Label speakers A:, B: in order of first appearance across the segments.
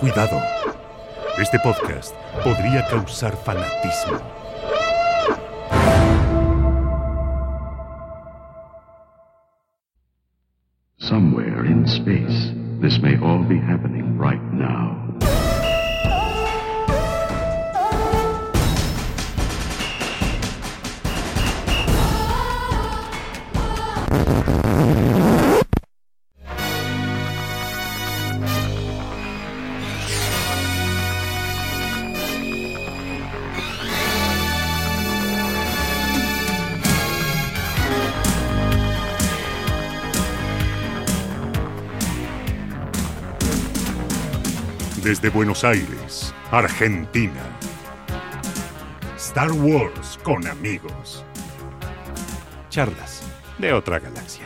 A: Cuidado. Este podcast podría causar fanatismo.
B: Somewhere in space, this may all be happening right now.
A: Desde Buenos Aires, Argentina. Star Wars con amigos. Charlas de otra galaxia.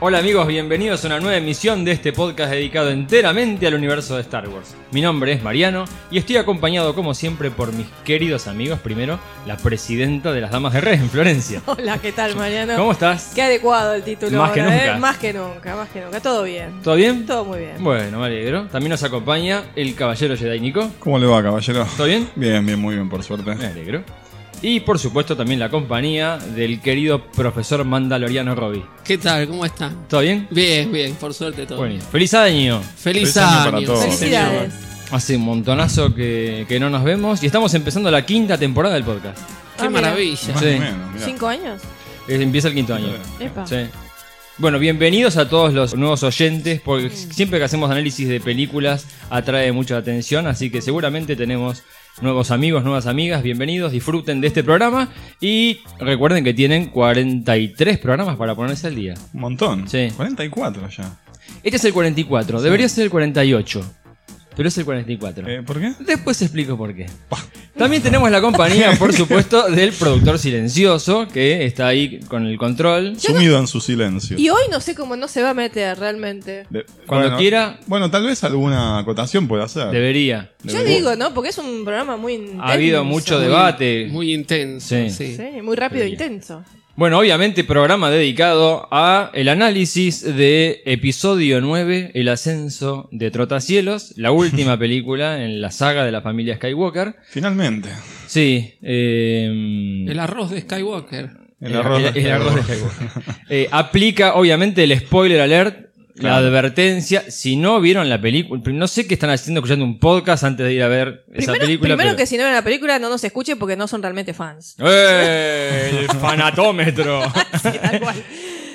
C: Hola amigos, bienvenidos a una nueva emisión de este podcast dedicado enteramente al universo de Star Wars. Mi nombre es Mariano y estoy acompañado como siempre por mis queridos amigos. Primero, la presidenta de las Damas de Red en Florencia.
D: Hola, ¿qué tal, Mariano?
C: ¿Cómo estás?
D: Qué adecuado el título.
C: Más que
D: ahora, ¿eh?
C: nunca.
D: Más que nunca, más que nunca. Todo bien.
C: ¿Todo bien?
D: Todo muy bien.
C: Bueno, me alegro. También nos acompaña el caballero Jedi Nico.
E: ¿Cómo le va, caballero?
C: ¿Todo bien?
E: Bien, bien, muy bien, por suerte.
C: Me alegro. Y por supuesto también la compañía del querido profesor mandaloriano Robbie.
F: ¿Qué tal? ¿Cómo están?
C: ¿Todo bien?
F: Bien, bien, por suerte todo.
C: Bueno, feliz año.
F: Feliz,
E: Feliz año
F: año.
E: para todos.
F: sí, señor.
D: Felicidades.
C: Hace un montonazo que, que no nos vemos y estamos empezando la quinta temporada del podcast.
D: Ah,
F: Qué
D: mira.
F: maravilla.
E: Más
C: Sí.
E: o menos, mirá.
D: ¿Cinco años?
C: Eh, Empieza el quinto año.
D: Epa.
C: Sí. Bueno, bienvenidos a todos los nuevos oyentes, porque siempre que hacemos análisis de películas atrae mucha atención, así que seguramente tenemos nuevos amigos, nuevas amigas, bienvenidos, disfruten de este programa y recuerden que tienen 43 programas para ponerse al día.
E: Un montón.
C: Sí.
E: 44 ya.
C: Este es el 44, debería ser el 48, pero es el 44.
E: Eh, ¿Por qué?
C: Después explico por qué. También tenemos la compañía, por supuesto, del productor silencioso, que está ahí con el control.
E: Sumido en su silencio.
D: Y hoy no sé cómo no se va a meter realmente.
E: De-
C: Cuando quiera-
E: Bueno, tal vez alguna acotación pueda hacer.
C: Debería.
D: Yo digo, ¿no? Porque es un programa muy intenso.
C: Ha habido mucho
F: Muy-
C: debate.
F: Muy intenso.
C: Sí.
F: Sí.
D: Sí, muy rápido e intenso.
C: Bueno, obviamente programa dedicado a el análisis de episodio 9, El ascenso de Trotacielos, la última película en la saga de la familia Skywalker.
E: Finalmente.
C: Sí, eh,
F: El arroz de Skywalker.
E: El arroz de este
C: el- el arroz de
E: Skywalker.
C: Eh, aplica, obviamente, el spoiler alert, la advertencia. Si no vieron la película, no sé qué están haciendo escuchando un podcast antes de ir a ver esa
D: Primero,
C: película.
D: primero
C: pero-
D: que si no ven la película, no nos escuche porque no son realmente fans.
C: ¡Eh! El fanatómetro.
D: Tal cual.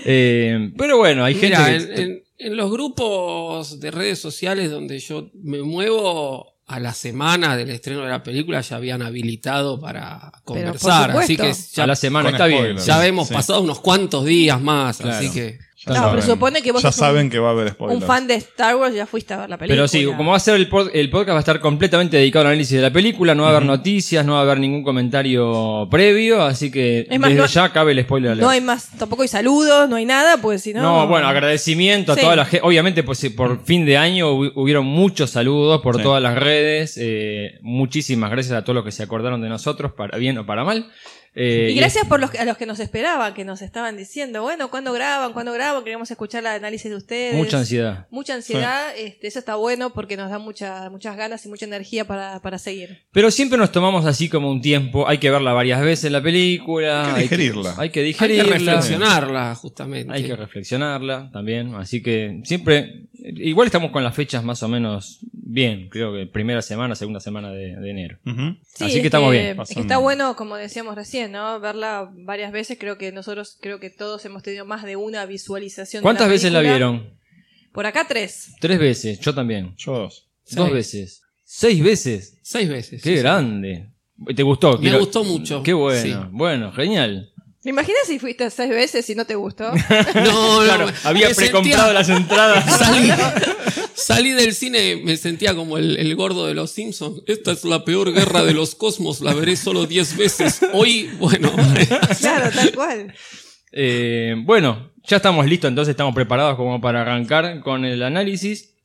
C: Eh, pero bueno, hay gente.
F: Mira,
C: que-
F: en, en- en los grupos de redes sociales donde yo me muevo a la semana del estreno de la película ya habían habilitado para
D: por
F: conversar. Así
D: supuesto.
F: que
C: a
F: ya,
C: la semana
E: con
C: está bien.
E: spoilers.
C: Ya-
F: ya hemos
E: Sí.
F: pasado unos cuantos días más.
C: Claro.
F: Así que.
E: Ya
D: No, pero
E: saben.
D: supone que vos
E: Ya
D: sos un-
E: saben que va a haber spoilers.
D: Un fan de Star Wars ya fuiste a ver la película.
C: Pero sí, como va a ser el, pod- el podcast, va a estar completamente dedicado al análisis de la película. No va a haber noticias, no va a haber ningún comentario previo. Así que
D: Es más,
C: desde
D: no-
C: ya cabe el spoiler alert.
D: No hay más, tampoco hay saludos, no hay nada, pues si no.
C: No, bueno, agradecimiento a
D: Sí.
C: toda la gente. Obviamente, pues, eh, por fin de año hubi- hubieron muchos saludos por
E: Sí.
C: todas las redes. eh, muchísimas gracias a todos los que se acordaron de nosotros, para bien o para mal. Eh,
D: Y gracias por los, a los que nos esperaban, que nos estaban diciendo, bueno, ¿cuándo graban? ¿Cuándo graban? Queremos escuchar la análisis de ustedes.
C: Mucha ansiedad.
D: Mucha ansiedad, este, eso está bueno porque nos da mucha, muchas ganas y mucha energía para, para seguir.
C: Pero siempre nos tomamos así como un tiempo. Hay que verla varias veces la película.
E: Hay que digerirla.
C: Hay que,
F: Hay
C: digerirla.
F: que reflexionarla, justamente.
C: Hay que reflexionarla también. Así que siempre. Igual estamos con las fechas más o menos bien. Creo que primera semana, segunda semana de, de enero.
E: Ujú.
D: Sí,
C: Así que
D: es
C: estamos bien.
D: es que
E: Pasan-
D: está bueno, como decíamos recién, ¿no? Verla varias veces. Creo que nosotros, creo que todos hemos tenido más de una visualización. de
C: ¿Cuántas veces la
D: película.
C: vieron?
D: Por acá tres.
C: Tres veces, yo también.
E: Yo dos.
C: Dos
F: Sí.
C: veces. Seis veces.
F: Seis veces.
C: Qué
F: sí,
C: grande. ¿Te gustó?
F: Me
C: Quiero-
F: gustó mucho,
C: Qué bueno.
F: sí.
C: Bueno, genial.
D: ¿Me imaginas si fuiste seis veces y no te gustó?
F: sí. No, no. me sentía-
C: las entradas.
F: Salí, salí del cine, me sentía como el, el gordo de los Simpsons. Esta es la peor guerra de los cosmos, la veré solo 10 veces. Hoy, bueno,
D: claro, tal cual.
C: Eh, bueno, ya estamos listos, entonces estamos preparados como para arrancar con el análisis.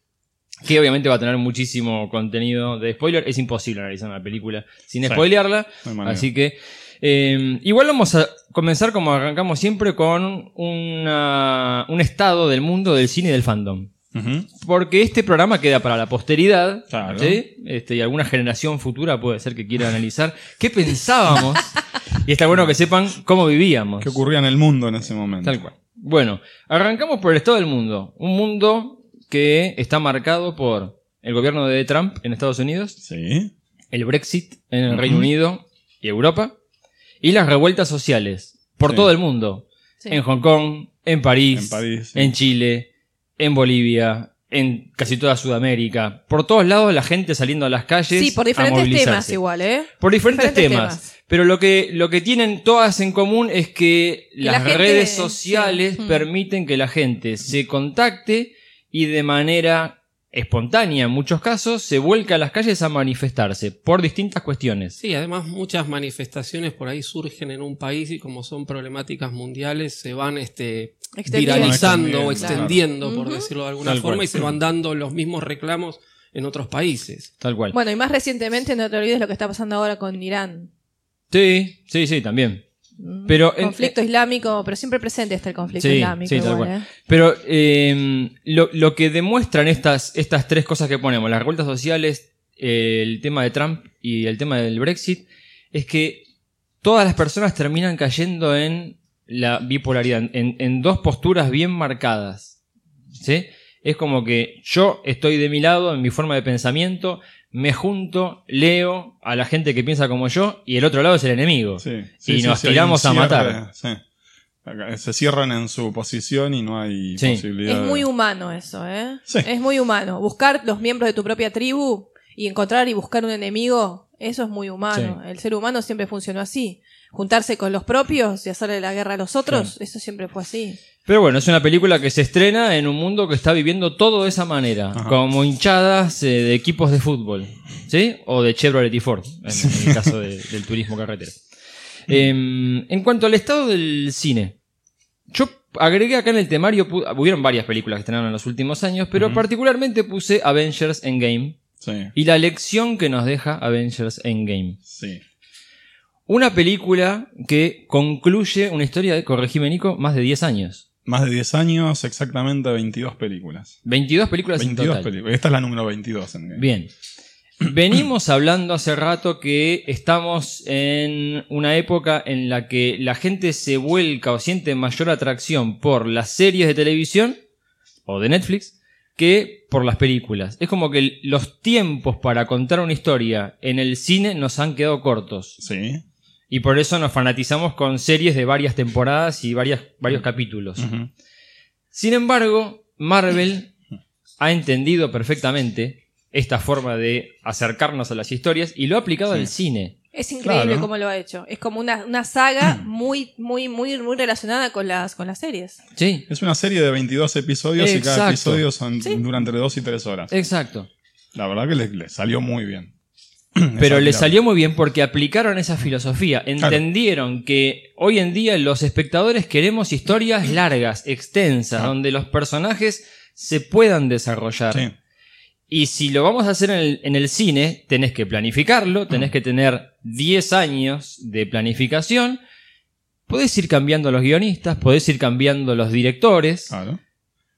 C: Que obviamente va a tener muchísimo contenido de spoiler. Es imposible analizar una película sin
E: Sí.
C: spoilearla.
E: No hay manera.
C: Así que. eh, igual vamos a comenzar como arrancamos siempre con una- un estado del mundo del cine y del fandom.
E: Ujú.
C: Porque este programa queda para la posteridad.
E: Claro.
C: ¿sí? Este, y alguna generación futura puede ser que quiera analizar qué pensábamos. y está bueno que sepan cómo vivíamos.
E: ¿Qué ocurría en el mundo en ese momento?
C: Tal cual. Bueno, arrancamos por el estado del mundo. Un mundo que está marcado por el gobierno de Trump en Estados Unidos,
E: Sí.
C: el Brexit en el Reino
E: Ujú.
C: Unido y Europa, y las revueltas sociales por
E: Sí.
C: todo el mundo.
D: Sí.
C: En Hong Kong, en París, en,
E: En París, sí.
C: Chile, en Bolivia, en casi toda Sudamérica. Por todos lados la gente saliendo a las calles.
D: Sí, por
C: a
D: diferentes
C: movilizarse.
D: temas igual, ¿eh?
C: Por diferentes,
D: Diferentes
C: temas.
D: temas.
C: Pero lo que, lo que tienen todas en común es que
D: Que
C: las
D: la gente-
C: redes sociales
D: sí. Mm.
C: permiten que la gente se contacte y de manera espontánea en muchos casos se vuelca a las calles a manifestarse por distintas cuestiones.
F: Sí, además muchas manifestaciones por ahí surgen en un país y como son problemáticas mundiales se van este
D: Extendiendo.
F: viralizando
E: Claro.
F: o extendiendo, por
D: Ujú.
F: decirlo de alguna
C: Tal
F: forma,
C: cual.
F: y se van dando los mismos reclamos en otros países.
C: Tal cual.
D: Bueno, y más recientemente no te olvides lo que está pasando ahora con Irán.
C: Sí, sí, sí, también.
D: Mm,
C: Pero en-
D: conflicto islámico, pero siempre presente está el conflicto
C: Sí,
D: islámico.
C: sí, tal
D: igual,
C: cual.
D: ¿eh?
C: Pero eh, lo, lo que demuestran estas, estas tres cosas que ponemos, las revueltas sociales, eh, el tema de Trump y el tema del Brexit, es que todas las personas terminan cayendo en la bipolaridad, en, en dos posturas bien marcadas. ¿sí? Es como que yo estoy de mi lado en mi forma de pensamiento, me junto, leo a la gente que piensa como yo y el otro lado es el enemigo.
E: Sí.
C: Y nos
E: hay un
C: tiramos a matar.
E: sí. Acá Se cierran en su posición y no hay
C: Sí.
E: posibilidad.
D: Es
E: de-
D: muy humano eso, ¿eh?
E: Sí.
D: Es muy humano. Buscar los miembros de tu propia tribu y encontrar y buscar un enemigo, eso es muy humano. El ser humano siempre funcionó así. Juntarse con los propios y hacerle la guerra a los otros, eso siempre fue así.
C: Pero bueno, es una película que se estrena en un mundo que está viviendo todo de esa manera,
E: Ajá.
C: como hinchadas eh, de equipos de fútbol, ¿sí? O de Chevrolet y Ford, en el caso de- del turismo carretera.
E: Mm.
C: Eh, en cuanto al estado del cine, yo agregué acá en el temario, pu- hubieron varias películas que estrenaron en los últimos años, pero
E: Ujú.
C: particularmente puse Avengers Endgame
E: Sí.
C: y la lección que nos deja Avengers Endgame.
E: Sí.
C: Una película que concluye una historia de, corregime Nico, más de 10 años.
E: Más de 10 años, exactamente 22 películas.
C: 22 películas en
E: 22
C: total.
E: películas. Esta es la número 22. En
C: Bien. Venimos hablando hace rato que estamos en una época en la que la gente se vuelca o siente mayor atracción por las series de televisión o de Netflix que por las películas. Es como que los tiempos para contar una historia en el cine nos han quedado cortos.
E: Sí.
C: Y por eso nos fanatizamos con series de varias temporadas y varias, varios capítulos.
E: Ujú.
C: Sin embargo, Marvel ha entendido perfectamente esta forma de acercarnos a las historias y lo ha aplicado
E: Sí.
C: al cine.
D: Es increíble
E: Claro.
D: cómo lo ha hecho. Es como una, una saga
C: Mm.
D: muy, muy, muy, muy relacionada con las, con las series.
C: Sí,
E: Es una serie de 22 episodios y cada
C: Exacto. Eh.
E: episodio son
D: Sí.
E: durante 2 y 3 horas.
C: exacto.
E: La verdad que le, le salió muy bien.
C: Pero le
E: Esa-
C: salió muy bien porque aplicaron esa filosofía. Entendieron que hoy en día los espectadores queremos historias largas, extensas,
E: Ah.
C: donde los personajes se puedan desarrollar.
E: Sí.
C: Y si lo vamos a hacer en el, en el cine, tenés que planificarlo, tenés que tener 10 años de planificación. Podés ir cambiando los guionistas, podés ir cambiando los directores,
E: Claro.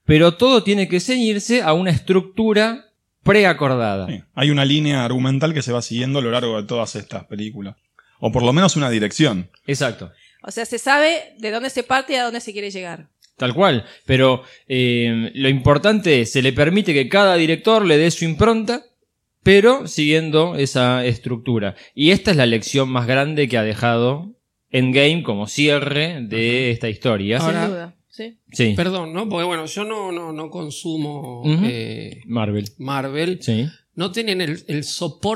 C: pero todo tiene que ceñirse a una estructura preacordada.
E: Sí. Hay una línea argumental que se va siguiendo a lo largo de todas estas películas. O por lo menos una dirección.
C: Exacto.
D: O sea, se sabe de dónde se parte y a dónde se quiere llegar.
C: Tal cual. Pero eh, lo importante es, se le permite que cada director le dé su impronta, pero siguiendo esa estructura. Y esta es la lección más grande que ha dejado Endgame como cierre de esta historia.
F: Ahora-
D: Sin duda. ¿sí?
C: sí.
F: Perdón, ¿no? Porque bueno, yo no, no, no consumo
C: Ujú.
F: eh,
C: Marvel.
F: Marvel.
C: Sí.
F: No tienen el, el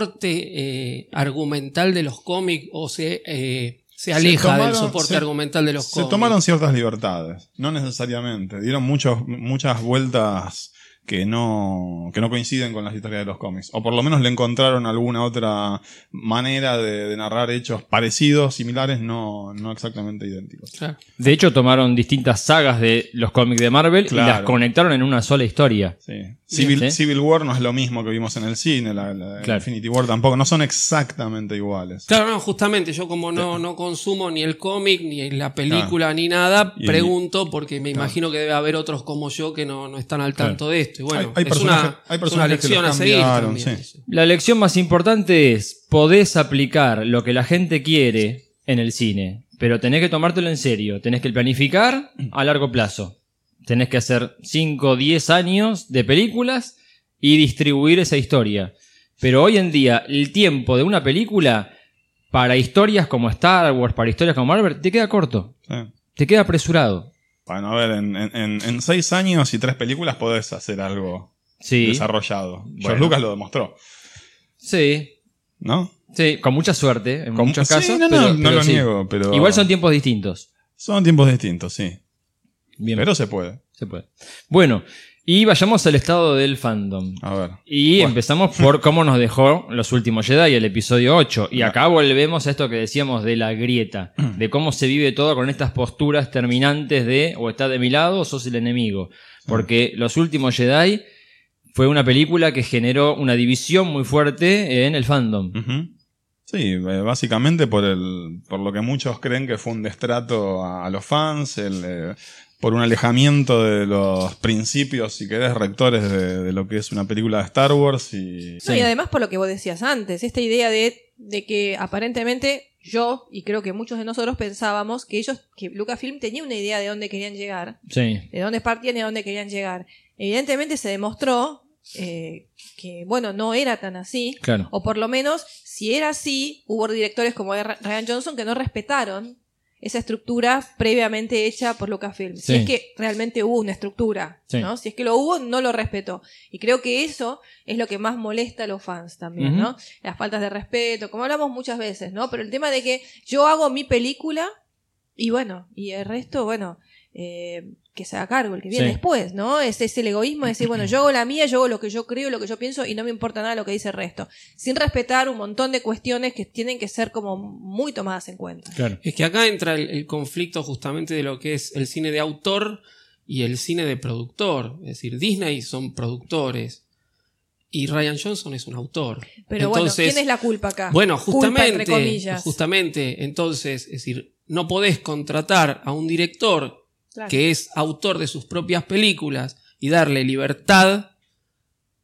F: soporte eh, argumental de los cómics o se, eh, se aleja del
E: tomaron-
F: soporte
E: se-
F: argumental de los
E: Se
F: cómics.
E: tomaron ciertas libertades. No necesariamente. Dieron muchos, muchas vueltas que no, que no coinciden con las historias de los cómics. O por lo menos le encontraron alguna otra manera de, de narrar hechos parecidos, similares, no, no exactamente idénticos.
F: Claro.
C: De hecho, tomaron distintas sagas de los cómics de Marvel y
E: Claro.
C: las conectaron en una sola historia.
E: Sí. Civil,
C: Sí.
E: Civil War no es lo mismo que vimos en el cine, la, la
C: Claro.
E: Infinity War tampoco, no son exactamente iguales.
F: Claro, no, justamente yo como no, no consumo ni el cómic, ni la película, ni nada,
E: Y-
F: pregunto porque me imagino que debe haber otros como yo que no, no están al tanto de esto. Este, bueno,
E: Hay- hay
F: es
E: personajes-
F: una,
E: hay
F: es
E: personajes
F: una
E: que
F: lección
E: los
F: a seguir.
E: cambiaron,
F: también,
E: sí.
F: eso.
C: La lección más importante es, podés aplicar lo que la gente quiere en el cine, pero tenés que tomártelo en serio, tenés que planificar a largo plazo, tenés que hacer 5 o 10 años de películas y distribuir esa historia. Pero hoy en día el tiempo de una película para historias como Star Wars, para historias como Marvel, te queda corto,
E: Sí.
C: te queda apresurado.
E: Bueno, a ver, en, en- en- en seis años y tres películas podés hacer algo
C: Sí,
E: desarrollado. George
C: Bueno.
E: Lucas lo demostró,
C: sí,
E: ¿no?
C: sí, con mucha suerte en
E: Con-
C: muchos
E: sí,
C: casos.
E: no, no,
C: pero-
E: no
C: pero
E: lo
C: sí.
E: niego, pero.
C: Igual son tiempos distintos.
E: son tiempos distintos, sí.
C: Bien.
E: Pero se puede.
C: Se puede. Bueno, y vayamos al estado del fandom.
E: A ver.
C: Y empezamos por cómo nos dejó los últimos Jedi, el episodio 8. Y
E: Ya.
C: acá volvemos a esto que decíamos de la grieta, de cómo se vive todo con estas posturas terminantes de o estás de mi lado o sos el enemigo. Porque los últimos Jedi fue una película que generó una división muy fuerte en el fandom.
E: Ujú. Sí, eh, básicamente por el, por lo que muchos creen que fue un destrato a, a los fans, el, eh, por un alejamiento de los principios, si querés, rectores de, de lo que es una película de Star Wars y
D: No, y además por lo que vos decías antes, esta idea de, de que aparentemente yo y creo que muchos de nosotros pensábamos que ellos, que Lucasfilm tenía una idea de dónde querían llegar,
C: Sí.
D: de dónde partían y a dónde querían llegar. Evidentemente se demostró eh, que, bueno, no era tan así.
C: Claro.
D: O por lo menos, si era así, hubo directores como R- Ryan Johnson que no respetaron esa estructura previamente hecha por Lucasfilm. Si
C: Sí.
D: es que realmente hubo una estructura,
C: Sí.
D: ¿no? Si es que lo hubo, no lo respetó. Y creo que eso es lo que más molesta a los fans también,
C: Ujú.
D: ¿no? Las faltas de respeto, como hablamos muchas veces, ¿no? Pero el tema de que yo hago mi película y bueno, y el resto, bueno, eh, que se haga cargo el que viene
C: Sí.
D: después, ¿no? Es, es el egoísmo de decir, bueno, yo hago la mía, yo hago lo que yo creo, lo que yo pienso y no me importa nada lo que dice el resto. Sin respetar un montón de cuestiones que tienen que ser como muy tomadas en cuenta.
C: Claro.
F: Es que acá entra el, el conflicto justamente de lo que es el cine de autor y el cine de productor. Es decir, Disney son productores y Ryan Johnson es un autor.
D: Pero bueno,
F: Entonces,
D: ¿quién es la culpa acá?
F: Bueno,
D: Ah, Culpa,
F: justamente,
D: entre comillas.
F: justamente, entonces, es decir, no podés contratar a un director
D: Claro.
F: que es autor de sus propias películas y darle libertad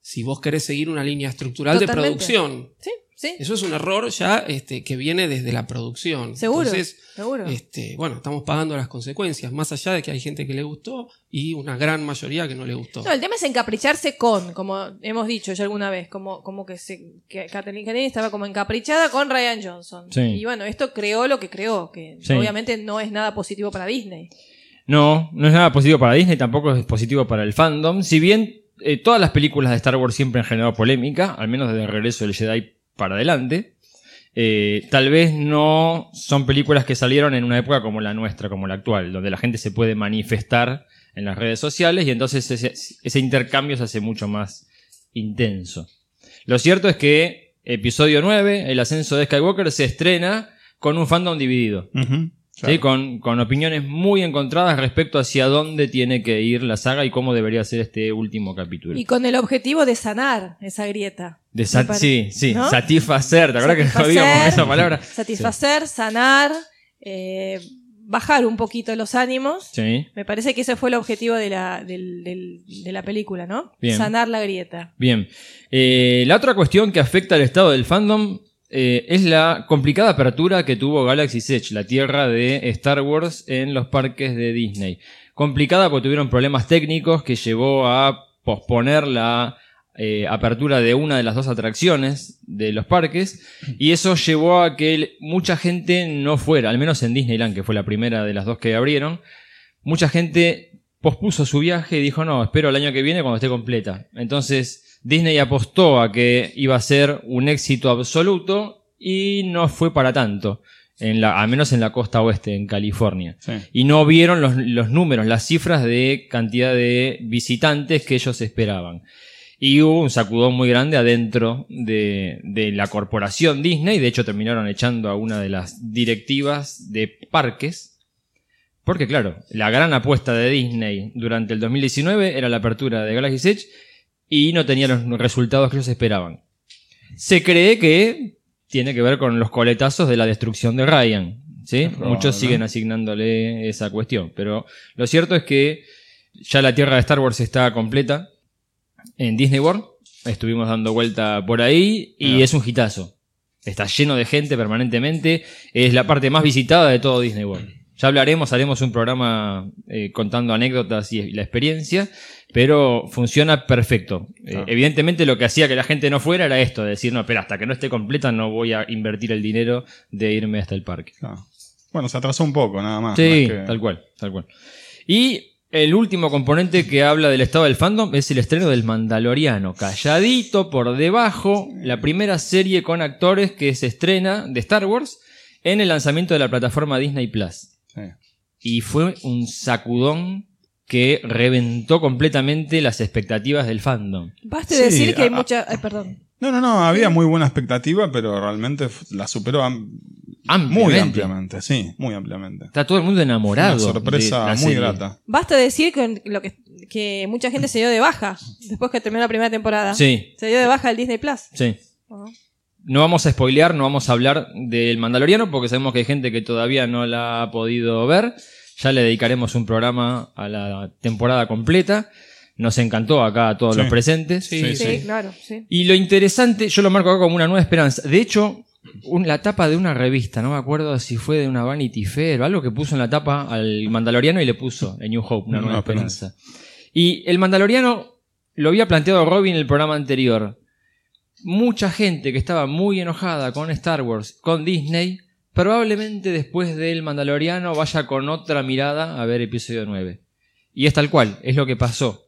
F: si vos querés seguir una línea estructural
D: Totalmente.
F: de producción.
D: Sí, sí,
F: Eso es un error ya este, que viene desde la producción.
D: seguro,
F: Entonces,
D: seguro.
F: este, bueno, estamos pagando las consecuencias, más allá de que hay gente que le gustó y una gran mayoría que no le gustó.
D: No, el tema es encapricharse con, como hemos dicho ya alguna vez, como, como que, se, que Kathleen Kennedy estaba como encaprichada con Ryan Johnson.
C: Sí.
D: Y bueno, esto creó lo que creó, que
C: Sí.
D: obviamente no es nada positivo para Disney.
C: No, no es nada positivo para Disney, tampoco es positivo para el fandom. Si bien eh, todas las películas de Star Wars siempre han generado polémica, al menos desde el regreso del Jedi para adelante, eh, tal vez no son películas que salieron en una época como la nuestra, como la actual, donde la gente se puede manifestar en las redes sociales y entonces ese, ese intercambio se hace mucho más intenso. Lo cierto es que episodio 9, el ascenso de Skywalker, se estrena con un fandom dividido.
E: Ujú,
C: ¿sí?
E: claro.
C: con, con opiniones muy encontradas respecto hacia dónde tiene que ir la saga y cómo debería ser este último capítulo.
D: Y con el objetivo de sanar esa grieta.
C: De sat-
D: Me pare-
C: sí, sí,
D: ¿no?
C: satisfacer, ¿te acuerdas que
D: Satisfacer.
C: jodíamos esa palabra?
D: Satisfacer, sanar, eh, bajar un poquito los ánimos.
C: Sí,
D: Me parece que ese fue el objetivo de la, del- del- de la película, ¿no?
C: Bien.
D: Sanar la grieta.
C: bien. Eh, la otra cuestión que afecta al estado del fandom eh, es la complicada apertura que tuvo Galaxy Edge, la tierra de Star Wars en los parques de Disney. Complicada porque tuvieron problemas técnicos que llevó a posponer la eh, apertura de una de las dos atracciones de los parques y eso llevó a que el- mucha gente no fuera, al menos en Disneyland, que fue la primera de las dos que abrieron, mucha gente pospuso su viaje y dijo, no, espero el año que viene cuando esté completa. Entonces Disney apostó a que iba a ser un éxito absoluto y no fue para tanto, en la, al menos en la costa oeste, en California
E: Sí.
C: y no vieron los, los números, las cifras de cantidad de visitantes que ellos esperaban. Y hubo un sacudón muy grande adentro de, de la corporación Disney. De hecho, terminaron echando a una de las directivas de parques. Porque, claro, la gran apuesta de Disney durante el 2019 era la apertura de Galaxy Edge y no tenía los resultados que ellos esperaban. Se cree que tiene que ver con los coletazos de la destrucción de Ryan. ¿sí?
E: Probable.
C: Muchos siguen asignándole esa cuestión. Pero lo cierto es que ya la tierra de Star Wars está completa. en Disney World. Estuvimos dando vuelta por ahí y
E: Ah.
C: es un hitazo. Está lleno de gente permanentemente. Es la parte más visitada de todo Disney World. Ya hablaremos, haremos un programa eh, contando anécdotas y la experiencia, pero funciona perfecto. Eh,
E: Ah.
C: evidentemente lo que hacía que la gente no fuera era esto, de decir, no, espera, hasta que no esté completa no voy a invertir el dinero de irme hasta el parque.
E: Ah. Bueno, se atrasó un poco, nada más.
C: Sí,
E: no es que-
C: tal cual, tal cual. Y el último componente que habla del estado del fandom es el estreno del Mandaloriano. Calladito, por debajo, la primera serie con actores que se estrena de Star Wars en el lanzamiento de la plataforma Disney Plus.
E: Sí.
C: Y fue un sacudón que reventó completamente las expectativas del fandom.
D: Baste
E: Sí,
D: decir que hay
E: a-
D: mucha. Ay, perdón.
E: No, no, no, había muy buena expectativa, pero realmente f- la superó am- muy
C: Ampliamente.
E: ampliamente, sí, muy ampliamente.
C: Está todo el mundo enamorado.
E: Una
C: de la
E: sorpresa muy
C: serie.
E: grata.
D: Basta decir que, lo que, que mucha gente se dio de baja después que terminó la primera temporada.
C: Sí.
D: Se dio de baja el Disney Plus.
C: Sí.
D: Ajá.
C: No vamos a spoilear, no vamos a hablar del Mandaloriano porque sabemos que hay gente que todavía no la ha podido ver. Ya le dedicaremos un programa a la temporada completa. Nos encantó acá a todos
E: Sí.
C: los presentes.
F: Sí,
D: Sí, claro, sí.
C: Y lo interesante, yo lo marco acá como una nueva esperanza. De hecho, un- la tapa de una revista, no me acuerdo si fue de una Vanity Fair o algo que puso en la tapa al Mandaloriano y le puso en New Hope, una
E: Una
C: nueva
E: nueva
C: esperanza. Y el Mandaloriano lo había planteado Robin en el programa anterior. Mucha gente que estaba muy enojada con Star Wars, con Disney, probablemente después del Mandaloriano vaya con otra mirada a ver episodio 9. Y es tal cual, es lo que pasó.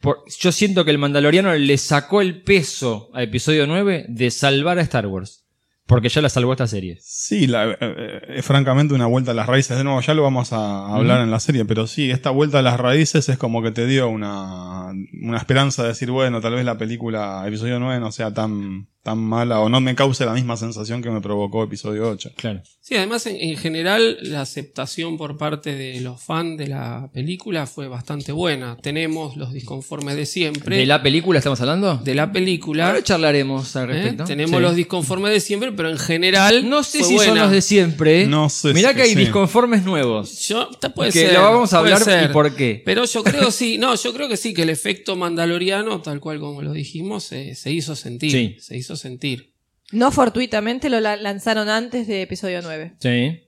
C: Por- yo siento que el Mandaloriano le sacó el peso a episodio 9 de salvar a Star Wars. Porque ya la salvó esta serie.
E: Sí, la- eh, eh, es francamente una vuelta a las raíces. De nuevo, ya lo vamos a hablar en la serie, pero sí, esta vuelta a las raíces es como que te dio una, una esperanza de decir, bueno, tal vez la película episodio 9 no sea tan, tan mala o no me cause la misma sensación que me provocó episodio 8.
C: Claro.
F: Sí, además en, en general la aceptación por parte de los fans de la película fue bastante buena. Tenemos los disconformes de siempre.
C: ¿De la película estamos hablando?
F: de la película.
C: Ahora charlaremos al
F: ¿eh?
C: respecto.
F: Tenemos
C: Sí.
F: los disconformes de siempre, pero en general.
C: No sé
F: fue
C: si son
F: buena.
C: los de siempre. ¿eh?
E: No sé
C: Mirá
E: si-
C: que hay
E: sí.
C: disconformes nuevos.
F: Yo, ta- puede
C: Que
F: ser,
C: lo vamos a
F: puede
C: hablar
F: ser.
C: y por qué.
F: Pero yo creo sí, no, yo creo que sí, que el efecto mandaloriano, tal cual como lo dijimos, se, se hizo sentir.
C: Sí.
F: Se hizo sentir.
D: No fortuitamente lo la- lanzaron antes de episodio 9,
C: Sí,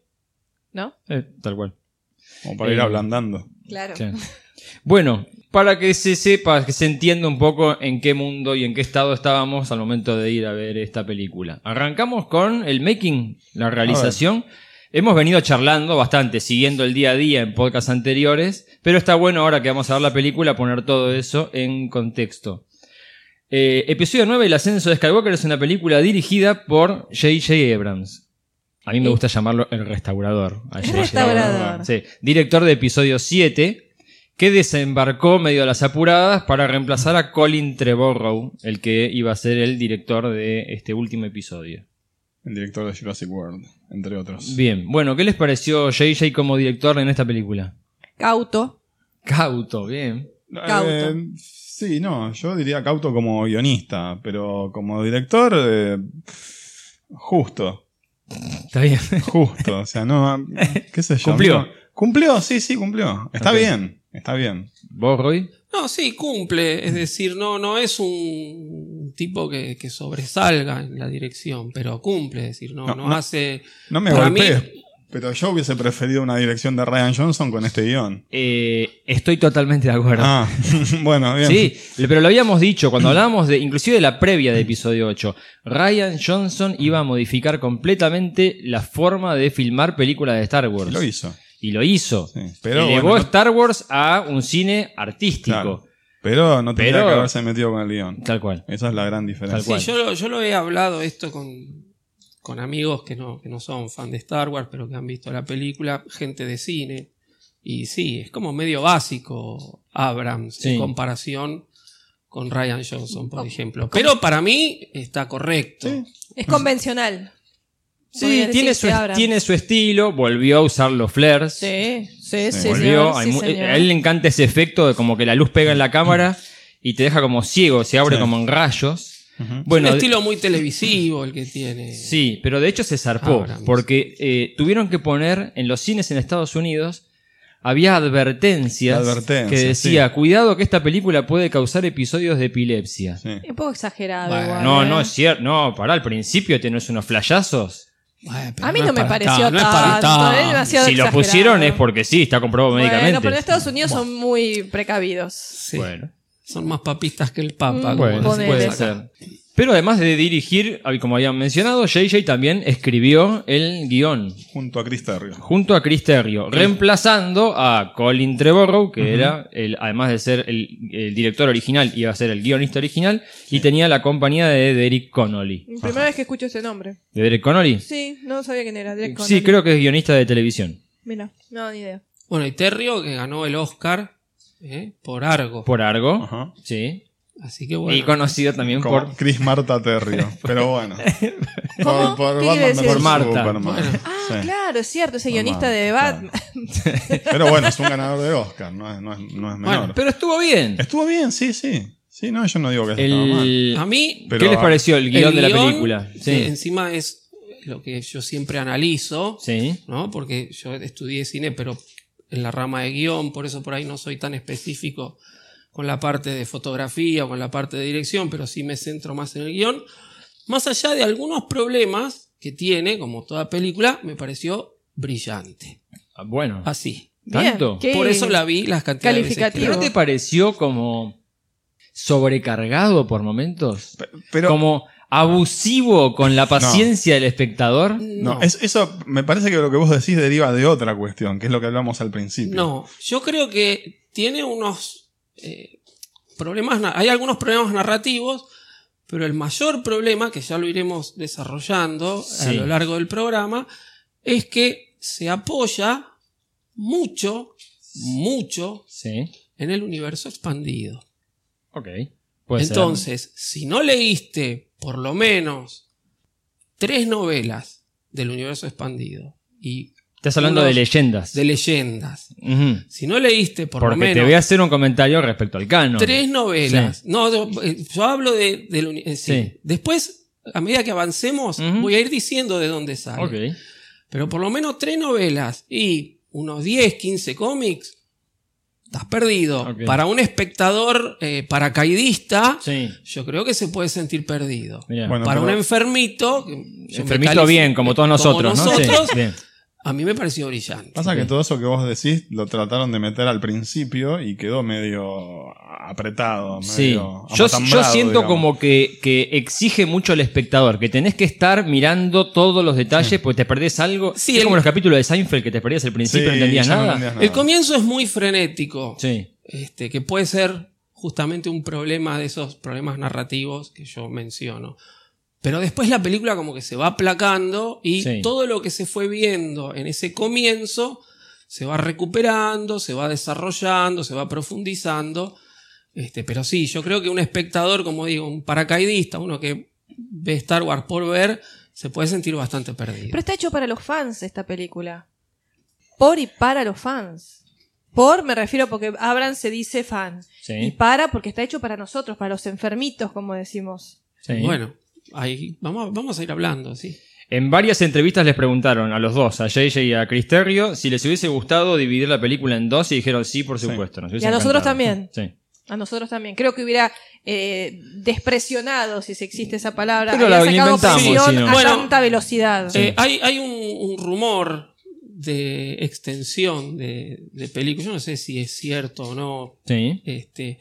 D: ¿no?
C: eh, tal cual.
E: Como para ir
C: Eh,
E: ablandando.
D: Claro.
C: Sí. Bueno, para que se sepa, que se entienda un poco en qué mundo y en qué estado estábamos al momento de ir a ver esta película. Arrancamos con el making, la realización. Hemos venido charlando bastante, siguiendo el día a día en podcasts anteriores, pero está bueno ahora que vamos a ver la película poner todo eso en contexto. Eh, episodio 9, El ascenso de Skywalker, es una película dirigida por J.J. Abrams. A mí me
D: Sí.
C: gusta llamarlo el restaurador. a J.J.
D: Restaurador.
C: Sí, director de episodio 7, que desembarcó medio a las apuradas para reemplazar a Colin Trevorrow, el que iba a ser el director de este último episodio.
E: El director de Jurassic World, entre otros.
C: Bien, bueno, ¿qué les pareció JJ como director en esta película?
D: Cauto.
C: Cauto, bien.
D: Cauto.
E: Eh, sí, no, yo diría cauto como guionista, pero como director, eh, justo,
C: Está bien.
E: justo. O sea, no, ah, qué sé yo.
C: Cumplió.
E: no. Cumplió, sí, sí, cumplió. Está
C: Ok.
E: bien, está bien.
C: ¿Vos, Roy?
F: No, sí, cumple. Es decir, no, no es un tipo que, que sobresalga en la dirección, pero cumple. Es decir, no,
E: No,
F: no,
E: no.
F: hace.
E: No me
F: Para
E: golpees,
F: mí-
E: pero yo hubiese preferido una dirección de Ryan Johnson con este guión.
C: estoy totalmente de acuerdo.
E: Ah, bueno, bien.
C: Sí, le- pero lo habíamos dicho cuando hablábamos de, inclusive de la previa de episodio 8, Ryan Johnson iba a modificar completamente la forma de filmar películas de Star Wars.
E: Lo hizo.
C: Y lo hizo.
E: Sí, pero
C: Elevó
E: bueno, no-
C: Star Wars a un cine artístico.
E: Claro. Pero no tendría
C: Pero-
E: que haberse metido con el guión.
C: Tal cual.
E: Esa es la gran diferencia.
C: Tal cual.
F: Sí, yo, lo- yo lo he hablado esto con, con amigos que no, que no son fan de Star Wars, pero que han visto la película, gente de cine. Y sí, es como medio básico Abrams
C: Sí.
F: en comparación con Ryan Johnson, por ejemplo. Pero para mí está correcto.
D: Es convencional.
C: Sí,
D: Podría
C: tiene
D: decirse
C: su,
D: ahora.
C: tiene su estilo, volvió a usar los flares.
D: Sí, sí, sí.
E: Sí.
C: volvió,
D: señor,
C: hay
D: sí,
C: mu-
D: señor.
C: a él le encanta ese efecto de como que la luz pega en la cámara y te deja como ciego, se abre
E: Sí.
C: como en rayos.
E: Ujú.
C: Bueno, de-
F: es un estilo muy televisivo el que tiene.
C: Sí,
D: Ah,
C: pero de hecho se zarpó,
F: Abrams.
C: porque eh, tuvieron que poner en los cines en Estados Unidos había advertencias
E: La advertencia,
C: que decía,
E: sí.
C: cuidado que esta película puede causar episodios de epilepsia.
E: Sí.
D: Es un poco exagerado.
F: Bueno,
D: igual,
C: No,
D: ¿eh?
C: no es cierto. No, pará, al principio tenés unos flayazos.
F: Bueno, pero
D: A mí no,
F: es
D: me
F: para
D: pareció
F: tanto, no es para
D: tanto. ¿eh? es
F: tanto.
D: demasiado
C: si lo
D: exagerado.
C: pusieron es porque sí, está comprobado
D: Bueno,
C: médicamente.
D: pero en Estados Unidos son muy precavidos.
F: Sí,
C: Bueno.
F: Son más papistas que el Papa.
D: Mm,
F: como
D: Bueno,
F: decimos
D: puede
F: acá.
C: Pero además de dirigir, al- como habían mencionado, JJ también escribió el guión
E: Junto a Chris Terrio.
C: junto a Chris Terrio, reemplazando a Colin Trevorrow, que era, el, además de ser el, el director original, iba a ser el guionista original, y tenía la compañía de Derek Connolly.
D: Primera vez que escucho ese nombre.
C: ¿De Derek Connolly?
D: Sí, no sabía quién era. Direct
C: Sí, creo que es guionista de televisión,
D: Mira, no, ni idea.
F: Bueno, y Terrio que ganó el Oscar ¿eh? por Argo.
C: por Argo.
E: Ajá.
C: Sí.
F: Así que bueno.
C: Y conocido también
E: Como
C: por
E: Chris Marta Terrio. Pero bueno.
D: ¿Cómo? ¿Qué quiere decir?
E: versus
C: Por Marta.
E: Superman.
D: Ah,
E: Sí.
D: claro, es cierto, ese
E: Normal,
D: guionista de
E: claro.
D: Batman.
E: Pero bueno, es un ganador de Oscar, no es, no es, no es menor.
C: Bueno, pero estuvo bien.
E: Estuvo bien, sí, sí. Sí, no, yo no digo que estaba mal.
C: Mm. El-
F: A mí,
E: Pero-
C: ¿Qué les pareció el guión
F: el
C: de la
F: guión,
C: película?
F: eh,
C: Sí.
F: encima es lo que yo siempre analizo,
C: Sí.
F: ¿no? Porque yo estudié cine, pero en la rama de guión, por eso por ahí no soy tan específico con la parte de fotografía o con la parte de dirección, pero sí me centro más en el guión. Más allá de algunos problemas que tiene, como toda película, me pareció brillante.
C: Ah, Bueno.
F: Así.
D: Bien,
C: ¿Tanto?
D: qué
F: Por eso la vi las cantidades de veces que la
D: Calificativo.
C: ¿Pero no te pareció como sobrecargado por momentos?
E: Pero
C: como abusivo con la paciencia del espectador.
F: Mm.
E: no, es- eso me parece que lo que vos decís deriva de otra cuestión, que es lo que hablamos al principio.
F: No, yo creo que tiene unos eh, problemas, na- hay algunos problemas narrativos, pero el mayor problema, que ya lo iremos desarrollando a
C: Sí.
F: lo largo del programa, es que se apoya mucho, mucho
C: Sí.
F: en el universo expandido.
C: Ok. Puede ser.
F: Entonces, si no leíste por lo menos tres novelas del universo expandido y
C: Estás hablando
F: unos-
C: de leyendas.
F: de leyendas,
C: Ujú.
F: si no leíste por lo
C: Porque
F: menos
C: te voy a hacer un comentario respecto al canon.
F: Tres novelas.
C: Sí.
F: No, yo, eh, yo hablo de, del uni- eh, sí.
C: Sí.
F: Después, a medida que avancemos,
C: Ujú.
F: voy a ir diciendo de dónde sale.
C: Ok.
F: Pero por lo menos tres novelas y unos 10, 15 cómics, estás perdido.
C: Ok.
F: Para un espectador eh, paracaidista,
C: Sí.
F: yo creo que se puede sentir perdido.
C: Mirá.
E: Bueno,
F: Para un
E: pero-
F: enfermito, que yo me
C: Enfermito
F: califico-
C: bien, como todos
F: como
C: nosotros, ¿no? Sí,
F: nosotros,
C: bien.
F: a mí me pareció brillante.
E: Pasa que todo eso que vos decís lo trataron de meter al principio y quedó medio apretado.
C: Sí,
E: medio
C: yo, yo
E: amatambrado,
C: siento
E: digamos.
C: como que, que exige mucho al espectador, que tenés que estar mirando todos los detalles porque te perdés algo.
F: Sí,
C: es
F: el-
C: como los capítulos de Seinfeld que te perdías al principio y no
E: Sí,
C: entendías
E: ya no
C: nada.
E: entendías
F: El comienzo es muy frenético.
C: Sí,
F: este, que puede ser justamente un problema de esos problemas narrativos que yo menciono. Pero después la película como que se va aplacando y
C: Sí.
F: todo lo que se fue viendo en ese comienzo se va recuperando, se va desarrollando, se va profundizando. Este, pero sí, yo creo que un espectador, como digo, un paracaidista, uno que ve Star Wars por ver, se puede sentir bastante perdido.
D: Pero está hecho para los fans esta película. Por y para los fans. Por me refiero porque Abraham se dice fan.
C: Sí.
D: Y para porque está hecho para nosotros, para los enfermitos, como decimos.
C: sí.
F: Bueno, ahí vamos, a- vamos a ir hablando, sí.
C: En varias entrevistas les preguntaron a los dos, a JJ y a Chris Terrio, si les hubiese gustado dividir la película en dos y dijeron sí, por supuesto. nos hubiese
D: Y a nosotros
C: encantado.
D: también.
C: Sí.
D: A nosotros también. Creo que hubiera eh, despresionado, si se existe esa palabra,
C: Pero la
D: había sacado
C: inventamos,
D: presión
C: si no.
D: a
F: Bueno,
D: tanta velocidad.
F: Eh, hay hay un, un rumor de extensión de, de película. Yo no sé si es cierto o no.
C: Sí.
F: Este,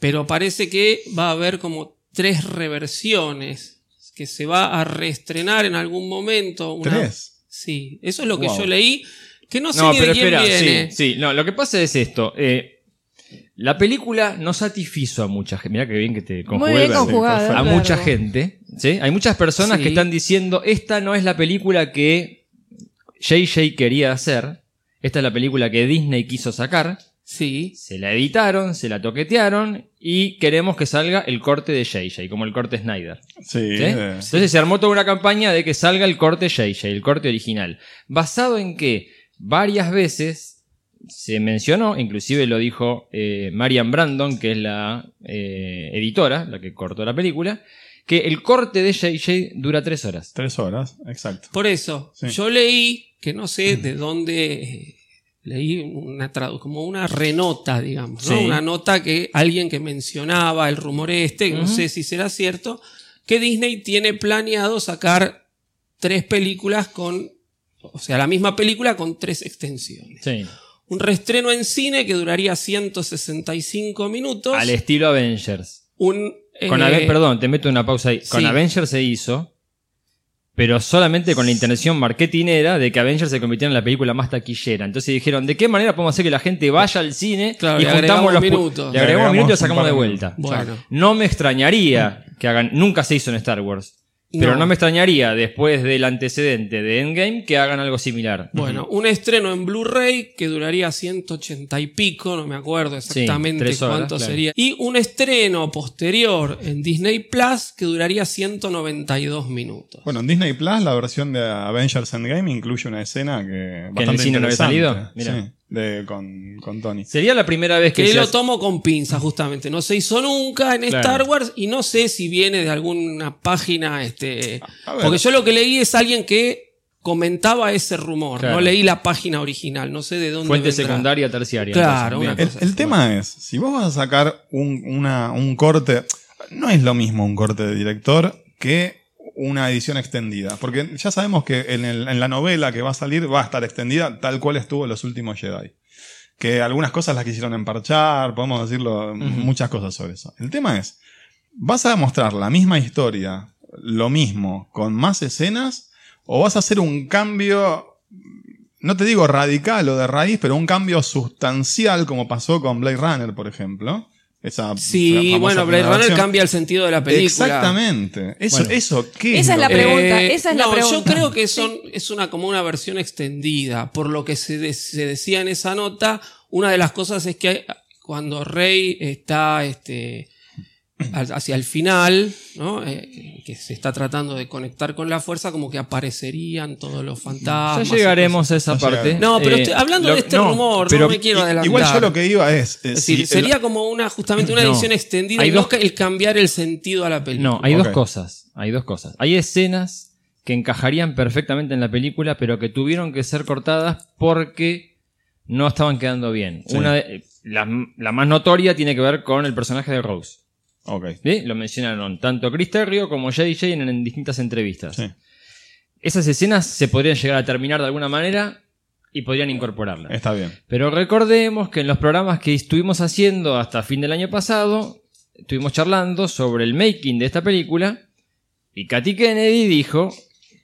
F: pero parece que va a haber como tres reversiones que se va a reestrenar en algún momento. una-
E: ¿Tres?
F: Sí, eso es lo que
E: Wow.
F: yo leí. Que no sé
C: No,
F: ni
C: pero
F: de quién
C: espera, sí,
F: viene.
C: sí. No, lo que pasa es esto. eh, la película no satisfizo a mucha gente. Mirá que bien que te
D: Muy
C: conjugué el
D: bien
C: verbo.
D: conjugado.
C: a
D: claro.
C: mucha gente. ¿sí? Hay muchas personas
F: Sí.
C: que están diciendo, esta no es la película que JJ quería hacer, esta es la película que Disney quiso sacar,
F: Sí.
C: se la editaron, se la toquetearon y queremos que salga el corte de JJ, como el corte Snyder.
E: Sí,
C: ¿sí?
E: de-
C: Entonces se armó toda una campaña de que salga el corte JJ, el corte original, basado en que varias veces... Se mencionó, inclusive lo dijo eh, Marian Brandon, que es la eh, editora, la que cortó la película, que el corte de JJ dura tres horas.
E: tres horas, exacto.
F: Por eso,
E: Sí.
F: yo leí que no sé de dónde eh, leí una tradu- como una renota, digamos, ¿no?
C: Sí.
F: una nota que alguien que mencionaba el rumor este, que no sé si será cierto, que Disney tiene planeado sacar tres películas con, o sea, la misma película con tres extensiones.
C: Sí.
F: Un reestreno en cine que duraría 165 minutos.
C: Al estilo Avengers.
F: un,
C: Con
F: eh,
C: Aven- perdón, te meto una pausa ahí. Con
F: sí.
C: Avengers se hizo, pero solamente con la intención marketinera de que Avengers se convirtiera en la película más taquillera. Entonces dijeron, ¿de qué manera podemos hacer que la gente vaya al cine
F: Claro,
C: y
F: le
C: juntamos
F: agregamos
C: los pu-
F: minutos.
C: Le
F: Le
C: agregamos
E: agregamos
C: minutos y lo
E: un
C: sacamos
E: par
C: de
E: de
C: vuelta.
F: minutos. Bueno.
C: Claro. No me extrañaría que hagan. Nunca se hizo en Star Wars. Pero no.
F: No.
C: me extrañaría, después del antecedente de Endgame, que hagan algo similar.
F: Bueno, un estreno en Blu-ray que duraría 180 y pico, no me acuerdo exactamente
C: tres horas,
F: cuánto
C: claro.
F: sería. Y un estreno posterior en Disney Plus que duraría 192 minutos.
E: Bueno, en Disney Plus la versión de Avengers Endgame incluye una escena que bastante
C: en el cine no había
E: interesante.
C: salido. Mira.
E: Sí, de- con, con Tony.
C: Sería la primera vez que.
F: Que
C: se
F: lo
C: hace-
F: tomo con pinza, justamente. No se hizo nunca en
C: Claro.
F: Star Wars y no sé si viene de alguna página. Este,
E: A ver.
F: porque yo lo que leí es alguien que comentaba ese rumor.
C: Claro.
F: No leí la página original, no sé de dónde.
C: Fuente
F: vendrá.
C: secundaria, terciaria.
F: Claro,
C: entonces,
F: una
C: bien.
E: El,
F: cosas.
E: el tema es, si vos vas a sacar un, una- un corte, no es lo mismo un corte de director que una edición extendida, porque ya sabemos que en, el- en la novela que va a salir va a estar extendida tal cual estuvo los últimos Jedi. Que algunas cosas las quisieron emparchar, podemos decirlo, muchas cosas sobre eso. El tema es, ¿vas a mostrar la misma historia, lo mismo, con más escenas? ¿O vas a hacer un cambio no te digo radical o de raíz, pero un cambio sustancial como pasó con Blade Runner, por ejemplo. Esa
F: Sí,
E: famosa
F: bueno, Blade
E: primera
F: Runner
E: versión.
F: cambia el sentido de la película.
E: Exactamente. Eso,
C: Bueno.
E: eso ¿qué
D: Esa es
E: lo
D: la
E: que-
D: pregunta. esa es la
F: Eh, no, Yo
D: pregunta.
F: creo que son, es una, como una versión extendida. Por lo que se, de- se decía en esa nota, una de las cosas es que hay- cuando Rey está este, al- hacia el final, ¿no? Eh, que se está tratando de conectar con la fuerza, como que aparecerían todos los fantasmas.
C: ya llegaremos a esa
E: Ya
C: parte.
E: llegaremos.
F: No, pero
C: Eh,
F: este- hablando
C: lo-
F: de este rumor, no me quiero
E: i-
F: adelantar.
E: Igual yo lo que iba es. eh,
F: Es decir,
E: si el-
F: sería como una, justamente una
C: No.
F: edición extendida,
C: Hay
F: y no
C: dos-
F: ca- el cambiar el sentido a la película.
C: No, hay dos
E: Ok.
C: cosas. Hay dos cosas. Hay escenas que encajarían perfectamente en la película, pero que tuvieron que ser cortadas porque no estaban quedando bien.
E: Sí.
C: Una de- la, la más notoria tiene que ver con el personaje de Rose.
E: ok,
C: ¿Sí? Lo mencionaron tanto Chris Terrio como JJ en, en distintas entrevistas.
E: sí.
C: Esas escenas se podrían llegar a terminar de alguna manera y podrían incorporarlas.
E: Está bien.
C: Pero recordemos que en los programas que estuvimos haciendo hasta fin del año pasado, estuvimos charlando sobre el making de esta película y Katy Kennedy dijo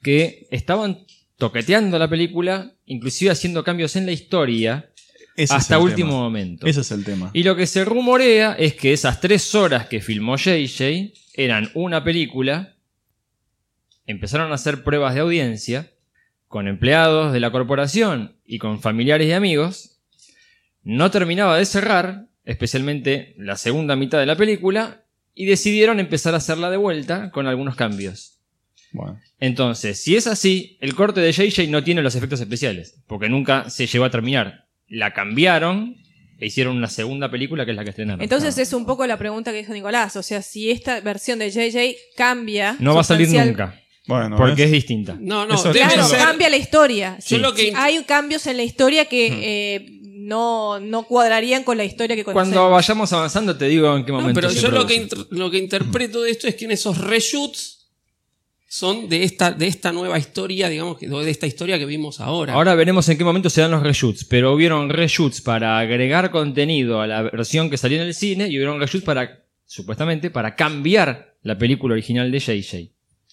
C: que estaban toqueteando la película, inclusive haciendo cambios en la historia
E: Ese es
C: hasta
E: el
C: último
E: tema.
C: momento.
E: Ese es el tema.
C: Y lo que se rumorea es que esas tres horas que filmó JJ eran una película. Empezaron a hacer pruebas de audiencia con empleados de la corporación y con familiares y amigos. No terminaba de cerrar, especialmente la segunda mitad de la película, y decidieron empezar a hacerla de vuelta con algunos cambios.
E: Bueno,
C: Entonces, si es así, el corte de JJ no tiene los efectos especiales, porque nunca se llegó a terminar. La cambiaron e hicieron una segunda película que es la que estrenaron.
D: Entonces es un poco la pregunta que dijo Nicolás. O sea, si esta versión de JJ cambia.
C: no va a salir
D: sustancial-
C: nunca,
E: bueno
C: porque
E: ¿ves?
C: es distinta.
F: No, no,
E: Eso-
F: debe
E: Claro,
F: ser-
D: cambia la historia.
F: Yo lo que-
D: Hay cambios en la historia que eh, no, no cuadrarían con la historia que conocemos.
C: Cuando vayamos avanzando te digo en qué
F: No,
C: momento.
F: pero
C: se
F: yo lo que,
C: produce.
F: inter- lo que interpreto de esto es que en esos reshoots son de esta, de esta nueva historia, digamos, que- de esta historia que vimos ahora.
C: Ahora veremos en qué momento se dan los reshoots, pero hubieron reshoots para agregar contenido a la versión que salió en el cine y hubieron reshoots para, supuestamente, para cambiar la película original de JJ.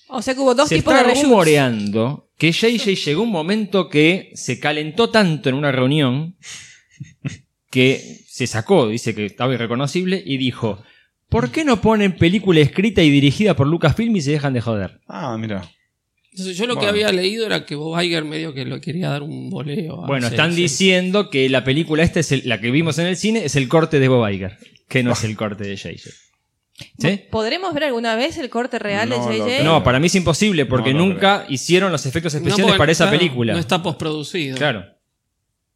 D: O sea que hubo dos
C: se
D: tipos
C: está
D: de reshoots.
C: rumoreando que JJ llegó un momento que se calentó tanto en una reunión que se sacó, dice que estaba irreconocible, y dijo: ¿Por qué no ponen película escrita y dirigida por Lucasfilm y se dejan de joder?
E: Ah, mira.
F: Entonces, yo lo que
E: Bueno.
F: había leído era que Bob Iger medio que lo quería dar un voleo.
E: Ah,
F: a
C: Bueno,
F: JJ.
C: están diciendo que la película esta es el- la que vimos en el cine, es el corte de Bob Iger, que no es el corte de JJ. ¿Sí?
D: ¿Podremos ver alguna vez el corte real
E: No,
D: de
E: lo
D: JJ?
E: creo.
C: No, para mí es imposible porque
E: No, no
C: nunca hicieron los efectos
F: No,
C: especiales
F: porque,
C: para esa
F: claro,
C: película.
F: No está postproducido.
C: Claro.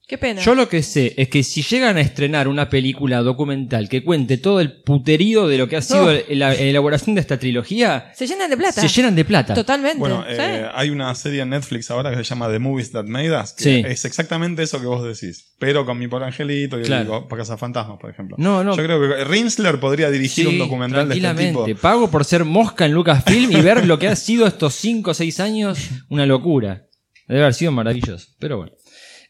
D: Qué pena.
C: Yo lo que sé es que si llegan a estrenar una película documental que cuente todo el puterío de lo que ha sido
D: Oh.
C: el- la elaboración de esta trilogía,
D: Se llenan de plata.
C: se llenan de plata.
D: Totalmente.
E: Bueno,
D: ¿sí?
E: eh, hay una serie en Netflix ahora que se llama The Movies That Made Us, que
C: Sí.
E: es exactamente eso que vos decís, pero con mi pobre angelito y
C: Claro.
E: el para Casa Fantasmas, por ejemplo.
C: No, no.
E: Yo creo que Rinsler podría dirigir
C: Sí,
E: un documental de este
C: tranquilamente.
E: tipo.
C: Pago por ser mosca en Lucasfilm y ver lo que ha sido estos 5 o 6 años, una locura. Debe haber sido maravilloso, pero bueno.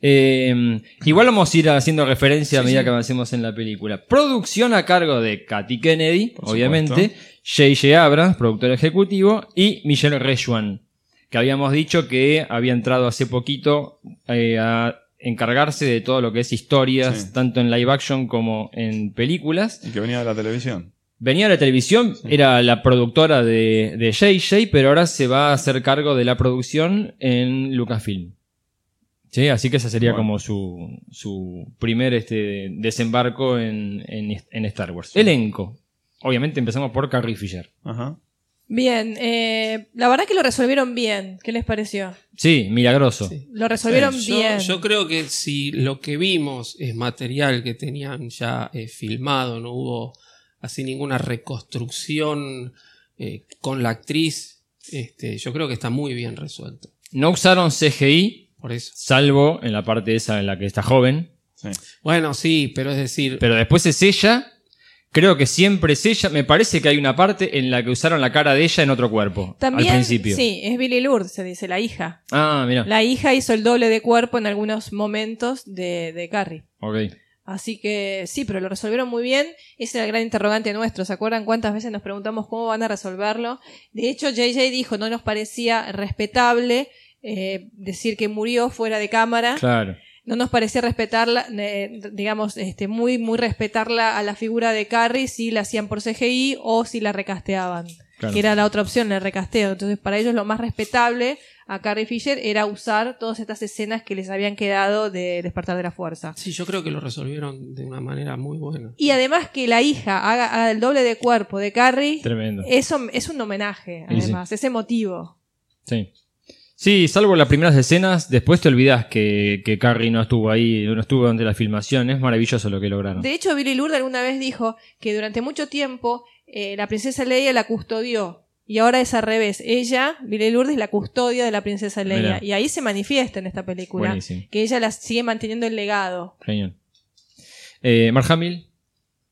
C: Eh, igual vamos a ir haciendo referencia a medida que avancemos en la película. Producción a cargo de Katy Kennedy,
E: Por
C: obviamente, J.J. Abrams, productor ejecutivo, y Michelle Reshwan, que habíamos dicho que había entrado hace poquito eh, a encargarse de todo lo que es historias,
E: Sí.
C: tanto en live action como en películas.
E: Y que venía de la televisión.
C: Venía de la televisión, era la productora de, de JJ, pero ahora se va a hacer cargo de la producción en Lucasfilm. Sí, así que ese sería
E: Bueno.
C: como su, su primer este, desembarco en, en- en Star Wars. Elenco. Obviamente empezamos por Carrie Fisher.
E: Ajá.
D: Bien, eh, la verdad que lo resolvieron bien. ¿Qué les pareció?
C: Sí, milagroso.
F: Sí.
D: Lo resolvieron
F: Yo-
D: bien.
F: Yo creo que si lo que vimos es material que tenían ya eh, filmado, no hubo así ninguna reconstrucción eh, con la actriz, este, yo creo que está muy bien resuelto.
C: No usaron CGI,
F: Por eso.
C: salvo en la parte esa en la que está joven.
E: Sí.
F: Bueno, sí, pero es decir,
C: Pero después es ella. Creo que siempre es ella. Me parece que hay una parte en la que usaron la cara de ella en otro cuerpo.
D: También,
C: al principio.
D: sí, es Billy Lourdes, se dice, la hija.
C: Ah, mira.
D: La hija hizo el doble de cuerpo en algunos momentos de, de Carrie.
C: Ok.
D: Así que sí, pero lo resolvieron muy bien. Ese era el gran interrogante nuestro. ¿Se acuerdan cuántas veces nos preguntamos cómo van a resolverlo? De hecho, JJ dijo, no nos parecía respetable eh, decir que murió fuera de cámara.
C: Claro.
D: No nos parecía respetarla, eh, digamos, este, muy, muy respetarla a la figura de Carrie si la hacían por CGI o si la recasteaban.
C: Claro.
D: Que era la otra opción, el recasteo. Entonces, para ellos lo más respetable a Carrie Fisher era usar todas estas escenas que les habían quedado de Despertar de la Fuerza.
F: sí, yo creo que lo resolvieron de una manera muy buena.
D: Y además que la hija haga, haga el doble de cuerpo de Carrie,
C: Tremendo.
D: eso es un homenaje,
C: Sí, sí.
D: además, es emotivo.
C: Sí. Sí, salvo las primeras escenas, después te olvidas que, que Carrie no estuvo ahí, no estuvo durante la filmación. Es maravilloso lo que lograron.
D: De hecho, Billy Lourdes alguna vez dijo que durante mucho tiempo eh, la princesa Leia la custodió. Y ahora es al revés. Ella, Billy Lourdes, la custodia de la princesa Leia.
C: Mirá.
D: Y ahí se manifiesta en esta película.
C: Buenísimo.
D: Que ella la sigue manteniendo el legado.
C: Genial. Eh, Mark Hamill.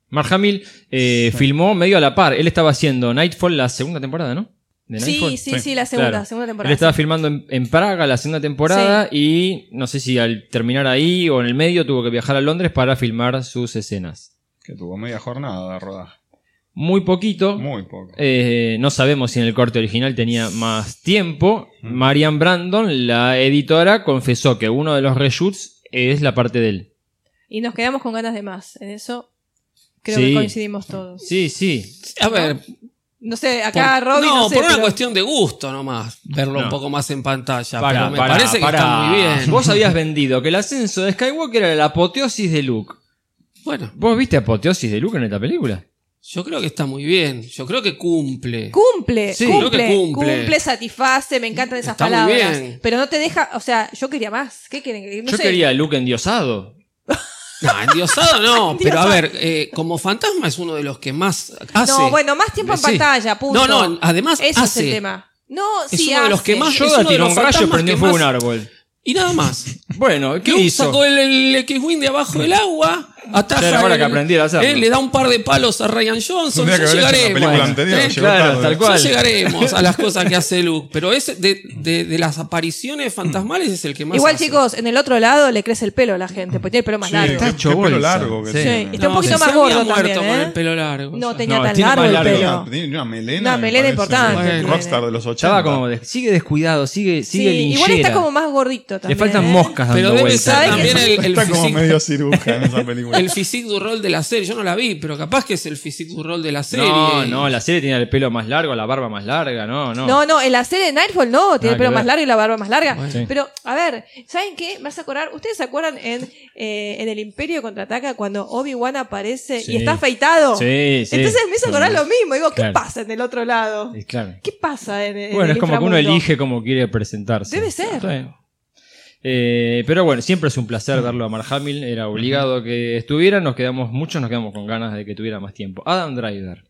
C: Mark Hamill eh, filmó medio a la par. Él estaba haciendo Nightfall la segunda temporada, ¿no? De Nightfall.
D: Sí, sí, sí, la segunda,
C: Claro.
D: segunda temporada.
C: Él estaba filmando en, en Praga la segunda temporada y no sé si al terminar ahí o en el medio tuvo que viajar a Londres para filmar sus escenas.
E: Que tuvo media jornada de rodaje.
C: Muy poquito,
E: Muy poco.
C: Eh, no sabemos si en el corte original tenía más tiempo. Marian Brandon, la editora, confesó que uno de los reshoots es la parte de él.
D: Y nos quedamos con ganas de más. En eso creo
C: Sí.
D: que coincidimos todos.
C: Sí, sí.
F: A ver,
D: No sé, acá
F: por-
D: Robbie.
F: no,
D: No, sé,
F: por una
D: pero-
F: cuestión de gusto nomás, verlo
C: No.
F: un poco más en pantalla.
C: Pará,
F: pero me
C: pará,
F: parece que
C: pará.
F: está muy bien.
C: Vos habías vendido que el ascenso de Skywalker era la apoteosis de Luke.
F: Bueno,
C: ¿Vos viste apoteosis de Luke en esta película?
F: yo creo que está muy bien. Yo creo que cumple.
D: Cumple,
C: Sí,
D: cumple,
F: creo que
D: cumple,
F: cumple.
D: satisface, me encantan esas
F: Está muy
D: palabras.
F: bien.
D: Pero no te deja, o sea, yo quería más. ¿Qué quieren? que- No
C: Yo
D: sé.
C: quería Luke endiosado.
F: No, endiosado no, pero a ver, eh, como fantasma es uno de los que más hace.
D: No, bueno, más tiempo en
F: Sí.
D: pantalla, punto.
F: No, no, además
D: Ese
F: hace.
D: es el tema. No,
F: Es
D: sí
F: uno de los
D: hace.
F: que más- Es
C: Yoda
F: uno de
C: tiró un
F: los
C: rayo y
F: fantasmas
C: prendió
F: que
C: fuego a un
F: más-
C: árbol.
F: Y nada más.
C: Bueno, ¿qué
F: Luke
C: hizo?
F: sacó el, el X-Wing de abajo del agua, ataja
C: Ya era hora
F: el-
C: que aprendiera a hacerlo.
F: eh, le da un par de palos a Ryan Johnson,
E: Tendría
F: ya
E: que haber hecho en la
F: llegaremos.
E: película anterior.
F: eh,
E: llegó
C: claro,
E: tarde.
C: tal cual.
F: ya llegaremos a las cosas que hace Luke, pero ese de, de- de las apariciones fantasmales es el que más
D: Igual,
F: hace.
D: chicos, en el otro lado le crece el pelo a la gente, porque tiene el pelo más
E: Sí,
D: largo.
E: Está
C: Está hecho
E: hecho Qué pelo
C: bolsa.
E: largo que
C: Sí.
E: tiene.
D: Sí, y está un
F: No,
D: poquito
F: se
D: más
F: había
D: gordo
F: muerto
D: también,
F: con
D: ¿eh?
F: el pelo largo.
D: No
F: Ya.
D: tenía
C: No,
D: tan
C: tiene
D: largo
C: más
D: el
C: largo.
D: pelo.
E: Tiene una melena.
D: Una
E: me
D: melena
E: parece.
D: importante.
E: Un Rockstar de los 80.
C: Estaba como de- sigue descuidado, sigue,
D: Sí,
C: sigue
D: igual
C: linchera.
D: está como más gordito
C: Le
D: también.
C: faltan
D: ¿eh?
C: moscas dando
F: Pero debe
C: vueltas.
F: ser
D: ¿Sabes
F: también
D: qué?
F: el, el
E: Está como
F: físico-
E: medio cirujana en esa película.
F: el physique du rol de la serie. Yo no la vi, pero capaz que es el physique du rol de la serie.
C: No, no, la serie tenía el pelo más largo, la barba más larga, no, no.
D: No, no, en la serie de Nightfall no,
C: Nada
D: tiene el
C: que
D: pelo más
C: ver.
D: largo y la barba más larga.
F: Bueno.
C: Sí.
D: Pero, a ver, ¿saben qué? ¿Vas a acordar? ¿Ustedes se acuerdan en, eh, en el Imperio Contraataca cuando Obi-Wan aparece
C: Sí.
D: y está afeitado?
C: Sí, sí.
D: Entonces me hizo acordar lo mismo. Digo, ¿qué
C: Claro.
D: pasa en el otro lado?
C: Eh, Claro.
D: ¿Qué pasa en, en
C: Bueno, es
D: el
C: como que uno
D: inframundo?
C: elige cómo quiere presentarse.
D: Debe ser.
C: Sí. Eh, pero bueno, siempre es un placer verlo a Mark Hamill. Era obligado que estuviera. Nos quedamos, muchos nos quedamos con ganas de que tuviera más tiempo. Adam Driver.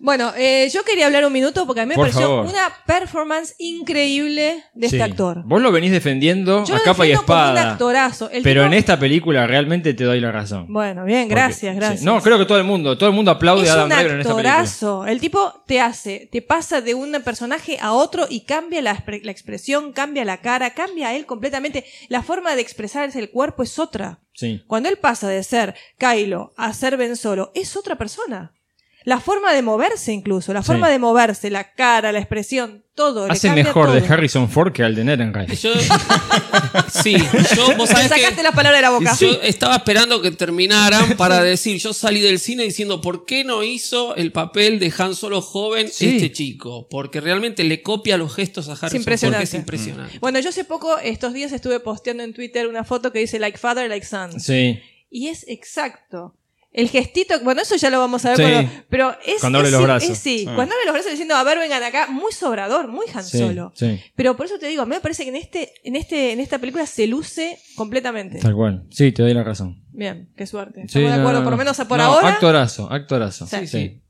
D: Bueno, eh, yo quería hablar un minuto porque a mí me
C: Por
D: pareció
C: favor.
D: una performance increíble de
C: Sí.
D: este actor.
C: Vos lo venís defendiendo
D: Yo
C: a
D: lo
C: capa y
D: defiendo como un
C: espada.
D: actorazo. El
C: pero
D: tipo-
C: en esta película realmente te doy la razón.
D: Bueno, bien,
C: Porque-
D: gracias,
C: sí.
D: gracias.
C: No, creo que todo el mundo, todo el mundo aplaude
D: es
C: a Adam
D: un
C: Driver en esta película.
D: actorazo. El tipo te hace, te pasa de un personaje a otro y cambia la, expre- la expresión, cambia la cara, cambia él completamente. La forma de expresarse el cuerpo es otra.
C: Sí.
D: Cuando él pasa de ser Kylo a ser Ben Solo, es otra persona. La forma de moverse incluso, la
C: Sí.
D: forma de moverse, la cara, la expresión, todo. le
C: Hace
D: cambia
C: mejor
D: todo.
C: de Harrison Ford que al de Nerenreich.
F: Yo, sí, yo, vos
D: Me
F: sabés
D: sacaste
F: que
D: las palabras de la boca.
F: yo estaba esperando que terminaran para decir, yo salí del cine diciendo, ¿por qué no hizo el papel de Han Solo joven
C: Sí.
F: este chico? Porque realmente le copia los gestos a Harrison Ford,
D: impresionante.
F: que es impresionante.
D: Bueno, yo hace poco, estos días estuve posteando en Twitter una foto que dice like father, like son.
C: Sí.
D: Y es exacto. El gestito, bueno, eso ya lo vamos a ver,
C: Sí.
D: cuando- pero es...
C: Cuando abre
D: es-
C: los
D: es-
C: brazos.
D: sí,
E: Ah.
D: cuando abre los brazos diciendo, a ver, vengan acá, muy sobrador, muy Han
C: sí,
D: Solo.
C: sí.
D: Pero por eso te digo, a mí me parece que en, este, en, este, en esta película se luce completamente.
C: Tal cual. Sí, te doy la razón.
D: Bien, qué suerte.
C: Sí,
D: Estamos de
C: no,
D: acuerdo,
C: no,
D: por
C: no.
D: lo menos por
C: No,
D: ahora.
C: Actorazo, actorazo.
D: Sí,
F: sí.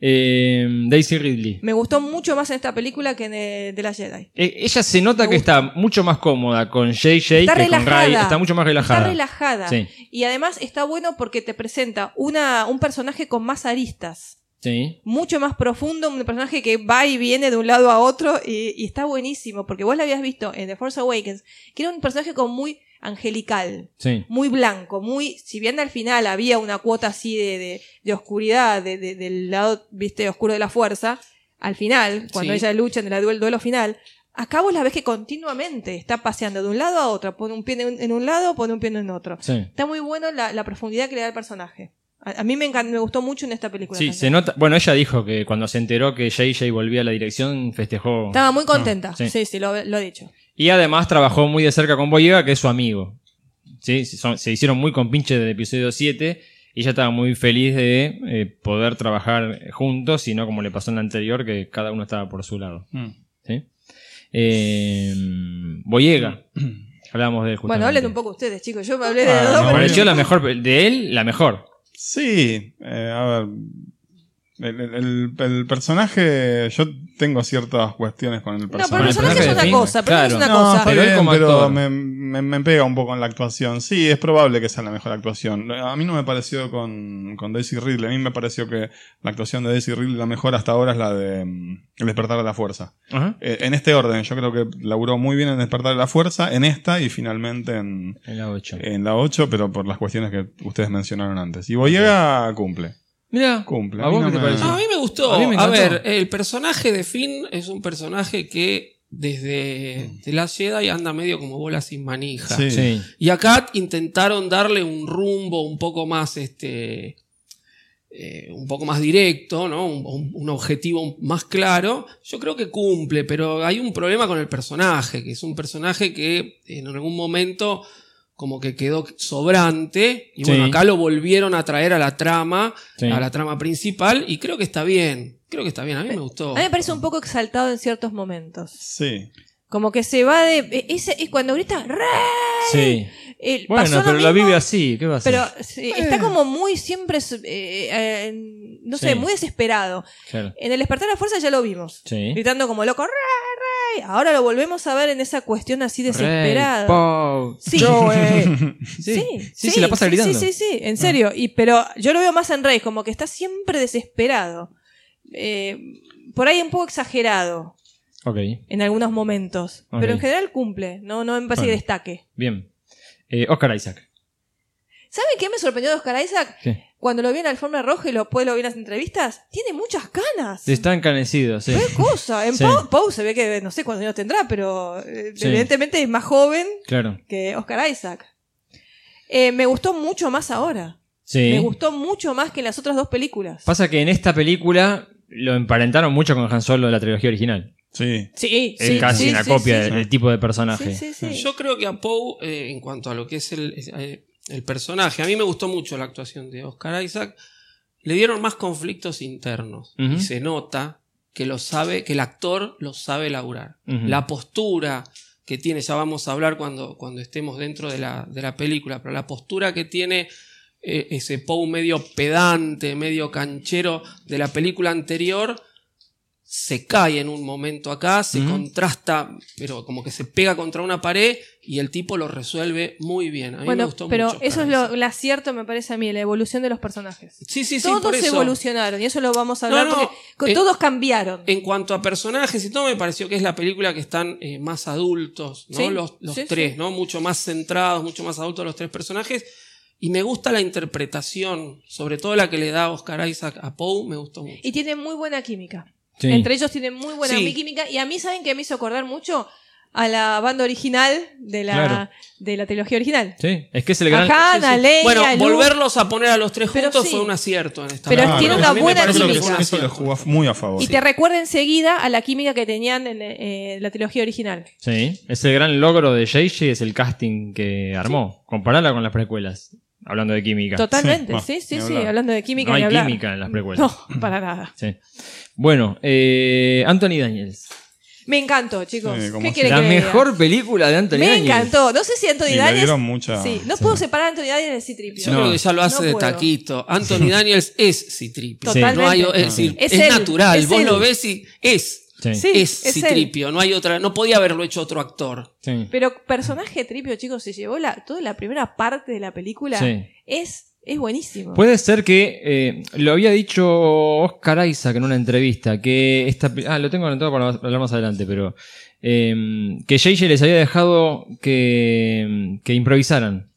C: Eh, Daisy Ridley.
D: Me gustó mucho más en esta película que en eh, de la Jedi.
C: Eh, ella se nota
D: Me
C: que está mucho más cómoda con JJ
D: Está
C: que con
D: relajada.
C: Ray. Está mucho más relajada.
D: Está relajada.
C: Sí.
D: Y además está bueno porque te presenta una, un personaje con más aristas.
C: Sí.
D: Mucho más profundo, un personaje que va y viene de un lado a otro y, y está buenísimo, porque vos la habías visto en The Force Awakens, que era un personaje como muy angelical,
C: Sí.
D: muy blanco, muy, si bien al final había una cuota así de, de, de oscuridad, de, de- del lado, viste, oscuro de la fuerza, al final, cuando
F: Sí.
D: ella lucha en el duel- duelo final, acá vos la ves que continuamente está paseando de un lado a otro, pone un pie en un, en un lado, pone un pie en otro.
C: Sí.
D: Está muy bueno la, la profundidad que le da el personaje. A, a mí me, encan- me gustó mucho en esta película.
C: Sí,
D: también.
C: se nota. Bueno, ella dijo que cuando se enteró que JJ volvía a la dirección, festejó.
D: Estaba muy contenta.
C: Ah, sí.
D: sí, sí, lo, lo he dicho.
C: Y además trabajó muy de cerca con Boyega, que es su amigo. Sí, se- son- se hicieron muy compinches del episodio 7 y ella estaba muy feliz de eh, poder trabajar juntos y no como le pasó en la anterior, que cada uno estaba por su lado.
E: Mm.
C: ¿sí? Eh, Boyega. Hablamos de él
D: Bueno,
C: justamente.
D: hablen un poco ustedes, chicos. Yo me hablé de
E: Ah,
D: dos,
E: no,
C: Me
D: pero-
C: pareció la mejor, pe- de él, la mejor.
E: Sí, eh, a ver. El, el- el- el personaje, yo tengo ciertas cuestiones con el
D: No,
E: personaje.
D: pero el personaje es
C: personaje
D: una
C: de
D: cosa, pero es
C: Finn,
D: una
C: claro.
E: No,
D: cosa.
E: está
C: Pero él
E: bien,
C: como
E: pero
C: actor.
E: me, me- me pega un poco en la actuación. Sí, es probable que sea la mejor actuación. A mí no me pareció con, con Daisy Ridley. A mí me pareció que la actuación de Daisy Ridley, la mejor hasta ahora, es la de mm, El despertar de la fuerza.
C: Ajá.
E: Eh, en este orden, yo creo que laburó muy bien en Despertar de la Fuerza, en esta y finalmente en,
C: En la 8.
E: en la 8, pero por las cuestiones que ustedes mencionaron antes. Y Boyega cumple.
C: Mira,
E: cumple.
C: ¿a
E: A mí
C: vos
E: no
C: qué te
E: me-
C: pareció?
F: No, a mí me gustó.
C: A
F: A,
C: mí me encantó.
F: ver, el personaje de Finn es un personaje que desde The Last Jedi anda medio como bola sin manija.
E: Sí.
C: Sí.
F: Y acá intentaron darle un rumbo un poco más este. eh, un poco más directo, ¿no? Un, un- un objetivo más claro. Yo creo que cumple, pero hay un problema con el personaje, que es un personaje que en algún momento como que quedó sobrante. Y bueno,
C: Sí.
F: acá lo volvieron a traer a la trama,
C: Sí.
F: a la trama principal, y creo que está bien. Creo que está bien, a mí me gustó.
D: A mí me parece un poco exaltado en ciertos momentos.
E: Sí.
D: Como que se va de. e- Ese, es cuando grita. "Rey".
C: Sí.
D: Eh,
C: Bueno,
D: pasó lo
C: pero la
D: mismo,
C: vive así, ¿qué va a hacer?
D: Pero sí, está como muy siempre. eh, eh, no sé,
C: Sí.
D: muy desesperado.
C: Claro.
D: En el despertar de la fuerza ya lo vimos.
C: Sí.
D: Gritando como loco. "Rey, rey". Ahora lo volvemos a ver en esa cuestión así
C: Rey,
D: desesperada.
C: Pau,
D: Sí.
C: Joey. Sí,
D: Sí,
C: sí, se la pasa Ah.
D: sí,
C: gritando.
D: Sí, sí, sí, en serio. Y, pero yo lo veo más en Rey, como que está siempre desesperado. Eh, por ahí un poco exagerado
C: Ok,
D: en algunos momentos.
C: Ok.
D: Pero en general cumple, no, no me parece que
C: Bueno.
D: destaque.
C: bien. Eh, Oscar Isaac.
D: ¿Saben qué me sorprendió de Oscar Isaac?
C: ¿Qué?
D: Cuando lo vi en la alfombra roja y lo, después lo vi en las entrevistas, tiene muchas canas.
C: Se está encanecido, sí.
D: ¿Qué cosa? En
C: Sí.
D: Pau, Pau se ve que no sé cuántos años tendrá, pero eh,
C: Sí.
D: evidentemente es más joven
C: Claro.
D: que Oscar Isaac. Eh, me gustó mucho más ahora.
C: Sí.
D: Me gustó mucho más que en las otras dos películas.
C: Pasa que en esta película lo emparentaron mucho con Han Solo de la trilogía original.
E: Sí.
D: Sí,
C: Es casi una copia del, del tipo de personaje.
D: Sí, sí, sí.
F: Yo creo que a Poe, eh, en cuanto a lo que es el, eh, el personaje, a mí me gustó mucho la actuación de Oscar Isaac. Le dieron más conflictos internos.
C: Ujú.
F: Y se nota que lo sabe, que el actor lo sabe laburar.
C: Ujú.
F: La postura que tiene, ya vamos a hablar cuando, cuando estemos dentro de la, de la película, pero la postura que tiene eh, ese Poe medio pedante, medio canchero de la película anterior, se cae en un momento acá, se
C: Ujú.
F: contrasta, pero como que se pega contra una pared y el tipo lo resuelve muy bien. A mí me
D: Bueno,
F: gustó
D: pero
F: mucho.
D: eso es lo, lo acierto, me parece a mí, la evolución de los personajes.
F: Sí, sí, sí, por
D: todos
F: eso.
D: evolucionaron y eso lo vamos a hablar
F: No, no,
D: porque co-
F: eh,
D: todos cambiaron.
F: En cuanto a personajes y todo, me pareció que es la película que están eh, más adultos, ¿no?
D: Sí,
F: los los
D: sí,
F: tres,
D: sí.
F: ¿no? Mucho más centrados, mucho más adultos los tres personajes. Y me gusta la interpretación, sobre todo la que le da Oscar Isaac a Poe, me gustó mucho.
D: y tienen muy buena química.
C: Sí.
D: Entre ellos tienen muy buena
F: Sí.
D: química. Y a mí, ¿saben que me hizo acordar mucho? A la banda original de la,
C: Claro.
D: de la trilogía original.
C: Sí, es que es el gran.
D: Ajá,
F: Sí, sí.
D: Leia,
F: bueno,
D: Luke.
F: volverlos a poner a los tres
D: Pero
F: juntos
D: sí.
F: fue un acierto en esta
D: Pero
E: Ah,
F: película.
D: tiene
F: A
D: una
F: mí me
D: buena
F: parece
E: Yo
F: que
E: creo que
F: fue un
D: química.
E: Eso le
F: acierto.
E: jugó muy a
C: Oh,
E: favor.
D: Y te recuerda enseguida a la química que tenían en eh, la trilogía original.
C: Sí, es el gran logro de JJ, es el casting que armó. Compararla con las precuelas, hablando de química.
D: Totalmente,
E: Sí,
D: sí,
E: bueno,
D: sí,
E: ni
D: sí.
E: hablar.
D: Hablando de química,
C: no
D: ni
C: hay
D: hablar.
C: química en las precuelas.
D: No, para nada.
C: Sí. Bueno, eh, Anthony Daniels.
D: Me encantó, chicos.
E: Sí, como
D: ¿Qué
E: si-
D: quieren
C: la
D: que le diga?
C: mejor película de Anthony
D: Me
C: Daniels.
D: encantó. No sé si Anthony
E: Y le
D: Daniels.
E: dieron mucha-
D: Sí, no puedo separar a Anthony Daniels de Citripio.
F: Yo creo que ya lo hace
D: No
F: de
D: puedo.
F: taquito. Anthony Daniels es Citripio.
D: Totalmente.
F: No hay, es decir,
D: Es
F: es,
D: él,
F: natural.
D: es
F: Vos
D: él.
F: lo ves y es.
C: Sí.
D: Sí,
F: es
D: es él.
F: Citripio. No hay otra. No podía haberlo hecho otro actor.
C: Sí.
D: Pero personaje Tripio, chicos, se llevó la, toda la primera parte de la película.
C: Sí.
D: Es, es buenísimo.
C: Puede ser que eh, lo había dicho Oscar Isaac en una entrevista, que esta pe- ah, lo tengo anotado para más- para hablar más adelante, pero eh, que JJ les había dejado que, que improvisaran.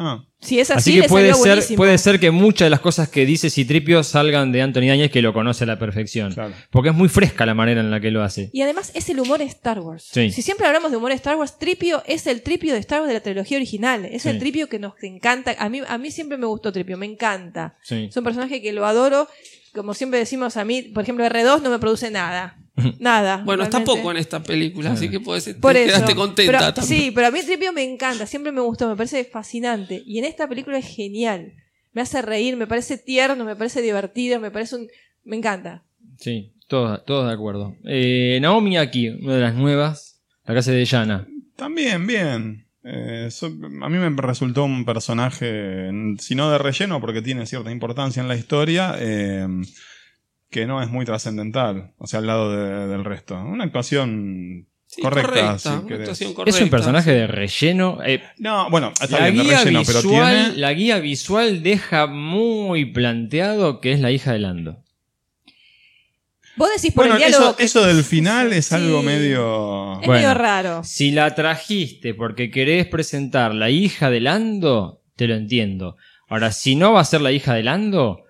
E: Ah,
D: si es así,
C: Así, que
D: le
C: puede
D: salió
C: ser,
D: buenísimo.
C: puede ser que muchas de las cosas que dice Citripio salgan de Anthony Daniels que lo conoce a la perfección.
E: claro.
C: Porque es muy fresca la manera en la que lo hace.
D: Y además es el humor Star Wars.
C: Sí.
D: Si siempre hablamos de humor Star Wars, Tripio es el Tripio de Star Wars de la trilogía original. Es el
C: Sí.
D: Tripio que nos encanta. A mí, a mí siempre me gustó Tripio, me encanta.
C: Sí.
D: Es un personaje que lo adoro. Como siempre decimos a mí, por ejemplo, R2 no me produce nada. Nada.
F: Bueno, está
D: realmente.
F: poco en esta película, así que podés
D: Por
F: te
D: eso.
F: quedaste contenta
D: Pero-
F: también.
D: sí, pero a mí Tripio me encanta, siempre me gustó, me parece fascinante. Y en esta película es genial. Me hace reír, me parece tierno, me parece divertido, me parece un. Me encanta.
C: Sí, todos, todos de acuerdo. Eh, Naomi Aki, una de las nuevas, la casa de Yana.
E: También, bien. Eh, so- a mí me resultó un personaje, si no de relleno, porque tiene cierta importancia en la historia, eh, que no es muy trascendental, o sea, al lado de- del resto. Una actuación
F: Sí,
E: correcta. si
F: una
E: querés.
F: actuación
C: Es un
F: correcta.
C: personaje de relleno. eh,
E: No, bueno, está
C: la,
E: bien, de
C: guía
E: relleno,
C: visual,
E: pero tiene...
C: la guía visual deja muy planteado que es la hija de Lando.
D: Vos decís por
E: Bueno,
D: el diálogo.
E: eso,
D: que-
E: eso del final es
D: Sí.
E: algo medio...
D: Es
C: Bueno.
D: medio raro.
C: Si la trajiste porque querés presentar la hija de Lando, te lo entiendo. Ahora, si no va a ser la hija de Lando,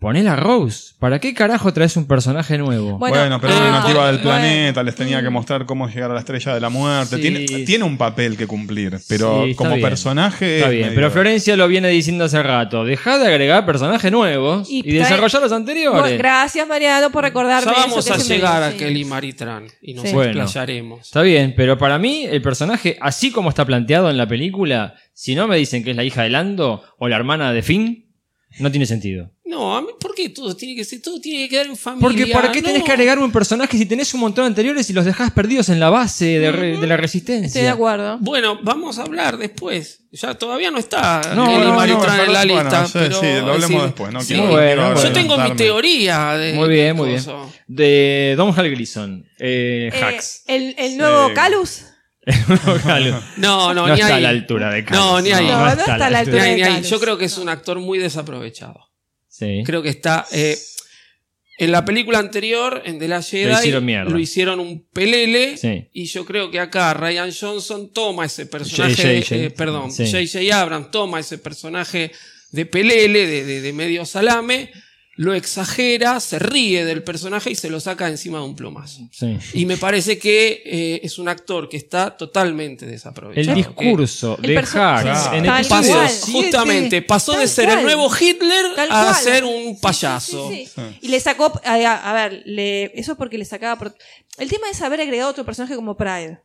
C: ponela a Rose. ¿Para qué carajo traes un personaje nuevo?
D: Bueno,
E: Bueno, pero
F: ah,
E: era una nativa del
D: bueno.
E: planeta, les tenía que mostrar cómo llegar a la estrella de la muerte.
C: Sí.
E: Tiene, tiene un papel que cumplir, pero
C: Sí, está
E: como
C: bien.
E: personaje.
C: Está
E: es
C: bien,
E: medio-
C: pero Florencia lo viene diciendo hace rato. Deja de agregar personajes nuevos
D: Y
C: y,
D: trae-
C: desarrollar los anteriores.
D: Bueno, gracias, Mariano, por recordarme.
F: Ya vamos
D: eso que
F: a
D: siempre
F: llegar
D: digo,
F: a
D: sí.
F: Kelly Maritran y nos
D: Sí.
C: Bueno.
F: explayaremos.
C: Está bien, pero para mí el personaje, así como está planteado en la película, si no me dicen que es la hija de Lando o la hermana de Finn, no tiene sentido.
F: No, a mí, ¿por qué todo tiene que ser? Todo tiene que quedar en familia.
C: Porque ¿para qué
F: no.
C: tenés que agregar un personaje si tenés un montón anteriores y los dejás perdidos en la base de, re- de la resistencia?
D: Estoy de acuerdo.
F: Bueno, vamos a hablar después. Ya todavía no está
C: No,
F: Kelly
C: no, no,
F: Maritran en la
E: perdón,
F: lista.
E: bueno, sí,
F: pero,
E: sí, lo hablemos
F: sí.
E: después. No
F: Sí.
E: quiero,
C: Bueno,
E: quiero
C: bueno.
F: Yo tengo mi
E: adelantarme.
F: teoría de. este
C: Muy bien, muy bien.
F: coso.
C: De Don Hal Grison, eh,
D: Eh,
C: Hacks.
D: el, el nuevo
E: Sí.
D: Calus.
C: Hal.
F: No, no,
C: No,
F: ni
C: está a
F: ahí.
C: la altura de Hacks.
F: No, ni ahí.
D: No, no está a la
F: Ni ahí, ni ahí.
D: Calus.
F: Yo creo que es un actor muy desaprovechado.
C: Sí.
F: Creo que está. eh, en la película anterior, en The Last Jedi,
C: hicieron mierda.
F: lo hicieron un pelele.
C: Sí.
F: Y yo creo que acá Ryan Johnson toma ese personaje.
C: JJ.
F: eh, perdón,
C: Sí.
F: J.J. Abrams toma ese personaje de pelele, de, de- de medio salame, lo exagera, se ríe del personaje y se lo saca encima de un plomazo.
C: sí.
F: Y me parece que eh, es un actor que está totalmente desaprovechado.
C: El
F: que-
C: discurso
D: El
C: de Hacks
D: perso-
E: Claro.
C: en
D: Tal
C: episodio
F: pasó,
D: cual.
C: siete-
F: justamente, pasó
D: Tal
F: de ser
D: cual.
F: el nuevo Hitler
D: Tal
F: a
D: cual.
F: ser un payaso.
D: Sí, sí, sí. Y le sacó. A, a- a ver, le- eso es porque le sacaba. pro- El tema es haber agregado otro personaje como Pride.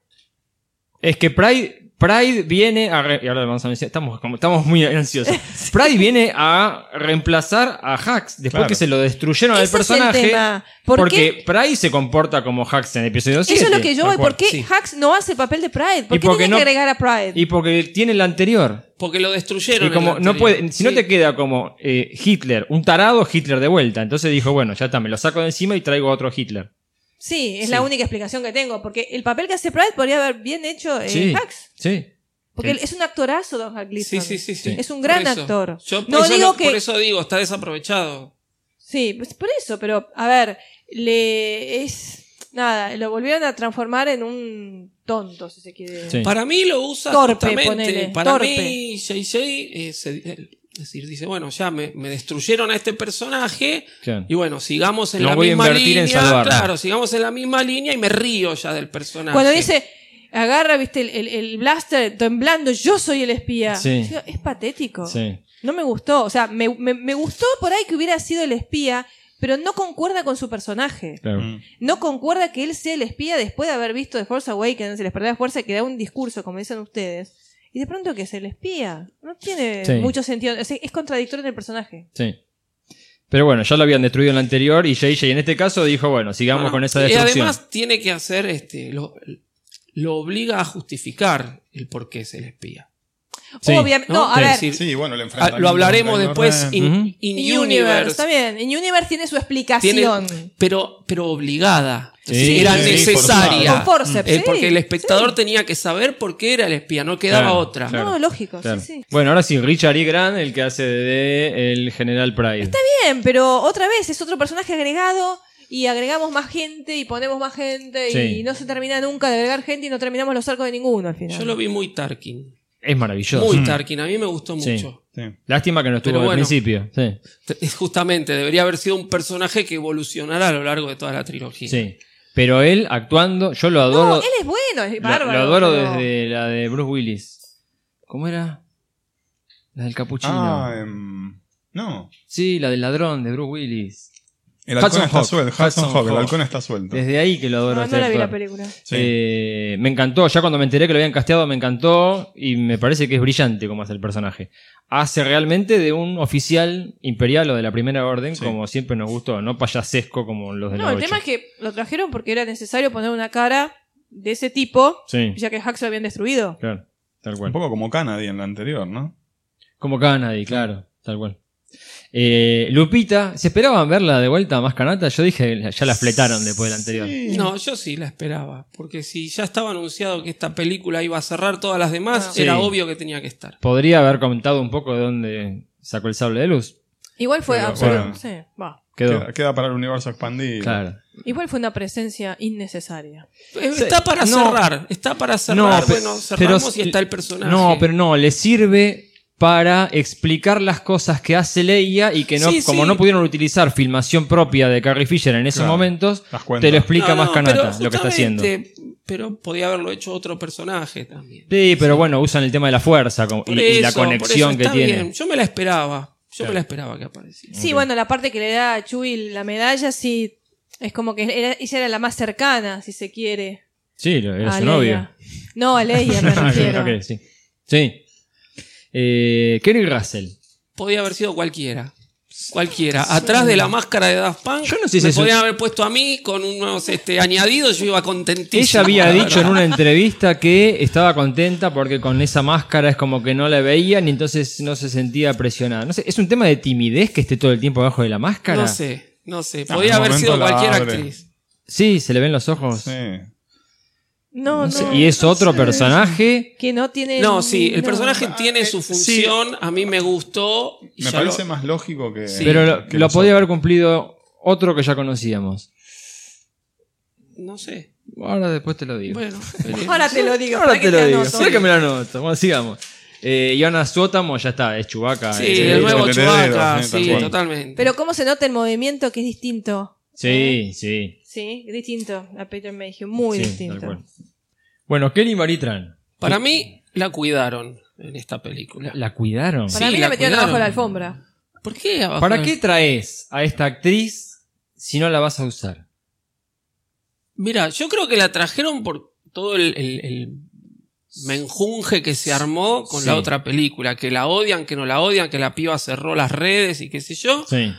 C: Es que Pride Pride viene a. re- y ahora vamos a mencionar- estamos, como- estamos muy ansiosos. Pride viene a reemplazar a Hax después
E: Claro.
C: que se lo destruyeron al
D: Ese es el
C: personaje.
D: tema. ¿Por
C: porque Pride se comporta como Hax en episodio 7.
D: Eso es lo que yo voy. ¿Por qué
F: sí.
D: Hacks no hace el papel de Pride? ¿Por
C: Y
D: qué
C: porque
D: tiene
C: no-
D: que agregar a Pride?
C: Y porque tiene el anterior.
F: Porque lo destruyeron.
C: Y
F: en
C: como
F: la
C: no
F: anterior.
C: puede, si no
F: Sí.
C: te queda como eh, Hitler, un tarado Hitler de vuelta. Entonces dijo, bueno, ya está, me lo saco de encima y traigo a otro Hitler.
D: Sí, es la única explicación que tengo. Porque el papel que hace Pride podría haber bien hecho eh,
C: sí.
D: Hacks.
C: Sí.
D: Porque
C: Sí.
D: él es un actorazo, Don Hal
F: Sí,
D: Gleason.
F: sí, sí, sí.
D: Es un
F: Por
D: gran
F: eso.
D: actor.
F: Yo
D: no
F: eso
D: digo
F: no-
D: que.
F: Por eso digo, está desaprovechado.
D: Sí, pues por eso, pero a ver, le es. Nada, lo volvieron a transformar en un tonto, si se quiere.
C: Sí.
F: Para mí lo usa
D: Torpe,
F: justamente.
D: ponele,
F: Para
D: torpe.
F: mí, JJ, eh, se- eh, es decir, dice, bueno, ya me, me destruyeron a este personaje.
C: Claro.
F: Y bueno, sigamos en
C: No
F: la
C: voy a
F: misma
C: invertir en
F: línea.
C: salvarlo.
F: claro, sigamos en la misma línea y me río ya del personaje.
D: Cuando dice, agarra, viste, el, el- el blaster temblando, yo soy el espía.
C: Sí.
D: Digo, Es patético.
C: Sí.
D: No me gustó. O sea, me, me- me gustó por ahí que hubiera sido el espía, pero no concuerda con su personaje.
C: Claro.
E: Mm.
D: No concuerda que él sea el espía después de haber visto The Force Awakens, se les perdió la fuerza, que da un discurso, como dicen ustedes. Y de pronto que es el espía. No tiene
C: Sí.
D: mucho sentido. O sea, es contradictorio en el personaje.
C: Sí. Pero bueno, ya lo habían destruido en la anterior y JJ en este caso dijo, bueno, sigamos
F: Bueno,
C: con esa destrucción.
F: Y además tiene que hacer, este, lo, lo obliga a justificar el por qué es el espía.
C: Sí.
D: Obviamente. No,
F: ¿No?
D: a
F: Es
D: ver.
F: decir,
E: Sí, bueno, el
F: Ah,
E: enfrentamiento.
F: lo hablaremos
E: con
F: después
E: Kylo Ren.
F: in,
C: Ujú.
F: in
D: In Universe, está
F: universe.
D: bien. In Universe tiene su
F: Tiene-
D: explicación.
F: pero, pero obligada.
C: Sí,
F: Es decir, era
E: sí,
F: necesaria.
D: forzada. Con forceps,
F: Eh,
D: sí,
F: Porque el espectador tenía que saber por qué era el espía, no quedaba
C: Claro,
F: otra.
C: claro.
D: No, lógico.
C: Claro.
D: Sí, sí.
C: Bueno, ahora sí, Richard E. Grant, el que hace de el general Pride.
D: Bien, pero otra vez es otro personaje agregado y agregamos más gente y ponemos más gente
C: Sí.
D: y no se termina nunca de agregar gente y no terminamos los arcos de ninguno al final.
F: Yo lo vi muy Tarkin.
C: Es maravilloso.
F: Muy Tarkin, a mí me gustó
C: Mm. Sí.
F: mucho.
E: Sí.
C: Lástima que no estuvo
F: Pero
C: al
F: bueno.
C: principio. Sí.
F: T- es Justamente, debería haber sido un personaje que evolucionara a lo largo de toda la trilogía.
C: sí. Pero él actuando, yo lo adoro.
D: no, él es bueno, es
C: Lo-
D: bárbaro.
C: Lo adoro
D: pero-
C: desde la de Bruce Willis. ¿Cómo era? La del capuchino.
E: Ah, em, no.
C: sí, la del ladrón de Bruce Willis.
E: El
C: Hudson
E: halcón está
C: Hawk.
E: suelto. Hudson
C: Hudson
E: Hawk, el
C: Hawk.
E: halcón está suelto.
C: Desde ahí que lo
D: No,
C: adoro. a
D: no
C: este
D: la vi la
C: actor.
D: película.
E: Sí.
C: Eh, me encantó, ya cuando me enteré que lo habían casteado me encantó y me parece que es brillante como hace el personaje. Hace realmente de un oficial imperial o de la primera orden,
E: Sí.
C: como siempre nos gustó, no payasesco como los de
D: No,
C: la
D: el
C: ocho.
D: tema es que lo trajeron porque era necesario poner una cara de ese tipo,
C: Sí,
D: ya que Hax lo habían destruido.
C: claro, tal cual.
E: Un poco como Canadie en la anterior, ¿no?
C: Como Canadie, claro, tal cual. Eh, Lupita, ¿se esperaban verla de vuelta más canata? Yo dije, ya la fletaron después de la anterior.
F: No, yo sí la esperaba. Porque si ya estaba anunciado que esta película iba a cerrar todas las demás,
C: Ah.
F: era
C: Sí.
F: obvio que tenía que estar.
C: Podría haber comentado un poco de dónde sacó el sable de luz.
D: Igual fue
E: Pero,
D: absoluto-
E: bueno.
D: sí, va.
C: Quedó.
E: Queda, queda para el universo expandido.
C: Claro.
D: Igual fue una presencia innecesaria.
F: Eh,
C: Sí.
F: Está para
C: No.
F: cerrar, está para cerrar. bueno, cerramos y está el personaje.
C: No, pero no, le sirve para explicar las cosas que hace Leia y que no,
F: Sí,
C: como
F: sí.
C: no pudieron utilizar filmación propia de Carrie Fisher en esos
E: Claro.
C: momentos,
E: Das cuenta.
C: te lo explica
F: No, no,
C: más Canata
F: pero
C: lo que está haciendo.
F: justamente, Pero podía haberlo hecho otro personaje también.
C: Sí, pero bueno, usan el tema de la fuerza como- y,
F: Por
C: y la
F: eso, por
C: conexión
F: eso
C: que
F: está
C: tiene.
F: bien. Yo me la esperaba. Yo me la esperaba que apareciera.
D: Sí, bueno, la parte que le da a Chuy la medalla, sí, es como que era- ella era la más cercana, si se quiere.
C: Sí, lo- era
D: a
C: su
D: Ah, Leia.
C: novio.
D: No, a Leia me
C: Ah,
D: refiero.
C: ok, sí. Sí. Eh, Kerry Russell.
F: Podía haber sido cualquiera. Cualquiera. Atrás de la máscara de Daft Punk.
C: Yo no sé si
F: me
C: eso-
F: podían haber puesto a mí con unos este, añadidos. Yo iba
C: Ella
F: contentísimo.
C: había
F: la
C: dicho en
F: verdad.
C: una entrevista que estaba contenta porque con esa máscara es como que no la veían y entonces no se sentía presionada. No sé, ¿es un tema de timidez que esté todo el tiempo abajo de la máscara?
F: No sé, no sé.
E: Ah,
F: Podía
E: en un
F: haber sido
E: momento la
F: cualquier
E: abre.
F: actriz.
C: Sí, se le ven los ojos.
E: Sí.
D: No,
C: Sí,
D: no.
C: Y es otro personaje.
D: Que no tiene.
C: Eh,
F: No, sí, el
D: no.
F: personaje tiene su
E: eh, sí.
F: función. A mí me gustó. y
E: Me
F: ya
E: parece
F: lo-
E: más lógico que.
F: Sí.
C: pero lo,
E: que
C: lo
E: los
C: podía
E: otros.
C: haber cumplido otro que ya conocíamos.
F: No sé.
C: Ahora después te lo digo.
F: Bueno,
D: Ahora te lo digo.
C: Ahora
D: ¿para
C: te
D: qué
C: lo digo.
D: anoto?
C: Mira que me lo anoto. Bueno, sigamos. Eh, Iona Suotamo ya está, es Chubaca.
F: sí,
E: sí,
F: el nuevo
E: el
F: Chewbacca,
E: heredero, sí, tal
F: sí,
E: cual.
F: totalmente.
D: Pero cómo se nota el movimiento que es distinto.
C: Sí, sí.
D: Sí, distinto a Peter Mayhew, muy
C: Sí, tal
D: distinto.
C: cual. Bueno, Kelly Maritran.
F: Para mí, la cuidaron en esta película.
C: La cuidaron.
D: Para
F: Sí,
D: mí la,
F: la
D: metieron
F: cuidaron.
D: abajo de la alfombra.
F: ¿Por qué? abajo
C: ¿Para
F: de-
C: qué traes a esta actriz si no la vas a usar?
F: Mira, yo creo que la trajeron por todo el, el- el- menjunje que se armó con la
C: Sí.
F: otra película, que la odian, que no la odian, que la piba cerró las redes y qué sé yo.
C: Sí.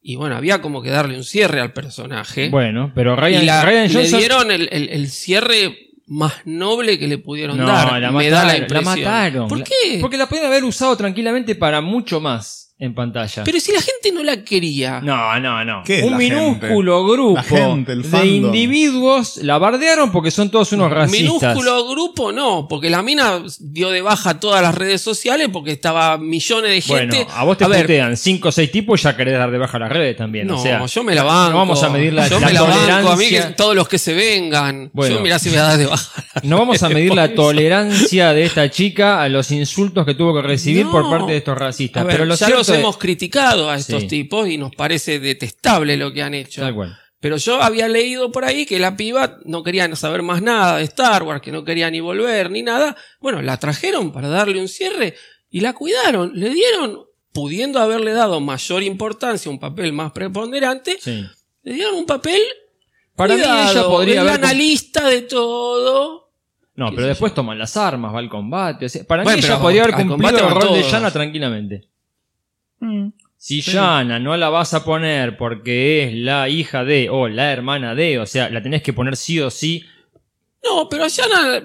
F: Y bueno, había como que darle un cierre al personaje.
C: Bueno, pero Ryan,
F: y la-
C: Ryan
F: le
C: Johnson.
F: dieron el, el- el cierre más noble que le pudieron
C: No,
F: dar.
C: la
F: Me
C: mataron,
F: da la
C: la
F: impresión.
C: mataron.
F: ¿Por
C: La-
F: qué?
C: Porque la podían haber usado tranquilamente para mucho más en pantalla.
F: Pero si la gente no la quería.
C: No, no, no.
E: ¿Qué es
C: un
E: la
C: minúsculo
E: La
C: grupo
E: gente, el
C: de
E: fandom.
C: individuos la bardearon porque son todos unos racistas.
F: Minúsculo grupo no, porque la mina dio de baja todas las redes sociales porque estaba millones de
C: Bueno,
F: gente.
C: a vos te
F: ver,
C: putean 5 o 6 tipos y ya querés dar de baja las redes también.
F: No,
C: o sea,
F: yo me la banco.
C: no vamos a medir la-
F: Yo
C: la
F: me la banco, a mí que
C: tolerancia.
F: todos los que se vengan.
C: Bueno.
F: Yo mirá si me das de baja.
C: no vamos a medir la tolerancia de esta chica a los insultos que tuvo que recibir
F: No.
C: por parte de estos
F: A
C: racistas.
F: ver,
C: Pero lo
F: ya
C: cierto
F: los
C: es-
F: hemos criticado a estos
C: Sí.
F: tipos y nos parece detestable lo que han hecho.
C: Tal cual.
F: Pero yo había leído por ahí que la piba no quería saber más nada de Star Wars, que no quería ni volver ni nada. Bueno, la trajeron para darle un cierre y la cuidaron, le dieron, pudiendo haberle dado mayor importancia, un papel más preponderante,
C: Sí.
F: le dieron un papel.
C: Para mí
F: cuidado,
C: ella podría
F: es la
C: haber...
F: analista de todo.
C: No,
F: Qué
C: pero
F: sé
C: después
F: yo.
C: toman las armas, va al combate. o sea, para
F: Bueno,
C: mí ella
F: pero
C: podría haber
F: al combate
C: cumplido el
F: van
C: rol de
F: todos.
C: Yana tranquilamente.
F: Mm.
C: Si Yana no la vas a poner porque es la hija de o la hermana de, o sea, la tenés que poner sí o sí.
F: No, pero Yana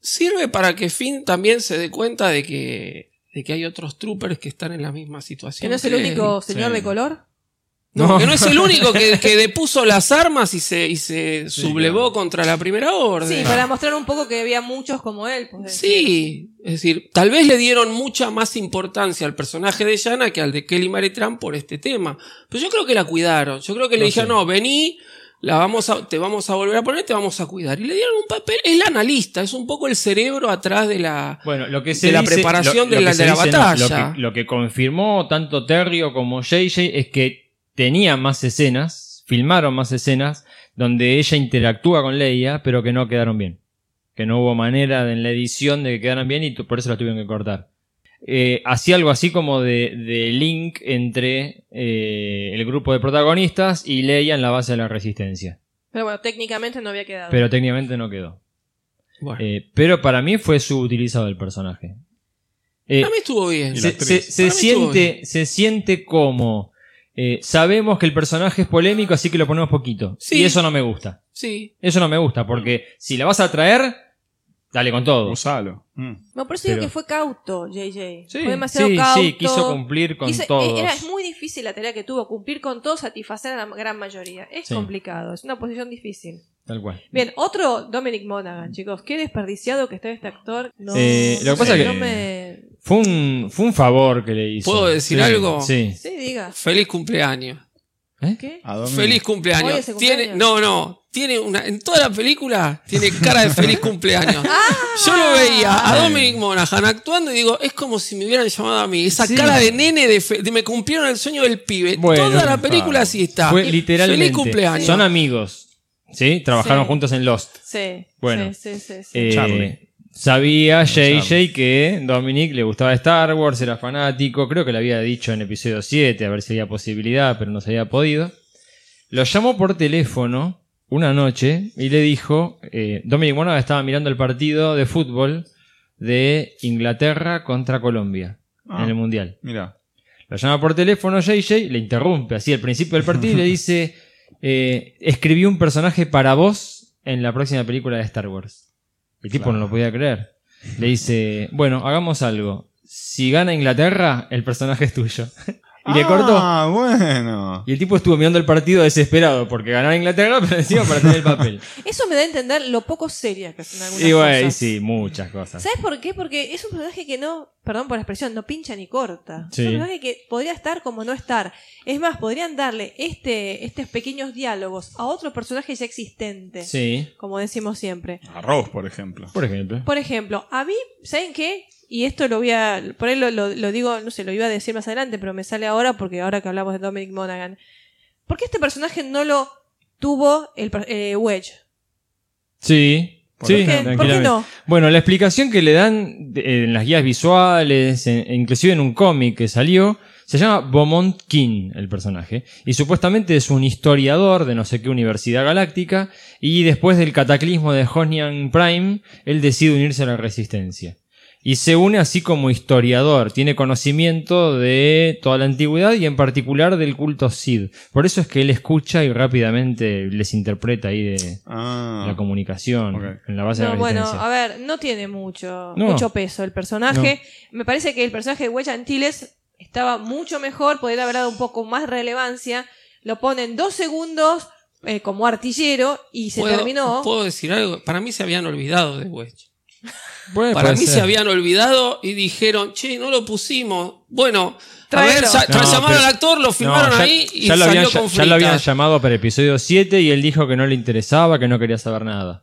F: sirve para que Finn también se dé cuenta de que, de que hay otros troopers que están en la misma situación.
D: ¿Que no es el
F: que él.
D: único señor de color?
F: No,
C: No.
F: que no es el único que, que depuso las armas y se, y se sublevó contra la primera orden.
D: Sí, para mostrar un poco que había muchos como él. pues,
F: Sí, es decir, tal vez le dieron mucha más importancia al personaje de Yana que al de Kelly Maritran por este tema. Pero yo creo que la cuidaron. Yo creo que le
C: No
F: dijeron,
C: sé.
F: no, vení, la vamos a, te vamos a volver a poner, te vamos a cuidar. Y le dieron un papel, es la analista, es un poco el cerebro atrás de la...
C: Bueno, lo que se
F: De la
C: dice-
F: preparación de
C: que
F: la-
C: se
F: de la
C: dice, no, lo
F: batalla.
C: que- lo, que, confirmó tanto Terrio como JJ es que tenía más escenas, filmaron más escenas donde ella interactúa con Leia, pero que no quedaron bien. Que no hubo manera de- en la edición de que quedaran bien y tu- por eso las tuvieron que cortar. Eh, hacía algo así como de, de link entre eh, el grupo de protagonistas y Leia en la base de la resistencia.
D: Pero bueno, técnicamente no había quedado.
C: Pero técnicamente no quedó.
F: Bueno,
C: Eh, pero para mí fue subutilizado el personaje. Eh,
F: para mí estuvo bien.
E: la
C: se,
E: actriz.
C: se- se
F: Para mí estuvo
C: siente, se siente como eh, sabemos que el personaje es polémico, así que lo ponemos poquito.
F: Sí.
C: Y eso no me gusta.
F: Sí,
C: Eso no me gusta, porque si la vas a traer, dale con todo.
E: Usalo. Mm.
D: no, por eso digo
C: pero-
D: que fue cauto, JJ.
C: Sí,
D: fue demasiado
C: sí,
D: cauto.
C: sí, quiso cumplir con
D: Quiso- e-
C: todos.
D: Era, es muy difícil la tarea que tuvo, cumplir con todo, satisfacer a la gran mayoría. Es
C: Sí.
D: complicado, es una posición difícil.
C: Tal cual.
D: Bien, otro Dominic Monaghan, chicos. Qué desperdiciado que está este actor. No,
C: Eh, lo que
D: no
C: pasa
D: sé,
C: que-
D: no me...
C: Fue un, fue un favor que le hizo.
F: ¿Puedo decir
C: Sí,
F: algo?
C: Sí.
D: Sí, diga.
F: feliz cumpleaños.
C: ¿Eh?
D: ¿Qué?
E: A Dominic.
F: Feliz cumpleaños.
D: Hoy es el
F: Tiene,
D: cumpleaños.
F: no, no. Tiene una, en toda la película tiene cara de feliz cumpleaños.
D: Ah.
F: Yo lo veía a Dominic Monaghan actuando y digo, es como si me hubieran llamado a mí. Esa
C: Sí.
F: cara de nene de, fe- de me cumplieron el sueño del pibe.
C: Bueno,
F: toda la película así está.
C: Fue literalmente.
F: Ah, Feliz cumpleaños.
C: Son amigos. ¿Sí? Trabajaron
D: Sí.
C: juntos en Lost.
D: Sí.
C: Bueno.
D: Sí, sí, sí, sí.
C: Eh,
E: Charlie.
C: Sabía JJ
E: Charlie.
C: que Dominic le gustaba Star Wars, era fanático, creo que le había dicho en episodio 7, a ver si había posibilidad, pero no se había podido. Lo llamó por teléfono una noche y le dijo, eh, Dominic Monaghan estaba mirando el partido de fútbol de Inglaterra contra Colombia
E: Ah.
C: en el Mundial.
E: Mira.
C: Lo llama por teléfono JJ, le interrumpe así al principio del partido y le dice, eh, escribí un personaje para vos en la próxima película de Star Wars. El tipo
E: Claro.
C: no lo podía creer. Le dice, bueno, hagamos algo. Si gana Inglaterra, el personaje es tuyo. y le cortó.
E: Ah, bueno.
C: Y el tipo estuvo mirando el partido desesperado porque ganaba Inglaterra, pero encima para tener el papel.
D: Eso me da a entender lo poco seria que son algunas
C: y bueno, y
D: cosas.
C: sí, muchas cosas.
D: ¿Sabes por qué? Porque es un personaje que no, perdón por la expresión, no pincha ni corta.
C: Sí.
D: Es un personaje que podría estar como no estar. Es más, podrían darle este, estos pequeños diálogos a otro personaje ya existente,
C: Sí,
D: como decimos siempre.
E: A Rose, por ejemplo.
C: por ejemplo.
D: Por ejemplo, a mí, ¿saben qué? Y esto lo voy a, por ahí lo, lo- lo digo, no sé, lo iba a decir más adelante, pero me sale ahora porque ahora que hablamos de Dominic Monaghan. ¿Por qué este personaje no lo tuvo el per- eh, Wedge?
C: Sí.
E: ¿Por
C: Sí,
E: qué? ¿Por qué
C: tranquilamente.
D: no?
C: Bueno, la explicación que le dan de- en las guías visuales, en- inclusive en un cómic que salió, Se llama Beaumont King el personaje y supuestamente es un historiador de no sé qué universidad galáctica y después del cataclismo de Honian Prime él decide unirse a la resistencia. Y se une así como historiador, tiene conocimiento de toda la antigüedad y en particular del culto Sid. Por eso es que él escucha y rápidamente les interpreta ahí de
E: Ah.
C: la comunicación
E: Ok.
C: en la base de
D: No,
C: la
D: bueno,
C: resistencia.
D: a ver, no tiene mucho,
C: No.
D: mucho peso el personaje. Me parece que el personaje de Huella Antilles estaba mucho mejor, podría haber dado un poco más relevancia. Lo ponen dos segundos eh, como artillero y se
F: ¿Puedo-
D: terminó.
F: ¿Puedo decir algo? Para mí se habían olvidado de Wedge.
C: Puede-
F: Para
C: Eh, puede
F: mí se
C: ser.
F: habían olvidado y dijeron, che, no lo pusimos. Bueno, a
D: Tráelo.
F: ver, sa-
C: No,
F: llamaron
C: pero-
F: al actor, lo filmaron
C: No, ya-
F: ahí y
C: ya lo
F: salió
C: habían,
F: con
C: ya- ya lo habían
F: fritas.
C: llamado para episodio 7 y él dijo que no le interesaba, que no quería saber nada.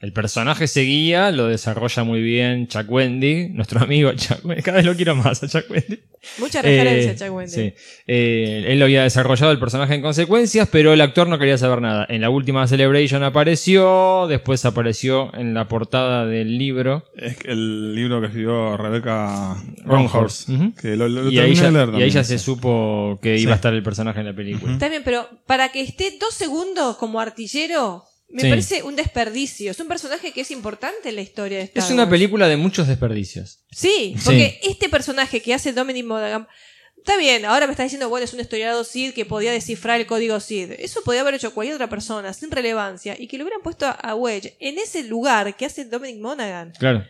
C: El personaje seguía, lo desarrolla muy bien Chuck Wendy, nuestro amigo Chuck Wendy. Cada vez lo quiero más a Chuck Wendy.
D: Mucha
C: Eh,
D: referencia, Chuck Wendy.
C: sí. Eh, él lo había desarrollado el personaje en consecuencias, pero el actor no quería saber nada. En la última Celebration apareció, después apareció en la portada del libro.
E: Es que el libro que escribió Rebeca
C: Ronhorst.
E: Ronhorst.
C: Ujú.
E: Que lo, lo- lo
C: Y ahí,
E: terminé
C: ya,
E: de leer
C: y ahí
E: también.
C: ya se supo que iba
E: Sí.
C: a estar el personaje en la película.
D: Está bien, pero para que esté dos segundos como artillero, me
C: Sí.
D: parece un desperdicio. Es un personaje que es importante en la historia de Star
C: Es una
D: Wars.
C: película de muchos desperdicios.
D: Sí, porque este personaje que hace Dominic Monaghan Está bien, ahora me está diciendo, bueno, es un historiador Cid que podía descifrar el código Cid. Eso podía haber hecho cualquier otra persona, sin relevancia, y que lo hubieran puesto a- a Wedge en ese lugar que hace Dominic Monaghan.
C: Claro.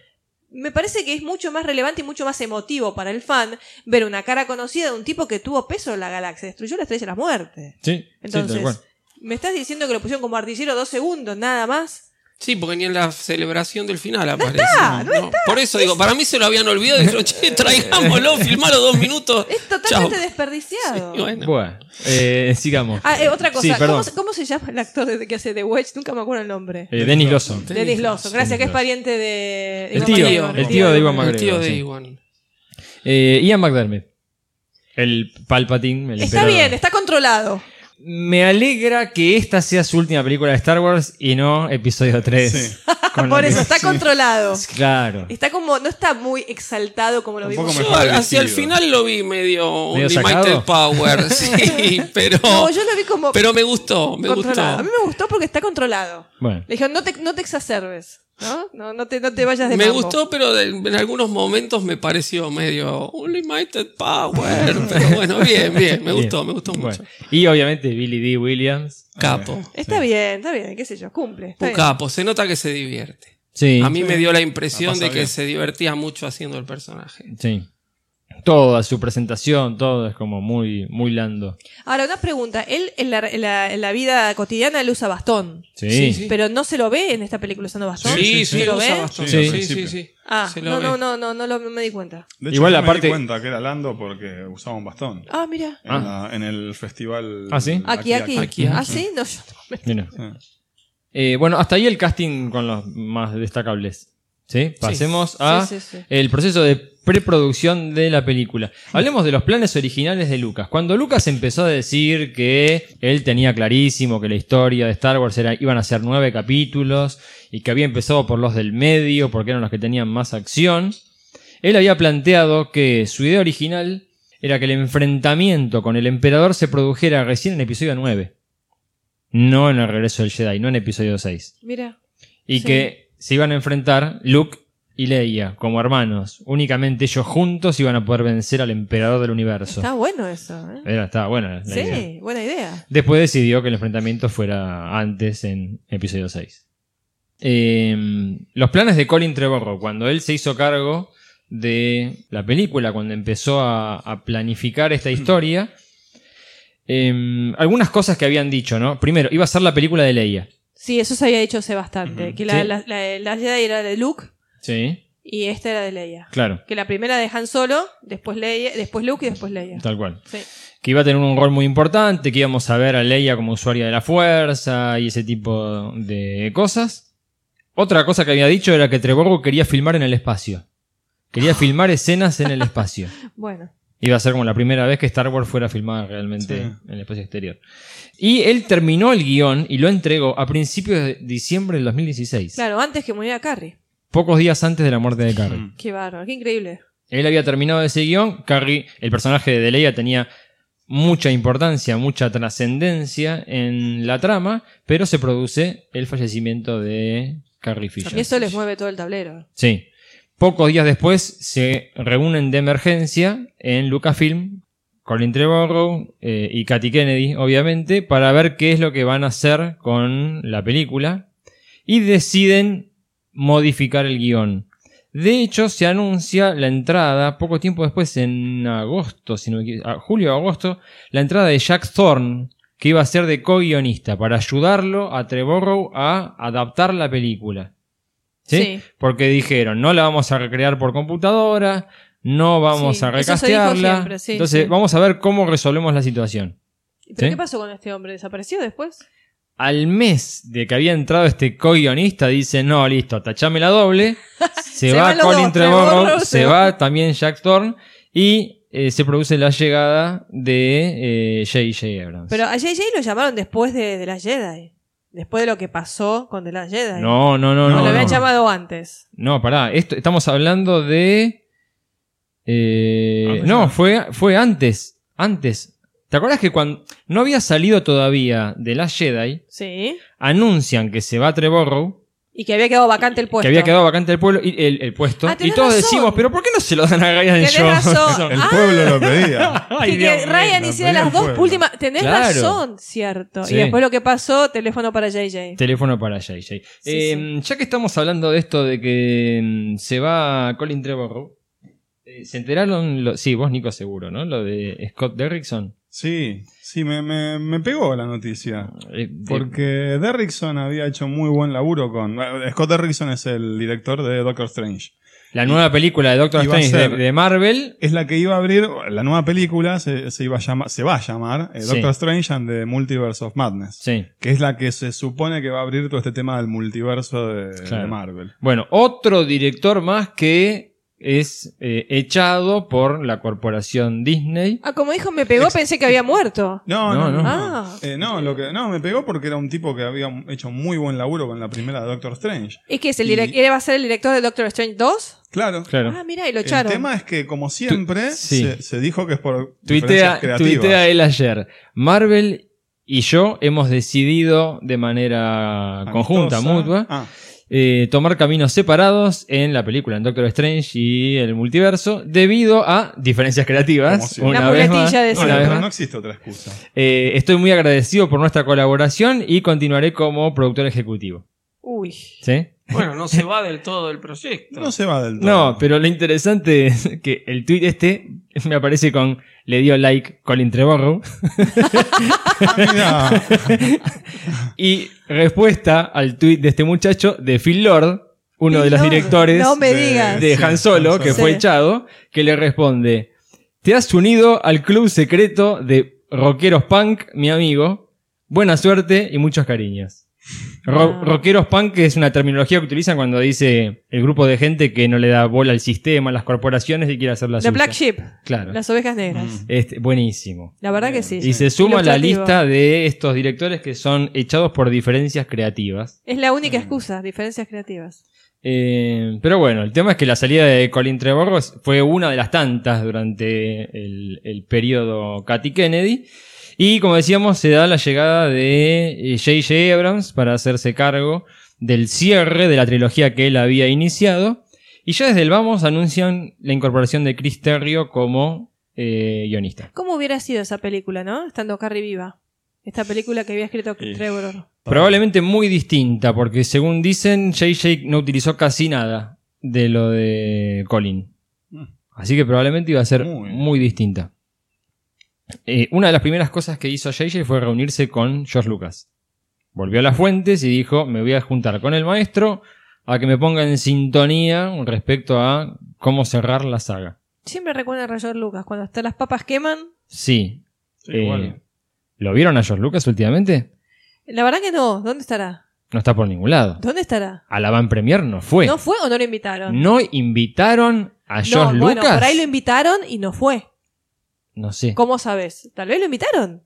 D: Me parece que es mucho más relevante y mucho más emotivo para el fan ver una cara conocida de un tipo que tuvo peso en la galaxia, destruyó la estrella de la muerte.
C: Sí, sí,
D: Entonces,
C: tal cual.
D: ¿me estás diciendo que lo pusieron como artillero dos segundos, nada más?
F: Sí, porque ni en la celebración del final aparece.
D: está, no
F: No, Por eso digo, para mí se lo habían olvidado y dijeron, che, traigámoslo, filmalo dos minutos.
D: Es totalmente
F: Chau.
D: desperdiciado.
F: Y bueno.
C: Bueno, eh, sigamos.
D: Ah, eh, otra cosa.
C: Sí,
D: ¿Cómo,
C: perdón.
D: se- cómo se llama el actor de- que hace The Wedge? Nunca me acuerdo el nombre.
C: Eh, Dennis Lawson.
F: Dennis
D: Dennis Lawson.
F: Lawson.
D: Gracias, que es
C: Lawson.
D: pariente de...
C: El
D: Iwan
C: tío,
D: McGregor.
C: el tío de Iwan
F: El tío de
C: sí.
F: Iwan.
C: Eh, Ian McDermott. El Palpatine. El
D: Está
C: emperador.
D: bien, está controlado.
C: Me alegra que esta sea su última película de Star Wars y no episodio 3.
E: Sí.
C: Con la
D: Por
C: que-
D: eso, está controlado.
C: Claro.
D: Está como... No está muy exaltado como lo
E: Un
D: vimos.
E: poco
D: yo.
F: Yo
E: Mejor
F: hacia el
E: vestido.
F: final lo vi medio, un
C: ¿Medio
F: Mighty
C: sacado?
F: Power, sí, pero,
D: No, yo lo vi como
F: pero me gustó, me gustó.
D: controlado. A mí me gustó porque está controlado.
C: Bueno.
D: Le dijeron, no te, no te exacerbes. ¿no? No, no te, no te vayas de
F: Me
D: mambo.
F: gustó, pero de- en algunos momentos me pareció medio Only Mighty Power. Pero bueno, bien, bien, me gustó,
C: Bien.
F: me gustó mucho.
C: Bueno. Y obviamente Billy D. Williams.
F: Capo,
D: Está bien, está bien, qué sé yo, cumple. está
F: un
D: bien.
F: capo, se nota que se divierte.
C: Sí.
F: A mí me dio la impresión
E: La pasa
F: de que
E: bien.
F: se divertía mucho haciendo el personaje.
C: Sí. Toda su presentación, todo es como muy, muy lando.
D: Ahora, una pregunta. Él en la, en la- en la vida cotidiana él usa bastón.
C: Sí.
F: Sí, sí.
D: Pero no se lo ve en esta película usando bastón.
F: Sí, sí,
D: ¿Se lo
F: usa
D: ve?
F: bastón.
E: Sí, al
F: Sí, sí, sí.
E: principio.
D: Ah,
F: Se lo
D: no,
F: ve.
D: no, no, no, no, lo- no me di cuenta.
E: De hecho,
C: Igual,
E: yo
C: aparte-
E: me di cuenta que era Lando porque usaba un bastón.
D: Ah, mira.
E: En, la- en el festival.
C: Ah, ¿sí?
D: Aquí, aquí.
F: Aquí, aquí.
D: Ah, sí, no, yo no me-
C: Mira.
E: Sí.
C: Eh, bueno, hasta ahí el casting con los más destacables. ¿Sí? Pasemos
F: Ah.
C: a
D: Sí, sí, sí.
C: el proceso de preproducción de la película. Hablemos de los planes originales de Lucas. Cuando Lucas empezó a decir que él tenía clarísimo que la historia de Star Wars era, iban a ser nueve capítulos y que había empezado por los del medio porque eran los que tenían más acción, él había planteado que su idea original era que el enfrentamiento con el emperador se produjera recién en episodio 9. No en el regreso del Jedi, no en episodio 6
D: Mira.
C: y
D: Sí.
C: que se iban a enfrentar Luke y Leia como hermanos. Únicamente ellos juntos iban a poder vencer al emperador del universo.
D: Está bueno eso, ¿eh?
C: Era, estaba buena la
D: Sí,
C: idea.
D: buena idea.
C: Después decidió que el enfrentamiento fuera antes en episodio 6. Eh, los planes de Colin Trevorrow, cuando él se hizo cargo de la película, cuando empezó a, a planificar
D: Mm.
C: esta historia, eh, algunas cosas que habían dicho, ¿no? Primero, iba a ser la película de Leia.
D: Sí, eso se había dicho hace bastante. Que la,
C: Sí.
D: la, la- la Jedi era de Luke
C: Sí,
D: y esta era de Leia.
C: claro,
D: Que la primera de Han Solo, después, Leia, después Luke y después Leia.
C: tal cual.
D: Sí.
C: que iba a tener un rol muy importante, que íbamos a ver a Leia como usuaria de la fuerza y ese tipo de cosas. Otra cosa que había dicho era que Trevorrow quería filmar en el espacio. Quería filmar escenas en el espacio.
D: Bueno.
C: Iba a ser como la primera vez que Star Wars fuera filmada realmente
E: Sí.
C: en el espacio exterior. Y él terminó el guión y lo entregó a principios de diciembre del 2016.
D: Claro, antes que muriera Carrie.
C: Pocos días antes de la muerte de Carrie.
E: Mm.
D: Qué bárbaro, qué increíble.
C: Él había terminado ese guión, Carrie, el personaje de Deleia tenía mucha importancia, mucha trascendencia en la trama, pero se produce el fallecimiento de Carrie Fisher.
D: Y eso les mueve todo el tablero.
C: Sí. Pocos días después se reúnen de emergencia en Lucasfilm, Colin Trevorrow eh, y Katy Kennedy, obviamente, para ver qué es lo que van a hacer con la película y deciden modificar el guión. De hecho, se anuncia la entrada, poco tiempo después, en agosto, si no me equivoco, a- julio o agosto, la entrada de Jack Thorne, que iba a ser de co-guionista, para ayudarlo a Trevorrow a adaptar la película. ¿Sí?
D: Sí.
C: Porque dijeron, no la vamos a recrear por computadora, no vamos
D: Sí,
C: a
D: eso se dijo
C: recastearla.
D: siempre, sí,
C: Entonces,
D: sí.
C: vamos a ver cómo resolvemos la situación.
D: ¿Pero
C: ¿Sí? Pues
D: qué pasó con este hombre? ¿Desapareció después?
C: Al mes de que había entrado este co-guionista, dice, no, listo, tachame la doble. Se,
D: Se
C: va
D: van los
C: Colin
D: dos,
C: Trevorrow,
D: Trevorrow,
C: se,
D: se
C: va también Jack Thorne y eh, se produce la llegada de eh, J.J. Abrams.
D: Pero a JJ lo llamaron después de, de la Jedi. Después de lo que pasó con The Last Jedi.
C: no, no, no,
D: No,
C: no.
D: lo
C: no,
D: habían llamado antes.
C: No, pará, esto, estamos hablando de... eh,
D: Ah,
E: Antes
C: no,
E: no.
C: fue, fue antes, antes. ¿Te acuerdas que cuando no había salido todavía de la Jedi,
D: Sí.
C: anuncian que se va Trevorrow?
D: Y que había quedado vacante el puesto.
C: Que había quedado vacante el pueblo y el, el puesto.
D: Ah,
C: y
D: tenés
C: todos
D: razón.
C: decimos, pero ¿por qué no se lo dan a Ryan
D: Tenés
C: Johnson?
D: razón.
E: El
D: Ah.
E: pueblo lo pedía.
C: Ay,
D: Sí,
C: Dios
D: que
C: mío.
D: Ryan
E: no,
D: hiciera
E: no
D: las dos
E: puedo.
D: últimas. Tenés
C: Claro.
D: razón, cierto.
C: Sí.
D: Y después lo que pasó, teléfono para JJ.
C: Teléfono para JJ. Eh, Ya que estamos hablando de esto de que mm, se va Colin Trevorrow, eh, ¿se enteraron? lo- sí, vos, Nico, seguro, ¿no? Lo de Scott Derrickson.
E: Sí, sí, me, me, me pegó la noticia.
C: Eh, de-
E: Porque Derrickson había hecho muy buen laburo con. Scott Derrickson es el director de Doctor Strange.
C: la nueva película de Doctor
E: Iba a
C: Strange de,
E: ser-
C: de Marvel.
E: Es la que iba a abrir la nueva película, se, se iba a llamar, se va a llamar eh,
C: Sí.
E: Doctor Strange and the Multiverse of Madness.
C: Sí.
E: Que es la que se supone que va a abrir todo este tema del multiverso de,
C: Claro.
E: de Marvel.
C: Bueno, otro director más que es eh, echado por la corporación Disney.
D: Ah, como dijo, me pegó, pensé que había muerto.
E: No,
C: No,
E: no, no.
C: no.
D: Ah.
E: Eh, no, lo que, no, me pegó porque era un tipo que había hecho muy buen laburo con la primera de Doctor Strange.
D: ¿Y que es el
E: Y-
D: direc- él va a ser el director de Doctor Strange 2?
E: Claro.
C: Claro.
D: Ah, mira, y lo
E: El
D: echaron.
E: tema es que, como siempre,
C: sí.
E: se, se dijo que es por diferencias
C: Tuitea,
E: creativas.
C: tuitea él ayer. Marvel y yo hemos decidido de manera conjunta,
E: Amistosa.
C: mutua,
E: Ah,
C: eh, tomar caminos separados en la película, en Doctor Strange y el multiverso, debido a diferencias
E: Como
C: creativas.
E: siempre.
C: Una
D: Una
C: vez más,
D: muletilla
C: una
D: de
E: no,
D: siempre.
C: vez
E: pero
C: más.
E: no existe otra excusa.
C: Eh, estoy muy agradecido por nuestra colaboración y continuaré como productor ejecutivo.
D: Uy.
C: ¿Sí?
F: Bueno, no se va del todo del proyecto.
E: No se va del todo.
C: No, pero lo interesante es que el tweet este me aparece con le dio like Colin Trevorrow.
E: Ah, mira.
C: Y respuesta al tuit de este muchacho de Phil Lord, uno de los
D: No,
C: directores
D: No me
E: de-
D: digas.
C: de
E: Sí,
C: Han Solo, que
D: Sí.
C: fue echado, que le responde: Te has unido al club secreto de Rockeros Punk, mi amigo. Buena suerte y muchos cariños. Ro-
D: Ah.
C: Rockeros Punk que es una terminología que utilizan cuando dice el grupo de gente que no le da bola al sistema, a las corporaciones y quiere hacer la
D: The
C: suya.
D: Black Sheep.
C: Claro.
D: Las ovejas negras.
E: Mm.
C: Este, buenísimo.
D: La verdad que sí.
C: Y se suma a la
D: Ilustrativo.
C: lista de estos directores que son echados por diferencias creativas.
D: Es la única
E: Mm.
D: excusa, diferencias creativas.
C: Eh, pero bueno, el tema es que la salida de Colin Trevorrow fue una de las tantas durante el, el periodo Katy Kennedy. Y como decíamos, se da la llegada de eh, J.J. Abrams para hacerse cargo del cierre de la trilogía que él había iniciado. Y ya desde el vamos anuncian la incorporación de Chris Terrio como eh, guionista.
D: ¿Cómo hubiera sido esa película, no? Estando Carrie viva. Esta película que había escrito Trevor.
C: Probablemente muy distinta, porque según dicen, JJ no utilizó casi nada de lo de Colin.
E: Mm.
C: Así que probablemente iba a ser muy,
E: Muy.
C: distinta. Eh, una de las primeras cosas que hizo JJ fue reunirse con George Lucas. Volvió a las fuentes y dijo, me voy a juntar con el maestro a que me ponga en sintonía respecto a cómo cerrar la saga.
D: Siempre recuerda a Roger Lucas. Cuando hasta las papas queman.
C: Sí.
E: Sí,
C: eh,
E: bueno.
C: ¿Lo vieron a George Lucas últimamente?
D: La verdad que no. ¿Dónde estará?
C: No está por ningún lado.
D: ¿Dónde estará?
C: A la Van Premier no fue.
D: ¿No fue o no lo invitaron?
C: no invitaron a
D: No,
C: George
D: bueno,
C: Lucas.
D: por ahí lo invitaron y no fue.
C: no sé.
D: ¿Cómo sabes? Tal vez lo invitaron.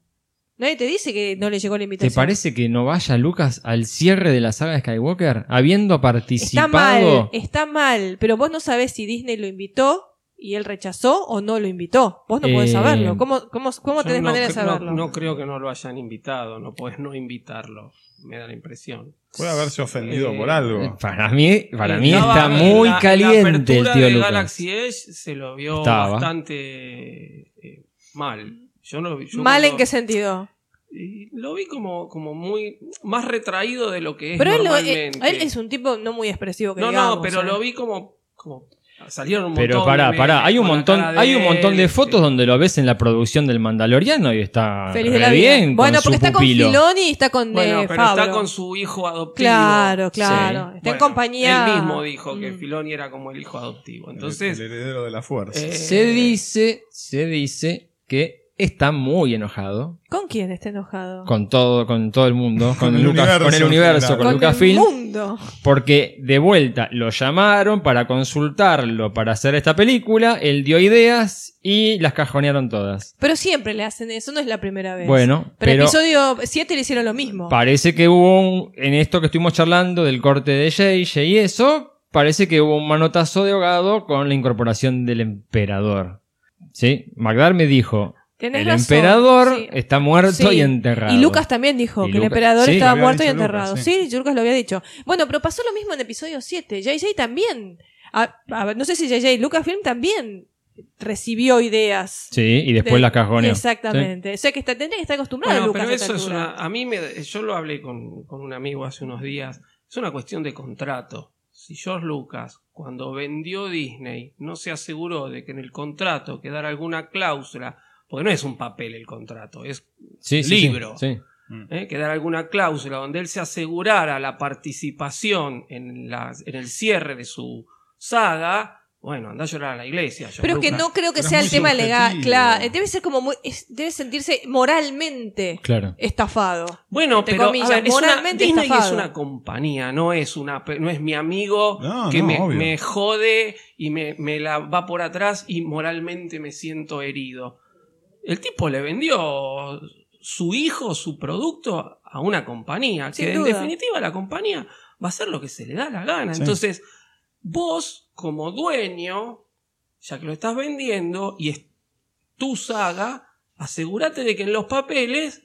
D: Nadie te dice que no le llegó la
C: ¿Te
D: invitación.
C: parece que no vaya Lucas al cierre de la saga de Skywalker habiendo
D: Está Eh,
C: participado?
D: mal, está mal, pero vos no sabés si Disney lo invitó y él rechazó o no lo invitó. Vos no podés
C: Eh,
D: saberlo. ¿Cómo, cómo, cómo
F: Yo
D: tenés
F: no
D: manera de
F: cre- no-
D: saberlo?
F: No, creo que no lo hayan invitado, no puedes no invitarlo, me da la impresión.
E: Puede haberse ofendido
F: Eh,
E: por algo.
C: Para mí, para
D: eh,
C: mí
F: Estaba
C: está
F: en
C: muy
F: la- en
C: caliente
F: la apertura
C: el tío
F: de
C: Lucas.
F: Galaxy Edge se lo vio
C: Estaba.
F: bastante eh, mal. Yo no, yo
D: ¿Mal en
F: cuando-
D: qué sentido?
F: y Lo vi como, como muy más retraído de lo que es
D: Pero él, lo- él,
F: normalmente.
D: él es un tipo no muy expresivo, que
F: no, no,
D: digamos,
F: pero
D: ¿eh?
F: lo vi como, como salieron un montón
C: Pero
F: de
C: pará,
F: memes
C: pará, hay un
F: con la
C: montón,
F: cara este.
C: hay un montón de
F: él,
C: fotos donde lo ves en la producción del Mandaloriano y está
D: Feliz de la
C: Ah, re
D: vida.
C: bien
D: bueno,
C: con
D: porque
C: su
D: está
C: pupilo.
D: con Filoni y está con
F: Bueno,
D: eh,
F: pero está
D: Fabro.
F: con su hijo adoptivo.
D: Claro, claro. Está en
F: Bueno,
D: compañía.
F: Él mismo dijo que
D: Mm.
F: Filoni era como el hijo adoptivo.
E: El-
F: Entonces,
E: el, heredero de la fuerza.
F: eh,
C: Se dice, se dice que está muy enojado
D: ¿Con quién está enojado?
C: con todo, con todo el mundo, con,
E: Con el
C: Lucas-
E: universo
C: con el
E: en
C: universo,
E: general.
C: con,
D: Con el
C: Lucasfilm,
D: mundo.
C: porque de vuelta lo llamaron para consultarlo para hacer esta película, él dio ideas y las cajonearon todas.
D: Pero siempre le hacen eso, no es la primera vez.
C: Bueno,
D: Pues, Pero,
C: pero
D: episodio 7 le hicieron lo mismo.
C: Parece que hubo un, en esto que estuvimos charlando del corte de JJ y eso, parece que hubo un manotazo de ahogado con la incorporación del emperador. ¿Sí? Magdar me dijo,
D: Tenés
C: el
D: razón,
C: emperador
D: sí.
C: está muerto
D: Sí.
C: y enterrado.
D: Y Lucas también dijo
C: Y
D: que el
C: Lucas-
D: emperador
C: sí,
D: estaba
E: lo había
D: muerto y
E: dicho Lucas,
D: enterrado.
E: sí.
D: sí, Lucas lo había dicho. Bueno, pero pasó lo mismo en episodio 7. JJ también. A- a ver, no sé si JJ, Lucasfilm también recibió ideas.
C: Sí, y después
D: de-
C: las cajoneó.
D: Exactamente. O sea que está, tendría que estar acostumbrado
F: bueno,
D: Lucas.
F: pero
D: a esta
F: eso es
D: altura.
F: una. A mí me. Yo lo hablé con, con un amigo hace unos días. Es una cuestión de contrato. Si George Lucas, cuando vendió Disney, no se aseguró de que en el contrato quedara alguna cláusula, porque no es un papel el contrato, es
C: Sí, sí, sí,
F: Libro.
C: sí.
F: ¿eh? quedar alguna cláusula donde él se asegurara la participación en, las- en el cierre de su saga, bueno, anda a llorar a la iglesia. George
D: Pero que
F: Lucas.
D: no creo que
E: Pero es
D: sea
E: muy
D: el tema legal.
E: subjetivo.
D: Claro, eh, debe ser como muy, es- debe sentirse moralmente
C: Claro.
D: estafado.
F: Bueno,
D: entre
F: pero a
D: comillas,
F: ver, es una,
D: moralmente
F: Disney es
D: estafado.
F: una compañía, no es una, pe- no es mi amigo
E: No,
F: que
E: no,
F: me,
E: obvio.
F: me jode y me, me la va por atrás y moralmente me siento herido. El tipo le vendió su hijo, su producto a una compañía,
D: Sin
F: que en
D: duda.
F: definitiva la compañía va a hacer lo que se le da la gana.
E: Sí.
F: Entonces, vos como dueño, ya que lo estás vendiendo y es tu saga, asegúrate de que en los papeles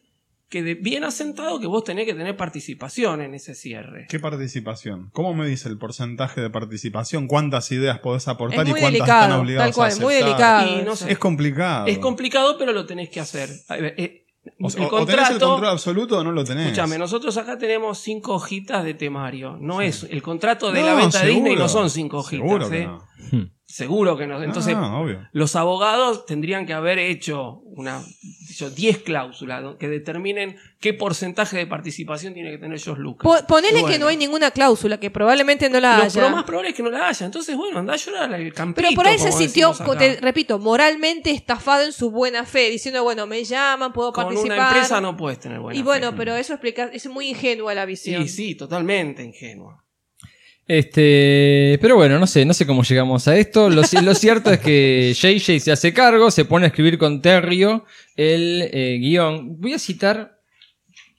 F: quede bien asentado que vos tenés que tener participación en ese cierre.
E: ¿Qué participación? ¿Cómo me dice el porcentaje de participación? ¿Cuántas ideas podés aportar
D: Es
E: y
D: muy
E: cuántas están
D: delicado,
E: obligadas
D: tal cual,
E: a
D: muy
E: aceptar?
D: delicado.
F: Y no
D: eso.
F: sé,
E: eh. Es complicado.
F: Es complicado, pero lo tenés que hacer. A ver, eh,
E: O, o-
F: el
E: o tenés el
F: contrato.
E: control absoluto o no lo tenés.
F: Escúchame, nosotros acá tenemos cinco hojitas de temario. No es el contrato de
E: No,
F: la venta de
E: seguro.
F: Disney no son cinco hojitas.
E: Seguro que
F: eh.
E: no.
C: Hmm.
E: Ah.
F: Seguro que no. Entonces,
E: No, obvio.
F: los abogados tendrían que haber hecho una yo, 10 cláusulas ¿no? que determinen qué porcentaje de participación tiene que tener ellos Lucas.
D: Po- ponele
F: Bueno.
D: que no hay ninguna cláusula, que probablemente no la
F: Lo,
D: haya.
F: lo más probable es que no la haya. Entonces, bueno, anda a llorar al campito.
D: Pero por ahí se
F: como
D: sintió,
F: decimos acá.
D: te repito, moralmente estafado en su buena fe, diciendo, bueno, me llaman, puedo
F: Con
D: participar.
F: una empresa no puedes tener buena
D: y bueno, pues,
F: fe.
D: pero eso explica, es muy ingenua la visión.
F: Sí, sí, totalmente ingenua.
C: Este, pero bueno, no sé, no sé cómo llegamos a esto. Lo, ci- lo cierto es que JJ se hace cargo, se pone a escribir con Terrio el eh, guión. Voy a citar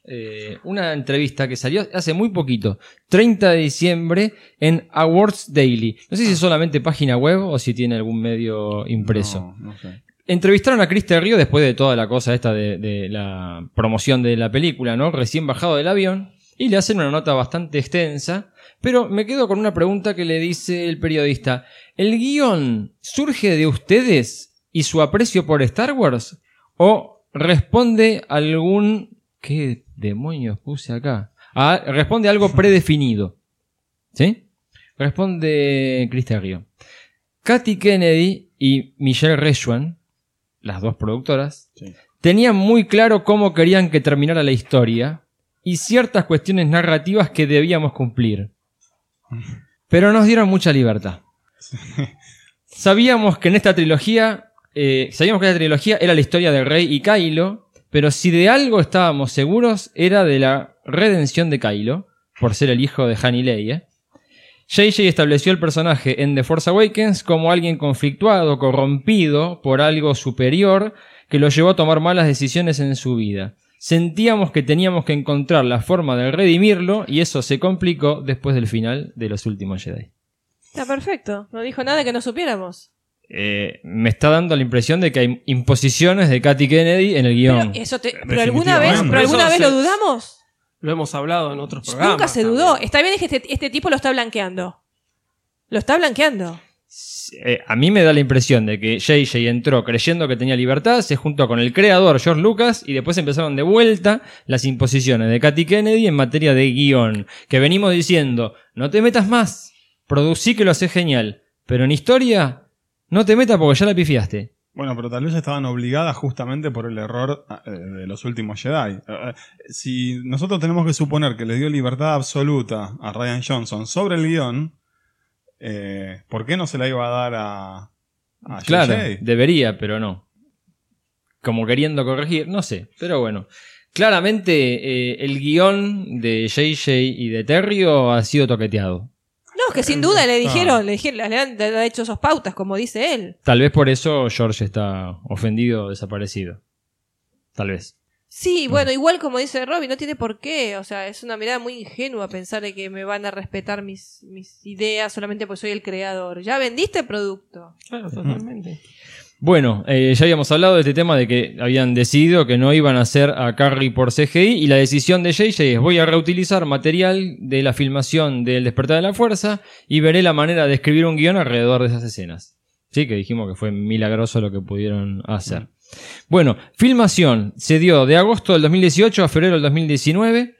C: eh, una entrevista que salió hace muy poquito, 30 de diciembre, en Awards Daily. No sé si es solamente página web o si tiene algún medio impreso.
E: No, no sé.
C: Entrevistaron a Chris Terrio después de toda la cosa esta de, de la promoción de la película, ¿no? Recién bajado del avión. Y le hacen una nota bastante extensa. Pero me quedo con una pregunta que le dice el periodista. ¿El guión surge de ustedes y su aprecio por Star Wars? ¿O responde algún... ¿Qué demonios puse acá? Ah, responde algo predefinido. ¿Sí? Responde Chris Terrio. Katy Kennedy y Michelle Reshwan, las dos productoras,
E: Sí.
C: tenían muy claro cómo querían que terminara la historia y ciertas cuestiones narrativas que debíamos cumplir. Pero nos dieron mucha libertad. Sabíamos que en esta trilogía, eh, sabíamos que esta trilogía era la historia de Rey y Kylo, pero si de algo estábamos seguros era de la redención de Kylo, por ser el hijo de Han y Leia. JJ estableció el personaje en The Force Awakens como alguien conflictuado, corrompido por algo superior que lo llevó a tomar malas decisiones en su vida. Sentíamos que teníamos que encontrar la forma de redimirlo y eso se complicó después del final de los últimos Jedi.
D: Está perfecto, no dijo nada que no supiéramos.
C: eh, me está dando la impresión de que hay imposiciones de Katy Kennedy en el guión.
D: Pero, eso te- pero alguna vez,
E: Definitivamente.
D: pero alguna
F: Eso
D: vez
F: se-
D: lo dudamos.
F: Lo hemos hablado en otros programas.
D: Nunca se
F: también.
D: dudó. Está bien es que este, este tipo lo está blanqueando. Lo está blanqueando.
C: Eh, a mí me da la impresión de que JJ entró creyendo que tenía libertad, se juntó con el creador George Lucas y después empezaron de vuelta las imposiciones de Katy Kennedy en materia de guión, que venimos diciendo, no te metas más, producí que lo haces genial, pero en historia no te metas porque ya la pifiaste.
E: Bueno, pero tal vez estaban obligadas justamente por el error eh, de los últimos Jedi. Eh, eh, Si nosotros tenemos que suponer que le dio libertad absoluta a Ryan Johnson sobre el guión, eh, ¿por qué no se la iba a dar a, a
C: claro,
E: JJ?
C: debería, pero no. Como queriendo corregir, no sé, pero bueno. Claramente eh, el guión de JJ y de Terrio ha sido toqueteado.
D: No, es que sin duda le
E: Ah.
D: dijeron, le dijeron, le han, le han hecho esas pautas, como dice él.
C: Tal vez por eso George está ofendido o desaparecido. Tal vez.
D: Sí, bueno,
C: Ah.
D: igual como dice Robbie, no tiene por qué. O sea, es una mirada muy ingenua pensar de que me van a respetar mis, mis ideas solamente porque soy el creador. Ya vendiste el producto.
F: Claro, totalmente.
C: Bueno, eh, ya habíamos hablado de este tema de que habían decidido que no iban a hacer a Carrie por CGI y la decisión de JJ es voy a reutilizar material de la filmación del despertar de la fuerza y veré la manera de escribir un guión alrededor de esas escenas. Sí, que dijimos que fue milagroso lo que pudieron hacer. Bueno, filmación se dio de agosto del 2018 a febrero del 2019.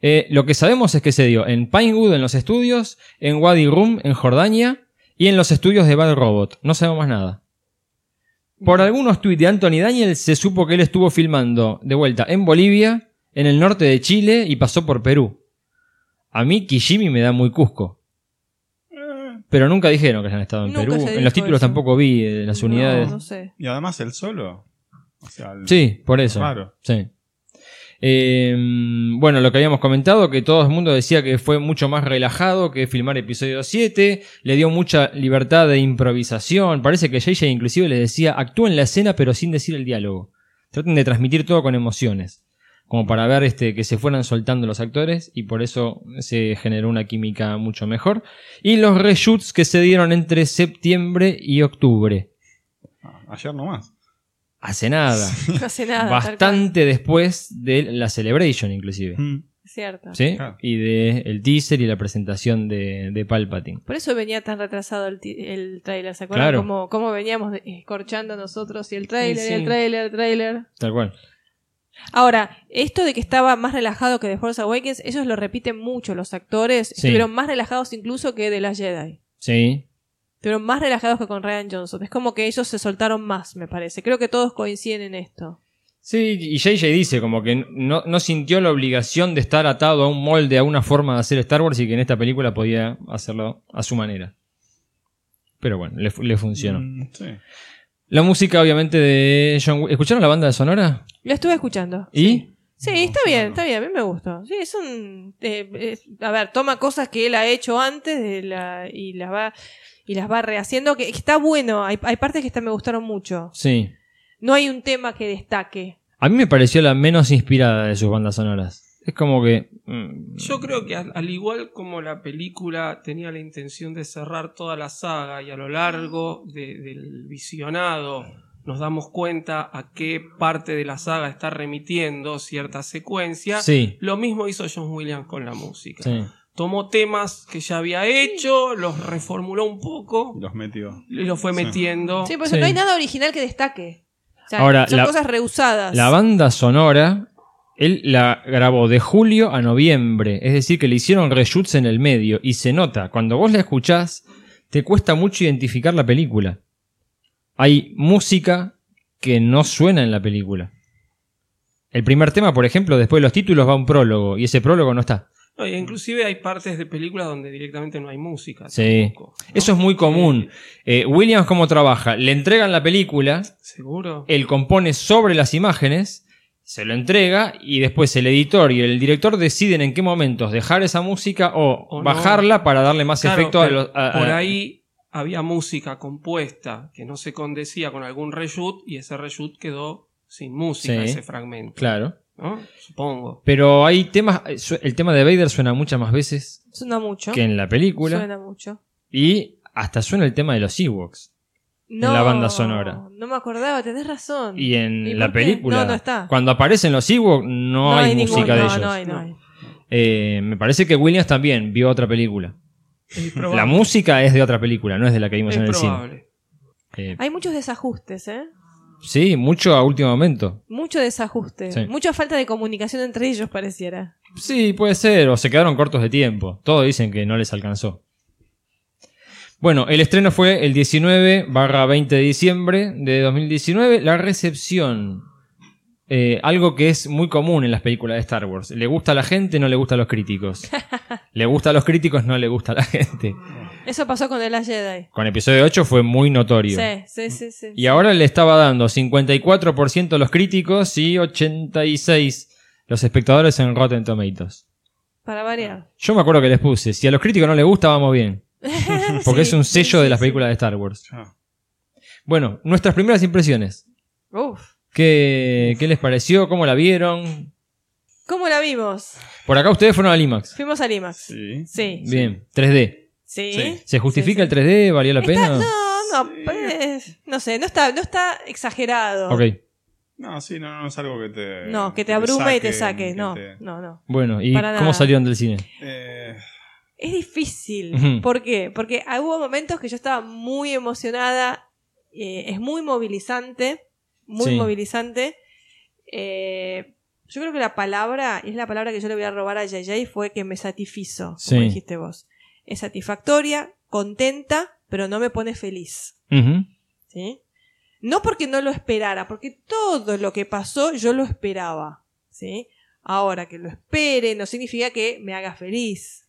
C: Eh, lo que sabemos es que se dio en Pinewood, en los estudios, en Wadi Rum, en Jordania, y en los estudios de Bad Robot. No sabemos más nada. Por algunos tuits de Anthony Daniel se supo que él estuvo filmando de vuelta en Bolivia, en el norte de Chile y pasó por Perú. A mí Kijimi me da muy cusco. Pero nunca dijeron que hayan estado en
D: Eh. Nunca
C: Perú.
D: se
C: En
D: dijo
C: los títulos
D: eso.
C: tampoco vi eh, las
D: No,
C: unidades.
D: No, sé.
E: Y además el solo. O sea, el-
C: Sí, por eso.
E: Raro.
C: Sí. Eh, bueno, lo que habíamos comentado, que todo el mundo decía que fue mucho más relajado que filmar episodio 7, le dio mucha libertad de improvisación, parece que JJ inclusive le decía, actúen la escena pero sin decir el diálogo, traten de transmitir todo con emociones, como para ver este, que se fueran soltando los actores y por eso se generó una química mucho mejor. Y los reshoots que se dieron entre septiembre y octubre,
E: Ah, Ayer nomás.
C: hace nada.
D: No hace nada. tal cual.
C: bastante después de la Celebration, inclusive.
E: Mm. Ah.
D: Es Cierto.
C: ¿Sí?
E: Claro.
C: Y de el teaser y la presentación de, de Palpatine.
D: Por eso venía tan retrasado el, ti- el tráiler, ¿se acuerdan?
C: Claro.
D: Cómo, cómo veníamos de- escorchando nosotros y el tráiler,
F: Y
D: y el
F: sí.
D: tráiler, el tráiler.
C: Tal cual.
D: Ahora, esto de que estaba más relajado que The Force Awakens, ellos lo repiten mucho, los actores
C: Sí.
D: estuvieron más relajados incluso que de las Jedi.
C: Sí.
D: Estuvieron más relajados que con Ryan Johnson. Es como que ellos se soltaron más, me parece. Creo que todos coinciden en esto.
C: Sí, y JJ dice como que no, no sintió la obligación de estar atado a un molde, a una forma de hacer Star Wars y que en esta película podía hacerlo a su manera. Pero bueno, le, fu- le funcionó.
E: Mm, sí.
C: La música obviamente de John Wick. ¿Escucharon la banda de sonora?
D: Lo estuve escuchando.
C: ¿Y?
D: Sí, está bien, está bien, a mí me gustó. Sí, es un... eh, es- a ver, toma cosas que él ha hecho antes de la, y las va y las va rehaciendo, que está bueno, hay, hay partes que esta me gustaron mucho.
C: Sí.
D: No hay un tema que destaque.
C: A mí me pareció la menos inspirada de sus bandas sonoras. Es como que... mm,
F: Yo creo que al, al igual como la película tenía la intención de cerrar toda la saga y a lo largo de- del visionado nos damos cuenta a qué parte de la saga está remitiendo cierta secuencia,
C: Sí.
F: lo mismo hizo John Williams con la música.
C: Sí.
F: Tomó temas que ya había hecho, los reformuló un poco
E: Y los metió.
F: y los fue
E: Sí.
F: metiendo.
D: Sí, por eso
C: Sí.
D: no hay nada original que destaque. O sea,
C: Ahora,
D: son
C: la-
D: cosas reusadas.
C: La banda sonora, él la grabó de julio a noviembre, es decir, que le hicieron reshoots en el medio y se nota, cuando vos la escuchás, te cuesta mucho identificar la película. Hay música que no suena en la película. El primer tema, por ejemplo, después de los títulos va un prólogo y ese prólogo no está.
F: No, y inclusive hay partes de películas donde directamente no hay música.
C: Sí.
F: tampoco, ¿no?
C: Eso es muy común. Eh, Williams, ¿cómo trabaja? Le entregan la película,
F: Seguro.
C: él compone sobre las imágenes, se lo entrega y después el editor y el director deciden en qué momentos dejar esa música o,
F: O no.
C: bajarla para darle más
F: Claro,
C: efecto a
F: pero
C: los... a-
F: por
C: a-
F: ahí había música compuesta que no se condecía con algún reshoot y ese reshoot quedó sin música,
C: Sí.
F: ese fragmento.
C: Claro.
F: ¿no? Supongo.
C: Pero hay temas... eh, su- El tema de Vader suena muchas más veces
D: Suena mucho.
C: que en la película.
D: Suena mucho.
C: Y hasta suena el tema de los Ewoks. en la banda sonora.
D: No me acordaba, tenés razón.
C: Y en
D: ¿Y
C: la
D: por qué?
C: película,
D: No, no está.
C: cuando aparecen los Ewoks, no, hay,
D: ningún-
C: música de
D: no,
C: ellos.
D: No, hay, no hay.
C: Eh, me parece que Williams también vio otra película.
F: Es
C: La
F: probable.
C: música es de otra película, no es de la que vimos
F: es
C: en el
F: probable.
C: cine. Eh,
D: Hay muchos desajustes, ¿eh?
C: sí, mucho a último momento.
D: Mucho desajuste.
C: Sí.
D: Mucha falta de comunicación entre ellos, pareciera.
C: Sí, puede ser, o se quedaron cortos de tiempo. Todos dicen que no les alcanzó. Bueno, el estreno fue el 19 barra 20 de diciembre de 2019. La recepción, eh, algo que es muy común en las películas de Star Wars. Le gusta a la gente, no le gusta a los críticos. le gusta a los críticos, no le gusta a la gente.
D: Eso pasó con el Last Jedi.
C: Con episodio 8 fue muy notorio.
D: Sí, sí, sí, sí.
C: Y ahora le estaba dando 54% los críticos y 86% los espectadores en Rotten Tomatoes.
D: Para variar.
C: Yo me acuerdo que les puse, si a los críticos no les gusta, vamos bien. Porque
D: Sí,
C: es un
D: sí,
C: sello
D: sí,
C: de las
D: sí.
C: películas de Star Wars.
E: Ah.
C: Bueno, nuestras primeras impresiones.
D: Uf.
C: ¿Qué, qué les pareció? ¿Cómo la vieron?
D: ¿Cómo la vimos?
C: Por acá ustedes fueron al IMAX.
D: Fuimos al IMAX. Sí.
E: Sí.
D: Sí.
C: Bien, 3D.
E: Sí.
C: ¿Se justifica el 3D? ¿Valía la
D: Está-
C: pena?
D: no, no, pues, no sé, no está, no está exagerado.
C: Ok,
E: No, sí, no, no es algo que te.
D: No, que te abrume y te saque.
E: que
D: No,
E: te-
D: no, no.
C: bueno, ¿y
D: Para
C: cómo
D: nada.
C: salieron del cine?
E: eh,
D: Es difícil.
C: Ujú.
D: ¿Por qué? Porque hubo momentos que yo estaba muy emocionada. eh, es muy movilizante. Muy
C: Sí.
D: movilizante. Eh, yo creo que la palabra, y es la palabra que yo le voy a robar a JJ, fue que me satisfizo, como
C: Sí.
D: dijiste vos. Es satisfactoria, contenta, pero no me pone feliz.
C: Ujú.
D: ¿sí? No porque no lo esperara, porque todo lo que pasó yo lo esperaba, ¿sí? Ahora que lo espere no significa que me haga feliz,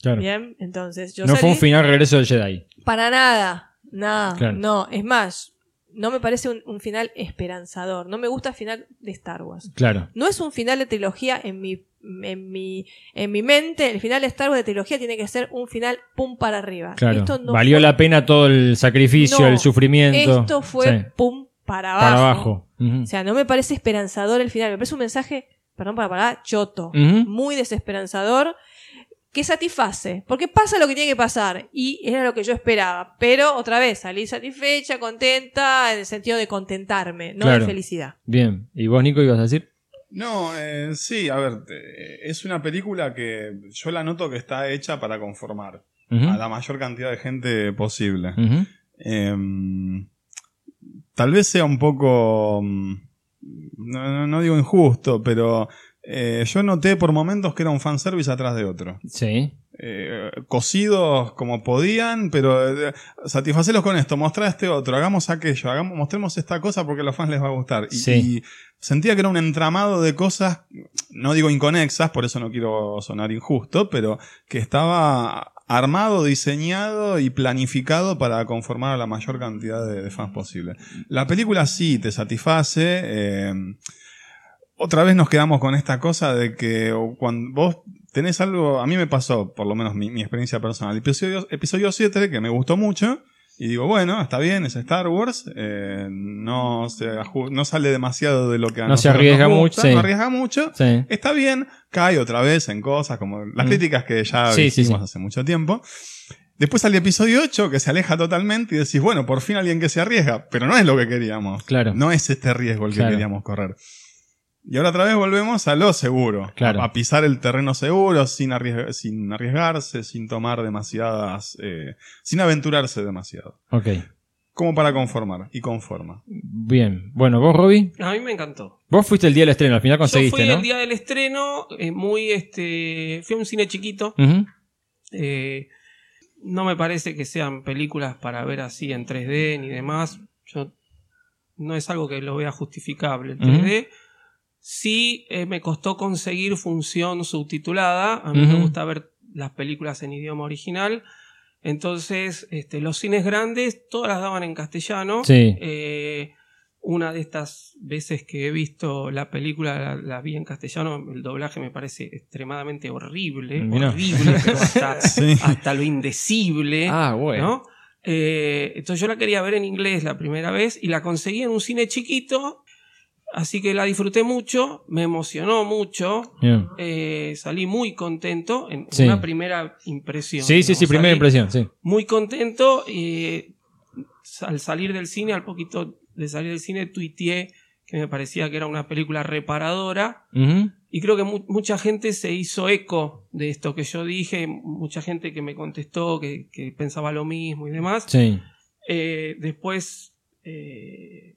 C: Claro.
D: ¿bien? Entonces yo
C: No fue
D: salí
C: un final regreso del Jedi.
D: para nada, nada,
C: Claro.
D: no, es más, no me parece un, un final esperanzador, no me gusta el final de Star Wars.
C: Claro.
D: No es un final de trilogía en mi, en mi, en mi mente, el final de Star Wars de trilogía tiene que ser un final pum para arriba.
C: Claro.
D: Esto no
C: Valió
D: fue-
C: la pena todo el sacrificio,
D: No,
C: el sufrimiento.
D: Esto
C: Sí,
D: fue pum
C: para abajo. Ujú.
D: O sea, no me parece esperanzador el final. Me parece un mensaje, perdón para parar, choto.
C: Ujú.
D: Muy desesperanzador. Que satisface. Porque pasa lo que tiene que pasar. Y era lo que yo esperaba. Pero otra vez, salí satisfecha, contenta, en el sentido de contentarme, no
C: Claro.
D: de felicidad.
C: Bien. ¿Y vos, Nico, ibas a decir?
E: No, eh, sí, a ver, te- es una película que yo la noto que está hecha para conformar
C: Ujú.
E: a la mayor cantidad de gente posible.
C: Ujú.
E: Em, tal vez sea un poco, mm, no, no- no digo injusto, pero eh, yo noté por momentos que era un fanservice atrás de otro.
C: Sí.
E: Eh, cocidos como podían, pero eh, satisfacelos con esto, mostrá este otro, hagamos aquello, hagamos, mostremos esta cosa porque a los fans les va a gustar. Y,
C: Sí.
E: y sentía que era un entramado de cosas, no digo inconexas, por eso no quiero sonar injusto, pero que estaba armado, diseñado y planificado para conformar a la mayor cantidad de, de fans posible. La película sí te satisface. eh, otra vez nos quedamos con esta cosa de que cuando vos tenés algo, a mí me pasó, por lo menos mi, mi experiencia personal, episodio, episodio 7, que me gustó mucho, y digo, bueno, está bien, es Star Wars, eh, no, se, aju- no sale demasiado de lo que a
C: No se
E: nosotros nos
C: arriesga
E: gusta,
C: mucho, sí.
E: No arriesga mucho,
C: Sí.
E: está bien, cae otra vez en cosas como las
C: Mm.
E: críticas que ya
C: Sí, sí,
E: hicimos
C: sí.
E: hace mucho tiempo. Después sale episodio 8 que se aleja totalmente y decís, bueno, por fin alguien que se arriesga, pero no es lo que queríamos.
C: Claro.
E: No es este riesgo el que
C: Claro.
E: queríamos correr. Y ahora otra vez volvemos a lo seguro,
C: Claro.
E: a, a pisar el terreno seguro sin, arriesga- sin arriesgarse, sin tomar demasiadas, eh, sin aventurarse demasiado.
C: Ok.
E: Como para conformar y conforma.
C: Bien. Bueno, vos, Roby,
F: A mí me encantó.
C: vos fuiste el día del estreno, al final
F: Yo
C: conseguiste,
F: fui
C: ¿no?
F: el día del estreno, eh, muy este. Fui a un cine chiquito.
C: Ujú.
F: Eh, no me parece que sean películas para ver así en 3D ni demás. Yo no es algo que lo vea justificable. El
C: Ujú.
F: 3D sí eh, me costó conseguir función subtitulada. A mí me
C: Ujú.
F: gusta ver las películas en idioma original. Entonces, este, los cines grandes, todas las daban en castellano.
C: Sí.
F: Eh, una de estas veces que he visto la película, la, la vi en castellano, el doblaje me parece extremadamente horrible,
C: Mirá.
F: horrible, pero hasta,
E: Sí.
F: hasta lo indecible,
C: Ah, bueno.
F: ¿no? Eh, entonces yo la quería ver en inglés la primera vez y la conseguí en un cine chiquito, así que la disfruté mucho, me emocionó mucho,
C: Bien.
F: eh, salí muy contento en
C: Sí.
F: una primera impresión.
C: Sí, sí, sí,
F: digamos,
C: primera
F: salí-
C: impresión, sí.
F: muy contento. eh, al salir del cine, al poquito de salir del cine, tuiteé que me parecía que era una película reparadora.
C: Ujú.
F: Y creo que mu- mucha gente se hizo eco de esto que yo dije, mucha gente que me contestó, que, que pensaba lo mismo y demás.
C: Sí.
F: Eh, después eh,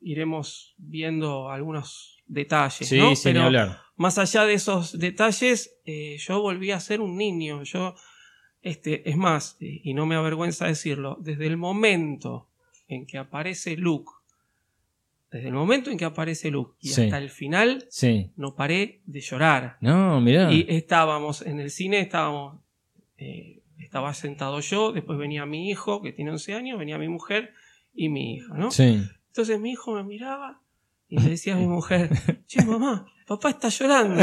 F: iremos viendo algunos detalles.
C: Sí,
F: ¿no?
C: sin
F: Pero
C: hablar.
F: más allá de esos detalles, eh, yo volví a ser un niño. Yo, este, es más, eh, y no me avergüenza decirlo, desde el momento en que aparece Luke, desde el momento en que aparece Luke y
C: Sí.
F: hasta el final,
C: Sí.
F: no paré de llorar.
C: No, mirá.
F: Y estábamos en el cine, estábamos. eh, estaba sentado yo, después venía mi hijo, que tiene 11 años, venía mi mujer y mi hija, ¿no?
C: Sí.
F: Entonces mi hijo me miraba y le decía a mi mujer, che, mamá, papá está llorando.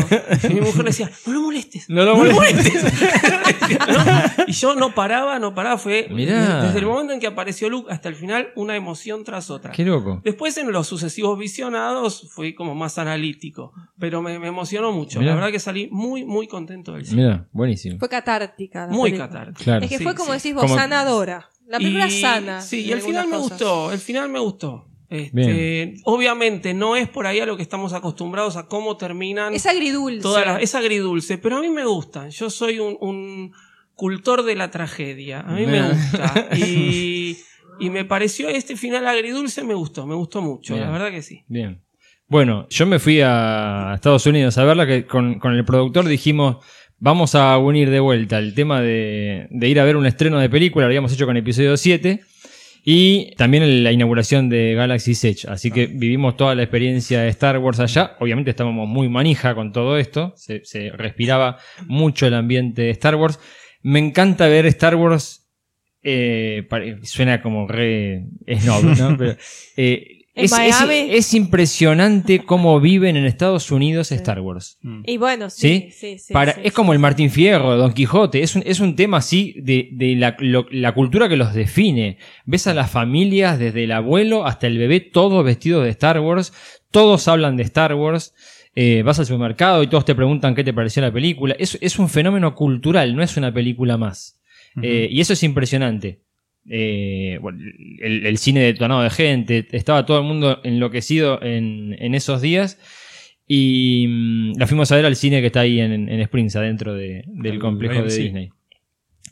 F: Y mi mujer le decía, no lo molestes.
C: No lo
F: lo
C: molestes".
F: molestes". Y yo no paraba, no paraba, fue
C: Mirá.
F: desde el momento en que apareció Luke hasta el final, una emoción tras otra.
C: Qué loco.
F: Después en los sucesivos visionados fui como más analítico, pero me, me emocionó mucho.
C: Mirá.
F: La verdad que salí muy, muy contento del cine.
C: Mirá, buenísimo.
D: Fue catártica. la
F: Muy
D: película.
F: catártico.
C: Claro.
D: Es que
F: Sí,
D: fue como
F: sí.
D: decís vos,
C: Como-
D: sanadora. La película
F: Y-
D: sana.
F: Sí,
D: en
F: y al
D: algunas
F: final me
D: cosas.
F: gustó, el final me gustó. Este, obviamente no es por ahí a lo que estamos acostumbrados a cómo terminan
D: Es agridulce.
F: todas las- es agridulce, pero a mí me gusta. Yo soy un, un cultor de la tragedia. A mí me
C: Bien.
F: gusta. Y, y me pareció este final agridulce, me gustó, me gustó mucho,
C: Bien.
F: la verdad que sí.
C: Bien. Bueno, yo me fui a Estados Unidos a verla, que con, con el productor dijimos, vamos a unir de vuelta el tema de, de ir a ver un estreno de película, lo habíamos hecho con episodio 7, y también el- la inauguración de Galaxy Edge, así
D: Ah.
C: que vivimos toda la experiencia de Star Wars allá, obviamente estábamos muy manija con todo esto, se, se respiraba mucho el ambiente de Star Wars, me encanta ver Star Wars, eh, pare- suena como re snob, ¿no? Pero, eh,
D: En
C: es, es-
D: Miami.
C: es impresionante cómo viven en Estados Unidos Star Wars.
D: Y bueno, sí. sí, sí,
C: Para-
D: sí,
C: es
D: sí.
C: como el Martín Fierro, Don Quijote, es un, es un tema así de, de la, lo- la cultura que los define. Ves a las familias, desde el abuelo hasta el bebé, todos vestidos de Star Wars, todos hablan de Star Wars, eh, vas al supermercado y todos te preguntan qué te pareció la película. Es, es un fenómeno cultural, no es una película más. Eh, y eso es impresionante. Eh, bueno, el, el cine detonado de gente, estaba todo el mundo enloquecido en, en esos días. Y mm, la fuimos a ver al cine que está ahí en, en Springs, adentro de- del
E: El
C: complejo de
E: AMC.
C: Disney.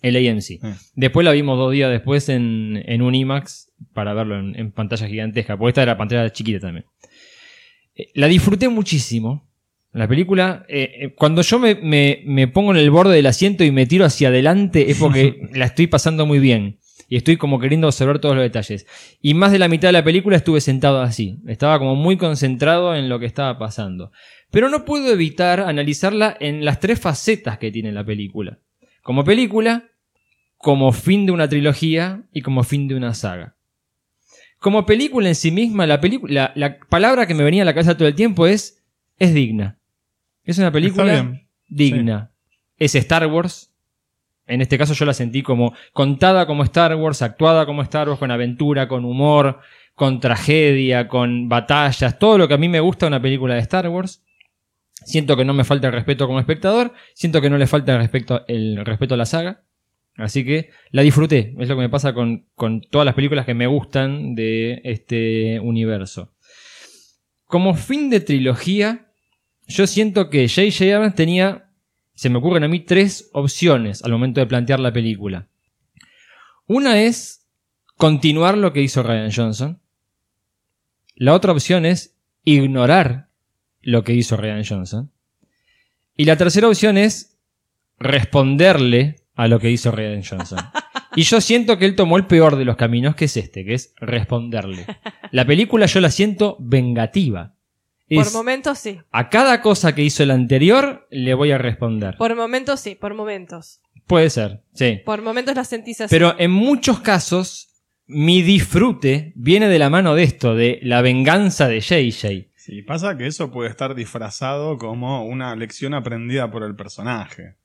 C: El AMC.
E: Ah.
C: Después la vimos dos días después en, en un IMAX para verlo en, en pantalla gigantesca, porque esta era pantalla chiquita también. Eh, La disfruté muchísimo. La película, eh, eh, cuando yo me, me- me pongo en el borde del asiento y me tiro hacia adelante es porque la estoy pasando muy bien. Y estoy como queriendo observar todos los detalles. Y más de la mitad de la película estuve sentado así. Estaba como muy concentrado en lo que estaba pasando. Pero no puedo evitar analizarla en las tres facetas que tiene la película. Como película, como fin de una trilogía y como fin de una saga. Como película en sí misma, la, pelicu- la, la palabra que me venía a la cabeza todo el tiempo es, es digna. Es una
E: Está
C: película
E: bien.
C: digna. Es Star Wars. En este caso yo la sentí como contada como Star Wars, actuada como Star Wars, con aventura, con humor, con tragedia, con batallas, todo lo que a mí me gusta de una película de Star Wars. Siento que no me falta el respeto como espectador, siento que no le falta el respeto, el respeto a la saga. Así que la disfruté, es lo que me pasa con, con todas las películas que me gustan de este universo. Como fin de trilogía, yo siento que J.J. Abrams tenía, se me ocurren a mí, tres opciones al momento de plantear la película. Una es continuar lo que hizo Ryan Johnson. La otra opción es ignorar lo que hizo Ryan Johnson. Y la tercera opción es responderle a lo que hizo Ryan Johnson. Y yo siento que él tomó el peor de los caminos, que es este, que es responderle. La película yo la siento vengativa.
D: Por
C: Es-
D: momentos sí.
C: a cada cosa que hizo el anterior le voy a responder.
D: Por momentos sí, por momentos.
C: Puede ser, sí.
D: Por momentos las sentís así.
C: Pero en muchos casos, mi disfrute viene de la mano de esto, de la venganza de JJ.
E: Sí, pasa que eso puede estar disfrazado como una lección aprendida por el personaje.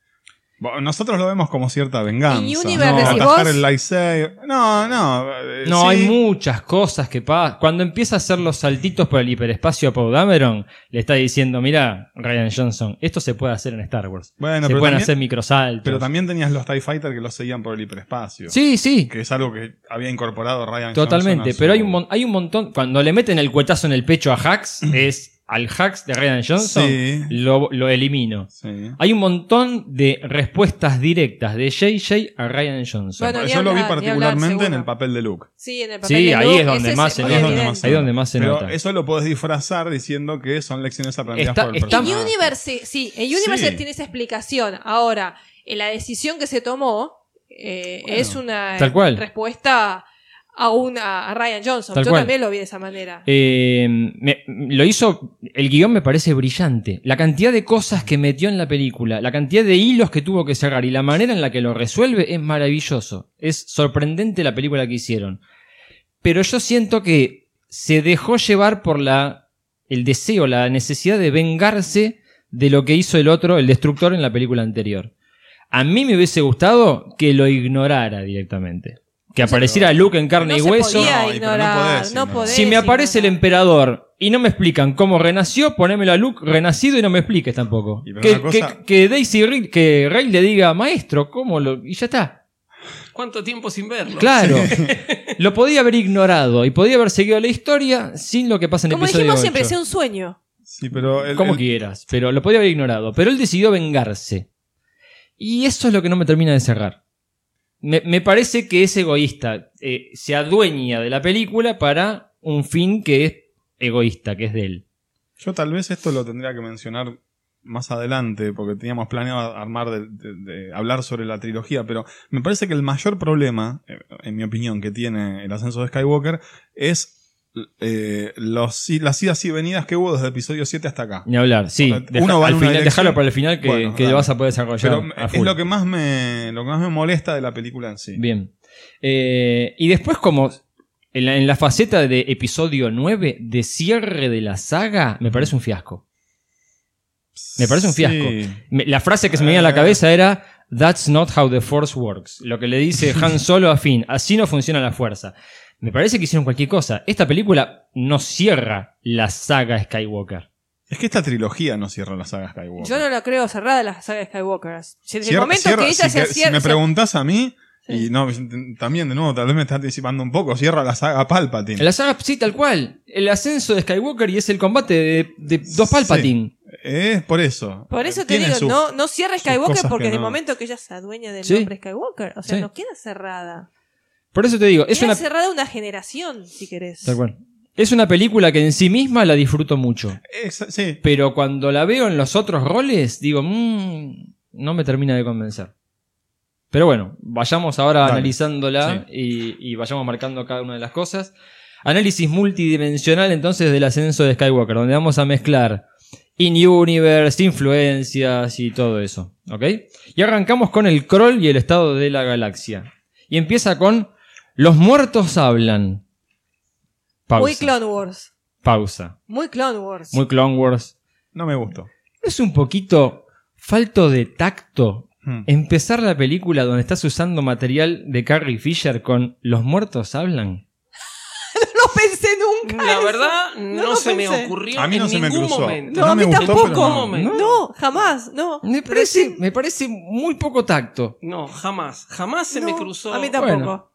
E: Bo- Nosotros lo vemos como cierta venganza.
D: Y Universe,
E: no,
D: ¿decís
E: Atajar
D: vos?
E: el lightsaber. No, no. eh,
C: No,
E: sí.
C: hay muchas cosas que pasan. Cuando empieza a hacer los saltitos por el hiperespacio a Paul Dameron, le está diciendo, mira, Ryan Johnson, esto se puede hacer en Star Wars. se
E: Bueno, pero
C: pueden
E: también-
C: hacer microsaltos.
E: Pero también tenías los TIE Fighter que los seguían por el hiperespacio.
C: Sí, sí.
E: Que es algo que había incorporado Ryan Johnson
C: Totalmente,
E: a su-
C: pero hay un, mon- hay un montón. Cuando le meten el cuetazo en el pecho a Hax, es al Hax de Ryan Johnson,
E: Mm. Sí.
C: lo, lo elimino.
E: Sí.
C: Hay un montón de respuestas directas de JJ a Ryan Johnson.
D: Bueno, ni
E: Yo lo vi
D: hablar, ni
E: particularmente
D: hablar,
E: en el
D: seguro.
E: papel de Luke.
D: Sí, en el papel
C: sí,
D: de
C: ahí
D: Luke,
C: es donde
D: ese
C: más se
E: ahí es
C: nota.
E: donde
D: evidente.
E: más se
C: Ahí es donde más se
E: Pero
C: nota.
E: eso lo podés disfrazar diciendo que son lecciones aprendidas
C: Está-
E: por el
C: está-
D: En
E: personaje.
D: Universe, sí, en Universe
E: Sí.
D: tiene esa explicación. Ahora, eh, la decisión que se tomó eh,
E: Bueno,
D: es una eh,
C: tal cual.
D: respuesta a, una, a Ryan Johnson.
C: Tal
D: Yo
C: cual.
D: también lo vi de esa manera.
C: Eh, me- lo hizo, el guión me parece brillante. La cantidad de cosas que metió en la película, la cantidad de hilos que tuvo que cerrar y la manera en la que lo resuelve es maravilloso. Es sorprendente la película que hicieron. Pero yo siento que se dejó llevar por la, el deseo, la necesidad de vengarse de lo que hizo el otro, el destructor, en la película anterior. A mí me hubiese gustado que lo ignorara directamente. Que apareciera Luke en carne
D: no
C: y
D: se
C: hueso.
D: podía
E: No, y pero no
D: ignorar,
E: podés
D: no
E: ignorar.
D: podés
C: Si me aparece el em-,
D: ignorar.
C: emperador y no me explican cómo renació, ponémelo a Luke renacido y no me expliques tampoco.
E: Y pero
C: Que,
E: una cosa-
C: que- que Daisy Ridley- que Rey le diga, maestro, ¿cómo lo.? Y ya está.
F: ¿Cuánto tiempo sin verlo?
C: Claro. lo podía haber ignorado y podía haber seguido la historia sin lo que pasa en el
D: Como
C: episodio
D: dijimos siempre,
C: 8.
D: sea un sueño.
E: Sí, pero el-
C: Como
E: el-
C: quieras, pero lo podía haber ignorado. Pero él decidió vengarse. Y eso es lo que no me termina de cerrar. Me, me parece que es egoísta. eh, se adueña de la película para un fin que es egoísta, que es de él.
E: Yo tal vez esto lo tendría que mencionar más adelante, porque teníamos planeado armar de, de- de hablar sobre la trilogía, pero me parece que el mayor problema, eh, en mi opinión, que tiene el ascenso de Skywalker es eh, los, i- las idas y venidas que hubo desde el episodio 7 hasta acá.
C: Ni hablar, sí.
E: O sea,
C: Deja-
E: uno va
C: al
E: en una
C: final-
E: dirección.
C: dejalo para el final que,
E: Bueno,
C: que
E: dale.
C: lo vas a poder desarrollar.
E: Pero
C: a
E: es
C: full.
E: lo que más me lo que más me molesta de la película en sí.
C: Bien. Eh, y después, como en la, en la faceta de episodio 9, de cierre de la saga, me parece un fiasco. Me parece un
E: Sí.
C: fiasco. Me- la frase que se me
E: Eh.
C: venía a la cabeza era: That's not how the Force works. Lo que le dice Han Solo a Finn. Así no funciona la fuerza. Me parece que hicieron cualquier cosa. Esta película no cierra la saga Skywalker.
E: Es que esta trilogía no cierra la saga Skywalker.
D: Yo no lo creo cerrada la saga de Skywalker. Si Desde el
E: Cierra-
D: momento
E: cierra-
D: que ella
E: si,
D: se
E: que- si
D: cierra.
E: me preguntas a mí,
D: Sí.
E: y no, también de nuevo, tal vez me estás anticipando un poco, cierra la saga Palpatine.
C: La saga, sí, tal cual. El ascenso de Skywalker y es el combate de, de dos
E: Sí.
C: Palpatine.
E: Es por eso.
D: por eso te
E: Tiene
D: digo,
E: sus-
D: no, no cierra Skywalker
E: cosas
D: porque
E: que
D: en el
E: no.
D: momento que ella se adueña del
C: Sí.
D: nombre Skywalker, o sea,
C: Sí.
D: no queda cerrada.
C: Por eso te digo, es
D: Es
C: una,
D: cerrada una generación, si querés.
C: tal cual. es una película que en sí misma la disfruto mucho.
E: Exa- sí.
C: Pero cuando la veo en los otros roles, digo, "Mm, no me termina de convencer. Pero bueno, vayamos ahora
E: Dale.
C: analizándola y, y vayamos marcando cada una de las cosas. Análisis multidimensional entonces del ascenso de Skywalker, donde vamos a mezclar in-universe, influencias y todo eso. ¿Ok? Y arrancamos con el Kroll y el estado de la galaxia. Y empieza con Los muertos hablan. Pausa.
D: Muy Clone Wars.
C: Pausa.
D: Muy Clone Wars.
C: Muy Clone Wars.
E: No me gustó.
C: ¿No es un poquito falto de tacto
E: Hmm.
C: empezar la película donde estás usando material de Carrie Fisher con Los muertos hablan?
D: No pensé nunca.
F: La
D: eso.
F: verdad, no,
D: No lo
F: se me
D: pensé.
F: ocurrió
E: A mí no
F: en
E: se me
F: ningún
E: cruzó.
F: momento.
D: No,
E: No
D: a
E: me
D: mí
E: gustó,
D: tampoco.
E: pero
D: No,
E: no.
F: No.
D: jamás, no.
C: Me parece, me parece muy poco tacto.
F: No, jamás. Jamás se
D: No,
F: me cruzó.
D: A mí tampoco.
C: Bueno.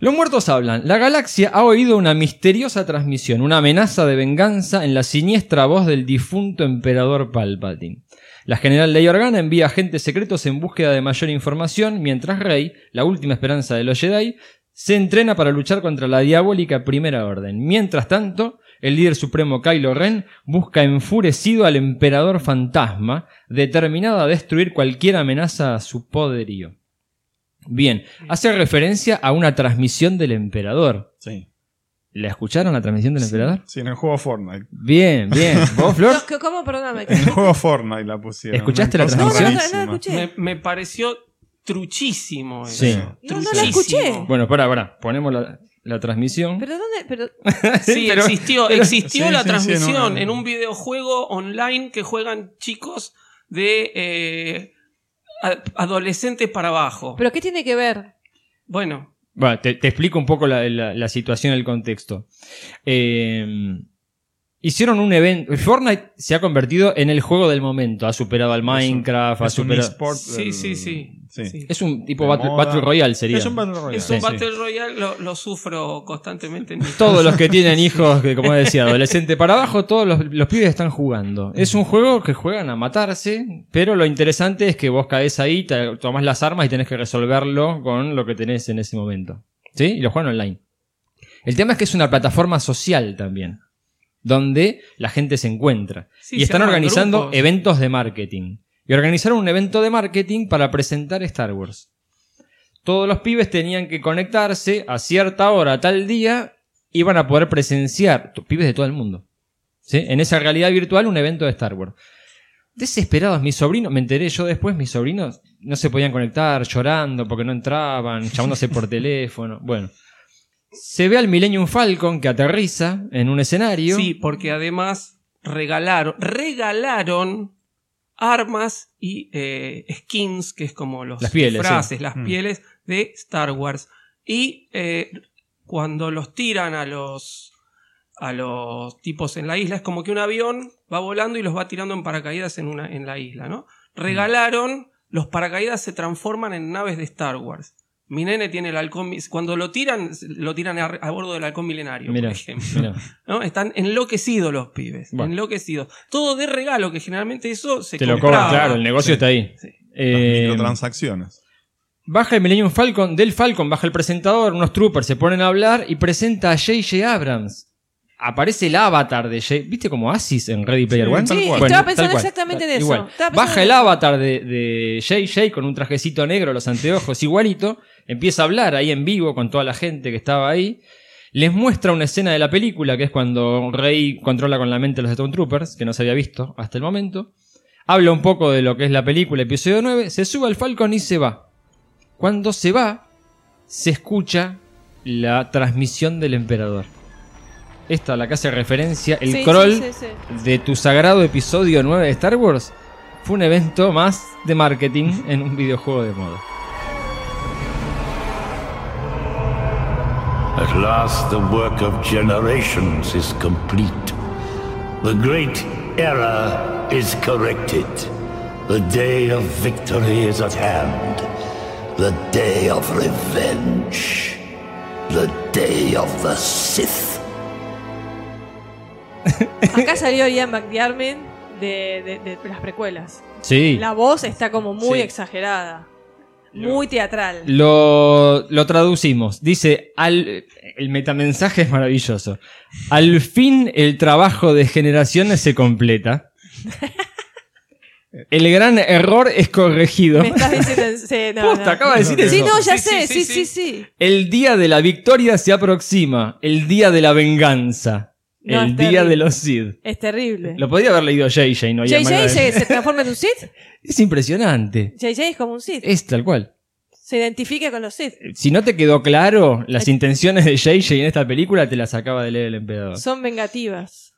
C: Los muertos hablan. La galaxia ha oído una misteriosa transmisión, una amenaza de venganza en la siniestra voz del difunto emperador Palpatine. La general Ley Organa envía agentes secretos en búsqueda de mayor información, mientras Rey, la última esperanza de los Jedi, se entrena para luchar contra la diabólica Primera Orden. Mientras tanto, el líder supremo Kylo Ren busca enfurecido al emperador fantasma, determinado a destruir cualquier amenaza a su poderío. Bien, hace referencia a una transmisión del emperador.
E: Sí.
C: ¿La escucharon la transmisión del emperador?
E: Sí, en el juego Fortnite.
C: Bien, bien. ¿Vos, Flor?
D: No, que- ¿Cómo? Perdóname.
E: En el juego Fortnite la pusieron.
C: ¿Escuchaste la
E: Una
D: No, no,
E: cosa
D: no, no,
E: rarísima.
D: la escuché.
F: Me, me pareció truchísimo eso.
C: Sí.
D: No, no la escuché.
F: Truchísimo.
C: Bueno, pará, pará. Ponemos la, la transmisión.
D: Pero dónde, pero
F: Sí,
C: Pero-
F: existió,
C: pero-
F: existió
E: Sí,
F: la
E: sí, sí,
F: transmisión
E: en una-
F: en un videojuego online que juegan chicos de eh, a- adolescente para abajo.
D: ¿Pero qué tiene que ver?
F: Bueno,
C: Bueno, te, te explico un poco la, la- la situación, el contexto. Eh, hicieron un evento. Fortnite se ha convertido en el juego del momento. Ha superado al Minecraft, ha
E: Es un
C: superado.
E: esport
F: Sí,
E: del-
F: sí, sí. Sí.
C: es un tipo
E: de
C: Battle,
E: moda.
C: Battle Royale, sería.
E: Es un Battle Royale.
F: Es
C: Sí,
F: un
C: sí.
F: Battle Royale, lo, lo sufro constantemente. en mi-
C: Todos los que tienen hijos, que como decía, adolescente para abajo, todos los, los pibes están jugando. Es un juego que juegan a matarse, pero lo interesante es que vos caes ahí, te- tomás las armas y tenés que resolverlo con lo que tenés en ese momento. ¿Sí? Y lo juegan online. El tema es que es una plataforma social también, donde la gente se encuentra.
F: Sí,
C: y
F: se
C: están
F: arman
C: organizando
F: grupos.
C: eventos de marketing. Y organizaron un evento de marketing para presentar Star Wars. Todos los pibes tenían que conectarse a cierta hora, tal día, iban a poder presenciar, t- pibes de todo el mundo, ¿sí? en esa realidad virtual, un evento de Star Wars. Desesperados, mis sobrinos, me enteré yo después, mis sobrinos no se podían conectar, llorando porque no entraban, llamándose por teléfono. Bueno, se ve al Millennium Falcon que aterriza en un escenario.
F: Sí, porque además regalaron, regalaron armas y eh, skins, que es como los
C: Las pieles,
F: disfraces, las
E: Mm.
F: pieles de Star Wars. Y eh, cuando los tiran a los a los tipos en la isla, es como que un avión va volando y los va tirando en paracaídas en una en la isla, ¿no? Regalaron, los paracaídas se transforman en naves de Star Wars. Mi nene tiene el halcón, mis- cuando lo tiran, lo tiran a, a bordo del halcón milenario,
C: Mirá,
F: por ejemplo.
C: mirá.
F: ¿no? Están enloquecidos los pibes,
C: Bueno.
F: enloquecidos. Todo de regalo, que generalmente eso se
C: Te lo
F: compraba.
C: cobran, claro, el negocio
E: Sí.
C: está ahí.
F: Sí.
E: Las
C: Eh,
E: microtransacciones.
C: baja el Millennium Falcon, del Falcon baja el presentador, unos troopers se ponen a hablar y presenta a J.J. Abrams. Aparece el avatar de J. ¿Viste como Asis en Ready Player
E: Sí,
C: One?
E: tal Sí, cual.
C: Bueno,
D: estaba pensando
C: tal cual.
D: exactamente en
C: Tal-
D: eso.
C: igual.
D: Estaba pensando
C: Baja
D: en
C: el
D: eso.
C: avatar de, de JJ con un trajecito negro, los anteojos igualito. Empieza a hablar ahí en vivo con toda la gente que estaba ahí. Les muestra una escena de la película, que es cuando Rey controla con la mente a los Stormtroopers, que no se había visto hasta el momento. Habla un poco de lo que es la película, episodio 9. Se sube al Falcon y se va. Cuando se va, se escucha la transmisión del emperador. Esta a la que hace referencia el
D: Sí, sí,
C: crawl
D: sí, sí.
C: de tu sagrado episodio 9 de Star Wars fue un evento más de marketing en un videojuego de moda.
G: At last, the work of generations is complete. The great error is corrected. The day of victory is at hand. The day of revenge. The day of the Sith.
D: Acá salió Ian McDiarmid de, de- de las precuelas.
C: Sí.
D: La voz está como muy
F: Sí.
D: exagerada. Muy teatral.
C: Lo, lo traducimos. Dice, al, el metamensaje es maravilloso. Al fin el trabajo de generaciones se completa. El gran error es corregido.
D: Me estás diciendo. en- sí, no,
C: Posta,
D: no.
C: acaba de decir
D: Sí,
C: eso.
D: no, ya
F: Sí,
D: sé. Sí,
F: sí, sí,
D: sí, sí.
C: El día de la victoria se aproxima. El día de la venganza.
D: No,
C: el
D: es
C: día
D: terrible.
C: de los Sid.
D: Es terrible.
C: Lo podía haber leído JJ, ¿no? Ian
D: JJ
C: McDiarmid.
D: se, se transforma en un Sith.
C: Es impresionante.
D: JJ es como un
F: Eh.
D: Sith.
C: Es tal cual.
D: Se identifica con los Sith.
C: Si no te quedó claro las intenciones de JJ en esta película, te las acaba de leer el emperador.
D: Son vengativas.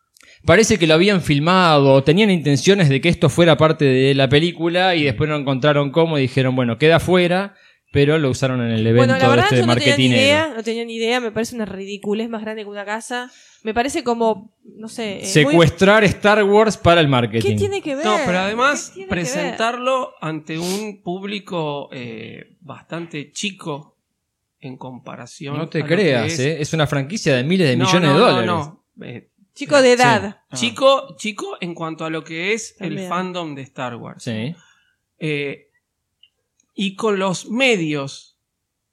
C: Parece que lo habían filmado, o tenían intenciones de que esto fuera parte de la película y después no encontraron cómo y dijeron, bueno, queda fuera, pero lo usaron en el evento
D: Bueno, la
C: de
D: verdad
C: este
D: yo no tenía ni
C: marketinero.
D: idea, no tenía ni idea, me parece una ridiculez más grande que una casa. Me parece como, no sé, eh, muy-
C: Secuestrar Star Wars para el marketing.
D: ¿Qué tiene que ver?
F: No, pero además
D: ¿Qué tiene que ver?
F: presentarlo ante un público eh, bastante chico en comparación.
C: No
F: a
C: te
F: lo que
C: creas,
F: es-
C: es... ¿eh? Es una franquicia de miles de
F: No,
C: millones
F: no,
C: de
F: no,
C: dólares. Ah.
F: no. Eh,
D: Chico de edad.
F: chico, chico en cuanto a lo que es el
D: También.
F: fandom de Star Wars.
C: Sí.
F: Eh, y con los medios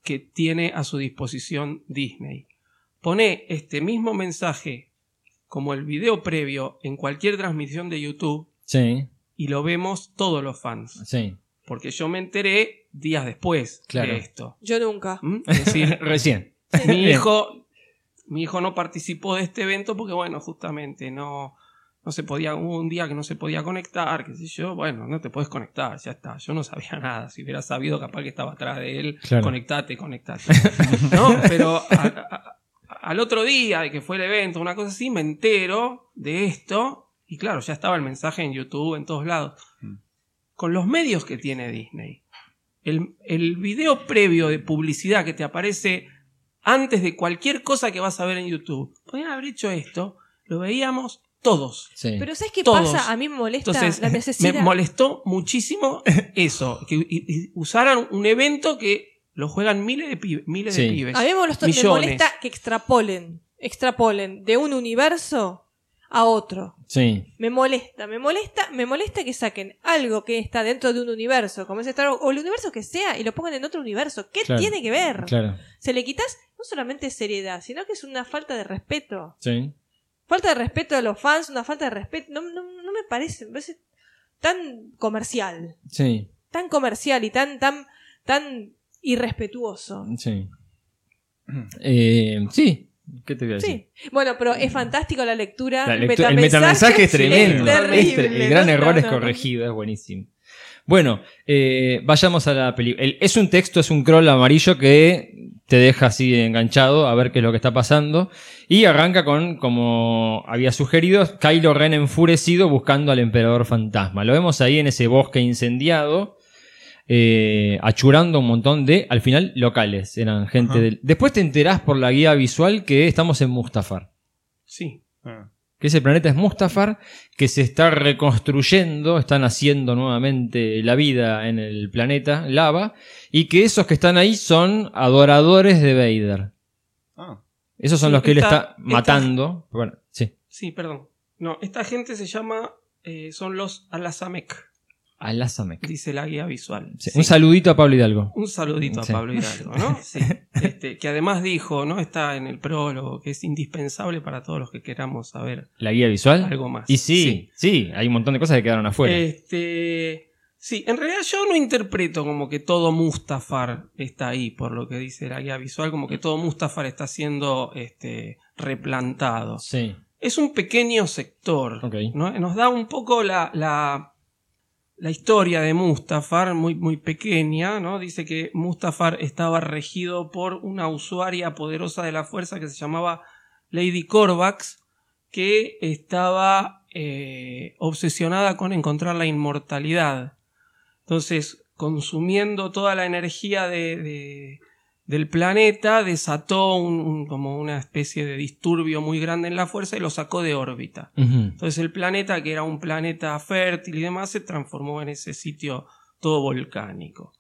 F: que tiene a su disposición Disney. Pone este mismo mensaje como el video previo en cualquier transmisión de YouTube
C: Sí,
F: y lo vemos todos los fans.
C: sí.
F: Porque yo me enteré días después
C: Claro.
F: de esto.
D: Yo nunca.
F: ¿Mm? Es decir,
C: Recién.
F: mi
C: Bien.
F: hijo, mi hijo no participó de este evento porque, bueno, justamente no, no se podía, hubo un día que no se podía conectar, qué sé yo, bueno, no te puedes conectar, ya está. Yo no sabía nada, si hubiera sabido capaz que estaba atrás de él,
C: Claro.
F: conectate, conectate. ¿No? Pero a- a- al otro día de que fue el evento, una cosa así, me entero de esto y claro, ya estaba el mensaje en YouTube, en todos lados. con los medios que tiene Disney. El, el video previo de publicidad que te aparece antes de cualquier cosa que vas a ver en YouTube. Podrían haber hecho esto, lo veíamos todos.
C: Sí.
D: Pero ¿sabes qué
F: Todos.
D: pasa? A mí me molesta
F: Entonces,
D: la necesidad.
F: me molestó muchísimo eso, que y- y usaran un evento que lo juegan miles de, pibes, miles de
C: Sí.
F: pibes.
D: A mí me molesta, me
F: millones.
D: molesta que extrapolen, extrapolen de un universo a otro.
C: Sí.
D: Me molesta, me molesta, me molesta que saquen algo que está dentro de un universo, como es Star Wars, o el universo que sea, y lo pongan en otro universo. ¿Qué
C: Claro.
D: tiene que ver?
C: Claro.
D: Se le quitas no solamente seriedad, sino que es una falta de respeto.
C: Sí.
D: Falta de respeto a los fans, una falta de respeto. No, no, no me parece, me parece tan comercial,
C: Sí.
D: tan comercial y tan, tan, tan irrespetuoso.
C: Sí. Eh, sí. ¿Qué te voy a decir?
D: Sí. Bueno, pero es fantástico la lectura.
C: La lectura- el metamensaje es tremendo. Es tre- el gran error es corregido, es buenísimo. Bueno, eh, vayamos a la película. Es un texto, es un crawl amarillo que te deja así enganchado a ver qué es lo que está pasando. Y arranca con, como había sugerido, Kylo Ren enfurecido buscando al emperador fantasma. Lo vemos ahí en ese bosque incendiado, eh, achurando un montón de, al final, locales. Eran gente
E: Ajá.
C: del... Después te enterás por la guía visual que estamos en Mustafar
F: Sí.
E: Ah,
C: que ese planeta es Mustafar, que se está reconstruyendo, están haciendo nuevamente la vida en el planeta Lava, y que esos que están ahí son adoradores de Vader.
E: ah,
C: Esos son
F: Sí,
C: los que él
F: esta-
C: está
F: esta-
C: matando. Bueno, sí.
F: Sí, perdón. No, esta gente se llama, eh, son los Alazamek,
C: Alazamek.
F: dice la guía visual.
C: Sí,
F: Sí.
C: Un saludito a Pablo Hidalgo.
F: Un saludito a
C: Sí.
F: Pablo Hidalgo, ¿no? Sí. Este, que además dijo, ¿no? Está en el prólogo, que es indispensable para todos los que queramos saber
C: La guía visual.
F: algo más.
C: Y sí, sí, Eh, hay un montón de cosas que quedaron afuera.
F: Este, sí, en realidad yo no interpreto como que todo Mustafar está ahí, por lo que dice la guía visual, como que todo Mustafar está siendo este, replantado.
C: sí,
F: Es un pequeño sector.
C: Ok.
F: ¿no? Nos da un poco la, la, la historia de Mustafar, muy, muy pequeña. ¿no? Dice que Mustafar estaba regido por una usuaria poderosa de la fuerza que se llamaba Lady Corvax, que estaba eh, obsesionada con encontrar la inmortalidad. Entonces, consumiendo toda la energía de- de- del planeta, desató un- un- como una especie de disturbio muy grande en la fuerza y lo sacó de órbita.
C: Ujú.
F: Entonces el planeta, que era un planeta fértil y demás, se transformó en ese sitio todo volcánico.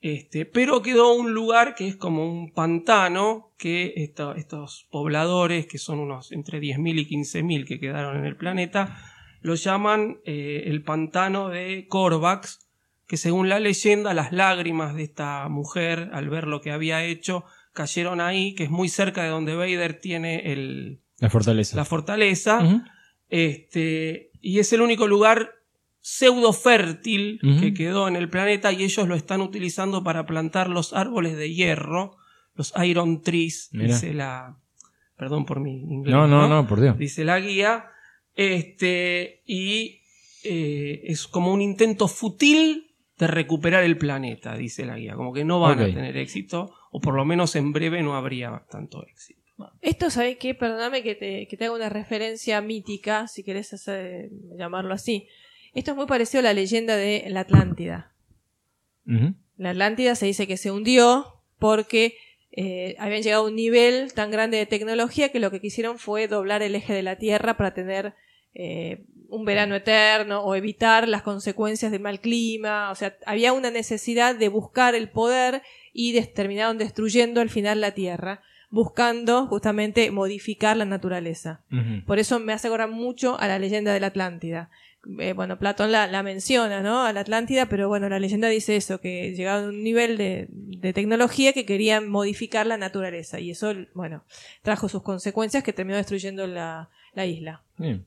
F: Este, pero quedó un lugar que es como un pantano, que esto- estos pobladores, que son unos entre 10.000 y 15.000 que quedaron en el planeta, lo llaman eh, el pantano de Corvax, que según la leyenda las lágrimas de esta mujer al ver lo que había hecho cayeron ahí, que es muy cerca de donde Vader tiene el-
C: La fortaleza.
F: la fortaleza.
C: Ujú.
F: Este, y es el único lugar pseudo fértil
C: Ujú.
F: que quedó en el planeta y ellos lo están utilizando para plantar los árboles de hierro, los iron trees,
C: Mirá.
F: dice la... Perdón por mi inglés.
C: No, no, no, por Dios.
F: Dice la guía. Este, y eh, es como un intento fútil de recuperar el planeta, dice la guía. Como que no van
C: Ok.
F: a tener éxito, o por lo menos en breve no habría tanto éxito.
D: Esto, ¿sabes qué? Perdóname que te, que te haga una referencia mítica, si querés hacer- llamarlo así. Esto es muy parecido a la leyenda de la Atlántida.
C: Ujú.
D: La Atlántida se dice que se hundió porque eh, habían llegado a un nivel tan grande de tecnología que lo que quisieron fue doblar el eje de la Tierra para tener eh, un verano eterno o evitar las consecuencias del mal clima. O sea, había una necesidad de buscar el poder y des- terminaron destruyendo al final la Tierra, buscando justamente modificar la naturaleza.
C: Ujú.
D: Por eso me hace acordar mucho a la leyenda de la Atlántida. Eh, bueno, Platón la, la menciona, ¿no? A la Atlántida, pero bueno, la leyenda dice eso, que llegaron a un nivel de, de tecnología que querían modificar la naturaleza. Y eso, bueno, trajo sus consecuencias que terminó destruyendo la, la isla.
C: Bien.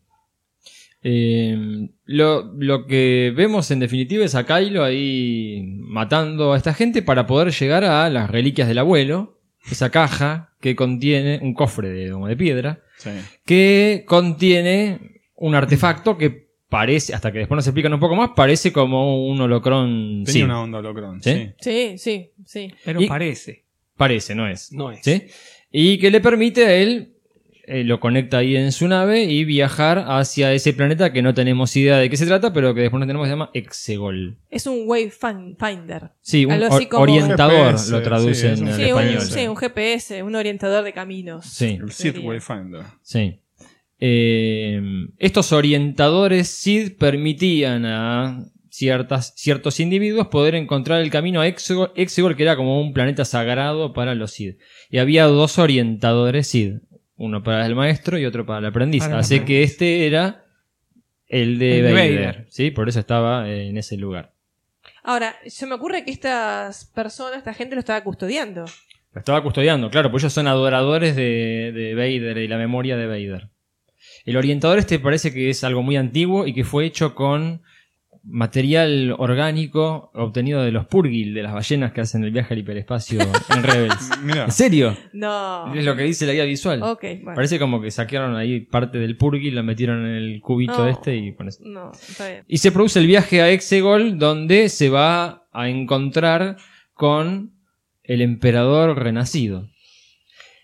C: Eh, lo, lo que vemos en definitiva es a Kylo ahí matando a esta gente para poder llegar a las reliquias del abuelo, esa caja que contiene un cofre de, como de piedra,
E: sí.
C: que contiene un artefacto que parece, hasta que después nos explican un poco más, parece como un holocrón.
E: Tenía
C: Sí,
E: una onda holocron.
C: ¿Sí?
E: ¿Sí?
D: Sí, sí, sí.
F: Pero
C: Y-
F: parece,
C: parece, no es.
F: no es.
C: ¿sí? Y que le permite a él eh, lo conecta ahí en su nave y viajar hacia ese planeta que no tenemos idea de qué se trata, pero que después no tenemos, se llama Exegol.
D: Es un Wave fan- Finder.
C: Sí, un
D: Algo
C: or-
D: así como-
C: orientador
E: GPS,
C: lo
E: sí,
C: traducen
E: es un-
C: al
D: Sí, un,
C: español.
D: sí, un GPS, un orientador de caminos.
C: Sí.
E: El Seed Wayfinder.
C: Sí. Eh, estos orientadores SID permitían a ciertas, ciertos individuos poder encontrar el camino a Exegol, Exegol, que era como un planeta sagrado para los SID. Y había dos orientadores SID, uno para el maestro y otro para el aprendiz.
H: Para el
C: Así
H: aprendiz.
C: que este era el de
H: El de
C: Vader,
H: Vader.
C: ¿sí? Por eso estaba eh, en ese lugar.
D: Ahora, se me ocurre que estas personas, esta gente lo estaba custodiando.
C: Lo estaba custodiando, claro, pues ellos son adoradores de, de Vader y la memoria de Vader. El orientador este parece que es algo muy antiguo y que fue hecho con material orgánico obtenido de los purgil, de las ballenas que hacen el viaje al hiperespacio en Rebels.
E: Mira,
C: ¿En serio?
D: No.
C: Es lo que dice la guía visual.
D: Ok, bueno.
C: Parece como que saquearon ahí parte del purgil, la metieron en el cubito
D: No.
C: este y con eso.
D: No, está bien.
C: Y se produce el viaje a Exegol, donde se va a encontrar con el emperador renacido.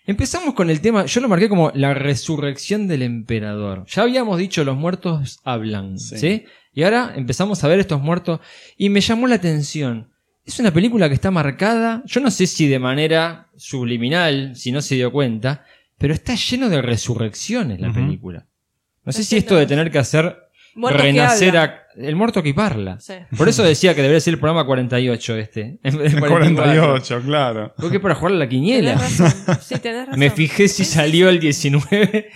C: Empezamos con el tema, yo lo marqué como la resurrección del emperador. Ya habíamos dicho los muertos hablan,
E: Sí.
C: ¿sí? Y ahora empezamos a ver estos muertos y me llamó la atención. Es una película que está marcada, yo no sé si de manera subliminal, si no se dio cuenta, pero está lleno de resurrecciones la
E: Ujú.
C: película. No sé
D: Está
C: si
D: lleno
C: esto de
D: de-
C: tener que hacer
D: Muertos que
C: renacer
D: hablan.
C: a- el muerto que parla.
D: Sí.
C: Por eso decía que debería ser el programa 48 este. En vez de 44.
E: 48, claro.
C: Porque para jugar a la
D: Tenés
C: quiniela.
D: razón. Sí, tenés razón.
C: Me fijé si
D: Sí,
C: salió el 19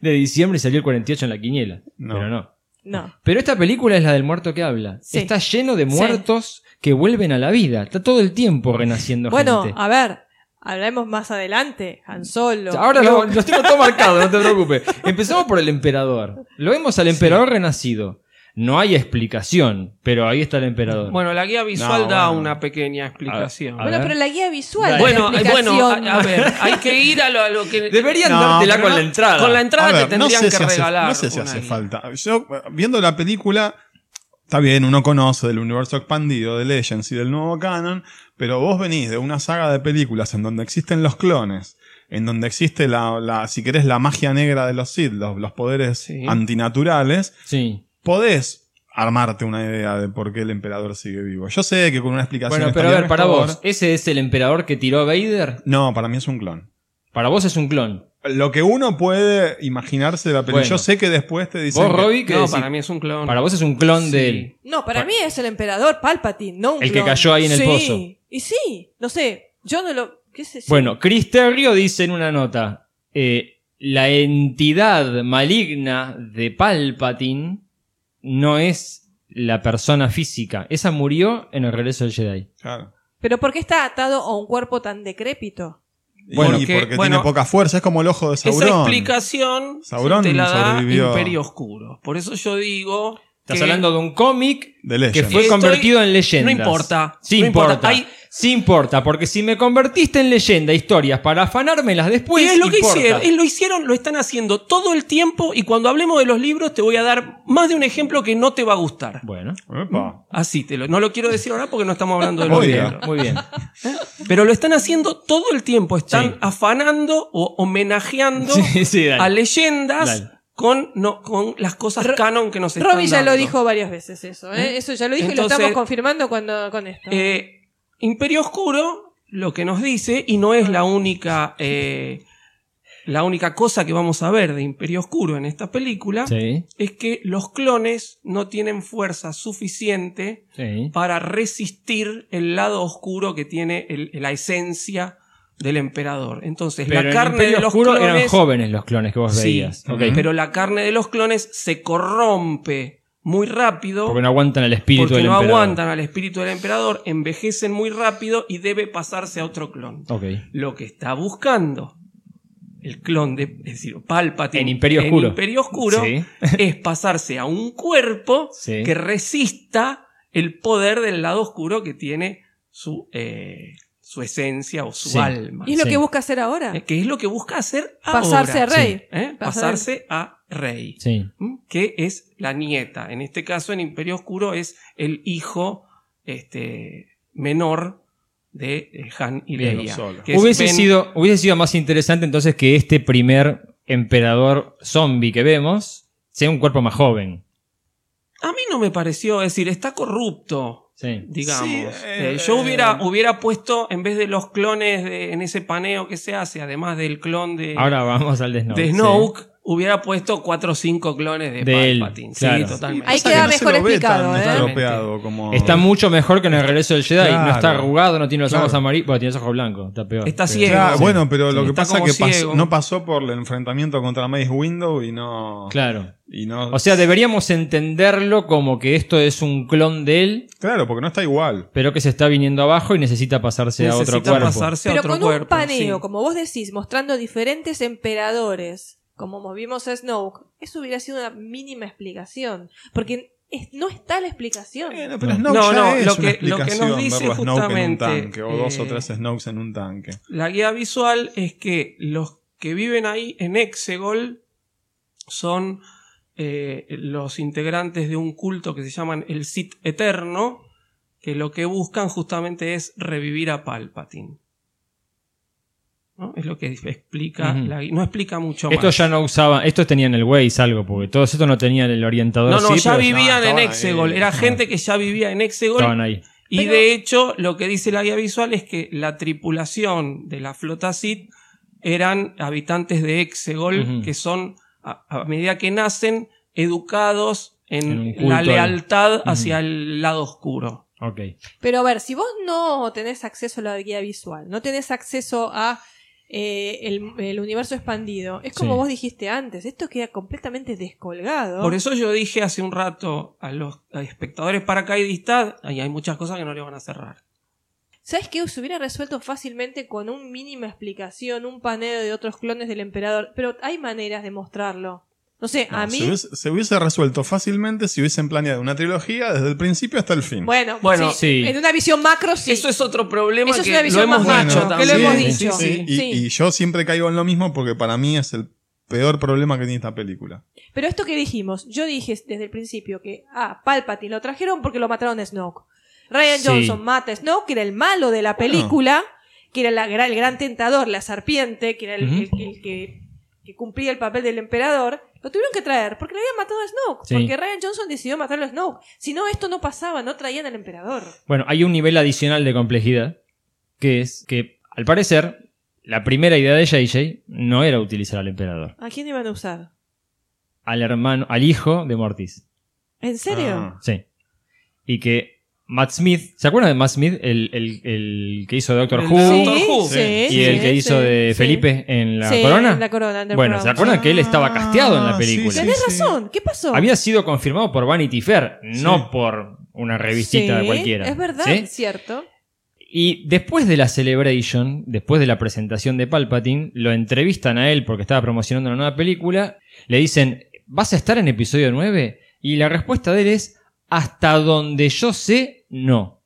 C: de diciembre y salió el 48 en la quiniela.
E: No.
C: Pero no.
D: No.
C: Pero esta película es la del muerto que habla.
D: Sí.
C: Está lleno de muertos que vuelven a la vida. Está todo el tiempo renaciendo
D: Bueno,
C: gente.
D: a ver, hablemos más adelante. Han Solo.
C: Ahora lo-
D: Luke.
C: los tengo todo marcado, no te preocupes. Empezamos por el emperador. Lo vemos al emperador renacido. No hay explicación, pero ahí está el emperador.
F: Bueno, la guía visual
E: No,
F: da
E: bueno.
F: una pequeña explicación.
C: A- a
D: Bueno,
C: ver.
D: pero la guía visual.
F: bueno,
D: la
F: eh, bueno,
D: explicación.
F: a, a ver, hay que ir a lo, a lo que.
C: Deberían
E: No,
C: dártela
E: pero
C: con
F: no-
C: la entrada.
F: Con la entrada
E: A ver,
F: te tendrían que
E: hace-
F: regalar.
E: no sé si
F: una
E: hace
F: guía.
E: falta. Yo, viendo la película, está bien, uno conoce del universo expandido, de Legends y del nuevo canon, pero vos venís de una saga de películas en donde existen los clones, en donde existe la, la- si querés, la magia negra de los Sith, los, los poderes
F: Sí.
E: antinaturales,
C: Sí.
E: podés armarte una idea de por qué el emperador sigue vivo. Yo sé que con una explicación...
C: Bueno, pero a ver,
E: estaría
C: para
E: mejor.
C: vos, ¿ese es el emperador que tiró a Vader?
E: No, para mí es un clon.
C: Para vos es un clon.
E: Lo que uno puede imaginarse de la película.
C: Bueno.
E: Yo sé que después te dicen.
C: Vos,
E: que-
C: Robbie, que
F: No,
C: decís-
F: para mí es un clon.
C: para vos es un clon
F: Sí.
C: de él.
D: No, para
C: Pa-
D: mí es el emperador Palpatine, no un
C: El que
D: clon.
C: cayó ahí en el
D: Sí,
C: pozo.
D: Y sí, no sé, yo no lo. ¿Qué sé yo?
C: Bueno, Chris Terrio dice en una nota: eh, La entidad maligna de Palpatine no es la persona física. Esa murió en el regreso del Jedi.
E: Claro.
D: Pero ¿por qué está atado a un cuerpo tan decrépito?
E: Y-
F: Bueno,
E: y
F: que-
E: porque
F: bueno,
E: tiene poca fuerza, es como el ojo de
F: Esa
E: Sauron.
F: explicación
E: Sauron
F: te la da
E: sobrevivió.
F: Imperio Oscuro. Por eso yo digo.
C: Estás
F: que-
C: hablando de un cómic
E: de
C: que
E: Legends.
C: fue
F: Estoy-
C: convertido en leyenda.
F: no importa,
C: Sí
F: no
C: importa.
F: importa. Hay-
C: Sí importa, porque si me convertiste en leyenda, historias para afanármelas después.
F: Y es lo que
C: importa.
F: hicieron, es lo hicieron, lo están haciendo todo el tiempo y cuando hablemos de los libros te voy a dar más de un ejemplo que no te va a gustar.
C: Bueno,
E: Epa.
F: Así te lo, no lo quiero decir ahora porque no estamos hablando de los
E: Muy bien.
F: libros.
C: muy bien.
F: Pero lo están haciendo todo el tiempo, están
C: Sí.
F: afanando o homenajeando
C: Sí, sí, dale.
F: a leyendas
C: Dale.
F: con, no, con las cosas
D: Ro-
F: canon que nos están
D: Robbie ya
F: dando.
D: lo dijo varias veces eso, ¿eh?
F: ¿Eh?
D: Eso ya lo dijo y lo
F: Entonces-
D: estamos confirmando cuando con esto.
F: Eh, Imperio Oscuro lo que nos dice, y no es la única, eh, la única cosa que vamos a ver de Imperio Oscuro en esta película,
C: Sí,
F: es que los clones no tienen fuerza suficiente
C: sí.
F: para resistir el lado oscuro que tiene el- la esencia del emperador. Entonces,
C: Pero
F: la
C: en
F: carne
C: Imperio
F: de los
C: Oscuro
F: clones...
C: eran jóvenes los clones que vos
F: Sí,
C: veías. Ok.
F: pero la carne de los clones se corrompe muy rápido
C: Porque no aguantan el espíritu
F: porque
C: del
F: no
C: emperador.
F: aguantan al espíritu del emperador, envejecen muy rápido y debe pasarse a otro clon.
C: Ok.
F: Lo que está buscando el clon de, es decir, Palpatine
C: En Imperio Oscuro.
F: Imperio Oscuro
C: Sí.
F: es pasarse a un cuerpo
C: Sí.
F: que resista el poder del lado oscuro que tiene su, eh, su esencia o su
C: Sí.
F: alma.
D: y es lo
C: sí.
D: que busca hacer ahora.
F: Eh, Que es lo que busca hacer ahora.
D: Pasarse a rey.
F: ¿Eh? Pasarse a rey.
C: Sí.
F: ¿m? que es la nieta. En este caso, en Imperio Oscuro es el hijo este, menor de eh, Han y
C: Bien.
F: Leia.
E: Solo.
F: que es
C: Hubiese,
F: Ben-
C: sido, hubiese sido más interesante entonces que este primer emperador zombie que vemos sea un cuerpo más joven.
F: A mí no me pareció, es decir, está corrupto,
C: Sí.
F: digamos.
E: Sí,
F: Eh,
E: eh,
F: yo hubiera, hubiera puesto, en vez de los clones de- en ese paneo que se hace, además del clon de,
C: Ahora vamos al de Snoke.
F: de
C: sí.
F: Snoke, hubiera puesto cuatro o cinco clones de,
C: De él,
F: Palpatine.
C: claro.
F: Sí, totalmente.
D: Hay
E: Pasa
D: queda
E: no se
D: mejor
E: lo ve
D: explicado,
E: tan
D: ¿eh?
E: estropeado como-
C: Está mucho mejor que en el regreso del Jedi.
E: Claro.
C: no está arrugado, no tiene los ojos
E: Claro.
C: amarillos. Bueno, tiene los ojos blancos, está peor.
F: Está
C: Pero-
F: ciego.
E: Claro,
F: Sí.
E: bueno, pero lo que
F: Está
E: pasa
F: como
E: es que pasó-
F: ciego.
E: no pasó por el enfrentamiento contra Mace Window y no.
C: Claro.
E: Y no
C: O sea, deberíamos entenderlo como que esto es un clon de él,
E: claro, porque no está igual.
C: pero que se está viniendo abajo y necesita pasarse a otro
F: Necesita
C: cuerpo.
F: pasarse a
D: Pero
F: otro
D: con
F: cuerpo,
D: un paneo,
F: sí.
D: como vos decís, mostrando diferentes emperadores, como mo- vimos a Snoke, eso hubiera sido una mínima explicación. Porque es- no está la explicación.
E: Bueno,
C: No.
E: pero Snoke
F: No,
E: ya
F: no,
E: es una
F: lo que- lo que nos
E: explicación
F: dice
E: verlo a Snoke en un
F: justamente,
E: tanque o dos o
F: eh,
E: tres Snokes en un tanque.
F: La guía visual es que los que viven ahí en Exegol son eh, los integrantes de un culto que se llaman el Sith Eterno, que lo que buscan justamente es revivir a Palpatine. ¿No? Es lo que explica
C: Ujú.
F: la guía. No explica mucho más.
C: Estos ya no usaban, estos tenían el Waze algo, porque todos estos no tenían el orientador.
F: no, no,
C: sí,
F: ya
C: pero
F: vivían
E: estaban
F: en
E: ahí.
F: Exegol. Era gente que ya vivía en Exegol
C: estaban ahí.
F: Y
D: Pero-
F: de hecho, lo que dice la guía visual es que la tripulación de la flota Sith eran habitantes de Exegol,
C: Ujú.
F: que son, a, a medida que nacen, educados
C: En un
F: en
C: culto
F: la
C: al-
F: lealtad
C: Ujú.
F: hacia el lado oscuro.
C: Ok.
D: Pero a ver, si vos no tenés acceso a la guía visual, no tenés acceso a eh, el, el universo expandido, es como
C: Sí.
D: vos dijiste antes, esto queda completamente descolgado.
F: Por eso yo dije hace un rato a los a espectadores paracaidistas, ahí hay muchas cosas que no le van a cerrar.
D: ¿Sabes qué? Se hubiera resuelto fácilmente con una mínima explicación, un paneo de otros clones del emperador, pero hay maneras de mostrarlo. No sé, a
E: No,
D: mí...
E: se, hubiese, se hubiese resuelto fácilmente si hubiesen planeado una trilogía desde el principio hasta el fin.
D: Bueno,
F: Bueno,
D: sí,
C: sí.
D: en una visión macro sí.
F: Eso es otro problema
D: Eso es
F: que
D: una visión
F: lo hemos
D: más
F: dicho
D: macro,
F: también.
D: que lo hemos
F: Sí,
D: dicho.
F: sí, sí.
E: Y,
D: sí.
E: y yo siempre caigo en lo mismo porque para mí es el peor problema que tiene esta película.
D: Pero esto que dijimos, yo dije desde el principio que ah, Palpatine lo trajeron porque lo mataron a Snoke. Ryan
C: Sí.
D: Johnson mata a Snoke, que era el malo de la película, que era la gra- el gran tentador, la serpiente, que era el,
C: Ujú.
D: el- el que, que cumplía el papel del emperador. Lo tuvieron que traer porque le habían matado a Snoke.
C: Sí.
D: Porque Ryan Johnson decidió matarlo a Snoke. Si no, esto no pasaba, no traían al emperador.
C: Bueno, hay un nivel adicional de complejidad, que es que, al parecer, la primera idea de JJ no era utilizar al emperador,
D: ¿A quién iban a usar?
C: al hermano, al hijo de Mortis.
D: ¿En serio?
E: Ah.
C: Sí. Y que Matt Smith, ¿se acuerdan de Matt Smith? El, el- el que hizo Doctor
F: El
C: Who
F: Sí, Doctor Who.
C: y el que
D: ¿Eh? sí,
C: hizo de
D: sí.
C: Felipe en la
D: Sí,
C: corona.
D: en la corona, en The
C: bueno,
D: Crown.
C: ¿se acuerdan que él estaba casteado en la
E: Ah,
C: película?
E: sí,
D: Tenés razón, ¿qué pasó?
C: Había sido confirmado por Vanity Fair,
E: Sí.
C: no por una revistita
D: Sí,
C: cualquiera.
D: Es verdad,
C: ¿sí?
D: cierto.
C: Y después de la celebration, después de la presentación de Palpatine, lo entrevistan a él porque estaba promocionando una nueva película, le dicen, ¿vas a estar en episodio 9? Y la respuesta de él es, hasta donde yo sé, no.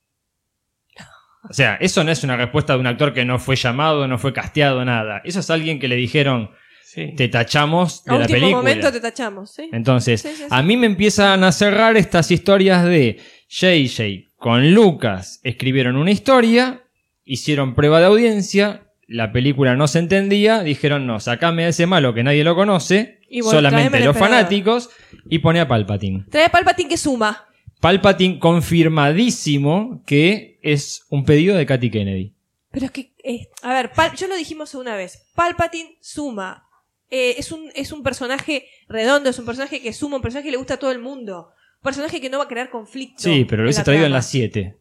C: O sea, eso no es una respuesta de un actor que no fue llamado, no fue casteado, nada. Eso es alguien que le dijeron,
F: Sí.
C: te tachamos de
D: a un
C: la
D: tipo
C: película. Eh.
D: momento te tachamos, ¿sí?
C: Entonces,
D: Sí, sí, sí.
C: a mí me empiezan a cerrar estas historias de JJ con Lucas. Escribieron una historia, hicieron prueba de audiencia, la película no se entendía, dijeron no, sacame a ese malo que nadie lo conoce,
D: Y bueno,
C: solamente
D: tráeme al
C: los
D: emperador".
C: fanáticos, y pone a Palpatine.
D: Trae a Palpatine que suma.
C: Palpatine confirmadísimo que es un pedido de Katy Kennedy.
D: Pero es que, eh, a ver, Pal- yo lo dijimos una vez. Palpatine suma. Eh, es, un, es un personaje redondo, es un personaje que suma, un personaje que le gusta a todo el mundo. Un personaje que no va a crear conflicto.
C: Sí, pero lo hubiese
D: la
C: traído en
D: trama.
C: las 7.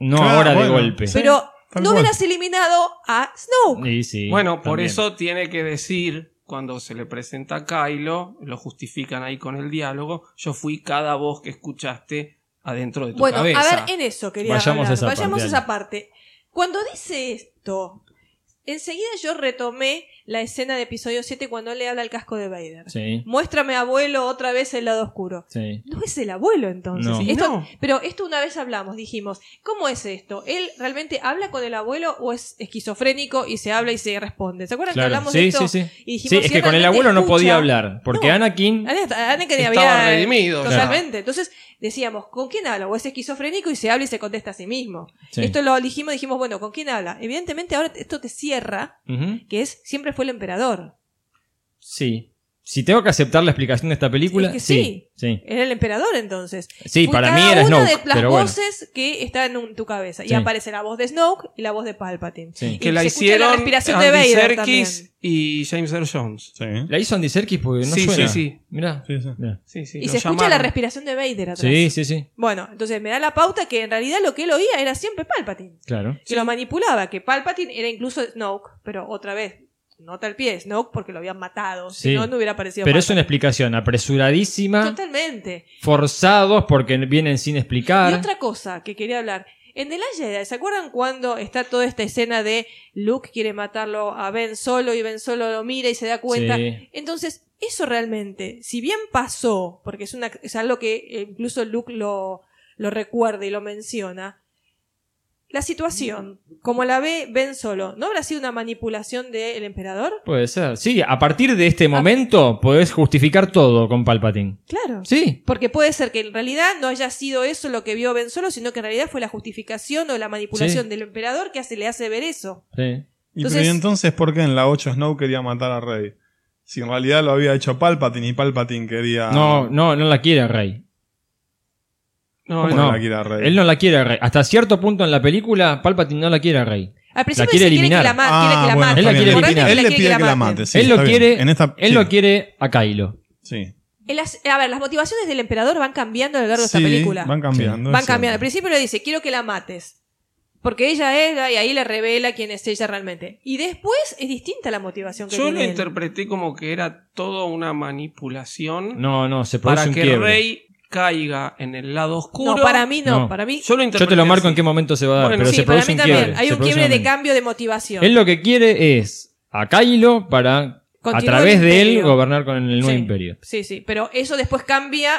C: No
E: Claro,
F: Ah,
C: ahora de
E: bueno,
C: golpe.
E: sí.
D: Pero
E: tal
D: no
E: cual.
D: hubieras eliminado a Snoke.
C: Y sí,
F: Bueno, por
C: también.
F: eso tiene que decir, cuando se le presenta a Kylo, lo justifican ahí con el diálogo, yo fui cada voz que escuchaste adentro de tu
D: Bueno,
F: cabeza.
D: a ver, en eso quería
C: Vayamos
D: hablar.
C: a esa
D: Vayamos
C: parte,
D: a esa parte. Cuando dice esto, enseguida yo retomé la escena de episodio 7 cuando le habla el casco de Vader.
C: Sí,
D: Muéstrame abuelo otra vez el lado oscuro.
C: sí.
D: No es el abuelo entonces.
C: No.
F: Y
D: Esto-
F: no.
D: Pero esto una vez hablamos, dijimos, ¿cómo es esto? ¿Él realmente habla con el abuelo o es esquizofrénico y se habla y se responde? ¿Se acuerdan que
C: Claro,
D: hablamos
C: sí,
D: de esto?
C: sí, sí.
D: Y dijimos,
C: Sí, es
D: si
C: que con el
D: realmente
C: abuelo no
D: escucha-
C: podía hablar, porque
D: No.
C: Anakin
D: Ana- Ana que
F: Estaba
D: había- eh,
F: redimido,
D: Totalmente. Entonces decíamos, ¿con quién habla? O es esquizofrénico y se habla y se contesta a sí mismo.
C: Sí.
D: Esto lo dijimos, dijimos, bueno, ¿con quién habla? Evidentemente ahora esto te cierra,
C: Ujú.
D: que es siempre fue el emperador.
C: Sí. Si tengo que aceptar la explicación de esta película,
D: Es que
C: sí. Sí.
D: Era el emperador entonces.
C: Sí,
D: Fue
C: para
D: cada
C: mí era
D: una
C: Snoke,
D: de las
C: pero bueno.
D: voces que están en tu cabeza. Y
C: Sí.
D: aparece la voz de Snoke y la voz de Palpatine.
C: Sí.
D: Y
F: Que la
D: se escucha
F: hicieron
D: la respiración de
F: Andy
D: Vader
F: Serkis
D: también.
F: y James Earl Jones.
E: Sí.
C: La hizo Andy Serkis porque no
F: Sí,
C: suena.
F: sí, sí.
C: Mirá.
E: Sí, sí.
C: Mirá.
F: Sí, sí,
D: Y
F: lo
D: se escucha
F: llamaron.
D: la respiración de Vader atrás.
C: Sí, sí, sí.
D: Bueno, entonces me da la pauta que en realidad lo que él oía era siempre Palpatine.
C: Claro.
D: Que lo manipulaba, que Palpatine era incluso Snoke, pero otra vez, nota al pie, Snoke porque lo habían matado. Si
C: Sí.
D: no, no hubiera aparecido
C: Pero es una
D: Palpatine.
C: explicación apresuradísima,
D: Totalmente.
C: forzados porque vienen sin explicar.
D: Y otra cosa que quería hablar. En The Last Jedi, ¿se acuerdan cuando está toda esta escena de Luke quiere matarlo a Ben Solo y Ben Solo lo mira y se da cuenta?
C: Sí.
D: Entonces, eso realmente, si bien pasó, porque es, una, es algo que eh, incluso Luke lo, lo recuerda y lo menciona, la situación, como la ve Ben Solo, ¿no habrá sido una manipulación del emperador?
C: Puede ser. Sí, a partir de este momento podés justificar todo con Palpatine.
D: Claro.
C: Sí.
D: Porque puede ser que en realidad no haya sido eso lo que vio Ben Solo, sino que en realidad fue la justificación o la manipulación
C: Sí.
D: del emperador que hace, le hace ver eso.
C: Sí.
E: Y
D: Entonces-
E: pero, ¿y entonces por qué en la 8 Snow quería matar a Rey? Si en realidad lo había hecho Palpatine y Palpatine
F: Ah.
E: quería.
C: No, no, no la quiere a Rey.
F: No,
E: ¿Cómo
F: él-
E: no
C: no.
E: la quiere a Rey?
C: Él no la quiere a Rey. Hasta cierto punto en la película, Palpatine no la quiere a Rey.
D: Al principio
C: quiere
D: dice, quiere que
C: eliminar.
D: la, ma-
E: Ah,
D: quiere que la
E: bueno,
D: mate.
C: Él la quiere
D: Por
C: eliminar.
D: rato
E: Él
D: quiere
E: le pide que la
D: maten.
E: mate. Sí,
C: él lo
E: está bien.
C: quiere,
E: En esta-
C: él
E: sí,
C: lo quiere a Kylo.
E: Sí.
D: Él hace- a ver, las motivaciones del emperador van cambiando a lo largo de
E: Sí,
D: esta película.
E: Van cambiando.
D: Van
E: es
D: cambiando. Al
E: cierto.
D: principio le dice, quiero que la mates. Porque ella era y ahí le revela quién es ella realmente. Y después es distinta la motivación que
F: Yo lo
D: tiene él.
F: interpreté como que era todo una manipulación
C: No, no, se produce
F: para
C: un
F: que
C: quiebre.
F: Rey caiga en el lado oscuro.
D: No, para mí no,
C: No.
D: para mí...
F: Yo,
C: Yo
F: lo
C: te
F: interpreté
C: lo marco en
F: así.
C: qué momento se va a dar,
F: Bueno,
C: pero
D: sí,
C: se
D: para
C: produce
D: mí
C: un
D: también.
C: quiebre.
D: Hay
C: se
D: un
C: produce
D: quiebre
C: una
D: de
C: mente.
D: cambio de motivación.
C: Él lo que quiere es a Kylo para,
D: Continúa
C: a través
D: el
C: de él,
D: imperio.
C: gobernar con el nuevo
D: Sí,
C: imperio.
D: Sí, sí, pero eso después cambia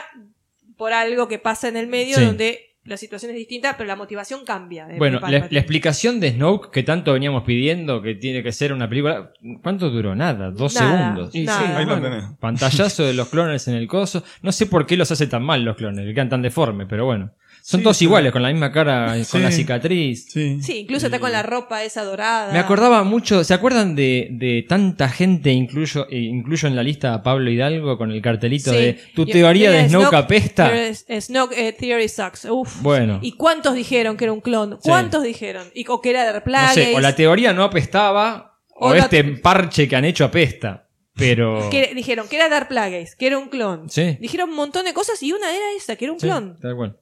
D: por algo que pasa en el medio
C: Sí.
D: donde la situación es distinta, pero la motivación cambia. eh, de-
C: Bueno,
D: de
C: la,
D: Palpatine.
C: la explicación de Snoke que tanto veníamos pidiendo, que tiene que ser una película. ¿Cuánto duró? Nada, dos
D: Nada.
C: segundos.
F: Y sí,
D: Nada.
E: Ahí lo
F: bueno.
E: tenés.
C: Pantallazo de los clones en el coso. No sé por qué los hace tan mal los clones, que quedan tan deformes, pero bueno. Son
E: Sí,
C: todos
E: sí.
C: iguales, con la misma cara, con
E: Sí.
C: la cicatriz.
E: Sí.
D: Sí, incluso está con la ropa esa dorada.
C: Me acordaba mucho, ¿se acuerdan de, de tanta gente, incluyo, eh, incluyo en la lista a Pablo Hidalgo con el cartelito
D: Sí.
C: de tu
D: Y-
C: teoría
D: Mira,
C: de Snoke apesta?
D: Theory- eh, Snoke eh, Theory Sucks. Uf.
C: Bueno.
D: ¿Y cuántos dijeron que era un clon?
C: Sí.
D: ¿Cuántos dijeron? Y, o que era
C: No sé,
D: de
C: o la
D: Plagueis.
C: teoría no apestaba, o,
D: O la-
C: este parche que han hecho apesta. Pero.
D: que, dijeron que era Dark Plagueis, que era un clon.
C: Sí.
D: Dijeron un montón de cosas y una era esa, que era un
C: Sí,
D: clon.
C: tal cual.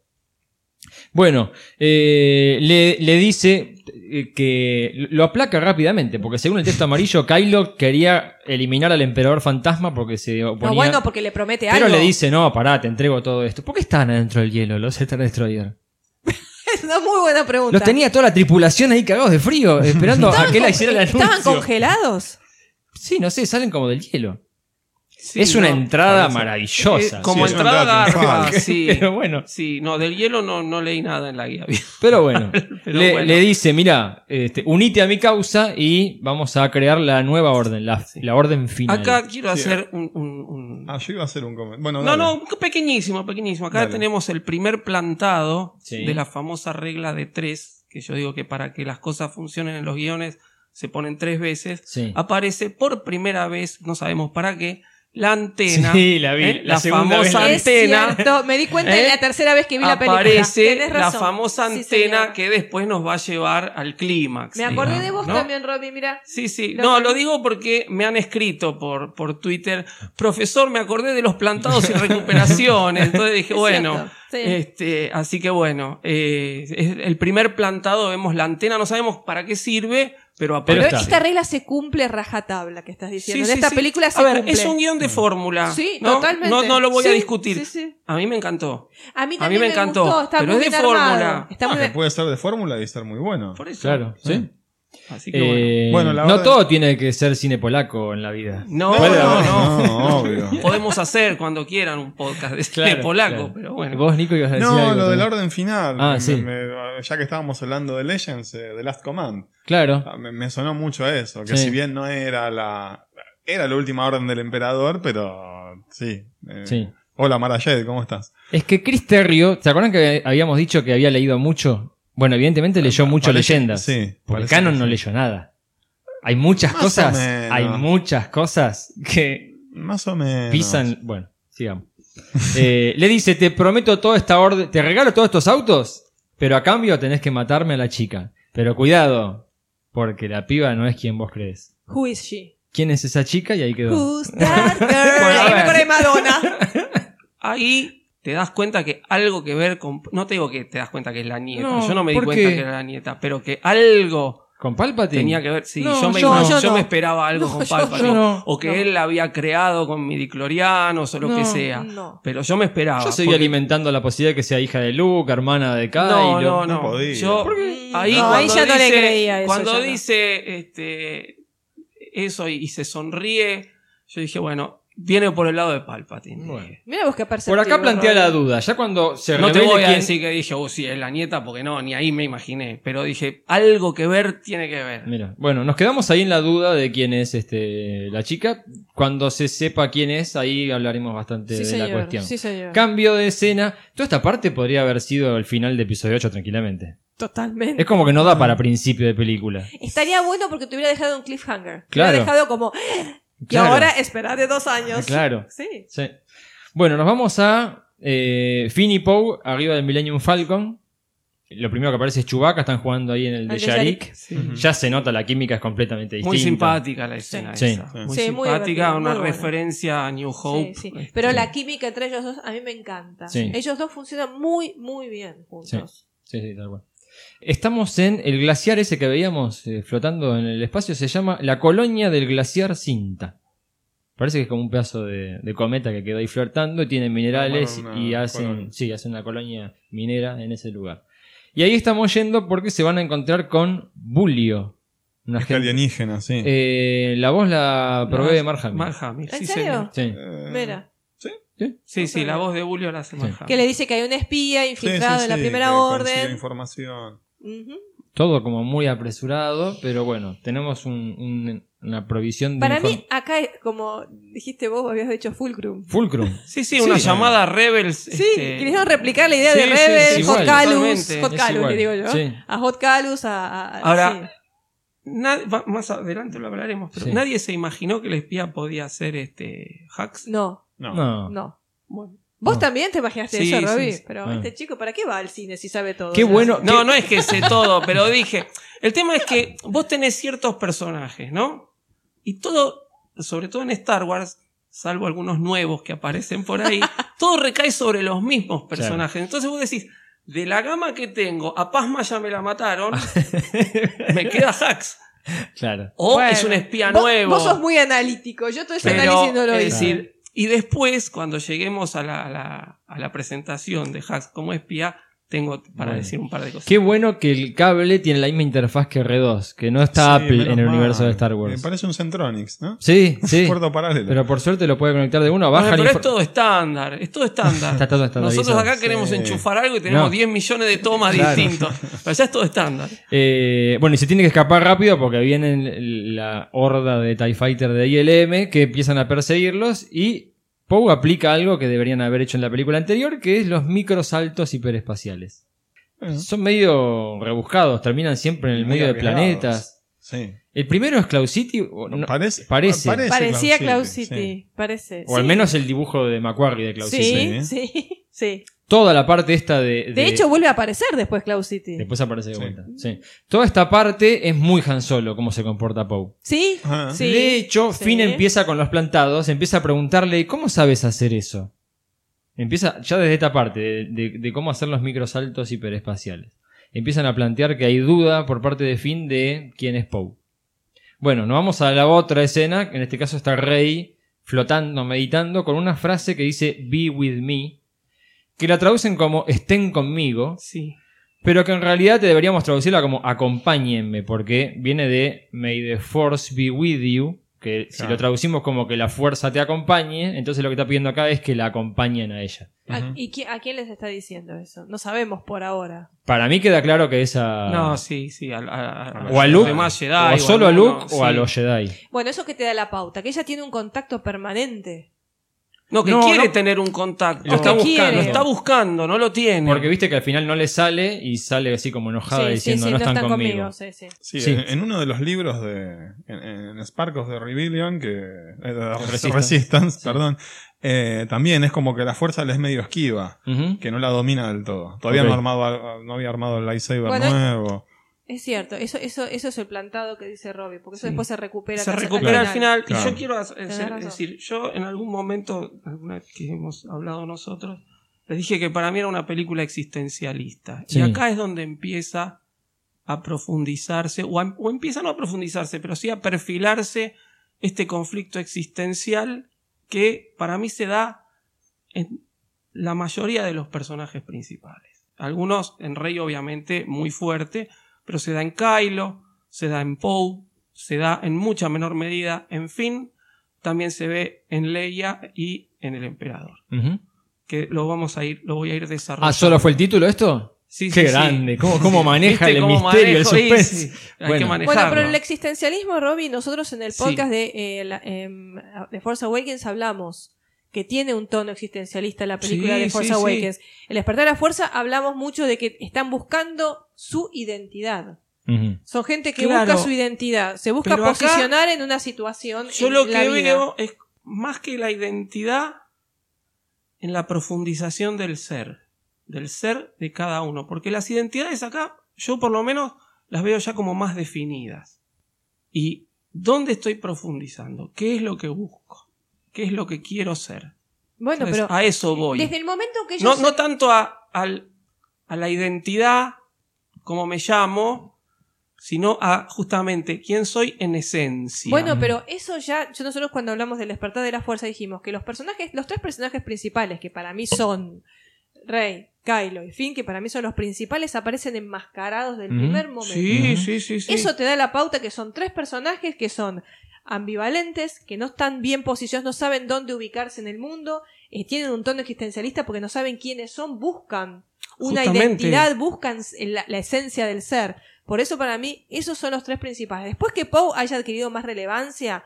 C: Bueno, eh, le, le dice eh, que lo aplaca rápidamente, porque según el texto amarillo, Kylo quería eliminar al emperador fantasma porque se oponía.
D: No, bueno, porque le promete
C: pero
D: algo.
C: le dice, no, pará, te entrego todo esto. ¿Por qué estaban adentro del hielo los Star Destroyer?
D: es una muy buena pregunta.
C: Los tenía toda la tripulación ahí cagados de frío, esperando a que la
D: con-
C: hiciera el anuncio.
D: ¿Estaban congelados?
C: Sí, no sé, salen como del hielo.
F: Sí,
C: es una
F: no.
C: entrada
E: parece.
C: maravillosa.
F: Eh, como
E: Sí, es
F: entrada
E: un dato
F: garpa,
E: triunfal.
F: sí.
C: Pero bueno.
F: Sí, no, del hielo no, no leí nada en la guía.
C: Pero bueno,
F: Pero
C: le,
F: bueno.
C: le dice, mira, este, unite a mi causa y vamos a crear la nueva orden, la, la orden final.
F: Acá quiero
E: Sí.
F: hacer un... un- un-
E: Ah, yo iba a hacer un comentario. Bueno,
F: No,
E: dale.
F: no, pequeñísimo, pequeñísimo. Acá
E: Dale.
F: tenemos el primer plantado
C: Sí.
F: de la famosa regla de tres, que yo digo que para que las cosas funcionen en los guiones se ponen tres veces.
C: Sí.
F: Aparece por primera vez, no sabemos para qué, la antena.
C: Sí, la vi,
F: ¿eh?
C: la
F: La,
C: segunda vez
F: famosa
C: la vi.
D: Es
F: antena.
D: cierto, me di cuenta
F: ¿Eh?
D: en la tercera vez que vi la película.
F: aparece
D: Tenés
F: la
D: razón.
F: famosa
D: Sí,
F: antena
D: señor.
F: que después nos va a llevar al clímax.
D: Me acordé de vos
F: ¿no?
D: también, Robbie, mira.
F: Sí, sí.
D: Lo
F: No,
D: que-
F: lo digo porque me han escrito por, por Twitter, profesor, me acordé de los plantados y recuperaciones. Entonces dije,
D: Es
F: bueno,
D: cierto, sí.
F: este, así que bueno, eh, es el primer plantado vemos la antena, no sabemos para qué sirve, pero
D: Pero
F: aparece.
C: está.
D: esta regla se cumple rajatabla que estás
F: Sí,
D: diciendo.
F: sí,
D: en esta
F: sí.
D: película se
F: a ver,
D: cumple.
F: es un guión de fórmula.
D: Sí,
F: ¿no?
D: totalmente.
F: No, no lo voy a
D: Sí,
F: discutir.
D: sí, sí.
F: A mí me encantó.
D: A mí
F: a
D: también
F: mí me encantó,
D: gustó, está
F: pero
D: muy
F: es de
D: bien armado.
F: fórmula.
D: Está
E: Ah,
D: muy
E: que
D: bien-
E: puede ser de fórmula y estar muy bueno.
F: Por eso.
C: Claro, sí.
F: Así que bueno.
C: Eh,
E: Bueno, la
C: no
E: orden-
C: todo tiene que ser cine polaco en la vida.
F: No,
E: Puede
F: no,
E: haber,
F: no.
E: no, obvio.
F: Podemos hacer cuando quieran un podcast de cine
C: Claro,
F: polaco,
C: claro.
F: pero bueno.
C: Vos, Nico, ibas a decir
E: No,
C: algo
E: lo del
C: también.
E: orden final.
C: Ah,
E: Me-
C: sí.
E: me- ya que estábamos hablando de Legends, eh, de Last Command, ah,
C: Claro,
E: me, me sonó mucho a eso. Que
C: Sí.
E: si bien no era la. Era la última orden del emperador, pero sí. eh,
C: sí.
E: Hola, Mara Jade, ¿cómo estás?
C: Es que Chris Terrio, ¿se acuerdan que habíamos dicho que había leído mucho? Bueno, evidentemente leyó mucho
E: Ah, Parece-
C: leyendas.
E: Sí.
C: porque
E: parece
C: Canon
E: que
C: no
E: sí.
C: leyó nada. Hay muchas
E: Más o
C: cosas,
E: menos.
C: hay muchas cosas que
E: Más o menos.
C: pisan. Bueno, sigamos. Eh, le dice: Te prometo toda esta orden, te regalo todos estos autos, pero a cambio tenés que matarme a la chica. Pero cuidado, porque la piba no es quien vos crees.
D: Who is she?
C: ¿Quién es esa chica? Y ahí
F: Uh.
C: quedó.
D: Who's that girl? Ahí me acordé de Madonna.
F: Ahí te das cuenta que algo que ver con. No te digo que te das cuenta que es la nieta.
C: No,
F: yo no me di
C: ¿por
F: cuenta
C: qué?
F: que era la nieta, pero que algo
C: Con Palpatine.
F: tenía que ver. Sí,
C: No,
F: yo, me,
D: yo-
F: imagino-
D: yo
F: yo
D: no.
F: me esperaba algo
D: No,
F: con
D: yo-
F: Palpatine.
C: yo no.
F: O que
D: No.
F: él la había creado con midiclorianos o lo que
D: No,
F: sea.
D: no.
F: Pero yo me esperaba.
E: Ah,
C: Yo seguí
F: porque-
C: alimentando la posibilidad de que sea hija de Luke, hermana de Kai.
F: No,
C: lo-
F: no, no.
E: No podía.
F: Yo,
E: ¿Por
D: qué?
F: ahí
D: Mm, No,
F: cuando
D: ahí ya no le
F: dice,
D: creía eso,
F: Cuando
D: ya no.
F: dice este, eso y, y se sonríe, yo dije, bueno, viene por el lado de Palpatine.
C: Bueno.
F: Dije,
D: Mira vos qué perceptivo.
C: Por acá plantea la
D: Rodri.
C: duda. Ya cuando se
F: No te
C: revele
F: voy a
C: quién-
F: decir que dije, oh, sí, es la nieta, porque no, ni ahí me imaginé. Pero dije, algo que ver tiene que ver.
C: Mira, bueno, nos quedamos ahí en la duda de quién es este la chica. Cuando se sepa quién es, ahí hablaremos bastante
D: Sí,
C: de la
D: señor.
C: cuestión.
D: Sí, señor.
C: Cambio de escena. Toda esta parte podría haber sido el final de episodio 8 tranquilamente.
D: Totalmente.
C: Es como que no da para principio de película.
D: Estaría bueno porque te hubiera dejado un cliffhanger. Te
C: Claro.
D: hubiera dejado como. Y
C: Claro. Ah,
D: ahora esperate dos años.
C: Claro.
D: Sí.
C: Sí. Bueno, nos vamos a eh, Finny Poe, arriba del Millennium Falcon. Lo primero que aparece es Chewbacca, están jugando ahí en el de
D: Al de
C: Yarik.
D: Yarik.
C: Ya se nota, la química es completamente distinta.
F: Muy simpática la escena
C: Sí.
E: Sí.
F: esa. Muy
D: Sí, muy
F: simpática,
D: divertida,
F: una
D: muy buena.
F: referencia a New Hope.
D: Sí, sí.
F: Este,
D: Pero la química entre ellos dos a mí me encanta.
C: Sí.
D: Ellos dos funcionan muy, muy bien juntos.
C: Sí, sí, tal cual. Estamos en el glaciar ese que veíamos eh, flotando en el espacio, se llama la colonia del glaciar cinta. Parece que es como un pedazo de, de cometa que quedó ahí flotando y tiene minerales
E: Formaron Ah, una
C: y hacen,
E: colonia.
C: sí, hacen una colonia minera en ese lugar. Y ahí estamos yendo porque se van a encontrar con Bulio. Una
E: Es que alienígena, sí.
C: Eh, la voz la probé de Mark Hamill.
F: Mark Hamill,
D: ¿En
F: sí,
D: serio?
F: señor.
C: Sí.
E: Eh,
D: Mira.
F: Sí, sí, la voz de Julio la hace Mark Hamill.
D: Que le dice que hay un espía
E: sí, sí,
D: infiltrado en la
E: sí,
D: primera
E: que consigue
D: orden.
E: información.
D: Ujú.
C: Todo como muy apresurado, pero bueno, tenemos un- un- una provisión de
D: Para
C: inform-
D: mí, acá, es como dijiste vos, habías dicho Fulcrum.
C: Fulcrum.
F: Sí, sí, una
C: Sí.
F: llamada Rebels.
D: Sí,
F: este,
D: quisieron replicar la idea de
F: sí, sí,
D: Rebel,
C: es
D: Hot
C: igual,
D: Calus,
F: totalmente,
D: Hot
C: es
D: Calus,
C: igual,
D: le digo yo.
C: sí.
D: A Hot Calus, a. a-
F: Ahora-
D: sí.
F: na- va- más adelante lo hablaremos, pero
C: Sí.
F: nadie se imaginó que el espía podía ser este hacks.
D: No,
E: No.
C: No.
D: no.
F: Bueno.
D: Vos
C: No.
D: también te imaginaste
F: Sí,
D: eso,
F: sí,
D: Robbie.
F: sí.
D: Pero
C: Ah.
D: este chico, ¿para qué va al cine si sabe todo?
C: Qué
D: O sea,
C: bueno.
F: No,
C: qué-
F: no es que sé todo, pero dije. El tema es que vos tenés ciertos personajes, ¿no? Y todo, sobre todo en Star Wars, salvo algunos nuevos que aparecen por ahí, todo recae sobre los mismos personajes. Entonces vos decís, de la gama que tengo, a Pasma ya me la mataron, me queda Hacks.
C: Claro.
F: O
D: Bueno,
F: es un espía
D: vos-
F: nuevo.
D: Vos sos muy analítico. Yo todo ese
F: Pero,
D: análisis no lo
F: es
D: hice.
F: decir, y después, cuando lleguemos a la, a la- a la presentación de Hacks como espía, tengo para
C: Bueno.
F: decir un par de cosas.
C: Qué bueno que el cable tiene la misma interfaz que R2, que no está
E: Sí,
C: Apple
E: menos
C: en el
E: mal.
C: universo de Star
E: Eh,
C: Wars.
E: parece un Centronics, ¿no?
C: Sí, sí.
E: Puerto paralelo.
C: Pero por suerte lo puede conectar de uno,
F: Bueno,
C: baja la
F: pero es
C: infor-
F: todo estándar, es todo estándar.
C: Está todo estandarizado,
F: Nosotros acá queremos
E: sí.
F: enchufar algo y tenemos
C: No.
F: 10 millones de tomas
C: Claro.
F: distintos. Pero ya es todo estándar.
C: Eh, bueno, y se tiene que escapar rápido porque vienen la horda de TIE Fighter de ILM que empiezan a perseguirlos y Poe aplica algo que deberían haber hecho en la película anterior, que es los microsaltos hiperespaciales.
E: Bueno,
C: Son medio rebuscados, terminan siempre en el
E: Muy
C: medio de
E: arriesgados.
C: planetas.
E: sí.
C: El primero es Cloud City. o no-
E: Parece,
C: parece.
D: Parecía Cloud
E: sí.
D: City. Parece.
C: O al
D: sí.
C: menos el dibujo de Macquarie de Cloud City. ¿eh?
D: Sí,
E: City.
D: sí, sí.
C: Toda la parte esta de.
D: De hecho, vuelve a aparecer después Cloud City.
C: Después aparece de
E: Sí.
C: vuelta. sí. Toda esta parte es muy Han Solo, cómo se comporta Poe.
D: Sí,
E: Ajá.
D: sí.
C: De hecho,
D: sí.
C: Finn empieza con los plantados, empieza a preguntarle, ¿cómo sabes hacer eso? Empieza ya desde esta parte, de, de- de cómo hacer los microsaltos hiperespaciales. Empiezan a plantear que hay duda por parte de Finn de quién es Poe. Bueno, nos vamos a la otra escena, que en este caso está Rey flotando, meditando, con una frase que dice Be with me, que la traducen como estén conmigo,
F: Sí.
C: pero que en realidad te deberíamos traducirla como acompáñenme, porque viene de May the Force be with you, que si
E: Claro.
C: lo traducimos como que la fuerza te acompañe, entonces lo que está pidiendo acá es que la acompañen a ella.
D: ¿A, ¿Y qui- a quién les está diciendo eso? No sabemos por ahora.
C: Para mí queda claro que esa...
F: No, sí, sí. al- a- a-
C: Ah. o a
F: los
C: Luke,
F: demás Jedi,
C: o solo a
F: alguno,
C: Luke o a
F: sí.
C: los Jedi.
D: Bueno, eso que te da la pauta, que ella tiene un contacto permanente
F: No, que
C: No,
F: quiere
C: no.
F: tener un contacto.
C: Lo está
F: Lo
C: buscando.
F: está buscando, no lo tiene.
C: Porque viste que al final no le sale y sale así como enojada
D: sí,
C: diciendo
D: sí, sí,
C: no están conmigo.
D: sí, sí.
E: Sí,
C: Sí.
E: En, en uno de los libros de. En, en Sparkles de Rebellion, que. eh, de
C: Resistance.
E: Resistance, perdón. eh, también es como que la fuerza le es medio esquiva.
C: Ujú.
E: Que no la domina del todo. Todavía
C: Ok.
E: no, armado, a- no había armado el lightsaber
D: Bueno, es-
E: nuevo.
D: Es cierto, eso, eso, eso es el plantado que dice Robbie, porque eso
F: Sí.
D: después se recupera.
F: se
D: casi
F: recupera al final. Y
E: Claro.
F: yo quiero hacer-
D: Tenés
F: hacer-
D: razón.
F: decir, yo en algún momento, alguna vez que hemos hablado nosotros, les dije que para mí era una película existencialista.
C: Sí.
F: Y acá es donde empieza a profundizarse, o, a- o empieza no a profundizarse, pero sí a perfilarse este conflicto existencial que para mí se da en la mayoría de los personajes principales. Algunos en Rey obviamente muy fuerte, pero se da en Kylo, se da en Poe, se da en mucha menor medida en Finn, también se ve en Leia y en el Emperador,
C: Ujú.
F: que lo vamos a ir, lo voy a ir desarrollando.
C: Ah, ¿solo fue el título esto?
F: Sí, sí,
C: Qué
F: sí.
C: grande, cómo, cómo maneja
F: ¿Viste
C: el
F: cómo
C: misterio, el
F: manejo? Sí,
C: suspense.
F: sí, Hay
C: Bueno.
F: que
C: Bueno,
F: manejarlo.
D: Bueno, pero el existencialismo, Robbie, nosotros en el
F: Sí.
D: podcast de, eh, la- em, de Force Awakens hablamos que tiene un tono existencialista la película
F: Sí,
D: de Force
F: sí, sí.
D: Awakens. El despertar de la fuerza hablamos mucho de que están buscando su identidad.
C: Ujú.
D: Son gente que
F: Claro.
D: busca su identidad, se busca
F: Pero acá-
D: posicionar en una situación.
F: Yo
D: en
F: lo
D: la
F: que
D: vida.
F: veo es más que la identidad en la profundización del ser, del ser de cada uno, porque las identidades acá yo por lo menos las veo ya como más definidas. ¿Y dónde estoy profundizando? ¿Qué es lo que busco? ¿Qué es lo que quiero ser?
D: Bueno,
F: Entonces,
D: pero
F: a eso voy.
D: desde el momento que
F: No,
D: ellos
F: no tanto a, al- a la identidad, como me llamo, sino a justamente quién soy en esencia.
D: Bueno, pero eso ya, yo- nosotros cuando hablamos del despertar de la fuerza dijimos que los personajes, los tres personajes principales, que para mí son Rey, Kylo y Finn, que para mí son los principales, aparecen enmascarados del
C: Mm,
D: primer momento.
F: sí,
C: Ujú.
F: sí, sí, sí.
D: Eso te da la pauta que son tres personajes que son ambivalentes, que no están bien posicionados, no saben dónde ubicarse en el mundo, eh, tienen un tono existencialista porque no saben quiénes son, buscan una
F: Justamente.
D: identidad, buscan s- la, la esencia del ser. Por eso para mí esos son los tres principales. Después que Poe haya adquirido más relevancia,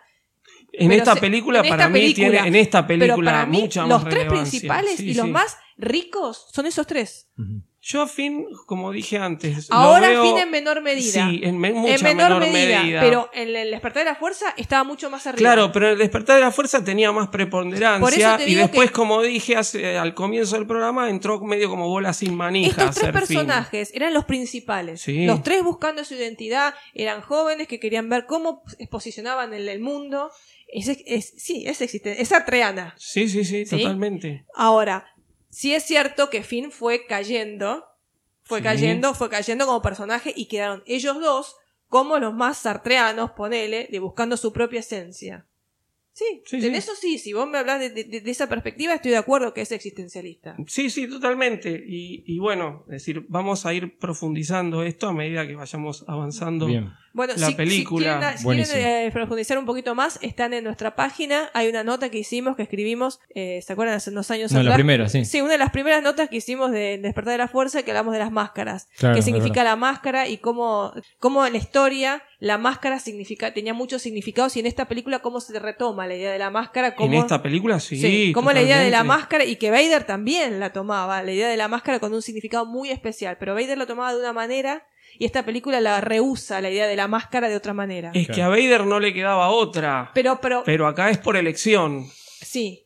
F: En
D: Pero
F: esta
D: se-
F: película,
D: en
F: para
D: esta
F: mí,
D: película.
F: tiene en esta película
D: pero para mí
F: mucha
D: los
F: más
D: tres
F: relevancia.
D: principales
F: Sí,
D: y los
F: sí.
D: más ricos son esos tres.
C: Ujú.
F: Yo a Finn, como dije antes. lo
D: Ahora
F: veo-
D: Finn en menor medida.
F: Sí, en, me- mucha
D: en menor, medida,
F: medida.
D: pero en el despertar de la fuerza estaba mucho más arriba.
F: Claro, pero el despertar de la fuerza tenía más preponderancia.
D: Por eso te
F: y
D: digo
F: después,
D: que-
F: como dije hace- al comienzo del programa, entró medio como bola sin manija. a
D: Estos tres
F: ser Finn.
D: personajes eran los principales.
F: Sí.
D: Los tres buscando su identidad, eran jóvenes que querían ver cómo se posicionaban en el mundo. Es, es- sí, es existente, es atreana.
F: Sí, sí, sí,
D: ¿Sí?
F: totalmente.
D: Ahora, sí es cierto que Finn fue cayendo, fue
F: Sí.
D: cayendo, fue cayendo como personaje y quedaron ellos dos como los más sartreanos, ponele, de buscando su propia esencia. Sí,
F: Sí,
D: en
F: sí.
D: eso sí, si vos me hablas de, de- de esa perspectiva, estoy de acuerdo que es existencialista.
F: Sí, sí, totalmente. Y, y bueno, es decir, vamos a ir profundizando esto a medida que vayamos avanzando.
C: Bien.
D: Bueno,
F: La
D: si, si
F: película,
D: quieren, si
C: buenísimo.
D: quieren, eh, profundizar un poquito más, están en nuestra página, hay una nota que hicimos, que escribimos, eh, ¿se acuerdan? Hace unos años
C: No, la
D: atrás.
C: primera, sí.
D: Sí, una de las primeras notas que hicimos de Despertar de la Fuerza que hablamos de las máscaras.
C: Claro,
D: qué
C: es
D: significa la máscara y cómo, cómo en la historia la máscara significa, tenía muchos significados y en esta película cómo se retoma la idea de la máscara. Cómo,
F: En esta película, sí.
D: sí, cómo la idea de la
F: totalmente.
D: máscara y que Vader también la tomaba, la idea de la máscara con un significado muy especial, pero Vader la tomaba de una manera y esta película la rehúsa la idea de la máscara de otra manera.
F: Es que a Vader no le quedaba otra.
D: Pero, pero,
F: Pero acá es por elección.
D: Sí.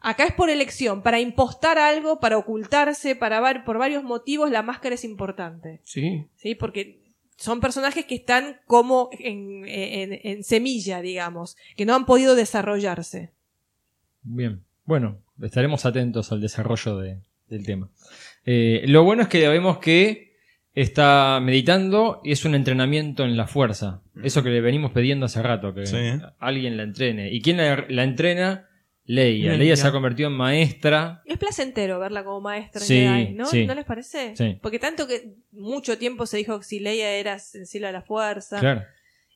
D: Acá es por elección, para impostar algo, para ocultarse, para var- por varios motivos la máscara es importante,
F: Sí.
D: ¿sí? Porque son personajes que están como en, en- en semilla, digamos, que no han podido desarrollarse.
C: Bien. Bueno, estaremos atentos al desarrollo de- del tema. Eh, lo bueno es que ya vemos que está meditando y es un entrenamiento en la fuerza. Eso que le venimos pidiendo hace rato, que
E: Sí.
C: alguien la entrene. ¿Y quién la, la entrena? Leia.
F: Leia.
C: Leia. se ha convertido en maestra.
D: Es placentero verla como maestra en
C: Sí,
D: Jedi, ¿no?
C: sí.
D: ¿No les parece?
C: Sí.
D: Porque tanto que mucho tiempo se dijo que si Leia era sensible a la fuerza.
C: Claro.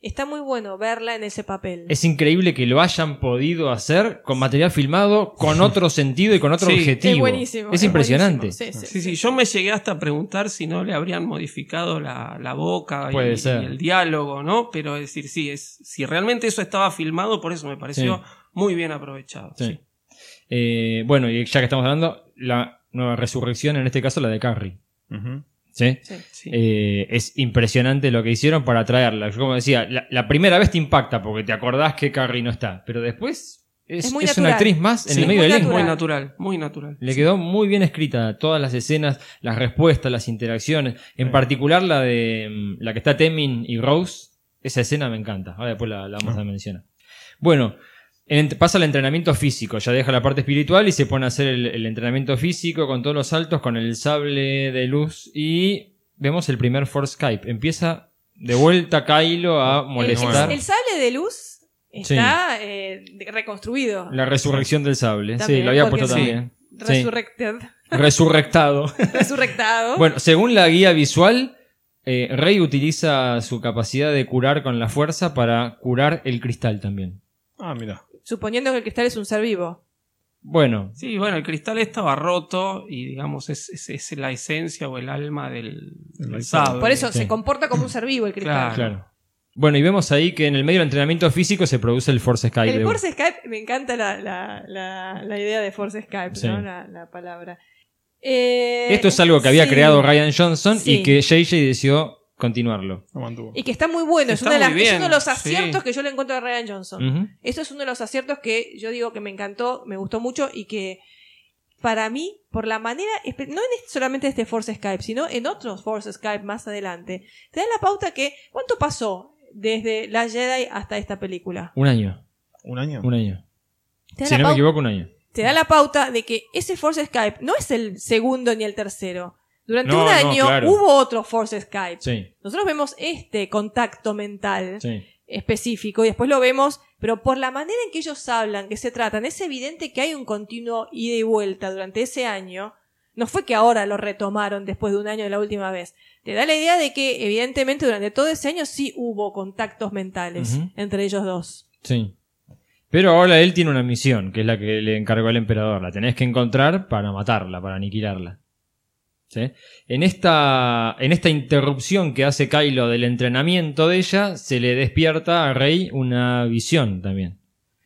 D: Está muy bueno verla en ese papel.
C: Es increíble que lo hayan podido hacer con material filmado, con otro sentido y con otro
F: Sí, es
C: objetivo.
D: Es buenísimo.
C: Es impresionante.
D: buenísimo. Sí, sí,
F: Sí, sí, yo me llegué hasta a preguntar si no le habrían modificado la, la boca y,
C: Puede ser.
F: y el diálogo, ¿no? Pero es decir, sí, es, si realmente eso estaba filmado, por eso me pareció
C: Sí.
F: muy bien aprovechado.
C: Sí.
F: sí.
C: Eh, bueno, y ya que estamos hablando, la nueva resurrección, en este caso la de Carrie.
E: Ujú.
C: ¿Sí?
D: Sí.
F: Sí.
C: Eh, es impresionante lo que hicieron para traerla. Yo como decía, la, la primera vez te impacta porque te acordás que Carrie no está, pero después es,
D: Es muy
C: es una
D: natural.
C: actriz más en
D: Sí,
C: el medio
D: muy
C: del elenco.
F: muy
D: natural.
F: natural, muy natural.
C: Le quedó muy bien escrita todas las escenas, las respuestas, las interacciones. En particular la de mm, la que está Temin y Rose. Esa escena me encanta. Ahora después la, la vamos a mencionar. Bueno, en- pasa el entrenamiento físico. Ya deja la parte espiritual y se pone a hacer el, el entrenamiento físico con todos los saltos, con el sable de luz. Y vemos el primer Force Skype. Empieza de vuelta Kylo a molestar
D: El, el sable de luz está eh, reconstruido.
C: la resurrección del sable. sí,
D: También,
C: lo había
D: porque
C: puesto
D: sí.
C: también. Sí.
D: Resurrected.
C: Resurrectado.
D: Resurrectado.
C: Bueno, según la guía visual, eh, Rey utiliza su capacidad de curar con la fuerza para curar el cristal también.
E: Ah, mira.
D: Suponiendo que el cristal es un ser vivo.
C: Bueno,
F: Sí, bueno, el cristal estaba roto y digamos es, es- es la esencia o el alma del, del
E: iPad.
F: sable.
D: Por eso
C: Sí.
D: se comporta como un ser vivo el cristal.
F: Claro.
C: claro. Bueno, y vemos ahí que en el medio del entrenamiento físico se produce el Force Sky.
D: El
C: de-
D: Force Skype, me encanta la, la- la- la idea de Force Skype,
C: Sí.
D: ¿no? La, la palabra. Eh,
C: Esto es algo que había
D: sí.
C: creado Ryan Johnson
D: Sí.
C: y que JJ decidió continuarlo.
E: Lo mantuvo.
D: Y que está muy bueno, es,
F: Está
D: una de
F: muy
D: las- es
F: bien,
D: uno de los
F: sí.
D: aciertos que yo le encuentro a Ryan Johnson.
C: Ujú.
D: Eso es uno de los aciertos que yo digo que me encantó, me gustó mucho y que para mí, por la manera, espe- no en este- solamente este Force Skype, sino en otros Force Skype más adelante, te dan la pauta que cuánto pasó desde la Jedi hasta esta película.
C: Un año,
E: ¿Un año?
C: un año.
D: Te dan
C: Si no
D: la
C: me
D: pauta-
C: equivoco, un año.
D: te da la pauta de que ese Force Skype no es el segundo ni el tercero. Durante
C: No,
D: un
C: no,
D: año
C: claro.
D: hubo otro Force Skype.
C: Sí,
D: Nosotros vemos este contacto mental
C: sí.
D: específico y después lo vemos, pero por la manera en que ellos hablan, que se tratan, es evidente que hay un continuo ida y vuelta durante ese año. No fue que ahora lo retomaron después de un año de la última vez. Te da la idea de que evidentemente durante todo ese año sí hubo contactos mentales
C: Ujú.
D: entre ellos dos.
C: Sí. Pero ahora él tiene una misión, que es la que le encargó el emperador. La tenés que encontrar para matarla, para aniquilarla. ¿Sí? En, esta, en esta interrupción que hace Kylo del entrenamiento de ella, se le despierta a Rey una visión también.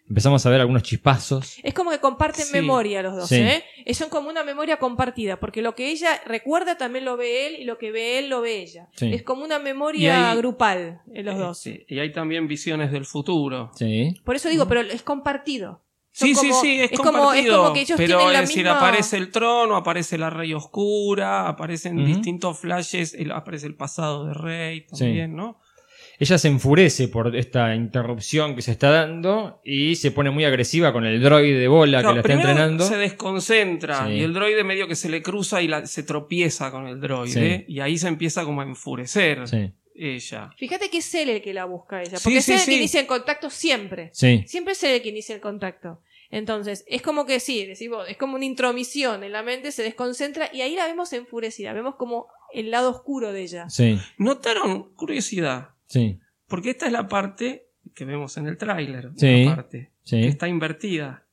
C: Empezamos a ver algunos chispazos.
D: Es como que comparten
F: Sí.
D: memoria los dos,
C: Sí.
D: ¿eh? Es son como una memoria compartida, porque lo que ella recuerda también lo ve él y lo que ve él lo ve ella.
C: Sí.
D: Es como una
F: Y
D: memoria
F: hay-
D: grupal en los
F: Eh,
D: dos.
F: sí, Y hay también visiones del futuro.
C: Sí.
D: Por eso digo, pero es compartido. Son
F: Sí,
D: como-
F: sí, sí, es,
D: como-
F: compartido.
D: como que ellos
F: pero
D: tienen la
F: es decir,
D: misma-
F: aparece el trono, aparece la rey oscura, aparecen
C: Ujú.
F: distintos flashes, el- aparece el pasado de rey también, ¿no?
C: Ella se enfurece por esta interrupción que se está dando y se pone muy agresiva con el droide de bola
F: Claro,
C: que la está
F: primero
C: entrenando.
F: Se desconcentra
C: Sí.
F: y el droide medio que se le cruza y la- se tropieza con el droide y ahí se empieza como a enfurecer
C: Sí.
F: ella.
D: Fíjate que es él el que la busca a ella,
F: Sí,
D: porque es
F: sí,
D: él el
F: sí.
D: que inicia el contacto siempre.
C: Sí.
D: Siempre es él el que inicia el contacto. Entonces, es como que sí, decís vos, es como una intromisión en la mente, se desconcentra y ahí la vemos enfurecida, vemos como el lado oscuro de ella.
C: Sí.
F: Notaron curiosidad,
C: Sí.
F: porque esta es la parte que vemos en el tráiler,
C: Sí.
F: una parte que
C: Sí.
F: está invertida,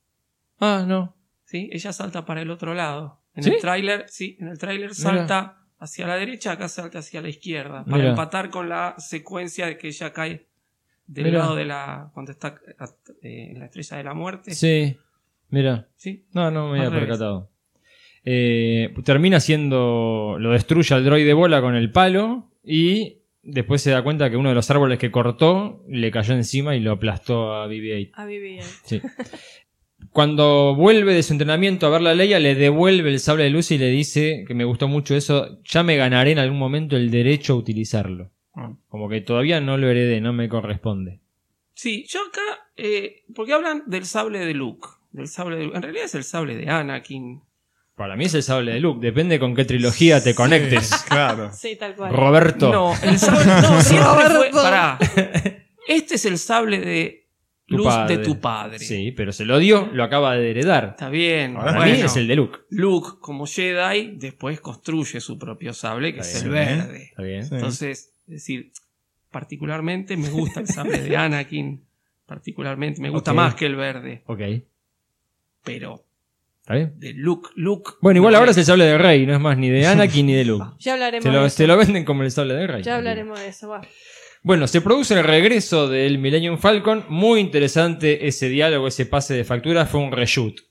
C: Ah, no.
F: ¿sí? Ella salta para el otro lado. En
C: ¿Sí?
F: el tráiler, sí, en el tráiler salta hacia la derecha, acá salta hacia la izquierda, para
C: Mirá.
F: empatar con la secuencia de que ella cae del
C: Mirá.
F: lado de la cuando está eh, en la estrella de la muerte.
C: Sí. Mira.
F: ¿sí?
C: No, no me
F: Al
C: había
F: revés.
C: percatado. Eh, termina siendo. Lo destruye al droide bola con el palo. Y después se da cuenta que uno de los árboles que cortó le cayó encima y lo aplastó a BB-8.
D: A vivir.
C: Sí. Cuando vuelve de su entrenamiento a ver la Leia, le devuelve el sable de luz y le dice que me gustó mucho eso. Ya me ganaré en algún momento el derecho a utilizarlo.
F: Ah.
C: Como que todavía no lo heredé, no me corresponde.
F: Sí, yo acá, eh, porque hablan del sable de Luke, del sable de- en realidad es el sable de Anakin.
C: Para mí es el sable de Luke, depende con qué trilogía te conectes.
E: Sí, claro.
D: Sí, tal cual.
C: Roberto.
F: No, el sable, no, siempre fue,
D: Roberto.
F: pará. Este es el sable de
C: Tu
F: luz
C: padre.
F: de tu padre.
C: Sí, pero se lo dio, lo acaba de heredar.
F: Está bien.
E: Ahora
C: Para
F: bueno.
C: mí es el de Luke.
F: Luke, como Jedi, después construye su propio sable, que
C: Está
F: es el
E: bien.
F: verde.
C: ¿Está bien? ¿eh?
E: Sí.
F: Entonces, es decir, particularmente me gusta el sable de Anakin. Particularmente, me gusta
C: Ok.
F: más que el verde.
C: Ok.
F: Pero
C: ¿Está bien?
F: de Luke, Luke.
C: Bueno, igual
F: no
C: ahora
F: es-
C: es el sable de Rey, no es más ni de Anakin ni de Luke.
D: Ya hablaremos
C: Se
D: de
C: lo,
D: eso.
C: se lo venden como el sable de Rey.
D: Ya hablaremos de eso, va.
C: Bueno, se produce el regreso del Millennium Falcon. Muy interesante ese diálogo, ese pase de factura. Fue un reshoot.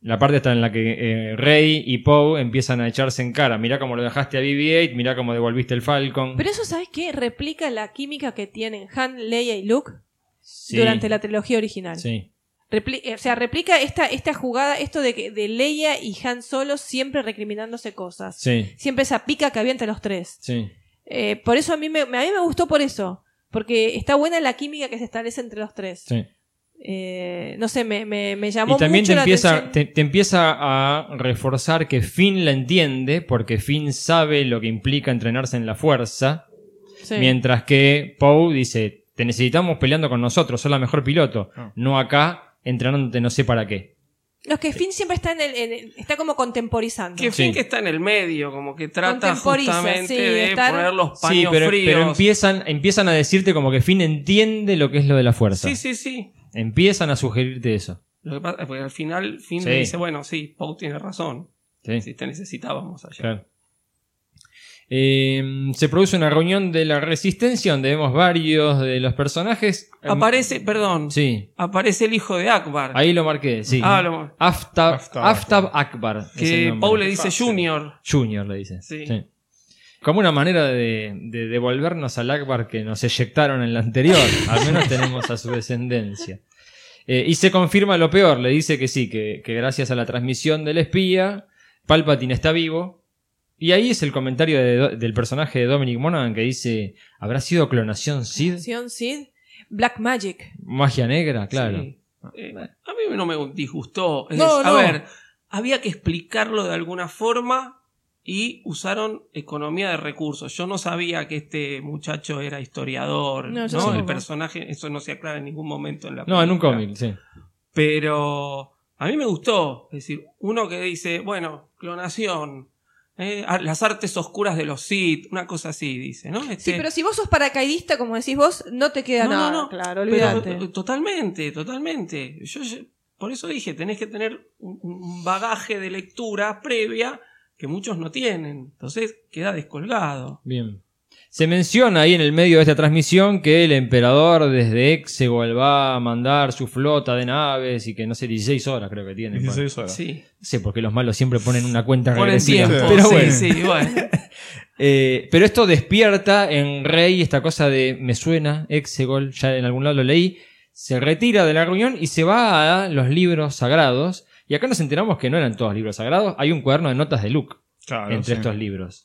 C: La parte está en la que eh, Rey y Poe empiezan a echarse en cara. Mirá cómo lo dejaste a BB-8, mirá cómo devolviste el Falcon.
D: Pero eso, ¿sabes qué? Replica la química que tienen Han, Leia y Luke
C: Sí,
D: durante la trilogía original.
C: Sí.
D: Repli- eh, o sea, replica esta, esta jugada, esto de, que- de Leia y Han solo siempre recriminándose cosas.
C: Sí,
D: Siempre esa pica que había entre los tres.
C: sí.
D: Eh, por eso a mí, me, a mí me gustó por eso. Porque está buena la química que se establece entre los tres.
C: sí.
D: Eh, no sé, me, me, me llamó
C: Y también
D: mucho
C: te
D: la
C: empieza,
D: atención.
C: te, te empieza a reforzar que Finn la entiende, porque Finn sabe lo que implica entrenarse en la fuerza,
D: Sí.
C: mientras que Poe dice, te necesitamos peleando con nosotros, sos la mejor piloto,
E: Ah.
C: no acá entrenándote no sé para qué.
D: No, es que Finn siempre está en el, en el- está como contemporizando.
F: Que
C: Sí.
F: fin que está en el medio, como que trata
D: Contemporiza, sí,
F: justamente de
D: estar-
F: poner los paños
C: sí, pero,
F: fríos.
C: pero empiezan, empiezan a decirte como que Finn entiende lo que es lo de la fuerza.
F: Sí, sí, sí.
C: Empiezan a sugerirte eso.
F: Lo que pasa es que al final Finn
C: Sí.
F: le dice, bueno, sí, Pau tiene razón.
C: Sí.
F: Si te necesitábamos allá.
C: Claro. Eh, se produce una reunión de la resistencia donde vemos varios de los personajes. Em,
F: Aparece, perdón,
C: Sí,
F: aparece el hijo de Akbar.
C: ahí lo marqué, sí.
F: Ah, lo-
C: Aftab,
E: Aftab.
C: Aftab Akbar. es el
F: que
C: nombre.
F: Pau le dice
E: Fácil.
F: Junior.
C: Junior le dice.
F: Sí.
C: Sí. Como una manera de, de devolvernos al Akbar que nos eyectaron en la anterior. Al menos tenemos a su descendencia. Eh, y se confirma lo peor. Le dice que sí, que, que gracias a la transmisión del espía, Palpatine está vivo. Y ahí es el comentario de Do- del personaje de Dominic Monaghan que dice: ¿Habrá sido clonación Sid?
D: Acción, Sid, Black Magic.
C: Magia negra, Ah, claro.
F: Sí. Eh, a mí no me disgustó. Es
C: No,
F: decir,
C: no.
F: A ver, había que explicarlo de alguna forma y usaron economía de recursos. Yo no sabía que este muchacho era historiador,
D: No,
F: ¿no?
D: yo tampoco.
F: El personaje, eso no se aclara en ningún momento en la
C: No, en un
F: película.
C: cómic, sí.
F: Pero a mí me gustó. Es decir, uno que dice, bueno, clonación, eh, a- las artes oscuras de los Sith, una cosa así, dice, ¿no?
D: Sí,
F: Este,
D: pero si vos sos paracaidista, como decís vos, no te queda
F: No, no,
D: nada.
F: no.
D: Claro,
F: pero,
D: olvídate.
F: eh, totalmente, totalmente. Yo, yo- por eso dije, tenés que tener un, un bagaje de lectura previa que muchos no tienen. Entonces queda descolgado.
C: Bien. Se menciona ahí en el medio de esta transmisión que el emperador desde Exegol va a mandar su flota de naves y que no sé, 16 horas creo que tiene.
E: 16 horas.
F: Sí.
C: No sé, porque los malos siempre ponen una cuenta
F: Ponen
C: regresiva.
F: tiempo.
C: Pero
F: sí,
C: bueno.
F: sí, bueno.
C: Eh, pero esto despierta en Rey esta cosa de me suena, Exegol, ya en algún lado lo leí. Se retira de la reunión y se va a los libros sagrados. Y acá nos enteramos que no eran todos libros sagrados. Hay un cuaderno de notas de Luke
E: Claro,
C: entre
E: sí.
C: estos libros.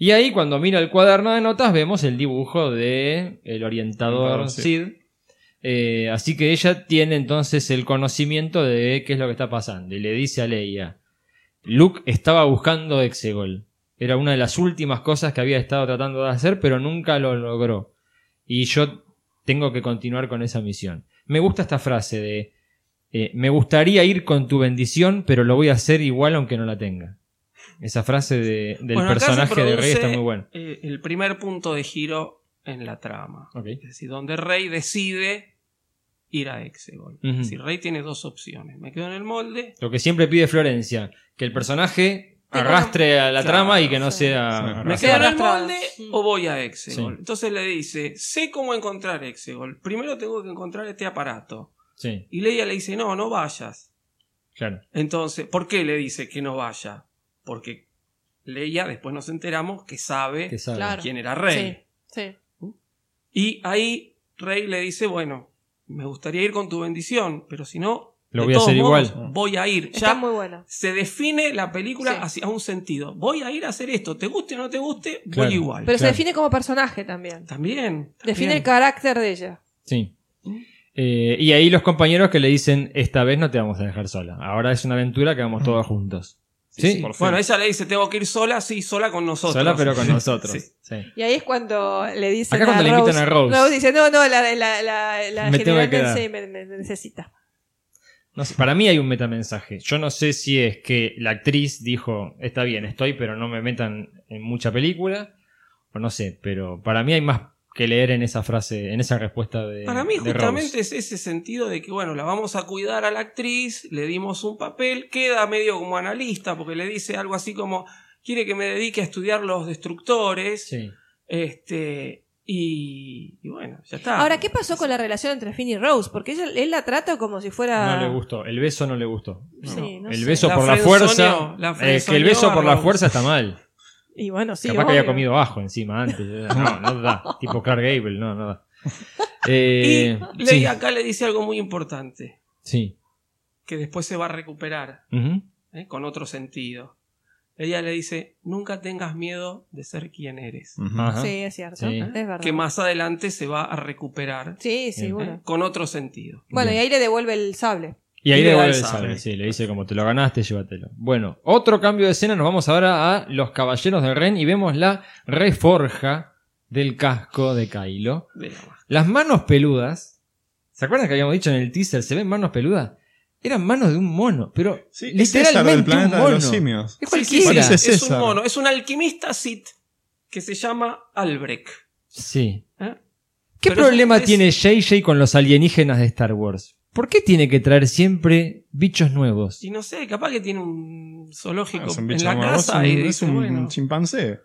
C: Y ahí cuando mira el cuaderno de notas vemos el dibujo de el orientador
E: Orientador, sí.
C: Sid. Eh, así que ella tiene entonces el conocimiento de qué es lo que está pasando. Y le dice a Leia, Luke estaba buscando Exegol. Era una de las últimas cosas que había estado tratando de hacer, pero nunca lo logró. Y yo tengo que continuar con esa misión. Me gusta esta frase de, eh, me gustaría ir con tu bendición, pero lo voy a hacer igual aunque no la tenga. Esa frase de- del
F: Bueno, acá se
C: personaje de Rey
F: produce,
C: está muy buena.
F: eh, el primer punto de giro en la trama.
C: Ok.
F: Es decir, donde Rey decide ir a Exegol.
C: Ujú.
F: Es decir, Rey tiene dos opciones. Me quedo en el molde.
C: Lo que siempre pide Florencia, que el personaje
D: Que no-
C: arrastre a la
F: Claro,
C: trama y que no
D: sí.
E: Sí,
C: sea...
F: Me
E: Arrastra.
F: quedo en el
D: Arrastrada.
F: molde
D: Mm.
F: o voy a Exegol.
C: Sí.
F: Entonces le dice, sé cómo encontrar Exegol. Primero tengo que encontrar este aparato.
C: Sí,
F: Y Leia le dice, no, no vayas.
C: claro.
F: Entonces, ¿por qué le dice que no vaya? Porque Leia después nos enteramos que sabe,
C: Que sabe.
D: Claro.
F: quién era Rey.
D: Sí, sí.
F: Y ahí Rey le dice, bueno, me gustaría ir con tu bendición, pero si no,
C: Lo
F: de
C: voy a
F: todos
C: hacer
F: modos,
C: igual.
F: Voy a ir.
D: Está
F: Ya
D: muy buena.
F: se define la película
D: Sí.
F: hacia un sentido. Voy a ir a hacer esto, te guste o no te guste,
C: Claro.
F: voy igual.
D: Pero se
C: Claro.
D: define como personaje también.
F: también.
D: Define el
F: también.
D: carácter de ella.
C: Sí. Eh, y ahí los compañeros que le dicen, esta vez no te vamos a dejar sola. Ahora es una aventura que vamos todos juntos. Sí,
E: por fin.
F: Bueno, ella le dice, tengo que ir sola, sí, sola con nosotros.
C: Sola pero con nosotros.
F: Sí.
C: Sí.
D: Y ahí es cuando le dicen
C: Acá cuando
D: a
C: le
D: Rose,
C: invitan a Rose.
D: dice, no, no, la, la, la, la
C: Me tengo
D: general
C: que quedar.
D: Nancy me, me- me necesita.
C: No sé, para mí hay un metamensaje. Yo no sé si es que la actriz dijo, está bien, estoy, pero no me metan en mucha película. O no sé, pero para mí hay más que leer en esa frase, en esa respuesta de.
F: Para mí
C: Eh, de Rose.
F: justamente es ese sentido de que, bueno, la vamos a cuidar a la actriz, le dimos un papel, queda medio como analista, porque le dice algo así como, quiere que me dedique a estudiar los destructores,
C: Sí.
F: este, Y, y bueno, ya está.
D: Ahora, ¿qué pasó con la relación entre Finn y Rose? Porque ella- él la trata como si fuera.
C: No le gustó, el beso no le gustó.
D: Sí, no
C: el
D: sé.
C: beso
F: La
C: por la
F: Friendzoneo,
C: fuerza.
F: la
C: es que el
F: Friendzoneo
C: beso
F: a
C: por la
F: Rose.
C: fuerza está mal.
D: Y bueno, sí.
C: Capaz que había
D: obvio.
C: comido bajo encima antes. No, no da. tipo Clark Gable, no, no da. Eh,
F: y le-
C: sí,
F: acá le dice algo muy importante,
C: sí.
F: que después se va a recuperar
C: Ujú.
F: ¿eh? con otro sentido. Ella le dice, nunca tengas miedo de ser quien eres.
E: Ujú.
C: Ajá.
D: Sí, es cierto.
C: Sí.
D: Es verdad.
F: Que más adelante se va a recuperar
D: Sí, sí,
C: Bien.
D: bueno.
F: ¿eh? con otro sentido.
D: Bueno, y
C: Bien.
D: ahí le devuelve el sable.
C: Y ahí
F: Y le da
C: devuelve el
F: el
C: sable.
F: sable.
C: Sí, le dice como te lo ganaste, llévatelo. Bueno, otro cambio de escena, nos vamos ahora a Los Caballeros del Ren y vemos la reforja del casco de Kylo.
F: de la magia.
C: Las manos peludas, ¿se acuerdan que habíamos dicho en el teaser? ¿Se ven manos peludas? Eran manos de un mono, pero
E: Sí, es César
C: literalmente
E: del planeta
C: un mono.
E: de los
C: Es
E: simios.
F: Sí, sí,
C: cualquiera.
E: Parece
F: sí, es un
E: César.
F: mono, es un alquimista Sith que se llama Albrecht.
C: Sí.
F: ¿eh?
C: ¿Qué
F: Pero
C: problema
F: es-
C: tiene JJ con los alienígenas de Star Wars? ¿Por qué tiene que traer siempre bichos nuevos?
F: Y no sé, capaz que tiene un zoológico
E: Ah, Es un
F: en
E: bicho
F: la
E: más,
F: casa
E: es
F: y
E: un- es
F: dice,
E: un
F: bueno,
E: chimpancé.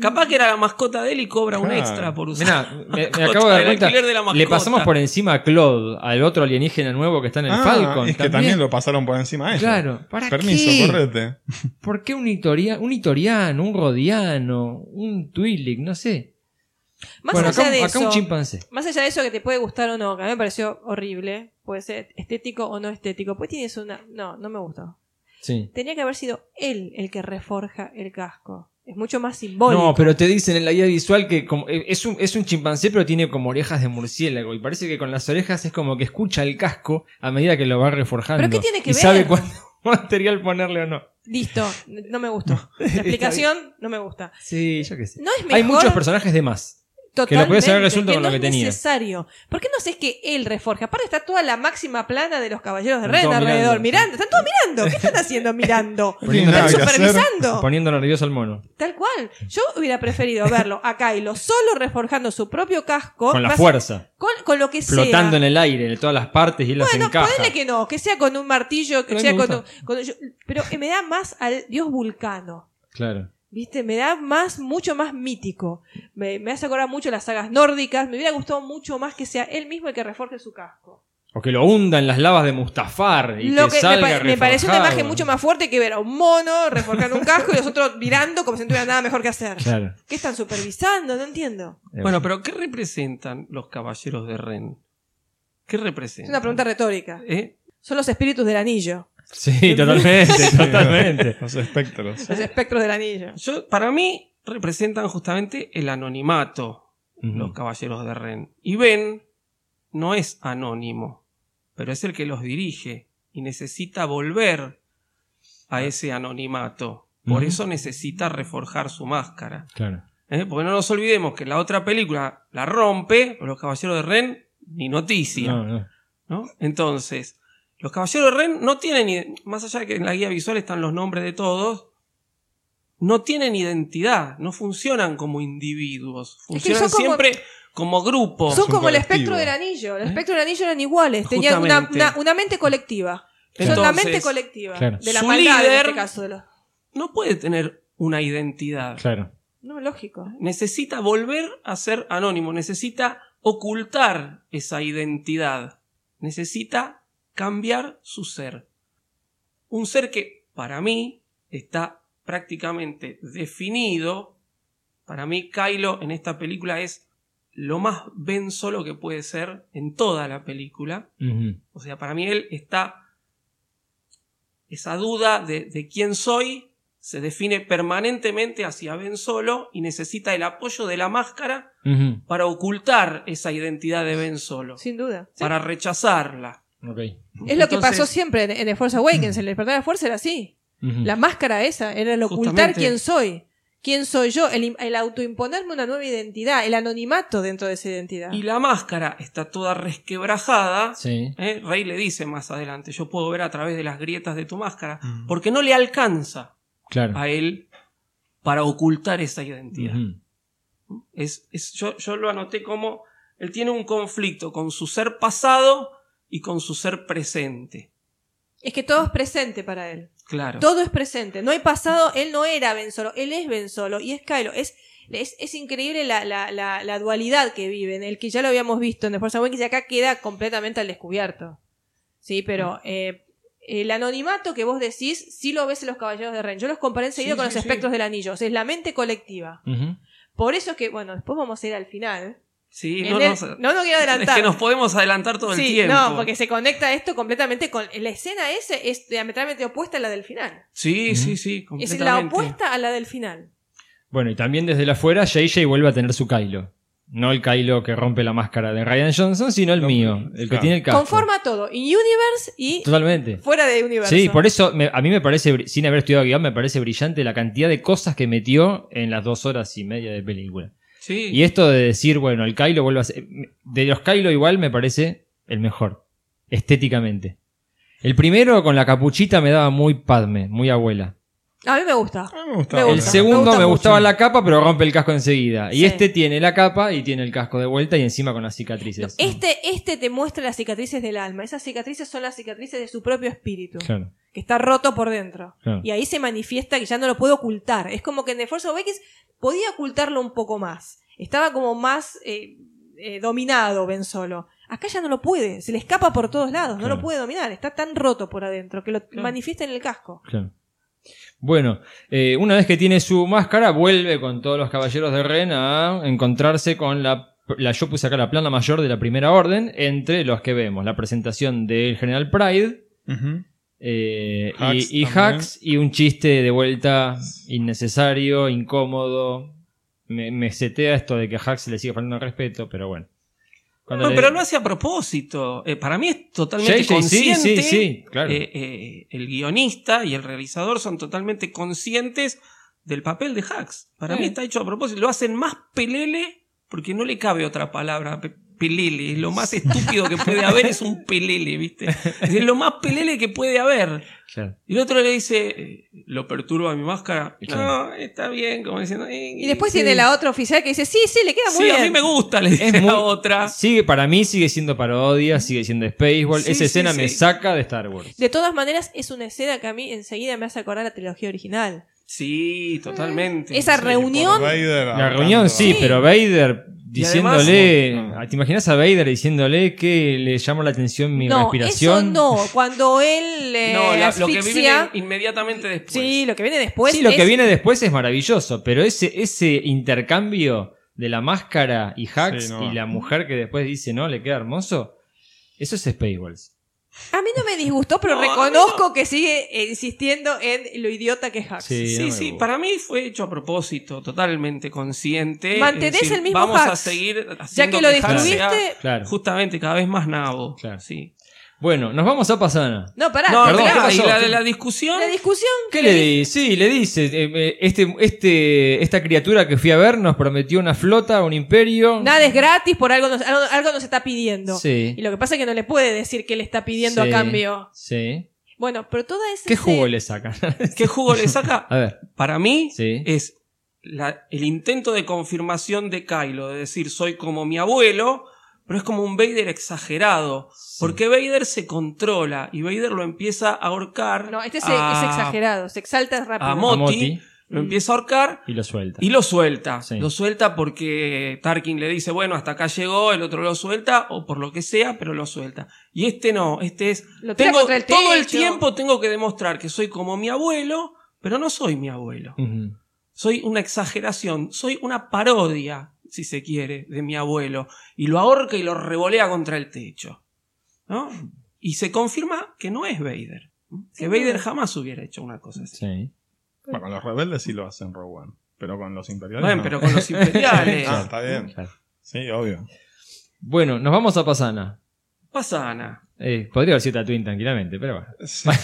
F: capaz que era la mascota de él y cobra un
E: Claro.
F: extra por usar.
C: Mirá,
F: la
C: me, me
F: mascota,
C: acabo de dar
F: el
C: cuenta.
F: alquiler de la
C: Le
F: mascota.
C: pasamos por encima a Claude, al otro alienígena nuevo que está en el
E: Ah,
C: Falcon.
E: es que también lo pasaron por encima a ella.
C: Claro, ¿para
E: Permiso,
C: qué?
E: correte.
C: ¿Por qué un, itoria- un itoriano, un rodiano, un Twi'lek? No sé.
D: Más
C: bueno,
D: allá
C: acá,
D: de
C: acá
D: eso.
C: un chimpancé.
D: Más allá de eso que te puede gustar o no, que a mí me pareció horrible, puede ser estético o no estético, pues tienes una... No, no me gustó.
C: Sí.
D: Tenía que haber sido él el que reforja el casco. Es mucho más simbólico.
C: No, pero te dicen en la guía visual que como- eh, es, un, es un chimpancé, pero tiene como orejas de murciélago. Y parece que con las orejas es como que escucha el casco a medida que lo va reforjando.
D: ¿Pero qué tiene que
C: y
D: ver?
C: sabe cuánto material ponerle o no.
D: Listo, no me gustó. La explicación no me gusta.
C: Sí, yo qué sé.
D: No es mejor
C: Hay muchos personajes de más. que
D: totalmente,
C: lo podías haber resuelto con
D: no
C: lo que
D: es
C: tenía.
D: necesario. ¿Por qué no haces que él reforja? Aparte está toda la máxima plana de los caballeros de
C: Están
D: Ren
C: todos mirando.
D: alrededor, mirando. Están todos mirando. ¿Qué están haciendo mirando?
E: No tiene
C: Poniendo-
E: nada
D: Están
E: que hacer.
D: supervisando.
C: Poniendo nervioso al mono.
D: Tal cual. Yo hubiera preferido verlo a Kylo solo reforjando su propio casco.
C: Con la
D: más-
C: fuerza.
D: Con, con lo que
C: Flotando
D: sea.
C: en el aire, en todas las partes y él las
D: bueno,
C: encaja.
D: ponele que no, que sea con un martillo, que
C: Pero a mí
D: sea
C: me
D: con, un,
C: gusta.
D: con un- yo- Pero me da más al dios vulcano.
C: Claro.
D: ¿Viste? Me da más, mucho más mítico. Me, me hace acordar mucho las sagas nórdicas. Me hubiera gustado mucho más que sea él mismo el que reforje su casco.
C: O que lo hundan las lavas de Mustafar y
D: Lo
C: que,
D: que me,
C: salga
D: pa- me pareció una
C: reforjado.
D: imagen mucho más fuerte que ver a un mono reforjando un casco y los otros mirando como si no tuviera nada mejor que hacer.
C: Claro.
D: ¿Qué están supervisando? No entiendo.
C: Em.
F: Bueno, pero ¿qué representan los caballeros de Ren? ¿Qué
D: Es
F: representan?
D: una pregunta retórica.
F: ¿Eh?
D: Son los espíritus del anillo.
C: Sí, totalmente, totalmente.
E: Los espectros.
D: Los espectros del anillo.
F: Yo, para mí representan justamente el anonimato, los
C: Ujú.
F: caballeros de Ren. Y Ben no es anónimo, pero es el que los dirige y necesita volver a ese anonimato. Por
C: Ah. Ujú.
F: eso necesita reforjar su máscara.
C: Claro.
F: ¿eh? Porque no nos olvidemos que la otra película la rompe, pero los caballeros de Ren ni noticia.
C: No, no.
F: ¿no? Entonces, los caballeros de Ren no tienen, ide- más allá de que en la guía visual están los nombres de todos, no tienen identidad, no funcionan como individuos,
D: Es que son
F: funcionan
D: como-
F: siempre como grupo.
D: Son
E: un
D: como el
E: colectivo.
D: espectro
F: ¿eh?
D: del anillo. El espectro del anillo eran iguales. Tenían una,
F: Justamente.
D: una- una mente colectiva. Son la
F: Entonces,
D: mente colectiva.
C: claro.
D: De la
F: Su
D: maldad en
F: líder-
D: este caso. de los-
F: No puede tener una identidad.
C: Claro.
D: No, lógico. ¿eh?
F: Necesita volver a ser anónimo, necesita ocultar esa identidad, necesita cambiar su ser. Un ser que para mí está prácticamente definido. Para mí Kylo en esta película es lo más Ben solo que puede ser en toda la película.
C: Ujú.
F: O sea, para mí él está. Esa duda de, de quién soy se define permanentemente hacia Ben Solo y necesita el apoyo de la máscara
C: Ujú.
F: para ocultar esa identidad de Ben Solo,
D: Sin duda. Sí.
F: para rechazarla.
C: Ok.
D: Es lo que
F: Entonces,
D: pasó siempre en, en The Force Awakens. En el despertar de la fuerza era así.
C: Ujú.
D: La máscara esa era el ocultar
F: Justamente.
D: quién soy. ¿Quién soy yo? El, im- el autoimponerme una nueva identidad. El anonimato dentro de esa identidad.
F: Y la máscara está toda resquebrajada.
C: Sí.
F: ¿eh? Rey le dice más adelante: Yo puedo ver a través de las grietas de tu máscara, porque no le alcanza
C: Claro.
F: a él para ocultar esa identidad.
C: Ujú.
F: Es, es- yo, yo lo anoté como él tiene un conflicto con su ser pasado y con su ser presente.
D: Es que todo es presente para él.
F: Claro.
D: Todo es presente. No hay pasado. Él no era Ben Solo. Él es Ben Solo. Y es Kylo. Es es, es increíble la, la, la, la dualidad que viven, el que ya lo habíamos visto en The Force Awakens y acá queda completamente al descubierto. Sí,
F: Mm.
D: pero eh, el anonimato que vos decís, sí lo ves en los Caballeros de Ren. Yo los comparé enseguida
F: Sí,
D: con
F: sí,
D: los
F: sí.
D: espectros del anillo, o sea, es la mente colectiva.
C: Ujú.
D: Por eso es que, bueno, después vamos a ir al final.
F: Sí,
D: En
F: no,
D: el-
F: nos-
D: no, no quiero adelantar.
F: Es que nos podemos adelantar todo el
D: sí,
F: tiempo.
D: no, porque se conecta esto completamente con. La escena esa es diametralmente opuesta a la del final.
F: Sí, sí, sí,
D: Es la
F: completamente.
D: opuesta a la del final.
C: Bueno, y también desde la afuera, JJ vuelve a tener su Kylo. No el Kylo que rompe la máscara de Ryan Johnson, sino el
E: No,
C: mío, el que
E: claro.
C: tiene el casco.
D: Conforma todo, in universe y
C: Totalmente.
D: fuera de universo.
C: Sí, por eso me- a mí me parece, bri- sin haber estudiado guión, me parece brillante la cantidad de cosas que metió en las dos horas y media de película.
F: Sí.
C: Y esto de decir, bueno, el Kylo vuelve a ser. De los Kylo, igual me parece el mejor, estéticamente. El primero con la capuchita me daba muy padme, muy abuela.
D: A mí me gusta.
E: Ah, me gusta.
D: Me
C: El
D: gusta.
C: segundo me,
D: gusta mucho.
C: gustaba la capa, pero rompe el casco enseguida. Y
D: Sí.
C: este tiene la capa y tiene el casco de vuelta y encima con las cicatrices.
D: Este, este te muestra las cicatrices del alma. Esas cicatrices son las cicatrices de su propio espíritu,
C: Claro.
D: que está roto por dentro.
C: Claro.
D: Y ahí se manifiesta que ya no lo puede ocultar. Es como que en The Force Awakens podía ocultarlo un poco más. Estaba como más eh, eh, dominado Ben Solo. Acá ya no lo puede, se le escapa por todos lados, no
C: Claro.
D: lo puede dominar, está tan roto por adentro que lo manifiesta en el casco.
C: Claro. Bueno, eh, una vez que tiene su máscara, vuelve con todos los caballeros de Ren a encontrarse con la, la- Yo puse acá la plana mayor de la primera orden, entre los que vemos la presentación del general Pride
E: Ujú.
C: eh,
E: Hux
C: y, y
E: también.
C: Hacks y un chiste de vuelta innecesario, incómodo. Me, me setea esto de que a Hacks le sigue faltando el respeto, pero bueno. Cuando
F: No,
C: le-
F: pero lo hace a propósito. Eh, para mí es totalmente
C: Sí, sí, sí, sí,
F: consciente.
C: sí, claro.
F: Eh, eh, el guionista y el realizador son totalmente conscientes del papel de Hacks. Para
C: Sí.
F: mí está hecho a propósito. Lo hacen más pelele porque no le cabe otra palabra. pe- Pelele. Lo más estúpido que puede haber es un pelele, ¿viste? Es lo más pelele que puede haber.
C: Claro.
F: Y el otro le dice, eh, lo perturba mi máscara.
C: Claro.
F: No, está bien, como diciendo. eh,
D: Y después
F: sí.
D: tiene la otra oficial que dice, sí, sí, le queda muy
F: Sí,
D: bien.
F: a mí me gusta, le dice
C: Es muy-
F: la otra.
C: Sigue, para mí sigue siendo parodia, sigue siendo Spaceball.
F: Sí,
C: Esa
F: sí,
C: escena me
F: sí.
C: saca de Star Wars.
D: De todas maneras, es una escena que a mí enseguida me hace acordar la trilogía original.
F: Sí, totalmente.
D: Esa
F: Sí,
D: reunión,
E: Vader
C: La
E: arrancando-
C: reunión sí, pero Vader
F: además-
C: diciéndole, ¿te imaginas a Vader diciéndole que le llamó la atención mi
D: no, eso
C: respiración?
D: no. Cuando él eh,
F: No, la- lo que viene
D: asfixia,
F: inmediatamente después.
D: sí, lo que viene después
C: sí, lo
D: es-
C: que viene después es maravilloso, pero ese ese intercambio de la máscara y Hacks
E: Sí, no.
C: y la mujer que después dice, "No, le queda hermoso." Eso es Spaceballs.
D: A mí no me disgustó, pero
F: No, a mí
D: reconozco que sigue eh, insistiendo en lo idiota que es Hux.
C: Sí, no
F: Sí,
C: me
F: sí,
C: gusta.
F: para mí fue hecho a propósito, totalmente consciente.
D: Mantenés
F: Es decir,
D: el mismo
F: Vamos a
D: hacks.
F: seguir
D: Ya
F: haciendo
D: que lo
F: Hacks
D: destruiste...
F: sea
C: Claro.
F: Justamente cada vez más nabo.
C: Claro.
F: Sí.
C: Bueno, nos vamos a Pasana.
D: No, pará,
F: No,
C: perdón,
D: pará.
F: mirá,
C: ¿qué
F: y
C: pasó?
F: la, la discusión.
D: La discusión...
C: ¿Qué le dice? Sí, le dice, eh, eh, este, este, esta criatura que fui a ver nos prometió una flota, un imperio.
D: Nada es gratis, por algo nos, algo, algo nos está pidiendo.
C: Sí.
D: Y lo que pasa es que no le puede decir que le está pidiendo
C: Sí,
D: a cambio.
C: Sí.
D: Bueno, pero toda esa...
C: ¿Qué jugo
D: escena-
C: le sacan?
F: ¿Qué jugo le saca?
C: a ver.
F: Para mí
C: Sí.
F: es la- el intento de confirmación de Kylo, de decir soy como mi abuelo, pero es como un Vader exagerado, porque Vader se controla y Vader lo empieza a ahorcar.
D: No, este se-
F: a-
D: es exagerado, Mm. se exalta rápido.
F: A Moti,
C: A Moti.
F: lo empieza a ahorcar
C: Y lo suelta.
F: y lo suelta.
C: Sí.
F: Lo suelta porque Tarkin le dice, bueno, hasta acá llegó, el otro lo suelta, o por lo que sea, pero lo suelta. Y este no, este es,
D: Lo tira
F: tengo,
D: contra el
F: todo el
D: techo.
F: tiempo tengo que demostrar que soy como mi abuelo, pero no soy mi abuelo.
C: Ujú.
F: Soy una exageración, soy una parodia, si se quiere, de mi abuelo. Y lo ahorca y lo revolea contra el techo. ¿No? Y se confirma que no es Vader. Que Vader jamás hubiera hecho una cosa así.
C: Sí.
E: Bueno, con los rebeldes sí lo hacen Rogue One, pero con los imperiales.
F: Bueno,
E: no.
F: pero con los imperiales.
E: Ah, está bien. Sí, obvio.
C: Bueno, nos vamos a Pasana.
F: Pasana.
C: Eh, podría haber sido Tatooine tranquilamente, pero bueno.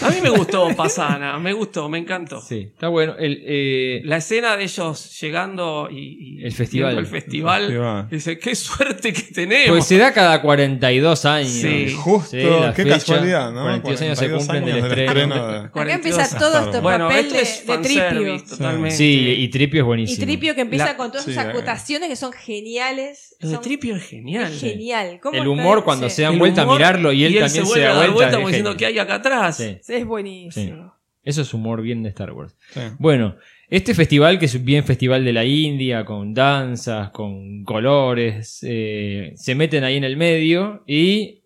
F: A mí me gustó Pasana, me gustó, me encantó.
C: Sí, está bueno. El, eh,
F: La escena de ellos llegando y, y
C: El festival.
F: viendo el festival.
E: El festival.
F: Dice, qué suerte que tenemos.
C: pues se da cada 42 años.
F: Sí.
E: Justo,
C: la
E: qué
C: fecha,
E: casualidad, ¿no?
C: 42 años se
E: 42
C: cumplen del
E: años del
C: estreno.
E: estreno de-
D: Acá
F: 42
D: empieza todo
E: años.
D: este
F: Bueno,
D: papel
F: esto es
D: de, de tripio.
F: fanservice, totalmente.
C: Sí, y Tripio es buenísimo.
D: Y Tripio que empieza
F: La-
D: con todas
E: sí,
D: esas
E: eh.
D: acotaciones que son geniales.
F: Lo de
D: son-
F: Tripio es genial.
D: es genial. ¿Cómo
C: El
D: está
C: humor
D: ese?
C: cuando se
F: El
C: dan vuelta a
F: humor,
C: mirarlo y él, también se,
F: se vuelve
C: da
F: a dar
C: vuelta.
F: vuelta
C: es
F: como diciendo
C: genial.
F: que hay acá atrás.
C: Sí.
D: Es buenísimo.
C: Eso es humor bien de Star Wars.
E: Sí.
C: Bueno, Este festival, que es bien festival de la India, con danzas, con colores, eh, se meten ahí en el medio y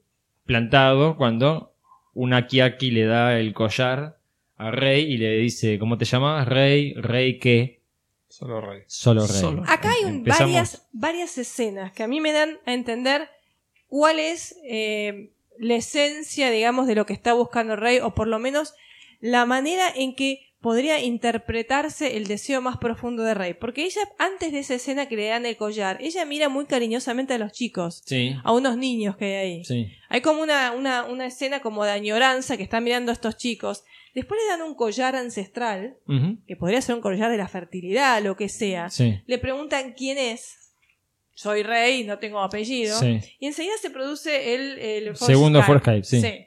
C: plantado cuando un Akiaki le da el collar a Rey y le dice, ¿cómo te llamas? Rey, Rey qué,
E: Solo rey.
C: solo Rey.
F: Solo.
D: Acá hay un-
C: Empezamos.
D: varias, varias escenas que a mí me dan a entender cuál es eh, la esencia, digamos, de lo que está buscando Rey, o por lo menos la manera en que podría interpretarse el deseo más profundo de Rey. Porque ella, antes de esa escena que le dan el collar, ella mira muy cariñosamente a los chicos,
C: Sí,
D: a unos niños que hay ahí.
C: sí.
D: Hay como una, una, una escena como de añoranza que están mirando a estos chicos. Después le dan un collar ancestral,
C: Ujú,
D: que podría ser un collar de la fertilidad, lo que sea.
C: Sí.
D: Le preguntan quién es. Soy rey, no tengo apellido.
C: Sí.
D: Y enseguida se produce el, el Force
C: Segundo
D: Skype.
C: Force Skype, sí.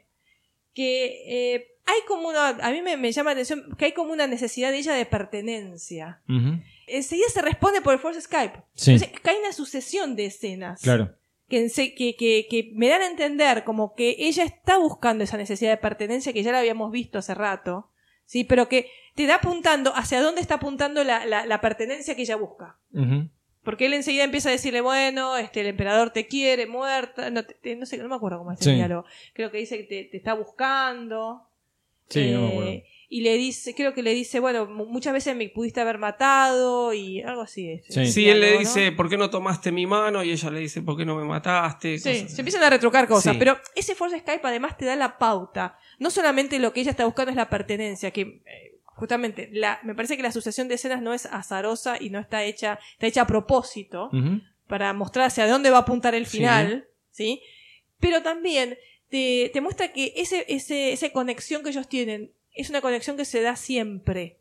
D: Que eh, hay como una. A mí me, me llama la atención que hay como una necesidad de ella de pertenencia.
C: Ujú,
D: Enseguida se responde por el Force Skype.
C: Sí.
D: Entonces, cae una sucesión de escenas.
C: Claro.
D: Que, ense- que, que, que me dan a entender como que ella está buscando esa necesidad de pertenencia que ya la habíamos visto hace rato. Sí, pero que te da apuntando hacia dónde está apuntando la, la, la pertenencia que ella busca.
C: Ujú.
D: Porque él enseguida empieza a decirle, bueno, este, el emperador te quiere, muerta, no, te- te- no sé, no me acuerdo cómo es el
C: Sí.
D: diálogo. Creo que dice que te, te está buscando. Eh,
C: Sí, no me acuerdo.
D: Y le dice, creo que le dice, bueno, mu- muchas veces me pudiste haber matado y algo así. es-
C: Sí.
D: es
F: Sí, él le
D: diálogo, ¿no?
F: dice, ¿por qué no tomaste mi mano? Y ella le dice, ¿por qué no me mataste?
D: Sí,
F: Cosas
D: se empiezan a retrucar cosas,
F: Sí.
D: pero ese Force Skype además te da la pauta. No solamente lo que ella está buscando es la pertenencia, que eh, justamente la, me parece que la sucesión de escenas no es azarosa y no está hecha, está hecha a propósito
C: Ujú.
D: para mostrar hacia dónde va a apuntar el final, ¿sí? Pero también te, te muestra que ese, ese, esa conexión que ellos tienen es una conexión que se da siempre.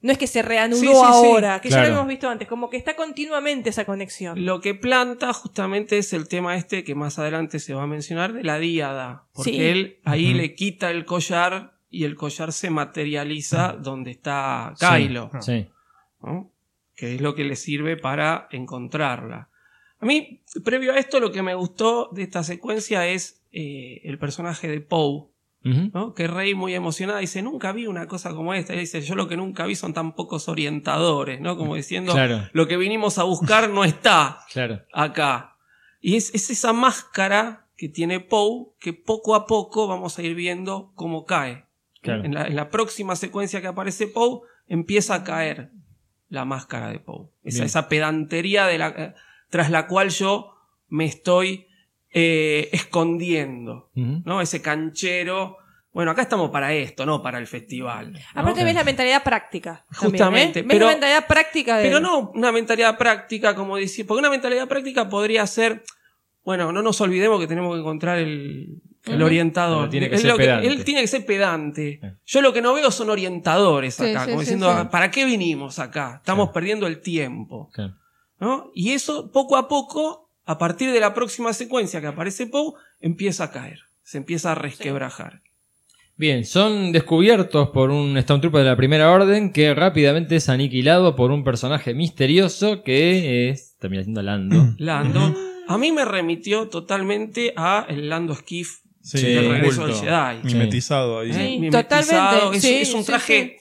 D: No es que se reanudó
F: Sí, sí, sí.
D: ahora, que ya
C: Claro.
D: lo hemos visto antes, como que está continuamente esa conexión.
F: Lo que planta justamente es el tema este que más adelante se va a mencionar de la diada. Porque
D: Sí.
F: él ahí
C: Ujú.
F: le quita el collar y el collar se materializa donde está Kylo.
C: Sí.
F: ¿no? que es lo que le sirve para encontrarla. A mí, previo a esto, lo que me gustó de esta secuencia es eh, el personaje de Poe,
C: Ujú.
F: ¿no? que Rey muy emocionada dice, nunca vi una cosa como esta. Y dice, yo lo que nunca vi son tan pocos orientadores, ¿no? Como diciendo,
C: Claro,
F: lo que vinimos a buscar no está
C: claro.
F: acá. Y es, es esa máscara que tiene Poe que poco a poco vamos a ir viendo cómo cae.
C: Claro.
F: En, la, en la próxima secuencia que aparece Poe, empieza a caer la máscara de Poe. Esa,
C: Bien.
F: esa pedantería de la, eh, tras la cual yo me estoy eh, escondiendo.
C: Ujú.
F: ¿no? Ese canchero. Bueno, acá estamos para esto, no para el festival. ¿no?
D: Aparte ves la mentalidad práctica. también,
F: Justamente,
D: ¿eh? Ves
F: pero-
D: la mentalidad práctica de
F: Pero no una mentalidad práctica, como decir, porque una mentalidad práctica podría ser, bueno, no nos olvidemos que tenemos que encontrar el, el
D: Ujú.
F: orientador.
C: Pero tiene que
F: Él
C: ser
F: lo
C: pedante.
F: él tiene que ser pedante.
C: Eh.
F: Yo lo que no veo son orientadores
D: Sí,
F: acá,
D: sí,
F: como
D: sí,
F: diciendo,
D: sí.
F: ¿para qué vinimos acá? Estamos
C: Claro.
F: perdiendo el tiempo.
C: Claro.
F: ¿no? Y eso, poco a poco, a partir de la próxima secuencia que aparece Poe, empieza a caer, se empieza a resquebrajar.
C: Bien, son descubiertos por un Stormtrooper de la Primera Orden que rápidamente es aniquilado por un personaje misterioso que es. termina siendo Lando.
F: Lando, a mí me remitió totalmente a el Lando Skiff
E: Sí,
C: Sí.
F: del regreso
E: oculto.
F: del Jedi.
E: Mimetizado ahí.
D: Sí.
F: mimetizado.
D: totalmente.
F: Es,
D: Sí,
F: es un
D: sí,
F: traje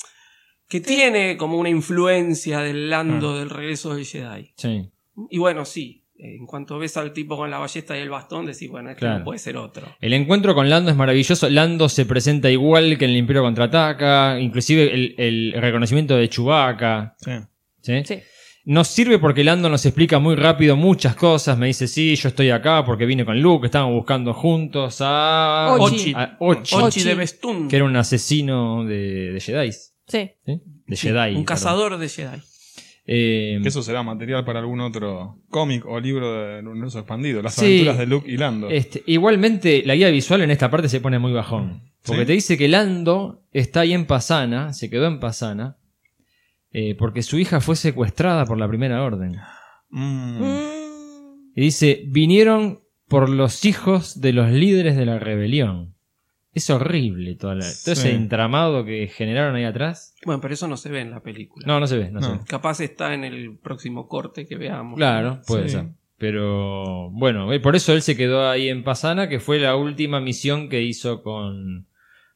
F: que tiene como una influencia del Lando
C: Ah.
F: del regreso del Jedi.
C: Sí,
F: Y bueno, sí. En cuanto ves al tipo con la ballesta y el bastón, decís, bueno, este
C: Claro.
F: no puede ser otro.
C: El encuentro con Lando es maravilloso. Lando se presenta igual que en el Imperio contraataca. Inclusive el, el reconocimiento de Chewbacca.
E: Sí.
C: ¿sí?
D: Sí.
C: Nos sirve porque Lando nos explica muy rápido muchas cosas. Me dice, sí, yo estoy acá porque vine con Luke, estaban buscando juntos a
D: Ochi.
C: a Ochi,
F: Ochi de
D: Ochi.
F: Bestun.
C: que era un asesino de, de Jedi. ¿sí?
D: Sí.
C: De
F: Sí,
C: Jedi.
F: un
C: perdón.
F: cazador de Jedi.
C: Eh,
E: Que eso será material para algún otro cómic o libro del universo expandido. Las
C: Sí.
E: aventuras de Luke y Lando.
C: Este, igualmente, la guía visual en esta parte se pone muy bajón. Porque
E: ¿Sí?
C: te dice que Lando está ahí en Pasana, se quedó en Pasana, eh, porque su hija fue secuestrada por la Primera Orden.
E: Mm.
D: Mm.
C: Y dice, vinieron por los hijos de los líderes de la rebelión. Es horrible toda la- todo
E: Sí.
C: ese entramado que generaron ahí atrás.
F: Bueno, pero eso no se ve en la película.
C: No, no se ve, no, se
E: No.
C: ve.
F: Capaz está en el próximo corte que veamos.
C: Claro, puede
E: Sí.
C: ser. Pero bueno, eh, por eso él se quedó ahí en Pasana, que fue la última misión que hizo con,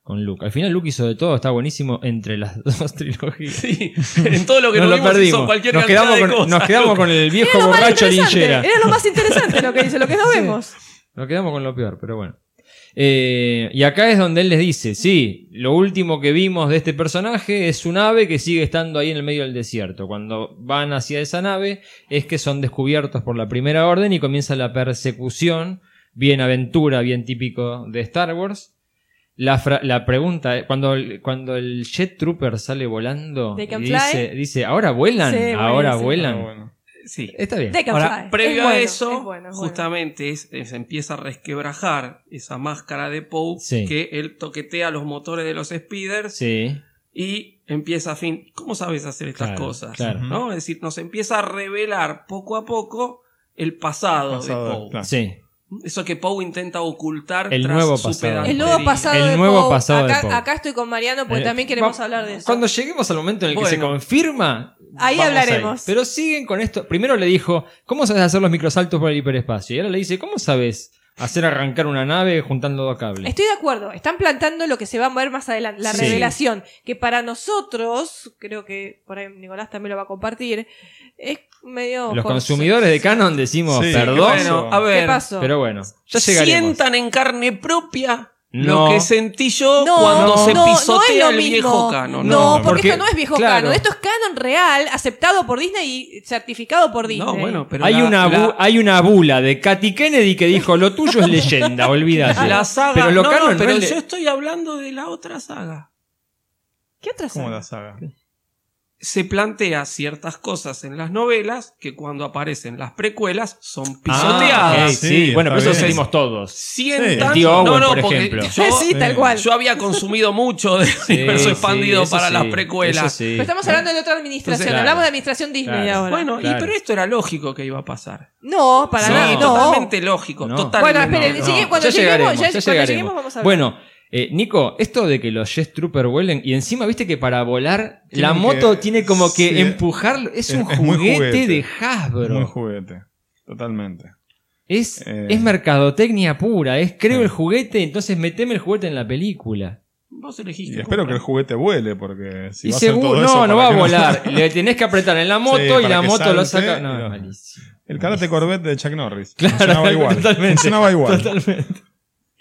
C: con Luke. Al final Luke hizo de todo, está buenísimo entre las dos trilogías.
F: Sí, en todo lo que
C: Nos
F: nos
C: lo
F: vimos hizo
C: perdimos.
F: cualquier
C: Nos
F: cantidad
C: quedamos,
F: de
C: con,
F: cosas,
C: nos quedamos
F: Luke.
C: con el viejo
D: Era lo más
C: borracho
D: interesante,
C: linchera.
D: Era lo más interesante lo que dice, lo que no vemos.
C: Nos quedamos con lo peor, pero bueno. Eh, y acá es donde él les dice, sí, lo último que vimos de este personaje es un ave que sigue estando ahí en el medio del desierto. Cuando van hacia esa nave es que son descubiertos por la primera orden y comienza la persecución, bien aventura, bien típico de Star Wars. La, fra- la pregunta, eh, cuando el, cuando el Jet Trooper sale volando,
D: They
C: y
D: can
C: dice, dice, ahora vuelan,
D: Sí,
C: ahora
D: buenísimo.
E: Ah,
C: vuelan.
E: bueno.
F: Sí.
C: Está bien.
D: They can
F: Ahora,
D: fly.
F: previo
D: Es bueno,
F: a
D: es
F: eso,
D: bueno, es bueno.
F: justamente es- eh, se empieza a resquebrajar esa máscara de Poe
C: Sí.
F: que él toquetea los motores de los speeders
C: Sí.
F: y empieza a fin. ¿Cómo sabes hacer estas
C: Claro,
F: cosas?
C: claro.
F: ¿No? Es decir, nos empieza a revelar poco a poco el pasado,
E: El pasado,
F: de Poe.
E: claro.
C: Sí.
F: Eso que Poe intenta ocultar
C: El
F: tras
C: nuevo
F: su
C: pasado.
F: pedantería.
D: El nuevo pasado
C: El
D: de
C: nuevo
D: Poe.
C: pasado de
D: acá,
C: Poe.
D: acá estoy con Mariano porque
C: Eh,
D: también queremos
C: va-
D: hablar de eso.
C: Cuando lleguemos al momento en el que se
F: Bueno.
C: confirma.
D: Ahí
C: vamos
D: hablaremos.
C: Pero siguen con esto. Primero le dijo, ¿cómo sabes hacer los microsaltos por el hiperespacio? Y ahora le dice, ¿cómo sabes hacer arrancar una nave juntando dos cables?
D: Estoy de acuerdo, están plantando lo que se va a ver más adelante, la
C: Sí.
D: revelación, que para nosotros, creo que por ahí Nicolás también lo va a compartir, es medio...
C: los
D: con-
C: consumidores de Canon decimos,
E: Sí,
C: perdón.
F: Bueno, a
D: ¿Qué
F: ver.
D: pasó?
C: Pero bueno, ya llegaremos.
F: Sientan en carne propia
C: No.
F: lo que sentí yo
D: No,
F: cuando se
D: no, no es
F: pisotea
D: lo
F: el
D: mismo.
F: viejo canon.
D: No,
C: No,
D: porque,
C: porque-
D: esto no es viejo
C: claro.
D: canon, esto es canon real, aceptado por Disney y certificado por Disney.
F: No, bueno, pero
C: Hay,
F: la-
C: una bu-
F: la-
C: hay una bula de Katy Kennedy que dijo, lo tuyo es leyenda, olvídate.
F: la saga.
C: Pero lo
F: no, no,
C: Canon no
F: pero
C: es le-
F: yo estoy hablando de la otra saga.
D: ¿Qué otra
E: ¿Cómo
D: saga?
E: la saga?
F: Se plantea ciertas cosas en las novelas que cuando aparecen las precuelas son
C: Ah, ok,
F: pisoteadas.
E: Sí,
C: sí. Bueno, pero
E: está
C: eso
E: bien.
C: sentimos todos.
F: Sientan.
E: El
C: tío
F: no,
C: Owen,
F: no,
C: por
F: porque
C: ejemplo.
F: Yo,
D: sí, tal cual.
F: yo había consumido mucho del universo expandido para las precuelas.
D: Pero estamos hablando de otra administración,
F: Entonces,
D: hablamos
C: claro.
D: de administración Disney
C: Claro.
D: ahora.
F: Bueno, y,
C: Claro.
F: pero esto era lógico que iba a pasar.
D: no, para
C: Sí,
D: nada,
F: Sí,
D: no.
F: totalmente lógico.
C: No.
F: Totalmente
D: Bueno, esperen,
F: lógico.
D: sigue- cuando
C: ya
D: lleguemos,
C: llegaremos,
D: ya-
C: ya
D: cuando
C: llegaremos.
D: lleguemos vamos a hablar.
C: Bueno, eh, Nico, esto de que los Jets Trooper vuelen y encima viste que para volar
E: Tienen
C: la
E: que-
C: moto tiene como que
E: sí.
C: empujarlo. Es, un
E: Es- es muy
C: juguete, de
E: juguete. Muy
C: Hasbro.
E: juguete. Totalmente.
C: Es,
E: Eh.
C: es mercadotecnia pura. Es creo
E: Sí.
C: el juguete, entonces meteme el juguete en la película.
F: Vos elegiste.
E: Y espero que el juguete vuele, porque si
C: y
E: va a hacer
C: seguro,
E: todo
C: no,
E: eso
C: no
E: para
C: va a
E: que
C: volar. Le tenés que apretar en la moto y
E: para
C: la
E: que
C: moto lo
E: salte
C: saca.
E: y
C: No, es
E: lo-
C: malísimo.
E: El Karate Corvette de Chuck Norris.
C: Claro,
E: Funcionaba igual.
C: totalmente.
E: Funcionaba igual.
C: Totalmente.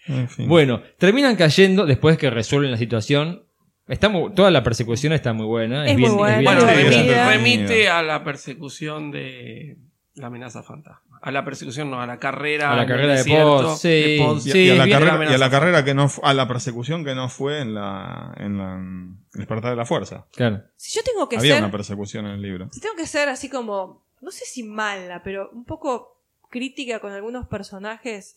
E: En fin.
C: Bueno, terminan cayendo después que resuelven la situación. Está muy- toda la persecución está muy buena. Es,
D: Es muy
C: bien,
D: buena,
C: es bien
F: Bueno,
E: Sí,
C: lograda.
E: era
F: remite,
E: entretenido.
F: remite a la persecución de la amenaza fantasma. A la persecución, no, a la carrera.
C: A la
F: en el
C: carrera de
F: desierto,
C: Poe, sí.
F: de Poe.
E: Y,
C: Sí,
E: y a la
C: bien,
E: carrera,
F: amenaza
E: y a la
F: fantasma.
E: carrera que no fu- a la persecución que no fue en la en la en despertar de la fuerza.
C: Claro.
D: si yo tengo que
E: Había
D: ser...
E: una persecución en el libro.
D: Si tengo que ser así como, no sé si mala, pero un poco crítica con algunos personajes,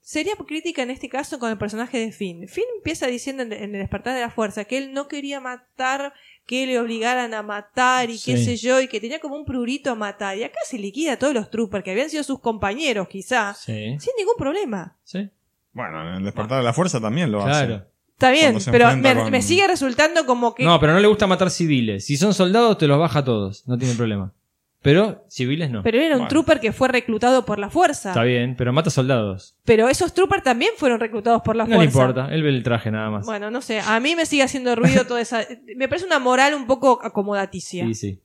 D: sería crítica en este caso con el personaje de Finn. Finn empieza diciendo en, en el despertar de la fuerza que él no quería matar, que le obligaran a matar y qué
C: Sí.
D: sé yo, y que tenía como un prurito a matar. Y acá se liquida a todos los troopers que habían sido sus compañeros quizás,
C: Sí.
D: sin ningún problema.
C: Sí.
E: Bueno, en el despertar de la fuerza también lo hace.
C: Claro.
D: Está bien,
E: Cuando se
D: pero
E: enfrenta
D: me,
E: con-
D: me sigue resultando como que...
C: No, pero no le gusta matar civiles. Si son soldados, te los baja a todos. No tiene problema. Pero civiles no.
D: Pero él era un
E: Bueno.
D: trooper que fue reclutado por la fuerza.
C: Está bien, pero mata soldados.
D: Pero esos troopers también fueron reclutados por la
C: No
D: fuerza.
C: le importa. Él ve el traje nada más.
D: Bueno, no sé, a mí me sigue haciendo ruido toda esa... Me parece una moral un poco acomodaticia.
C: Sí, sí.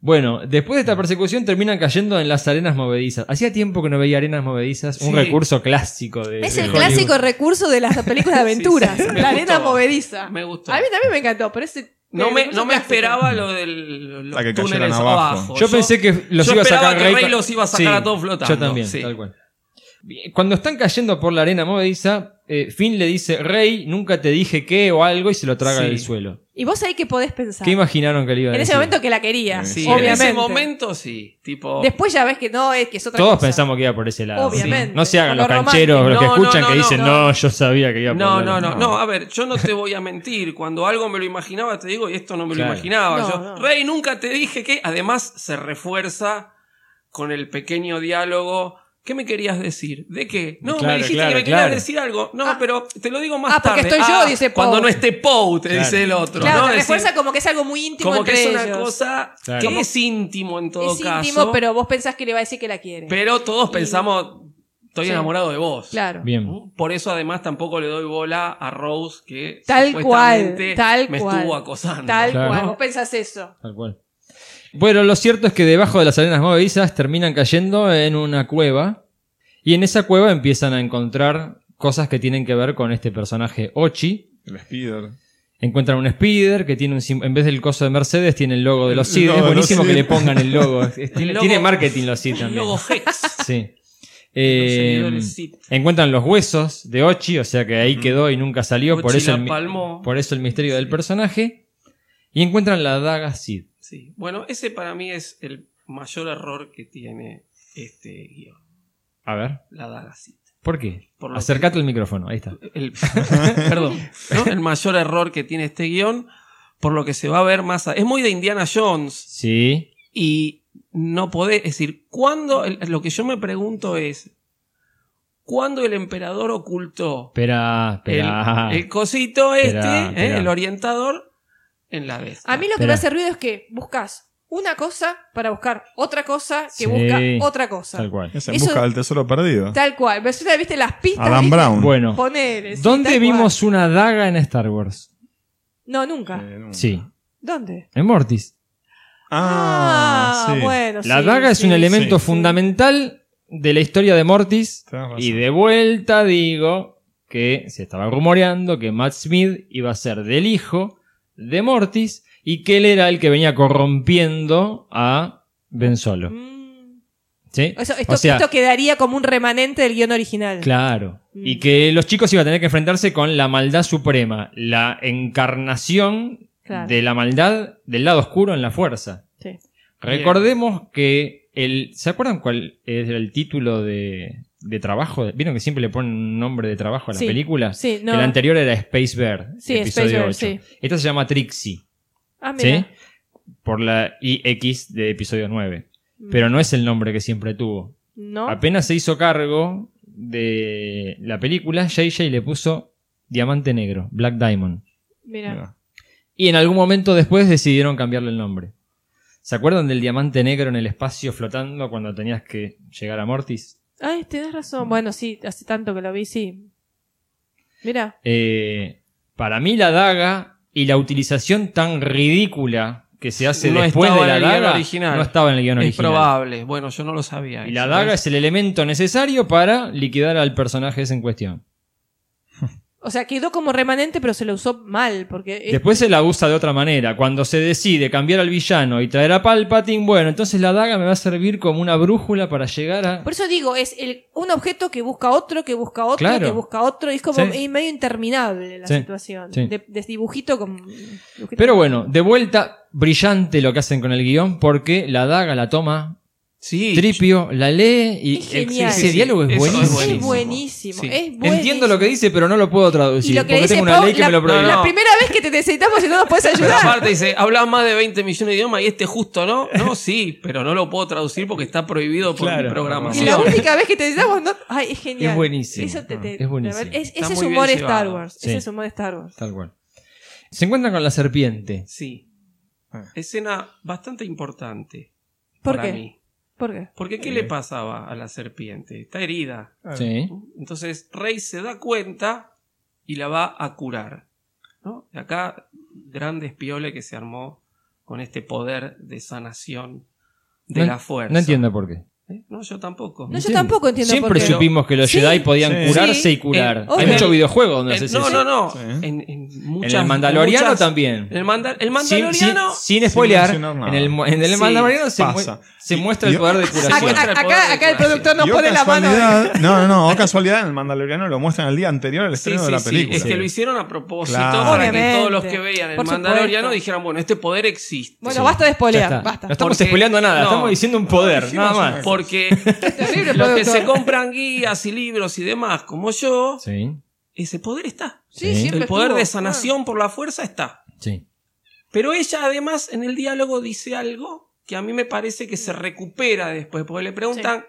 C: Bueno, después de esta persecución terminan cayendo en las arenas movedizas. Hacía tiempo que no veía arenas movedizas, un
F: Sí.
C: recurso clásico de.
D: Es
C: de
D: el
C: Hollywood.
D: clásico recurso de las películas de aventuras,
F: Sí, sí, me
D: la arena
F: gustó.
D: movediza.
F: Ah, Me gustó.
D: A mí también me encantó, pero ese...
F: No me,
D: recurso
F: no me
D: clásico.
F: esperaba lo del los
E: La que cayeran
F: túneles abajo.
E: abajo.
C: Yo pensé que los
F: yo
C: iba a
F: esperaba
C: sacar
F: que Rey los iba a sacar a todos flotando,
C: Yo también,
F: sí.
C: tal cual. Cuando están cayendo por la arena movediza, eh, Finn le dice, Rey, nunca te dije qué o algo y se lo traga
F: Sí.
C: del suelo.
D: Y vos ahí que podés pensar.
C: ¿Qué imaginaron que le iba a
D: en
C: decir?
D: ese momento que la quería,
F: Sí, en
D: obviamente.
F: ese momento sí. Tipo,
D: Después ya ves que no, es que es otra
C: Todos
D: cosa.
C: pensamos que iba por ese lado.
D: Obviamente.
C: No se hagan
D: Por
C: los
D: lo
C: cancheros, los que
F: romántico.
C: escuchan
F: No,
C: que
F: no, no,
C: dicen,
F: no.
C: no, yo sabía que iba por
F: No,
C: la-
F: no, no, no, a ver, yo no te voy a mentir. Cuando algo me lo imaginaba, te digo, y esto no me
C: Claro.
F: lo imaginaba.
D: No,
F: Yo,
D: no.
F: Rey, nunca te dije que. Además, se refuerza con el pequeño diálogo. ¿Qué me querías decir? ¿De qué? No,
C: Claro,
F: me dijiste
C: claro,
F: que me querías
C: claro.
F: decir algo. No,
D: Ah.
F: pero te lo digo más
D: Ah, porque
F: tarde.
D: estoy yo, dice Poe.
F: Cuando no esté Poe, te
C: Claro.
F: dice el otro.
D: Claro,
F: ¿no?
D: te
F: Es decir,
D: refuerza como que es algo muy íntimo
F: como que
D: entre
F: es una
D: ellos.
F: cosa
C: Claro.
F: que
C: Como-
F: es íntimo en todo
D: es
F: caso.
D: íntimo, pero vos pensás que le va a decir que la quiere.
F: pero todos pensamos. estoy
D: Sí.
F: enamorado de vos.
D: Claro.
C: Bien.
F: ¿no? Por eso además tampoco le doy bola a Rose que
D: Tal cual,
F: supuestamente
D: tal
F: me
D: cual.
F: estuvo acosando.
D: Tal
C: Claro.
D: cual. Vos pensás eso.
C: Tal cual. Bueno, lo cierto es que debajo de las arenas movedizas terminan cayendo en una cueva. Y en esa cueva empiezan a encontrar cosas que tienen que ver con este personaje Ochi.
E: El Spider.
C: Encuentran un Spider que tiene un sim- en vez del coso de Mercedes tiene el logo de los
E: El
C: Cid.
E: logo
C: Es
E: de los
C: buenísimo
E: Cid.
C: que le pongan el logo. Es- es- tiene,
F: logo-
C: tiene marketing los Cid
F: Un
C: también.
F: logo Hex.
C: Sí. Eh,
F: seguidores Cid.
C: encuentran los huesos de Ochi, o sea que ahí quedó y nunca salió. Por
F: Ochi
C: eso,
F: la
C: el, mi-
F: palmó.
C: por eso el misterio del personaje. Y encuentran la daga Cid.
F: Sí. Bueno, ese para mí es el mayor error que tiene este guión.
C: A ver.
F: La daga Cid.
C: ¿Por qué?
F: Por lo
C: Acercate al micrófono, ahí está.
F: El, perdón. ¿no? El mayor error que tiene este guión, por lo que se va a ver más... a- es muy de Indiana Jones.
C: Sí,
F: y no podés, es decir, ¿cuándo? el- Lo que yo me pregunto es, ¿cuándo el emperador ocultó
C: espera,
F: el,
C: espera.
F: el cosito este,
C: Esperá,
F: eh,
C: esperá.
F: el orientador, en la bestia?
D: A mí lo que
C: Espera.
D: me hace ruido es que buscas una cosa para buscar otra cosa que
C: Sí.
D: busca otra cosa.
C: Tal cual.
E: Es en
D: Eso-
E: busca del tesoro perdido.
D: Tal cual. Me suena, viste, las pistas.
E: Adam
D: ¿viste?
E: Brown.
C: Bueno,
D: Ponele, sí,
C: ¿dónde
D: tal
C: vimos una daga en Star Wars?
D: cual. No, nunca.
E: Eh, no.
C: Sí,
D: ¿Dónde?
C: en Mortis.
E: Ah, sí.
D: bueno.
C: La
D: sí,
C: daga es
D: sí,
C: un
D: sí,
C: elemento
D: sí.
C: fundamental de la historia de Mortis.
E: Tenés razón.
C: Y de vuelta digo que se estaba rumoreando que Matt Smith iba a ser del hijo de Mortis y que él era el que venía corrompiendo a Ben Solo.
D: Mm.
C: ¿Sí?
D: Eso- esto,
C: O sea,
D: esto quedaría como un remanente del guión original.
C: Claro.
D: Mm.
C: Y que los chicos iban a tener que enfrentarse con la maldad suprema, la encarnación
D: Claro.
C: de la maldad del lado oscuro en la fuerza.
D: Sí.
C: Recordemos que el. ¿Se acuerdan cuál es el título de, de trabajo? ¿Vieron que siempre le ponen un nombre de trabajo a las
D: Sí.
C: películas?
D: Sí, no.
C: El anterior era Space Bear,
D: Sí,
C: episodio
D: Space Bear,
C: 8.
D: sí.
C: Esta se llama Trixie,
D: Ah, mira.
C: ¿sí? Por la IX de episodio 9.
D: Mm.
C: Pero no es el nombre que siempre tuvo.
D: No.
C: Apenas se hizo cargo de la película, JJ le puso Diamante Negro, Black Diamond.
D: Mira.
E: Mira.
C: Y en algún momento después decidieron cambiarle el nombre. ¿Se acuerdan del diamante negro en el espacio flotando cuando tenías que llegar a Mortis?
D: Ay, tenés razón. Bueno, sí, hace tanto que lo vi, sí. Mira.
C: Eh, para mí la daga y la utilización tan ridícula que se hace
F: No
C: después de
F: estaba
C: la
F: en el guion
C: daga
F: original.
C: no estaba en el guion
F: es
C: original.
F: probable. Bueno, yo no lo sabía. ¿eh?
C: Y la daga es el elemento necesario para liquidar al personaje ese en cuestión.
D: O sea, quedó como remanente, pero se lo usó mal. Porque eh,
C: Después se la usa de otra manera. Cuando se decide cambiar al villano y traer a Palpatine, bueno, entonces la daga me va a servir como una brújula para llegar a...
D: Por eso digo, es el, un objeto que busca otro, que busca otro,
C: Claro.
D: que busca otro. Y es como
C: Sí.
D: eh, medio interminable la
C: Sí.
D: situación.
C: Sí.
D: De, de dibujito con. dibujito.
C: Pero bueno, de vuelta, brillante lo que hacen con el guión, porque la daga la toma
F: Sí,
C: Tripio, la lee y
D: Es genial.
C: ese
F: Sí,
C: diálogo es
F: eso
C: buenísimo.
D: es
F: buenísimo.
D: buenísimo.
F: Sí.
D: Es buenísimo.
C: Entiendo lo que dice, pero no lo puedo
D: Y
C: traducir,
D: lo que
C: porque
D: dice
C: tengo una
D: Pau,
C: ley que
D: la,
C: me lo prohíbe.
D: la
F: No, no.
D: primera vez que te necesitamos y no nos puedes
F: Pero
D: ayudar.
F: aparte dice, hablas más de 20 millones de idiomas y este justo no. No, sí, pero no lo puedo traducir porque está prohibido por
C: Claro.
F: mi
D: Y la
F: programación.
D: única vez que te necesitamos, no. Ay, es genial.
C: Es buenísimo. Mm,
D: Eso te- te-
C: Es buenísimo.
D: la verdad, es-
F: Está
D: ese es
F: muy bien
D: humor
F: llevado.
D: Star Wars.
C: Sí.
D: Ese es humor Star Wars.
C: Tal cual. Se encuentran con la serpiente.
F: Sí.
E: Ah.
F: Escena bastante importante.
D: ¿Por
F: para
D: qué?
F: mí.
D: ¿Por qué?
F: Porque ¿qué le pasaba a la serpiente? Está herida.
C: Sí.
F: Entonces Rey se da cuenta y la va a curar. ¿no? Y acá, grandes pioles que se armó con este poder de sanación de
C: No-
F: la fuerza.
C: No entiendo por qué.
F: ¿Eh? No, yo tampoco.
D: No, yo tampoco entiendo
C: Siempre
D: por qué.
C: supimos que los
D: Sí.
C: Jedi podían
E: Sí.
C: curarse
D: Sí. Eh,
C: y curar.
F: En-
C: Hay
D: en
C: muchos
F: el-
C: videojuegos donde
F: Eh,
C: haces
F: no,
C: eso.
F: no, no.
E: Sí.
F: En, en
C: En
F: muchas-
C: el Mandaloriano
F: muchas-
C: también.
F: El, manda- el
C: Sin, sin,
F: Mandaloriano.
C: sin spoilear,
E: Sin mencionar nada.
C: en el, mo- en el
F: Sí,
C: Mandaloriano se, mu-
E: pasa.
C: se muestra
E: y-
C: el poder de
D: Acá,
C: curación.
F: Muestra el
D: acá-
F: poder de
D: acá el
F: curación.
D: productor nos
E: Y o
D: pone la mano.
E: casualidad- No, no, no. O casualidad, en el Mandaloriano lo muestran el día anterior al
F: Sí,
E: estreno
F: sí,
E: de la
F: sí.
E: película.
F: Es que lo hicieron a propósito
E: Claro.
F: para que
D: Obviamente.
F: todos los que vean el
D: Por supuesto.
F: Mandaloriano dijeran, bueno, este poder existe.
D: Bueno, basta de
C: Ya
D: spoilear.
C: está.
D: Basta.
C: No estamos
F: Porque-
C: spoileando nada,
F: no.
C: estamos diciendo un poder, nada más.
F: Porque
D: terrible, ¿eh?
F: los que
D: productor.
F: se compran guías y libros y demás, como yo,
C: Sí,
F: ese poder está.
D: Sí,
C: Sí.
D: siempre
F: El poder
D: estuvo.
F: de sanación por la fuerza está.
C: sí.
F: Pero ella además en el diálogo dice algo que a mí me parece que se recupera después, porque le preguntan,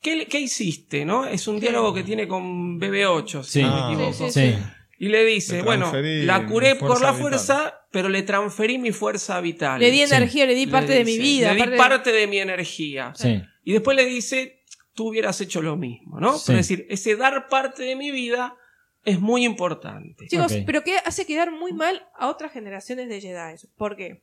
F: ¿qué, le- qué hiciste? ¿no? Es un diálogo que tiene con BB8, si
C: Sí.
F: no me
E: Ah.
F: equivoco.
D: Sí,
C: Sí.
F: Y le dice,
E: Le
F: bueno,
E: transferí
F: la curé
E: mi
F: por la
E: fuerza
F: fuerza, pero le transferí mi fuerza vital.
D: Le di
C: Sí.
D: energía, le di
F: Le
D: parte de mi
F: dice,
D: vida.
F: Le di
D: parte de-
F: parte de mi energía.
C: sí.
F: Y después le dice, tú hubieras hecho lo mismo, ¿no?
C: Sí.
F: Pero Es decir, ese dar parte de mi vida es muy importante.
D: Chicos,
C: Ok.
D: pero que hace quedar muy mal a otras generaciones de Jedi. ¿Por qué?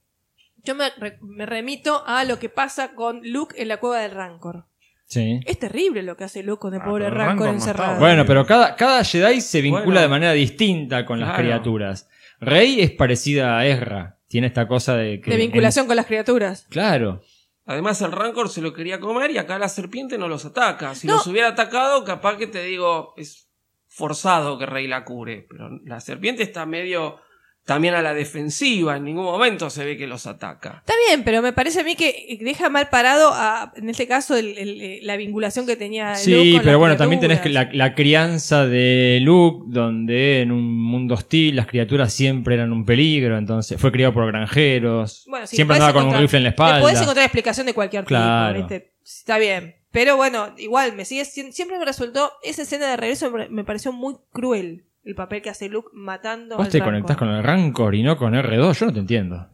D: Yo me, re- me remito a lo que pasa con Luke en la cueva del Rancor.
C: Sí.
D: Es terrible lo que hace Luke con el
E: Ah,
D: pobre
E: pero el
D: Rancor,
E: Rancor no
D: encerrado.
E: estaba.
C: Bueno, pero cada, cada Jedi se vincula
F: Bueno.
C: de manera distinta con las
F: Claro.
C: criaturas. Rey es parecida a Ezra. Tiene esta cosa de que.
D: de vinculación con las criaturas.
C: en- claro.
F: Además, el Rancor se lo quería comer y acá la serpiente no los ataca. Si
D: No.
F: los hubiera atacado, capaz que te digo, es forzado que Rey la cure. Pero la serpiente está medio también a la defensiva. En ningún momento se ve que los ataca.
D: Está bien, pero me parece a mí que deja mal parado, a, en este caso, el- el- el- la vinculación que tenía Ah, Luke
C: Sí,
D: con
C: pero
D: las
C: bueno, también tenés que
D: criaturas.
C: la, la crianza de Luke, donde en un mundo hostil las criaturas siempre eran un peligro. Entonces, fue criado por granjeros.
D: Bueno, sí,
C: siempre
D: podés
C: andaba con un
D: encontrar-
C: rifle en la
D: Le podés
C: espalda.
D: encontrar explicación de cualquier
C: Claro.
D: tipo, ¿viste? Está bien. Pero bueno, igual, me sigue, si- siempre me resultó, esa escena de regreso me- me pareció muy cruel. El papel que hace Luke matando
C: Vos
D: al
C: te
D: Rancor.
C: conectás con el Rancor y no con R2, yo no te entiendo.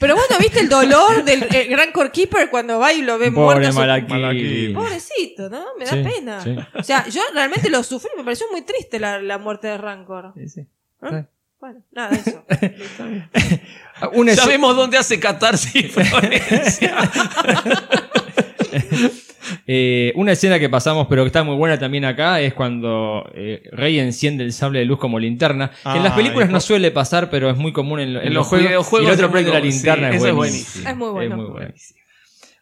D: Pero vos no viste el dolor del eh, Rancor Keeper cuando va y lo ve muerto.
C: Pobre
D: a su-
C: Malaki.
E: Malaki.
D: Pobrecito, ¿no? Me da
C: Sí,
D: pena.
C: sí.
D: O sea, yo realmente lo sufrí, me pareció muy triste la, la muerte de Rancor.
C: Sí, sí.
D: ¿Eh? Bueno, nada, eso.
C: Una escena-
F: Sabemos dónde hace catarsis Florencia.
C: Eh, una escena que pasamos, pero que está muy buena también acá, es cuando eh, Rey enciende el sable de luz como linterna. que en las
E: Ah,
C: películas
E: y-
C: no suele pasar, pero es muy común en, lo- en
F: En
C: los
F: los
C: juegos. Y
F: videojuegos
C: el otro
F: es
C: prende
F: muy
C: la
F: común,
C: linterna
F: sí,
C: es
F: ese es
C: buenísimo.
D: Es muy bueno.
C: bueno.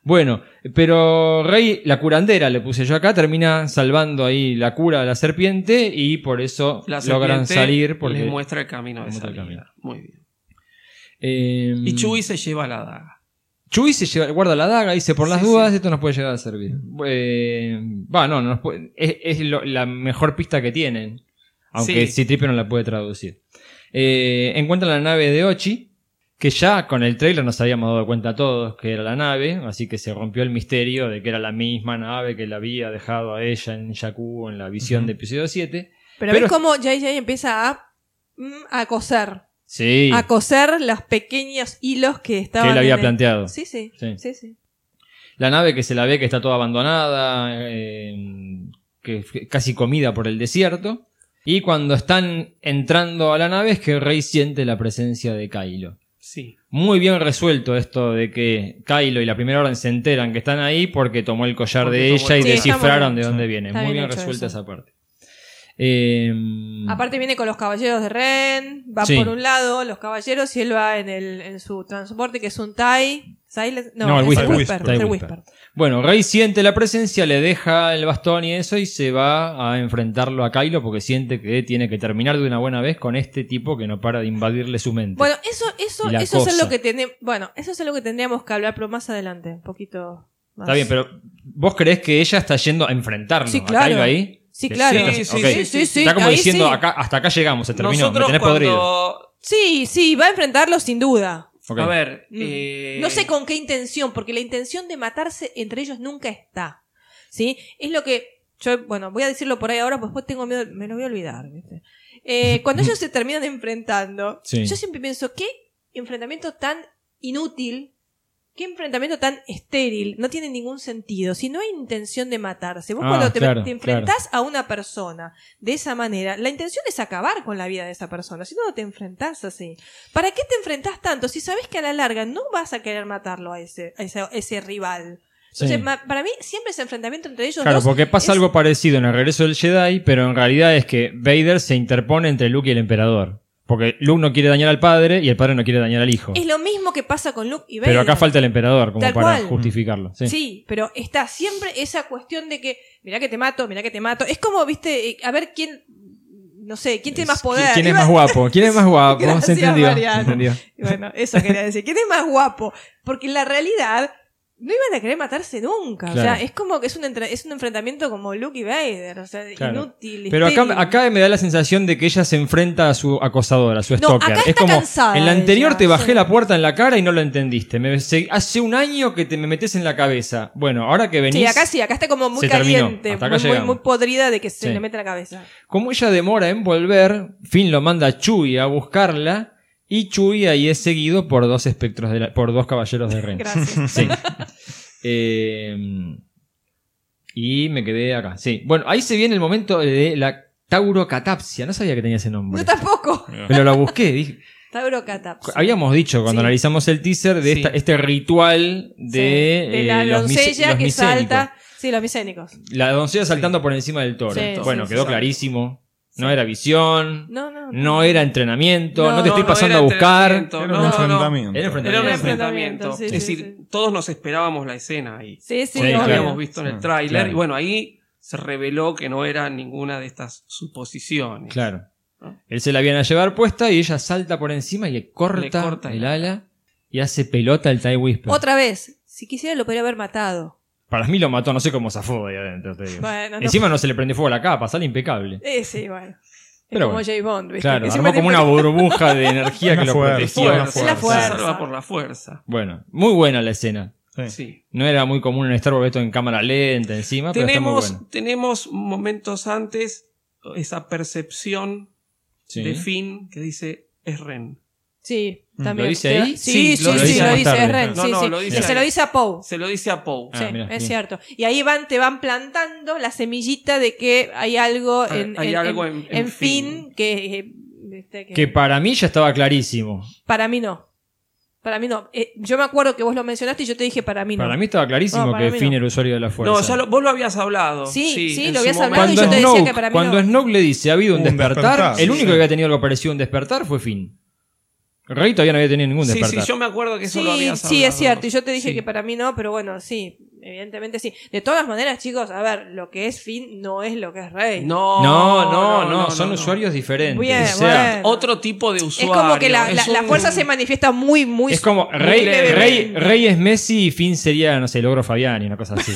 C: Bueno, pero Rey, la curandera, le puse yo acá, termina salvando ahí la cura de la serpiente y por eso
F: La
C: logran
F: serpiente
C: salir. Porque,
F: les muestra el camino de
C: les muestra el
F: salida.
C: camino.
F: Muy bien.
C: eh,
F: Y Chewie se lleva la daga.
C: Chuy se lleva- guarda la daga, dice, por las
F: Sí,
C: dudas,
F: sí.
C: esto nos puede llegar a servir. Eh, Va, no, no nos puede- es, es lo- la mejor pista que tienen. Aunque
F: Sí.
C: si no la puede traducir. Eh, encuentran la nave de Ochi, que ya con el trailer nos habíamos dado cuenta todos que era la nave, así que se rompió el misterio de que era la misma nave que la había dejado a ella en Jakku en la visión de episodio 7.
D: Pero,
C: Pero-
D: ves cómo JJ empieza a, mm, a coser.
C: Sí,
F: Ah,
D: A coser los pequeños hilos que
C: que
D: estaban.
C: él
D: en
C: había
D: el-
C: planteado.
D: Sí, sí.
C: Sí.
D: Sí, sí.
C: La nave que se la ve que está toda abandonada, eh, que f- casi comida por el desierto. Y cuando están entrando a la nave es que Rey siente la presencia de Kylo.
F: Sí.
C: Muy bien resuelto esto de que Kylo y la Primera Orden se enteran que están ahí porque tomó el collar
F: Porque
C: de ella
F: tomó el
C: y
D: collar. Sí, está
C: descifraron de
D: muy bien
C: dónde
D: hecho.
C: viene.
D: Está
C: Muy
D: bien
C: bien,
D: hecho
C: resuelta
D: eso.
C: esa parte. Eh,
D: Aparte viene con los caballeros de Ren, va
C: Sí.
D: por un lado, los caballeros, y él va en, el, en su transporte, que es un TIE. Silent- no,
C: No, el
D: es
C: Whisper.
E: Whisper.
D: es el
C: TIE
D: Whisper.
C: Bueno, Rey siente la presencia, le deja el bastón y eso y se va a enfrentarlo a Kylo porque siente que tiene que terminar de una buena vez con este tipo que no para de invadirle su mente.
D: Bueno, eso, eso,
C: Y la
D: eso es
C: cosa.
D: lo que tenemos. Bueno, eso es lo que tendríamos que hablar, pero más adelante, un poquito más.
C: Está bien, pero vos creés que ella está yendo a enfrentarlo
D: Sí,
C: a
D: claro.
C: Kylo ahí.
D: Sí,
C: Que
D: claro.
C: está-
F: Sí, sí,
C: ok.
F: sí, sí, sí,
C: Está como
D: ahí
C: diciendo,
D: sí.
C: acá, hasta acá llegamos, se terminó, me
F: Nosotros
C: tenés podrido.
F: cuando...
D: Sí, sí, va a enfrentarlo sin duda.
C: Ok.
F: A ver,
D: Mm.
F: eh,
D: No sé con qué intención, porque la intención de matarse entre ellos nunca está. ¿Sí? Es lo que. Yo, bueno, voy a decirlo por ahí ahora, pues después tengo miedo, me lo voy a olvidar. ¿viste? Eh, cuando ellos se terminan enfrentando,
C: Sí.
D: yo siempre pienso, qué enfrentamiento tan inútil, qué enfrentamiento tan estéril, no tiene ningún sentido. Si no hay intención de matarse, vos
C: Ah,
D: cuando te,
C: claro,
D: te enfrentás a una persona de esa manera, la intención es acabar con la vida de esa persona, si no, no te enfrentás así. ¿Para qué te enfrentás tanto si sabes que a la larga no vas a querer matarlo a ese, a ese, a ese rival?
C: Sí.
D: Entonces, ma- para mí siempre ese enfrentamiento entre ellos
C: Claro,
D: dos
C: porque pasa
D: es-
C: algo parecido en el regreso del Jedi, pero en realidad es que Vader se interpone entre Luke y el emperador. Porque Luke no quiere dañar al padre y el padre no quiere dañar al hijo.
D: es lo mismo que pasa con Luke y Vader.
C: Pero acá falta el emperador como
D: Tal
C: para
D: cual.
C: justificarlo. Sí.
D: Sí. pero está siempre esa cuestión de que, mirá que te mato, mirá que te mato. Es como, viste, eh, a ver quién, no sé, quién tiene más poder.
C: ¿Quién es
D: Iba-
C: más guapo? ¿Quién es más guapo?
D: Gracias,
C: se entendió.
D: Mariano.
C: se entendió.
D: Bueno, eso quería decir. ¿Quién es más guapo? Porque en la realidad no iban a querer matarse nunca. O
C: Claro.
D: sea, es como que es un, entre- es un enfrentamiento como Luke y Vader. O sea,
C: Claro.
D: inútil.
C: Pero acá,
D: estéril.
C: acá me da la sensación de que ella se enfrenta a su acosadora, a su
D: No,
C: stalker.
D: acá
C: es
D: está
C: como,
D: cansada
C: en la anterior
D: ella,
C: te bajé
D: sí.
C: la puerta en la cara y no lo entendiste. Me- se- hace un año que te me metes en la cabeza. Bueno, ahora que venís...
D: Sí, acá sí, acá está como muy
C: se terminó.
D: caliente,
C: Hasta
D: muy,
C: acá
D: muy,
C: llegamos.
D: muy podrida de que se
C: Sí.
D: le mete en la cabeza.
C: Como ella demora en volver, Finn lo manda a Chuy a buscarla y Chuy ahí es seguido por dos espectros, de la- por dos caballeros de Ren.
D: Gracias.
C: Sí. Eh, Em, Y me quedé acá. Sí. Bueno, ahí se viene el momento de la taurocatapsia. No sabía que tenía ese nombre.
D: No tampoco.
C: Pero la busqué. Dije,
D: Taurocatapsia.
C: habíamos dicho cuando
D: Sí.
C: analizamos el teaser de
F: Sí.
C: esta- este ritual de,
D: Sí, de la
C: eh, los mis-
D: doncella
C: los
D: que
C: micénicos.
D: salta. Sí, los micénicos.
C: La doncella saltando por encima del toro.
D: Sí, sí,
C: bueno,
D: sí,
C: quedó
D: sí.
C: clarísimo. No era visión.
D: No, no.
C: No era entrenamiento. No,
D: No,
C: te estoy
D: no
C: pasando
F: era
C: a buscar.
F: entrenamiento,
E: Era
F: no,
E: un
F: no.
C: Era
E: enfrentamiento.
C: un
F: Era un
D: Era
F: enfrentamiento.
D: enfrentamiento, sí,
F: es
D: sí,
F: decir, todos nos esperábamos la escena ahí.
D: Sí,
C: Sí,
D: sí,
F: Porque
D: obvio.
F: lo
C: claro.
F: habíamos visto en
E: Ah,
F: el tráiler.
C: claro.
F: Y bueno, ahí se reveló que no era ninguna de estas suposiciones.
C: Claro.
F: ¿No?
C: Él se la viene a llevar puesta y ella salta por encima y le corta,
F: Le corta
C: el
F: el
C: ala y hace pelota al Tai Whisper.
D: Otra vez. Si quisiera lo podría haber matado.
C: Para mí lo mató, no sé cómo zafó de ahí adentro. te digo.
D: Bueno, no.
C: Encima no se le prende fuego a la capa, sale impecable.
D: Eh, sí, bueno. Es
C: Pero
D: como
C: bueno.
D: J. Bond, ¿viste?
C: Claro,
D: Que
C: armó
D: siempre
C: como
D: te-
C: una burbuja de energía
E: Una
C: que lo
E: fuerza,
C: protegió.
E: una
F: Fuerza,
D: Es la fuerza.
F: Se salva por la fuerza.
C: Bueno, muy buena la escena.
E: Sí.
F: Sí.
C: No era muy común en Star Wars esto en cámara lenta encima, pero está muy
F: Tenemos,
C: bueno.
F: tenemos momentos antes esa percepción
C: Sí.
F: de Finn que dice es Ren.
D: Sí, también.
C: ¿Lo dice ahí?
D: Sí, sí,
F: Sí,
D: sí,
F: lo
D: lo,
F: dice
D: dice,
C: más tarde.
D: es Ren,
F: No,
D: sí,
F: no,
D: sí.
F: lo dice
D: Y se
F: ahí.
D: lo dice a Poe.
F: Se lo dice a Poe.
C: Ah,
D: sí,
C: mirá,
D: es
C: bien.
D: cierto. Y ahí van, te van plantando la semillita de que hay algo
F: Ah,
D: en,
F: hay
D: en-
F: algo
D: en-
F: en- en
D: en fin que, eh, este, que-
C: Que para mí ya estaba clarísimo.
D: para mí no. Para mí no. Eh, yo me acuerdo que vos lo mencionaste y yo te dije para mí no.
C: Para mí estaba clarísimo
D: No, para
C: que
D: mí
C: Finn
D: no.
C: era usuario de la fuerza.
F: No, ya lo- vos lo habías hablado.
D: Sí, sí,
F: en
D: lo
F: su
D: habías hablado y
F: momento.
C: Cuando,
D: yo te decía
C: Snoke,
D: que para mí
C: cuando
D: no.
C: Snoke le dice ha habido un,
E: Un
C: despertar,
E: despertar,
C: el
E: sí.
C: único que había tenido algo parecido a un despertar fue Finn. Rey todavía no había tenido ningún
F: Sí,
C: despertar.
F: sí, yo me acuerdo que eso
D: sí,
F: lo habías hablado.
D: sí, es cierto. Y yo te dije
F: Sí.
D: que para mí no, pero bueno, sí. Evidentemente sí. De todas maneras, chicos, a ver, lo que es Finn no es lo que es Rey.
F: No,
C: No, no, no, son usuarios diferentes.
D: Bien,
C: o sea,
D: bueno.
F: Otro tipo de
D: Es
F: usuario.
D: como que la, la-
F: es
D: la
F: un-
D: fuerza se manifiesta muy, muy.
C: es como
D: muy
C: Rey,
D: levemente.
C: Rey, Rey es Messi y Finn sería, no sé, logro Fabiani, una cosa así.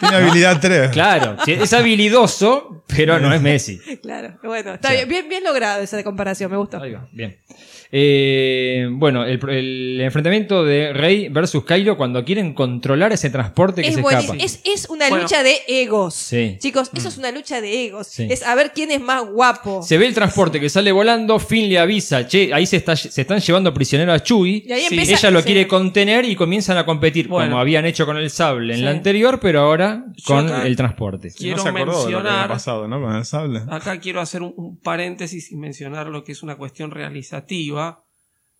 E: Tiene habilidad 3.
C: claro, sí, es habilidoso, pero no es Messi.
D: Claro, bueno, está
C: Sí.
D: bien, bien, bien logrado esa comparación, me gustó.
C: Ahí va, bien. Eh, bueno, el, el enfrentamiento de Rey versus Kylo cuando quieren controlar ese transporte que
D: Es,
C: se
D: buenis-
C: escapa.
D: es, es una
F: Bueno. Mm.
D: lucha de egos.
C: Sí.
D: Chicos, eso es una lucha de egos.
C: Sí.
D: Es a ver quién es más guapo.
C: Se ve el transporte que sale volando, Finn le avisa, che, ahí se, está, se están llevando prisionero a Chewie.
D: Y ahí
F: Sí,
D: empieza-
C: Ella lo
D: sí.
C: quiere contener y comienzan a competir,
F: Bueno.
C: como habían hecho con el sable en
D: Sí.
C: la anterior, pero ahora
F: Yo
C: con
F: acá-
C: el transporte.
E: No
F: Quiero
E: se acordó de lo que había
F: mencionar. Ah,
E: pasado, ¿no? Con el sable.
F: Acá quiero hacer un, un paréntesis y mencionar lo que es una cuestión realizativa,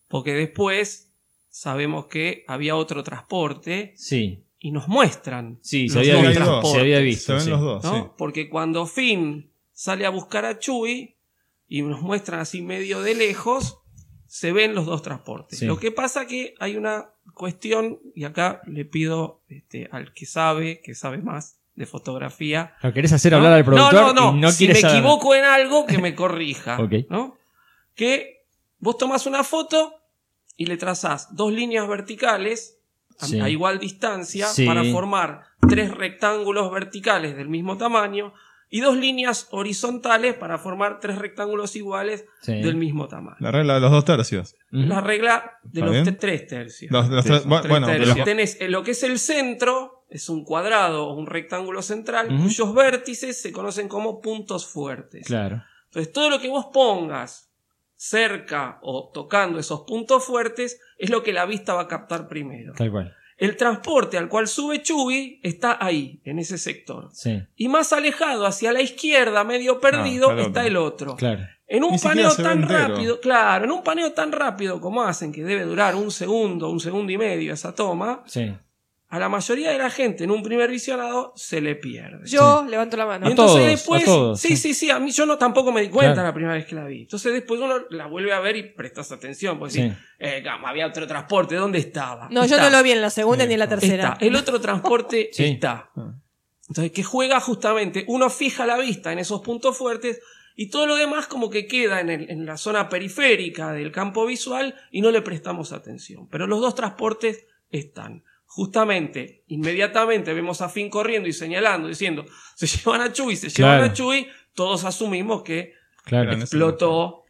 F: porque después sabemos que había otro transporte
C: Sí,
F: y nos muestran.
C: sí, se
F: los
C: había,
F: dos
E: dos
C: visto, se
F: transportes,
C: había
E: Se
C: visto.
E: ven
C: sí.
E: los dos,
F: ¿no?
E: sí.
F: Porque cuando Finn sale a buscar a Chewie y nos muestran así medio de lejos, se ven los dos transportes.
C: Sí.
F: Lo que pasa que hay una cuestión, y acá le pido este, al que sabe, que sabe más de fotografía,
C: Lo querés hacer hablar al productor
F: no, no, no.
C: y no
F: si me
C: quieres saber.
F: equivoco en algo, que me corrija.
C: Ok.
F: ¿no? Que vos tomás una foto y le trazás dos líneas verticales a,
C: Sí.
F: a igual distancia
C: Sí.
F: para formar tres rectángulos verticales del mismo tamaño y dos líneas horizontales para formar tres rectángulos iguales
C: Sí.
F: del mismo tamaño.
E: La regla de los dos tercios.
C: Ujú.
F: La regla
E: ¿Está
F: de los
E: bien?
F: te- tres tercios.
E: Los- los
F: Sí,
E: tres-
F: son
E: bueno, bueno,
F: tercios.
E: de los-
F: Tenés eh, lo que es el centro, es un cuadrado o un rectángulo central,
C: Ujú.
F: cuyos vértices se conocen como puntos fuertes.
C: Claro.
F: Entonces, todo lo que vos pongas cerca o tocando esos puntos fuertes es lo que la vista va a captar primero.
C: Tal cual.
F: El transporte al cual sube Chubby está ahí, en ese sector.
C: Sí,
F: Y más alejado hacia la izquierda, medio perdido,
E: Ah, está el
F: está
E: otro.
F: el otro.
C: claro.
F: En un
E: Ni siquiera
F: paneo
E: se ve
F: tan
E: entero.
F: rápido, claro, en un paneo tan rápido como hacen, que debe durar un segundo, un segundo y medio esa toma,
C: Sí.
F: a la mayoría de la gente en un primer visionado se le pierde.
D: Yo levanto la mano.
C: A
F: Y entonces
C: todos,
F: después,
C: a todos, sí.
F: sí, sí, sí, a mí yo no tampoco me di cuenta
C: Claro.
F: la primera vez que la vi. Entonces después uno la vuelve a ver y prestas atención, porque
C: Sí.
F: sí, eh, gama, había otro transporte, ¿dónde estaba?
D: No, yo
F: Está,
D: no lo vi en la segunda ni en la tercera.
F: Está, el otro transporte
C: Sí.
F: está. Entonces, que juega justamente, uno fija la vista en esos puntos fuertes y todo lo demás como que queda en, el- en la zona periférica del campo visual y no le prestamos atención. Pero los dos transportes están. Justamente, inmediatamente vemos a Finn corriendo y señalando, diciendo, se llevan a Chuy, se llevan
C: Claro.
F: a Chuy, todos asumimos que
C: Claro.
E: Eran esos
F: explotó.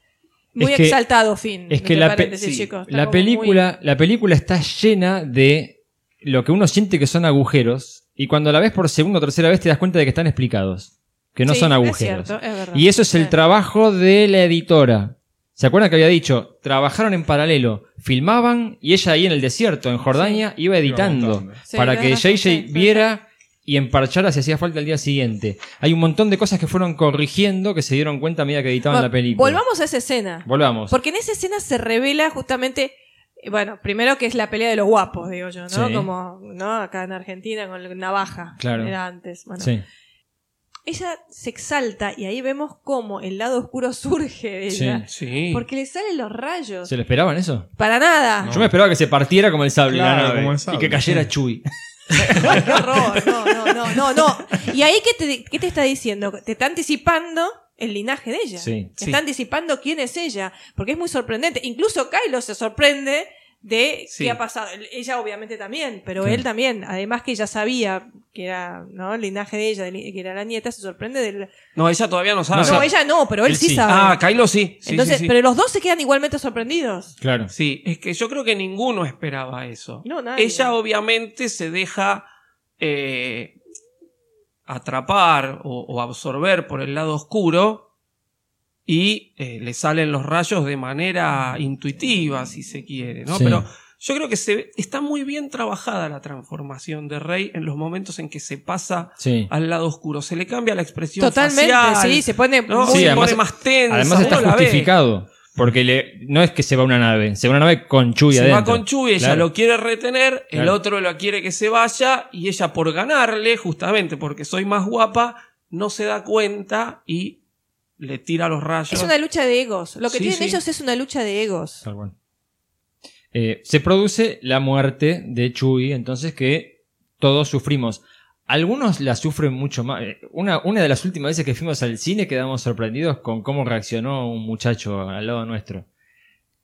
D: Muy
C: Es que-
D: exaltado, Finn.
C: es que
D: entre
C: la pe-
D: paréntesis,
F: sí,
D: chicos. Está
C: La
D: como muy-
C: película, la película está llena de lo que uno siente que son agujeros y cuando la ves por segunda o tercera vez te das cuenta de que están explicados, que no
D: Sí,
C: son
D: es
C: agujeros.
D: cierto, es verdad.
C: y eso es el
D: Sí.
C: trabajo de la editora. ¿Se acuerdan que había dicho? Trabajaron en paralelo, filmaban y ella ahí en el desierto, en Jordania, iba editando
E: montando.
D: Sí,
C: para que
D: tenés razón, sí,
C: JJ
D: sí,
C: viera y emparchar si hacía falta el día siguiente. Hay un montón de cosas que fueron corrigiendo que se dieron cuenta a medida que editaban
D: Bueno,
C: la película.
D: Volvamos a esa escena.
C: Volvamos.
D: Porque en esa escena se revela justamente, eh, bueno, primero que es la pelea de los guapos, digo yo, ¿no?
C: Sí.
D: Como, ¿no? Acá en Argentina con la navaja.
C: Claro.
D: Era antes. Bueno,
C: Sí.
D: Ella se exalta y ahí vemos cómo el lado oscuro surge de
C: Sí.
D: ella.
F: Sí.
D: Porque le salen los rayos.
C: ¿Se lo esperaban eso?
D: Para nada.
C: Yo me esperaba que se partiera como el sable la
E: Claro,
C: nave,
E: como el sable,
C: y que cayera
E: sí.
C: Chuy.
D: Qué horror. No, no, no, no, no. Y ahí, ¿qué te, qué te está diciendo? Te está anticipando el linaje de ella.
C: Sí,
D: te
F: sí.
D: está anticipando quién es ella. Porque es muy sorprendente. Incluso Kylo se sorprende de
F: Sí.
D: qué ha pasado. Ella, obviamente, también. Pero
C: Sí.
D: él también. Además, que ella sabía que era ¿no? el linaje de ella, del- que era la nieta, se sorprende del.
F: No, ella todavía no sabe.
D: No, ella no, pero él,
C: él
D: sí,
C: sí.
D: sabe.
F: Ah, Kylo sí. Sí,
D: Entonces,
F: sí, sí.
D: pero los dos se quedan igualmente sorprendidos.
C: Claro.
F: Sí, es que yo creo que ninguno esperaba eso.
D: No, nadie.
F: Ella obviamente se deja eh, atrapar o, o absorber por el lado oscuro y eh, le salen los rayos de manera intuitiva, si se quiere, ¿no?
C: Sí.
F: Pero yo creo que se, está muy bien trabajada la transformación de Rey en los momentos en que se pasa
C: Sí.
F: al lado oscuro. Se le cambia la expresión
D: Totalmente,
F: facial,
D: sí, se pone
F: ¿no?
D: muy-
F: se
C: además-
F: pone más tensa.
C: Además está
F: uno la ve.
C: justificado. Porque le, no es que se va una nave, se va una nave con Chuy
F: se
C: adentro.
F: va con Chuy, ella
C: Claro.
F: lo quiere retener, el
C: Claro.
F: otro lo quiere que se vaya y ella por ganarle, justamente porque soy más guapa, no se da cuenta y le tira los rayos.
D: Es una lucha de egos. Lo que
F: Sí,
D: tienen
F: sí.
D: ellos es una lucha de egos.
C: Tal cual. Eh, se produce la muerte de Chuy, entonces que todos sufrimos. Algunos la sufren mucho más. Eh, Una, una de las últimas veces que fuimos al cine quedamos sorprendidos con cómo reaccionó un muchacho al lado nuestro.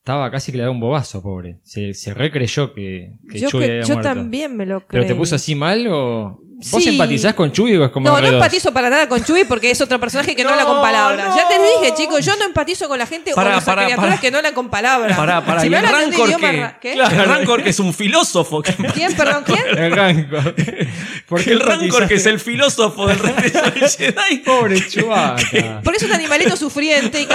C: Estaba casi que le daba un bobazo, pobre. Se, se recreyó que, que
D: yo
C: Chuy
D: que-
C: había
D: yo
C: muerto.
D: también me lo creo.
C: ¿Pero te puso así mal o...? ¿Vos
D: Sí.
C: empatizás con Chuy o es como
D: No,
C: al
D: no
C: revés?
D: empatizo para nada con Chuy porque es otro personaje que no,
F: No,
D: habla con palabras. Ya te
F: no.
D: dije, chicos, yo no empatizo con la gente
F: Pará,
D: o las
F: pará,
D: criaturas
F: pará.
D: que no hablan con palabras.
F: Pará, pará,
D: Si
F: y
D: me
F: el
D: hablan en un
F: Rancor
D: idioma
F: que-
D: ra- ¿qué?
F: claro, el Rancor que es un filósofo. que-
D: ¿Quién, perdón, quién?
C: El rancor. ¿Por qué
F: el Rancor
C: empatizás?
F: que es el filósofo del regreso del Jedi.
C: Pobre Chewbacca.
D: Por eso es un animalito sufriente y-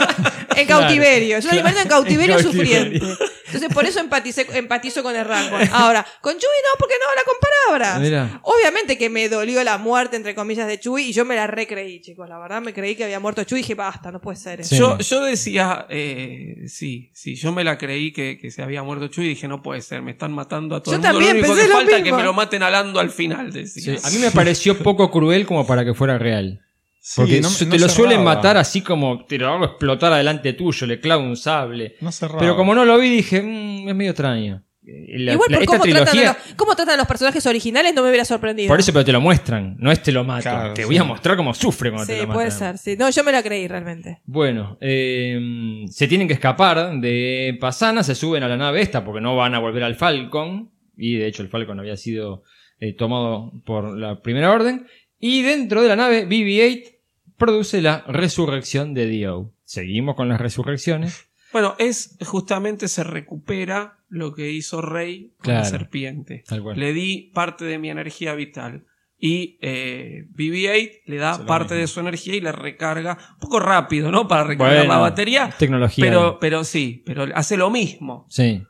D: en cautiverio. Es un animalito en cautiverio
C: En
D: sufriente.
C: cautiverio.
D: Entonces, por eso empaticé- empatizo con el Rancor. Ahora, con Chuy no, porque no habla con palabras.
C: Mirá.
D: Obviamente que me dolió la muerte, entre comillas, de Chuy y yo me la recreí, chicos. La verdad, me creí que había muerto Chuy y dije, basta, no puede ser. eso.
C: Sí.
F: Yo, yo decía, eh, sí, sí, yo me la creí que, que se había muerto Chuy y dije, no puede ser, me están matando a todo
D: Yo
F: el mundo.
D: también
F: único
D: pensé
F: que
D: lo
F: falta es que
D: mismo.
F: me lo maten alando al final.
C: Sí,
F: Decía.
C: a mí me pareció poco cruel como para que fuera real.
E: Sí,
C: Porque
E: no-
C: su-
E: no
C: te lo suelen
E: cerraba.
C: matar así como te lo hago explotar adelante tuyo, le clavo un sable.
E: No cerraba.
C: Pero como no lo vi, dije, "Mm, es medio extraño. Eh, la-
D: Igual
C: la-
D: por
C: esta
D: cómo tratan, a
C: trilogía,
D: los, cómo tratan a los personajes originales no me hubiera sorprendido.
C: por eso, pero te lo muestran, no es te lo mato.
E: Claro,
C: te
E: sí.
C: voy a mostrar cómo sufre cuando te
D: sí,
C: lo matan.
D: puede ser. Sí. No, yo me la creí realmente.
C: Bueno, eh, se tienen que escapar de Pasana, se suben a la nave esta porque no van a volver al Falcon. Y de hecho el Falcon había sido eh, tomado por la primera orden. Y dentro de la nave BB-8 produce la resurrección de Dio. Seguimos con las resurrecciones.
F: Bueno, es justamente se recupera lo que hizo Rey con la
C: Claro.
F: serpiente.
C: Tal cual.
F: Le di parte de mi energía vital. Y eh, BB-8 le da
E: Sí, lo
F: parte
E: mismo.
F: de su energía y la recarga. Un poco rápido, ¿no? Para recargar
C: Bueno,
F: la batería.
C: Tecnología.
F: Pero, pero sí, pero hace lo mismo.
C: Sí.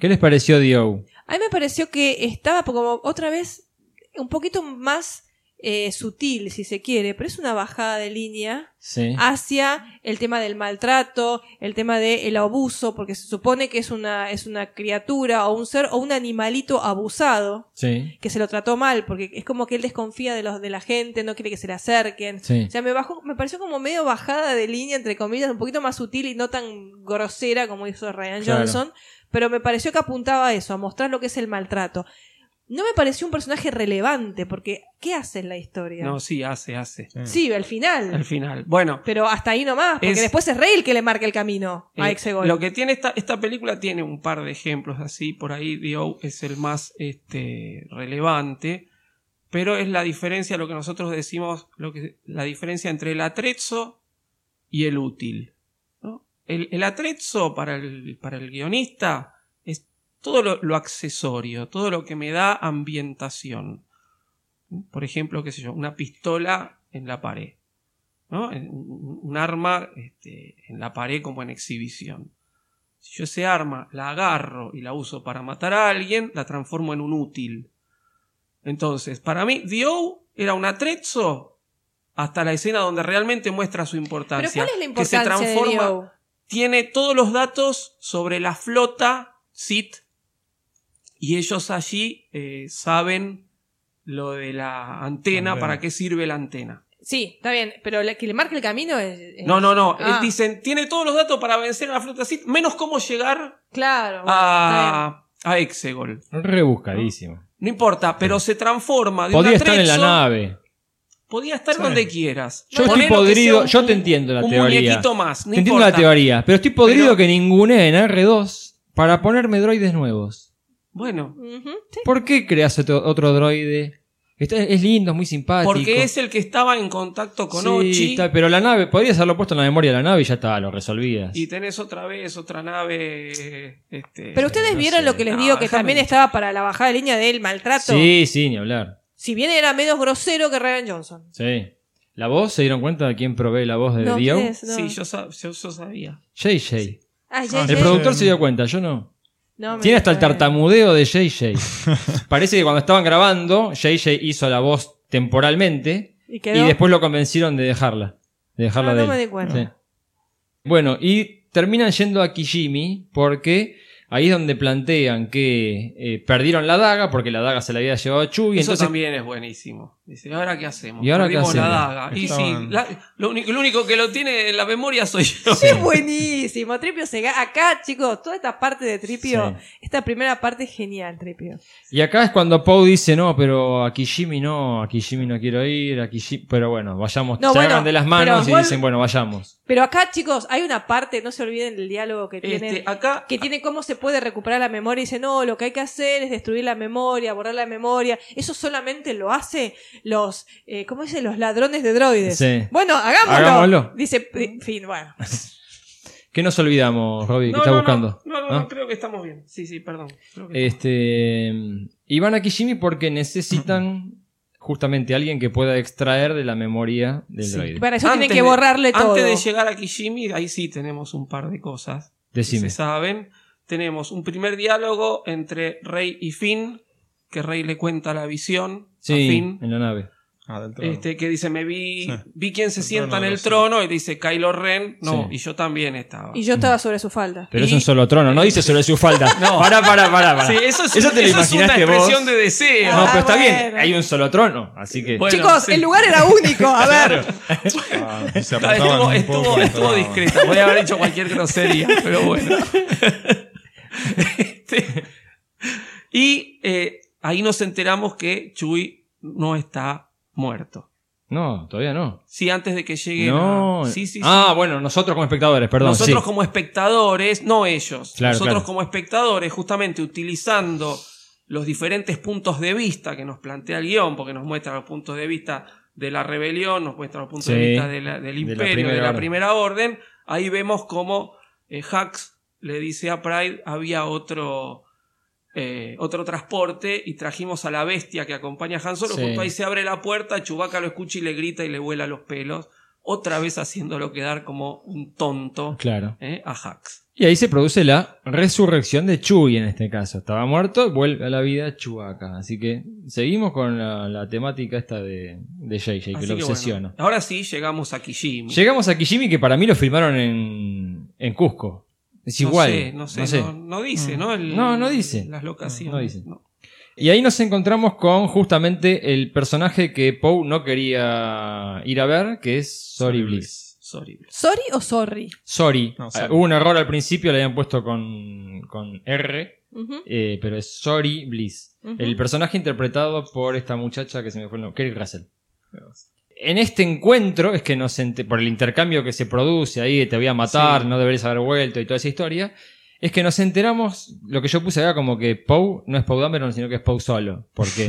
C: ¿Qué les pareció Dio?
D: A mí me pareció que estaba como otra vez un poquito más eh, sutil, si se quiere, pero es una bajada de línea
C: Sí.
F: Ah.
D: hacia el tema del maltrato, el tema del abuso, porque se supone que es una, es una criatura o un ser o un animalito abusado.
C: Sí.
D: que se lo trató mal, porque es como que él desconfía de los de la gente, no quiere que se le acerquen.
C: Sí.
D: O sea, me bajó, me pareció como medio bajada de línea, entre comillas, un poquito más sutil y no tan grosera como hizo Ryan
C: Claro.
D: Johnson, pero me pareció que apuntaba a eso, a mostrar lo que es el maltrato. No me pareció un personaje relevante, porque ¿qué hace en la historia?
F: No, sí, hace, hace.
D: Sí, al final.
F: Al final. Bueno,
D: Pero hasta ahí nomás, porque
F: Es-
D: después es Rey el que le marca el camino a
F: Eh,
D: Exegol.
F: Lo que tiene esta, esta película tiene un par de ejemplos así, por ahí Dio es el más este, relevante, pero es la diferencia, lo que nosotros decimos, lo que, la diferencia entre el atrezzo y el útil. ¿no? El, el atrezzo para el, para el guionista es todo lo, lo accesorio, todo lo que me da ambientación. Por ejemplo, qué sé yo, una pistola en la pared. ¿no? En- un un arma este, en la pared como en exhibición. Si yo ese arma la agarro y la uso para matar a alguien, la transformo en un útil. Entonces, para mí, The O era un atrezzo hasta la escena donde realmente muestra su importancia.
D: Pero ¿cuál es la
F: Que se
D: importancia de
F: transforma.
D: The O?
F: Tiene todos los datos sobre la flota Sith y ellos allí eh, saben lo de la antena,
E: Antena.
F: para qué sirve la antena.
D: Sí, está bien, pero la que le marca el camino es. es-
F: No, no, no.
D: Ah,
F: Eh, Dicen, tiene todos los datos para vencer a la flota Sith, menos cómo llegar
D: Claro. bueno, Ah, está
F: a, a Exegol.
C: Rebuscadísimo.
F: No importa, pero se transforma de un
C: Podía estar en la
F: atrezzo-
C: nave.
F: Podía estar
E: Sí.
F: donde quieras.
C: Yo estoy
F: Poné lo que sea
C: podrido.
F: un-
C: Yo te entiendo la
F: un
C: teoría.
F: muñequito más, no
C: te entiendo la
F: importa.
C: teoría. Pero estoy podrido
F: Pero-
C: que ningune en R2 para ponerme droides nuevos.
F: Bueno,
D: bien. Ujú, sí.
C: ¿Por qué creas otro, otro droide? Está- es lindo, es muy simpático.
F: porque es el que estaba en contacto con
C: Sí,
F: Ochi.
C: está- pero la nave, podrías haberlo puesto en la memoria de la nave y ya está, lo resolvías.
F: Y tenés otra vez otra nave. Este,
D: Pero ustedes
F: no
D: vieron
F: sé.
D: lo que les
F: No,
D: digo, que
F: déjame.
D: también estaba para la bajada de línea del maltrato.
C: Sí, sí, ni hablar.
D: Si bien era menos grosero que Ryan Johnson.
C: Sí. ¿La voz? ¿Se dieron cuenta de quién provee la voz de
D: No,
C: Dio?
D: ¿quién es? No.
F: Sí, yo, sa- yo- yo sabía.
C: JJ.
D: Ah,
E: Ah,
D: JJ.
C: El
E: sí.
C: productor se dio cuenta, yo no.
D: No, me
C: Tiene hasta el
D: acuerdo.
C: tartamudeo de JJ. Parece que cuando estaban grabando, JJ hizo la voz temporalmente
D: Y
C: y,
D: quedó.
C: después lo convencieron de dejarla. De dejarla
D: Ah,
C: de
D: no
C: él.
D: me di cuenta.
C: Sí. Bueno, y terminan yendo a Kijimi porque ahí es donde plantean que eh, perdieron la daga porque la daga se la había llevado Chuy.
F: Eso
C: entonces,
F: también es buenísimo. Dice, ¿y ahora qué hacemos?
C: ¿Y ahora qué
F: Perdimos la
C: hacemos?
F: daga. Y
E: Estaban-
F: sí, la- lo, único, lo único que lo tiene en la memoria soy yo.
D: Sí, es buenísimo. Tripio se ga- Acá, chicos, toda esta parte de Tripio,
C: Sí.
D: esta primera parte es genial, Tripio.
C: Y acá es cuando Poe dice, no, pero a Kijimi no, a Kijimi no quiero ir, a Kijimi... Pero bueno, vayamos,
D: No,
C: se
D: bueno,
C: agarran de las
D: pero
C: manos
D: igual-
C: y dicen, bueno, vayamos.
D: Pero acá, chicos, hay una parte, no se olviden del diálogo que
F: Este,
D: tienen.
F: acá.
D: que tiene cómo se puede recuperar la memoria y dice, no, lo que hay que hacer es destruir la memoria, borrar la memoria. Eso solamente lo hace los, eh, ¿cómo dicen? Los ladrones de droides.
C: Sí.
D: Bueno, hagámoslo.
C: Hagámoslo.
D: Dice, en fin, bueno.
C: ¿Qué nos olvidamos, Robbie, que
F: No,
C: está
F: no, no,
C: buscando?
F: No, no,
C: ¿Ah?
F: no, creo que estamos bien. Sí, sí, perdón. Creo que-
C: Este, y van a Kijimi porque necesitan justamente alguien que pueda extraer de la memoria del droide.
D: Para eso tienen
F: Antes
D: que
F: de-
D: borrarle todo.
F: Antes de llegar a Kijimi, ahí sí tenemos un par de cosas.
C: Decime.
F: Que se saben. Tenemos un primer diálogo entre Rey y Finn, que Rey le cuenta la visión a
C: Sí,
F: Finn.
C: en la nave.
E: Ah, del trono.
F: Este, que dice, me vi,
E: Sí.
F: vi quien se
E: El
F: sienta
E: trono
F: en
E: de
F: el
E: los-
F: trono, y le dice Kylo Ren, no,
C: Sí.
F: y yo también estaba.
D: Y yo estaba sobre su falda.
C: Pero es
F: Y-
C: un solo trono, no dice sobre su falda. Pará, pará, pará, pará.
F: Sí, eso es,
C: te lo
F: eso es una
C: imaginaste vos.
F: expresión de deseo.
C: No,
D: Ah,
C: pero está bien,
D: bueno.
C: hay un solo trono, así que...
F: Bueno,
D: chicos,
F: sí.
D: el lugar era único. A ver.
E: Ah, y se
F: Ah,
E: apretaban
F: Estuvo,
E: un
F: estuvo,
E: poco,
F: estuvo
E: entraban.
F: discreta, podía haber hecho cualquier grosería, pero bueno. Este, y eh, ahí nos enteramos que Chuy no está muerto.
C: No, todavía no.
F: Sí, antes de que llegue.
C: No.
F: la- Sí, sí, sí.
C: ah, bueno, nosotros como espectadores, perdón.
F: Nosotros
C: sí.
F: como espectadores, no ellos,
C: Claro,
F: nosotros
C: claro.
F: como espectadores, justamente utilizando los diferentes puntos de vista que nos plantea el guión, porque nos muestra los puntos de vista de la rebelión, nos muestra los puntos
C: Sí,
F: de vista de la- del
C: de la
F: imperio, de
C: primera
F: la
C: orden.
F: primera orden, ahí vemos cómo eh, Hux le dice a Pride, había otro... eh, otro transporte y trajimos a la bestia que acompaña a Han Solo.
C: Sí.
F: Justo ahí se abre la puerta, Chewbacca lo escucha y le grita y le vuela los pelos. Otra vez haciéndolo quedar como un tonto
C: Claro.
F: eh, a Hax.
C: Y ahí se produce la resurrección de Chuy en este caso. Estaba muerto, vuelve a la vida Chubaca. Así que seguimos con la, la temática esta de, de JJ, que
F: Así
C: lo
F: que
C: obsesiona.
F: bueno, ahora sí llegamos a Kijimi.
C: Llegamos a Kijimi, que para mí lo filmaron en, en Cusco. Es
F: No
C: igual. Mm.
F: sé, no sé, no No, dice, ¿no? El-
C: No, no dice.
F: Las locaciones.
C: No dice.
F: No.
C: Y ahí nos encontramos con justamente el personaje que Poe no quería ir a ver, que es Sorry Bliss.
F: Sorry.
D: ¿Sorry o sorry?
C: Sorry.
E: No, sorry.
C: Ah, hubo un error al principio, le habían puesto con, con R,
D: Ujú.
C: eh, pero es Sorry Bliss.
D: Ujú.
C: El personaje interpretado por esta muchacha que se me fue el nombre, Kerry Russell. En este encuentro es que nos ente- por el intercambio que se produce ahí, de te voy a matar,
F: Sí.
C: no deberías haber vuelto y toda esa historia, es que nos enteramos, lo que yo puse acá como que Poe no es Poe Dameron, sino que es Poe solo, porque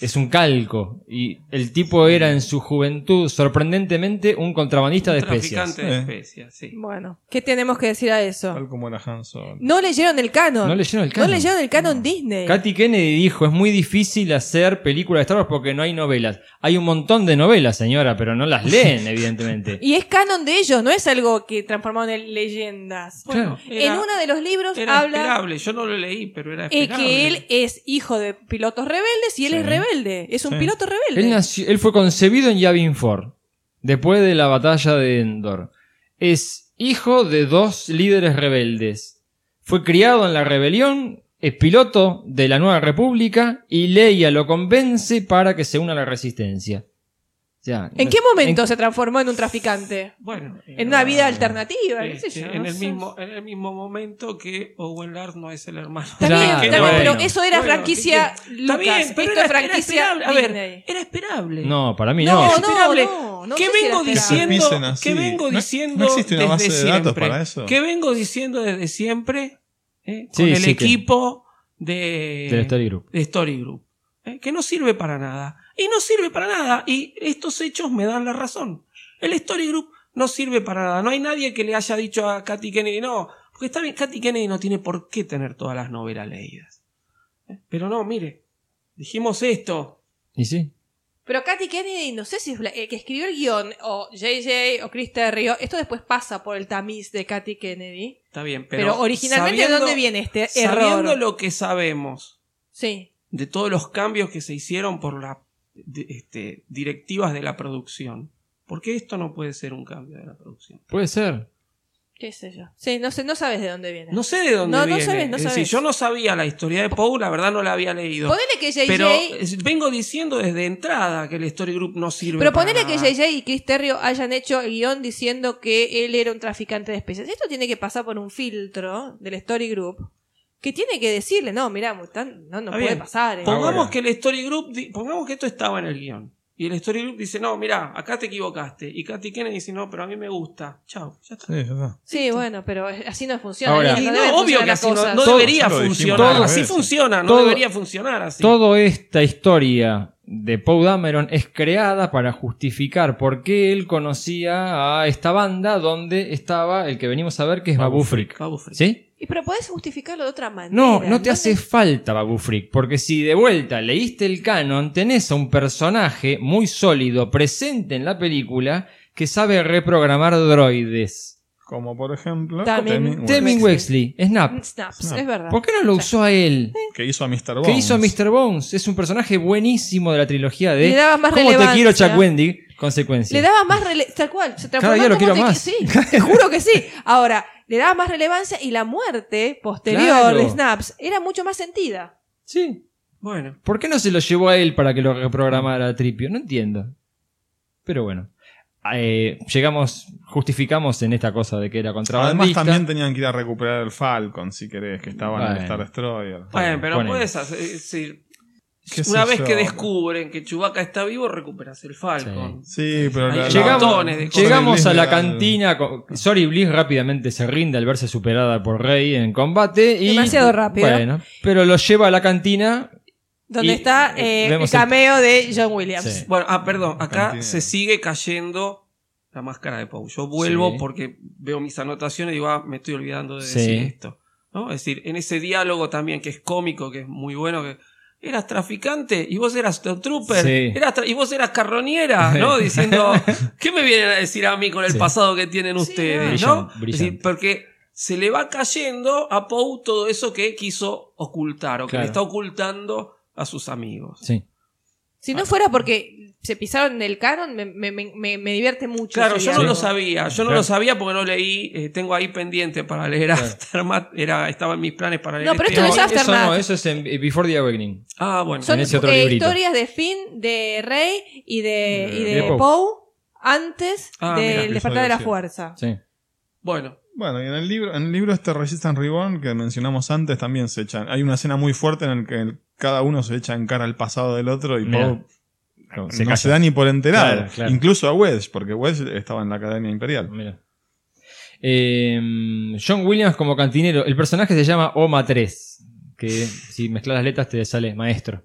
C: es un calco y el tipo era en su juventud sorprendentemente un contrabandista
F: Un
C: de
F: traficante
C: especias.
F: de
E: Eh.
F: especias, sí.
D: Bueno, ¿qué tenemos que decir a eso?
E: Tal como era Han Solo.
D: No leyeron el canon.
C: No leyeron el canon.
D: No leyeron el canon Disney.
C: Katy Kennedy dijo, es muy difícil hacer películas de Star Wars porque no hay novelas. Hay un montón de novelas, señora, pero no las leen, evidentemente.
D: Y es canon de ellos, no es algo que transformaron en leyendas.
C: Claro.
F: Era-
D: En uno de los libros
F: Era
D: habla
F: esperable, yo no lo leí, pero era
D: eh,
F: esperable.
D: que él es hijo de pilotos rebeldes y él
E: Sí.
D: es rebelde. Es un
E: Sí.
D: piloto rebelde.
C: Él, nació- él fue concebido en Yavin 4, después de la batalla de Endor. Es hijo de dos líderes rebeldes. Fue criado en la rebelión, es piloto de la Nueva República y Leia lo convence para que se una a la resistencia. O sea,
D: ¿En
C: no-
D: qué momento se transformó en un traficante?
F: Bueno,
D: En una vida alternativa, qué sé
F: Este,
D: yo,
F: en,
D: no
F: el
D: sé.
F: mismo, en el mismo momento que Owen Lars no es el hermano.
D: Está bien,
C: Claro,
D: está bien,
C: bueno.
D: pero eso era
F: Bueno,
D: franquicia
F: ¿qué quiere?
D: Lucas.
F: Está bien, pero
D: esto
F: era,
D: es
F: era
D: franquicia
F: esperable. A ver,
D: Disney.
F: era esperable.
C: No, para mí
D: No,
C: no.
F: Es
D: no,
F: esperable.
D: no, no
F: ¿Qué
D: sé si
F: vengo
D: era esperable.
F: diciendo?
E: Que empiecen así.
F: ¿Qué vengo
E: No- no
F: diciendo?
E: existe una base
F: desde
E: de datos
F: siempre?
E: para eso.
F: ¿Qué vengo diciendo desde siempre? eh,
C: Sí,
F: con el
C: sí que-
F: equipo de,
C: Del Story Group.
F: de Story Group. eh, que no sirve para nada. Y no sirve para nada. Y estos hechos me dan la razón. El Story Group no sirve para nada. No hay nadie que le haya dicho a Katy Kennedy, no. Porque está bien, Katy Kennedy no tiene por qué tener todas las novelas leídas. Eh, Pero no, mire, dijimos esto.
C: ¿Y sí?
D: Pero Katy Kennedy, no sé si es la- el que escribió el guión, o JJ, o Chris Terrio, esto después pasa por el tamiz de Katy Kennedy.
F: Está bien, pero.
D: Pero, originalmente, ¿de
F: sabiendo-
D: dónde viene este
F: Sabiendo
D: error?
F: lo que sabemos
D: Sí.
F: de todos los cambios que se hicieron por las de- este, directivas de la producción, ¿por qué esto no puede ser un cambio de la producción?
C: Puede ser.
D: ¿Qué sé yo? Sí, no, sé, no sabes de dónde viene.
F: No sé de dónde
D: No, no
F: viene.
D: sabes, no
F: Es
D: sabes.
F: decir, yo no sabía la historia de Poe, la verdad no la había leído.
D: Ponele que JJ.
F: Pero
D: Pero,
F: es- vengo diciendo desde entrada que el Story Group no sirve. para
D: ponele que
F: nada.
D: JJ y Chris Terrio hayan hecho el guión diciendo que él era un traficante de especies. Esto tiene que pasar por un filtro del Story Group que tiene que decirle, no, mirá, mu- tan- no, no
F: Está
D: puede
F: bien.
D: pasar. eh.
F: Pongamos
E: Ahora.
F: que el Story Group, di- pongamos que esto estaba en el guión. Y el Story Group dice, no, mira, acá te equivocaste. Y Katy Kennedy dice, no, pero a mí me gusta. Chao, ya está.
E: Sí, ya está.
D: Sí, bueno, pero así no funciona.
C: Ahora-
D: Diego,
F: Y
D: no
F: no,
D: deben
F: obvio
D: funcionar
F: que
D: las
F: así no,
D: cosas.
F: no
E: Todo-
F: debería
E: Todo dijimos
F: funcionar.
E: al
F: Así
E: revés.
F: funciona, no
C: Todo-
F: debería funcionar así.
C: Toda esta historia de Poe Dameron es creada para justificar por qué él conocía a esta banda donde estaba el que venimos a ver que es Babu Frick.
F: Cabo Frío.
C: ¿Sí?
D: Y pero podés justificarlo de otra manera. Mm,
C: No, no te hace
D: haces
C: falta Babu Frick, porque si de vuelta leíste el canon, tenés a un personaje muy sólido presente en la película que sabe reprogramar droides.
E: Como por ejemplo,
D: También-
E: Temming-
C: Deming Wexley, Snap.
D: Snaps,
E: Snap.
D: es verdad.
C: ¿Por qué no lo usó a él?
E: que hizo a Mr. Bones.
C: ¿Qué hizo Mr. Bones? Es un personaje buenísimo de la trilogía de
D: Le daba más
C: ¿Cómo te
D: relevancia.
C: quiero, Chuck Wendy? Consecuencia.
D: Le daba más relevancia. Tal cual, se transformó
C: Cada día lo
D: como
C: quiero
D: te-
C: más.
D: Sí, te juro que sí. Ahora, le daba más relevancia y la muerte posterior
C: Claro.
D: de Snaps era mucho más sentida.
C: Sí.
F: Bueno,
C: ¿Por qué no se lo llevó a él para que lo reprogramara a Tripio? No entiendo. Pero bueno. Eh, llegamos, justificamos en esta cosa de que era
E: Además
C: contrabandista.
E: también tenían que ir a recuperar el Falcon, si querés, que estaban en el
C: Bueno.
E: Star Destroyer.
F: bueno, pero
C: ponele.
F: puedes hacer. es decir,
E: Qué
F: una
E: sé
F: vez
E: yo.
F: que descubren que Chubaca está vivo, recuperas el Falcon.
E: Sí, pero
F: Ahí
E: la- la-
C: Llegamos,
F: montones de cosas.
C: llegamos a la
E: Bliss
C: cantina. con- Sorry Bliss rápidamente se rinde al verse superada por Rey en combate. Y,
D: Demasiado rápido.
C: Bueno, pero lo lleva a la cantina.
D: Donde
C: Y,
D: está
C: eh,
D: eh, el
C: vemos el-
D: cameo de John Williams.
C: Sí.
F: Bueno, ah, perdón, acá
E: Cantina.
F: se sigue cayendo la máscara de Pau. Yo vuelvo
C: Sí.
F: porque veo mis anotaciones y digo, ah, me estoy olvidando de
C: Sí.
F: decir esto. ¿no? Es decir, en ese diálogo también que es cómico, que es muy bueno, que eras traficante y vos eras trooper
C: Sí.
F: eras tra- y vos eras carroñera, ¿no? Diciendo, ¿qué me vienen a decir a mí con el
C: Sí.
F: pasado que tienen
D: Sí,
F: ustedes,
C: ah.
F: no?
C: Brillante,
F: Es
C: brillante.
F: decir, porque se le va cayendo a Pau todo eso que quiso ocultar o que
C: Claro.
F: le está ocultando a sus amigos.
C: Sí.
D: Si no fuera porque se pisaron el canon, me, me- me- me- me divierte mucho.
F: Claro,
D: ese
F: yo no
D: diálogo.
F: lo sabía. Yo no
C: Claro.
F: lo sabía porque no leí. eh, tengo ahí pendiente para leer
C: Claro.
F: Aftermath. Era, estaba en mis planes para leer.
D: No, pero
F: este
D: esto
F: hoy.
D: es ya-
C: eso no,
D: Aftermath.
C: eso es en Before the Awakening.
F: Ah, bueno.
D: Son
C: En ese otro
D: eh,
C: librito.
D: historias de Finn, de Rey y de, y
C: de
D: de
C: Poe.
D: Poe antes
F: Ah, mira,
D: del
F: que
D: despertar de la
E: decía.
D: fuerza.
C: Sí.
F: Bueno,
E: Bueno, y en el libro, en el libro este Resistance Reborn que mencionamos antes también se echan. Hay una escena muy fuerte en la que el- cada uno se echa en cara al pasado del otro y
C: Mirá.
E: Poe
C: No,
E: no se da ni por enterado.
C: Claro, claro.
E: Incluso a Wedge, porque Wedge estaba en la Academia Imperial.
C: Mira. Eh, John Williams como cantinero. El personaje se llama Oma 3. Que si mezclas las letras te sale maestro.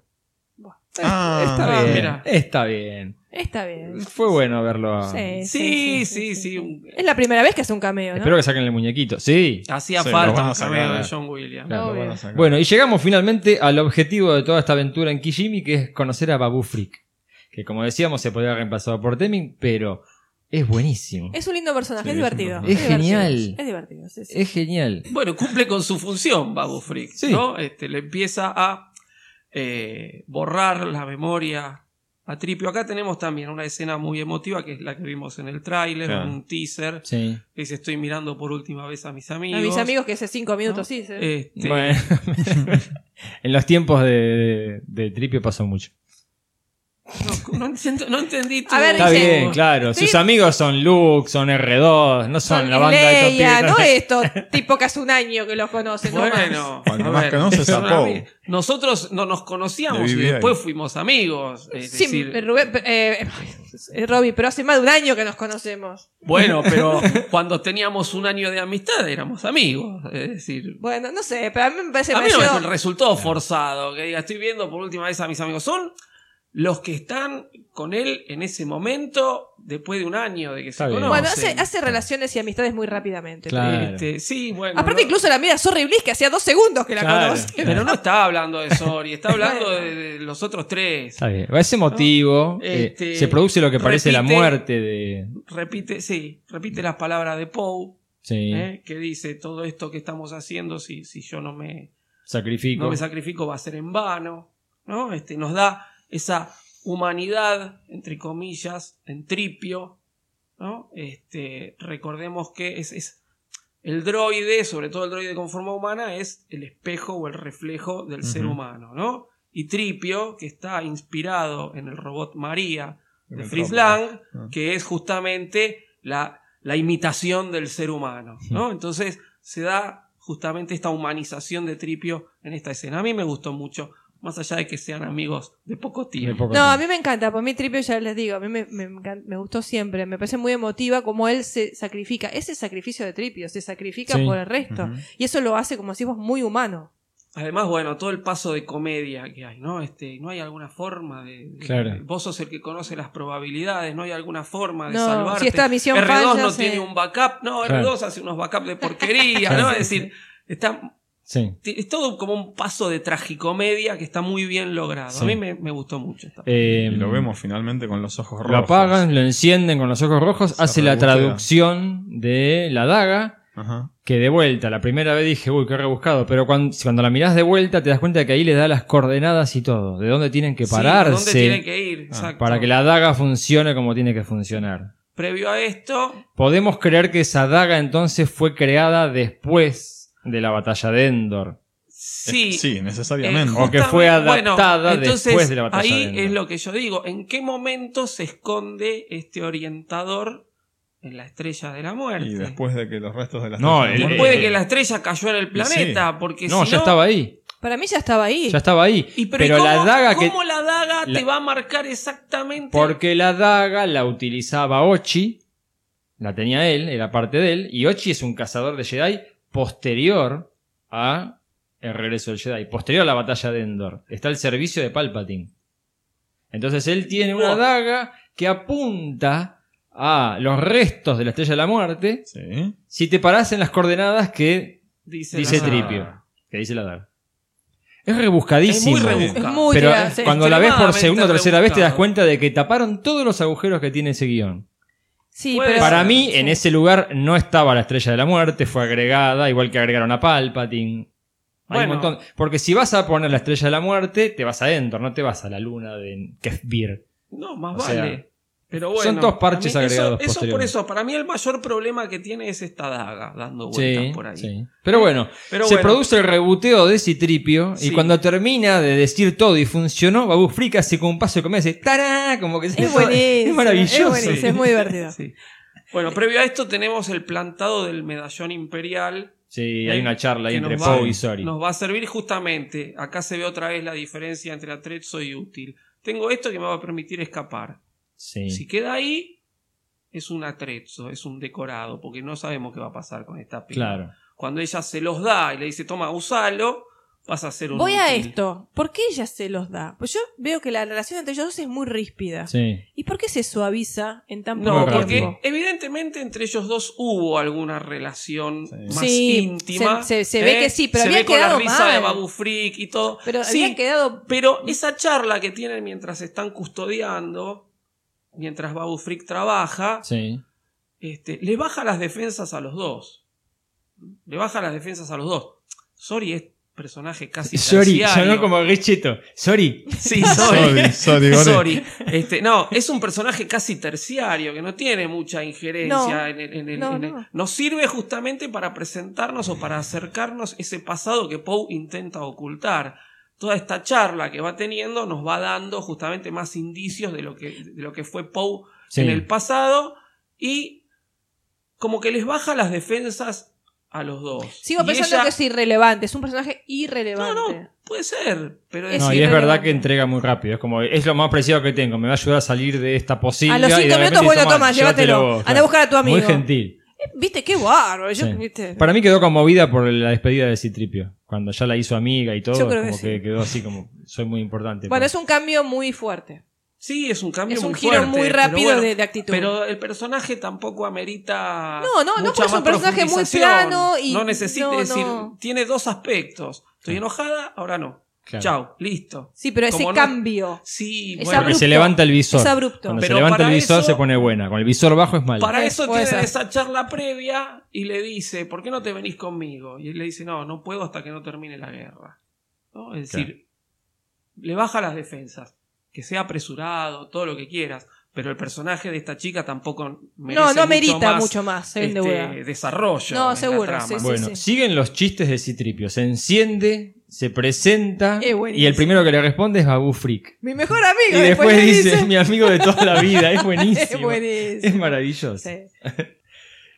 E: Ah,
C: Está
F: Ah,
C: bien.
F: mira.
C: Está bien.
D: Está bien.
C: Fue bueno verlo. a-
D: Sí,
F: sí, sí, sí. un-
D: Es la primera vez que hace un cameo, ¿no?
C: Espero que saquen el muñequito. Sí.
F: Hacía
E: Sí, lo
F: falta un
E: vamos a
F: cameo
E: sacar.
F: de John Williams.
C: Claro.
E: lo van a
D: Obvio.
E: sacar.
C: Bueno, y llegamos finalmente al objetivo de toda esta aventura en Kijimi, que es conocer a Babu Frick. Que como decíamos, se podía haber reemplazado por Deming, pero es buenísimo. Es,
D: Es un lindo personaje,
E: Sí,
D: es
E: es
D: divertido.
E: un
C: Es
D: divertido,
C: genial.
D: Es divertido, sí, sí.
C: genial.
F: Bueno, cumple con su función, Babu Frick,
C: Sí.
F: ¿no? Este, le empieza a eh, borrar la memoria a Tripio. Acá tenemos también una escena muy emotiva, que es la que vimos en el tráiler,
E: Claro.
F: en un teaser,
C: Sí.
F: que dice, estoy mirando por última vez a mis amigos.
D: A mis amigos que hace cinco minutos,
F: ¿no?
D: sí. sí.
F: Este,
C: Bueno, en los tiempos de, de, de Tripio pasó mucho.
F: no, no entiendo- no entendí tu-
D: A ver,
C: Está
D: dice-
C: bien, claro.
D: Sí.
C: Sus amigos son Luke, son R2, no son, la banda de esos
D: Leia,
C: pibes.
D: no esto, tipo que hace un año que los conocen. no más.
F: Bueno,
E: Cuando
F: a
E: más
F: ver,
E: que no, se
F: pero
E: zapó.
F: a mí- Nosotros no nos conocíamos
E: De
F: y
E: BBI.
F: después fuimos amigos. Es
D: Sí,
F: decir,
D: Rubén, eh, eh, Robbie, pero hace más de un año que nos conocemos.
F: bueno, pero cuando teníamos un año de amistad éramos amigos. Es decir,
D: Bueno, no sé, pero a mí me parece
F: a mí no
D: demasiado-
F: me resultó forzado que diga, estoy viendo por última vez a mis amigos. Son los que están con él en ese momento después de un año de que
C: Está
F: se
C: bien.
F: conocen.
D: Bueno, hace, hace relaciones y amistades muy rápidamente.
C: Claro.
F: Este, sí, bueno.
D: Aparte,
F: no-
D: incluso la mira Sorry Bliss, que hacía dos segundos que la
C: Claro.
D: conoce.
F: Pero no está hablando de Sori, está hablando de, de los otros tres.
C: Está bien. Ese motivo eh,
F: Este,
C: se produce lo que parece la
F: repite-
C: muerte de.
F: Repite, sí, repite las palabras de Poe,
C: Sí,
F: ¿eh? que dice todo esto que estamos haciendo, si, si yo no me,
C: sacrifico.
F: no me sacrifico, va a ser en vano. ¿no? Este, nos da esa humanidad, entre comillas, en tripio. ¿no? Este, recordemos que es, es el droide, sobre todo el droide con forma humana, es el espejo o el reflejo del ser
C: Ujú.
F: humano. ¿no? Y Tripio, que está inspirado en el robot María de
E: El
F: Fritz
E: robot.
F: Lang,
E: Ah.
F: que es justamente la, la imitación del ser humano, ¿no? Entonces se da justamente esta humanización de Tripio en esta escena. A mí me gustó mucho, más allá de que sean amigos de poco
C: De
F: tiempo.
C: poco
D: No, a
C: tiempo.
D: mí me encanta, por mí Tripio ya les digo, a mí me, me encan- me gustó siempre, me parece muy emotiva como él se sacrifica, ese sacrificio de Tripio, se sacrifica
C: Sí.
D: por el resto,
E: Ujú.
D: y eso lo hace, como decimos, muy humano.
F: Además, bueno, todo el paso de comedia que hay, ¿no? Este, no hay alguna forma de, de-
C: Claro.
F: vos sos el que conoce las probabilidades, no hay alguna forma de
D: No,
F: salvarte.
D: si esta misión
F: R2
D: falla,
F: no
D: se-
F: tiene un backup, no,
C: Claro.
F: R2 hace unos backup de porquería,
C: Claro.
F: ¿no? Es decir, está
C: Sí.
F: Ti- Es todo como un paso de tragicomedia que está muy bien logrado.
C: Sí.
F: A mí me, me gustó mucho. esta-
C: Eh,
E: Y lo vemos finalmente con los ojos rojos.
C: Lo apagan, lo encienden con los ojos rojos,
E: Se
C: hace la
E: rebusquea.
C: traducción de la daga.
E: Ajá.
C: Que de vuelta, la primera vez dije, uy, qué rebuscado, pero cuando, cuando la mirás de vuelta te das cuenta que ahí le da las coordenadas y todo, de dónde tienen que
F: Sí, ¿a
C: pararse Ah,
F: ¿Dónde tiene que ir? Exacto.
C: para que la daga funcione como tiene que funcionar.
F: Previo a esto,
C: Podemos creer que esa daga entonces fue creada después de la batalla de Endor.
F: sí.
E: Eh, Sí, necesariamente.
F: eh,
C: O que fue
F: justamente-
C: adaptada
F: bueno,
C: después de la batalla
F: Ahí
C: de Endor.
F: es lo que yo digo. ¿En qué momento se esconde este orientador en la estrella de la muerte?
E: Y después de que los restos de las
C: No,
E: tres-
C: el-
F: Después de
C: eh,
F: que la estrella cayó en el planeta. Porque
C: No,
F: si
C: ya estaba ahí,
D: Para mí ya estaba ahí.
C: ya estaba ahí.
F: Y, pero,
C: pero
F: ¿y cómo,
C: la daga que...
F: cómo la daga te
C: la-
F: va a marcar exactamente?
C: Porque la daga la utilizaba Ochi, la tenía él, era parte de él, y Ochi es un cazador de Jedi posterior a el regreso del Jedi, posterior a la batalla de Endor. Está al servicio de Palpatine. Entonces él tiene una
F: Wow.
C: daga que apunta a los restos de la Estrella de la Muerte
E: Sí.
C: si te parás en las coordenadas que
F: dice,
C: dice
F: la-
C: Tripio, que dice la daga. Es rebuscadísimo.
F: Es muy rebuscado.
D: es muy
C: eh. Pero
D: tirada, sí.
C: cuando la ves por
F: Extremadamente
C: segunda o tercera vez te das
F: rebuscado.
C: cuenta de que taparon todos los agujeros que tiene ese guión.
D: Sí,
F: Puede
D: pero-
F: ser.
C: Para mí,
D: sí.
C: en ese lugar no estaba la estrella de la muerte, fue agregada, igual que agregaron a Palpatine. Hay
F: Bueno.
C: un montón. Porque si vas a poner la estrella de la muerte, te vas a Endor, no te vas a la luna de Kefbir.
F: No, más
C: O sea,
F: vale. Pero bueno,
C: son todos parches
F: para mí eso-
C: agregados
F: Eso, por
C: posteriormente.
F: eso, para mí el mayor problema que tiene es esta daga dando vueltas
C: Sí,
F: por ahí.
C: sí. Pero bueno,
F: Pero
C: se
F: bueno.
C: produce el rebuteo de Citripio y
F: Sí.
C: cuando termina de decir todo y funcionó, Babu Frick hace como un paso que me dice ¡Tará! Como que se
D: Es buenísimo.
C: Es maravilloso.
D: Es, buenísimo, es muy divertido.
F: Sí. Bueno, previo a esto tenemos el plantado del medallón imperial.
C: Sí, hay
F: ¿eh?
C: una charla ahí
F: que
C: entre
F: nos va-
C: Poe y Sori.
F: Nos va a servir justamente. Acá se ve otra vez la diferencia entre atrezo y útil. Tengo esto que me va a permitir escapar.
C: Sí.
F: Si queda ahí, es un atrezo, es un decorado, porque no sabemos qué va a pasar con esta piba.
C: Claro.
F: Cuando ella se los da y le dice, toma, usalo, vas a ser un
D: Voy a
F: útil".
D: esto. ¿Por qué ella se los da? Pues yo veo que la relación entre ellos dos es muy ríspida.
C: Sí.
D: ¿Y por qué se suaviza en tan poco
F: No,
C: Muy
F: porque
D: tiempo?
F: evidentemente entre ellos dos hubo alguna relación
E: Sí.
F: más
D: Sí,
F: íntima. ¿eh?
D: se- se- se ve que sí, pero
F: se
D: había
F: ve con
D: quedado
F: la risa
D: mal.
F: de Babu Frick y todo.
D: Pero
F: Sí,
D: había quedado
F: pero esa charla que tienen mientras están custodiando mientras Babu Frick trabaja,
C: Sí.
F: este, le baja las defensas a los dos. Le baja las defensas a los dos. Sori es personaje casi
C: Sorry,
F: terciario.
C: sonó como Richito. Sorry.
F: Sí, Sori.
E: Sorry, sorry, Gore.
F: Sorry. Este, no, es un personaje casi terciario, que no tiene mucha injerencia
D: No,
F: en el- en el-
D: no,
F: en el-
D: no.
F: Nos sirve justamente para presentarnos o para acercarnos ese pasado que Poe intenta ocultar. Toda esta charla que va teniendo nos va dando justamente más indicios de lo que, de lo que fue Poe
C: Sí.
F: en el pasado y como que les baja las defensas a los dos.
D: Sigo
F: Y
D: pensando
F: ella-
D: que es irrelevante, es un personaje irrelevante.
F: No, no, puede ser, pero
D: Es
C: No, y es
D: irrelevante.
C: verdad que entrega muy rápido. Es como, es lo más preciado que tengo. Me va a ayudar a salir de esta posibilidad.
D: A los cinco minutos, bueno, toma, llévatelo. Anda a buscar a tu amigo.
C: Muy gentil.
D: Eh, Viste, qué bárbaro. Yo,
C: Sí.
D: viste.
C: Para mí quedó conmovida por la despedida de Citripio. Cuando ya la hizo amiga y todo,
D: Yo creo que
C: como
D: sí.
C: que, quedó así como, soy muy importante.
D: Bueno, es un cambio muy fuerte.
F: Sí, es un cambio
D: Es un
F: muy
D: giro
F: fuerte,
D: muy
F: pero
D: rápido
F: bueno,
D: de- de actitud.
F: Pero el personaje tampoco amerita.
D: No, no, no,
F: mucha
D: porque es un
F: más
D: personaje muy
F: profundización.
D: plano y-
F: No necesita,
D: no,
F: es decir,
D: no.
F: tiene dos aspectos. Estoy enojada, ahora no.
C: Claro.
F: Chao, listo.
D: Sí, pero ese
F: Como no-
D: cambio.
F: Sí,
D: Es
F: bueno,
C: Porque
D: abrupto.
C: se levanta el visor.
D: Es abrupto.
C: Cuando se
F: Pero
C: levanta el
F: para
C: visor
F: eso-
C: se pone buena. Con el visor bajo es malo.
F: Para
D: Sí,
F: eso
D: puede
F: tiene
D: ser.
F: esa charla previa y le dice, ¿por qué no te venís conmigo? Y él le dice, no, no puedo hasta que no termine la guerra. ¿No? Es
C: Claro.
F: decir, le baja las defensas, que sea apresurado, todo lo que quieras, pero el personaje de esta chica tampoco merece
D: No, no amerita
F: mucho más,
D: mucho más, eh,
F: este,
D: duda.
F: desarrollo.
D: No,
F: en la
D: seguro,
F: trama.
D: sí, sí,
C: Bueno, siguen los chistes de Citripio. Se enciende, se presenta
D: Es buenísimo.
C: y el primero que le responde es Babu Frick.
D: Mi mejor amigo.
C: Y después
D: le
C: dice, es mi amigo de toda la vida, es
D: Es
C: buenísimo. Es,
D: buenísimo.
C: maravilloso.
D: Sí.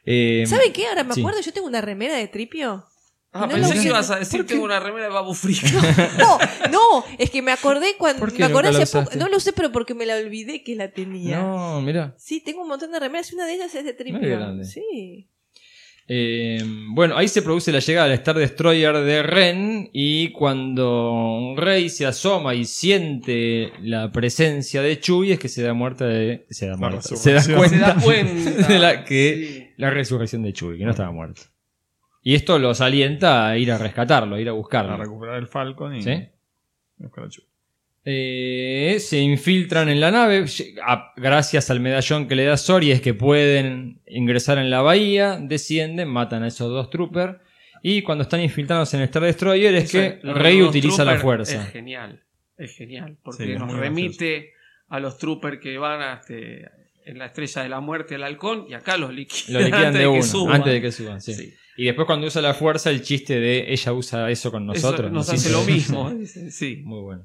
C: Eh,
D: ¿Saben qué? Ahora me
C: sí.
D: acuerdo, yo tengo una remera de tripio.
F: Ah,
D: No
F: pensé
D: lo
F: que
D: usé.
F: ibas a decir
D: ¿Por
F: que
D: qué?
F: tengo una remera de Babu Frick.
D: No, no, es que me acordé cuando.
C: ¿Por qué
D: Me acordé
C: nunca la
D: hace poco.
C: usaste?
D: No lo sé, pero porque me la olvidé que la tenía.
C: No, mira.
D: Sí, tengo un montón de remeras y una de ellas es de tripio.
C: Mira qué grande.
D: Sí.
C: Eh, bueno, ahí se produce la llegada del Star Destroyer de Ren y cuando Rey se asoma y siente la presencia de Chewie es que se da muerta de... Se da,
E: La
C: muerta, se da
E: resurrección.
C: cuenta,
F: Se da cuenta.
C: de la, que,
F: Sí.
C: la resurrección de Chewie, que no
E: Ah.
C: estaba muerto. Y esto los alienta a ir a rescatarlo, a ir a
E: A
C: buscarlo.
E: recuperar el Falcon y.
C: ¿Sí?
E: buscar a Chu.
C: Eh, se infiltran en la nave. lle- a- gracias al medallón que le da Sori es que pueden ingresar en la bahía. Descienden, matan a esos dos troopers. Y cuando están infiltrados en el Star Destroyer es
F: Eso
C: que
F: lo
C: Rey
F: de los eh,
C: utiliza la
F: troopers
C: fuerza.
F: Es genial, es genial, porque
E: Sí, es
F: nos
E: muy
F: remite a los troopers que van a, este, en la estrella de la muerte al halcón y acá los liquidan,
C: Lo liquidan
F: antes
C: de
F: que
C: uno,
F: suban.
C: antes de que suban. sí.
F: Sí.
C: Y después cuando usa la fuerza, el chiste de ella usa eso con
F: Eso
C: nosotros.
F: nos
C: nos
F: hace
C: hizo-
F: lo mismo, dicen, sí.
C: Muy bueno.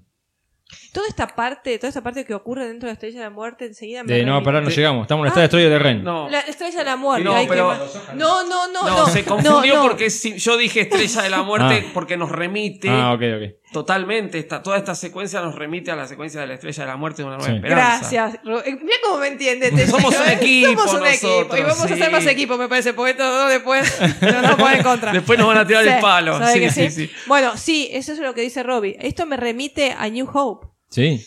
D: Toda esta parte, toda esta parte que ocurre dentro de la estrella de la muerte enseguida me
C: De, no,
D: reí.
C: pará, no
F: de-
C: llegamos. Estamos en
D: Ah.
C: el Star Destroyer de Ren.
F: No,
D: La estrella de la muerte.
F: No,
D: hay que
F: pero-
D: ma- no, no, no,
F: no,
D: no.
F: se confundió
D: no, no.
F: porque si- yo dije estrella de la muerte
C: Ah.
F: porque nos remite
C: Ah, ok, ok.
F: totalmente, esta, toda esta secuencia nos remite a la secuencia de la estrella de la muerte de una nueva
C: Sí.
F: esperanza.
D: Gracias. Ru- eh, Mira cómo me entiende. Te
F: Somos
D: digo,
F: un
D: ¿eh?
F: equipo
D: Somos un
F: nosotros,
D: equipo. Y vamos a
F: sí.
D: hacer más equipo, me parece, porque estos dos después nos vamos a poner en contra.
F: Después nos van a tirar
D: Sí,
F: el palo.
D: ¿sabe
F: Sí,
D: que
F: sí,
D: sí?
F: sí.
D: Bueno, sí, eso es lo que dice Robbie. Esto me remite a New Hope.
C: Sí.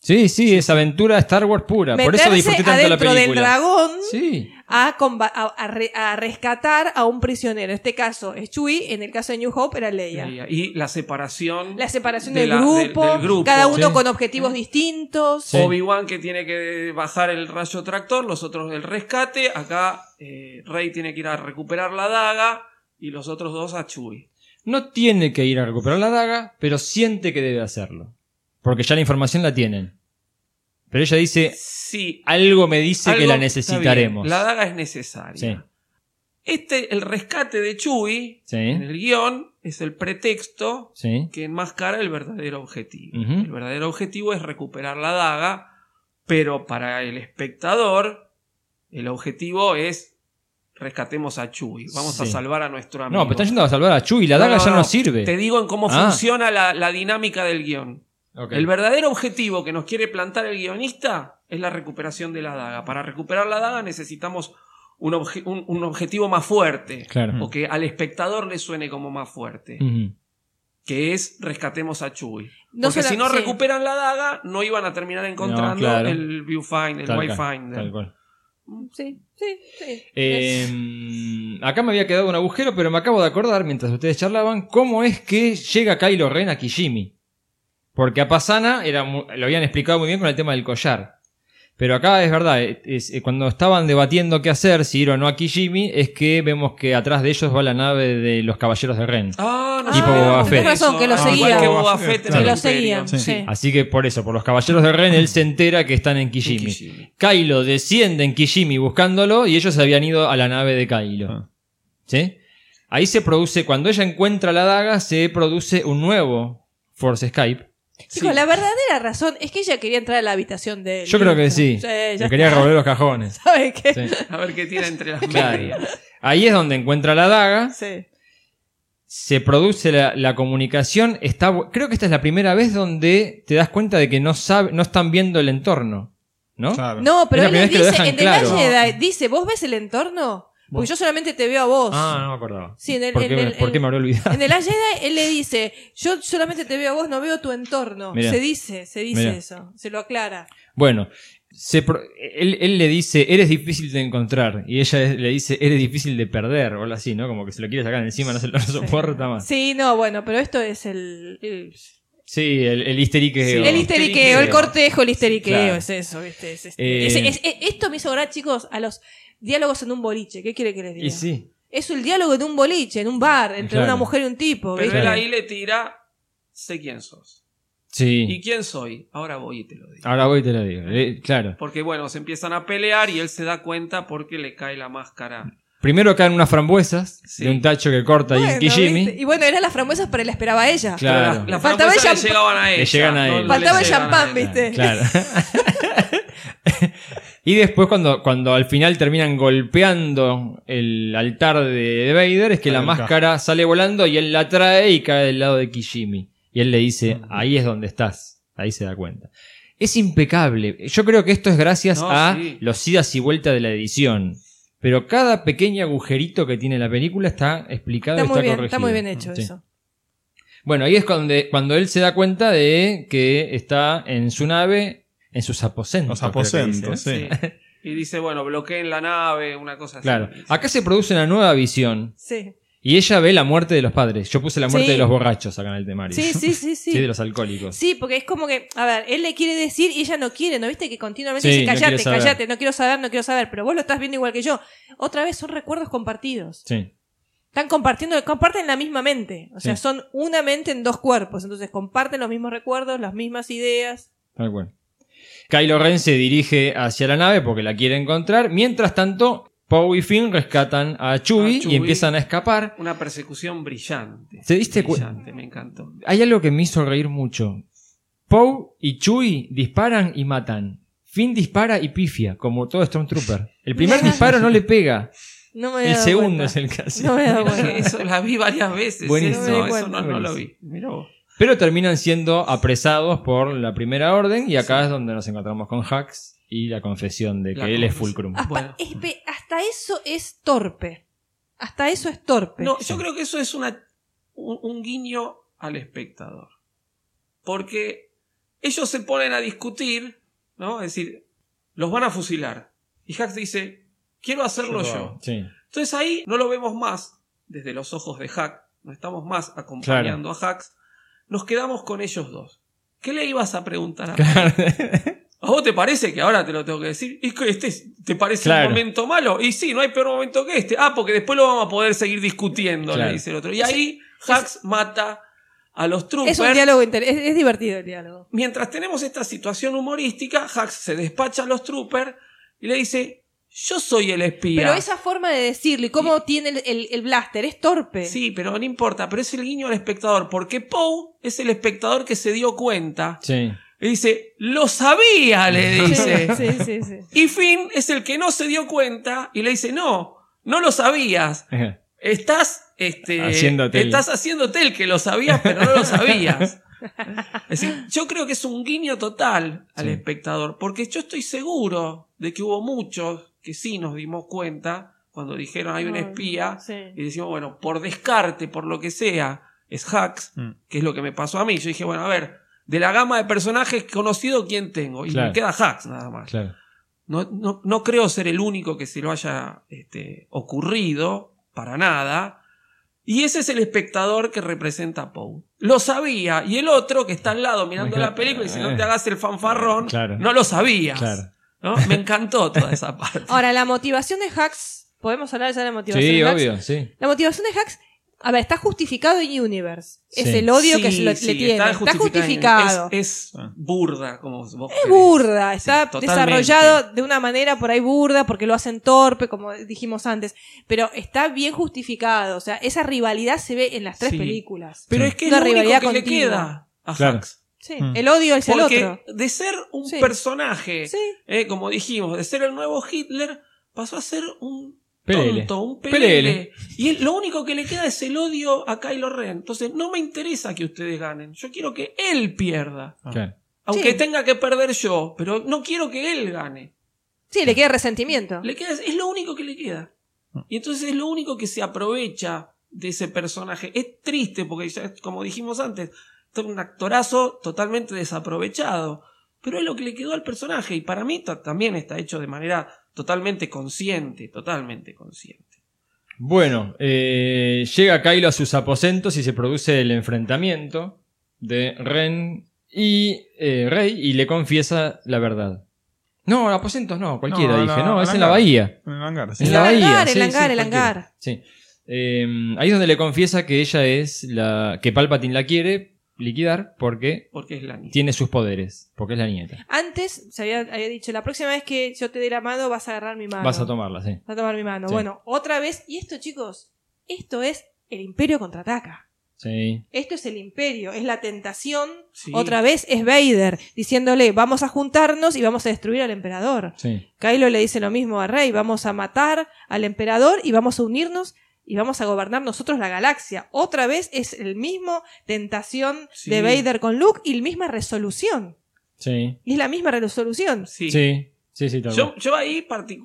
C: Sí, sí, es aventura Star Wars pura. Por eso disfruté
D: Meterse
C: tanto la
D: adentro
C: película.
D: del dragón
C: Sí.
D: a, comba- a- a re- a rescatar a un prisionero. En este caso es Chewie, en el caso de New Hope era Leia.
F: Y la separación.
D: La separación
F: de
D: del,
F: la- del-
D: grupo,
F: del grupo.
D: cada uno
C: Sí.
D: con objetivos distintos.
C: Sí.
F: Obi-Wan que tiene que bajar el rayo tractor, los otros el rescate. Acá eh, Rey tiene que ir a recuperar la daga y los otros dos a Chewie.
C: No tiene que ir a recuperar la daga, pero siente que debe hacerlo. Porque ya la información la tienen. Pero ella dice,
F: Sí.
C: algo me dice
F: algo
C: que la
F: está
C: necesitaremos.
F: bien, La daga es necesaria.
C: Sí.
F: Este, el rescate de Chewie en
C: Sí.
F: el guión es el pretexto
C: Sí.
F: que enmascara el verdadero objetivo.
C: Ujú.
F: El verdadero objetivo es recuperar la daga, pero para el espectador el objetivo es rescatemos a Chuy, vamos a
C: Sí.
F: salvar a nuestro Ah, amigo.
C: No, pero están yendo a salvar a Chu y la
F: No,
C: daga
F: no,
C: ya no,
F: no.
C: sirve.
F: Te digo en cómo
C: Ah.
F: funciona la, la dinámica del guión.
C: Ok.
F: El verdadero objetivo que nos quiere plantar el guionista es la recuperación de la daga. Para recuperar la daga necesitamos un, obje- un- un objetivo más fuerte,
C: Claro. Mm.
F: o que al espectador le suene como más fuerte
C: Ujú.
F: que es rescatemos a Chewie.
D: No
F: Porque
D: solo-
F: si no
D: sí.
F: recuperan la daga, no iban a terminar encontrando
C: No, claro.
F: el viewfinder, el
C: Tal cual,
F: wayfinder.
C: tal cual.
D: Sí, sí, sí.
C: Eh, acá me había quedado un agujero, pero me acabo de acordar mientras ustedes charlaban cómo es que llega Kylo Ren a Kijimi. Porque a Pasana era, mu- lo habían explicado muy bien con el tema del collar. Pero acá es verdad, es- es- cuando estaban debatiendo qué hacer, si ir o no a Kijimi, es que vemos que atrás de ellos va la nave de los caballeros de Ren.
F: Ah, no
C: Tipo
F: sabía
C: Boba
F: eso.
C: Fett.
D: Tenés razón, que lo
F: Ah, igual
D: seguía.
F: que Boba Fett en
D: Que
F: el
D: lo
F: Imperio.
D: seguían.
E: Sí.
D: sí.
C: Así que por eso, por los caballeros de Ren, él se entera que están en Kijimi.
F: Kijimi.
C: Kylo desciende en Kijimi buscándolo y ellos habían ido a la nave de Kylo.
E: Ah.
C: ¿Sí? Ahí se produce, cuando ella encuentra la daga, se produce un nuevo Force Skype.
D: Chicos, la verdadera razón es que ella quería entrar a la habitación de él.
C: Yo creo que sí.
D: ya
C: Le quería
D: está.
C: revolver los cajones.
D: ¿Sabe qué?
C: Sí.
F: A ver qué tira entre las
C: Claro.
F: medias.
C: Ahí es donde encuentra la daga.
D: Sí.
C: se produce la, la comunicación. Está, bu- creo que esta es la primera vez donde te das cuenta de que no, sabe, no están viendo el entorno. ¿No?
E: Claro.
D: No, pero
C: Es
D: él
C: la primera
D: le
C: vez que lo
D: dice,
C: dejan
D: en
C: claro.
D: detalle, da- dice, ¿vos ves el entorno? Porque yo solamente te veo a vos.
C: Ah, no me acordaba.
D: Sí, en el-
C: ¿Por, qué,
D: en
C: me-
D: el-
C: por qué me habría olvidado?
D: En el Last Jedi, él le dice, yo solamente te veo a vos, no veo tu entorno.
C: Mirá.
D: Se dice, se dice
C: Mirá.
D: eso, se lo aclara.
C: Bueno, se pro- él, él le dice, eres difícil de encontrar. Y ella es- le dice, eres difícil de perder. O algo así, ¿no? Como que se lo quiere sacar encima, no se lo soporta más.
D: Sí, no, bueno, pero esto es el... El,
C: Sí, el, el histeriqueo.
D: el histeriqueo, el cortejo, el histeriqueo,
C: Claro.
D: es eso, ¿viste? Es este-
C: Eh.
D: es- es- es- esto me hizo acordar, chicos, a los diálogos en un boliche. ¿Qué quiere que les diga?
C: Y sí.
D: Es el diálogo en un boliche, en un bar, entre
C: Claro.
D: una mujer y un tipo,
F: Pero
D: ¿viste?
F: él
C: Claro.
F: ahí le tira, sé quién sos. ¿Y
C: Sí.
F: quién soy? Ahora voy y te lo digo.
C: Ahora voy y te lo digo. Eh, claro.
F: Porque bueno, se empiezan a pelear y él se da cuenta porque le cae la máscara.
C: Primero caen unas frambuesas
F: Sí.
C: de un tacho que corta ahí en
D: Bueno,
C: Kijimi.
D: ¿viste? Y bueno, eran las frambuesas, pero la esperaba a ella.
C: Claro.
F: Pero las- las
D: Faltaba
F: frambuesas
D: el
F: le llegaban a él.
C: Le llegan a él.
D: Faltaba
C: el
D: champán, ¿viste?
C: Claro. y después cuando, cuando al final terminan golpeando el altar de Vader es que la
E: Ahí está.
C: máscara sale volando y él la trae y cae del lado de Kijimi. Y él le dice, ahí es donde estás. Ahí se da cuenta. Es impecable. Yo creo que esto es gracias
F: No,
C: a
F: sí.
C: los idas y vueltas de la edición. Pero cada pequeño agujerito que tiene la película está explicado
D: Está
C: y está
D: muy bien,
C: corregido.
D: está muy bien hecho
C: Sí.
D: eso.
C: Bueno, ahí es cuando, cuando él se da cuenta de que está en su nave, en sus aposentos.
E: Los
C: creo que dice, ¿eh? ¿no?
E: aposentos, sí.
F: Y dice, bueno, bloqueen la nave, una cosa así.
C: Claro.
F: Dice.
C: Acá se produce una nueva visión
D: Sí.
C: y ella ve la muerte de los padres. Yo puse la muerte
D: Sí.
C: de los borrachos acá en el temario.
D: Sí, sí, sí, sí.
C: de los alcohólicos.
D: Sí, porque es como que, a ver, él le quiere decir y ella no quiere, ¿no viste? Que continuamente
C: Sí,
D: dice,
C: no
D: callate,
C: quiere saber".
D: callate, no quiero saber, no quiero saber, pero vos lo estás viendo igual que yo. Otra vez son recuerdos compartidos.
C: Sí.
D: Están compartiendo, comparten la misma mente. O sea,
C: Sí.
D: son una mente en dos cuerpos. Entonces comparten los mismos recuerdos, las mismas ideas.
C: Tal cual. Kylo Ren se dirige hacia la nave porque la quiere encontrar. Mientras tanto, Poe y Finn rescatan a Chewie
F: A
C: y
F: Chewie.
C: empiezan a escapar.
F: Una persecución brillante.
C: ¿Te diste cu-
F: Brillante, me encantó.
C: Hay algo que me hizo reír mucho. Poe y Chewie disparan y matan. Finn dispara y pifia, como todo Stormtrooper. El primer
D: Mirá.
C: disparo no le pega.
D: No me he
C: El
D: dado
C: segundo
D: cuenta.
C: es el caso.
D: No me he dado
F: Porque
D: cuenta.
F: Eso la vi varias veces.
C: Buenísimo.
F: Eso,
D: Me di
F: eso no, no lo vi. Mirá vos.
C: Pero terminan siendo apresados por la primera orden y acá es donde nos encontramos con Hax y la confesión de que
F: La
C: él es
F: confesión.
C: Fulcrum.
D: Hasta,
F: Bueno.
D: espe- hasta eso es torpe. Hasta eso es torpe.
F: No, yo creo que eso es una, un, un guiño al espectador. Porque ellos se ponen a discutir, ¿no? Es decir, los van a fusilar. Y Hax dice, quiero hacerlo
E: Yo
F: yo.
E: lo hago.
C: Sí,
F: Entonces ahí no lo vemos más desde los ojos de Hack, no estamos más acompañando a Hax, nos quedamos con ellos dos. ¿Qué le ibas a preguntar a
C: claro.
F: ¿A vos te parece que ahora te lo tengo que decir? ¿Y que este es- te parece
C: Claro.
F: un momento malo? Y sí, no hay peor momento que este. Ah, porque después lo vamos a poder seguir discutiendo,
C: Claro.
F: le dice el otro. Y ahí Hax mata a los troopers.
D: es un diálogo inter- es, es divertido el diálogo.
F: Mientras tenemos esta situación humorística, Hax se despacha a los troopers y le dice, yo soy el espía.
D: Pero esa forma de decirlo y cómo tiene el, el- el blaster es torpe.
F: Sí, pero no importa, pero es el guiño al espectador, porque Poe es el espectador que se dio cuenta.
C: Sí.
F: Y dice, lo sabía, le
D: Sí,
F: dice.
D: sí, sí, sí.
F: Y Finn es el que no se dio cuenta y le dice, no, no lo sabías.
C: Ajá.
F: Estás, este,
C: Haciéndote el-
F: estás haciéndote el que lo sabías, pero no lo sabías. Es decir, yo creo que es un guiño total al
C: Sí.
F: espectador, porque yo estoy seguro de que hubo muchos que sí nos dimos cuenta cuando dijeron hay un
D: Ay,
F: espía
D: sí.
F: y decimos, bueno, por descarte, por lo que sea, es Hacks,
E: Mm.
F: que es lo que me pasó a mí. Yo dije, bueno, a ver, de la gama de personajes conocido, ¿quién tengo? Y
C: Claro.
F: me queda Hacks nada más.
C: Claro.
F: No, no- no creo ser el único que se lo haya este, ocurrido, para nada. Y ese es el espectador que representa a Poe. Lo sabía. Y el otro que está al lado mirando
C: Claro.
F: la película y dice, no te hagas el fanfarrón,
C: Eh. Claro.
F: no lo sabías.
C: Claro.
F: ¿no? Me encantó toda esa parte.
D: Ahora, la motivación de Hacks, podemos hablar ya de la motivación
C: Sí,
D: de Hacks.
C: obvio, sí.
D: La motivación de Hacks, a ver, está justificado en Universe. Es
C: Sí.
D: el odio que
F: Sí,
D: se lo-
F: sí,
D: le tiene. Está justificado.
F: Es, es
C: Ah.
F: burda, como vos
D: Es
F: querés.
D: burda, está
F: totalmente.
D: desarrollado de una manera por ahí burda, porque lo hacen torpe, como dijimos antes, pero está bien justificado, o sea, esa rivalidad se ve en las tres
F: Sí.
D: películas.
F: Pero es que es
D: Una
F: lo único
D: rivalidad
F: que le
D: continua.
F: queda a
C: Claro.
F: Hacks.
D: Sí,
E: Mm.
D: el odio es el
F: Porque
D: otro.
F: de ser un
D: Sí.
F: personaje,
D: Sí.
F: eh, como dijimos, de ser el nuevo Hitler, pasó a ser un
C: Pelele.
F: tonto, un pelele.
C: Pelele.
F: Y él- lo único que le queda es el odio a Kylo Ren. Entonces, no me interesa que ustedes ganen. Yo quiero que él pierda.
C: Ah. Claro.
F: Aunque
D: Sí.
F: tenga que perder yo, pero no quiero que él gane.
D: Sí, le queda resentimiento.
F: Le queda, es lo único que le queda. Y entonces es lo único que se aprovecha de ese personaje. Es triste porque, ya, como dijimos antes, es un actorazo totalmente desaprovechado. Pero es lo que le quedó al personaje. Y para mí ta- también está hecho de manera totalmente consciente, totalmente consciente.
C: Bueno, eh, llega Kylo a sus aposentos y se produce el enfrentamiento de Ren y eh, Rey y le confiesa la verdad. No, aposentos no, cualquiera,
E: No,
C: dije,
E: la-
C: no, es
E: la
C: en la
E: hangar.
C: bahía.
E: En el hangar, sí.
C: En
D: El
C: la bahía.
D: hangar, el
C: sí, sí,
D: hangar, el
C: cualquiera.
D: hangar.
C: Sí. Eh, ahí es donde le confiesa que ella es la. que Palpatine la quiere liquidar porque
F: Porque es la niña.
C: tiene sus poderes, porque es la nieta.
D: Antes se había, había dicho, la próxima vez que yo te dé la mano vas a agarrar mi mano.
C: Vas a tomarla, sí.
D: Vas a tomar mi mano.
C: Sí.
D: Bueno, otra vez, y esto chicos, esto es el imperio contraataca.
C: Sí.
D: Esto es el imperio, es la tentación.
F: Sí.
D: Otra vez es Vader diciéndole, vamos a juntarnos y vamos a destruir al emperador.
C: Sí.
D: Kylo le dice lo mismo a Rey, vamos a matar al emperador y vamos a unirnos y vamos a gobernar nosotros la galaxia. Otra vez es el mismo tentación
F: Sí.
D: de Vader con Luke y la misma resolución.
C: Sí.
D: Y es la misma resolución.
F: Sí.
C: Sí. Sí, sí, tal
F: Yo,
C: cual.
F: yo ahí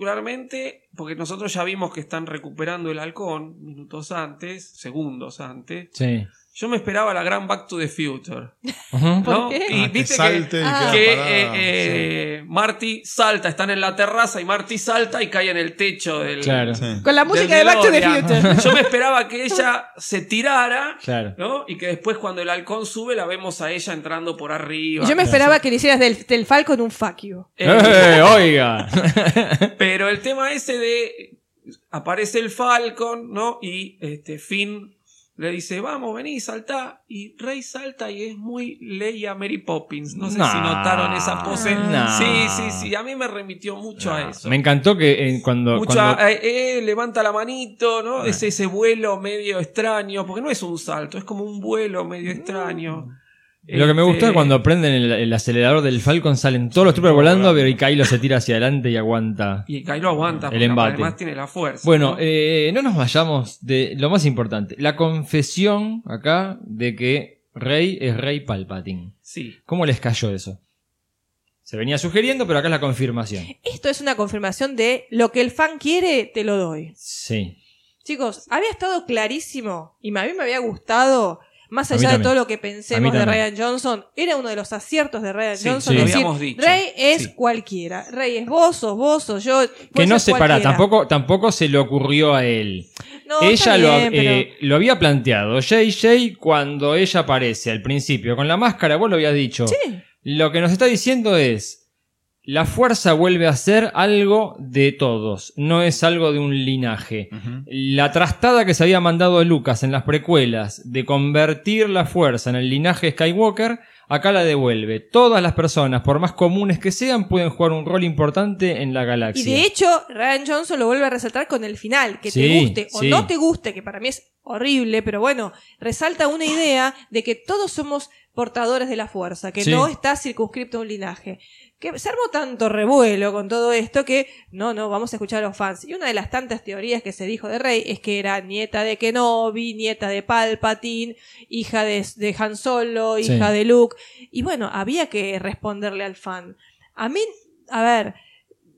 F: particularmente, porque nosotros ya vimos que están recuperando el halcón minutos antes, segundos antes,
C: Sí.
F: yo me esperaba la gran Back to the Future.
C: Ajá.
F: ¿no?
D: ¿Por qué?
F: Y
E: Ah, que
F: viste que,
E: salte y
D: Ah.
E: queda
F: que,
E: parada,
F: eh, eh, Marty salta, están en la terraza y Marty salta y cae en el techo del.
C: Claro.
E: sí. Sí.
D: Con la
F: del
D: música de Back to the
F: DeLorean.
D: Future.
F: Yo me esperaba que ella se tirara,
C: Claro.
F: ¿no? Y que después, cuando el halcón sube, la vemos a ella entrando por arriba.
D: Yo me esperaba que le hicieras del, del Falcon un fuck you.
F: Eh,
C: ¡Eh, oiga! Eh.
F: pero el tema ese de. Aparece el Falcon, ¿no? Y este Finn le dice: Vamos, vení, saltá. Y Rey salta y es muy Leia Mary Poppins. No sé si
C: Nah.
F: notaron esa pose.
C: Nah.
F: Sí, sí, sí. A mí me remitió mucho a eso.
C: Me encantó que en- cuando.
F: Mucho
C: cuando-
F: a- eh, eh, levanta la manito, ¿no? Es ese vuelo medio extraño, porque no es un salto, es como un vuelo medio extraño.
C: Mm. Lo que me gustó
F: Este,
C: es cuando prenden el, el acelerador del Falcon, salen todos los troopers volando, pero y Kylo se tira hacia adelante y aguanta.
F: Y Kylo aguanta,
C: El
F: porque
C: embate.
F: además tiene la fuerza.
C: Bueno,
F: ¿no?
C: eh, no nos vayamos de lo más importante. La confesión acá de que Rey es Rey Palpatine.
F: sí.
C: ¿Cómo les cayó eso? Se venía sugiriendo, pero acá es la confirmación.
D: Esto es una confirmación de lo que el fan quiere, te lo doy.
C: Sí.
D: Chicos, había estado clarísimo y a mí me había gustado, más
C: A mí
D: allá de
C: también.
D: todo lo que
C: A mí
D: pensemos de
C: también.
D: Ryan Johnson, era uno de los aciertos de Ryan
F: Sí,
D: Johnson.
C: sí.
D: es
C: Lo
F: habíamos
D: decir,
F: dicho.
D: Rey es
F: Sí.
D: cualquiera. Rey es vos, sos vos, sos yo.
C: Que
D: puede
C: no
D: ser
C: se pará,
D: cualquiera.
C: tampoco, tampoco se le ocurrió a él.
D: No,
C: ella
D: está
C: lo,
D: bien, pero-
C: eh, lo había planteado JJ cuando ella aparece al principio con la máscara, vos lo habías dicho.
D: Sí.
C: Lo que nos está diciendo es, la fuerza vuelve a ser algo de todos, no es algo de un linaje.
E: Ujú.
C: La trastada que se había mandado Lucas en las precuelas de convertir la fuerza en el linaje Skywalker, acá la devuelve. Todas las personas, por más comunes que sean, pueden jugar un rol importante en la
D: Y
C: galaxia.
D: de hecho, Ryan Johnson lo vuelve a resaltar con el final, que te
C: Sí,
D: guste o
C: sí.
D: no te guste, que para mí es horrible, pero bueno, resalta una idea de que todos somos portadores de la fuerza, que
C: Sí.
D: no está circunscripto a un linaje. Que se armó tanto revuelo con todo esto que no, no, vamos a escuchar a los fans. Y una de las tantas teorías que se dijo de Rey es que era nieta de Kenobi, nieta de Palpatine, hija de, de Han Solo,
C: Sí.
D: hija de Luke. Y bueno, había que responderle al fan. A mí, a ver,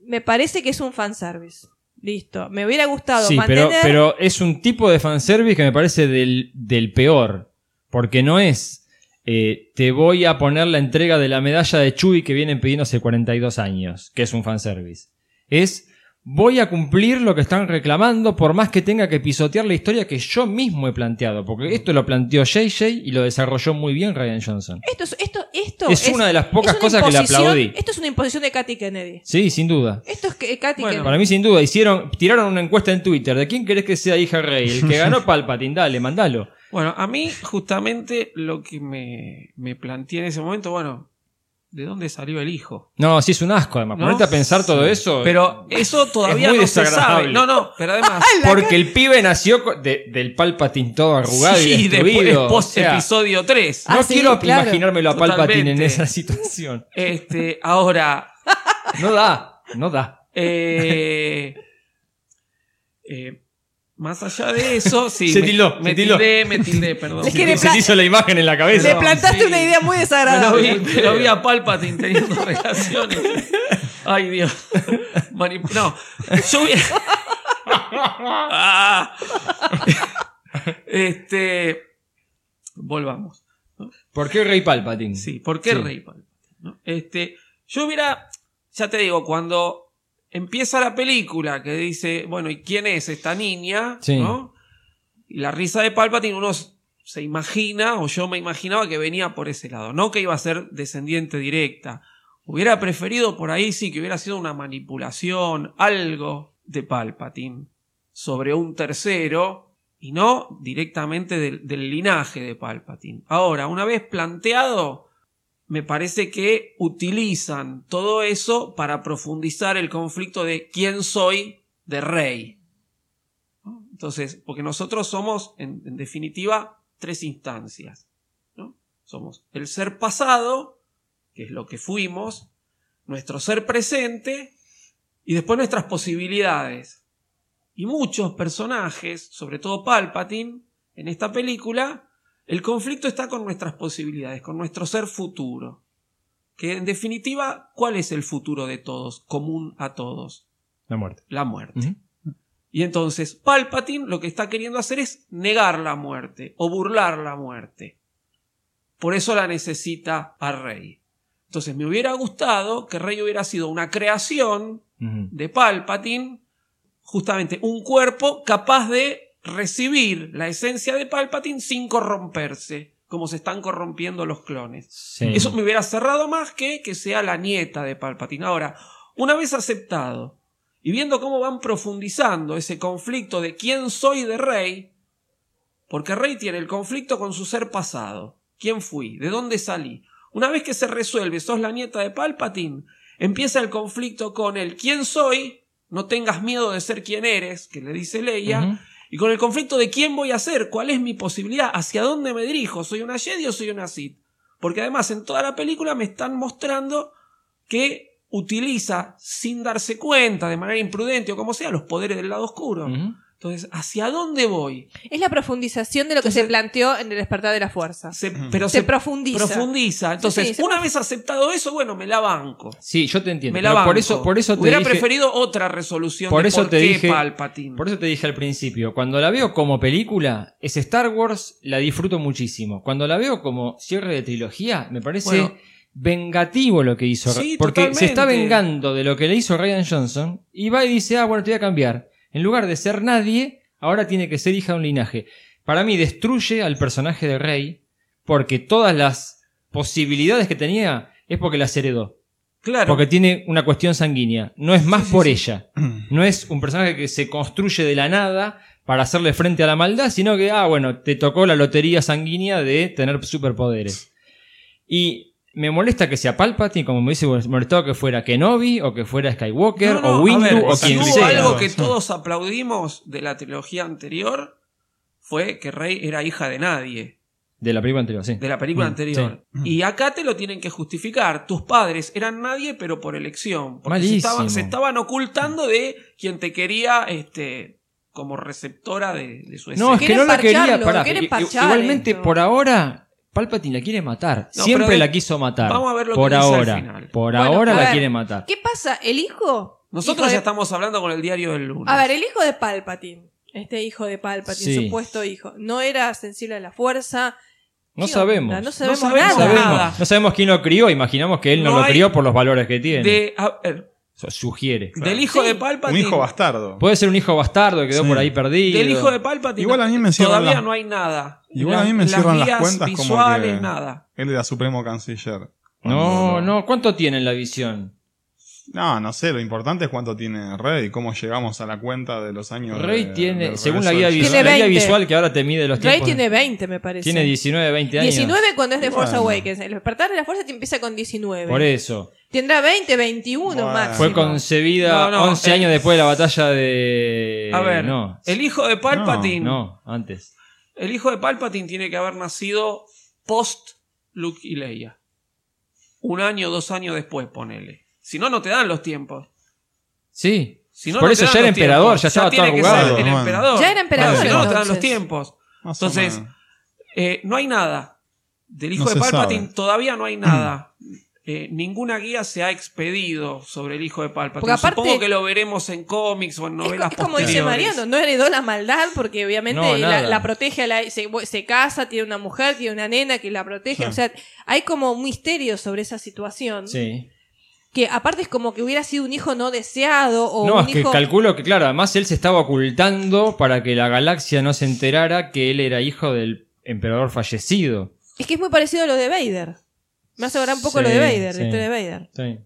D: me parece que es un fanservice. Listo. Me hubiera gustado
C: Sí, pero,
D: mantener.
C: pero es un tipo de fanservice que me parece del, del peor. Porque no es. eh, te voy a poner la entrega de la medalla de Chuy que vienen pidiendo hace 42 años, que es un fanservice. Es. Voy a cumplir lo que están reclamando, por más que tenga que pisotear la historia que yo mismo he planteado. Porque esto lo planteó JJ y lo desarrolló muy bien Ryan Johnson.
D: Esto, es- esto, es- esto
C: Es una de las pocas
D: una
C: cosas que le
D: imposición-
C: aplaudí.
D: Esto es una imposición de Katy Kennedy.
C: Sí, sin duda.
D: Esto es que Katy
F: Bueno,
C: Para
D: Kennedy.
C: mí, sin duda, hicieron, tiraron una encuesta en Twitter. ¿De quién querés que sea hija rey? El que ganó Palpatine, dale, mandalo.
F: Bueno, a mí justamente lo que me, me planteé en ese momento, bueno, ¿de dónde salió el hijo?
C: No, sí es un asco, además.
F: ¿No?
C: Ponerte a pensar todo eso.
F: Pero eso todavía
C: muy
F: no se
C: desagradable.
F: sabe. No, no, pero además...
C: Porque el pibe nació co- de- del Palpatine todo arrugado y
F: sí,
C: destruido.
F: después,
C: o
F: post
C: sea,
F: episodio 3.
C: no
D: Ah, sí,
C: quiero
D: claro.
C: imaginármelo a Palpatine en
F: Totalmente.
C: esa situación.
F: Este, ahora,
C: No da, no da.
F: Eh, eh, más allá de eso, sí.
C: Se
F: me-
C: tiló,
F: me
C: se tiló.
F: tildé, me tildé, perdón.
D: Les
F: Sí,
D: quiere
F: me-
C: Se te hizo la imagen en la cabeza.
D: Le plantaste
F: sí.
D: una idea muy
F: me lo
D: desagradable.
F: vi, me lo vi a Palpatine teniendo relaciones. Ay, Dios. Manip- no, yo hubiera- Ah. Este. Volvamos.
C: ¿Por qué Rey Palpatine?
F: Sí, ¿por qué
C: Sí.
F: Rey Palpatine? no? Este, yo hubiera, ya te digo, cuando empieza la película que dice, bueno, ¿y quién es esta niña?
C: Sí.
F: ¿no? Y la risa de Palpatine, uno s- se imagina, o yo me imaginaba que venía por ese lado, no que iba a ser descendiente directa. Hubiera preferido por ahí sí que hubiera sido una manipulación, algo de Palpatine sobre un tercero y no directamente del, del linaje de Palpatine. Ahora, una vez planteado, me parece que utilizan todo eso para profundizar el conflicto de quién soy de rey. ¿no? Entonces, porque nosotros somos, en, en definitiva, tres instancias. ¿no? Somos el ser pasado, que es lo que fuimos, nuestro ser presente y después nuestras posibilidades. Y muchos personajes, sobre todo Palpatine, en esta película, el conflicto está con nuestras posibilidades, con nuestro ser futuro. Que en definitiva, ¿cuál es el futuro de todos, común a todos?
C: La muerte.
F: La muerte.
C: Ujú.
F: Y entonces Palpatine lo que está queriendo hacer es negar la muerte o burlar la muerte. Por eso la necesita a Rey. Entonces me hubiera gustado que Rey hubiera sido una creación
C: Ujú.
F: de Palpatine, justamente un cuerpo capaz de recibir la esencia de Palpatine sin corromperse, como se están corrompiendo los clones.
C: Sí.
F: Eso me hubiera cerrado más que que sea la nieta de Palpatine. Ahora, una vez aceptado y viendo cómo van profundizando ese conflicto de quién soy de Rey, porque Rey tiene el conflicto con su ser pasado. ¿Quién fui? ¿De dónde salí? Una vez que se resuelve, sos la nieta de Palpatine, empieza el conflicto con el quién soy, no tengas miedo de ser quien eres, que le dice Leia,
C: Ujú.
F: y con el conflicto de quién voy a ser, cuál es mi posibilidad, hacia dónde me dirijo, soy una Jedi o soy una Sith. Porque además en toda la película me están mostrando que utiliza sin darse cuenta, de manera imprudente o como sea, los poderes del lado oscuro.
C: Ujú.
F: Entonces, ¿hacia dónde voy?
D: Es la profundización de lo que se planteó en el despertar de la fuerza.
F: Se- pero
D: Se
F: se,
D: profundiza.
F: profundiza. Entonces,
D: Sí, sí, se
F: una vez aceptado eso, bueno, me la banco.
C: Sí, yo te entiendo.
F: Me la
C: pero
F: banco.
C: por eso, por eso te
F: Hubiera
C: dije-
F: preferido otra resolución
C: por
F: de
C: eso
F: por
C: te
F: qué
C: dije-
F: Palpatine.
C: Por eso te dije al principio, cuando la veo como película, es Star Wars, la disfruto muchísimo. Cuando la veo como cierre de trilogía, me parece
F: Bueno.
C: vengativo lo que hizo.
F: Sí,
C: porque se está
F: totalmente.
C: vengando de lo que le hizo Ryan Johnson y va y dice, ah, bueno, te voy a cambiar. En lugar de ser nadie, ahora tiene que ser hija de un linaje. Para mí destruye al personaje de Rey porque todas las posibilidades que tenía es porque las heredó.
F: claro.
C: Porque tiene una cuestión sanguínea. No es más por ella. No es un personaje que se construye de la nada para hacerle frente a la maldad, sino que, ah, bueno, te tocó la lotería sanguínea de tener superpoderes. Y me molesta que sea Palpatine, como me hubiese molestado que fuera Kenobi, o que fuera Skywalker,
F: No, no,
C: o
F: a
C: Windu,
F: ver,
C: o
F: si
C: quien
F: hubo
C: sea.
F: algo que todos aplaudimos de la trilogía anterior fue que Rey era hija de nadie,
C: De la película anterior, sí.
F: de la película
C: Mm,
F: anterior. Y acá te lo tienen que justificar. Tus padres eran nadie, pero por elección. Porque se
C: Malísimo.
F: estaban, se estaban ocultando de quien te quería este, como receptora de, de su
C: No, es que
D: Quieren
C: no la quería.
D: parcharlo,
C: pará,
D: quieren
C: i- i-
D: parchar
C: igualmente,
D: esto.
C: por ahora, Palpatine la quiere matar.
F: No,
C: Siempre
F: pero de-
C: la quiso matar.
F: vamos a ver lo que
C: por
F: dice al
C: ahora.
F: final.
C: Por
D: Bueno,
C: ahora
D: a
C: la
D: ver,
C: quiere matar.
D: ¿Qué pasa? ¿El hijo?
F: Nosotros
D: Hijo
F: ya
D: de-
F: estamos hablando con el diario del lunes.
D: A ver, el hijo de Palpatine. Este hijo de Palpatine,
C: Sí.
D: supuesto hijo. No era sensible a la fuerza.
C: No
D: ¿Qué
C: sabemos.
D: onda? No sabemos,
F: No sabemos
D: nada.
F: nada.
C: No sabemos quién lo crió, imaginamos que él no,
F: No
C: lo
F: hay-
C: crió por los valores que tiene.
F: De- a ver,
C: Eso sugiere.
F: del hijo
D: Sí.
F: de
E: Un
F: Palpatine.
E: hijo bastardo.
C: Puede ser un hijo bastardo que quedó
E: Sí.
C: por ahí perdido.
F: del hijo de Palpatine.
E: Igual a mí me cierran
F: Todavía
E: las-
F: no hay nada.
E: Igual a mí me
F: Las-
E: cierran las
F: guías
E: cuentas como
F: visuales,
E: que-
F: nada.
E: Él era supremo canciller.
C: No,
E: Cuando lo-
C: no, ¿cuánto tiene la visión?
E: No, no sé, lo importante es cuánto tiene Rey, cómo llegamos a la cuenta de los años.
C: Rey
E: de-
C: tiene,
E: del
C: según la guía,
E: regreso del
C: visual,
E: Jedi.
D: Tiene
C: la guía
D: 20.
C: visual que ahora te mide los
D: Rey
C: tiempos.
D: tiene 20, me parece.
C: tiene 19, 20 años.
D: 19 cuando es de Force
E: Bueno.
D: Awakens. El despertar de la fuerza te empieza con 19.
C: Por eso.
D: Tendrá 20, 21
E: Bueno.
D: máximo.
C: Fue concebida
F: No, no,
C: 11
F: eh,
C: años después de la batalla
E: eh,
C: de...
F: A ver,
C: No,
F: el hijo de Palpatine.
C: no antes.
F: El hijo de Palpatine tiene que haber nacido post Luke y Leia. Un año, dos años después, ponele. Si no, no te dan los tiempos.
C: Sí.
F: Si no,
C: Por
F: no
C: eso
F: te dan
C: ya era
F: los
C: emperador,
F: tiempos.
C: ya estaba todo
F: tiene que
C: arrugado.
F: ser el
E: Bueno.
F: emperador.
D: Ya era emperador,
F: Si no, no te dan los
D: entonces.
F: tiempos.
E: Más o
F: Entonces,
E: menos.
F: Eh, no hay nada. Del hijo
E: No
F: de
E: se
F: Palpatine
E: sabe.
F: todavía no hay nada.
C: Mm.
F: Eh, ninguna guía se ha expedido sobre el hijo de Palpatine.
D: Porque aparte-
F: Supongo que lo veremos en cómics o en
D: Es,
F: novelas
D: es como dice
F: posteriores.
D: Mariano, no heredó la maldad porque obviamente
C: No,
D: la,
C: nada.
D: la protege, a la- se, se casa, tiene una mujer, tiene una nena que la protege.
E: Sí.
D: O sea, hay como un misterio sobre esa situación.
C: Sí.
D: Que aparte es como que hubiera sido un hijo no deseado o
C: No,
D: un
C: es que
D: hijo...
C: calculo que, claro, además él se estaba ocultando para que la galaxia no se enterara que él era hijo del emperador fallecido.
D: Es que es muy parecido a lo de Vader. Me hace ahorrar un poco
C: Sí,
D: lo de Vader,
C: sí.
D: la historia de Vader.
C: Sí.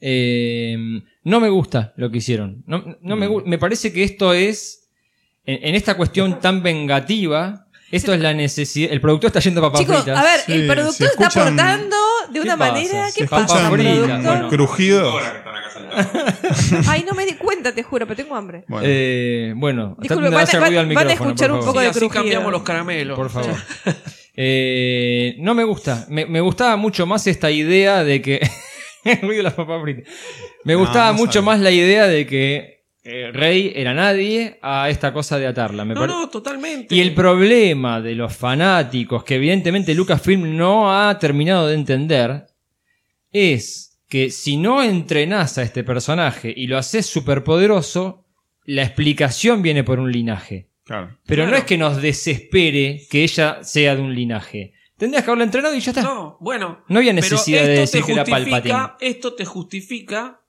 C: Eh, no me gusta lo que hicieron. No, no me, gu- me parece que esto es, en, en esta cuestión tan vengativa, esto es la necesidad. El productor está yendo a papas
D: Chicos,
C: fritas.
D: a ver,
E: Sí,
D: el
E: si
D: productor está
E: escuchan-
D: aportando de una
C: pasa?
D: manera...
C: Si
D: ¿Qué
C: escuchan
D: pasa,
C: Papas fritas,
D: productor?
C: bueno.
E: Crujidos.
D: Ay, no me di cuenta, te juro, pero tengo hambre.
E: Bueno,
C: Eh, bueno,
D: Disculpe,
C: tratando de
D: van a-
C: hacer
D: van-
C: ruido al
D: van a
C: micrófono,
D: escuchar
C: por
D: un
C: favor.
D: poco
F: Sí,
D: de
F: así
D: crujido.
F: cambiamos los caramelos.
C: Por favor. Eh, no me gusta. Me, me gustaba mucho más esta idea de que. El ruido de las papas fritas. Me
E: No,
C: gustaba
E: no
C: mucho
E: sabe.
C: más la idea de que eh, Rey era nadie a esta cosa de atarla. Me
F: No,
C: pare-
F: no, totalmente.
C: Y el problema de los fanáticos, que evidentemente Lucasfilm no ha terminado de entender, es que si no entrenás a este personaje y lo haces superpoderoso, la explicación viene por un linaje.
E: claro.
C: Pero no
F: Claro.
C: es que nos desespere que ella sea de un linaje. Tendrías que haberla entrenado y ya está.
F: No, bueno.
C: No había
F: pero
C: necesidad de
F: esto te
C: decir que era
F: justifica-
C: Palpatine.
F: Esto te justifica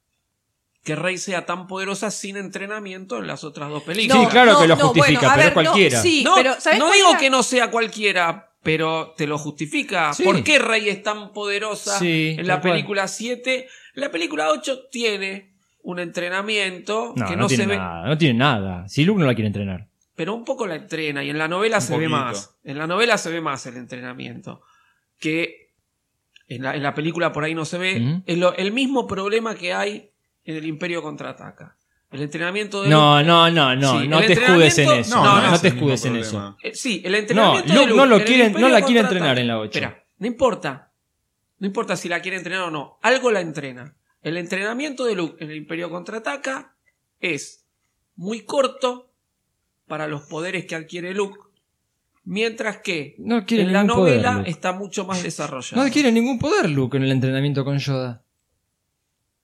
F: que Rey sea tan poderosa sin entrenamiento en las otras dos películas.
C: Sí, claro que lo justifica,
D: a
C: pero
D: ver, no,
C: cualquiera.
D: sí,
F: No,
D: pero ¿sabés
F: no
D: cuál
F: digo
D: era?
F: que no sea cualquiera, pero te lo justifica.
C: Sí.
F: ¿Por qué Rey es tan poderosa
C: Sí,
F: en
C: tal
F: la
C: cual.
F: película 7? La película 8 tiene un entrenamiento
C: No,
F: que
C: no,
F: no, se
C: tiene
F: ve,
C: nada. No tiene nada. Si Luke no la quiere entrenar.
F: pero un poco la entrena y en la novela
E: Un
F: se ve
E: poquito.
F: más. En la novela se ve más el entrenamiento. Que en la, en la película por ahí no se ve.
C: Ujú.
F: Es lo- el mismo problema que hay en el Imperio Contraataca. El entrenamiento de Luke-
C: No, no, no, no.
F: Sí,
C: no
F: el
C: te escudes en
F: entrenamiento-
C: eso.
F: No,
C: No,
F: no,
C: no
F: es
C: te
E: el mismo
C: escudes en eso.
E: problema.
F: Eh, sí, el entrenamiento.
C: No,
F: de
C: Luke no lo
F: en el
C: quiere-
F: Imperio
C: no la quiere
F: contraataca.
C: entrenar en la ocho.
F: Espera, no importa. No importa si la quiere entrenar o no. Algo la entrena. El entrenamiento de Luke en el Imperio contraataca es muy corto para los poderes que adquiere Luke, mientras que
C: No quiere
F: en la
C: ningún poder,
F: novela
C: Luke.
F: está mucho más desarrollado.
C: No adquiere ningún poder Luke en el entrenamiento con Yoda.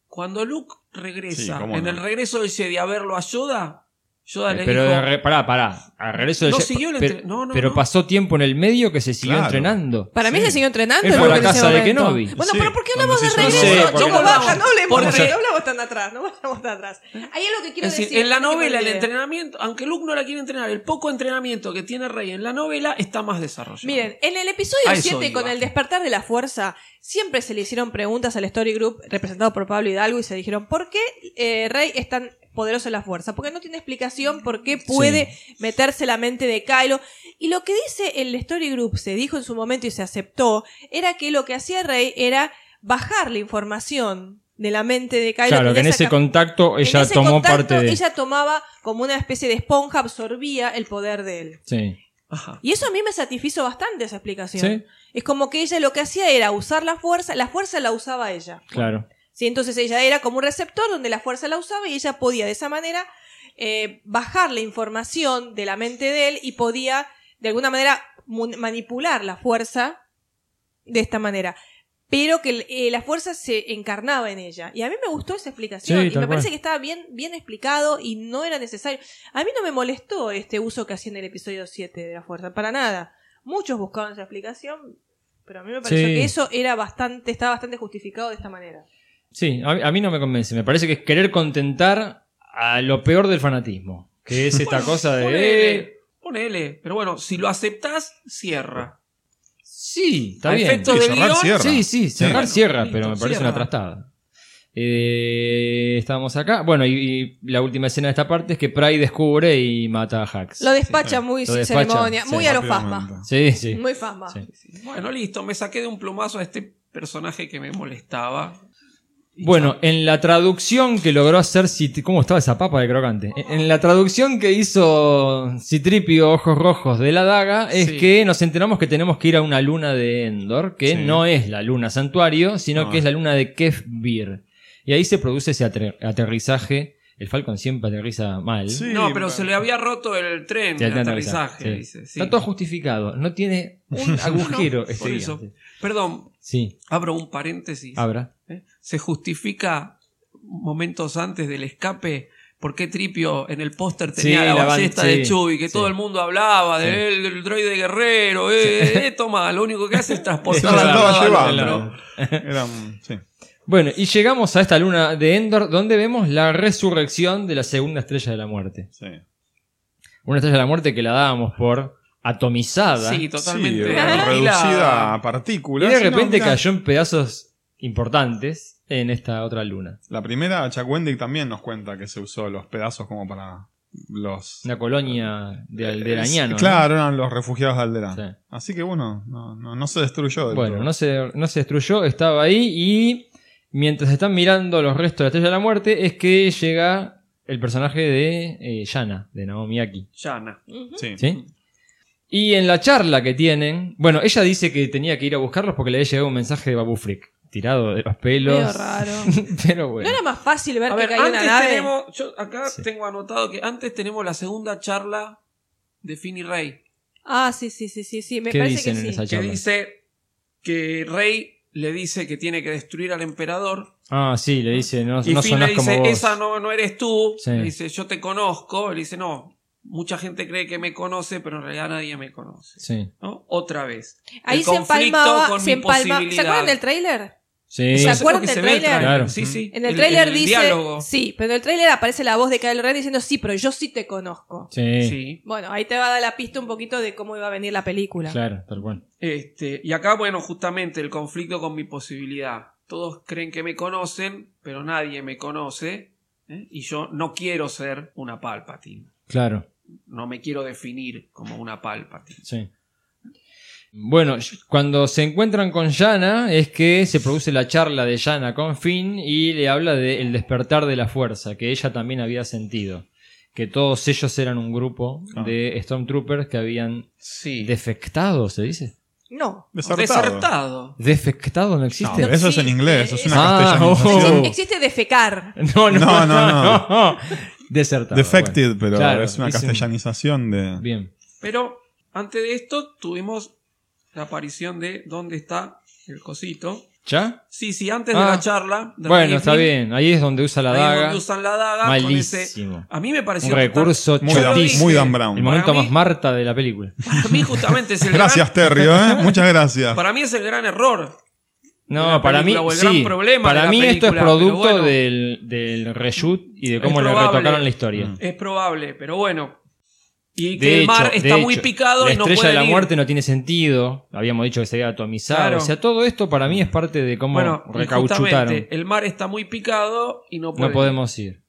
F: Cuando Luke regresa,
E: Sí, cómo
F: en
E: no.
F: el regreso del Jedi a verlo a Yoda, Yoda
C: Eh,
F: le
C: pero
F: dijo,
C: de re- pará, pará. Al regreso del
F: No
C: Jedi-
F: siguió el
C: pero,
F: entre- no, no,
C: pero
F: no.
C: pasó tiempo en el medio que se siguió
E: Claro.
C: entrenando.
D: Para mí
E: Sí.
D: se siguió entrenando.
C: Él fue a la
D: Luke en ese
C: casa de
D: momento.
C: Kenobi.
D: Bueno,
E: Sí,
D: pero ¿por qué
E: cuando
D: hablamos de
E: se
D: regreso?
E: hizo-
C: No sé, porque
D: Chicos,
C: no-
D: basta, no hablemos,
F: Porque-
D: de- no hablamos tan atrás, no hablamos tan atrás. Hay algo que quiero
F: Es decir,
D: decir.
F: en la
D: antes que me
F: novela, el
D: olvide.
F: entrenamiento, aunque Luke no la quiere entrenar, el poco entrenamiento que tiene Rey en la novela está más desarrollado.
D: Miren, en el episodio
F: A eso
D: 7
F: iba.
D: con el despertar de la fuerza, siempre se le hicieron preguntas al Story Group representado por Pablo Hidalgo y se dijeron, ¿por qué eh, Rey es tan poderoso en la fuerza? Porque no tiene explicación por qué puede meterse la mente de Kylo. Y lo que dice el Story Group, se dijo en su momento y se aceptó, era que lo que hacía Rey era bajar la información de la mente de Kylo.
C: claro, que en
D: tener
C: ese
D: esa cap-
C: contacto
D: en
C: ella
D: ese
C: tomó
D: contacto,
C: parte de.
D: Ella tomaba como una especie de esponja, absorbía el poder de él.
C: Sí.
F: Ajá.
D: Y eso a mí me satisfizo bastante esa explicación.
C: Sí.
D: Es como que ella lo que hacía era usar la fuerza, la fuerza la usaba ella.
C: Claro.
D: ¿sí? Entonces ella era como un receptor donde la fuerza la usaba y ella podía de esa manera eh, bajar la información de la mente de él y podía de alguna manera mu- manipular la fuerza de esta manera. Pero que eh, la fuerza se encarnaba en ella. Y a mí me gustó esa explicación.
C: Sí,
D: y
C: tal
D: me parece
C: cual.
D: que estaba bien, bien explicado y no era necesario. A mí no me molestó este uso que hacía en el episodio 7 de la fuerza. Para nada. Muchos buscaban esa explicación. Pero a mí me pareció
C: Sí.
D: que eso era bastante, estaba bastante justificado de esta manera.
C: Sí, a, mí- a mí no me convence. Me parece que es querer contentar a lo peor del fanatismo. Que es esta cosa de.
F: Ponele, ponele. Pero bueno, si lo aceptás, cierra.
C: Sí, está
F: A
C: bien.
F: efectos de
E: Cerrar
F: guión,
E: cierra.
C: Sí, sí, cerrar
F: Sí.
C: cierra,
F: Listo,
C: pero me parece
F: cierra.
C: una trastada. Eh, estábamos acá. Bueno, y, y la última escena de esta parte es que Pride descubre y mata a Hax.
D: Lo despacha muy
C: Lo
D: sin
C: despacha,
D: ceremonia,
C: sí.
D: muy a los
E: Rápidamente.
D: fasma.
C: Sí, sí.
D: Muy fasma.
C: Sí.
F: Bueno, listo, me saqué de un plumazo a este personaje que me molestaba. Y
C: Bueno, en la traducción que logró hacer Cit- ¿Cómo estaba esa papa de crocante? E-, En en la traducción que hizo Citripio Ojos Rojos de la Daga es
I: Sí.
C: que nos enteramos que tenemos que ir a una luna de Endor, que
E: Sí.
C: no es la luna santuario, sino
E: No.
C: que es la luna de Kefbir. Y ahí se produce ese atre- aterrizaje. El Falcon siempre aterriza mal.
E: Sí,
F: No, pero se le había roto el tren
C: Sí,
F: de
C: al
F: aterrizaje,
C: sí.
F: dice. sí.
C: Está todo justificado. No tiene un agujero
F: No,
C: este
F: por
C: día.
F: eso. Perdón,
C: Sí,
F: abro un paréntesis.
C: habrá.
F: ¿eh? Se justifica momentos antes del escape por qué Tripio en el póster tenía
C: Sí,
F: la,
C: la ban-
F: ballesta
C: sí,
F: de Chubby, que
C: sí.
F: todo el mundo hablaba de
C: Sí.
F: él, del droide guerrero, eh, eh, toma, lo único que hace es
E: Se
F: transportar
E: la
F: la
E: andaba
F: verdad al
E: llevando.
F: otro.
E: Era un- sí.
C: Bueno, y llegamos a esta luna de Endor donde vemos la resurrección de la segunda estrella de la muerte.
E: Sí.
C: Una estrella de la muerte que la dábamos por atomizada.
F: Sí, totalmente. Ah,
E: Sí,
F: Y
E: era reducida
F: la-
E: a
C: y
E: partículas.
C: de
E: Sí, no,
C: repente
E: mirá,
C: cayó en pedazos importantes en esta otra luna.
E: La primera, Chuck Wendig también nos cuenta que se usó los pedazos como para los.
C: Una colonia de alderañanos.
E: Eh, Claro, eran los refugiados de Alderán.
C: Sí.
E: Así que bueno, no, no, no se destruyó.
C: ¿no?
E: del
C: Bueno,
E: todo.
C: no se, no se destruyó, estaba ahí y mientras están mirando los restos de la estrella de la muerte es que llega el personaje de eh, Yana, de Naomi Aki.
F: Yana.
D: Ujú.
E: Sí.
C: ¿Sí? Y en la charla que tienen, bueno, ella dice que tenía que ir a buscarlos porque le había llegado un mensaje de Babu Frick, tirado de los pelos.
D: Medio raro.
C: Pero
D: ¿No
C: bueno.
D: era más fácil ver
F: A
D: que
F: ver,
D: caía una
F: antes
D: nave?
F: tenemos, yo acá
C: Sí.
F: tengo anotado que antes tenemos la segunda charla de Finn y Rey.
D: Ah, sí, sí, sí, sí, sí. Me
C: ¿Qué
D: parece
C: dicen
D: que
C: en
D: sí.
C: esa
F: que
C: charla?
F: dice que Rey le dice que tiene que destruir al emperador.
C: Ah, sí, le dice, no,
F: Y
C: no
F: Finn le
C: sonás como
F: dice,
C: vos.
F: esa no, no eres tú.
C: Sí.
F: Le dice, yo te conozco. Le dice, no, mucha gente cree que me conoce, pero en realidad nadie me conoce.
C: Sí.
F: ¿No? Otra vez.
D: Ahí
F: El
D: se
F: conflicto
D: empalmaba,
F: con
D: se
F: mi
D: empalma. ¿Se
F: posibilidad.
D: acuerdan del tráiler?
C: Sí.
D: ¿Se
F: Eso es lo
D: acuerdan
F: que
D: del
F: se ve en el
D: tráiler?
C: Claro.
F: Sí, sí.
D: En el tráiler dice.
F: diálogo.
D: Sí, pero en el tráiler aparece la voz de Kylo Ren diciendo, sí, pero yo sí te conozco.
C: Sí,
F: Sí.
D: Bueno, ahí te va a dar la pista un poquito de cómo iba a venir la película.
C: Claro, tal cual.
F: Este, y acá, bueno, justamente el conflicto con mi posibilidad. Todos creen que me conocen, pero nadie me conoce. ¿eh? Y yo no quiero ser una Palpatine.
C: Claro,
F: No me quiero definir como una Palpatine.
C: sí. Bueno, y- cuando se encuentran con Yana es que se produce la charla de Yana con Finn y le habla del despertar de la fuerza, que ella también había sentido. Que todos ellos eran un grupo
E: Ah.
C: de Stormtroopers que habían
F: Sí.
C: defectado, ¿se dice?
D: No.
E: Desertado.
F: Desertado.
C: ¿Defectado no
E: No,
C: existe?
E: pero eso es en
D: Sí.
E: inglés, eso es una
C: Ah,
E: castellanización.
C: Oh.
D: Existe defecar.
C: No, no, no,
E: No, no,
C: no. Desertado.
E: Defected,
C: bueno.
E: pero
C: Claro,
E: es una
C: hice un-
E: castellanización de.
C: Bien.
F: Pero antes de esto tuvimos la aparición de ¿Dónde está el cosito?
C: ¿Ya?
F: Sí, sí, antes de
C: Ah.
F: la charla. de
C: Bueno,
F: Rey
C: está
F: Flynn,
C: bien. Ahí es donde usa la
F: ahí es
C: daga.
F: donde usan la daga. con ese-
C: Malísimo.
F: a mí me pareció.
C: Un recurso
E: Muy, Dan,
F: dije.
C: chotísimo.
E: muy Dan
C: El
E: Brown.
C: momento
F: Para mí-
C: más Marta de la película.
F: Para mí, justamente, es el
E: Gracias, Terrio, ¿eh? Muchas gracias.
F: gran- para mí es el gran error. de
C: No,
F: la
C: para mí,
F: película, o el gran
C: sí.
F: problema de
C: Para
F: la
C: mí esto es
F: película, pero
C: producto
F: bueno.
C: del, del reshoot y de
F: Es
C: cómo le
F: probable.
C: retocaron la historia.
E: Mm.
F: Es probable, pero bueno. Y que
C: De
F: el mar
C: hecho,
F: está
C: de
F: muy
C: hecho,
F: picado
C: La
F: y no
C: estrella
F: puede.
C: de la muerte no tiene sentido. Habíamos dicho que se había atomizado.
F: Claro.
C: O sea, todo esto para mí es parte de cómo
F: bueno, y
C: recauchutaron.
F: justamente, el mar está muy picado y no puede.
C: No podemos ir.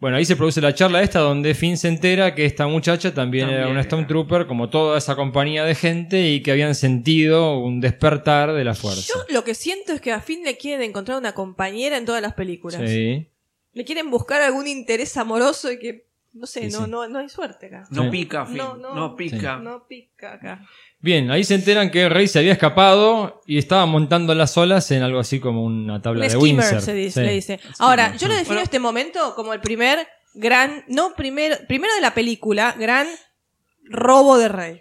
C: Bueno, ahí se produce la charla esta donde Finn se entera que esta muchacha también,
F: También
C: era una
F: era.
C: Stormtrooper, como toda esa compañía de gente, y que habían sentido un despertar de la fuerza.
D: Yo lo que siento es que a Finn le quieren encontrar una compañera en todas las películas.
C: Sí.
D: Le quieren buscar algún interés amoroso y que, no sé,
C: Sí,
D: no,
C: sí.
D: no no hay suerte acá.
F: No
C: Sí.
F: pica, Finn.
D: No,
F: No,
D: no.
F: pica.
D: No pica acá.
C: Bien, ahí se enteran que Rey se había escapado y estaba montando las olas en algo así como una tabla
D: Un
C: de
D: skimmer
C: Windsor.
D: se dice,
C: Sí.
D: le dice. Ahora, yo lo defino
F: Bueno.
D: este momento como el primer gran, no primero, primero de la película, gran robo de rey.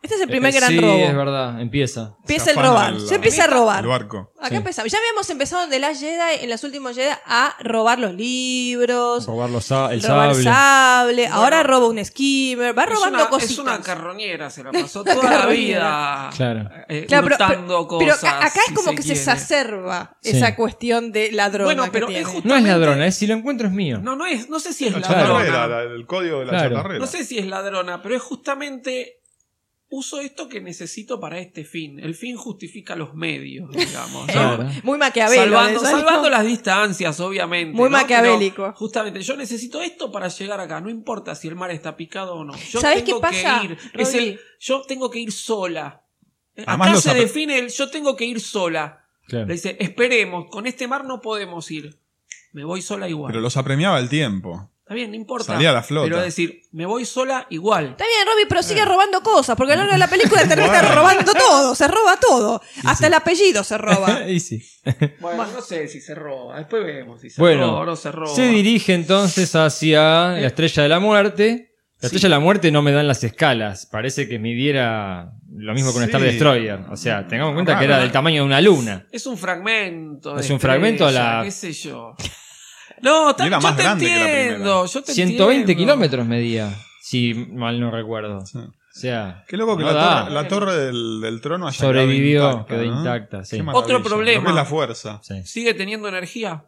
D: Este es el primer
C: Eh,
D: gran
C: sí,
D: robo.
C: es verdad, empieza.
D: Empieza el
E: Se afana
D: robar.
E: el-
D: Se empieza a robar.
E: El barco.
D: Acá
C: Sí.
D: empezamos. Ya habíamos empezado en The Last Jedi, en las últimas Jedi, a robar los libros,
C: Robar los sa- el
D: robar
C: sable.
D: sable,
F: Bueno.
D: ahora roba un skimmer, va
F: Es
D: robando
F: una,
D: cositas.
F: es una carroñera, se la pasó toda la
D: carroñera.
F: vida.
C: Claro.
F: eh,
D: Claro, pero,
F: hurtando
D: pero- pero
F: cosas.
D: acá acá es
F: si
D: como que se
F: quiere.
D: exacerba
C: Sí.
D: esa cuestión de ladrón.
F: Bueno, pero es
C: No es
F: justamente-
C: ladrona, es si lo encuentro es mío.
F: No, no es, no sé si es
E: La
F: ladrona.
E: chatarrera, la- el código de la
C: Claro.
E: chatarrera.
F: No sé si es ladrona, pero es justamente uso esto que necesito para este fin. El fin justifica los medios, digamos. ¿no?
C: Claro.
D: ¿Eh? Muy maquiavélico.
F: salvando,
D: ¿sabes?
F: salvando las distancias, obviamente.
D: Muy
F: ¿no?
D: maquiavélico.
F: Pero, justamente, yo necesito esto para llegar acá. No importa si el mar está picado o no. Yo
D: ¿Sabés
F: tengo
D: qué pasa,
F: que ir. Es
D: Rodri?
F: el- yo tengo que ir sola. Eh,
E: Además,
F: acá
E: los
F: se
E: apre-
F: define el yo tengo que ir sola. Le dice, esperemos, con este mar no podemos ir. Me voy sola igual.
E: Pero los apremiaba el tiempo.
F: Está bien, no importa.
E: Salía a la flota.
F: Pero decir, me voy sola igual.
D: Está bien, Robbie, pero
C: Eh.
D: sigue robando cosas, porque a lo largo de la película termina
E: Bueno.
D: robando todo, se roba todo. Hasta el apellido se roba.
C: y sí.
F: Bueno, no sé si se roba. Después vemos si se roba
C: Bueno,
F: o no se roba.
C: se dirige entonces hacia la estrella de la muerte. La estrella de la muerte no me dan las escalas. Parece que midiera lo mismo que un
E: Sí.
C: Star Destroyer. O sea, tengamos en cuenta
F: Raro,
C: que era
F: ¿no?
C: del tamaño de una luna.
F: Es un fragmento. de
C: Es un fragmento a la-
F: estrella, ¿Qué sé yo? No,
E: Y
F: ta-
E: era
F: yo
E: más
F: te
E: grande que la primera.
F: entiendo. Yo te
C: 120
F: entiendo.
C: kilómetros medía, si mal no recuerdo. O sea,
E: Qué loco que
C: no
E: la,
C: da.
E: torre, la torre del, del trono haya
C: Sobrevivió,
E: quedado intacta,
C: quedó
E: ¿no?
C: intacta, sí.
E: Qué
C: Otro
E: maravilla,
F: problema.
E: lo que es la fuerza.
C: Sí.
F: ¿Sigue teniendo energía?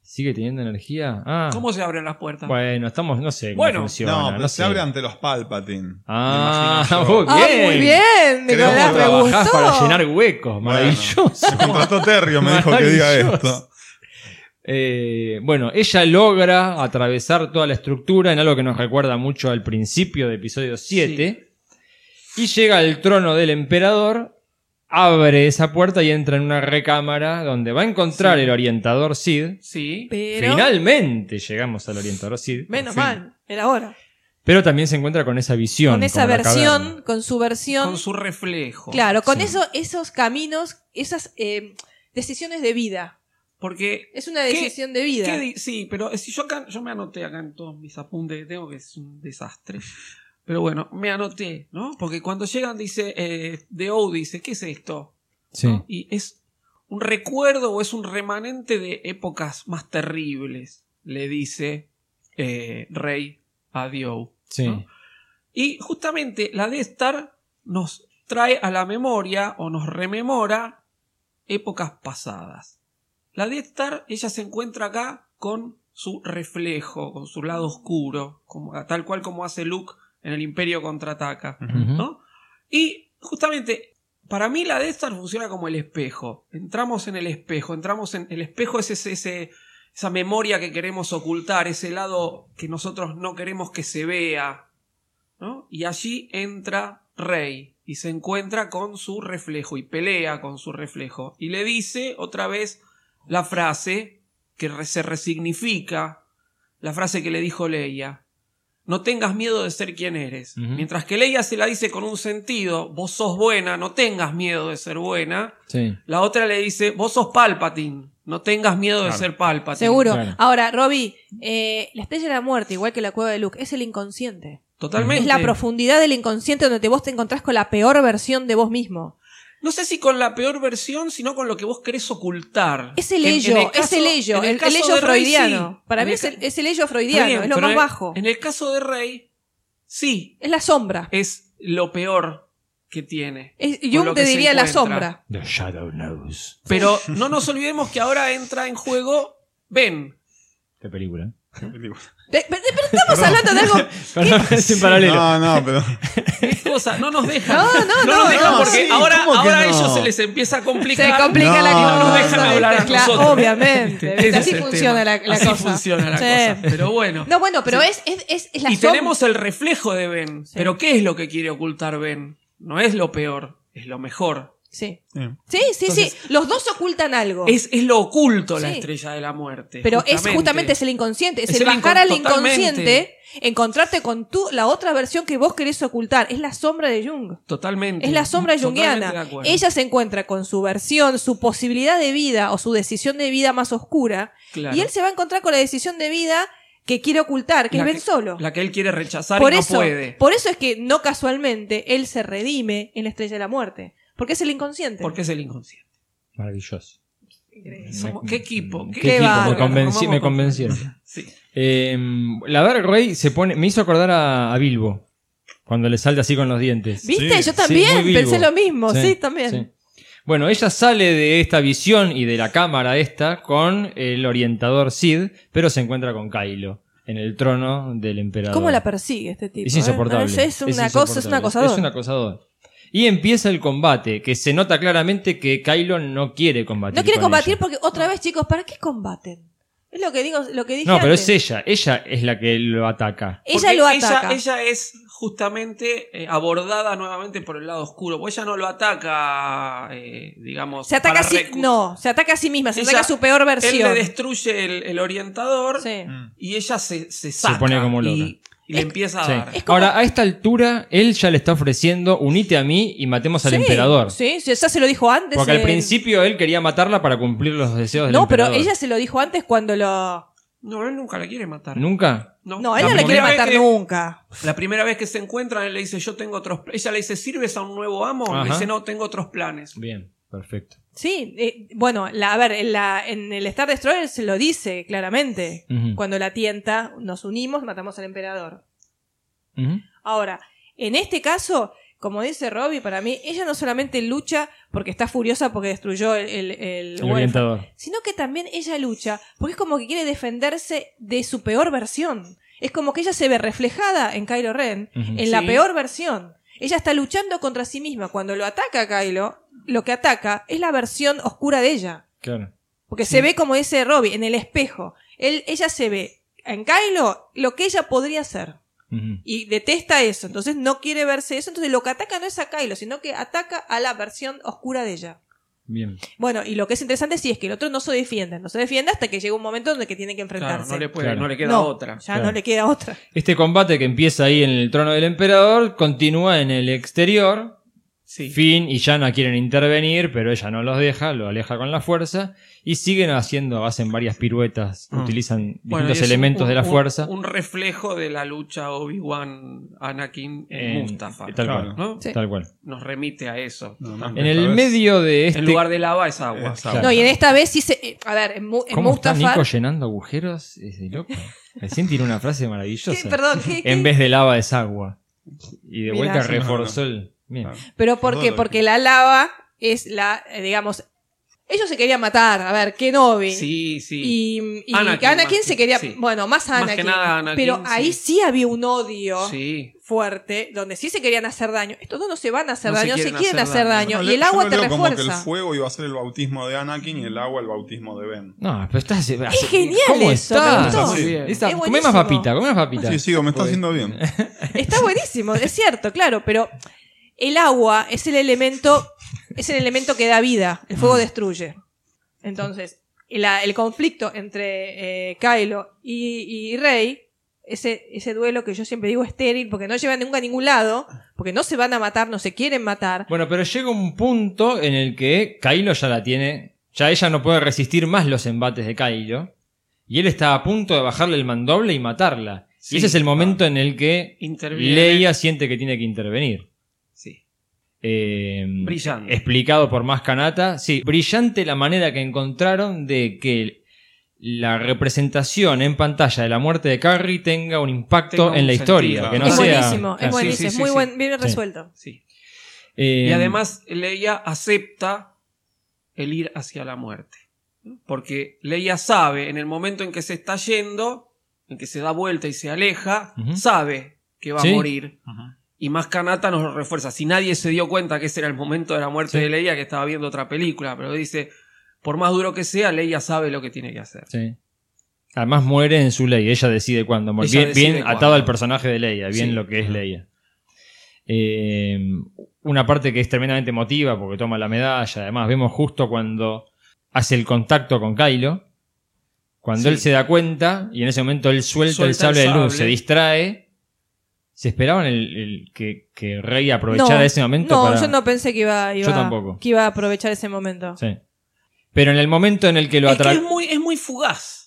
C: ¿Sigue teniendo energía? Ah,
F: ¿Cómo se abren las puertas?
C: bueno, estamos, no sé cómo
F: Bueno,
C: funciona,
E: No, pero
C: no
E: se
C: sé.
E: abre ante los Palpatine.
C: Ah,
E: me imagino yo.
C: muy
D: Ah, muy bien,
E: Creo
D: Nicolás,
E: que
D: me
C: Trabajás
D: gustó.
C: para llenar huecos,
E: Bueno,
C: maravilloso.
E: Me contrató Terrio, me dijo que diga
C: Maravilloso.
E: esto.
C: Eh, bueno, ella logra atravesar toda la estructura en algo que nos recuerda mucho al principio de episodio 7. Y llega al trono del emperador, abre esa puerta y entra en una recámara donde va a encontrar el orientador Sid.
F: Sí.
D: Pero,
C: Finalmente llegamos al orientador Sid.
D: menos
C: por fin.
D: mal, era hora.
C: Pero también se encuentra con esa visión.
D: Con esa
C: como la
D: versión,
C: caverna.
D: con su versión.
F: Con su reflejo.
D: claro, con
C: Sí.
D: eso, esos caminos, esas eh, decisiones de vida.
F: Porque
D: Es una decisión de vida.
F: ¿Qué di- sí, pero eh, si yo acá, yo me anoté acá en todos mis apuntes que tengo, que es un desastre. Pero bueno, me anoté, ¿no? Porque cuando llegan dice, eh, The O dice, ¿qué es esto?
C: Sí.
F: ¿No? Y es un recuerdo o es un remanente de épocas más terribles, le dice eh, Rey a The O.
C: Sí.
F: ¿no? Y justamente la de Star nos trae a la memoria o nos rememora épocas pasadas. La de Star, ella se encuentra acá con su reflejo, con su lado oscuro, como, tal cual como hace Luke en el Imperio contraataca.
C: Ujú.
F: ¿no? Y justamente, para mí la de Star funciona como el espejo. Entramos en el espejo, entramos en el espejo es ese, ese- esa memoria que queremos ocultar, ese lado que nosotros no queremos que se vea. ¿no? Y allí entra Rey y se encuentra con su reflejo y pelea con su reflejo. Y le dice otra vez la frase que re- se resignifica, la frase que le dijo Leia. No tengas miedo de ser quien eres.
C: Ujú.
F: Mientras que Leia se la dice con un sentido, vos sos buena, no tengas miedo de ser buena.
C: Sí.
F: La otra le dice, vos sos Palpatine, no tengas miedo de
E: Claro.
F: ser Palpatine.
D: Seguro.
C: Claro.
D: Ahora, Robbie, eh, la estrella de la muerte, igual que la cueva de Luke, es el inconsciente.
F: Totalmente.
D: Es la profundidad del inconsciente donde te- vos te encontrás con la peor versión de vos mismo.
F: No sé si con la peor versión, sino con lo que vos querés ocultar.
D: Es el
F: En- en
D: ello, es
F: caso-
D: el ello,
F: en
D: el, el
F: caso
D: ello
F: de Rey, sí.
D: freudiano. Para
F: En
D: mí
F: el
D: es el,
F: ca-
D: es el ello
F: Está
D: freudiano,
F: bien,
D: es lo
F: pero
D: más
F: en-
D: bajo.
F: En el caso de Rey, sí,
D: Es la sombra.
F: es lo peor que tiene.
D: Es-
F: con
D: Jung
F: lo
D: te
F: que se
D: diría la
F: encuentra.
D: sombra.
C: The Shadow Knows.
F: Pero no nos olvidemos que ahora entra en juego Ben.
C: Qué película.
D: Pe- pe- Pero, estamos hablando de algo.
C: Perdón, es en paralelo.
E: No, no, pero.
F: Qué cosa, no nos dejan.
D: No, no, no,
F: nos dejan
E: no,
F: porque
E: sí,
F: ahora,
E: ¿cómo que
F: ahora a
E: no?
F: ellos se les empieza a complicar.
D: Se complica
E: No,
D: la cosa.
E: no nos dejan
F: hablar a
D: claro,
F: nosotros.
D: Obviamente. ¿viste?
F: Ese
D: Así
F: es el
D: funciona la,
F: tema.
D: la
F: Así
D: cosa.
F: funciona la
D: Sí.
F: cosa. Pero bueno.
D: No, bueno, pero
F: Sí.
D: es, es, es, es la
F: y
D: sombra.
F: tenemos el reflejo de Ben.
D: Sí.
F: Pero ¿qué es lo que quiere ocultar Ben? No es lo peor, es lo mejor.
D: Sí,
E: Sí.
D: sí, sí. sí. Los dos ocultan algo.
F: Es, es lo oculto la
D: Oh. Sí.
F: estrella de la muerte.
D: Pero es justamente es el inconsciente, es,
F: Es
D: el,
F: el incon-
D: bajar al
F: totalmente.
D: inconsciente, encontrarte con tu, la otra versión que vos querés ocultar, es la sombra de Jung.
F: Totalmente.
D: Es la sombra
F: Totalmente de
D: junguiana.
F: acuerdo.
D: Ella se encuentra con su versión, su posibilidad de vida o su decisión de vida más oscura.
F: Claro.
D: Y él se va a encontrar con la decisión de vida que quiere ocultar, que
F: La
D: es ver solo.
F: La que él quiere rechazar
D: por,
F: y no
D: eso,
F: puede.
D: por eso es que no casualmente él se redime en la estrella de la muerte. Porque es el inconsciente.
F: Porque es el inconsciente.
C: Maravilloso.
F: Somos- ¿Qué equipo?
C: Mm, Qué,
F: ¿Qué,
D: Qué
C: equipo, me,
D: bárbaro.
C: convenci- me
F: Formamos-
C: convencieron.
F: Sí.
C: Eh, la verdad, Rey se pone, me hizo acordar a, a Bilbo cuando le salta así con los dientes.
D: ¿Viste?
E: Sí,
D: Yo
E: sí,
D: también
C: muy vivo.
D: pensé lo mismo. Sí, también.
C: sí. Bueno, ella sale de esta visión y de la cámara esta con el orientador Sid, pero se encuentra con Kylo. en el trono del emperador.
D: ¿Cómo la persigue este tipo?
C: Es
D: eh?
C: insoportable.
D: No, es, una cosa, es un
C: insoportable.
D: acosador.
C: Es un acosador. Y empieza el combate, que se nota claramente que Kylo no quiere combatir.
D: No quiere
C: con
D: combatir
C: ella.
D: porque, otra vez, chicos, ¿para qué combaten? Es lo que digo, lo que dije
C: No, pero
D: antes.
C: es ella. Ella es la que lo ataca.
D: Ella
F: Porque
D: lo ataca.
F: Ella, es justamente eh, abordada nuevamente por el lado oscuro. Porque ella no lo ataca, eh, digamos.
D: se ataca
F: para
D: a sí,
F: recu-
D: no, se ataca a sí misma, se
F: Ella-
D: ataca a su peor
F: Él
D: versión.
F: le destruye el, el orientador
D: Sí.
F: y ella se, se saca.
C: pone como loca.
F: Y, y le empieza a
C: Sí.
F: dar.
D: como-
C: Ahora, a esta altura, él ya le está ofreciendo unite a mí y matemos al
D: Sí,
C: emperador.
D: Sí, sí, ya se lo dijo antes.
C: Porque al
D: el-
C: principio él quería matarla para cumplir los deseos del
D: No, pero
C: emperador.
D: ella se lo dijo antes cuando lo.
F: No, él nunca la quiere matar.
C: ¿Nunca?
F: No,
D: No, él no
F: La
D: le quiere
F: primera vez
D: matar
F: que-
D: nunca.
F: La primera vez que se encuentran, él le dice, yo tengo otros... pla-". Ella le dice, ¿sirves a un nuevo amo? Le
C: Ajá.
F: dice, no, tengo otros planes.
C: Bien, perfecto.
D: Sí, eh, bueno, la, a ver, en, la, en el Star Destroyer se lo dice claramente.
C: Ujú.
D: Cuando la tienta, nos unimos, matamos al emperador.
C: Ujú.
D: Ahora, en este caso, como dice Robbie, para mí, ella no solamente lucha porque está furiosa porque destruyó el, el, el
C: El
D: Warfare,
C: orientador.
D: sino que también ella lucha porque es como que quiere defenderse de su peor versión. Es como que ella se ve reflejada en Kylo Ren,
C: Ujú.
D: en la
F: Sí.
D: peor versión. Ella está luchando contra sí misma. Cuando lo ataca a Kylo, lo que ataca es la versión oscura de ella.
C: Claro.
D: Porque se ve, como dice Robbie, en el espejo. Él, ella se ve en Kylo lo que ella podría ser.
C: Ujú.
D: Y detesta eso, entonces no quiere verse eso, entonces lo que ataca no es a Kylo, sino que ataca a la versión oscura de ella.
C: Bien.
D: Bueno, y lo que es interesante sí es que el otro no se defiende, no se defiende hasta que llega un momento donde que tiene que
F: Claro,
D: enfrentarse.
F: no le, puede,
C: Claro.
F: no le queda
D: No,
F: otra.
D: Ya
C: Claro.
D: no le queda otra.
C: Este combate que empieza ahí en el trono del emperador continúa en el exterior.
F: Sí.
C: Finn y Yana quieren intervenir, pero ella no los deja, lo aleja con la fuerza y siguen haciendo, hacen varias piruetas,
D: Mm.
F: Ah.
C: utilizan
F: Bueno, y
C: distintos
F: es
C: elementos
F: un-
C: de la
F: un-
C: fuerza.
F: Un reflejo de la lucha Obi-Wan, Anakin, en
C: En-
F: Mustafa.
C: Eh, Tal
E: Claro.
C: cual.
F: ¿no?
D: Sí.
C: Tal cual.
F: Nos remite a eso.
E: No, no,
C: En
E: esta
C: el
E: vez
C: medio de este.
F: En lugar de lava es agua.
E: es agua.
D: No, y en esta vez sí se... eh, A ver, en, Mu- en
C: ¿Cómo está
D: Mustafar-
C: Nico llenando agujeros? Es de loco. Recién tiene una frase
D: ¿Qué?
C: maravillosa.
D: Perdón, ¿qué- qué?
C: En vez de lava es agua. Y de
D: Mirá.
C: vuelta
D: Sí,
E: no,
C: reforzó el. Bien.
E: Claro.
D: Pero ¿por qué?
E: Perdón,
D: Porque la lava es la, eh, digamos... Ellos se querían matar, a ver, Kenobi.
F: Sí, sí.
D: Y, y
F: Anakin,
D: Anakin,
F: más
D: se
F: que-
D: quería,
F: sí.
D: bueno, más
F: Más
D: Anakin,
F: que nada Anakin,
D: pero
F: sí.
D: ahí sí había un odio.
F: Sí.
D: fuerte, donde sí se querían hacer daño. Estos dos no se van a hacer
F: No se
D: daño, se
F: quieren
D: quieren,
F: hacer
D: hacer,
F: daño.
D: daño.
E: No,
D: Y el
E: yo
D: agua
E: lo
D: te
E: leo como que el
D: refuerza.
E: fuego iba a ser el bautismo de Anakin y el agua el bautismo de Ben.
C: No, pero estás.
D: Es genial
C: ¿Cómo
D: eso,
C: estás?
D: me gustó.
E: Está muy
F: bien.
C: Está-
D: Es
C: comé más
D: buenísimo.
C: papita, comé más papita.
E: Sí, sí, me está
C: Porque-
E: haciendo bien.
C: eh,
D: Está buenísimo, es cierto, claro, pero el agua es el elemento, es el elemento que da vida, el fuego destruye. Entonces, la- el conflicto entre eh, Kylo y, y Rey, ese, ese duelo que yo siempre digo estéril, porque no llevan nunca a ningún lado, porque no se van a matar, no se quieren matar.
C: Bueno, pero llega un punto en el que Kylo ya la tiene. Ya ella no puede resistir más los embates de Kylo. Y él está a punto de bajarle el mandoble y matarla.
F: Sí, Ah.
C: y ese es el momento en el que
F: Interviene.
C: Leia siente que tiene que intervenir.
F: Sí.
C: Eh,
F: Brillante.
C: Explicado por más canata. Sí, brillante la manera que encontraron de que la representación en pantalla de la muerte de Carrie tenga un impacto
F: Tenga un
C: en la
F: sentido,
C: historia. que no
D: es
F: claro.
C: sea-
D: buenísimo,
C: Claro.
D: es buenísimo,
F: sí,
D: es
F: sí,
D: muy
F: sí.
D: buen, bien
C: Sí.
D: resuelto.
F: Sí.
C: Eh,
F: Y además Leia acepta el ir hacia la muerte. Porque Leia sabe, en el momento en que se está yendo, en que se da vuelta y se aleja,
C: Ujú.
F: sabe que va
C: Sí.
F: a morir. Y más Kanata nos lo refuerza. Si nadie se dio cuenta que ese era el momento de la muerte
C: Sí.
F: de Leia, que estaba viendo otra película, pero dice, por más duro que sea, Leia sabe lo que tiene que hacer.
C: Sí. Además muere en su ley, ella decide cuándo morir.
F: Ella
C: Bien,
F: decide
C: bien
F: cuándo.
C: atado al personaje de Leia, bien
F: Sí.
C: lo que es Leia. Eh, una parte que es tremendamente emotiva porque toma la medalla, además vemos justo cuando hace el contacto con Kylo, cuando
F: Sí.
C: él se da cuenta y en ese momento él suelta, el
F: Suelta el
C: sable de luz,
F: sable.
C: se distrae. ¿Se esperaban el, el- que, que Rey aprovechara ese momento?
D: No,
C: para...
D: yo no pensé que iba, iba-
C: Yo tampoco.
D: que iba a aprovechar ese momento.
C: Sí. Pero en el momento en el que lo
F: Es, que
C: atrae...
F: es muy, es muy fugaz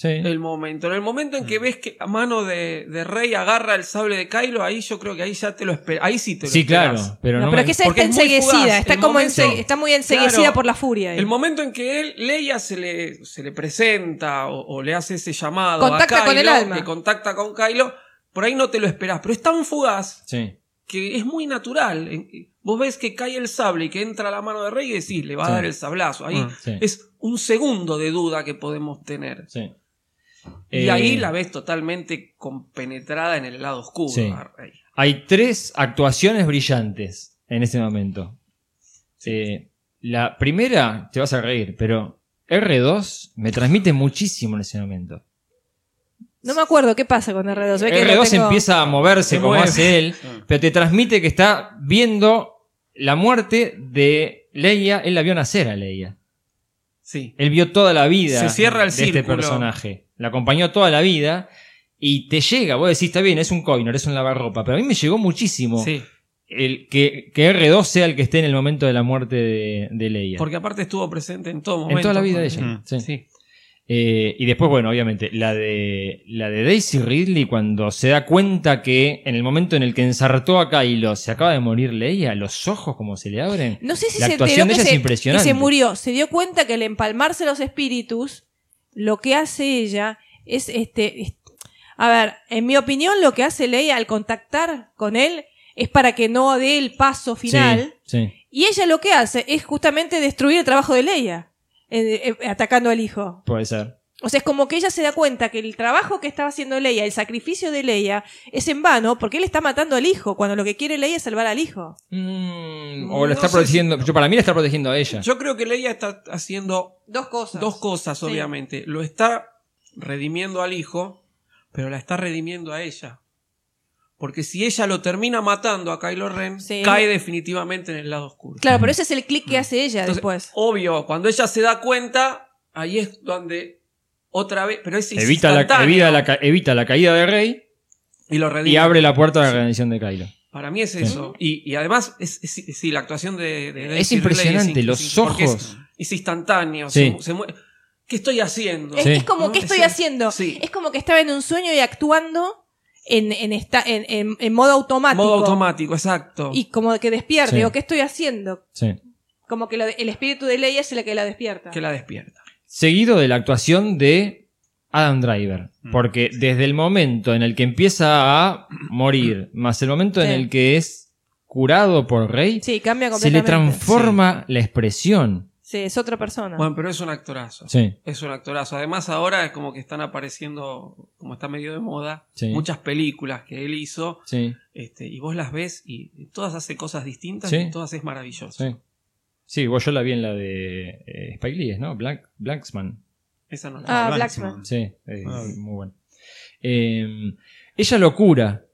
F: el momento. En el momento en que ves que a mano de, de Rey agarra el sable de Kylo, ahí yo creo que ahí ya te lo esperas. Ahí sí te lo
C: Sí,
F: esperás.
C: claro, pero
D: No,
C: no,
D: pero
C: me-
D: que esa
F: porque
D: está
F: es muy
D: enseguecida,
F: fugaz,
D: está,
F: el
D: como
F: momento.
D: ense- está muy enseguecida
F: Claro.
D: por la furia. ahí.
F: El momento en que él, Leia se le, se le presenta o, o le hace ese llamado a
D: Contacta
F: Kylo,
D: con el alma.
F: que contacta con Kylo, por ahí no te lo esperás, pero es tan fugaz
C: Sí.
F: que es muy natural. En- Vos ves que cae el sable y que entra la mano de Rey y decís, le va a
C: Sí. Ah,
F: dar el sablazo. Ahí
C: Sí.
F: es un segundo de duda que podemos tener.
C: Sí.
F: Y
C: Eh,
F: ahí la ves totalmente compenetrada en el lado oscuro.
C: Sí.
F: a Rey.
C: Hay tres actuaciones brillantes en ese momento. Eh, la primera, te vas a reír, pero R2 me transmite muchísimo en ese momento.
D: No me acuerdo qué pasa con R2. Ve que lo
C: R2
D: tengo-
C: empieza a moverse
F: Se
C: como
F: mueve.
C: hace él, pero te transmite que está viendo la muerte de Leia. Él la vio nacer a Leia.
F: Sí.
C: Él vio toda la vida
F: Se cierra el
C: de este
F: círculo.
C: personaje. La acompañó toda la vida y te llega. Vos decís, está bien, es un coinor, es un lavarropa, pero a mí me llegó muchísimo
F: Sí.
C: el que, que R2 sea el que esté en el momento de la muerte de, de Leia.
F: Porque aparte estuvo presente en todo momento.
C: en toda la vida de ella.
E: Mm.
C: sí.
F: Sí.
C: Eh, y después, bueno, obviamente, la de, la de Daisy Ridley cuando se da cuenta que en el momento en el que ensartó a Kylo se acaba de morir Leia, los ojos como se le abren.
D: No sé si
C: La
D: se
C: actuación de
D: enteró que
C: ella es
D: se,
C: impresionante.
D: que se murió. Se dio cuenta que al empalmarse los espíritus, lo que hace ella es este. es- A ver, en mi opinión, lo que hace Leia al contactar con él es para que no dé el paso final.
C: Sí, sí,
D: Y ella lo que hace es justamente destruir el trabajo de Leia, eh, eh, atacando al hijo.
C: puede ser.
D: O sea, es como que ella se da cuenta que el trabajo que estaba haciendo Leia, el sacrificio de Leia, es en vano porque él está matando al hijo, cuando lo que quiere Leia es salvar al hijo.
C: Mm, o la
F: No
C: está
F: sé
C: protegiendo. Yo, para mí la está protegiendo a ella.
F: Yo creo que Leia está haciendo
D: Dos cosas.
F: dos cosas,
D: Sí.
F: obviamente. Lo está redimiendo al hijo, pero la está redimiendo a ella. Porque si ella lo termina matando a Kylo Ren,
D: Sí.
F: cae definitivamente en el lado oscuro.
D: Claro, pero ese es el clic que hace ella
F: Mm. Entonces,
D: después.
F: Obvio, cuando ella se da cuenta, ahí es donde otra vez. Pero es
C: evita, la,
F: instantáneo.
C: evita, la, ca- evita la caída de Rey
F: y lo redime.
C: y abre la puerta a la redención de Kylo.
F: Para mí es
C: Sí.
F: eso. Y, y además, es, es- es- sí, la actuación de. de Daisy
C: Es impresionante,
F: Ridley
C: los
F: in- porque es-
C: ojos.
F: Es, instantáneo.
C: Sí.
F: se mu- se mue- ¿Qué estoy haciendo?
D: Es,
C: Sí.
D: es como,
F: ¿No?
D: ¿qué estoy
F: Ese-
D: haciendo?
F: sí.
D: Es como que estaba en un sueño y actuando en, en, esta, en, en- en modo automático.
F: Modo automático, exacto.
D: Y como que despierte,
C: Sí.
D: o ¿qué estoy haciendo?
C: Sí.
D: Como que lo de- el espíritu de Leia es el que la despierta.
F: que la despierta.
C: seguido de la actuación de Adam Driver. Porque desde el momento en el que empieza a morir, más el momento en
D: Sí.
C: el que es curado por Rey,
D: Sí, cambia
C: se le
D: completamente.
C: transforma la expresión.
D: Sí, es otra persona.
F: Bueno, pero es un actorazo.
C: Sí,
F: Es un actorazo. Además, ahora es como que están apareciendo, como está medio de moda,
C: Sí.
F: muchas películas que él hizo.
C: sí,
F: Este, y vos las ves y todas hace cosas distintas
C: Sí.
F: y todas es maravilloso.
C: sí. Sí, vos yo la vi en la de eh, Spike Lee, ¿no? Black, Blacksman.
F: Esa no la
D: Ah,
E: Blanc-
D: Blacksman.
C: Sí, eh,
E: Ah.
C: muy bueno. Eh, ella lo cura.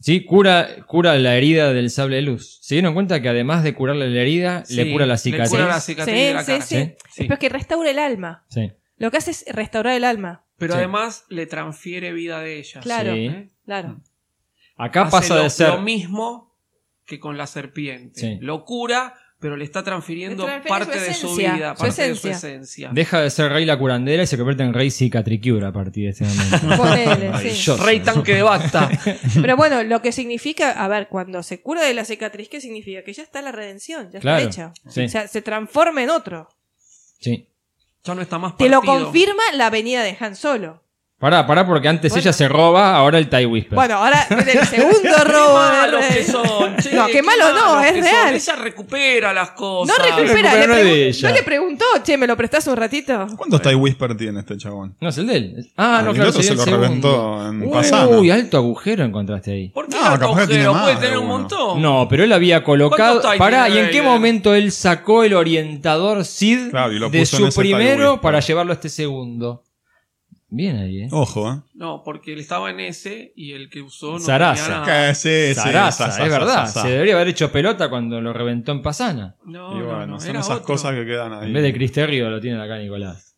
C: Sí, cura, cura la herida del sable de luz. Se dieron cuenta que además de curarle la herida, le
F: Sí,
C: cura la
F: Le
C: cicatriz.
F: cura la cicatriz
D: Sí,
F: de la
D: sí,
F: cara.
D: sí.
F: Sí.
D: Pero es que restaura el alma.
C: Sí.
D: Lo que hace es restaurar el alma.
F: Pero
C: Sí.
F: además le transfiere vida de ella. ¿Eh?
D: Claro,
C: Sí.
D: claro.
C: Acá
F: Hace
C: pasa
F: lo,
C: de ser.
F: lo mismo que con la serpiente.
C: Sí.
F: Lo cura, pero le está transfiriendo
D: Le transfiere
F: parte
D: su
F: de su
D: esencia,
F: vida,
D: su
F: parte de
D: esencia.
F: su esencia.
C: Deja de ser rey la curandera y se convierte en rey cicatricura a partir de este momento.
D: Ponele, sí.
C: Maravilloso.
F: Rey tanque de bacta.
D: Pero bueno, lo que significa, a ver, cuando se cura de la cicatriz, ¿qué significa? Que ya está la redención, ya
C: Claro,
D: está hecha.
C: sí.
D: O sea, se transforma en otro.
C: Sí.
F: ya no está más
D: Te
F: partido.
D: lo confirma la venida de Han Solo.
C: Pará, pará, porque antes
D: Bueno.
C: ella se roba, ahora el TIE Whisper.
D: Bueno, ahora en el segundo
F: Qué
D: robo.
F: malos
D: de-
F: que son, che,
D: no, qué, malo no,
F: malos
D: es
F: que son.
D: real.
F: Ella recupera las
D: No
F: cosas.
D: recupera,
C: Recupera
D: le
C: no es
D: pregun-
C: de ella.
D: no le preguntó, che, ¿me lo prestás un ratito?
E: ¿Cuántos Tie Whisper tiene este chabón?
C: No es el de él. Ah, no,
E: El
C: claro,
E: otro
C: sería
E: se
C: el
E: lo
C: segundo.
E: reventó en
C: Uy,
E: Pasana.
C: Uy, alto agujero encontraste ahí.
F: ¿Por qué
E: No,
F: no,
E: capaz que tiene más
F: Puede
E: de
F: tener un
E: uno.
F: montón.
C: No, pero él había colocado.
F: Oh. ¿Cuántos TIE
C: Pará,
F: tiene
C: ¿y en qué
F: Vader?
C: momento él sacó el orientador Sid
E: Claro, y lo
C: de
E: puso
C: su
E: en ese TIE
C: primero
E: Whisper.
C: para llevarlo a este segundo? Bien ahí, ¿eh?
E: Ojo, ¿eh?
F: No, porque él estaba en ese y el que usó no
C: Zaraza.
F: tenía nada.
E: Que Eh, sí, sí,
C: Sarasa,
E: sa, sa,
C: es
E: sa,
C: verdad.
E: sa, sa.
C: Se debería haber hecho pelota cuando lo reventó en Pasana.
F: No,
E: Y
F: no,
E: bueno,
F: no,
E: son
F: era
E: esas
F: otro.
E: cosas que quedan ahí.
C: En vez de Chris Terrio lo tiene acá Nicolás.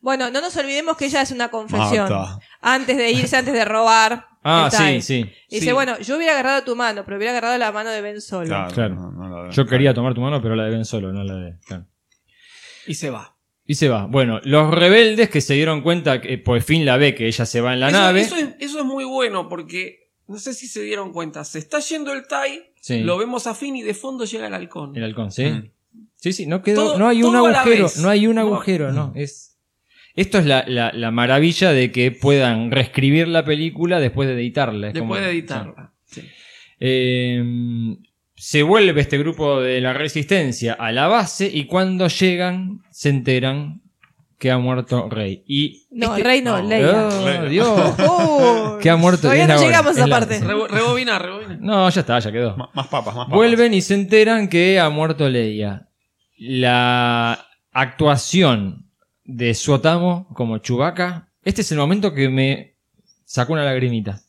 D: Bueno, no nos olvidemos que ella hace una confesión.
E: Mata.
D: Antes de irse, antes de robar.
C: Ah,
D: está
C: sí,
D: ahí.
C: sí.
D: Y Dice,
F: Sí.
D: bueno, yo hubiera agarrado tu mano, pero hubiera agarrado la mano de Ben Solo.
E: Claro,
C: Claro.
E: no, no la veo.
C: Yo quería tomar tu mano, pero la de Ben Solo, no la de. claro.
F: Y se va.
C: Y se va. Bueno, los rebeldes que se dieron cuenta que por fin la ve que ella se va en la
F: eso,
C: nave.
F: Eso es, eso es muy bueno porque no sé si se dieron cuenta. Se está yendo el Tai,
C: Sí.
F: lo vemos a fin y de fondo llega el halcón.
C: El halcón, ¿sí?
E: Mm.
C: Sí, sí, no quedó.
F: Todo-
C: no hay un
F: todo a la
C: agujero.
F: vez.
C: No hay un
F: No.
C: agujero, no. Es. Esto es la, la- la maravilla de que puedan reescribir la película después de editarla. Es
F: Después
C: como-
F: de editarla. Sí.
C: Eh, se vuelve este grupo de la resistencia a la base y cuando llegan se enteran que ha muerto Rey. Y.
D: No,
C: este-
D: Rey no, Leia.
C: Oh,
E: Leia.
C: Dios.
D: Oh,
C: que ha muerto y
D: Todavía
C: es
D: no
C: la hora,
D: llegamos a
C: es
D: esa
C: la-
D: parte.
F: Rebo- rebobina, rebobina.
C: No, ya está, ya quedó.
E: Ma- Más papas, más papas.
C: Vuelven y se enteran que ha muerto Leia. La actuación de Suotamo como Chubaca. Este es el momento que me sacó una lagrimita.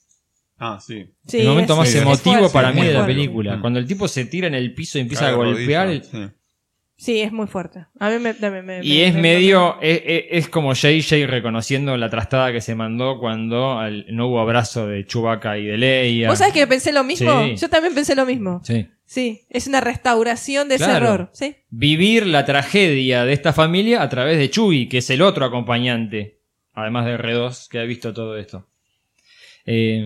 E: Ah, sí.
D: Sí,
C: el momento
D: es-
C: más
D: es
C: emotivo
D: fuerte,
C: para
D: es
C: mí
D: muy
C: de la
D: fuerte.
C: película.
E: Mm.
C: Cuando el tipo se tira en el piso y empieza
E: Cae
C: a
E: de
C: golpear.
E: rodillas, sí.
D: Sí, es muy fuerte. A mí me, también me-
C: Y
D: me-
C: es
D: me-
C: medio. Es, es- es como JJ reconociendo la trastada que se mandó cuando al- no hubo abrazo de Chubaca y de Leia.
D: ¿Vos sabés que pensé lo mismo?
C: Sí.
D: Yo también pensé lo mismo.
C: Sí.
D: Sí, es una restauración de ese
C: Claro.
D: error. Sí.
C: Vivir la tragedia de esta familia a través de Chuy, que es el otro acompañante, además de R2, que ha visto todo esto. Eh,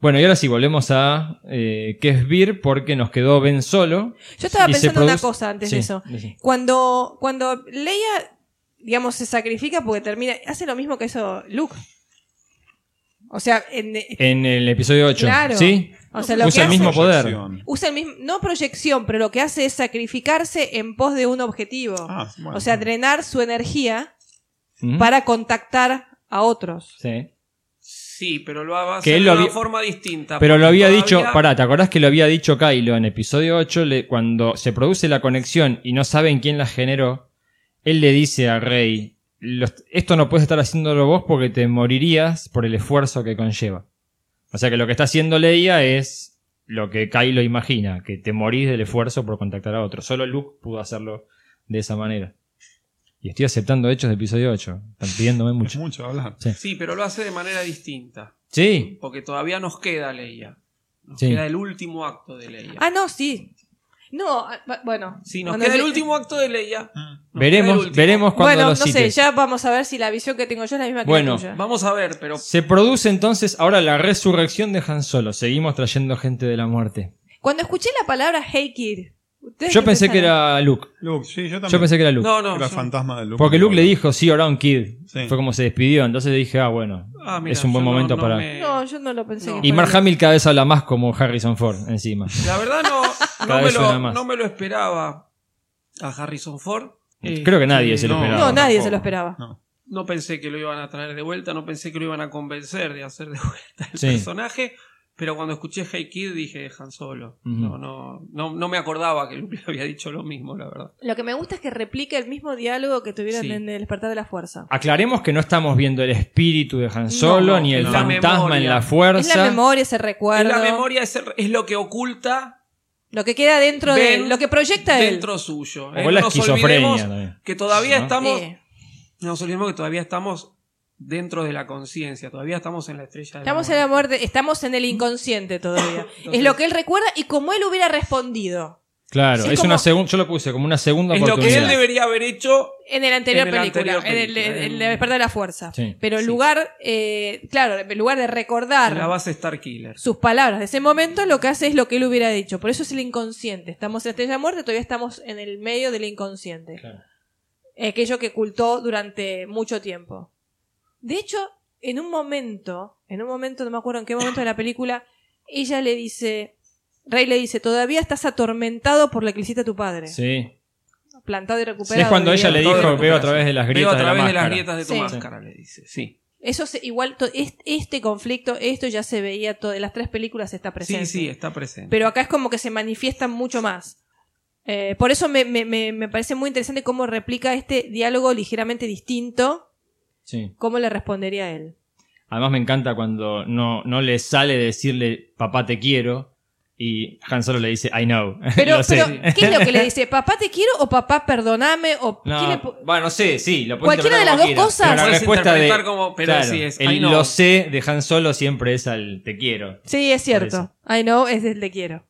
C: bueno, y ahora sí, volvemos a eh, que es Vir, porque nos quedó Ben solo.
D: Yo estaba
C: Y se
D: pensando una
C: produce-
D: cosa antes
C: Sí,
D: de eso.
C: decí.
D: Cuando, cuando Leia, digamos, se sacrifica porque termina, hace lo mismo que hizo Luke. O sea, en-
C: En el episodio 8.
D: claro.
C: ¿Sí?
D: O sea, lo
C: Eh, Usa
D: que
C: el mismo
D: hace-
C: poder.
E: Proyección.
D: usa el mismo, no proyección, pero lo que hace es sacrificarse en pos de un objetivo.
E: Ah, bueno.
D: O sea, drenar su energía
C: Ujú.
D: para contactar a otros.
C: Sí.
F: Sí, pero lo va a
C: Que
F: hacer
C: él
F: de
C: lo
F: una
C: había-
F: forma distinta.
C: Pero lo
F: porque
C: había dicho,
F: todavía-
C: pará, ¿te acordás que lo había dicho Kylo en episodio 8? le- cuando se produce la conexión y no saben quién la generó, él le dice a Rey, "Los- esto no puedes estar haciéndolo vos porque te morirías por el esfuerzo que conlleva. O sea que lo que está haciendo Leia es lo que Kylo imagina, que te morís del esfuerzo por contactar a otro. Solo Luke pudo hacerlo de esa manera. Y estoy aceptando hechos de episodio 8. Están pidiéndome
E: Es
C: mucho.
E: mucho hablar.
F: Sí, pero lo hace de manera distinta.
C: Sí,
F: Porque todavía nos queda Leia. Nos
C: Sí.
F: queda el último acto de Leia.
D: Ah, no, sí. No, ah, ba- bueno.
F: Sí, nos
D: Cuando
F: queda el
D: Le-
F: último acto de Leia. Nos queda el
C: veremos,
F: último.
C: veremos cuando
D: Bueno,
C: lo
D: no sé,
C: cites.
D: ya vamos a ver si la visión que tengo yo es la misma que
C: Bueno,
D: la tuya.
F: Vamos a ver, pero
C: Se produce entonces ahora la resurrección de Han Solo. Seguimos trayendo gente de la muerte.
D: Cuando escuché la palabra Heikir,
C: Yo pensé que era Luke.
E: Luke, sí, yo también.
C: Yo pensé que era Luke.
F: no, no.
E: Era
F: yo-
E: fantasma de Luke.
C: Porque Luke le dijo, sí, around kid.
E: Sí.
C: Fue como se despidió. Entonces dije, ah, bueno,
F: ah, mira,
C: es un buen
F: yo no-
C: momento
F: no
C: para...
F: me-
D: No, yo no lo pensé.
F: No.
D: que
C: Y
D: fuera
C: Mark
D: Luke.
C: Hamill cada vez habla más como Harrison Ford encima.
F: La verdad no,
C: Cada
F: no, me
C: vez suena
F: lo,
C: más.
F: no me lo esperaba a Harrison Ford. Eh,
C: Creo que nadie se lo
E: no.
C: esperaba.
D: No, nadie se lo
E: tampoco.
D: esperaba.
E: No.
F: No pensé que lo iban a traer de vuelta, no pensé que lo iban a convencer de hacer de vuelta el
C: Sí.
F: personaje. Pero cuando escuché Hey Kid dije Han Solo.
C: Ujú.
F: no, no, no, no me acordaba que Luke le había dicho lo mismo, la verdad.
D: Lo que me gusta es que replica el mismo diálogo que tuvieron
F: Sí.
D: en el despertar de la fuerza.
C: Aclaremos que no estamos viendo el espíritu de Han Solo,
F: no,
C: ni el
F: la
C: fantasma
F: memoria.
C: en la
D: Es la
C: fuerza.
D: memoria, ese
F: En
D: recuerdo.
F: la memoria es, el- es lo que oculta
D: Lo que queda dentro de.
F: Ben
D: Lo que proyecta
F: dentro suyo. Eh,
C: o la
F: no nos
C: esquizofrenia.
F: olvidemos
C: también.
F: Que todavía
C: ¿No?
D: él.
F: estamos.
D: Sí.
F: No nos olvidemos que todavía estamos dentro de la conciencia, todavía estamos en la estrella de la
D: Estamos en
F: muerte.
D: la muerte, estamos en el inconsciente todavía. es
F: Entonces-
D: lo que él recuerda y como él hubiera respondido
C: Claro,
D: Sí,
C: es una
D: como-
C: segunda... Yo lo puse como una segunda
F: Es lo
C: oportunidad.
F: que él debería haber hecho
D: en el anterior
F: En el
D: película,
F: anterior
D: en el,
F: película,
D: en el
F: en-
D: despertar de la fuerza.
C: Sí.
D: Pero en
F: Sí.
D: lugar, eh, claro, en lugar de
F: en la
D: recordar
F: base Star Killer.
D: sus palabras de ese momento, lo que hace es lo que él hubiera dicho. Por eso es el inconsciente. Estamos en la estrella de muerte, todavía estamos en el medio del inconsciente. Eh,
C: Claro.
D: Aquello que ocultó durante mucho tiempo. De hecho, en un momento, en un momento, no me acuerdo en qué momento de la película, ella le dice, Rey le dice, todavía estás atormentado por lo que le hiciste a tu padre.
C: Sí.
D: Plantado y
C: Sí,
D: recuperado.
C: es cuando ella le
D: diría.
F: Todo
C: dijo,
F: recuperación.
C: veo a través de las
F: Veo
C: grietas
F: a
C: de
F: través
C: la
F: de las
C: máscara".
F: grietas de tu
D: Sí.
F: máscara, le dice. Sí.
D: Eso se- igual, to- es- este conflicto, esto ya se veía, todo, en las tres películas está presente.
F: Sí, sí, está presente.
D: Pero acá es como que se manifiestan mucho más. Eh, por eso me, me- me- me parece muy interesante cómo replica este diálogo ligeramente distinto,
C: Sí.
D: cómo le respondería él.
C: Además me encanta cuando no, no le sale decirle papá te quiero y Han Solo le dice I know.
D: Pero,
C: Lo sé.
D: pero, ¿qué es lo que le dice? ¿Papá te quiero o papá perdoname? O ¿qué le
C: No,
D: pu-
C: bueno, sé, sí, lo puedes
D: Cualquiera
C: interpretar
D: de las
C: como quieras.
D: dos cosas.
C: Pero
F: Lo
C: la
F: puedes
C: respuesta de
F: interpretar como, pero
C: claro,
F: sí es,
C: el
F: "I know".
C: lo sé de Han Solo siempre es al te quiero.
D: Sí, es cierto. I know, es el te quiero.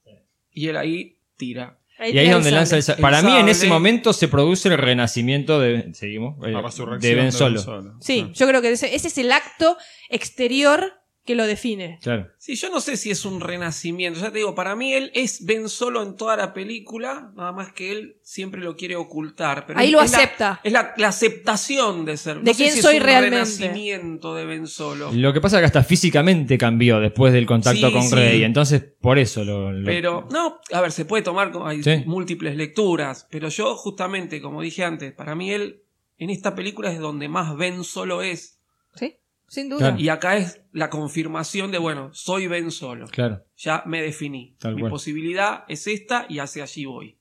F: Y él ahí tira.
C: Y ahí es donde lanza el sa-
F: El
C: Para mí en
F: sable.
C: ese momento se produce el renacimiento de seguimos Eh,
E: La
C: de
E: resurrección
C: Ben Solo.
E: Ah,
C: Ah.
D: Sí, yo creo que ese, ese es el acto exterior que lo define.
C: Claro.
F: Sí, yo no sé si es un renacimiento. Ya te digo, para mí él es Ben Solo en toda la película, nada más que él siempre lo quiere ocultar. Pero
D: Ahí
F: es-
D: lo
F: es la-
D: acepta.
F: es la, la aceptación de ser.
D: De
F: no sé
D: quién
F: si
D: soy
F: es un
D: realmente.
F: renacimiento de Ben Solo.
C: Lo que pasa es que hasta físicamente cambió después del contacto
F: Sí,
C: con
F: sí.
C: Rey, entonces por eso lo, lo-
F: Pero, no, a ver, se puede tomar como hay
C: Sí.
F: múltiples lecturas, pero yo justamente, como dije antes, para mí él en esta película es donde más Ben solo es.
D: Sí, sin duda.
C: Claro.
F: Y acá es la confirmación de, bueno, soy Ben solo.
C: Claro.
F: Ya me definí.
C: Tal
F: Mi
C: cual.
F: posibilidad es esta y hacia allí voy.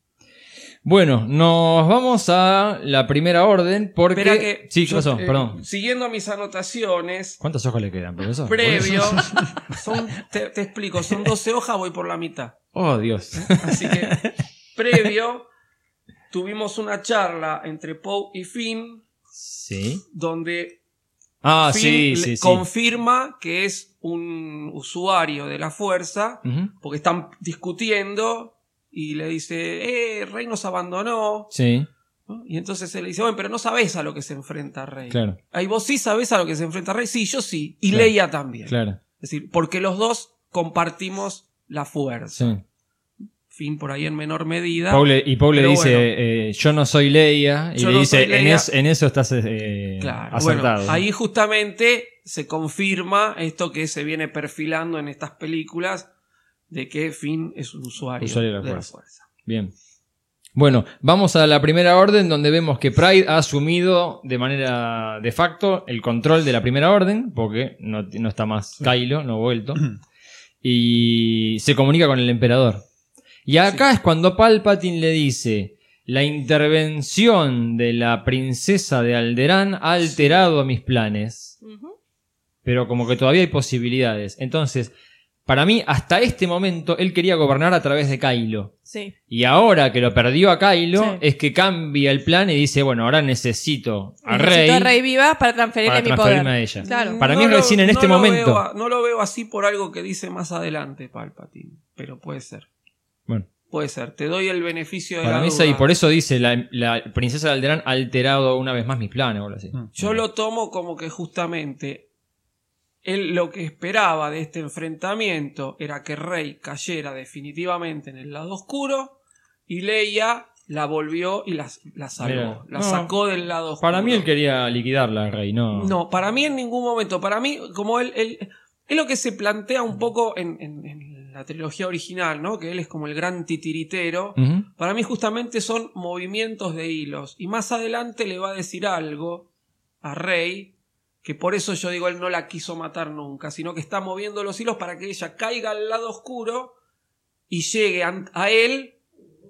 C: Bueno, nos vamos a la primera orden porque.
F: Espera que-
C: sí, ¿qué
F: yo,
C: pasó?
F: eh,
C: Perdón.
F: Siguiendo mis anotaciones,
C: ¿Cuántas hojas le quedan, profesor?
F: previo, son- te, te explico, son 12 hojas, voy por la mitad.
C: Oh, Dios.
F: Así que, previo, tuvimos una charla entre Poe y Finn,
C: Sí.
F: donde
C: Ah, sí,
F: Finn
C: sí,
F: le-
C: sí.
F: confirma que es un usuario de la fuerza,
C: Ujú.
F: porque están discutiendo y le dice, eh, Rey nos abandonó.
C: Sí,
F: ¿no? Y entonces él le dice, bueno, pero no sabés a lo que se enfrenta Rey.
C: claro,
F: Ahí vos sí sabés a lo que se enfrenta Rey, sí, yo sí, y
C: Claro.
F: Leia también.
C: claro.
F: Es decir, porque los dos compartimos la fuerza.
C: Sí.
F: Fin por ahí en menor medida.
C: Paul- y Paul le
F: Pero
C: dice,
F: bueno.
C: eh, yo no soy Leia. Y
F: Yo
C: le
F: no
C: dice,
F: soy Leia.
C: En, es- en eso estás eh,
F: Claro,
C: acertado.
F: bueno, ahí justamente se confirma esto que se viene perfilando en estas películas de que Finn es un usuario,
C: Usuario de la fuerza.
F: fuerza.
C: Bien. Bueno, vamos a la primera orden donde vemos que Pride ha asumido de manera de facto el control de la primera orden, porque no, no está más Kylo, no ha vuelto, y se comunica con el emperador. Y acá es cuando Palpatine le dice, la intervención de la princesa de Alderán ha alterado mis planes,
D: Ujú.
C: pero como que todavía hay posibilidades. Entonces, para mí, hasta este momento, él quería gobernar a través de Kylo.
D: Sí,
C: Y ahora que lo perdió a Kylo,
D: Sí.
C: es que cambia el plan y dice, bueno, ahora necesito a Rey.
D: Necesito a Rey viva para transferirle
C: para
D: mi
C: transferirme
D: poder.
C: a ella.
D: Claro.
C: Para mí
F: lo-
C: recién en este
F: lo
C: momento.
F: veo a- no lo veo así por algo que dice más adelante Palpatine, pero puede ser.
C: Bueno,
F: Puede ser, te doy el beneficio de
C: para
F: la
C: mí
F: duda.
C: sí, y por eso dice, la, la princesa de Alderán ha alterado una vez más mis planes o algo así.
F: Yo lo tomo como que justamente él lo que esperaba de este enfrentamiento era que Rey cayera definitivamente en el lado oscuro y Leia la volvió y la, la salvó,
C: Mira,
F: la
C: no.
F: sacó del lado oscuro.
C: Para mí él quería liquidarla, Rey, no.
F: No, para mí en ningún momento. Para mí, como él, él- es lo que se plantea un poco en, en- en la trilogía original, ¿no? Que él es como el gran titiritero.
C: Ujú.
F: Para mí justamente son movimientos de hilos. Y más adelante le va a decir algo a Rey, que por eso yo digo, él no la quiso matar nunca, sino que está moviendo los hilos para que ella caiga al lado oscuro y llegue an- a él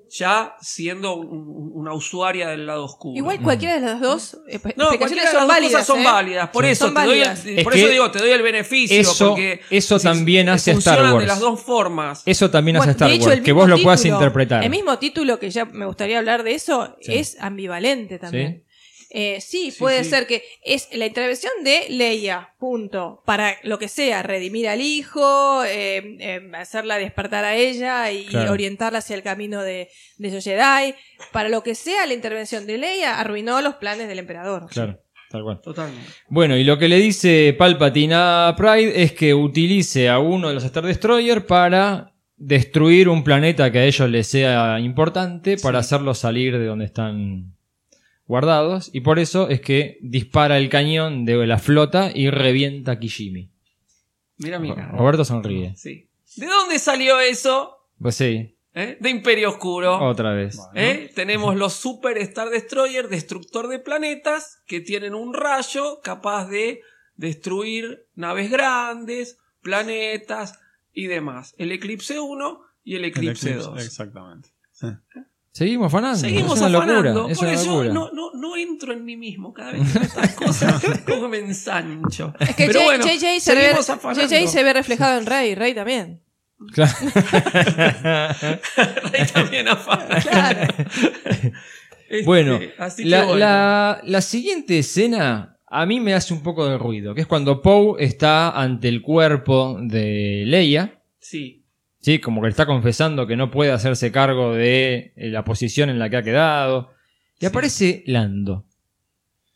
F: ya siendo un- un- una usuaria del lado oscuro. Mm.
D: Igual cualquiera de las dos eh, pe-
F: no, cualquiera
D: explicaciones
F: de las
D: son
F: dos
D: válidas.
F: cosas son
D: ¿eh?
F: válidas. Por,
D: Sí.
F: eso,
D: Son
F: te doy el-
D: válidas.
C: Es
F: por
C: que
F: eso digo, te doy el beneficio.
C: eso-
F: porque
C: eso
F: si-
C: también hace a Star
F: funcionan
C: Wars.
F: de las dos formas.
C: Eso también hace
D: Bueno,
C: Star
D: de hecho,
C: Wars,
D: el
C: que
D: mismo
C: vos lo puedas
D: título-
C: interpretar.
D: El mismo título que ya me gustaría hablar de eso
C: Sí.
D: es ambivalente también. Eh, sí,
F: Sí,
D: puede
F: sí.
D: ser que es la intervención de Leia, punto. Para lo que sea, redimir al hijo, eh, eh, hacerla despertar a ella y
C: Claro.
D: orientarla hacia el camino de, de los Jedi. Para lo que sea, la intervención de Leia arruinó los planes del emperador.
C: Claro, tal cual.
F: Totalmente.
C: Bueno, y lo que le dice Palpatine a Pride es que utilice a uno de los Star Destroyer para destruir un planeta que a ellos les sea importante para hacerlos salir de donde están guardados. Y por eso es que dispara el cañón de la flota y revienta Kijimi.
F: Mira, mira.
C: Roberto sonríe.
F: Sí. ¿De dónde salió eso?
C: Pues sí,
F: ¿Eh? De Imperio Oscuro.
C: otra vez.
F: ¿Eh? Tenemos los Super Star Destroyer, destructor de planetas, que tienen un rayo capaz de destruir naves grandes, planetas y demás. El Eclipse 1 y el Eclipse, 2.
E: Exactamente.
C: Seguimos afanando.
F: Seguimos
C: es una
F: afanando.
C: locura. Es
F: Por
C: una
F: eso
C: locura.
F: no, no, no entro en mí mismo cada vez que veo estas cosas, como me ensancho.
D: Es que
F: Pero
D: J-
F: bueno,
D: JJ, se ve,
F: seguimos afanando.
D: JJ se ve reflejado en Rey, Rey también.
C: Claro.
F: Ahí también afana.
D: Claro.
F: Este,
C: Bueno,
F: así que
C: la,
F: bueno.
C: la- la siguiente escena a mí me hace un poco de ruido, que es cuando Poe está ante el cuerpo de Leia,
F: Sí.
C: ¿sí? como que le está confesando que no puede hacerse cargo de eh, la posición en la que ha quedado, y
F: Sí.
C: aparece Lando.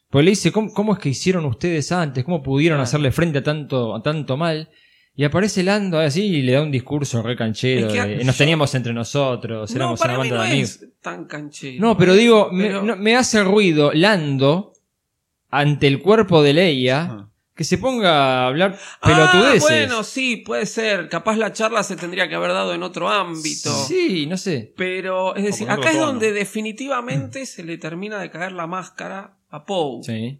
C: Pues le dice, ¿cómo, cómo es que hicieron ustedes antes? ¿Cómo pudieron
F: Claro.
C: hacerle frente a tanto, a tanto mal? Y aparece Lando así y le da un discurso re canchero.
F: Es que
C: de, nos
F: yo-
C: teníamos entre nosotros,
F: No,
C: éramos
F: para
C: una
F: mí
C: banda
F: no
C: de amigos.
F: es tan canchero. ¿eh?
C: No, pero digo,
F: Pero-
C: Me, no, me hace ruido Lando ante el cuerpo de Leia
E: Ah.
C: que se ponga a hablar
F: Ah,
C: pelotudeces.
F: bueno, sí, puede ser. Capaz la charla se tendría que haber dado en otro ámbito.
C: Sí, no sé.
F: Pero, es decir,
E: con otro
F: acá es
E: tono.
F: donde definitivamente se le termina de caer la máscara a Poe.
C: Sí.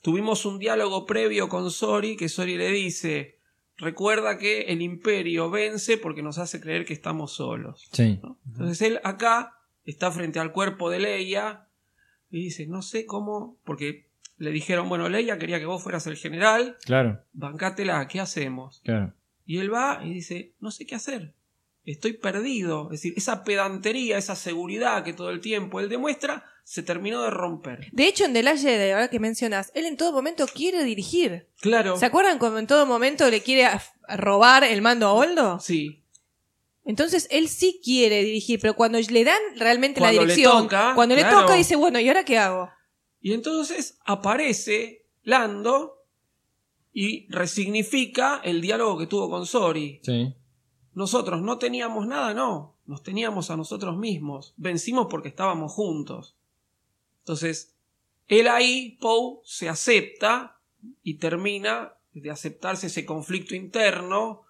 F: Tuvimos un diálogo previo con Sori que Sori le dice, recuerda que el imperio vence porque nos hace creer que estamos solos.
C: Sí.
F: ¿no? Entonces él acá está frente al cuerpo de Leia y dice, no sé cómo, porque le dijeron, bueno, Leia quería que vos fueras el general,
C: Claro,
F: bancátela, ¿qué hacemos?
C: claro.
F: Y él va y dice, no sé qué hacer, estoy perdido. Es decir, esa pedantería, esa seguridad que todo el tiempo él demuestra, se terminó de romper.
D: De hecho, en The Last Jedi, ahora que mencionas, él en todo momento quiere dirigir.
F: Claro.
D: ¿Se acuerdan cuando en todo momento le quiere af- robar el mando a Oldo?
F: Sí,
D: Entonces él sí quiere dirigir, pero cuando le dan realmente
F: Cuando
D: la
F: le
D: dirección,
F: toca,
D: cuando le
F: claro.
D: toca dice, bueno, ¿y ahora qué hago?
F: Y entonces aparece Lando y resignifica el diálogo que tuvo con Sori.
C: Sí.
F: Nosotros no teníamos nada, no. Nos teníamos a nosotros mismos. Vencimos porque estábamos juntos. Entonces, él ahí, Poe, se acepta y termina de aceptarse ese conflicto interno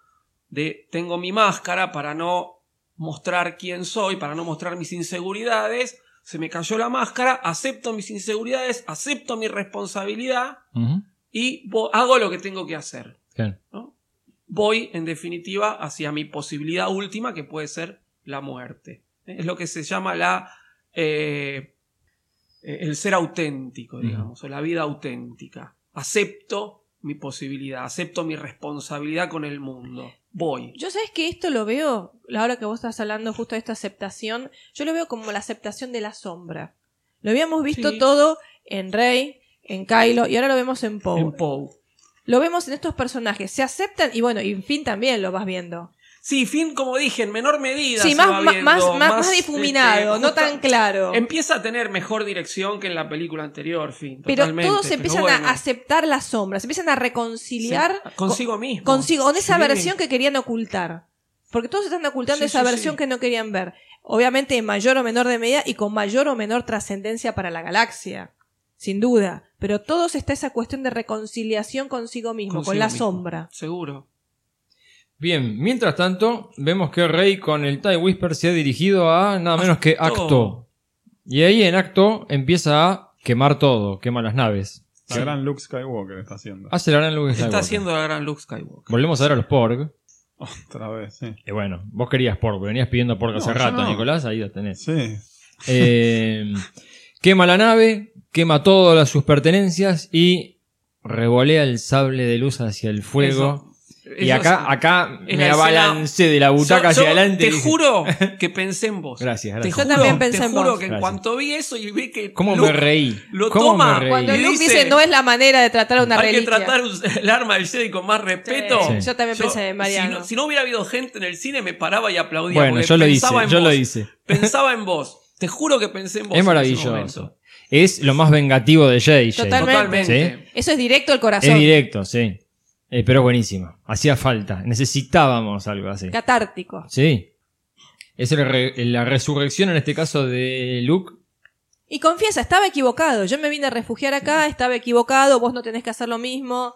F: de tengo mi máscara para no mostrar quién soy, para no mostrar mis inseguridades. Se me cayó la máscara, acepto mis inseguridades, acepto mi responsabilidad
C: Ujú.
F: y vo- hago lo que tengo que hacer.
C: Claro.
F: ¿no? Voy, en definitiva, hacia mi posibilidad última, que puede ser la muerte. ¿eh? Es lo que se llama la. eh, eh, el ser auténtico,
C: Ujú.
F: digamos, o la vida auténtica. Acepto mi posibilidad, acepto mi responsabilidad con el mundo. Voy.
D: Yo sabes que esto lo veo, ahora que vos estás hablando justo de esta aceptación, yo lo veo como la aceptación de la sombra. Lo habíamos visto
F: Sí.
D: todo en Rey, en Kylo, y ahora lo vemos en Poe.
F: En Poe.
D: Lo vemos en estos personajes, se aceptan, y bueno, y Finn también lo vas viendo.
F: Sí, fin, como dije, en menor medida.
D: Sí,
F: se
D: más,
F: va
D: ma-
F: viendo,
D: más, más, más
F: este,
D: difuminado, no
F: justa-
D: tan claro.
F: Empieza a tener mejor dirección que en la película anterior, fin.
D: Pero
F: totalmente,
D: todos empiezan
F: bueno.
D: a aceptar las sombras, se empiezan a reconciliar
F: Sí, consigo mismo.
D: consigo, con esa
F: Sí.
D: versión que querían ocultar. Porque todos están ocultando
F: Sí,
D: esa
F: sí,
D: versión
F: sí.
D: que no querían ver. Obviamente en mayor o menor de medida y con mayor o menor trascendencia para la galaxia. Sin duda. Pero todos está esa cuestión de reconciliación consigo mismo,
F: Consigo
D: con la
F: mismo.
D: sombra.
F: Seguro.
C: Bien, mientras tanto, vemos que Rey con el TIE Whisper se ha dirigido a nada menos que
F: Acto.
C: Acto. Y ahí en Acto empieza a quemar todo, quema las naves.
E: La gran Luke Skywalker está haciendo.
C: Hace la gran Luke
F: Está
C: Skywalker.
F: haciendo la gran Luke Skywalker.
C: Volvemos a ver a los Porg.
E: Otra vez, sí.
C: Y Eh, bueno, vos querías Porg, venías pidiendo Porg hace
E: No, yo
C: rato,
E: no.
C: Nicolás, ahí lo tenés.
E: Sí.
C: Eh, quema la nave, quema todas sus pertenencias y revolea el sable de luz hacia el fuego.
F: Eso-
C: y
F: eso
C: acá,
F: es-
C: acá
F: es
C: me
F: la
C: abalancé de la butaca
F: Yo-
C: hacia
F: yo
C: adelante. y
F: Te
C: dije,
F: juro que pensé en vos.
C: Gracias,
F: Te
C: gracias.
F: juro,
D: también
F: te
D: pensé en
F: juro
D: vos.
F: que en
C: Gracias.
F: cuanto vi eso y vi que.
C: ¿Cómo
F: Luke
C: me reí?
F: lo
C: ¿Cómo
F: toma
C: me reí?
D: Cuando
F: Y
D: Luke dice,
F: dice,
D: no es la manera de tratar una
F: Hay que
D: reliquia.
F: tratar us- el arma del Jedi con más respeto.
D: Sí, yo también pensé en Mariano.
F: Si no, si no hubiera habido gente en el cine, me paraba y aplaudía.
C: Bueno,
F: porque
C: yo lo hice,
F: pensaba en
C: yo
F: vos.
C: lo hice.
F: Pensaba en vos. Te juro que pensé en vos. en
C: Es
F: ese
C: maravilloso.
F: momento.
C: Es lo más vengativo de JJ.
D: Totalmente.
F: Totalmente.
D: Eso es directo al corazón.
C: Es directo, sí. Eh, pero es buenísimo. Hacía falta. Necesitábamos algo así.
D: Catártico.
C: Sí. Es el re- la resurrección en este caso de Luke.
D: Y confiesa, estaba equivocado. Yo me vine a refugiar acá, estaba equivocado, vos no tenés que hacer lo mismo.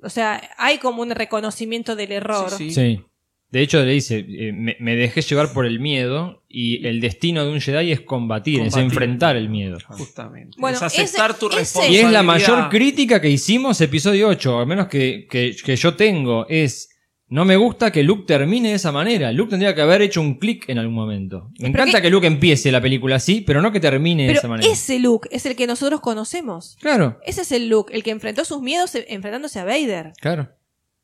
D: O sea, hay como un reconocimiento del error.
F: Sí, sí.
C: Sí. De hecho, le dice, eh, me, me dejé llevar por el miedo y el destino de un Jedi es combatir,
F: Combatir.
C: es enfrentar el miedo.
F: Justamente.
D: Bueno,
F: es aceptar
D: ese-
F: tu
D: ese-
F: responsabilidad.
C: Y es la mayor crítica que hicimos episodio 8, al menos que, que- que yo tengo, es... No me gusta que Luke termine de esa manera. Luke tendría que haber hecho un clic en algún momento. Me encanta
D: qué-
C: que Luke empiece la película así, pero no que termine de
D: Pero
C: esa manera.
D: ese look es el que nosotros conocemos.
C: Claro,
D: Ese es el look, el que enfrentó sus miedos eh, enfrentándose a Vader.
C: claro.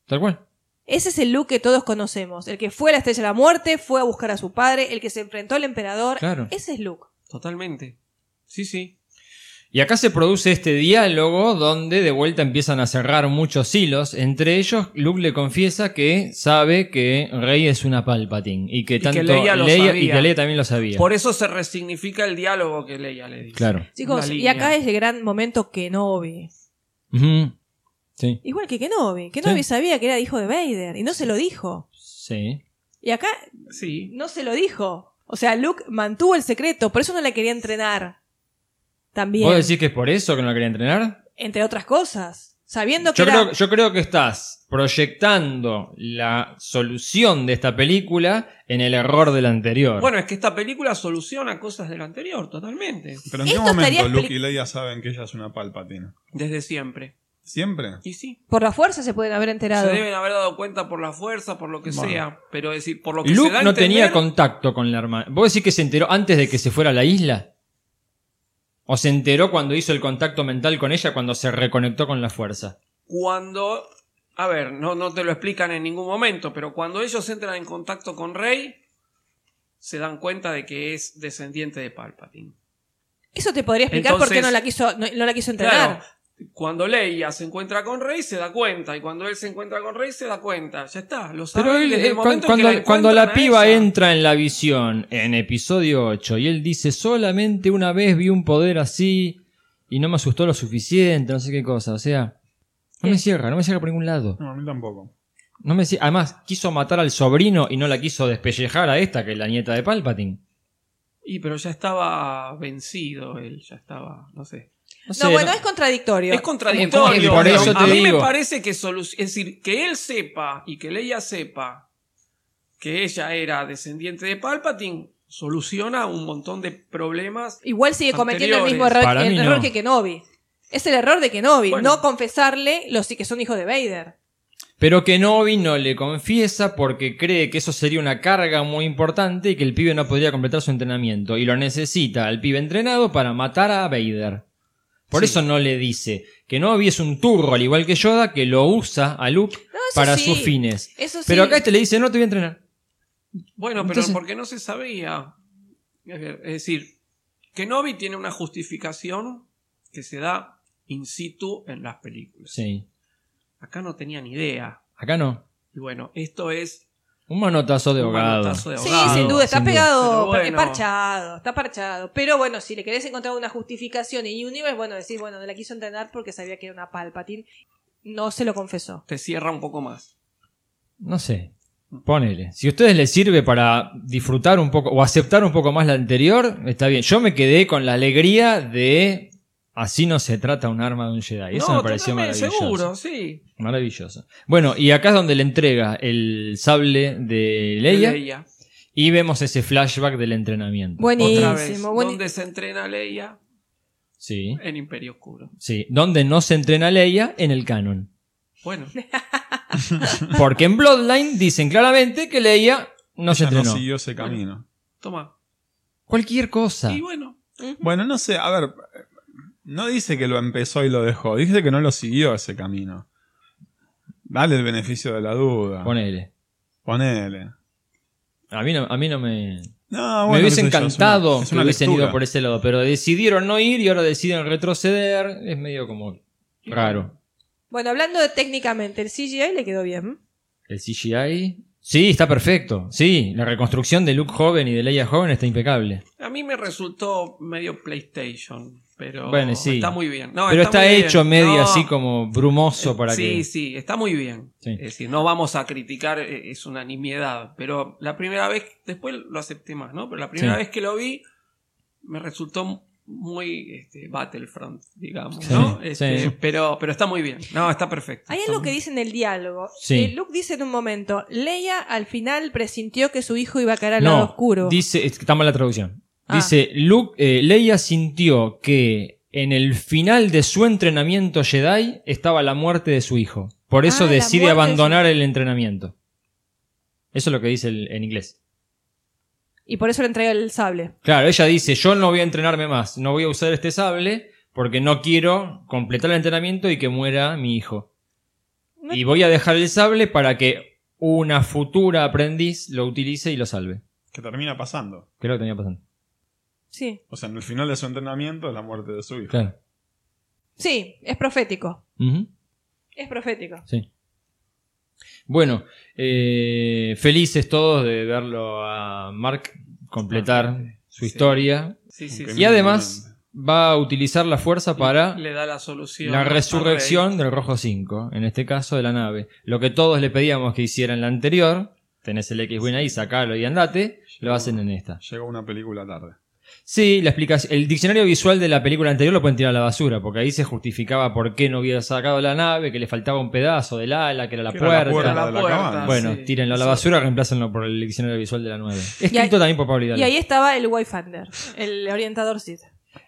C: Tal cual.
D: Ese es el look que todos conocemos. El que fue a la estrella de la muerte, fue a buscar a su padre, el que se enfrentó al emperador.
C: Claro.
D: Ese es Luke.
F: Totalmente. Sí, sí.
C: Y acá se produce este diálogo donde de vuelta empiezan a cerrar muchos hilos. Entre ellos, Luke le confiesa que sabe que Rey es una Palpatine y que
F: que
C: tanto
F: Leia lo
C: y
F: sabía.
C: que Leia también lo sabía.
F: Por eso se resignifica el diálogo que Leia le dice.
C: Claro.
D: Chicos,
F: Una
D: y
F: línea.
D: acá es el gran momento Kenobi.
C: Ujú. Sí.
D: Igual que Kenobi. Kenobi
C: Sí.
D: sabía que era hijo de Vader y no se lo dijo.
C: Sí.
D: Y acá
F: Sí.
D: no se lo dijo. O sea, Luke mantuvo el secreto, por eso no la quería entrenar. También,
C: ¿Vos decís que es por eso que no la quería entrenar?
D: entre otras cosas. Sabiendo que
C: Yo
D: era-
C: creo, yo creo que estás proyectando la solución de esta película en el error del anterior.
F: Bueno, es que esta película soluciona cosas del anterior, totalmente.
E: Pero en qué
D: Esto
E: momento
D: estaría
E: Luke
D: expli-
E: y Leia saben que ella es una palpatina.
F: Desde siempre.
E: ¿Siempre?
F: Y sí.
D: por la fuerza se pueden haber enterado.
F: Se deben haber dado cuenta por la fuerza, por lo que
E: Bueno.
F: sea. Pero es decir, por lo que se da
C: Luke
F: a
C: no tenía
F: entender-
C: contacto con la hermana. ¿Vos decís que se enteró antes de que se fuera a la isla? ¿O se enteró cuando hizo el contacto mental con ella, cuando se reconectó con la fuerza?
F: cuando. A ver, no, no te lo explican en ningún momento, pero cuando ellos entran en contacto con Rey, se dan cuenta de que es descendiente de Palpatine.
D: Eso te podría explicar por qué
F: Entonces-
D: no la quiso, no, no la quiso entrenar.
F: Claro, cuando Leia se encuentra con Rey, se da cuenta, y cuando él se encuentra con Rey, se da cuenta. Ya está, lo saben
C: Pero él,
F: desde el
C: eh, cuan-
F: momento en que
C: cuando,
F: la
C: cuando la
F: encuentran a
C: piba
F: ella.
C: entra en la visión en episodio 8 y él dice solamente una vez vi un poder así y no me asustó lo suficiente, no sé qué cosa, o sea, no me cierra, no me cierra por ningún lado.
E: No, a mí tampoco.
C: No me cier- Además, quiso matar al sobrino y no la quiso despellejar a esta, que es la nieta de Palpatine.
F: Y pero ya estaba vencido él, ya estaba, no sé.
C: No, sé,
D: no, bueno,
C: no-
D: es contradictorio.
F: Es
C: ¿Cómo es?
F: contradictorio.
C: Por eso
F: a
C: te
F: mí me
C: digo.
F: parece que solu- es decir, que él sepa y que Leia sepa que ella era descendiente de Palpatine soluciona un montón de problemas.
D: Igual sigue cometiendo el mismo
F: Anteriores.
D: error,
C: Para
D: el
C: mí
D: error
C: no.
D: que Kenobi. Es el error de Kenobi,
F: Bueno.
D: no confesarle los sí que son hijos de Vader.
C: Pero Kenobi no le confiesa porque cree que eso sería una carga muy importante y que el pibe no podría completar su entrenamiento. Y lo necesita al pibe entrenado para matar a Vader. Por
F: Sí.
C: eso no le dice. Kenobi es un turro, al igual que Yoda, que lo usa a Luke
D: eso
C: para
D: sí.
C: sus fines.
D: Eso sí.
C: Pero acá este le dice, no te voy a entrenar.
F: Bueno, pero
C: Entonces-
F: porque no se sabía. Es ver- es decir, Kenobi tiene una justificación que se da in situ en las películas.
C: Sí.
F: Acá no tenía ni idea.
C: Acá no.
F: Y bueno, esto es
C: Un manotazo de
F: un
C: ahogado.
F: manotazo de
D: Sí,
F: ahogado.
D: sin duda, está
C: sin duda.
D: pegado,
F: Pero
D: porque
F: bueno.
D: parchado, está parchado. Pero bueno, si le querés encontrar una justificación en Universe, bueno, decís, bueno, no la quiso entrenar porque sabía que era una palpatín. No se lo confesó.
F: Te cierra un poco más.
C: No sé. Ponele. Si a ustedes les sirve para disfrutar un poco o aceptar un poco más la anterior, está bien. Yo me quedé con la alegría de así no se trata un arma de un Jedi. Eso me pareció
F: totalmente,
C: maravilloso.
F: Seguro, sí.
C: Maravilloso. Bueno, y acá es donde le entrega el sable de Leia
F: Leia.
C: y vemos ese flashback del entrenamiento.
F: Otra vez.
D: Buenísimo. buen-
F: ¿Dónde se entrena Leia?
C: Sí.
F: En Imperio Oscuro.
C: Sí, donde no se entrena Leia en el canon.
F: Bueno,
C: Porque en Bloodline dicen claramente que Leia no se
E: Ella no
C: entrenó.
E: siguió ese camino.
F: toma.
C: Cualquier cosa.
F: Y bueno,
E: Bueno, no sé, a ver. No dice que lo empezó y lo dejó. Dice que no lo siguió ese camino. Dale el beneficio de la duda.
C: Ponele.
E: Ponele.
C: A mí no, a mí no me.
E: No,
C: me
E: Ah, bueno,
C: hubiese
E: qué sé yo, es una-
C: encantado
E: es una
C: que hubiesen
E: lectura.
C: ido por ese lado, pero decidieron no ir y ahora deciden retroceder. Es medio como raro.
D: Bueno, hablando de técnicamente, el CGI le quedó bien.
C: El CGI. Sí, está perfecto. Sí, la reconstrucción de Luke joven y de Leia joven está impecable.
F: a mí me resultó medio PlayStation, pero
C: Bueno, sí.
F: está muy bien. No,
C: pero está,
F: muy bien.
C: hecho medio
F: No, Eh,
C: así como brumoso para
F: sí,
C: que.
F: sí, está muy bien.
C: Sí.
F: Es decir, no vamos a criticar, eh, es una nimiedad, pero la primera vez, después lo acepté más, ¿no? Pero la primera
C: Sí.
F: vez que lo vi, me resultó muy este, Battlefront, digamos, ¿no?
C: Sí,
F: Este,
C: sí.
F: Pero, pero está muy bien. No, está perfecto.
D: Hay
F: Está
D: algo
F: muy-
D: que dice en el diálogo.
C: Sí.
D: Eh, Luke dice en un momento, Leia al final presintió que su hijo iba a caer al lado
C: No,
D: oscuro.
C: dice. es que Está mal la traducción.
D: Ah.
C: Dice: Luke, eh, Leia sintió que en el final de su entrenamiento Jedi estaba la muerte de su hijo. Por eso
D: Ah, la
C: decide
D: muerte de su-
C: abandonar el entrenamiento. Eso es lo que dice el- en inglés.
D: Y por eso le entrega el sable.
C: Claro, ella dice, yo no voy a entrenarme más, no voy a usar este sable porque no quiero completar el entrenamiento y que muera mi hijo.
D: No.
C: Y voy a dejar el sable para que una futura aprendiz lo utilice y lo salve.
E: Que termina pasando.
C: Que es lo que tenía pasando.
D: Sí.
E: O sea, en el final de su entrenamiento es la muerte de su hijo.
C: Claro.
D: Sí, es profético.
C: Ujú,
D: Es profético.
C: Sí. Bueno, eh, felices todos de verlo a Mark completar su
F: Sí.
C: historia.
F: Sí, sí,
E: Aunque
F: sí.
C: Y además va a utilizar la fuerza para
F: le da la solución.
C: La
F: a
C: resurrección del Rojo 5, en este caso de la nave. Lo que todos le pedíamos que hiciera en la anterior, tenés el X-Wing ahí, sacalo y andate, lo hacen en esta.
E: Llegó una película tarde.
C: Sí, la explicación. El diccionario visual de la película anterior lo pueden tirar a la basura, porque ahí se justificaba por qué no hubiera sacado la nave, que le faltaba un pedazo del ala, que era la
E: Que
C: puerta.
E: era la puerta
F: La
E: de la
F: puerta,
E: cabana.
C: Bueno,
F: Ah, sí.
C: tírenlo a la basura, reemplácenlo por el diccionario visual de la 9. Escrito
D: ahí-
C: también por Pablo
D: Y
C: Hidalgo.
D: ahí estaba el Wayfinder, el orientador Sid.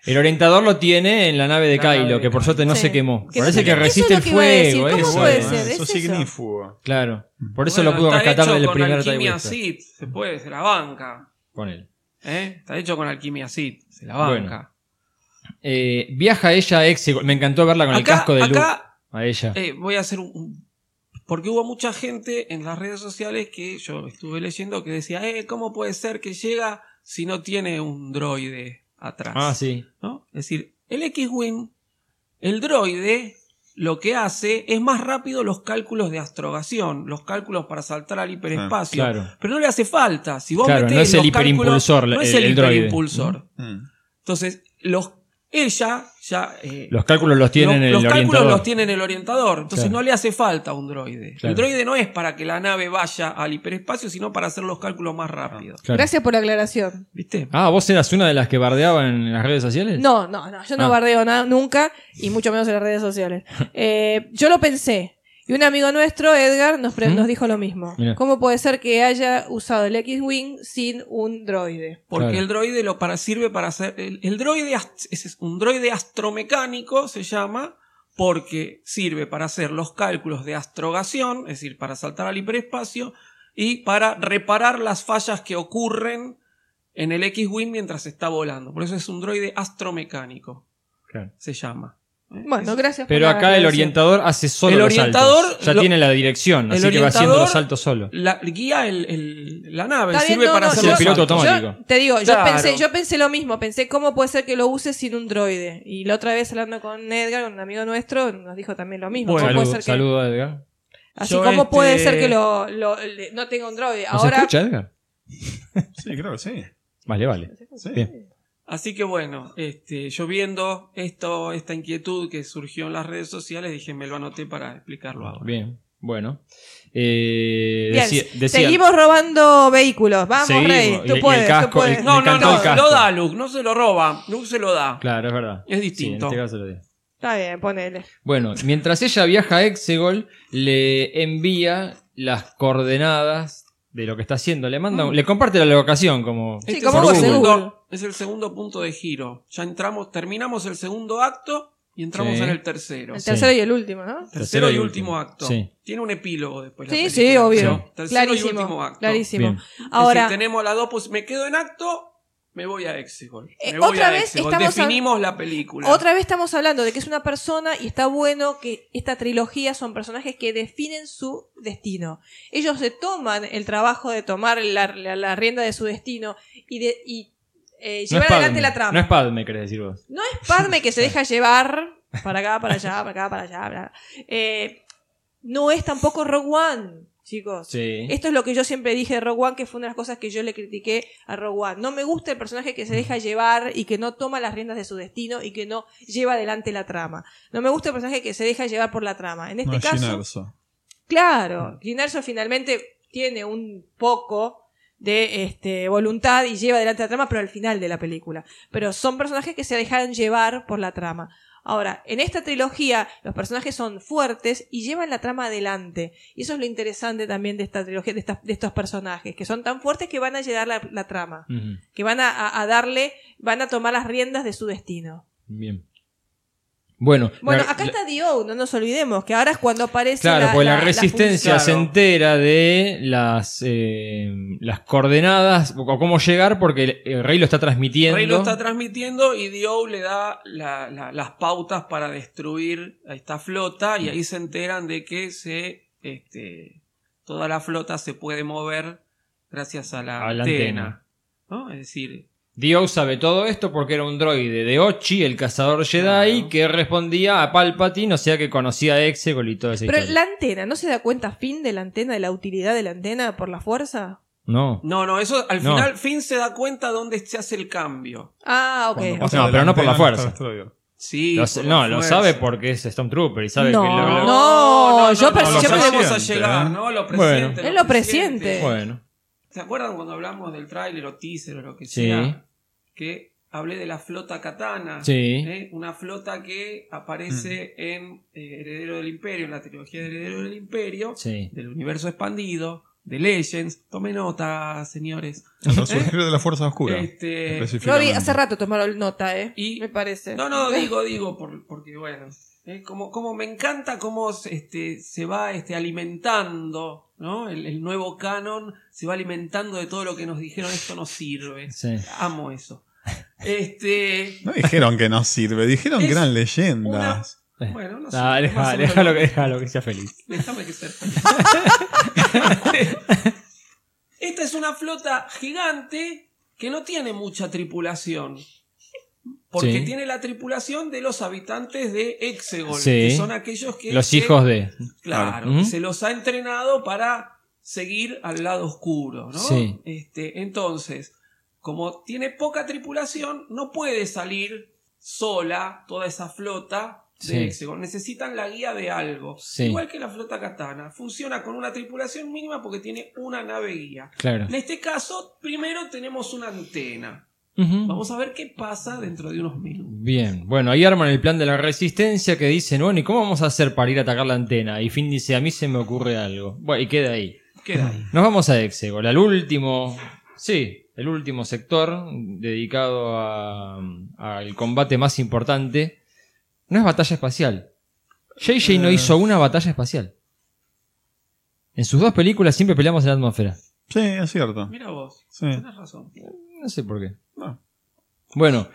C: El orientador lo tiene en la nave de
F: La nave
C: Kylo,
F: de
C: que por
F: Kylo.
C: suerte no
D: Sí.
C: se quemó.
D: Que
C: Parece
D: eso-
C: que
D: eso es
C: resiste
D: lo
C: el
D: que iba a decir.
C: fuego.
D: ¿Cómo
C: eso
D: puede
E: ¿eh?
C: es.
D: ser? ¿Es
E: Sos
D: eso?
E: ignífugo.
C: Claro. Por eso
F: Bueno,
C: lo pudo
F: está
C: rescatar
F: hecho
C: del
F: con
C: primer
F: alquimia
C: Tywist.
F: Sith, se puede, se la banca.
C: Con él.
F: ¿eh? Está hecho con alquimia Sith, se la
C: Bueno,
F: banca.
C: Eh, viaja ella a Exegol. Me encantó verla con el
F: acá
C: casco de Luke.
F: acá,
C: A ella.
F: eh, voy a hacer un- un... Porque hubo mucha gente en las redes sociales que yo estuve leyendo que decía, eh, ¿cómo puede ser que llega si no tiene un droide atrás?
C: ah, sí.
F: ¿no? Es decir, el X-Wing, el droide, lo que hace es más rápido los cálculos de astrogación, los cálculos para saltar al hiperespacio.
C: Ah, claro.
F: Pero no le hace falta. Si vos
C: Claro,
F: metés
C: no es el
F: los cálculos,
C: hiperimpulsor,
F: no es
C: el-
F: el,
C: el droide.
F: hiperimpulsor.
E: Mm.
F: Entonces, los, ella ya. eh,
C: Los cálculos los tiene en el
F: los cálculos
C: orientador.
F: los tiene en el orientador. Entonces
C: Claro.
F: no le hace falta un droide.
C: Claro.
F: El droide no es para que la nave vaya al hiperespacio, sino para hacer los cálculos más rápido.
C: Claro.
D: Gracias por la aclaración.
F: ¿Viste?
C: Ah, ¿vos eras una de las que bardeaban en las redes sociales?
D: No, no, no. Yo no
C: Ah.
D: bardeo nada nunca y mucho menos en las redes sociales. Eh, yo lo pensé. Y un amigo nuestro, Edgar, nos, pre-
C: ¿Mm?
D: nos dijo lo mismo.
C: Mirá.
D: ¿Cómo puede ser que haya usado el X-Wing sin un droide?
F: Porque
C: Claro.
F: el droide lo para, sirve para hacer. El, el droide ast- ese es un droide astromecánico, se llama, porque sirve para hacer los cálculos de astrogación, es decir, para saltar al hiperespacio, y para reparar las fallas que ocurren en el X-Wing mientras está volando. Por eso es un droide astromecánico,
C: Claro.
F: se llama. ¿eh?
D: Bueno, gracias por
C: Pero
D: la
C: acá el
D: aclaración.
C: orientador hace solo
F: El
C: los
F: orientador
C: saltos. Ya
F: lo-
C: tiene la dirección,
F: el
C: así que va haciendo los
F: orientador-
C: saltos solo.
F: La, guía el- el- la nave,
D: Está bien,
F: sirve
D: no,
F: para
D: no,
F: hacer
D: yo-
F: los
C: piloto
F: saltos.
C: automático.
D: yo- te digo,
F: Claro.
D: yo pensé, yo pensé lo mismo, pensé cómo puede ser que lo use sin un droide. Y la otra vez hablando con Edgar, un amigo nuestro, nos dijo también lo mismo.
F: Bueno,
D: ¿Cómo
C: Saludo,
D: puede ser que-
C: saludo a Edgar.
D: Así
F: Yo,
D: como
F: este-
D: puede ser que lo, lo- le- no tenga un droide.
C: ¿Nos
D: Ahora
C: escucha Edgar?
E: Sí, creo que sí.
C: Vale, vale.
E: Sí.
C: Bien.
F: Así que bueno, este, yo viendo esto, esta inquietud que surgió en las redes sociales, dije, me lo anoté para explicarlo ahora.
C: Bien. Bueno. Eh,
D: Bien,
C: decía- decía-
D: seguimos robando vehículos. Vamos,
C: Seguimos.
D: Rey,
C: Y- y
D: tú
C: el
D: puedes,
C: casco,
D: tú puedes.
C: el- Me
F: No, no,
C: encantó el
F: no,
C: casco.
F: lo da Luke, no se lo roba, Luke se lo da.
C: Claro, es verdad.
F: Es
C: Sí, en
F: distinto.
C: este caso lo digo.
D: Está bien, ponele.
C: Bueno, mientras ella viaja a Exegol, le envía las coordenadas de lo que está haciendo. Le manda, le comparte la locación como.
D: Mm. Sí,
F: Este
D: como
F: es,
C: vos
F: el
C: en
D: Google.
F: segundo, es el segundo punto de giro. Ya entramos, terminamos el segundo acto y entramos
C: Sí.
F: en el tercero.
D: El
C: Sí.
D: tercero y el último, ¿no?
F: Tercero y último acto.
C: Sí.
F: Tiene un epílogo después. la
D: Sí,
F: película.
D: sí, obvio.
C: Sí.
F: Tercero y último
D: Clarísimo.
F: acto.
D: Clarísimo.
C: Bien.
F: Ahora
D: Ahora,
F: tenemos las dos, pues me quedo en acto, me voy a Exegol. Me
D: Eh,
F: voy
D: otra
F: a
D: vez
F: Exegol.
D: estamos a-
F: Definimos la película.
D: otra vez estamos hablando de que es una persona y está bueno que esta trilogía son personajes que definen su destino. Ellos se toman el trabajo de tomar la, la- la rienda de su destino y, de, y eh,
C: No
D: llevar
C: es Padme.
D: adelante la trama.
C: No es Padme, querés decir vos.
D: No es Padme que se deja llevar para acá, para allá, para acá, para allá. bla. Eh, no es tampoco Rogue One, chicos.
C: Sí.
D: Esto es lo que yo siempre dije de Rogue One, que fue una de las cosas que yo le critiqué a Rogue One. No me gusta el personaje que se deja llevar y que no toma las riendas de su destino y que no lleva adelante la trama. No me gusta el personaje que se deja llevar por la trama. En este
E: No,
D: caso,
E: Ginarso.
C: Mm.
D: Claro, Ginarso finalmente tiene un poco de este, voluntad y lleva adelante la trama, pero al final de la película. Pero son personajes que se dejan llevar por la trama. Ahora, en esta trilogía los personajes son fuertes y llevan la trama adelante. Y eso es lo interesante también de esta trilogía, de, estas- de estos personajes, que son tan fuertes que van a llevar la, la trama,
C: Ujú.
D: que van a- a, a darle, van a tomar las riendas de su destino.
C: Bien. Bueno,
D: Bueno,
C: la-
D: acá
C: la-
D: está Dio, no nos olvidemos, que ahora es cuando aparece...
C: Claro,
D: la,
C: porque la,
D: la- la
C: resistencia se
D: función.
C: entera de las, eh, las coordenadas o cómo llegar porque el, el rey lo está transmitiendo.
F: Rey lo está transmitiendo y Dio le da la- la- las pautas para destruir a esta flota y ahí se enteran de que se este, toda la flota se puede mover gracias a la,
C: A la antena.
F: antena. ¿no? Es decir,
C: Dio sabe todo esto porque era un droide de Ochi, el cazador Jedi,
F: Claro.
C: que respondía a Palpatine, o sea que conocía a Exegol y todo ese
D: Pero la antena, ¿no se da cuenta Finn de la antena, de la utilidad de la antena por la fuerza?
C: No.
F: no, no, eso al
C: No.
F: final Finn se da cuenta dónde se hace el cambio.
D: Ah, ok.
E: Cuando
D: ok.
E: pasa
C: No,
E: de
C: pero no por la
E: antena
C: fuerza.
E: está destruido.
F: Sí,
C: Lo-
F: por la
C: no, lo
F: fuerza.
C: sabe porque es Stormtrooper y sabe
D: No.
C: que lo- lo-
D: No, yo
E: pres-
F: lo
E: yo pres-
F: vamos a
E: presiente,
F: llegar,
E: ¿eh?
F: ¿no? Lo
C: Bueno.
F: presiente.
D: Él lo presiente.
C: Bueno,
F: ¿Se acuerdan cuando hablamos del tráiler o teaser o lo que
C: Sí.
F: sea? Que Hablé de la flota katana.
C: Sí.
F: ¿eh? Una flota que
D: Mm.
F: aparece en eh, Heredero del Imperio, en la trilogía de Heredero del Imperio,
C: Sí.
F: del universo expandido, de Legends. Tome nota, señores.
E: Los superhéroes de la Fuerza Oscura.
F: Este,
D: Rory,
E: específicamente.
D: Eh, hace rato tomaron nota, ¿eh?
F: Y-
D: Me parece.
F: No, no, digo, digo, por- porque bueno, eh, como, como me encanta cómo se- este, se va este, alimentando, ¿no? El, el nuevo canon se va alimentando de todo lo que nos dijeron, esto no sirve.
C: Sí.
F: Amo eso. Este,
E: No dijeron que no sirve, dijeron
F: Es
E: que eran
F: una-
E: leyendas.
F: bueno, no sé.
C: Ah, deja-
F: más o menos
C: déjalo
F: lo-
C: que, déjalo que sea feliz.
F: Déjame que sea feliz. Esta es una flota gigante que no tiene mucha tripulación. Porque
C: Sí.
F: tiene la tripulación de los habitantes de Exegol,
C: Sí.
F: que son aquellos que
C: Los
F: se-
C: hijos de.
F: Claro,
C: Ujú.
F: se los ha entrenado para seguir al lado oscuro, ¿no?
C: Sí.
F: Este, entonces, como tiene poca tripulación, no puede salir sola toda esa flota de
C: Sí.
F: Exegol. Necesitan la guía de algo.
C: Sí.
F: Igual que la flota katana. Funciona con una tripulación mínima porque tiene una nave guía.
C: Claro.
F: En este caso, primero tenemos una antena.
C: Ujú.
F: Vamos a ver qué pasa dentro de unos minutos.
C: Bien, bueno, ahí arman el plan de la resistencia que dicen, bueno, ¿y cómo vamos a hacer para ir a atacar la antena? Y Finn dice, a mí se me ocurre algo. Bueno, y queda ahí.
F: Queda ahí.
C: Nos vamos a Exegol, al último, sí, el último sector dedicado a- al combate más importante. No es batalla espacial. JJ no hizo una batalla espacial. En sus dos películas siempre peleamos en la atmósfera.
E: Sí, es cierto.
F: Mira vos,
E: Sí.
F: tenés razón.
C: No sé por qué.
E: No.
C: Bueno,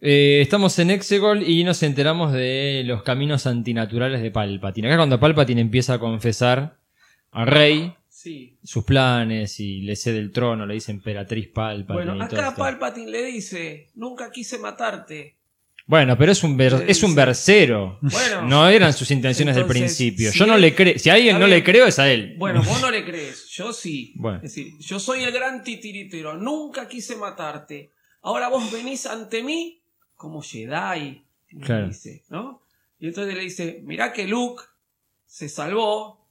C: eh, estamos en Exegol y nos enteramos de los caminos antinaturales de Palpatine. Acá cuando Palpatine empieza a confesar a Rey
F: Sí.
C: sus planes y le cede el trono, le dice emperatriz Palpatine.
F: Bueno,
C: y todo
F: acá
C: esto.
F: Palpatine le dice, nunca quise matarte.
C: Bueno, pero es un, ver-
F: Le
C: es un
F: dice-
C: versero.
F: Bueno.
C: no eran sus intenciones del
F: Entonces,
C: principio.
F: si
C: Yo no
F: él-
C: le creo. Si a alguien
F: Está
C: no le
F: bien.
C: creo es a él.
F: Bueno, vos no le crees, yo sí.
C: Bueno.
F: Es decir, yo soy el gran titiritero, nunca quise matarte. Ahora vos venís ante mí como Jedi, le
C: Claro.
F: dice, ¿no? Y entonces le dice, mirá que Luke se salvó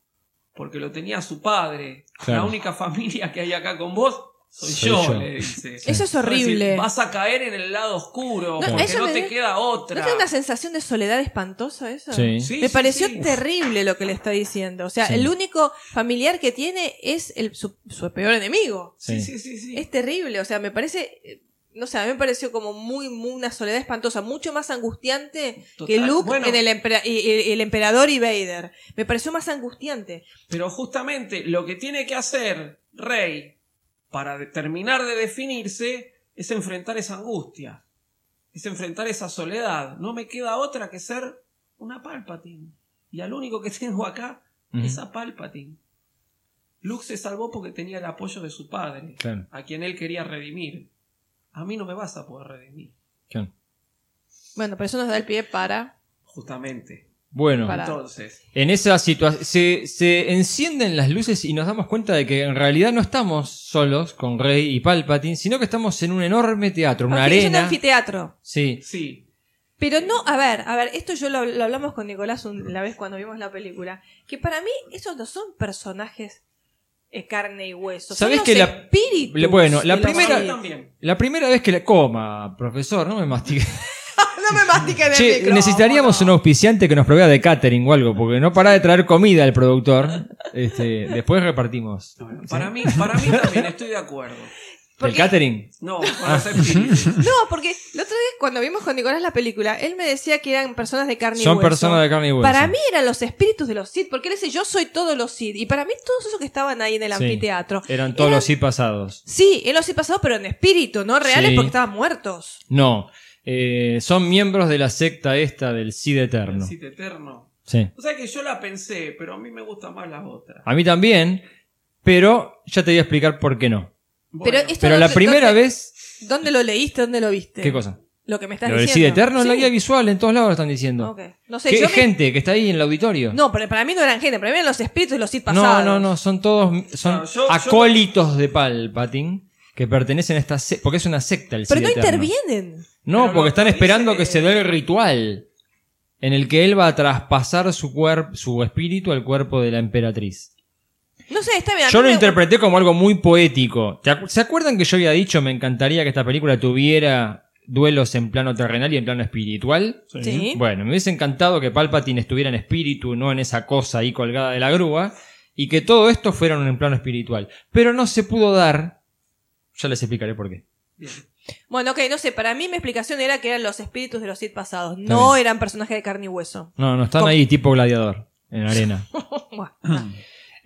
F: porque lo tenía su padre.
C: Claro.
F: La única familia que hay acá con vos soy,
C: Soy
F: yo,
C: yo.
F: le dice.
D: Eso es
F: Es
D: horrible.
F: decir, vas a caer en el lado oscuro,
D: No,
F: porque
D: eso
F: no
D: me
F: te
D: da-
F: queda
D: ¿No
F: otra.
D: tiene una sensación de soledad espantosa eso?
C: Sí.
F: Sí,
D: Me
F: sí,
D: pareció
F: sí.
D: terrible lo que le está diciendo. O sea,
C: Sí.
D: el único familiar que tiene es el, su, su peor enemigo.
C: Sí.
F: sí, sí, sí, sí.
D: Es terrible. O sea, me parece. eh, No sé, a mí me pareció como muy, muy una soledad espantosa. Mucho más angustiante
F: Total.
D: que Luke
F: Bueno.
D: en el, empera- y- y- el emperador y Vader. Me pareció más angustiante.
F: Pero justamente lo que tiene que hacer Rey para de- terminar de definirse es enfrentar esa angustia, es enfrentar esa soledad. No me queda otra que ser una Palpatine. Y al único que tengo acá
C: Ujú.
F: es a Palpatine. Luke se salvó porque tenía el apoyo de su padre,
C: Claro.
F: a quien él quería redimir. A mí no me vas a poder redimir,
C: Claro.
D: Bueno, pero eso nos da el pie para.
F: justamente.
C: Bueno.
D: Para-
F: Entonces,
C: En esa situación se, se encienden las luces y nos damos cuenta de que en realidad no estamos solos con Rey y Palpatine, sino que estamos en un enorme teatro, una
D: Aunque Ah, es un
C: arena.
D: anfiteatro.
C: Sí,
F: sí,
D: Pero no, a ver, a ver, esto yo lo, lo hablamos con Nicolás un- la vez cuando vimos la película, que para mí esos no son personajes eh, carne y hueso, son
C: ¿Sabés
D: los
C: que la-
D: espíritus
C: le- bueno, la
D: de los
C: primera-
D: seres.
F: también.
C: la primera vez que la coma, profesor, no me mastigue.
D: no me mastiquen el
C: Che,
D: micrófono.
C: necesitaríamos un auspiciante que nos provea de catering o algo, porque no para de traer comida el productor. Este, después repartimos.
F: Para mí, para mí también estoy de acuerdo.
C: ¿El
D: Porque-
C: catering?
F: No, con los espíritus.
D: No, porque el otro día cuando vimos con Nicolás la película, él me decía que eran personas de carne y
C: Son
D: hueso.
C: personas de carne y hueso.
D: Para mí eran los espíritus de los Sith, porque él dice yo soy todos los Sith, y para mí todos esos que estaban ahí en el
C: Sí.
D: anfiteatro.
C: Eran todos los sí pasados.
D: Sí, él los Sith pasados, pero en espíritu, no reales,
C: Sí.
D: porque estaban muertos.
C: No, eh, son miembros de la secta esta del Cid Eterno.
F: Cid eterno.
C: Sí.
F: O sea que yo la pensé, pero a mí me gusta más la otra.
C: A mí también, pero ya te voy a explicar por qué no.
F: Bueno,
D: pero esto
C: Pero la
D: ¿dónde-
C: primera
D: dónde-
C: vez...
D: ¿Dónde lo leíste? ¿Dónde lo viste?
C: ¿Qué cosa?
D: Lo que me estás
C: Lo del
D: diciendo.
C: Cid Eterno es la
D: Sí.
C: guía visual, en todos lados lo están diciendo.
D: Ok. No sé,
C: ¿Qué
D: yo me-
C: gente que está ahí en el auditorio?
D: No, pero para mí no eran gente, para mí eran los espíritus y los Sith
C: no,
D: pasados.
C: no, no, son todos son
F: Claro, yo- yo-
C: acólitos de Palpatine que pertenecen a esta secta, porque es una secta el
D: Pero
C: Cid
D: no
C: Eterno.
D: intervienen.
C: No,
F: Pero
C: porque
F: lo-
C: están
F: lo
C: esperando
F: dice-
C: que se dé el ritual en el que él va a traspasar su cuerpo, su espíritu al cuerpo de la emperatriz.
D: No sé, está bien. a
C: Yo
D: mí
C: lo
D: me-
C: interpreté como algo muy poético. ¿Te acu- ¿Se acuerdan que yo había dicho me encantaría que esta película tuviera duelos en plano terrenal y en plano espiritual.
E: Sí.
D: Sí.
C: Bueno, me hubiese encantado que Palpatine estuviera en espíritu, no en esa cosa ahí colgada de la grúa, y que todo esto fuera en un plano espiritual. Pero no se pudo dar. Ya les explicaré por qué.
D: Bueno, ok, no sé, para mí mi explicación era que eran los espíritus de los Sith pasados,
C: Está
D: no
C: bien.
D: eran personajes de carne y hueso.
C: No, no están
D: ¿Cómo?
C: ahí tipo gladiador, en arena.
D: Buah.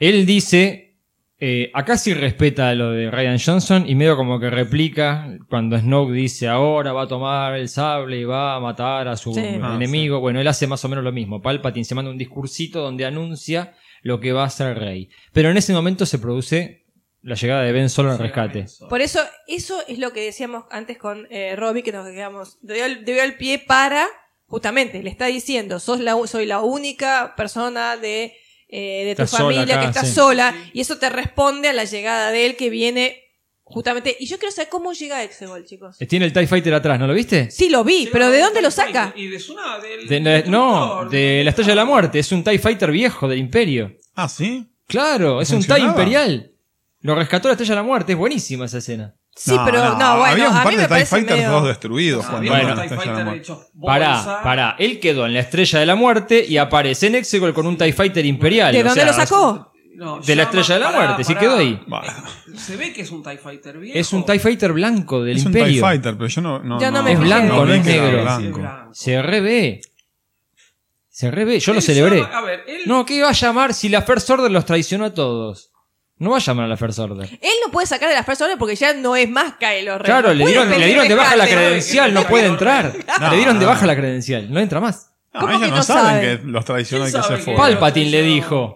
C: Él dice, eh, acá sí respeta lo de Ryan Johnson y medio como que replica cuando Snoke dice ahora va a tomar el sable y va a matar a su
D: Sí.
E: Ah,
C: enemigo. Bueno, él hace más o menos lo mismo. Palpatine se manda un discursito donde anuncia lo que va a hacer el rey. Pero en ese momento se produce la llegada de Ben Solo al rescate.
D: Por eso, eso es lo que decíamos antes con eh, Robbie, que nos quedamos. Debió al, dio al pie para, justamente, le está diciendo, sos la, u- soy la única persona de, eh, de tu
C: Estás sola
D: familia que
C: acá,
D: está
C: sí.
D: sola, y eso te responde a la llegada de él que viene, justamente. Y yo quiero saber cómo llega Exegol, chicos.
C: Tiene el TIE Fighter atrás, ¿no lo viste?
D: Sí, lo vi, pero ¿de dónde lo saca?
F: Y de su nada, del-
C: De la-
F: del
C: no,
F: instructor,
C: de la Estrella de la Muerte. Es un TIE Fighter viejo del Imperio.
E: Ah, sí.
C: Claro, es un TIE
E: ¿Funcionaba?
C: Imperial. Lo rescató la Estrella de la Muerte. Es buenísima esa escena.
D: Sí, pero no, bueno,
E: Había un
D: a
E: par
D: mí me
E: de TIE
D: parece
E: Fighters
D: medio-
E: todos destruidos.
F: Ah,
E: cuando
F: había
C: bueno.
E: la
F: unos TIE
E: Estrella de la
F: Fighter
E: Muerte.
F: hechos
C: Pará,
F: bolsa.
C: pará. Él quedó en la estrella de la muerte y aparece en Exegol con un TIE Fighter Imperial.
D: ¿De
C: o
D: dónde
C: sea,
D: lo sacó?
F: No,
C: De la
F: llama-
C: Estrella de la
F: pará,
C: Muerte, sí
F: pará.
C: quedó ahí.
E: Bah,
F: Se ve que es un TIE Fighter viejo.
C: Es un TIE Fighter blanco del
E: Es un TIE
C: Imperio.
E: Fighter, pero yo no. no,
D: Yo no me
C: Es
D: fijé.
C: blanco, no
E: vi
C: es
E: que era
C: negro.
F: Sí, es
E: Blanco.
F: blanco.
C: Se revé. Se revé. Yo lo
F: Él
C: celebré.
F: llama- a ver, él-
C: No, ¿qué va a llamar si la First Order los traicionó a todos? No va a llamar a la First Order.
D: Él no puede sacar de las personas porque ya no es más Kylo Ren.
C: Claro,
D: No
C: le
D: puede
C: dieron, le
D: pedir
C: dieron de baja la
D: rescate.
C: credencial, no puede entrar.
E: No,
C: Le dieron de
E: no.
C: baja la credencial, no entra más.
E: No,
D: ¿Cómo
E: ellos
D: que
E: no,
D: no
E: saben
D: saben?
E: que los traicionó y
F: ¿Quién
E: que se
F: sabe
E: fue.
F: que- Palpa-
C: Palpatine le
F: traicionó.
C: dijo.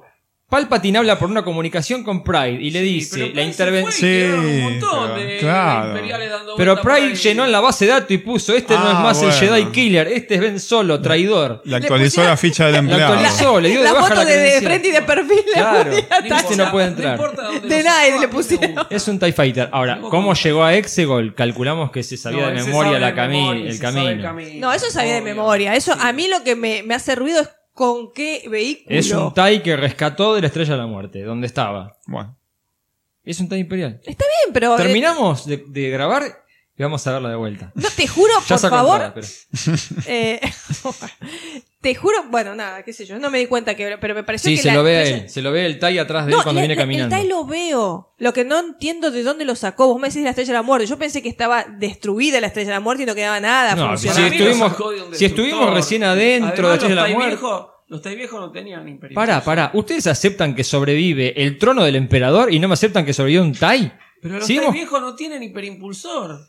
C: Palpatine habla por una comunicación con Pride y le
F: pero
C: dice la
F: Pride se
C: intervención.
F: fue y quedaron un
E: Sí,
F: montón
E: pero-
F: de-
E: claro.
F: de imperiales dando
C: Pero
F: vuelta por
C: Pride
F: ahí.
C: llenó en la base de datos y puso, este no
E: Ah,
C: es más el
E: bueno.
C: Jedi Killer, este es Ben Solo, traidor.
E: Le actualizó la ficha del
C: La
E: empleado.
C: actualizó, le dio de
D: la
C: baja
D: foto
C: la
D: de, de
C: credencial.
D: frente y de perfil. le
C: Claro.
D: ponía
F: No importa,
C: Este no puede entrar.
F: No importa dónde
D: De nadie
F: lo sacó,
D: le
F: a mí me
D: pusieron.
F: gusta.
C: Es un TIE Fighter. Ahora,
F: Tampoco
C: ¿cómo
F: importa.
C: llegó a Exegol? Calculamos que se sabía
F: No,
C: de
F: él se
C: memoria
F: sabe
C: la
F: de
C: cami-
F: memoria,
C: el
F: se sabe
C: camino.
D: No, eso sabía de
F: Obvio.
D: memoria. Eso a mí lo que me, me hace ruido es con qué vehículo.
C: Es un TIE que rescató de la Estrella de la Muerte, donde estaba.
E: Bueno,
C: Es un TIE imperial.
D: Bien, pero eh,
C: Terminamos de, de grabar y vamos a verla de vuelta.
D: no te juro,
C: Ya
D: por
C: se
D: favor.
C: acordará, pero-
D: eh, te juro, bueno, nada, qué sé yo. No me di cuenta que, pero me pareció
C: Sí,
D: que
C: se
D: la-
C: lo ve a
D: ella-
C: él. Se lo ve el TIE atrás de
D: No,
C: él cuando
D: la-
C: viene
D: la-
C: caminando.
D: el TIE lo veo. Lo que no entiendo de dónde lo sacó. Vos me decís la estrella de la muerte. Yo pensé que estaba destruida la estrella de la muerte y no quedaba nada.
C: No,
D: funcionaba.
C: si
F: Para mí lo
C: estuvimos-
F: sacó de un
C: si estuvimos
F: destructor.
C: recién adentro de
F: Además,
C: Estrella de la
F: los TIE
C: Muerte.
F: viejos- Los TIE viejos no tenían imperio.
C: Pará, pará. ¿Ustedes aceptan que sobrevive el trono del emperador y no me aceptan que sobrevivió un TIE?
F: Pero los
C: Sí,
F: TIE
C: vos-
F: viejos no tienen hiperimpulsor.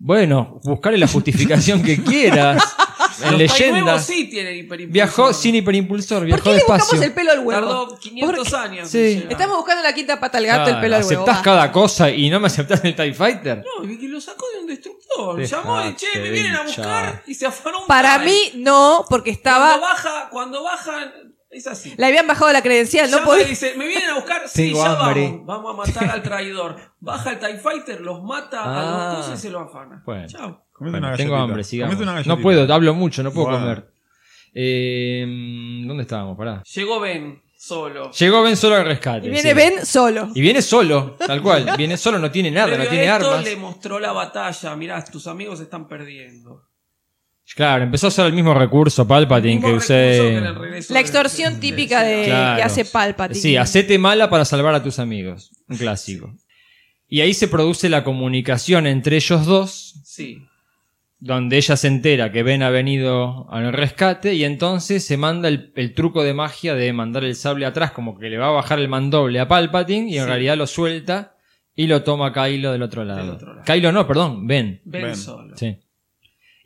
C: Bueno, buscarle la justificación que quieras. En
F: los TIE
C: leyenda.
F: nuevos sí tienen hiperimpulsor.
C: Viajó sin hiperimpulsor,
D: ¿Por
C: viajó
D: qué le
C: despacio.
D: buscamos el pelo al huevo?
F: Tardó 500 años.
C: Sí.
F: en llegar.
D: Estamos buscando la quinta pata al gato, el pelo al huevo.
C: Ah, aceptás
D: va.
C: cada cosa y no me aceptás el TIE Fighter.
F: No, y que lo sacó de un destructor.
C: Dejate
F: Llamó y che, me
C: de
F: vienen a buscar
C: hinchar.
F: y se afanó un
D: Para
F: TIE.
D: mí, no, porque
F: Cuando
D: estaba.
F: baja, cuando bajan, es así.
D: Le habían bajado la credencial, no
F: Llama y
D: podía.
F: dice, me vienen a buscar, sí,
C: Tengo
F: ya
C: hambre.
F: vamos, vamos a matar al traidor. Baja el TIE Fighter, los mata
C: Ah.
F: a los dos y se lo afana.
C: Bueno.
F: Chao.
E: comete
C: Bueno,
E: una
C: tengo
E: galletita.
C: hambre, sigamos.
E: Comete una
C: No
E: galletita.
C: puedo, hablo mucho, no puedo
E: Bueno.
C: comer. Eh, ¿Dónde estábamos? Pará.
F: Llegó Ben solo.
C: Llegó Ben solo al rescate.
D: Y viene
C: sí.
D: Ben solo.
C: Y viene solo, tal cual. Viene solo, no tiene nada,
F: Previo
C: no
F: a
C: tiene
F: esto,
C: armas.
F: le mostró la batalla. Mirá, tus amigos están perdiendo.
C: Claro, empezó a usar el mismo recurso Palpatine
F: Mismo
C: que
F: recurso que en el
C: usé.
F: regreso
D: La
F: de-
D: extorsión típica de
C: Claro.
D: que hace Palpatine.
C: Sí, hacete mala para salvar a tus amigos. Un clásico. Y ahí se produce la comunicación entre ellos dos,
F: Sí.
C: donde ella se entera que Ben ha venido al rescate y entonces se manda el, el truco de magia de mandar el sable atrás, como que le va a bajar el mandoble a Palpatine y en
F: Sí.
C: realidad lo suelta y lo toma Kylo del otro lado.
F: otro lado.
C: Kylo no, perdón, Ben.
F: Ben,
E: Ben.
F: solo.
C: Sí.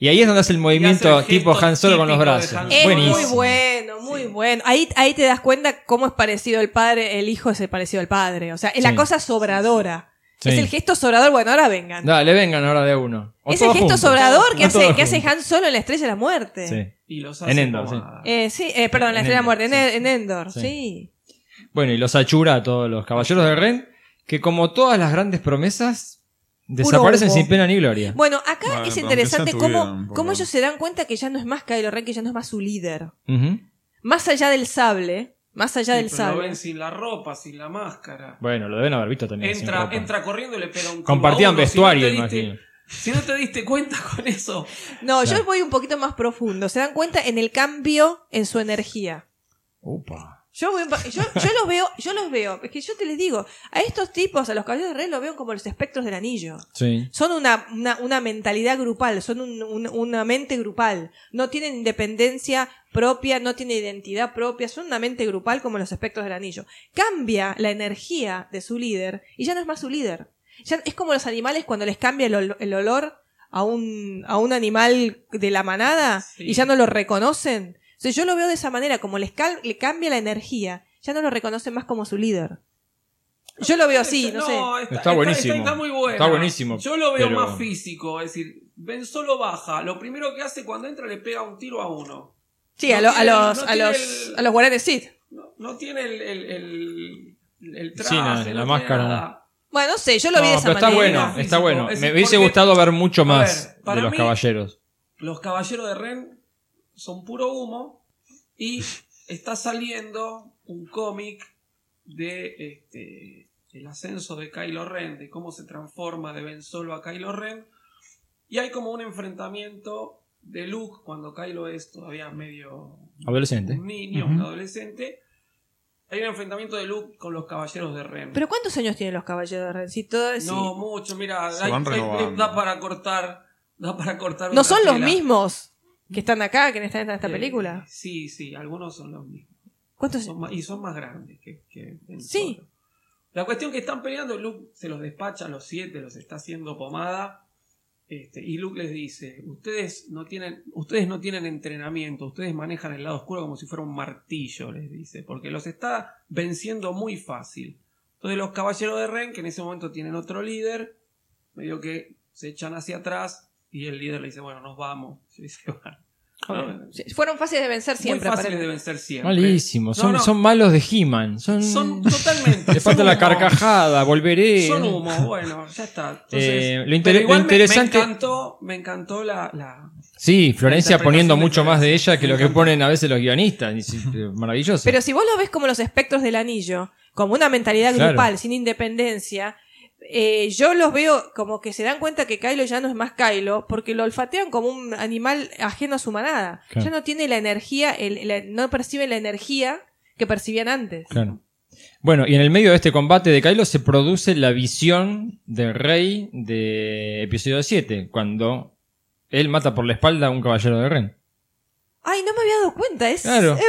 C: Y ahí es donde hace el movimiento
F: hace el
C: tipo
F: gesto
C: Han Solo con los
F: típico de
C: brazos.
F: Han
D: Es
F: Solo.
D: muy
C: Buenísimo.
D: bueno, muy bueno. Ahí, ahí te das cuenta cómo es parecido el padre, el hijo es el parecido al padre. O sea, es la
C: Sí.
D: cosa sobradora.
C: Sí.
D: Es el gesto sobrador. Bueno, ahora vengan.
C: Dale, vengan ahora de uno. O
D: es el
C: todos
D: gesto
C: juntos.
D: sobrador que
C: O
D: hace,
C: todos
D: que hace
C: juntos.
D: Han solo en la estrella de la muerte.
C: Sí.
F: Y los
C: En
F: hace
C: Endor,
F: pomada.
D: Eh, sí, eh, perdón, en la
C: En
D: estrella de la muerte, en,
C: Endor,
D: en Endor, sí.
C: Sí. Bueno, y los achura a todos los caballeros de Ren, que como todas las grandes promesas, desaparecen
D: humo.
C: sin pena ni gloria.
D: Bueno, acá
E: Bueno,
D: es
E: pero
D: interesante
E: aunque sea
D: cómo,
E: tuvieron, por
D: cómo
E: lo
D: ellos se dan cuenta que ya no es más Kylo Ren, que ya no es más su líder.
C: Ujú.
D: Más allá del sable, más allá
F: Sí,
D: del
F: pero pues Lo
D: sable.
F: ven sin la ropa, sin la máscara.
C: Bueno, lo deben haber visto también. sin
F: Entra,
C: ropa.
F: entra corriendo y le pega un tiro
C: Compartían
F: a uno, si no
C: vestuario,
F: te diste-
C: imagino.
F: Si no te diste cuenta con eso.
D: No, yo voy un poquito más profundo. Se dan cuenta en el cambio en su energía.
E: Opa.
D: Yo, voy un pa- yo, yo los veo, yo los veo. Es que yo te les digo, a estos tipos, a los caballeros de rey, los veo como los espectros del anillo.
C: Sí.
D: Son una, una, una mentalidad grupal, son un- un- una mente grupal. No tienen independencia propia, no tienen identidad propia, son una mente grupal como los espectros del anillo. Cambia la energía de su líder y ya no es más su líder. Ya es como los animales cuando les cambia el, ol- el olor a un, a un animal de la manada
F: Sí.
D: y ya no lo reconocen. O sea, yo lo veo de esa manera, como les cal- le cambia la energía, ya no lo reconocen más como su líder. Yo lo veo así, no, sé.
F: Está,
C: Está buenísimo.
F: Está, muy buena.
C: Está buenísimo,
F: Yo lo veo
C: pero-
F: más físico. Es decir, Ben solo baja. Lo primero que hace cuando entra le pega un tiro a uno.
D: Sí, a,
F: No
D: lo- a
F: tiene-
D: los,
F: no
D: a
F: tiene
D: los,
F: el-
D: a los guaranes Sith.
F: No, no tiene el, el, el, el traje.
C: Sí, nada, la
F: no tiene
C: máscara,
F: nada.
C: nada.
D: Bueno, no sé, yo lo
C: No,
D: vi de esa
C: pero está
D: manera.
C: bueno, está
F: Físico,
C: bueno.
F: es
C: Me
F: decir,
C: hubiese
F: porque-
C: gustado ver mucho
F: A
C: más
F: ver, para
C: de los
F: mí-
C: caballeros.
F: Los caballeros de Ren son puro humo. Y está saliendo un cómic de este, el ascenso de Kylo Ren, de cómo se transforma de Ben Solo a Kylo Ren. Y hay como un enfrentamiento de Luke cuando Kylo es todavía medio
C: Adolescente.
F: un niño, un adolescente. Hay un enfrentamiento de Luke con los caballeros de Ren.
D: Pero pues, ¿cuántos años tienen los caballeros de Ren? Si todo- si-
F: no
D: No,
F: mucho, mira,
E: Se
F: hay-
E: van
F: hay-
E: renovando.
F: da para cortar, da para cortar. una
D: son los
F: tela.
D: mismos que están acá, que están en esta
F: Eh,
D: película.
F: Sí, sí, algunos son los mismos.
D: ¿Cuántos?
F: Son más- y son más grandes que, que Ben
D: Sí.
F: Solo. La cuestión que están peleando, Luke se los despacha a los siete, los está haciendo pomada. Este, y Luke les dice, ustedes no, tienen, ustedes no tienen entrenamiento, ustedes manejan el lado oscuro como si fuera un martillo, les dice, porque los está venciendo muy fácil. Entonces los caballeros de Ren, que en ese momento tienen otro líder, medio que se echan hacia atrás y el líder le dice, bueno, nos vamos. Y se van. ¿No?
D: Sí, Fueron fáciles de vencer siempre.
F: muy fáciles
D: aparentemente.
F: de vencer siempre.
C: Malísimo.
F: No,
C: Son,
F: no.
C: son malos de He-Man. Son...
F: Son totalmente.
C: Le falta
F: son
C: la
F: humo.
C: carcajada, volveré.
F: Son humo, bueno, ya está. Entonces,
C: Eh, lo
F: pero
C: inter- lo
F: igual me-
C: interesante-
F: Me, encantó, me encantó la. la-
C: Sí, Florencia
F: La
C: poniendo
F: interpretación de
C: mucho más de
F: Florencia.
C: ella que lo que
F: Me encanta.
C: ponen a veces los guionistas. Y sí, eh, Maravilloso.
D: Pero si vos lo ves como los espectros del anillo, como una mentalidad grupal,
C: Claro.
D: sin independencia, eh, yo los veo como que se dan cuenta que Kylo ya no es más Kylo, porque lo olfatean como un animal ajeno a su manada.
C: Claro.
D: Ya no tiene la energía, el- la- no percibe la energía que percibían antes.
C: Claro. Bueno, y en el medio de este combate de Kylo se produce la visión del rey de episodio 7, cuando él mata por la espalda a un caballero de Ren.
D: Ay, no me había dado cuenta, es,
C: Claro.
D: es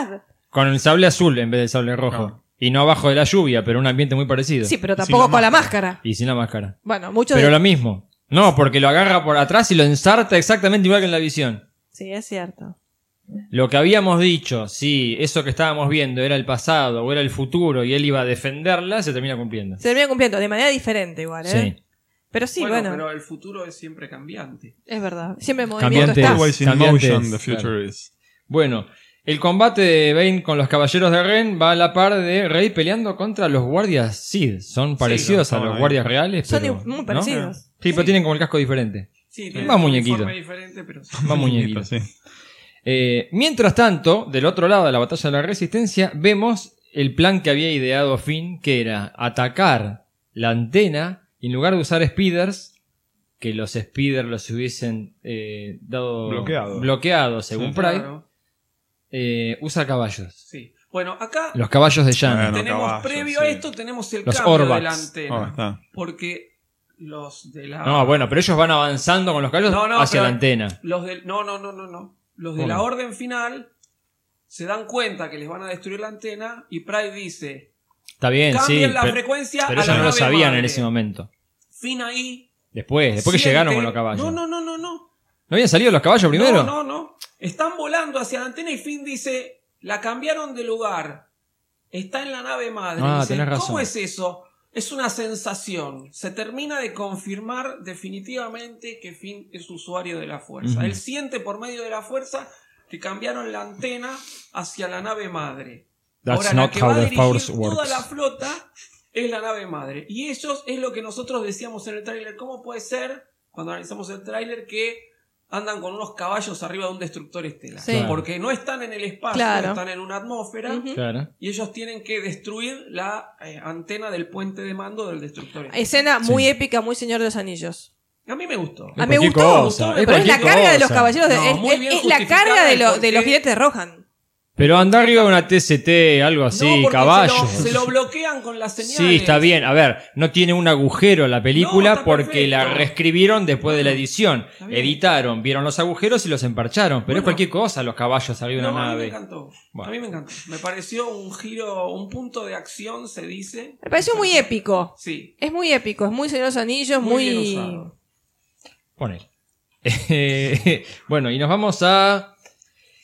D: verdad.
C: Con el sable azul en vez del sable rojo.
E: Claro.
C: Y no abajo de la lluvia, pero un ambiente muy parecido.
D: Sí, pero
E: Sin
D: tampoco
E: la
D: con la máscara.
C: Y sin la máscara.
D: Bueno, mucho
C: Pero
D: de...
C: lo mismo. No, porque lo agarra por atrás y lo ensarta exactamente igual que en la visión.
D: Sí, es cierto.
C: Lo que habíamos dicho, si eso que estábamos viendo era el pasado o era el futuro y él iba a defenderla, se termina cumpliendo.
D: Se termina cumpliendo de manera diferente igual, ¿eh?
C: Sí.
D: Pero sí,
F: bueno,
D: bueno,
F: pero el futuro es siempre cambiante.
D: es verdad. Siempre en movimiento
C: Cambiante
D: está.
C: es.
E: Always in
C: Cambiantes,
E: motion, the
C: claro.
E: future is.
C: Bueno, el combate de Bane con los caballeros de Ren va a la par de Rey peleando contra los guardias Sid. Son parecidos
E: son
C: a los
E: ahí.
C: guardias reales.
D: Son
C: pero,
D: muy
C: ¿no?
D: parecidos.
C: Sí, pero tienen como el casco diferente.
F: Sí,
C: Más muñequito.
F: forma diferente, pero sí.
C: Más muñequitos.
E: Sí.
C: Eh, mientras tanto, del otro lado de la batalla de la resistencia, vemos el plan que había ideado Finn, que era atacar la antena y en lugar de usar speeders, que los speeders los hubiesen eh, dado
E: Bloqueado.
C: bloqueado, según
E: Sí.
C: Pride,
F: Claro,
C: eh, usa caballos.
F: sí. Bueno, acá
C: Los caballos de Jan.
E: Bueno.
F: tenemos
E: caballos,
F: previo
E: sí.
F: a esto tenemos el
C: Los
F: cambio de la
C: Orbats.
F: antena.
E: Oh, está.
F: Porque los de la
C: No, bueno, pero ellos van avanzando con los caballos
F: No, no,
C: hacia
F: pero-
C: la antena.
F: Los del, no, no, no, no, no. Los de
C: ¿Cómo?
F: la orden final se dan cuenta que les van a destruir la antena y Pride dice,
C: Está bien, sí.
F: cambien la
C: pero,
F: frecuencia Ah,
C: pero
F: a la
C: ellos no lo
F: nave
C: sabían
F: madre".
C: en ese momento.
F: Fin ahí.
C: Después, después que
F: siente-
C: llegaron con los caballos.
F: No,
C: no.
F: no, no, no, no.
C: habían salido los caballos primero?
F: No, no, no. Están volando hacia la antena y Finn dice, la cambiaron de lugar. Está en la nave madre.
C: Ah,
F: Dice,
C: tenés
F: ¿Cómo
C: razón.
F: es eso? Es una sensación. Se termina de confirmar definitivamente que Finn es usuario de la fuerza.
C: Ujú.
F: Él siente por medio de la fuerza que cambiaron la antena hacia la nave madre.
C: That's
F: Ahora, la
C: not
F: que
C: how
F: va a
C: the
F: dirigir
C: force
F: Toda
C: works.
F: la flota es la nave madre. Y ellos es lo que nosotros decíamos en el tráiler. ¿Cómo puede ser, cuando analizamos el tráiler, que andan con unos caballos arriba de un destructor estelar?
D: Sí. Claro.
F: Porque no están en el espacio,
D: Claro.
F: están en una atmósfera.
D: Ujú.
C: Claro.
F: Y ellos tienen que destruir la eh, antena del puente de mando del destructor. estelar.
D: Escena
C: Sí.
D: muy épica, muy Señor de los Anillos.
F: A mí me gustó.
D: A mí me
J: cualquier
D: gustó, me
J: cosa,
D: gustó,
J: es
D: pero es la
J: cualquier
D: carga de los
J: cosa.
D: caballeros de-
F: No,
D: es-
F: muy bien
D: es, es la carga de, lo- de los
F: justificada,
D: billetes de Rohan.
C: Pero andar arriba de una TCT, algo
F: No,
C: así,
F: porque
C: caballo.
F: Se lo, se lo bloquean con las señales.
C: Sí, está bien. A ver, no tiene un agujero la
F: eh. No,
C: película
F: está
C: porque la
F: perfecto.
C: reescribieron después de la edición.
F: Está bien.
C: Editaron, vieron los agujeros y los emparcharon. Pero es
F: Bueno.
C: cualquier cosa, los caballos arriba de
F: No,
C: una
F: a mí me
C: nave.
F: encantó.
C: Bueno.
F: A mí me encantó. Me pareció un giro, un punto de acción, se dice.
D: Me pareció muy épico.
F: Sí.
D: Es muy épico, es muy Señor de los Anillos,
F: Muy bien
D: muy.
F: usado.
C: Ponele. Eh, bueno, y nos vamos a...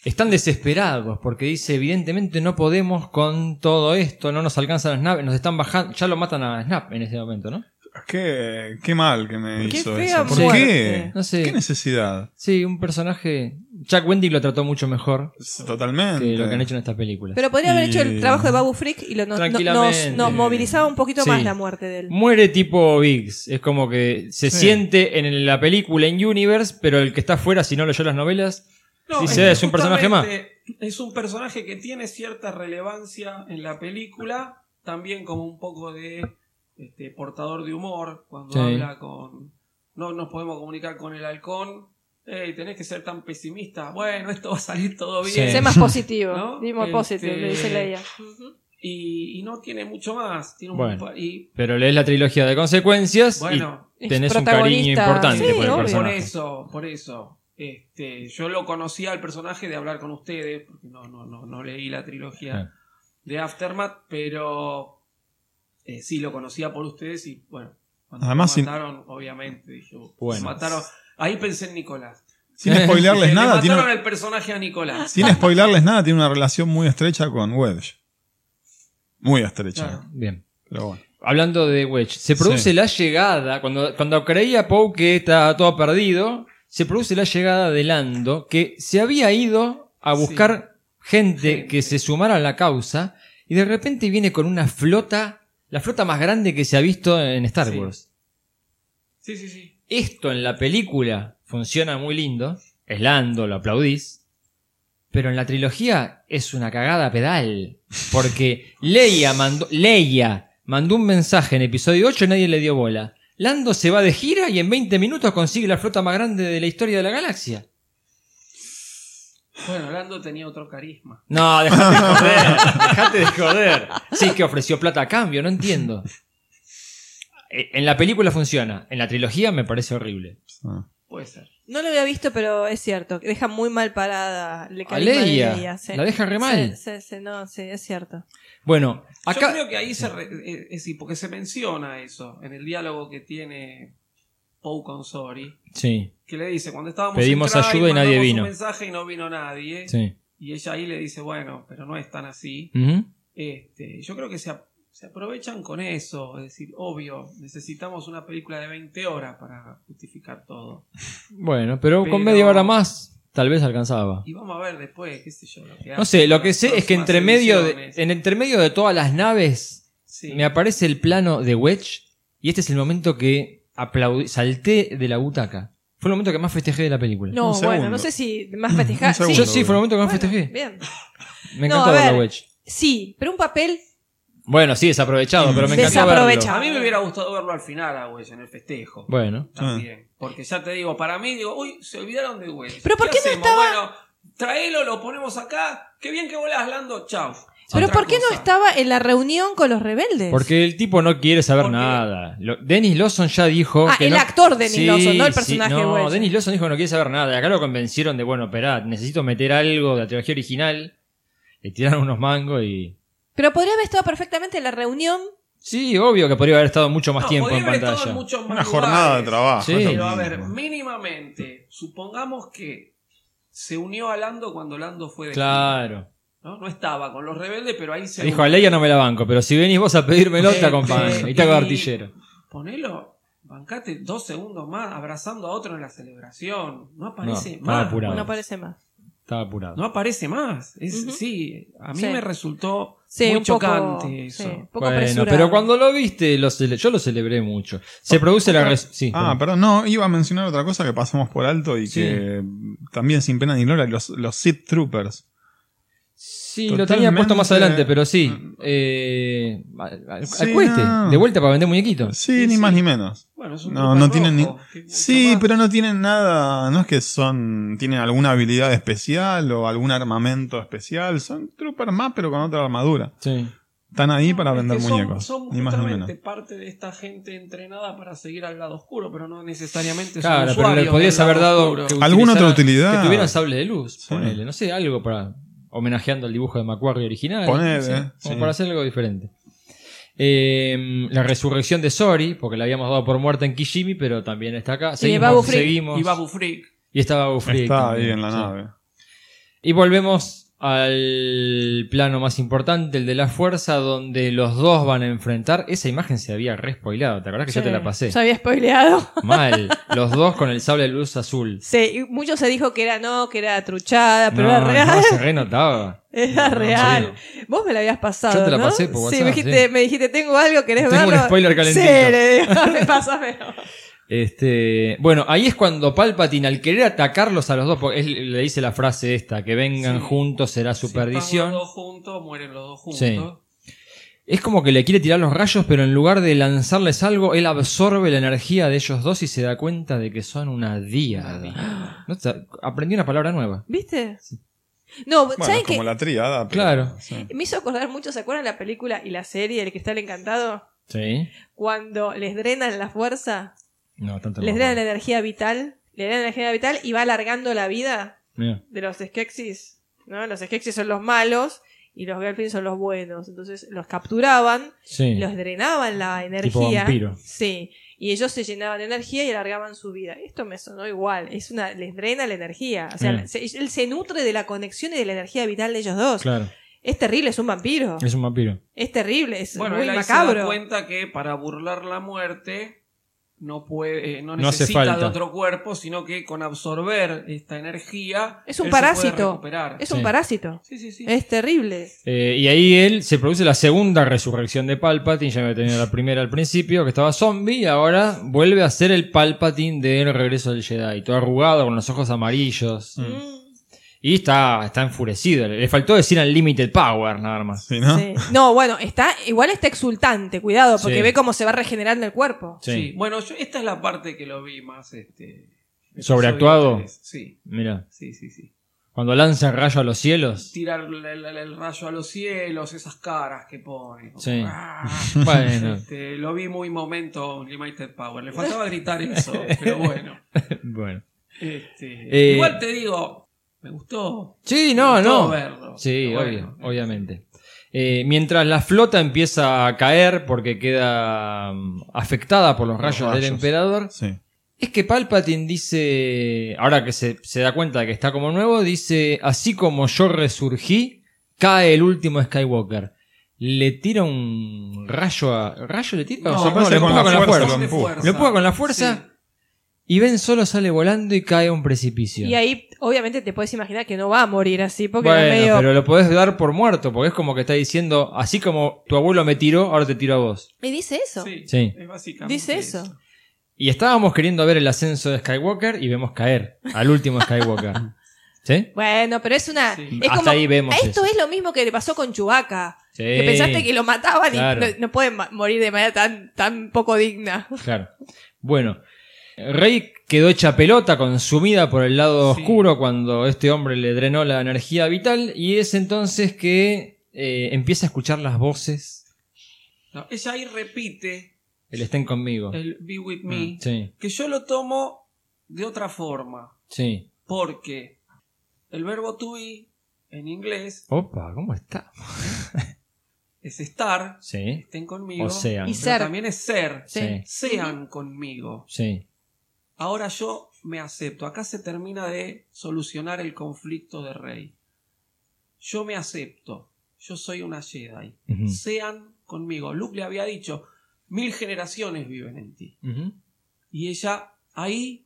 C: Están desesperados porque dice, evidentemente no podemos con todo esto, no nos alcanzan las naves, nos están bajando, ya lo matan a Snap en este momento, ¿no?
E: Qué, qué mal que me
D: Qué
E: hizo
D: fea
E: eso. ¿Por
C: muerte.
E: qué?
C: No sé.
E: ¿Qué necesidad?
C: Sí, un personaje... Jack Wendy lo trató mucho mejor
E: Es Totalmente.
C: que lo que han hecho en esta película.
D: Pero podría haber
E: Y-
D: hecho el trabajo de Babu Frick y lo no- no- nos,
C: Tranquilamente.
D: nos movilizaba un poquito
C: Sí.
D: más la muerte de él.
C: Muere tipo Biggs. Es como que se
E: Sí.
C: siente en la película, en Universe, pero el que está afuera, si no leyó las novelas.
F: No,
C: Dice,
F: que
C: es un personaje más.
F: justamente Es un personaje que tiene cierta relevancia en la película, también como un poco de este, portador de humor, cuando
C: Sí.
F: habla con... No nos podemos comunicar con el halcón. Ey, tenés que ser tan pesimista. Bueno, esto va a salir todo bien.
C: Sí.
D: Sé más positivo.
F: ¿No?
D: Be more
F: Este-
D: positive, le dice Leia.
F: Y, y no tiene mucho más. Tiene un
C: Bueno.
F: pa- y
C: Pero lees la trilogía de consecuencias
F: bueno,
C: y
D: Es
C: tenés un cariño
D: protagonista.
C: importante por
D: Sí,
C: el
D: obvio.
F: por
C: personaje.
F: eso, por eso. Este, yo lo conocía al personaje de hablar con ustedes, porque no, no, no, no leí la trilogía
C: Ah.
F: de Aftermath, pero eh, sí lo conocía por ustedes y bueno, cuando
E: Además,
F: lo
E: sin-
F: mataron, obviamente, dije, uh,
C: Bueno.
F: mataron. Ahí pensé en Nicolás.
E: Sin spoilearles
F: Le
E: nada,
F: mataron
E: tiene,
F: el personaje a Nicolás.
E: sin spoilearles nada, tiene una relación muy estrecha con Wedge. Muy estrecha.
F: Claro.
C: Bien.
E: Pero bueno.
C: Hablando de Wedge, se produce
E: Sí.
C: la llegada, cuando, cuando creía Poe que estaba todo perdido, se produce la llegada de Lando, que se había ido a
F: Sí.
C: buscar gente,
F: Gente.
C: que se sumara a la causa, y de repente viene con una flota, la flota más grande que se ha visto en Star
F: Sí.
C: Wars.
F: Sí, sí, sí.
C: Esto en la película funciona muy lindo, es Lando, lo aplaudís, pero en la trilogía es una cagada a pedal, porque Leia mandó, Leia mandó un mensaje en episodio 8 y nadie le dio bola. Lando se va de gira y en 20 minutos consigue la flota más grande de la historia de la galaxia.
F: Bueno, Lando tenía otro carisma.
C: No, dejate de joder, dejate de joder. Sí, que ofreció plata a cambio, no entiendo. Eh, En la película funciona, en la trilogía me parece horrible.
E: pues, ah.
F: Puede ser.
D: No lo había visto, pero es cierto. que Deja muy mal parada el
C: A
D: carisma de
C: Leia,
D: sí.
C: la deja re mal.
D: Sí, sí, sí, no, sí, es cierto.
C: Bueno,
F: Yo
C: acá...
F: creo que ahí se. re- eh, eh, sí, porque se menciona eso en el diálogo que tiene Poe con Sori.
C: Sí,
F: que le dice, cuando estábamos
C: Pedimos
F: en Trai,
C: ayuda y nadie
F: mandamos un
C: vino.
F: mensaje y no vino nadie.
C: sí. Mm.
F: Y ella ahí le dice, bueno, pero no es tan así.
C: Ujú.
F: Este, yo creo que se, ap- se aprovechan con eso. Es decir, obvio, necesitamos una película de 20 horas para justificar todo.
C: Bueno, pero,
F: Pero-
C: con media hora más tal vez alcanzaba.
F: Y vamos a ver después, qué sé yo. Lo que
C: No sé,
F: hacen
C: lo que
F: las
C: sé es que
F: próximas
C: entre medio de,
F: ediciones.
C: en entre medio de todas las naves
F: Sí.
C: me aparece el plano de Wedge y este es el momento que aplaudí, salté de la butaca. Fue el momento que más festejé de la película.
D: No,
E: Un
D: bueno,
E: segundo.
D: no sé si más festejar.
E: Un
D: Sí,
E: segundo.
C: Yo sí, fue el momento que más
D: bueno,
C: festejé.
D: bien.
C: Me
D: No,
C: encanta
D: a
C: ver a
D: ver.
C: Wedge.
D: Sí, pero un papel
C: Bueno, sí, desaprovechado, pero me encantó verlo.
D: Desaprovechado.
F: A mí me hubiera gustado verlo al final, a Wedge, en el festejo.
C: Bueno,
E: Ah.
F: También. Porque ya te digo, para mí, digo, uy, se olvidaron de Wedge.
D: Pero ¿por qué no
F: hacemos?
D: estaba-
F: Bueno, traelo, lo ponemos acá. Qué bien que volás, Lando. Chau.
D: ¿Pero
F: Otra
D: por qué no
F: cosa.
D: estaba en la reunión con los rebeldes?
C: porque el tipo no quiere saber
F: ¿Por qué?
C: nada. Lo- Dennis Lawson ya dijo
D: Ah,
C: que
D: el
C: no-
D: actor Dennis Lawson, no el personaje
C: No,
D: Wedge.
C: Dennis Lawson dijo que no quiere saber nada. Acá lo convencieron de, bueno, esperá, necesito meter algo de la trilogía original. Le tiraron unos mangos y...
D: Pero podría haber estado perfectamente en la reunión.
C: Sí, obvio que podría haber estado mucho más
F: No,
C: tiempo
F: podría
C: en
F: haber estado
C: pantalla.
F: en muchos más
E: Una jornada de
F: lugares.
E: trabajo.
C: Sí.
E: es lo
F: Pero a ver,
E: mismo.
F: mínimamente, supongamos que se unió a Lando cuando Lando fue de
C: Claro.
F: gira, ¿no? No estaba con los rebeldes, pero ahí se.
C: Dijo, a Leia no me la banco, pero si venís vos a pedírmelo,
F: Sí,
C: te acompaño.
F: sí.
C: Y te hago
F: Y-
C: artillero.
F: Ponelo, bancate dos segundos más abrazando a otro en la celebración. No aparece
C: No, estaba
F: más.
C: apurado.
D: No parece más.
C: Estaba apurado.
F: No aparece más. Es,
D: Ujú.
F: Sí, a mí
D: Sí.
F: me resultó
D: Sí,
F: muy
D: un poco-
F: chocante eso.
D: sí, un poco
C: bueno,
D: apresurado.
C: pero cuando lo viste, lo cele- yo lo celebré mucho. Se produce la... res- sí,
E: Ah,
C: perdón.
E: perdón, no, iba a mencionar otra cosa que pasamos por alto y
C: Sí.
E: que mm, también sin pena ni gloria, los, los Sith Troopers.
C: Sí, lo tenía puesto más
E: Totalmente.
C: adelante,
E: Ah.
C: pero sí. Eh, al- al-
E: Sí,
C: al cueste,
E: no.
C: de vuelta para vender muñequitos.
E: Sí, ni más ni menos.
F: Bueno, es un
E: No,
F: lugar
E: no tienen ni.
F: rojo, que-
E: Sí,
F: capaz-
E: pero no tienen nada. No es que son. Tienen alguna habilidad especial o algún armamento especial. Son troopers más, pero con otra armadura.
C: Sí.
E: Están ahí para vender
F: Es que son-
E: muñecos.
F: Son,
E: ni más ni
F: justamente
E: menos.
F: parte de esta gente entrenada para seguir al lado oscuro, pero no necesariamente
C: Claro,
F: son
C: pero le
F: usuarios
C: podías
F: del lado
C: haber dado.
F: oscuro.
C: que
E: ¿Alguna otra
C: utilizaran-
E: utilidad?
C: Que tuvieran sable de luz,
E: Sí.
C: ponele. No sé, algo para. homenajeando al dibujo de Macquarie original.
E: Ponele, eh,
C: no sé, como
E: sí.
C: para hacer algo diferente. Eh, la resurrección de Sori, porque la habíamos dado por muerta en Kishimi, pero también está acá. Seguimos,
D: Babu Frick.
C: seguimos.
F: Y Babu Frick.
C: Y está Babu Frick
E: Está
C: también,
E: ahí en la
C: sí.
E: nave.
C: Y volvemos al plano más importante, el de la fuerza, donde los dos van a enfrentar. Esa imagen se había respoilado, ¿te acordás que yo te la pasé?
D: Se había spoileado.
C: Mal. Los dos con el sable de luz azul.
D: Sí, y mucho se dijo que era no, que era truchada, pero
C: no,
D: era real.
C: no, se renotaba. No,
D: Era
C: no
D: real.
C: sabía.
D: Vos me la habías pasado.
C: Yo te la
D: ¿no?
C: pasé por
D: Sí, me
C: WhatsApp,
D: dijiste,
C: sí.
D: me dijiste, tengo algo, querés
C: Tengo un
D: verlo.
C: spoiler calentito.
D: Sí, le digo, "Dame, pásamelo".
C: Este, bueno, ahí es cuando Palpatine, al querer atacarlos a los dos, porque él le dice la frase esta, que vengan
F: Sí.
C: juntos será su
F: Si están
C: perdición.
F: los dos juntos, mueren los dos juntos.
C: Sí. Es como que le quiere tirar los rayos, pero en lugar de lanzarles algo, él absorbe la energía de ellos dos y se da cuenta de que son una diada. No sa- Aprendí una palabra nueva.
D: ¿Viste? No,
E: Bueno,
D: ¿saben
E: es como
D: qué?
E: la tríada. pero-
C: Claro.
E: sí.
D: Me hizo acordar mucho, ¿se acuerdan la película y la serie El Cristal Encantado?
C: Sí.
D: Cuando les drenan la fuerza,
C: No, tanto no
D: les
C: me
D: drenan la
C: acuerdo.
D: energía vital, le drenan la energía vital y va alargando la vida
C: Mira.
D: de los Skeksis, ¿no? Los Skeksis son los malos y los Gelfin son los buenos. Entonces los capturaban
C: Sí.
D: los drenaban la energía.
C: Tipo vampiro.
D: Sí. Y ellos se llenaban de energía y alargaban su vida. Esto me sonó igual. Es una, les drena la energía. O sea,
C: Mm.
D: se- él se nutre de la conexión y de la energía vital de ellos dos.
C: Claro.
D: Es terrible, es un vampiro. Es,
C: Es un vampiro.
D: terrible, es
F: Bueno,
D: muy
F: él ahí se da
D: macabro.
F: cuenta que para burlar la muerte no puede, eh, no
C: No hace
F: necesita de
C: falta.
F: otro cuerpo, sino que con absorber esta energía
D: Es un
F: él se
D: parásito.
F: puede recuperar.
D: Es un
C: Sí.
D: parásito.
F: Sí, sí, sí.
D: Es terrible.
C: Eh, y ahí él se produce la segunda resurrección de Palpatine. Ya había tenido la primera al principio, que estaba zombie, y ahora vuelve a ser el Palpatine del regreso del Jedi. Todo arrugado, con los ojos amarillos.
D: Mm,
C: Y está, está enfurecido. Le le faltó decir Unlimited Power, nada más.
E: Sí, ¿no?
D: sí. No, bueno, está, igual está exultante, cuidado, porque
C: Sí.
D: ve cómo se va regenerando el cuerpo.
C: Sí.
F: Sí. Bueno, yo- esta es la parte que lo vi más. Este,
C: ¿Sobreactuado?
F: episodio tres. Sí,
C: Mira.
F: sí, sí. sí.
C: Cuando lanza el rayo a los cielos.
F: Tirar el, el- el rayo a los cielos, esas caras que pone. como,
C: Sí.
F: "Ah".
C: Bueno.
F: Este, lo vi muy momento Limited Power. Le faltaba gritar eso, pero bueno.
C: bueno.
F: Este,
C: Eh,
F: igual te digo, me gustó.
C: Sí, no,
F: Me gustó
C: no.
F: verlo.
C: Sí,
F: Pero
C: obvio,
F: bueno. este.
C: obviamente. Eh, mientras la flota empieza a caer porque queda mm, afectada por los
E: Los
C: rayos, del
E: rayos.
C: emperador,
E: Sí.
C: es que Palpatine dice, ahora que se, se da cuenta de que está como nuevo, dice, así como yo resurgí, cae el último Skywalker. Le tira un rayo a... ¿Rayo le tira?
F: No,
C: O sea,
E: parece
C: le
E: con
C: empuja
E: la fuerza, lo
F: Hace
E: empuja.
C: Lo empuja con la fuerza. Y Ben solo sale volando y cae a un precipicio.
D: Y ahí, obviamente, te puedes imaginar que no va a morir así, porque
C: bueno,
D: era medio.
C: pero lo podés dar por muerto, porque es como que está diciendo, así como tu abuelo me tiró, ahora te tiro a vos.
D: Y dice eso.
F: Sí,
C: Sí.
F: es básicamente
D: Dice eso.
C: Y estábamos queriendo ver el ascenso de Skywalker y vemos caer al último Skywalker. ¿Sí?
D: Bueno, pero es una.
F: Sí.
D: Es
C: Hasta
D: como-
C: ahí vemos
D: Esto
C: eso.
D: es lo mismo que le pasó con Chubaca.
C: Sí.
D: Que pensaste que lo mataban
C: Claro.
D: y no, no pueden ma- morir de manera tan, tan poco digna.
C: Claro. Bueno, Rey quedó hecha pelota, consumida por el lado
F: Sí.
C: oscuro cuando este hombre le drenó la energía vital y es entonces que eh, empieza a escuchar las voces.
F: No, ella ahí repite
C: El estén conmigo.
F: el Be With Me,
C: Mm, Sí,
F: que yo lo tomo de otra forma,
C: sí.
F: porque el verbo to be en inglés
C: Opa, ¿cómo está?
F: es estar,
C: Sí,
F: estén conmigo,
C: O sean.
D: Y
F: pero
D: ser.
F: también es ser,
C: Sí.
F: sean conmigo.
C: sí.
F: Ahora yo me acepto. Acá se termina de solucionar el conflicto de Rey. Yo me acepto. Yo soy una Jedi.
C: Ujú.
F: Sean conmigo. Luke le había dicho, mil generaciones viven en ti.
C: Ujú.
F: Y ella ahí,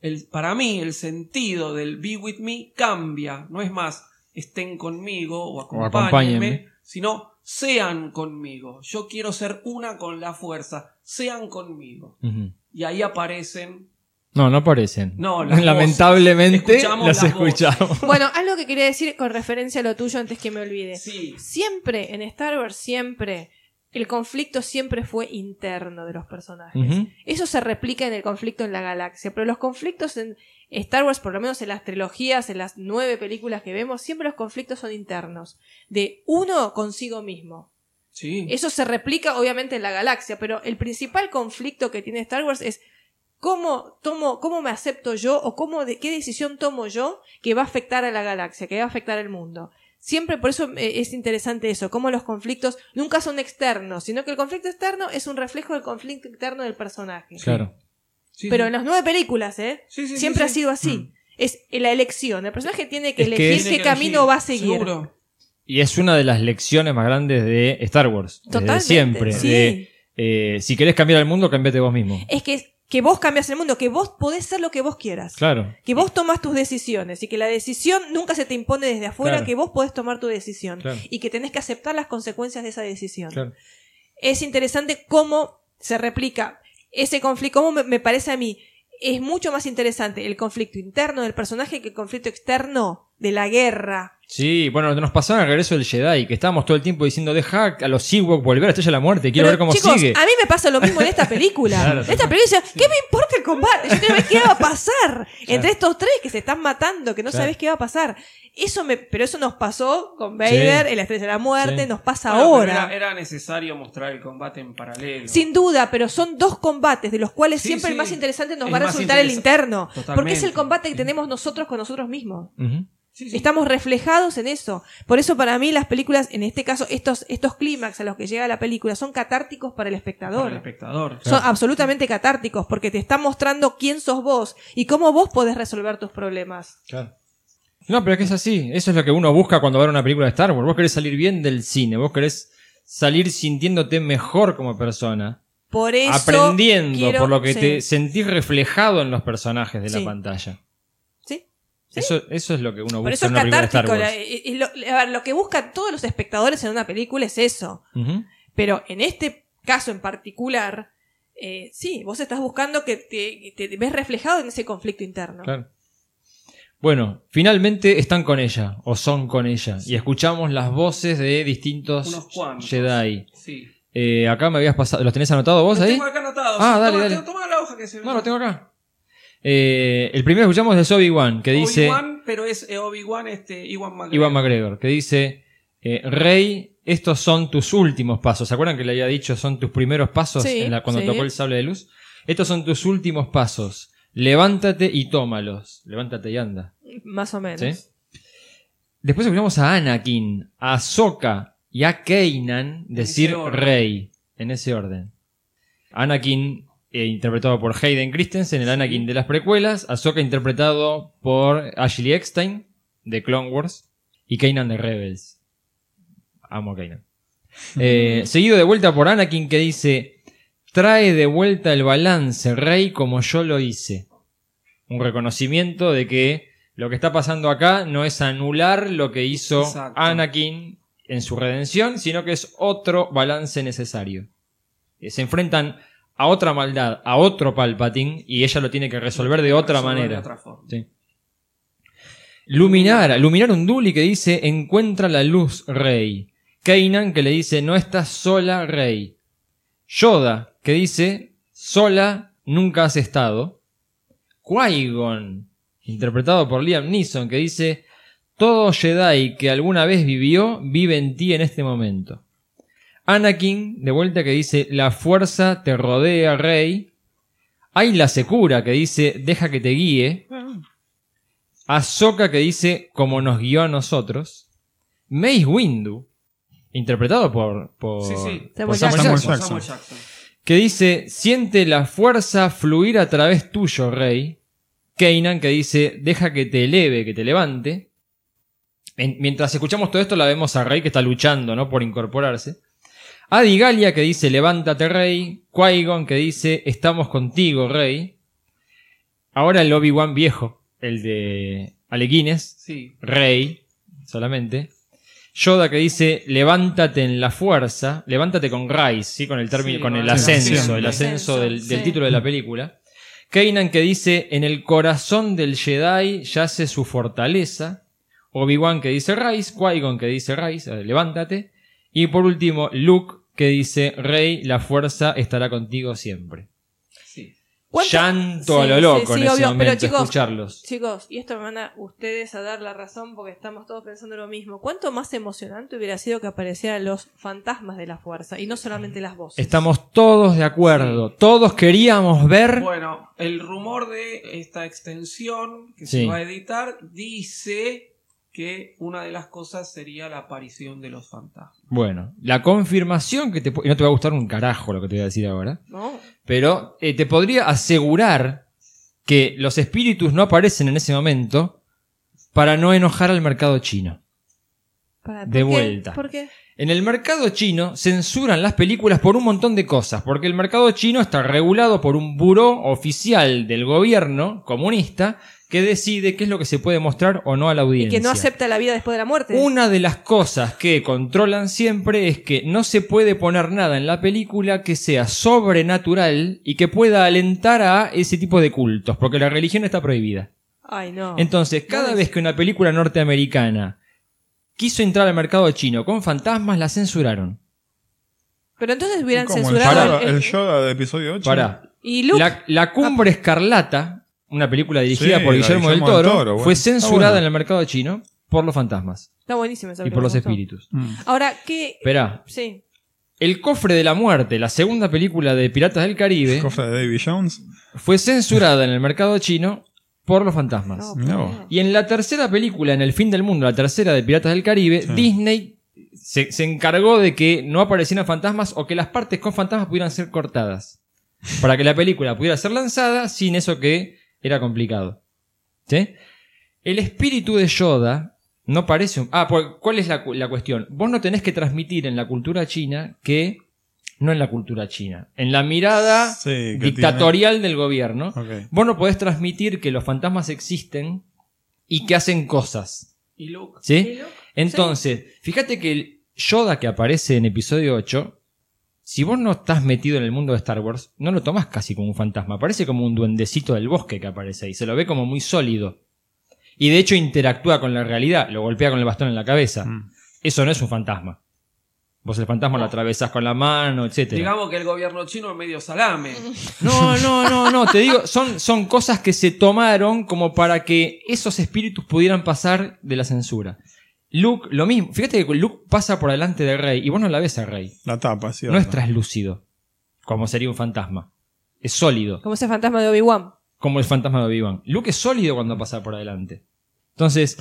F: el, para mí, el sentido del be with me cambia. No es más estén conmigo o acompáñenme,
C: acompáñenme.
F: sino sean conmigo. Yo quiero ser una con la fuerza. Sean conmigo.
C: Ujú.
F: Y ahí aparecen
C: No, no aparecen.
H: No, las
C: lamentablemente
H: voces. Escuchamos
C: las
H: las
C: escuchamos.
D: Bueno, algo que quería decir con referencia a lo tuyo antes que me olvide.
H: Sí.
D: Siempre, en Star Wars, siempre, el conflicto siempre fue interno de los personajes.
C: Ujú.
D: Eso se replica en el conflicto en la galaxia, pero los conflictos en Star Wars, por lo menos en las trilogías, en las nueve películas que vemos, siempre los conflictos son internos, de uno consigo mismo.
H: Sí.
D: Eso se replica obviamente en la galaxia, pero el principal conflicto que tiene Star Wars es cómo tomo, cómo me acepto yo o cómo de, qué decisión tomo yo que va a afectar a la galaxia, que va a afectar al mundo. Siempre por eso eh, es interesante eso, cómo los conflictos nunca son externos, sino que el conflicto externo es un reflejo del conflicto interno del personaje.
C: Claro.
H: sí,
D: Pero
H: sí.
D: en las nueve películas, ¿eh?
H: Sí, sí, sí, sí.
D: Siempre ha sido así.
H: Mm.
D: Es la elección. El personaje tiene que
C: Es que
D: elegir
C: es-
D: qué
H: Tiene que
D: camino
H: elegir,
D: va a seguir.
H: Seguro.
C: Y es una de las lecciones más grandes de Star Wars. Desde
D: Totalmente,
C: siempre.
D: sí.
C: De, eh, si querés cambiar el mundo, cambiate vos mismo.
D: Es que, que vos cambias el mundo, que vos podés ser lo que vos quieras.
C: Claro.
D: Que vos tomás tus decisiones y que la decisión nunca se te impone desde afuera,
C: Claro.
D: que vos podés tomar tu decisión
C: Claro.
D: y que tenés que aceptar las consecuencias de esa decisión.
C: Claro.
D: Es interesante cómo se replica ese conflicto, cómo me, me parece a mí, es mucho más interesante el conflicto interno del personaje que el conflicto externo de la guerra.
C: Sí, bueno, nos pasaba en el regreso del Jedi, que estábamos todo el tiempo diciendo, deja a los Ewok volver a Estrella de la Muerte, quiero
D: Pero,
C: ver cómo
D: chicos,
C: sigue.
D: A mí me pasa lo mismo en esta película.
C: Claro.
D: en esta película, ¿qué me importa el combate? Yo quiero ver qué va a pasar entre estos tres que se están matando, que no
C: Claro.
D: sabes qué va a pasar. Eso me, pero eso nos pasó con Vader,
C: Sí.
D: en la estrella de la muerte,
C: Sí.
D: nos pasa
H: Bueno, pero
D: ahora.
H: Era, era necesario mostrar el combate en paralelo.
D: Sin duda, pero son dos combates de los cuales
H: Sí,
D: siempre el
H: sí.
D: más interesante nos
H: Es
D: va a
H: más
D: resultar el
H: interesa-
D: interno. Porque es
H: Totalmente.
D: el combate que tenemos nosotros con nosotros mismos.
C: Ujú.
H: Sí, sí.
D: Estamos reflejados en eso. Por eso para mí las películas, en este caso, estos, estos clímax a los que llega la película son catárticos para el espectador.
H: Para el espectador.
D: Son absolutamente catárticos porque te están mostrando quién sos vos y cómo vos podés resolver tus problemas.
C: No, pero es que es así. Eso es lo que uno busca cuando va a ver una película de Star Wars. Vos querés salir bien del cine, vos querés salir sintiéndote mejor como persona.
D: Por eso.
C: aprendiendo
D: quiero-
C: por lo que
D: sí,
C: te sentís reflejado en los personajes de la
D: Sí.
C: pantalla.
D: sí.
C: Eso, eso es lo que uno
D: Por
C: busca
D: eso
C: en
D: es
C: una película de Star
D: catártico.
C: Wars.
D: la- y- y lo, a ver, lo que buscan todos los espectadores en una película es eso.
C: Ujú.
D: Pero en este caso en particular, eh, sí, vos estás buscando que te, que te ves reflejado en ese conflicto interno.
C: Claro. Bueno, finalmente están con ella, o son con ella, y escuchamos las voces de distintos
H: Unos cuantos.
C: Jedi.
H: Sí.
C: Eh, acá me habías pasado, ¿los tenés anotado vos
H: Lo
C: ahí?
H: tengo acá anotado.
C: Ah,
H: Sí,
C: dale,
H: toma,
C: dale.
H: tengo- toma la hoja que se
C: No, lo tengo acá. Eh, el primero que escuchamos es Obi-Wan, que dice...
H: Obi-Wan, pero es eh, Obi-Wan, este, Iwan McGregor.
C: Iwan McGregor, que dice, eh, Rey, estos son tus últimos pasos. ¿Se acuerdan que le había dicho son tus primeros pasos
D: Sí,
C: en la- cuando
D: sí.
C: tocó el sable de luz? Estos son tus últimos pasos. Levántate y tómalos. Levántate y anda.
D: Más o menos.
C: ¿sí? Después escuchamos a Anakin, a Sokka y a Keynan decir
H: ese orden.
C: Rey, en ese orden. Anakin, eh, interpretado por Hayden Christensen, el Anakin de las precuelas. A Sokka, interpretado por Ashley Eckstein, de Clone Wars. Y Kanan de Rebels. Amo a Kanan. Eh, seguido de vuelta por Anakin que dice: Trae de vuelta el balance, Rey, como yo lo hice. Un reconocimiento de que lo que está pasando acá no es anular lo que hizo
H: Exacto.
C: Anakin en su redención, sino que es otro balance necesario. Eh, Se enfrentan a otra maldad, a otro Palpatine, y ella lo tiene que resolver de otra
H: Resolver de
C: manera.
H: otra forma.
C: Sí. Luminar, Luminar un Duli que dice encuentra la luz, Rey. Kanan que le dice no estás sola, Rey. Yoda que dice sola nunca has estado. Qui-Gon, interpretado por Liam Neeson, que dice todo Jedi que alguna vez vivió vive en ti en este momento. Anakin, de vuelta, que dice la fuerza te rodea, Rey. Ayla Secura, que dice deja que te guíe. Ahsoka que dice como nos guió a nosotros. Mace Windu, interpretado por, por,
H: Sí, sí.
C: por
D: Samuel
C: Samuel
D: Jackson.
C: Jackson,
H: Samuel
E: Jackson.
H: Jackson.
C: que dice siente la fuerza fluir a través tuyo, Rey. Kanan que dice deja que te eleve, que te levante. En- mientras escuchamos todo esto la vemos a Rey que está luchando, ¿no? Por incorporarse. Adigalia que dice levántate, Rey. Qui-Gon que dice estamos contigo, Rey. Ahora el Obi-Wan viejo, el de Alequines,
H: Sí.
C: Rey, solamente. Yoda que dice, levántate en la fuerza, levántate con Rice, ¿sí? con el término,
H: Sí,
C: con el
H: con el
C: ascenso,
E: ascenso.
C: el ascenso del, del
D: Sí.
C: título de la película. Kanan que dice, en el corazón del Jedi yace su fortaleza. Obi-Wan que dice Rice, Qui-Gon que dice Rice, eh, levántate. Y por último, Luke que dice, Rey, la fuerza estará contigo siempre.
F: Sí.
D: ¿Cuánto-
C: Llanto a
D: Sí,
C: lo
D: sí,
C: loco
D: sí,
C: en ese
D: obvio, pero
C: momento,
D: chicos,
C: escucharlos.
D: Chicos, y esto me van a ustedes a dar la razón porque estamos todos pensando lo mismo. ¿Cuánto más emocionante hubiera sido que aparecieran los fantasmas de la fuerza y no solamente las voces?
C: Estamos todos de acuerdo, todos queríamos ver...
F: Bueno, el rumor de esta extensión que
C: Sí.
F: se va a editar dice que una de las cosas sería la aparición de los fantasmas.
C: Bueno, la confirmación que te... pu- y no te va a gustar un carajo lo que te voy a decir ahora.
D: ¿no?
C: Pero eh, te podría asegurar que los espíritus no aparecen en ese momento para no enojar al mercado chino.
D: Para-
C: De
D: ¿por qué?
C: vuelta.
D: ¿Por qué?
C: En el mercado chino censuran las películas por un montón de cosas, porque el mercado chino está regulado por un buró oficial del gobierno comunista que decide qué es lo que se puede mostrar o no a la
D: Y
C: audiencia.
D: que no acepta la vida después de la muerte.
C: Una de las cosas que controlan siempre es que no se puede poner nada en la película que sea sobrenatural y que pueda alentar a ese tipo de cultos, porque la religión está prohibida.
D: Ay, Ah. no.
C: Entonces, cada
D: Nice.
C: vez que una película norteamericana quiso entrar al mercado chino con fantasmas, la censuraron.
D: Pero entonces hubieran
E: Como el,
D: censurado.
E: Yoda, el Yoda de episodio 8.
C: Pará.
D: Y Luke. Ah.
C: La, La Cumbre Escarlata, una película dirigida
E: Sí,
C: por
E: la
C: Guillermo,
E: Guillermo
C: del
E: del
C: Toro,
E: Toro, bueno.
C: fue
E: Está
C: censurada
E: bueno.
C: en el mercado chino por los fantasmas
D: Está buenísimo esa
C: y por los
D: película, me gustó.
C: espíritus.
E: Mm.
D: Ahora, ¿qué?
C: Esperá,
D: Sí.
C: El cofre de la muerte, la segunda película de Piratas del Caribe,
E: Cofre de Davy Jones.
C: fue censurada en el mercado chino por los fantasmas.
D: No,
E: Mirá
D: por
E: vos.
D: Dios.
C: Y en la tercera película, en El fin del mundo, la tercera de Piratas del Caribe,
E: Sí.
C: Disney se, se encargó de que no aparecieran fantasmas o que las partes con fantasmas pudieran ser cortadas. Para que la película pudiera ser lanzada sin eso que era complicado. ¿Sí? El espíritu de Yoda no parece un... Ah, pues, ¿cuál es la, cu- la cuestión? Vos no tenés que transmitir en la cultura china que... No en la cultura china. En la mirada
E: Sí, que
C: dictatorial del gobierno.
E: Ok.
C: Vos no podés transmitir que los fantasmas existen y que hacen cosas.
F: Y Luke.
C: ¿Sí? Entonces, fíjate que el Yoda que aparece en episodio 8, si vos no estás metido en el mundo de Star Wars, no lo tomás casi como un fantasma. Aparece como un duendecito del bosque que aparece ahí. Se lo ve como muy sólido. Y de hecho interactúa con la realidad. Lo golpea con el bastón en la cabeza.
E: Mm.
C: Eso no es un fantasma. Vos el fantasma lo atravesás con la mano, etcétera.
F: Digamos que el gobierno chino es medio salame.
C: No, no, no, no, te digo, son, son cosas que se tomaron como para que esos espíritus pudieran pasar de la censura. Luke, lo mismo. Fíjate que Luke pasa por delante de Rey y vos no la ves a Rey.
E: La tapa, sí.
C: No es traslúcido, como sería un fantasma. Es sólido,
D: Como ese fantasma de Obi-Wan.
C: como el fantasma de Obi-Wan. Luke es sólido cuando pasa por delante. Entonces,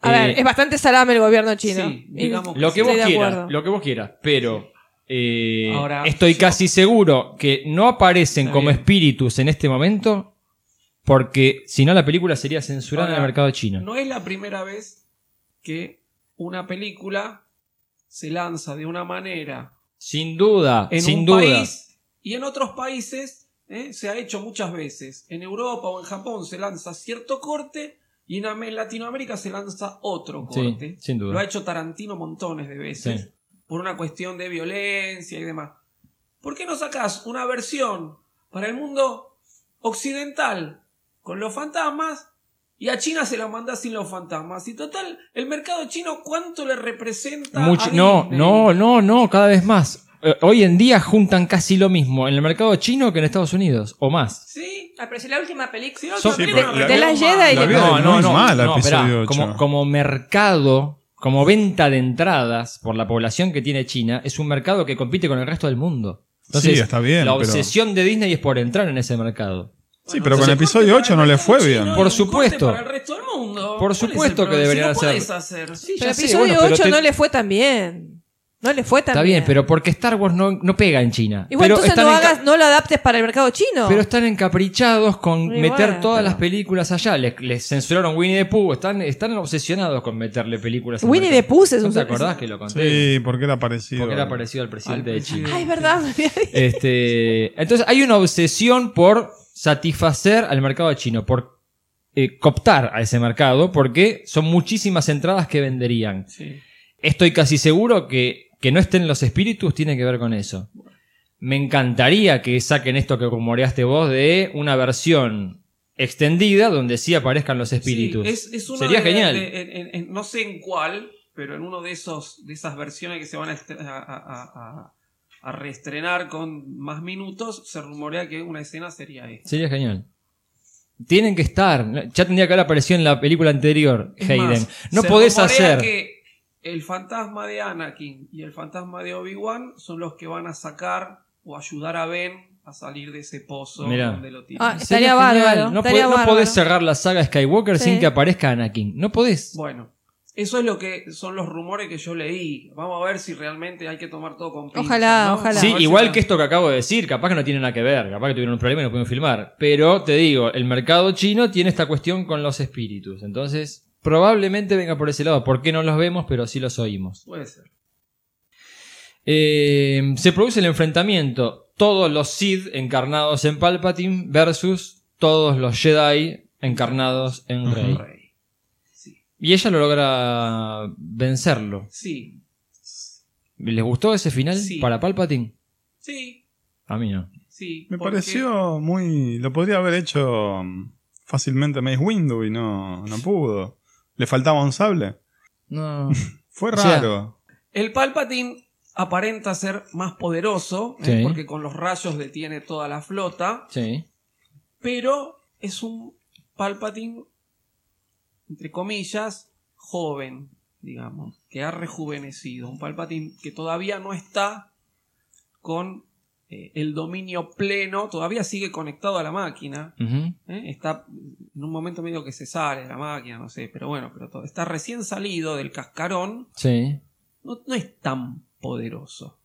D: A
C: eh,
D: ver, es bastante salame el gobierno chino.
F: Sí, digamos
C: lo que
D: Estoy
C: vos
D: de
C: quieras,
D: acuerdo.
C: lo que vos quieras, pero eh,
F: Ahora,
C: estoy
F: yo-
C: casi seguro que no aparecen
F: Está
C: como
F: bien.
C: espíritus en este momento porque si no la película sería censurada en
F: Ahora,
C: el mercado chino.
F: No es la primera vez que una película se lanza de una manera
C: sin duda,
F: en
C: sin
F: un
C: duda.
F: país y en otros países ¿eh? se ha hecho muchas veces. En Europa o en Japón se lanza cierto corte y en Am- en Latinoamérica se lanza otro
C: Sí,
F: corte.
C: sin duda.
F: Lo ha hecho Tarantino montones de veces
C: Sí.
F: por una cuestión de violencia y demás. ¿Por qué no sacás una versión para el mundo occidental con los fantasmas y a China se la mandás sin los fantasmas? Y total, el mercado chino, ¿cuánto le representa? a
C: Mucho- no,
F: Disney?
C: no, no, no, cada vez más. Eh, Hoy en día juntan casi lo mismo en el mercado chino que en Estados Unidos, o más.
F: ¿Sí?
D: Ah, pero si la última
F: Sí,
D: película.
F: otra
C: Son-
E: sí,
F: película
E: pero
F: me
E: la-
F: quedó
D: la
F: mal.
D: Jedi
E: La vida es muy mala,
C: esperá,
E: episodio ocho.
C: como, como mercado, como venta de entradas por la población que tiene China, es un mercado que compite con el resto del mundo. Entonces,
E: Sí, está bien,
C: la
E: pero-
C: obsesión de Disney es por entrar en ese mercado.
E: Sí, pero
F: Bueno,
E: con
F: entonces,
E: episodio
F: corte
E: 8 no le fue
F: para el
E: bien.
F: mundo
C: Por
F: y un corte
C: supuesto.
F: para el resto del mundo.
C: Por
F: ¿Cuál es el
C: supuesto que
F: problema? Si
C: deberían
F: lo podés
C: hacer.
F: hacer. Sí,
D: Pero
C: sé,
D: episodio
C: bueno, pero
D: 8
C: te-
D: no le fue tan bien. No le fue tan
C: Está bien, pero porque Star Wars no, no pega en China.
D: Igual
C: pero,
D: entonces no,
C: enca-
D: hagas, no lo adaptes para el mercado chino.
C: pero están encaprichados con
D: Y
C: meter
D: bueno,
C: todas
D: pero-
C: las películas allá. Les, les censuraron Winnie the Pooh. Están, están obsesionados con meterle películas al
D: Winnie the
C: mercado.
D: Pooh es un
C: ¿No te acordás que lo conté?
E: Sí, porque era parecido.
C: Porque era parecido al presidente de China.
D: Ay, es verdad.
C: Este, entonces hay una obsesión por satisfacer al mercado chino, por eh, cooptar a ese mercado, porque son muchísimas entradas que venderían.
F: Sí.
C: Estoy casi seguro que que no estén los espíritus tiene que ver con eso. Me encantaría que saquen esto que rumoreaste vos de una versión extendida donde sí aparezcan los espíritus.
F: Sí, es, es uno
C: Sería
F: de-
C: genial.
F: de- en- en- en- no sé en cuál, pero en uno de esos de esas versiones que se van a, estre- a- a- a- a reestrenar con más minutos, se rumorea que una escena sería esta.
C: Sería genial. Tienen que estar. Ya tendría que haber aparecido en la película anterior,
F: Es
C: Hayden.
F: más,
C: no
F: se
C: podés
F: rumorea
C: hacer.
F: que el fantasma de Anakin y el fantasma de Obi-Wan son los que van a sacar o ayudar a Ben a salir de ese pozo
C: Mirá.
F: donde lo tienen.
D: Ah,
C: Sería
D: estaría
C: genial.
D: bárbaro.
C: No,
D: estaría
C: podés, no
D: bárbaro.
C: podés cerrar la saga Skywalker
D: Sí.
C: sin que aparezca Anakin. No podés.
F: Bueno, eso es lo que son los rumores que yo leí. Vamos a ver si realmente hay que tomar todo con pinzas,
D: Ojalá,
F: ¿no?
D: ojalá.
C: Sí,
F: A ver si
C: igual
F: la-
C: que esto que acabo de decir, capaz que no tiene nada que ver, capaz que tuvieron un problema y no pudieron filmar. Pero te digo, el mercado chino tiene esta cuestión con los espíritus. Entonces, probablemente venga por ese lado. ¿Por qué no los vemos, pero sí los oímos?
F: Puede ser.
C: Eh, se produce el enfrentamiento. Todos los Sith encarnados en Palpatine versus todos los Jedi encarnados en Rey.
F: Rey. Sí.
C: Y ella lo logra vencerlo.
F: Sí.
C: ¿Les gustó ese final
F: Sí.
C: para Palpatine?
F: Sí.
C: A mí no.
F: Sí.
E: Me
F: porque-
E: pareció muy. Lo podría haber hecho mm, fácilmente Mace Windu y no, no pudo. Le faltaba un sable.
C: No.
E: Fue
C: O sea,
E: raro.
F: El Palpatine aparenta ser más poderoso, ¿eh?
C: Sí.
F: porque con los rayos detiene toda la flota,
C: sí.
F: pero es un Palpatine, entre comillas, joven, digamos, que ha rejuvenecido. Un Palpatine que todavía no está con eh, el dominio pleno, todavía sigue conectado a la máquina,
C: Ujú.
F: ¿eh? Está en un momento medio que se sale de la máquina, no sé, pero bueno, pero todo. está recién salido del cascarón,
C: Sí.
F: no, no es tan poderoso.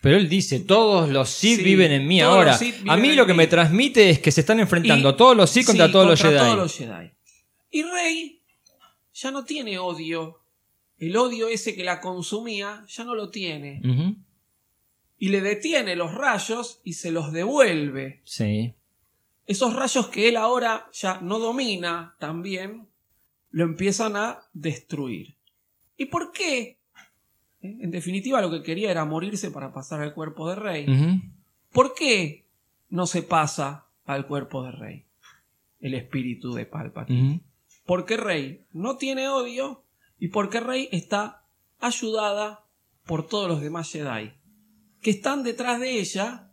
C: Pero él dice, todos los Sith
F: Sí,
C: viven en mí
F: todos
C: ahora.
F: los Sith viven
C: A mí
F: en
C: lo que
F: mí.
C: me transmite es que se están enfrentando
F: Y-
C: todos los Sith contra,
F: Sí,
C: todos, los
F: contra
C: Jedi.
F: todos los Jedi. Y Rey ya no tiene odio. El odio ese que la consumía ya no lo tiene.
C: Ujú.
F: Y le detiene los rayos y se los devuelve.
C: Sí.
F: Esos rayos que él ahora ya no domina también, lo empiezan a destruir. ¿Y por qué? ¿Eh? En definitiva, lo que quería era morirse para pasar al cuerpo de Rey.
C: Ujú.
F: ¿Por qué no se pasa al cuerpo de Rey? El espíritu de Palpatine.
C: Ujú.
F: Porque Rey no tiene odio y porque Rey está ayudada por todos los demás Jedi que están detrás de ella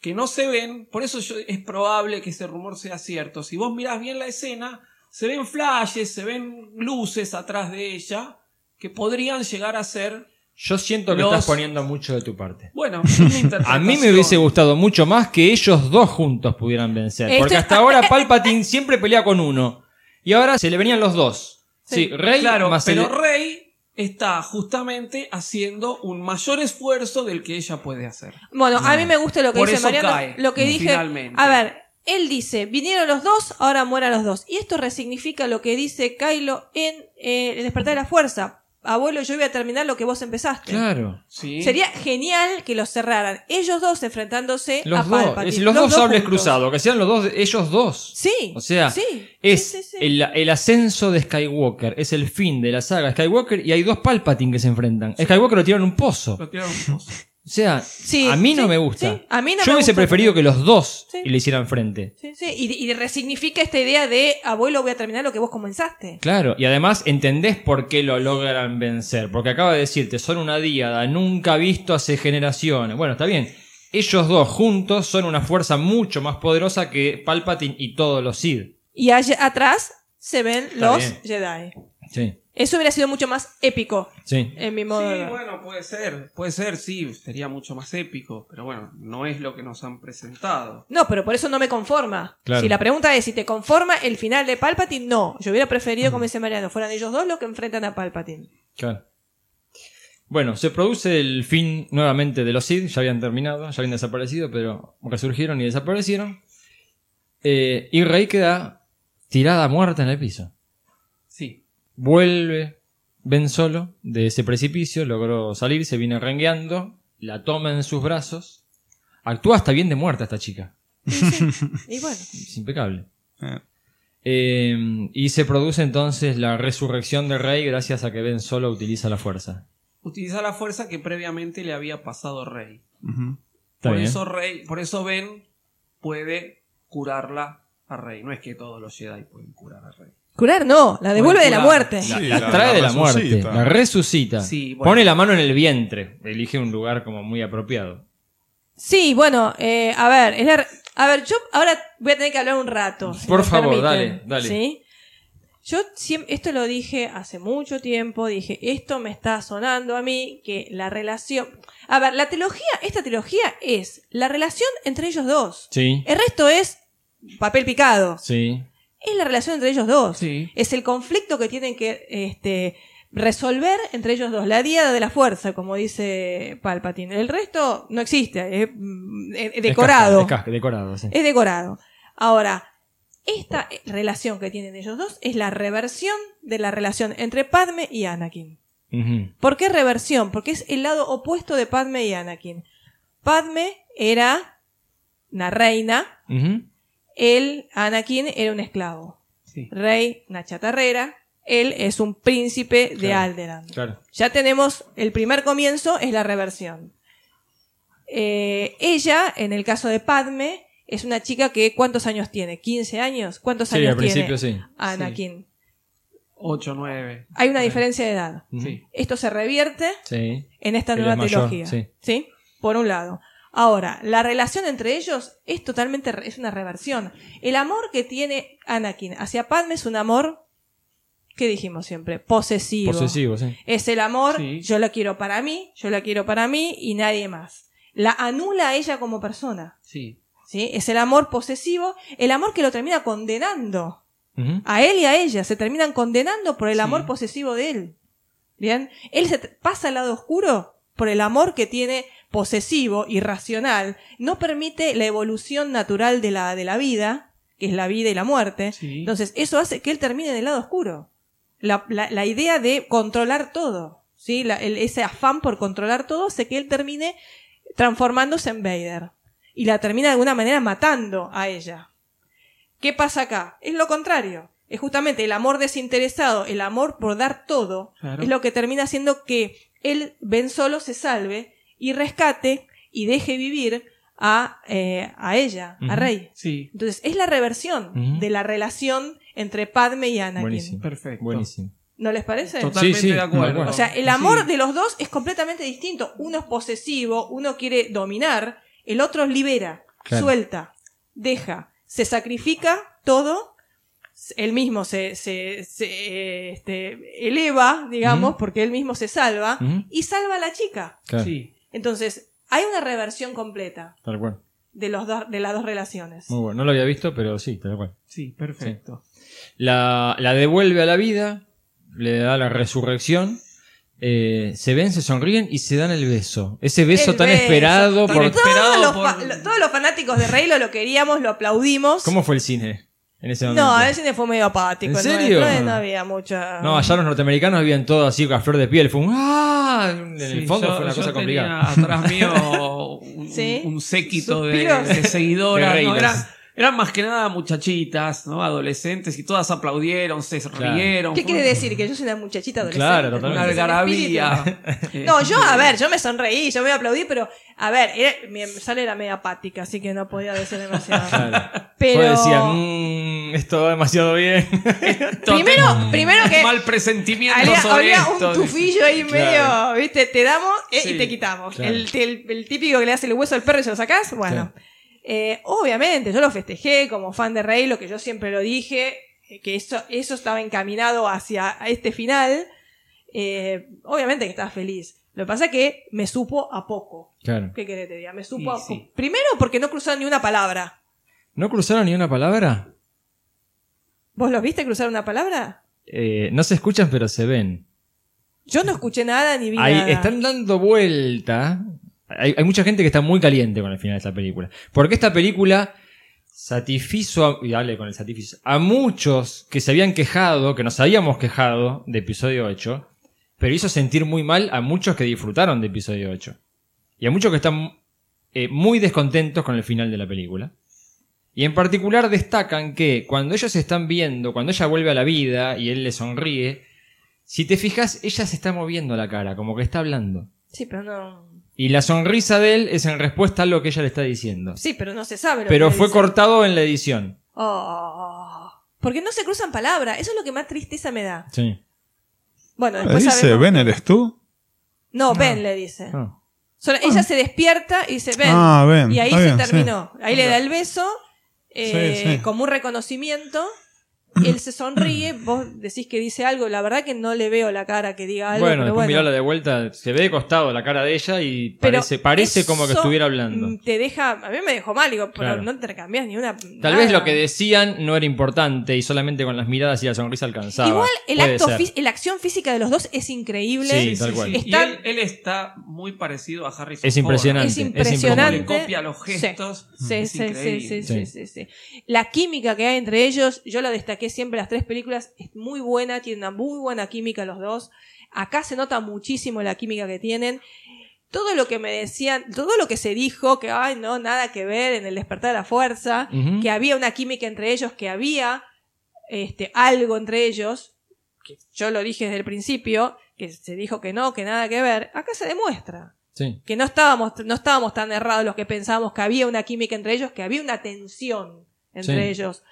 F: que no se ven, por eso yo- es probable que ese rumor sea cierto. Si vos mirás bien la escena, se ven flashes, se ven luces atrás de ella que podrían llegar a ser,
C: Yo siento que
F: Los-
C: estás poniendo mucho de tu parte.
F: bueno, es
C: A
F: mi
C: mí me
F: interpretación.
C: hubiese gustado mucho más que ellos dos juntos pudieran vencer. Porque
D: Esto-
C: hasta ahora Palpatine siempre pelea con uno. Y ahora se le venían los dos. Sí,
D: Sí.
C: Rey
F: Claro,
C: más el- e-
F: pero Rey está justamente haciendo un mayor esfuerzo del que ella puede hacer.
D: Bueno, a mí me gusta lo que
F: Por
D: dice
F: eso
D: Mariano.
F: cae,
D: lo que dije.
F: finalmente.
D: A ver, él dice: vinieron los dos, ahora mueran los dos. Y esto resignifica lo que dice Kylo en eh, El despertar de la fuerza. Abuelo, yo voy a terminar lo que vos empezaste.
C: Claro.
F: ¿sí?
D: Sería genial que los cerraran. Ellos dos enfrentándose a
C: Los dos.
D: Palpatine.
C: Es decir, los, dos sables
D: juntos.
C: cruzados. Que sean los dos, ellos dos.
D: Sí.
C: O sea,
D: sí,
C: Es
D: sí, sí, sí.
C: El, el ascenso de Skywalker, es el fin de la saga Skywalker y hay dos Palpatine que se enfrentan. Skywalker lo tiraron un pozo.
F: Lo tiraron un pozo.
C: O sea,
D: Sí,
C: a mí no
D: sí,
C: me gusta.
D: sí, a mí no
C: Yo
D: me
C: hubiese
D: gusta
C: preferido que
D: también.
C: los dos
D: Sí.
C: le hicieran frente.
D: Sí, sí. Y, y resignifica esta idea de abuelo, voy a terminar lo que vos comenzaste.
C: Claro, y además entendés por qué lo logran vencer, porque acaba de decirte, son una díada, nunca visto hace generaciones. Bueno, está bien, ellos dos juntos son una fuerza mucho más poderosa que Palpatine y todos los Sith.
D: Y allá atrás se ven
C: Está
D: los
C: bien.
D: Jedi.
C: Sí,
D: Eso hubiera sido mucho más épico,
C: sí.
D: en mi modo de
F: Sí,
D: ver.
F: bueno, puede ser, puede ser, sí, sería mucho más épico, pero bueno, no es lo que nos han presentado.
D: No, pero por eso no me conforma.
C: Claro.
D: Si la pregunta es si te conforma el final de Palpatine, no. Yo hubiera preferido, como dice Mariano, fueran ellos dos los que enfrentan a Palpatine.
C: Claro. Bueno, se produce el fin nuevamente de los Sith, ya habían terminado, ya habían desaparecido, pero resurgieron y desaparecieron. Eh, y Rey queda tirada muerta en el piso.
F: Sí,
C: Vuelve Ben Solo de ese precipicio, logró salir, se viene rengueando, la toma en sus brazos. Actúa hasta bien de muerta esta chica,
D: Y, sí. Y bueno,
C: es impecable.
E: Eh,
C: Eh, y se produce entonces la resurrección de Rey gracias a que Ben Solo utiliza la fuerza.
F: utiliza la fuerza que previamente le había pasado Rey.
E: ujú.
C: Está
H: por
C: bien.
H: eso Rey, por eso Ben puede curarla a Rey. No es que todos los Jedi pueden curar a Rey.
D: Curar no, la devuelve de la
H: curar.
D: muerte.
E: Sí,
C: La, trae de la muerte,
E: resucita.
C: la resucita.
H: Sí, bueno.
C: Pone la mano en el vientre, elige un lugar como muy apropiado.
D: Sí, bueno, eh, a ver, es la re- a ver, yo ahora voy a tener que hablar un rato. si
C: Por
D: me
C: favor,
D: permiten,
C: dale, dale.
D: ¿sí? Yo siem- esto lo dije hace mucho tiempo, dije, esto me está sonando a mí, que la relación... A ver, la trilogía, esta trilogía es la relación entre ellos dos.
C: Sí,
D: El resto es papel picado.
C: sí.
D: Es la relación entre ellos dos.
H: Sí.
D: Es el conflicto que tienen que este, resolver entre ellos dos. La diada de la fuerza, como dice Palpatine. El resto no existe. Es mm, eh, decorado. Eh,
C: Es casca- es casca- decorado, sí.
D: Es decorado. Ahora, esta eh, relación que tienen ellos dos es la reversión de la relación entre Padme y Anakin.
C: Ujú.
D: ¿Por qué reversión? Porque es el lado opuesto de Padme y Anakin. Padme era una reina,
C: Ujú.
D: él, Anakin, era un esclavo. Rey, una chatarrera. Él es un príncipe de
C: Claro.
D: Alderan.
C: Claro.
D: Ya tenemos el primer comienzo, es la reversión. Eh, ella, en el caso de Padme, es una chica que ¿cuántos años tiene? ¿15 años? ¿Cuántos
C: Sí,
D: años
C: al principio
D: tiene
C: sí.
D: Anakin?
H: 8, 9.
D: Hay una diferencia de edad.
H: Sí.
D: Esto se revierte
C: Sí.
D: en esta
C: Él
D: nueva
C: es mayor,
D: trilogía.
C: sí.
D: ¿sí? Por un lado. Ahora, la relación entre ellos es totalmente re- es una reversión. El amor que tiene Anakin hacia Padme es un amor, ¿qué dijimos siempre? Posesivo.
C: Posesivo, sí.
D: Es el amor,
H: Sí.
D: yo la quiero para mí, yo la quiero para mí y nadie más. La anula a ella como persona.
H: Sí.
D: ¿sí? Es el amor posesivo, el amor que lo termina condenando
C: Ujú.
D: a él y a ella se terminan condenando por el
H: Sí.
D: amor posesivo de él. Bien, él se t- pasa al lado oscuro por el amor que tiene posesivo, irracional, no permite la evolución natural de la, de la vida, que es la vida y la muerte.
H: Sí.
D: Entonces, eso hace que él termine en el lado oscuro. La, la- la idea de controlar todo, ¿sí? La- el- ese afán por controlar todo hace que él termine transformándose en Vader. Y la termina de alguna manera matando a ella. ¿Qué pasa acá? Es lo contrario. Es justamente el amor desinteresado, el amor por dar todo,
H: Claro.
D: es lo que termina haciendo que él, Ben Solo, se salve y rescate y deje vivir a, eh, a ella,
C: Ujú.
D: a Rey.
H: Sí.
D: Entonces, es la reversión
C: Ujú.
D: de la relación entre Padme y Anakin.
C: Buenísimo.
H: Perfecto.
C: Buenísimo.
D: ¿No les parece?
C: Total.
H: Totalmente
C: Sí, sí,
H: de
C: de
H: acuerdo.
C: acuerdo.
D: O sea, el amor
H: Sí.
D: de los dos es completamente distinto. Uno es posesivo, uno quiere dominar, el otro libera,
C: Claro.
D: suelta, deja, se sacrifica todo, él mismo se, se- se, eh, este, eleva, digamos,
C: Ujú.
D: porque él mismo se salva,
C: Ujú.
D: y salva a la chica.
C: Claro.
H: Sí.
D: Entonces, hay una reversión completa
C: Tal cual.
D: de, los dos- de las dos relaciones.
C: Muy bueno. No lo había visto, pero sí, tal cual.
H: Sí, perfecto.
C: La, la devuelve a la vida, le da la resurrección. eh, se ven, se sonríen y se dan el beso. Ese beso
D: El
C: tan
D: beso,
C: esperado
D: tan
C: por.
H: esperado.
D: Todos los,
H: por-
D: fa- lo- todos los fanáticos de Rey lo, lo queríamos, lo aplaudimos.
C: ¿Cómo fue el cine en ese momento?
D: No, a veces fue medio apático.
C: ¿En
D: el
C: serio?
D: nuestro, No había mucha.
C: No, allá los norteamericanos habían todo así a flor de piel. Fue un ¡Ah! En el
H: Sí,
C: fondo
H: yo-
C: fue una
H: yo tenía
C: cosa complicada.
H: Atrás mío un,
D: Sí.
H: un séquito de,
D: Suspiros.
H: de seguidoras.
C: De
H: ¿no?
C: reinas.
H: Eran, eran más que nada muchachitas, ¿no? Adolescentes y todas aplaudieron, se
C: Claro.
H: rieron.
D: ¿Qué
H: fue
D: quiere decir? Que yo soy una muchachita adolescente.
C: Claro,
H: Una una
C: totalmente.
D: Entonces,
H: algarabía.
D: espíritu.
H: Eh,
D: No, yo, a ver, yo me sonreí, yo me aplaudí, pero, a ver, era- mi sale era media apática, así que no podía decir demasiado.
C: Claro.
D: Pero-
C: Yo decía, "Mm, esto va demasiado bien.
H: Esto
D: Primero-
H: tengo un
D: primero que-
H: Mal presentimiento
D: Había,
H: sobre
D: había
H: esto.
D: un tufillo ahí
C: Claro.
D: medio, viste, te damos eh, y
H: Sí,
D: te quitamos.
C: claro.
D: El, el- el típico que le hace el hueso al perro y se lo sacás, bueno. Eh, obviamente, yo lo festejé como fan de Rey, lo que yo siempre lo dije, eh, que eso, eso estaba encaminado hacia este final. Eh, obviamente que estaba feliz. Lo que pasa es que me supo a poco.
C: Claro.
D: ¿Qué querés que te diga? Me supo
H: Y
D: a
H: sí.
D: poco. Primero porque no cruzaron ni una palabra.
C: ¿No cruzaron ni una palabra?
D: ¿Vos los viste cruzar una palabra?
C: Eh, no se escuchan, pero se ven.
D: Yo no escuché nada ni vi
C: Ahí
D: nada.
C: están dando vuelta. Hay, hay mucha gente que está muy caliente con el final de esta película. Porque esta película satisfizo, a, y dale con el satisfizo, a muchos que se habían quejado, que nos habíamos quejado de episodio 8, pero hizo sentir muy mal a muchos que disfrutaron de episodio 8. Y a muchos que están eh, muy descontentos con el final de la película. Y en particular destacan que cuando ellos se están viendo, cuando ella vuelve a la vida y él le sonríe, si te fijas, ella se está moviendo la cara, como que está hablando.
D: Sí, pero no.
C: Y la sonrisa de él es en respuesta a lo que ella le está diciendo.
D: Sí, pero no se sabe. lo
C: Pero
D: que
C: fue
D: dice.
C: cortado en la edición.
D: Oh, porque no se cruzan palabras. Eso es lo que más tristeza me da.
C: Sí.
D: Bueno,
E: Le
D: después
E: Ah, dice,
D: sabemos-
E: ¿ven eres tú?
D: No, Ben le dice.
C: Ah.
D: Solo- ella se despierta y dice, Ben.
E: Ah, Ben,
D: Y ahí
E: está
D: se
E: bien,
D: terminó. Ahí le da el beso, eh,
E: Sí, sí.
D: como un reconocimiento. Él se sonríe, vos decís que dice algo, la verdad que no le veo la cara que diga algo,
C: bueno,
D: pero
C: después
D: bueno.
C: mirarla de vuelta, se ve de costado la cara de ella y
D: Pero
C: parece, parece como que
D: eso,
C: estuviera hablando.
D: mm, Te deja, a mí me dejó mal, digo, pero
C: Claro.
D: no intercambias ni una.
C: Tal vez lo que decían no era importante y solamente con las miradas y la sonrisa alcanzaba.
D: Igual el
C: Puede
D: acto,
C: ser.
D: fí- la acción física de los dos es increíble.
C: Sí, tal cual.
H: Y
D: Está-
H: él, él está muy parecido a Harrison
C: Es
H: Ford.
C: impresionante.
D: Es impresionante.
H: Como le copia los gestos.
F: Mm.
D: Sí,
H: Es
D: sí, sí,
H: increíble.
D: sí, sí, sí, sí. La química que hay entre ellos, yo la destaqué siempre, las tres películas, es muy buena, tienen una muy buena química los dos. Acá se nota muchísimo la química que tienen. Todo lo que me decían, todo lo que se dijo, que, ay, no, nada que ver en el despertar de la fuerza,
C: Ujú.
D: que había una química entre ellos, que había este, algo entre ellos, que yo lo dije desde el principio, que se dijo que no, que nada que ver, acá se demuestra
C: Sí.
D: que no estábamos, no estábamos tan errados los que pensábamos que había una química entre ellos, que había una tensión entre
C: Sí.
D: ellos,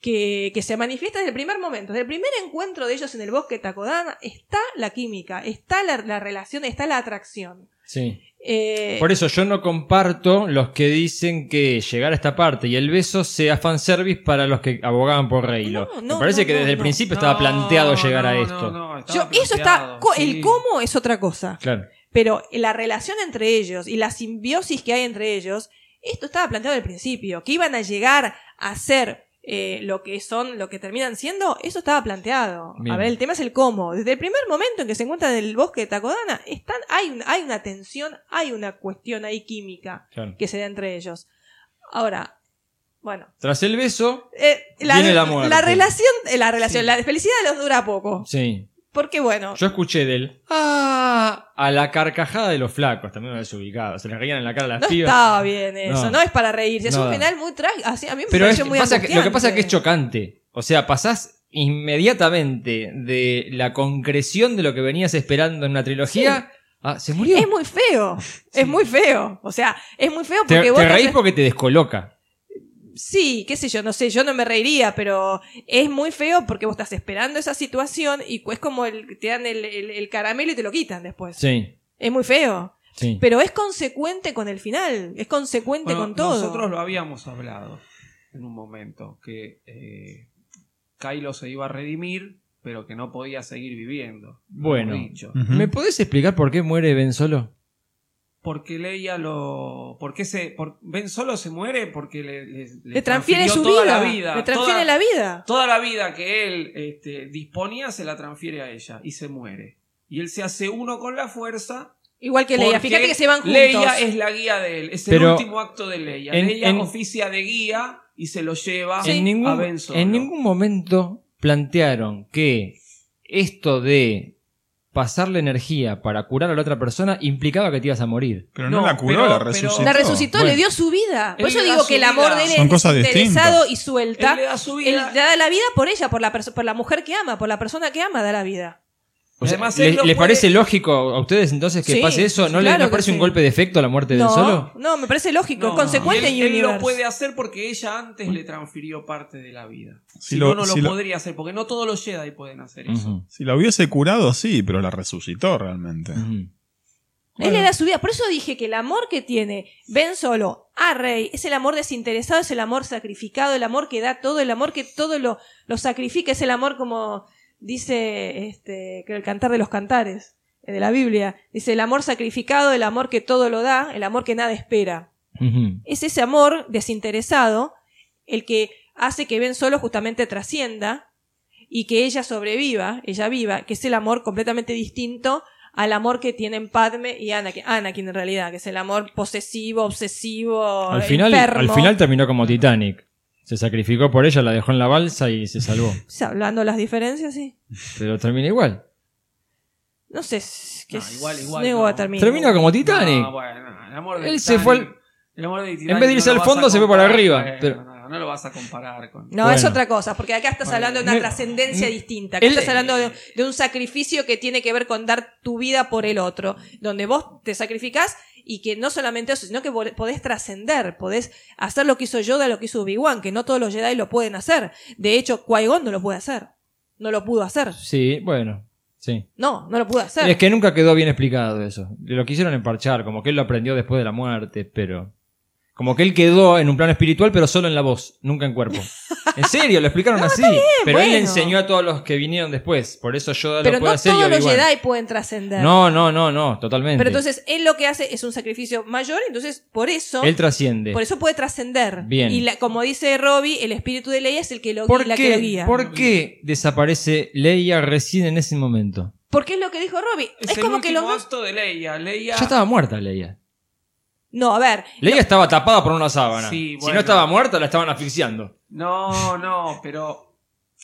D: que, que se manifiesta desde el primer momento, desde el primer encuentro de ellos en el bosque de Takodana, está la química, está la, la relación, está la atracción.
C: sí.
D: Eh,
C: Por eso yo no comparto los que dicen que llegar a esta parte y el beso sea fanservice para los que abogaban por Reilo.
D: No, no,
C: Me parece
D: no,
C: que
D: no,
C: desde el
D: no.
C: principio estaba planteado llegar a esto.
D: yo- eso está, co- el cómo es otra cosa,
C: Claro.
D: pero la relación entre ellos y la simbiosis que hay entre ellos, esto estaba planteado al principio, que iban a llegar a ser eh, lo que son, lo que terminan siendo, eso estaba planteado.
C: Bien.
D: A ver, el tema es el cómo. Desde el primer momento en que se encuentran en el bosque de Takodana, están, hay, un- hay una tensión, hay una cuestión ahí química
C: Claro.
D: que se da entre ellos. Ahora, bueno.
C: Tras el beso,
D: eh, la,
C: Viene la muerte.
D: la relación, eh, la relación, la felicidad los dura poco.
C: sí.
D: Porque bueno,
C: Yo escuché del ah a la carcajada de los flacos, también me desubicado. Se les reían en la cara a las
D: no
C: pibas.
D: estaba bien eso, no,
C: No.
D: es para reírse, es
C: No
D: un
C: da.
D: final muy trágico, así a mí me
C: Pero es-
D: pareció muy
C: pasa que- lo que pasa es que es
D: angustiante.
C: chocante. O sea, pasás inmediatamente de la concreción de lo que venías esperando en una trilogía a. Se murió.
D: Es muy feo. Es muy feo. O sea, es muy feo
C: te
D: porque
C: te
D: vos.
C: reís
D: haces-
C: porque te descoloca.
D: Sí, qué sé yo, no sé, yo no me reiría, pero es muy feo porque vos estás esperando esa situación y es como el, te dan el, el- el caramelo y te lo quitan después.
C: Sí,
D: Es muy feo.
C: sí.
D: Pero es consecuente con el final. Es consecuente
H: Bueno,
D: con todo.
H: Nosotros lo habíamos hablado en un momento, que eh, Kylo se iba a redimir, pero que no podía seguir viviendo.
C: Bueno.
H: como dicho.
E: Ujú.
C: ¿Me podés explicar por qué muere Ben Solo?
H: Porque Leia lo. Porque se. por- Ben solo se muere porque le. Le, le
D: le transfiere
H: transfirió
D: su
H: toda
D: vida.
H: La vida
D: Le transfiere
H: toda,
D: la vida.
H: toda la vida que él este, disponía se la transfiere a ella y se muere. Y él se hace uno con la fuerza.
D: Igual que Leia.
H: porque
D: Fíjate que se van juntos.
H: Leia es la guía de él. Es el
C: Pero
H: último acto de Leia.
C: en-
H: Leia
C: en-
H: oficia de guía y se lo
D: Ah,
H: lleva
C: en,
H: a
C: ningún,
H: Ben Solo.
C: en ningún momento plantearon que esto de pasar la energía para curar a la otra persona implicaba que te ibas a morir.
E: Pero no,
H: No,
E: la curó,
H: pero-
E: la
H: pero-
E: resucitó.
D: La resucitó,
C: Bueno.
D: le dio su vida. Por
H: Él
D: eso
H: le da
D: digo
H: su
D: que el amor
H: vida.
D: de él
E: Son
D: es
E: cosas
D: interesado
E: distintas.
D: y suelta.
H: Él le da su
D: Él
H: vida.
D: da la vida por ella, por la, perso- por la mujer que ama, por la persona que ama, da la vida.
C: O sea,
H: Además,
C: ¿le-
H: él no
C: ¿Les
H: puede-
C: parece lógico a ustedes entonces que
D: Sí,
C: pase eso? ¿No,
D: claro
C: le,
D: que
C: no parece
D: sí.
C: un golpe de efecto la muerte de Ben
D: No,
C: Solo?
D: no, me parece lógico,
H: No,
D: es consecuente
H: él,
D: en
H: él lo
D: Universe.
H: puede hacer porque ella antes le transfirió parte de la vida.
E: Si
H: Si,
E: lo-
H: no, no
E: si
H: lo
E: lo-
H: podría hacer, porque no todos los Jedi pueden hacer eso.
C: Ujú,
E: Si la hubiese curado, sí, pero la resucitó realmente.
C: ujú.
D: Él le da su vida, por eso dije que el amor que tiene Ben Solo a Rey es el amor desinteresado, es el amor sacrificado, el amor que da todo, el amor que todo lo, lo sacrifica, es el amor como dice este, creo, el cantar de los cantares eh, de la Biblia. Dice el amor sacrificado, el amor que todo lo da, el amor que nada espera.
C: Ujú.
D: es ese amor desinteresado el que hace que Ben Solo justamente trascienda y que ella sobreviva, ella viva, que es el amor completamente distinto al amor que tienen Padme y Anakin, Anakin en realidad, que es el amor posesivo, obsesivo,
C: Al, final,
D: Oh, enfermo.
C: al final terminó como Titanic. Se sacrificó por ella, la dejó en la balsa y se salvó.
D: O sea, hablando las diferencias, sí.
C: Pero termina igual.
D: No sé, es que
H: No,
D: es-
H: igual, igual,
D: no
H: no.
D: a terminar.
C: Termina como Titanic.
H: No, bueno, el amor de
C: Él
H: Titanic-
C: se fue al-
H: el amor de Titanic
C: en vez de irse
H: no
C: al
H: lo vas a
C: fondo, se fue
H: comprar,
C: para arriba,
H: bueno,
C: pero-
H: no, no no lo vas a comparar con.
D: No,
E: Bueno.
D: es otra cosa, porque acá estás
H: Bueno,
D: hablando de una
H: no-
D: trascendencia distinta, acá
H: Él-
D: estás hablando de, de un sacrificio que tiene que ver con dar tu vida por el otro, donde vos te sacrificás y que no solamente eso, sino que vol- podés trascender, podés hacer lo que hizo Yoda, lo que hizo Obi-Wan, que no todos los Jedi lo pueden hacer. De hecho, Qui-Gon no lo puede hacer. No lo pudo hacer.
C: Sí, bueno, sí.
D: No, no lo pudo hacer.
C: Es que nunca quedó bien explicado eso. Lo quisieron emparchar, como que él lo aprendió después de la muerte, pero. Como que él quedó en un plano espiritual, pero solo en la voz, nunca en cuerpo. En serio, lo explicaron así. pero él le
D: bueno.
C: enseñó a todos los que vinieron después. Por eso Yoda
D: Pero
C: lo puede
D: no
C: hacer y
D: todos los
C: Obi-Wan.
D: Jedi pueden trascender.
C: No, no, no, no, totalmente.
D: Pero entonces, él lo que hace es un sacrificio mayor, entonces por eso...
C: él trasciende.
D: Por eso puede trascender.
C: Bien.
D: Y la- como dice Robbie, el espíritu de ley es el que lo,
C: ¿Por
D: la que
C: qué,
D: lo guía.
C: ¿Por qué desaparece Leia recién en ese momento?
D: Porque es lo que dijo Robbie. Es,
H: el
D: como que
H: último
D: lo...
H: acto de Leia. Leia.
C: Ya estaba muerta Leia.
D: No, a ver.
C: Leia estaba tapada por una sábana.
H: Sí,
C: Si
H: bueno.
C: no estaba muerta, la estaban asfixiando.
H: No, no, pero.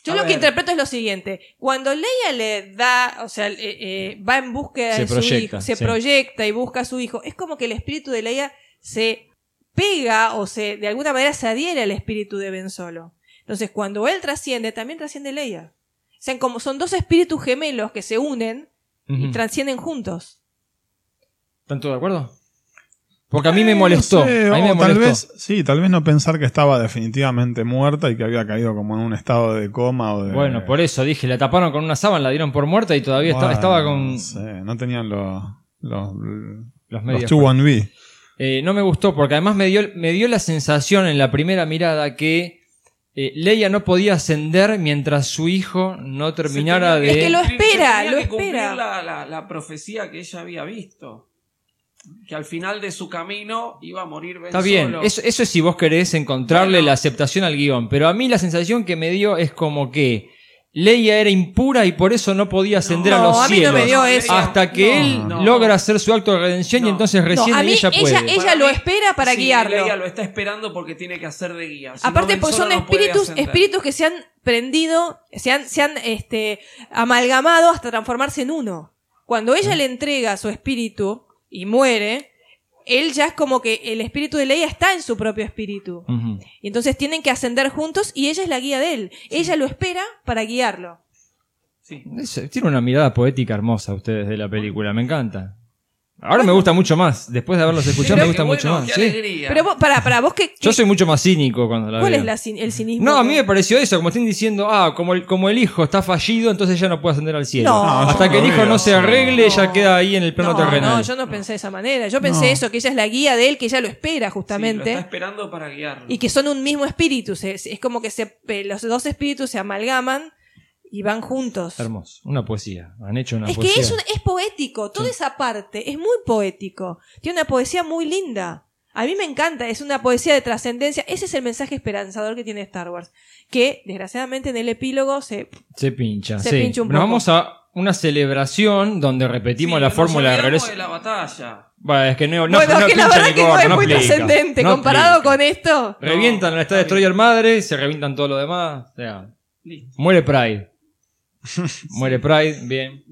D: Yo
H: A
D: lo que
H: ver.
D: interpreto es lo siguiente. Cuando Leia le da, o sea, eh, eh, va en búsqueda
C: Se
D: de su
C: proyecta,
D: hijo, se
C: sí.
D: proyecta y busca a su hijo, es como que el espíritu de Leia se pega o se, de alguna manera se adhiere al espíritu de Ben Solo. Entonces, cuando él trasciende, también trasciende Leia. O sea, como son dos espíritus gemelos que se unen y
C: Ujú.
D: trascienden juntos.
C: ¿Están todos de acuerdo? Porque a mí me
E: Eh, no
C: molestó.
E: sé,
C: a mí me
E: o Tal
C: molestó.
E: vez, sí, tal vez no pensar que estaba definitivamente muerta y que había caído como en un estado de coma o de.
C: Bueno, por eso dije, la taparon con una sábana, la dieron por muerta y todavía
E: Bueno,
C: estaba, estaba con
E: No, sé, no tenían los. Los,
C: los
E: los
C: medios. pues.
E: 2-1-B.
C: Eh, no me gustó porque además me dio, me dio la sensación en la primera mirada que eh, Leia no podía ascender mientras su hijo no terminara
H: Se
C: de...
H: tenía
D: Es que lo espera,
H: se tenía
D: lo
H: que cumplir
D: espera.
H: La, la- la profecía que ella había visto. Que al final de su camino iba a morir Ben
C: Está bien,
H: Solo.
C: eso, eso es si vos querés encontrarle
H: Bueno.
C: la aceptación al guión, pero a mí la sensación que me dio es como que Leia era impura y por eso no podía ascender a
D: No,
C: los
D: a mí no
C: cielos.
D: me dio eso.
C: Hasta que
H: No,
C: él
H: no.
C: logra hacer su acto de redención y
H: No.
C: entonces
D: No,
C: recién
D: a mí
C: ella
D: ella,
C: puede.
D: ella
H: Para
D: lo
H: mí,
D: espera para
H: sí,
D: guiarlo.
H: Leia lo está esperando porque tiene que hacer de guía. Si no,
D: Aparte,
H: Ben
D: porque son
H: Solo no puede
D: espíritus,
H: ascender.
D: espíritus que se han prendido, se han, se han este, amalgamado hasta transformarse en uno. Cuando ella le entrega su espíritu y muere, él ya es como que el espíritu de Leia está en su propio espíritu.
C: Ujú.
D: Y entonces tienen que ascender juntos y ella es la guía de él. Ella lo espera para guiarlo.
H: Sí.
C: Es- Tiene una mirada poética hermosa ustedes de la película, me encanta. Ahora me gusta mucho más, después de haberlos escuchado
H: Mirá
C: me gusta
H: qué
C: mucho
H: bueno,
C: más.
H: qué
C: sí.
H: alegría.
D: Pero vos- para, para vos que...
C: Yo soy mucho más cínico cuando la
D: ¿Cuál
C: veo.
D: es la cin- el cinismo?
C: No, a
D: que-
C: mí me pareció eso, como están diciendo, ah, como el, como el hijo está fallido, entonces ya no puede ascender al cielo.
D: No. No,
C: Hasta
E: yo
C: que el
E: no
C: hijo
E: veo.
C: no se arregle, ya queda ahí en el plano
D: no,
C: terrenal.
D: no, yo no pensé de esa manera. Yo pensé eso, que ella es la guía de él, que ella lo espera
H: Sí,
D: justamente.
H: lo está esperando para guiarlo.
D: y que son un mismo espíritu. se- se- es como que se, eh, los dos espíritus se amalgaman y van juntos.
C: Hermoso, una poesía. Han hecho una
D: Es
C: poesía.
D: que es, un- es poético, toda esa parte es muy poético. Tiene una poesía muy linda. A mí me encanta, es una poesía de trascendencia. Ese es el mensaje esperanzador que tiene Star Wars. Que, desgraciadamente, en el epílogo se.
C: Se pincha,
D: Se
C: sí.
D: pincha un
C: Nos
D: poco.
C: vamos a una celebración donde
H: Sí,
C: repetimos
H: pero
C: la
H: nos
C: fórmula de
H: olvidamos
C: regreso.
H: de la batalla.
C: Bueno, es que no, no,
D: bueno,
C: no
D: que la
C: pincha
D: verdad
C: ni
D: que no
C: corta,
D: es muy
C: aplica,
D: trascendente.
C: no
D: comparado
C: aplica.
D: con esto.
H: con-
C: Revientan
H: No,
C: a esta
H: está bien.
C: Destroyer madre, se revientan todo lo demás. O sea,
H: Listo.
C: muere Pride. muere Pride, bien.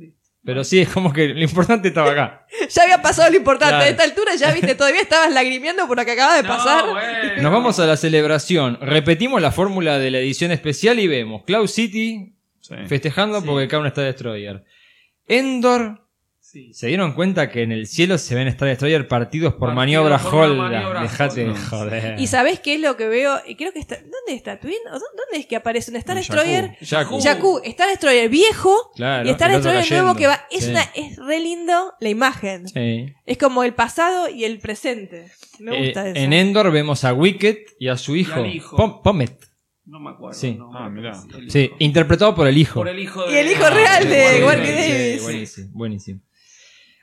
C: Pero sí, es como que lo importante estaba acá.
D: Ya había pasado lo importante.
C: Claro.
D: A esta altura ya viste, todavía estabas lagrimeando por lo que acaba de
H: No,
D: pasar.
H: bueno.
C: Nos vamos a la celebración. Repetimos la fórmula de la edición especial y vemos Cloud City
E: Sí.
C: festejando
H: Sí.
C: porque Kaun está Destroyer. Endor,
H: Sí.
C: se dieron cuenta que en el cielo se ven Star Destroyer partidos por
H: Partidos
C: maniobra
H: por una
C: Holda.
H: maniobra
C: Dejate de
H: Holda.
C: joder.
D: ¿Y sabés qué es lo que veo? Eh, Creo que está. ¿Dónde está Twin? ¿O dó- ¿Dónde es que aparece un Star
E: En
D: Destroyer?
H: Jakku.
C: Jakku.
D: Jakku, Star Destroyer viejo
C: Claro,
D: y Star
C: el otro
D: Destroyer nuevo
C: cayendo.
D: que va. Es,
C: Sí.
D: una, es re lindo la imagen.
C: Sí.
D: Es como el pasado y el presente. Me
C: Eh,
D: gusta eso.
C: en Endor vemos a Wicket y a su hijo,
H: al hijo.
C: Pom- Pomet.
H: No me acuerdo.
C: Sí.
H: no,
E: Ah, mirá.
H: el
C: Sí,
H: hijo.
C: interpretado por el hijo.
H: Por el hijo de...
D: Y el hijo real de
H: Warwick
D: Warwick
H: Davis.
D: Davis.
C: Sí, Buenísimo, eh. buenísimo.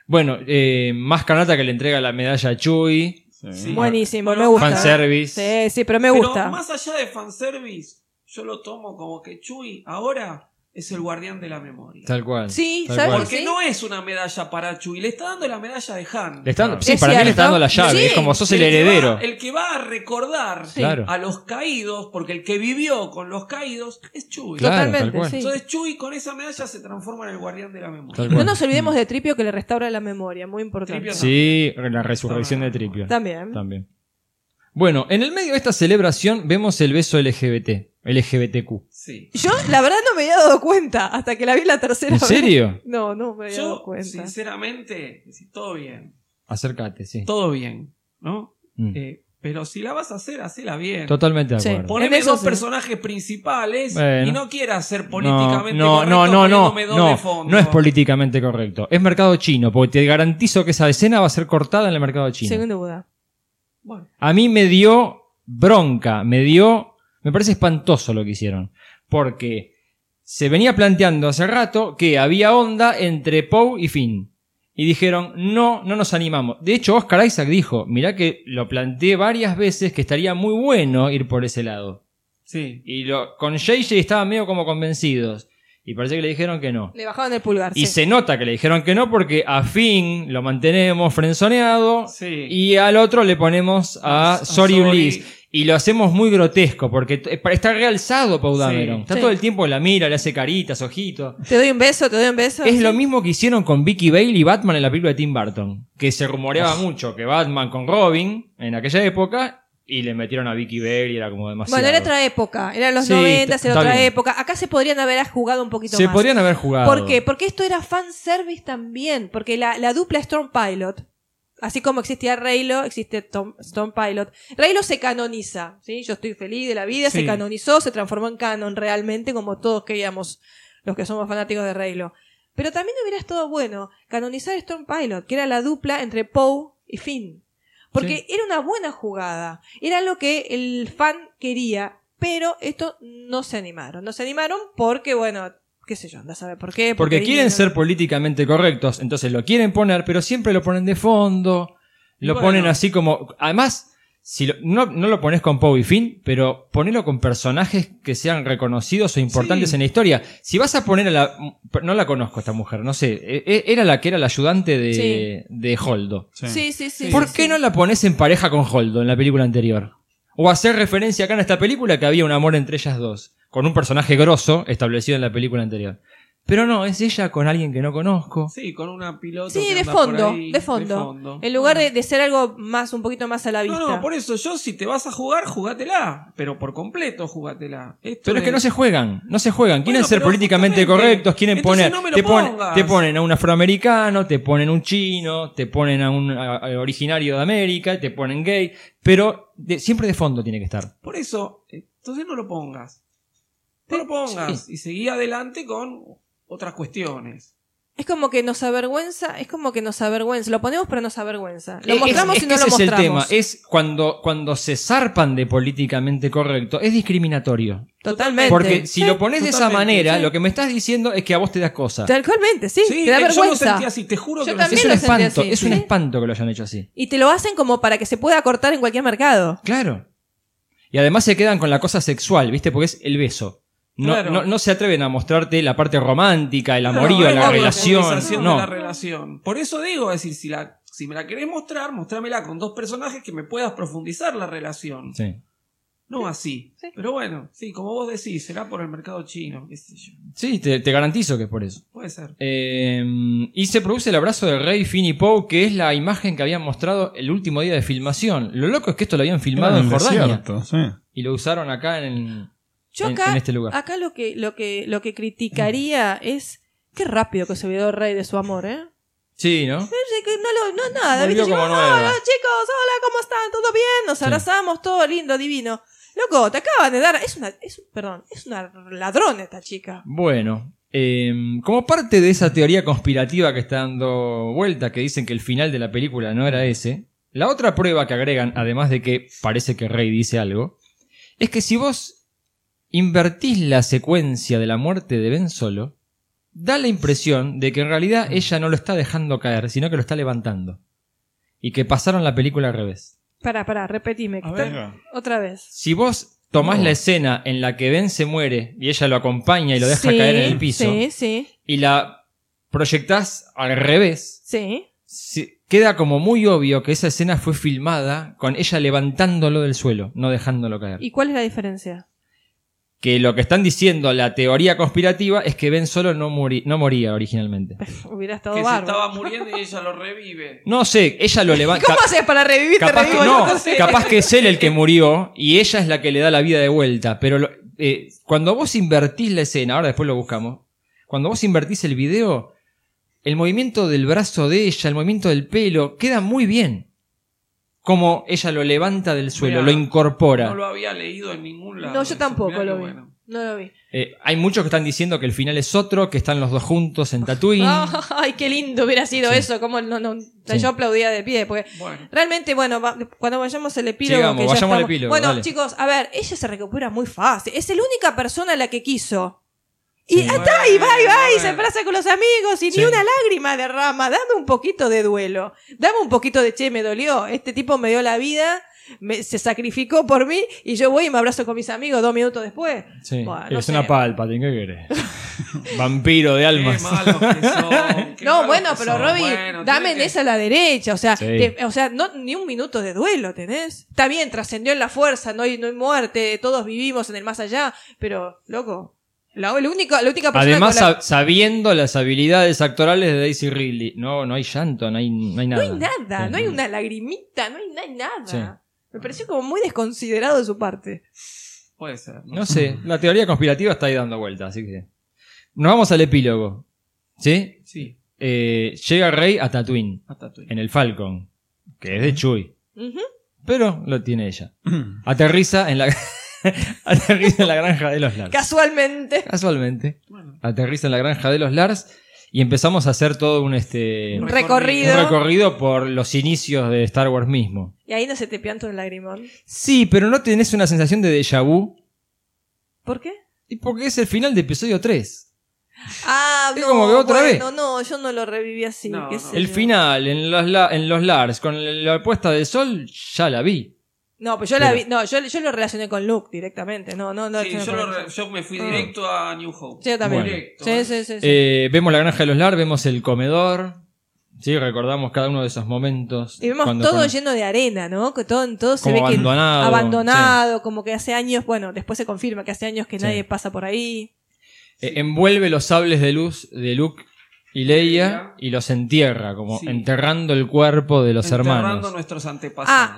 C: Bueno, eh, más canata que le entrega la medalla a Chewie.
E: Sí.
H: Sí.
D: Buenísimo,
H: Bueno,
D: me gusta.
C: Fanservice.
D: Sí, sí, pero me
H: Pero
D: gusta.
H: más allá de fanservice, yo lo tomo como que Chuy ahora es el guardián de la memoria.
C: Tal cual.
D: Sí,
C: tal
D: ¿sabes
C: cual.
D: por
H: Porque
D: Sí.
H: no es una medalla para Chuy, le está dando la medalla de Han.
C: Le están-
D: Ah. Es
C: sí, para mí le está
D: cierto.
C: dando la llave.
D: Sí.
C: Es como sos el,
H: que
C: heredero.
H: va- el que va a recordar
D: Sí.
C: Claro.
H: a los caídos, porque el que vivió con los caídos es Chuy.
C: Claro, tal
D: Totalmente,
C: cual.
D: sí.
H: Entonces Chuy con esa medalla se transforma en el guardián de la memoria.
C: Tal
D: No
C: cual.
D: nos olvidemos de Tripio que le restaura la memoria, muy importante.
H: Tripio
C: Sí, la resurrección de
H: Toma.
C: Tripio.
D: También.
C: También. Bueno, en el medio de esta celebración vemos el beso LGBT, LGBTQ.
H: Sí.
D: Yo, la verdad, no me había dado cuenta hasta que la vi la tercera
C: ¿En
D: vez.
C: serio?
D: No, no me había dado
H: Yo,
D: cuenta.
H: sinceramente, sí, todo bien.
C: Acércate, sí.
H: Todo bien, ¿no?
C: Mm.
H: Eh, pero si la vas a hacer, hacela bien.
C: Totalmente de
D: Sí.
C: acuerdo.
H: Poneme
D: En eso
H: dos
D: sí.
H: personajes principales
C: Bueno.
H: y no quieras ser
C: No,
H: políticamente
C: no,
H: correcto
C: no, no, no,
H: poniéndome dos de
C: no,
H: fondo.
C: no es políticamente correcto. Es mercado chino, porque te garantizo que esa escena va a ser cortada en el mercado chino.
D: Sin duda.
H: Bueno,
C: A mí me dio bronca, me dio. Me parece espantoso lo que hicieron. Porque se venía planteando hace rato que había onda entre Poe y Finn. Y dijeron, no, no nos animamos. De hecho, Oscar Isaac dijo, mirá que lo planteé varias veces que estaría muy bueno ir por ese lado.
H: sí.
C: Y lo, con JJ estaban medio como convencidos. Y parece que le dijeron que no.
D: Le bajaban el pulgar.
C: Y
D: sí.
C: se nota que le dijeron que no porque a Finn lo mantenemos frenzoneado
H: Sí.
C: y al otro le ponemos a,
H: A
C: Sorry
H: Sorry.
C: Ulises. Y lo hacemos muy grotesco porque t- eh, está realzado Paul
H: Sí.
C: Dameron. Está
D: Sí.
C: todo el tiempo la mira, le hace caritas, ojitos.
D: Te doy un beso, te doy un beso.
C: Es
D: Sí.
C: lo mismo que hicieron con Vicky Bale y Batman en la película de Tim Burton. Que se rumoreaba mucho que Batman con Robin en aquella época y le metieron a Vicky Bale y era como demasiado.
D: Bueno, era otra época. Eran los
C: Sí,
D: 90, era
C: está
D: otra
C: bien.
D: época. Acá se podrían haber jugado un poquito
C: Se
D: más.
C: podrían haber jugado.
D: ¿Por qué? Porque esto era fanservice también. Porque la, la dupla Storm Pilot, así como existía Raylo, existe Tom- Storm Pilot. Raylo se canoniza, ¿sí? Yo estoy feliz de la vida, se
H: Sí.
D: canonizó, se transformó en canon realmente, como todos queríamos, los que somos fanáticos de Raylo. Pero también hubiera estado bueno canonizar Storm Pilot, que era la dupla entre Poe y Finn. Porque era una buena jugada. Era lo que el fan quería. Pero esto no se animaron. No se animaron porque, bueno, qué sé yo, anda a saber por qué.
C: Porque quieren ser políticamente correctos, entonces lo quieren poner, pero siempre lo ponen de fondo, lo
H: Bueno.
C: ponen así como... Además, si lo- no, no lo pones con Poe y Finn, pero ponelo con personajes que sean reconocidos o importantes
H: Sí.
C: en la historia. Si vas a poner a la... No la conozco esta mujer, no sé, e- e- era la que era la ayudante de,
D: Sí.
C: de Holdo.
E: Sí.
D: Sí, sí, sí.
C: ¿Por
D: sí,
C: qué
D: sí.
C: no la pones en pareja con Holdo en la película anterior? O hacer referencia acá en esta película que había un amor entre ellas dos, con un personaje grosso establecido en la película anterior. Pero no, es ella con alguien que no conozco.
H: Sí, con una piloto.
D: Sí,
H: que
D: de
H: anda por
D: fondo,
H: ahí,
D: de fondo, En lugar de, de ser algo más, un poquito más a la vista.
H: No, no, por eso yo si te vas a jugar, jugatela, pero por completo jugatela. Esto
C: Pero es que
H: de-
C: no se juegan, no se juegan. Quieren
H: Bueno,
C: ser
H: pero
C: políticamente
H: justamente,
C: correctos, quieren
H: entonces
C: poner.
H: no me lo
C: te, ponen,
H: pongas.
C: te ponen a un afroamericano, te ponen un chino, te ponen a un a- a originario de América, te ponen gay. Pero de- siempre de fondo tiene que estar.
H: Por eso, eh, entonces no lo pongas. No lo pongas y seguí adelante con otras cuestiones.
D: Es como que nos avergüenza, es como que nos avergüenza. Lo ponemos pero nos avergüenza. Lo
C: Es-
D: mostramos
C: es
D: y
C: que
D: no
C: ese
D: lo
C: es
D: mostramos.
C: el tema. Es cuando, cuando se zarpan de políticamente correcto, es discriminatorio.
D: Totalmente.
C: Porque si
D: Sí,
C: lo pones de esa
H: totalmente,
C: manera,
H: sí.
C: lo que me estás diciendo es que a vos te das cosas.
D: Totalmente, sí.
H: Sí,
D: te da
H: eh, yo lo
D: vergüenza.
H: sentí así, te juro
D: Yo
H: que lo
D: también
C: Es
H: sentí
C: un
D: lo sentí
C: espanto,
D: así,
C: es un
D: ¿sí?
C: espanto que lo hayan hecho así.
D: Y te lo hacen como para que se pueda cortar en cualquier mercado.
C: Claro. Y además se quedan con la cosa sexual, ¿viste? Porque es el beso. No,
H: Claro.
C: no, no se atreven a mostrarte la parte romántica, el
H: Claro,
C: amorío,
H: es
C: la
H: la
C: relación.
H: profundización
C: No.
H: de la relación. Por eso digo, es decir, si, la, si me la querés mostrar, mostrámela con dos personajes que me puedas profundizar la relación.
C: Sí.
H: No así.
D: Sí.
H: Pero bueno, sí, como vos decís, será por el mercado chino, qué sé yo.
C: Sí, te, te garantizo que es por eso.
H: Puede ser.
C: Eh, y se produce el abrazo de Rey, Finn y Poe, que es la imagen que habían mostrado el último día de filmación. Lo loco es que esto lo habían filmado
E: Era
C: en
E: el
C: Jordania.
E: desierto, sí.
C: Y lo usaron acá en...
D: Yo
C: en-
D: acá,
C: en este lugar.
D: acá lo que, lo que, lo que criticaría es qué rápido que se olvidó el rey de su amor, ¿eh?
C: Sí, ¿no?
D: Oye, que No, lo- no nada,
C: Volvió
D: ¿viste? Llegó,
C: como
D: hola
C: nueva".
D: chicos, hola, ¿cómo están? ¿Todo bien? Nos
C: Sí.
D: abrazamos, todo lindo, divino. Loco, te acaban de dar. Es una, es, perdón, es una ladrona esta chica.
C: Bueno, eh, como parte de esa teoría conspirativa que está dando vuelta, que dicen que el final de la película no era ese, la otra prueba que agregan, además de que parece que Rey dice algo, es que si vos invertís la secuencia de la muerte de Ben Solo, da la impresión de que en realidad ella no lo está dejando caer, sino que lo está levantando. Y que pasaron la película al revés.
D: Pará, pará, repetime.
H: A
D: que
H: ver.
D: está- Otra vez.
C: Si vos tomás la escena en la que Ben se muere y ella lo acompaña y Eh, lo deja
D: Sí,
C: caer en el piso,
D: Sí, sí,
C: y la proyectás al revés,
D: sí.
C: se- queda como muy obvio que esa escena fue filmada con ella levantándolo del suelo, no dejándolo caer.
D: ¿Y cuál es la diferencia?
C: que lo que están diciendo la teoría conspirativa es que Ben Solo no, muri- no moría originalmente.
D: Hubiera
F: Que
D: estado
F: se
D: bárbaro.
F: estaba muriendo y ella lo revive.
C: No sé, ella lo
D: ¿Y ¿Cómo
C: levanta.
D: haces para revivir? este Te
C: capaz que,
D: revivo yo,
C: no,
D: no sé.
C: capaz que es él el que murió y ella es la que le da la vida de vuelta. Pero lo- eh, cuando vos invertís la escena, ahora después lo buscamos, cuando vos invertís el video, el movimiento del brazo de ella, el movimiento del pelo, queda muy bien. Como ella lo levanta del suelo,
F: Mirá,
C: lo incorpora.
F: No lo había leído en ningún lado.
D: No,
F: eso.
D: yo tampoco
F: Mirá
D: lo
F: qué
D: vi.
F: bueno.
D: No lo vi.
C: Eh, hay muchos que están diciendo que el final es otro, que están los dos juntos en Tatooine.
D: Ay, qué lindo hubiera sido eso. Como no, no, o sea,
C: Sí.
D: Yo aplaudía de pie. Porque
F: Bueno.
D: realmente, bueno, va- cuando vayamos al epílogo.
C: Sigamos,
D: que ya
C: vayamos al
D: estamos-
C: epílogo,
D: Bueno,
C: dale.
D: chicos, a ver, ella se recupera muy fácil. Es la única persona a la que quiso. Y
C: Sí.
D: ahí está, y va, y va, y se
F: Bueno.
D: abraza con los amigos, y
C: Sí.
D: ni una lágrima derrama. Dame un poquito de duelo. Dame un poquito de che, me dolió. Este tipo me dio la vida, me- se sacrificó por mí, y yo voy y me abrazo con mis amigos dos minutos después.
C: Sí.
D: Buah, no
C: es una
D: sé.
C: Palpatine, ¿qué querés? Vampiro de
F: Qué
C: almas.
F: malos que son, qué
D: No,
F: malos
D: bueno,
F: que
D: pero
F: son.
D: Robbie,
F: Bueno,
D: dame
F: tiene
D: en
F: que-
D: esa a la derecha, o sea,
C: Sí.
D: te- o sea, no, ni un minuto de duelo tenés. Está bien, trascendió en la fuerza, no hay, no hay muerte, todos vivimos en el más allá, pero, loco, la, el único, la única persona
C: Además,
D: con la-
C: sab- sabiendo las habilidades actorales de Daisy Ridley. No, no hay llanto, no hay, no hay
D: no
C: nada.
D: hay nada,
C: Sí.
D: no hay una lagrimita, no hay, no hay nada.
C: Sí.
D: Me pareció como muy desconsiderado de su parte.
F: Puede ser.
C: No sé, la teoría conspirativa está ahí dando vuelta, así que. Nos vamos al epílogo. ¿Sí?
F: Sí,
C: Eh, llega Rey a Tatooine,
F: hasta tú.
C: en el Falcon, que es de Chewie.
D: Ujú.
C: Pero lo tiene ella. Aterriza en la, aterriza en la granja de los Lars.
D: Casualmente.
C: Casualmente.
F: Bueno.
C: Aterriza en la granja de los Lars y empezamos a hacer todo un este.
D: Un
C: un
D: recorrido.
C: recorrido por los inicios de Star Wars mismo.
D: Y ahí no se te pianta un lagrimón.
C: Sí, pero no tenés una sensación de déjà vu.
D: ¿Por qué?
C: Y porque es el final de episodio 3.
D: Ah,
C: Es
D: no,
C: como que otra
D: bueno,
C: vez.
D: no, yo no lo reviví así.
F: No,
D: qué
F: no.
D: sé
C: El
D: yo.
C: final en los, la- en los Lars con la puesta del sol ya la vi.
D: No, pues yo la
C: Pero-
D: vi, no, yo, yo lo relacioné con Luke directamente, no, no, no.
F: Sí,
D: yo no
F: yo, lo
D: lo-
F: re- yo me fui
D: Ah.
F: directo a New Hope.
D: Sí, yo también.
C: Bueno.
F: Directo,
D: Sí,
F: ¿eh?
D: sí, sí. sí.
C: Eh, vemos la granja de los Lars, vemos el comedor. Sí, recordamos cada uno de esos momentos.
D: y vemos
C: cuando-
D: todo
C: cuando-
D: lleno de arena, ¿no? Que todo, todo se
C: Como
D: ve que
C: abandonado,
D: abandonado, como que hace años, bueno, después se confirma que hace años que
C: Sí.
D: nadie pasa por ahí.
C: Eh, envuelve los sables de luz de Luke y Leia y los entierra, como
F: Sí.
C: enterrando el cuerpo de los
F: Enterrando
C: hermanos.
F: nuestros antepasados.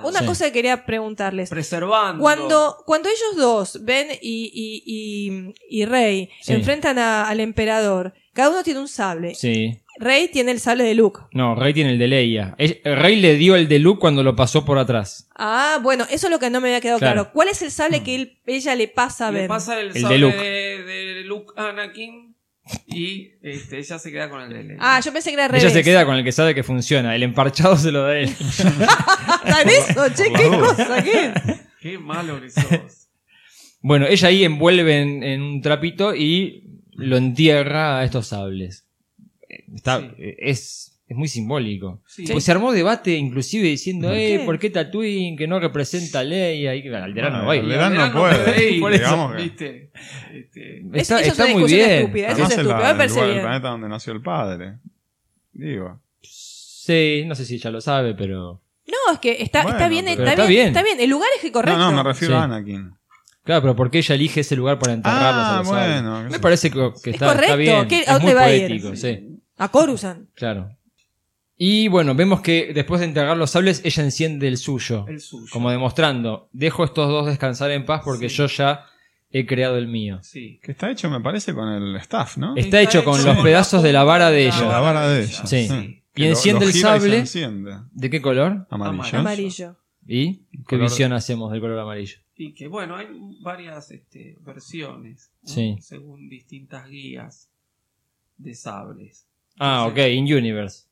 D: Ah, una
C: Sí.
D: cosa que quería preguntarles.
F: Preservando.
D: Cuando, cuando ellos dos, Ben y, y, y, y Rey,
C: Sí.
D: enfrentan a- al emperador, cada uno tiene un sable.
C: Sí.
D: Rey tiene el sable de Luke.
C: No, Rey tiene el de Leia. El- Rey le dio el de Luke cuando lo pasó por atrás.
D: Ah, bueno, eso es lo que no me había quedado claro.
C: Claro. Mm.
D: ¿Cuál es el sable que él- ella le pasa a
F: le
D: Ben?
F: pasa el,
C: de
F: sable de
C: Luke.
F: De, Luke Anakin y este, ella se queda con el de Leia.
D: Ah, yo pensé que era al
C: Ella
D: revés.
C: se queda con el que sabe que funciona. El emparchado se lo da él.
D: Hasta en eso, Ah, che, qué cosa, qué.
F: Qué malo que sos.
C: Bueno, ella ahí envuelve en, en un trapito y lo entierra a estos sables. Eh, Está,
F: Sí.
C: eh, es, es muy simbólico.
F: Sí.
C: Pues se armó debate inclusive diciendo,
D: ¿Por
C: eh,
D: qué?
C: ¿por qué Tatooine que no representa a Leia? Y que Alderano
E: Bueno,
C: va a ir.
E: Alderano
F: Verano
E: no puede,
F: puede ir,
C: ¿eh? por eso.
E: digamos que-
F: ¿Viste? Este,
D: Es-
C: Está,
D: eso es
C: está
D: una
C: muy
D: discusión
C: bien.
D: estúpida, eso
E: Además,
D: es
E: el,
D: estúpido, me
E: el
D: parece
E: lugar, el
D: bien.
E: planeta donde nació el padre. Digo.
C: Sí, no sé si ya lo sabe, pero.
D: No, es que está,
E: Bueno,
D: está, bien,
E: pero
D: está,
C: está
D: bien,
C: bien.
D: está bien. El lugar es el correcto.
E: No, no, me refiero
C: Sí.
E: a Anakin.
C: Claro, pero ¿por qué ella elige ese lugar para enterrarlos
E: Ah,
C: a los sables?
E: bueno, qué sé
C: Me
E: yo.
C: parece que, que
D: Es
C: está, está
D: correcto,
C: bien.
D: ¿qué- a
C: es
D: dónde
C: muy
D: va a ir?
C: poético, sí.
D: A Coruscant.
C: Claro. Y bueno, vemos que después de entregar los sables, ella enciende el suyo.
F: el suyo.
C: Como demostrando, dejo estos dos descansar en paz porque
F: Sí.
C: yo ya he creado el mío.
F: Sí.
E: Que está hecho, me parece, con el staff, ¿no?
C: Está hecho con los pedazos de la vara de ella.
E: La vara de ella.
C: Sí.
E: Que
C: Y
E: lo-
C: enciende
E: lo
C: el
E: gira y se
C: sable.
E: enciende.
C: ¿De qué color?
E: Amarillo.
D: Amarillo.
C: ¿Y qué
E: Color-
C: visión hacemos del color amarillo?
F: Y que bueno, hay varias este, versiones. ¿no?
C: Sí.
F: Según distintas guías de sables.
C: Ah, ok, In Universe.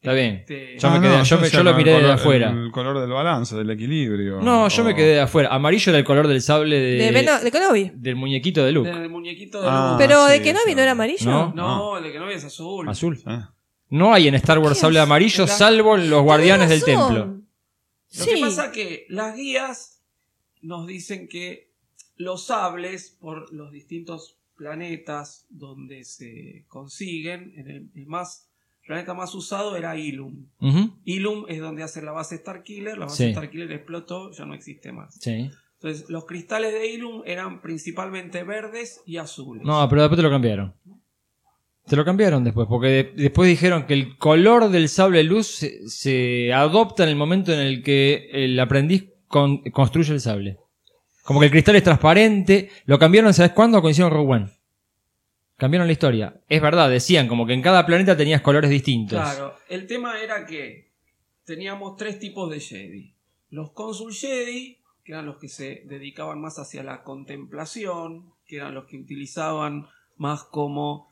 C: Está bien.
F: Este,
C: Yo me quedé- yo me-
E: Ah, decía
C: yo lo
E: con el
C: miré de
E: color-
C: afuera.
E: El color del balance, del equilibrio.
C: No, yo me
E: o-
C: quedé de afuera. Amarillo era el color del sable de-
D: De, Beno- de Kenobi.
C: del muñequito de Luke.
F: del muñequito de
E: Ah,
F: Luke.
D: Pero
E: sí,
D: de Kenobi
E: sí.
D: no era amarillo.
C: No.
F: No, el de que no es azul.
C: Azul.
E: Ah.
C: No hay en Star Wars
D: ¿Qué
C: sable
D: es?
C: amarillo,
F: Era-
C: salvo en los guardianes del
D: Tenés razón.
C: templo.
F: Lo
D: Sí.
F: que pasa que las guías nos dicen que los sables por los distintos planetas donde se consiguen, en el, el más el planeta más usado era Ilum.
C: Ujú,
F: Ilum es donde hace la base Starkiller, la base
C: Sí.
F: Starkiller explotó, ya no existe más.
C: Sí.
F: Entonces, los cristales de Ilum eran principalmente verdes y azules.
C: No, pero después te lo cambiaron. Te lo cambiaron después, porque de- después dijeron que el color del sable luz se, se adopta en el momento en el que el aprendiz con- construye el sable. Como que el cristal es transparente. Lo cambiaron, ¿sabes cuándo? Coincidió en Rogue One. Cambiaron la historia. Es verdad, decían como que en cada planeta tenías colores distintos.
F: Claro, el tema era que teníamos tres tipos de Jedi. Los cónsul Jedi, que eran los que se dedicaban más hacia la contemplación, que eran los que utilizaban más como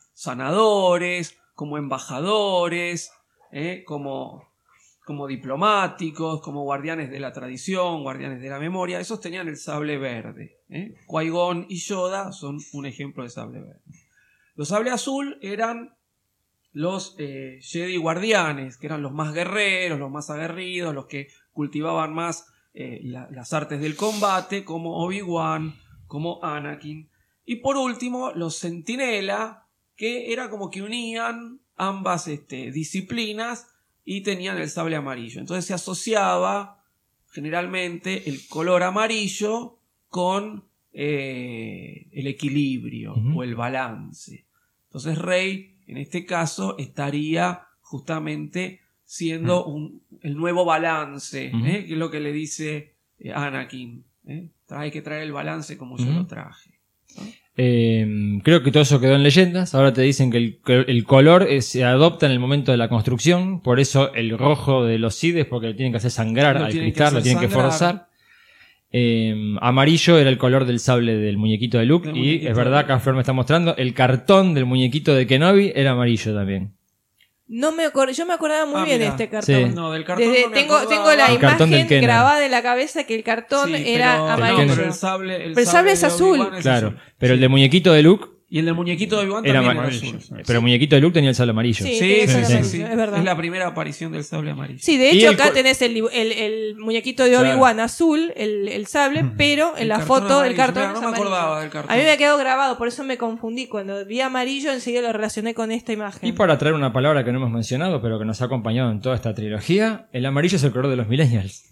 F: sanadores, como embajadores, ¿eh? como, como diplomáticos, como guardianes de la tradición, guardianes de la memoria. Esos tenían el sable verde. ¿eh? Qui-Gon y Yoda son un ejemplo de sable verde. Los sable azul eran los eh, Jedi guardianes, que eran los más guerreros, los más aguerridos, los que cultivaban más eh, la- las artes del combate, como Obi-Wan, como Anakin. Y por último, los centinela, que era como que unían ambas este, disciplinas y tenían el sable amarillo. Entonces se asociaba generalmente el color amarillo con eh, el equilibrio
C: Ujú.
F: o el balance. Entonces Rey, en este caso, estaría justamente siendo un- el nuevo balance,
C: Ujú.
F: ¿eh? que es lo que le dice eh, Anakin. ¿eh? Hay que traer el balance como yo
C: Ujú.
F: lo traje.
C: Eh, creo que todo eso quedó en leyendas. Ahora te dicen que el, que el color eh, se adopta en el momento de la construcción. Por eso el rojo de los CIDES, porque lo tienen que hacer sangrar
F: Lo
C: al
F: tienen que
C: cristal, lo
F: hacer
C: tienen que
F: sangrar.
C: forzar. Eh, amarillo era el color del sable del muñequito de Luke.
F: Del
C: Y
F: muñequito
C: es
F: de
C: verdad,
F: Luke.
C: que Flor me está mostrando, el cartón del muñequito de Kenobi era amarillo también.
D: No me acor- yo me acordaba muy
F: Ah,
D: bien
F: mirá.
D: este cartón.
C: Sí.
F: No, del cartón
D: Desde-
F: no me
D: tengo,
F: acordaba.
D: tengo la
C: El cartón del
D: imagen
C: Kenner.
D: grabada en la cabeza que el cartón
F: Sí,
D: era
F: pero-
D: amarillo.
F: no, pero el sable, el
D: Pero el sable es
F: de
D: azul.
F: Obi-Wan es
C: Claro.
F: azul.
C: Pero el
F: Sí.
C: del muñequito de Luke
F: Y el del muñequito de Obi-Wan
C: era
F: también era
C: amarillo.
F: azul.
C: Pero el muñequito de Luke tenía el sable amarillo.
D: Sí.
F: Sí,
D: tiene que
F: sí, sí,
D: ser
F: sí.
D: amarillo, es verdad.
F: Es la primera aparición del sable amarillo.
D: Sí, de
C: Y
D: hecho
C: el
D: acá
C: col-
D: tenés el, dibu- el, el muñequito de Obi-Wan azul, el, el sable, pero en
F: El
D: la
F: cartón
D: foto el
F: amarillo.
D: cartón
F: Mira,
D: es
F: no me
D: amarillo.
F: acordaba del cartón.
D: A mí me ha quedado grabado, por eso me confundí. Cuando vi amarillo enseguida lo relacioné con esta imagen.
C: Y para traer una palabra que no hemos mencionado, pero que nos ha acompañado en toda esta trilogía, el amarillo es el color de los millennials.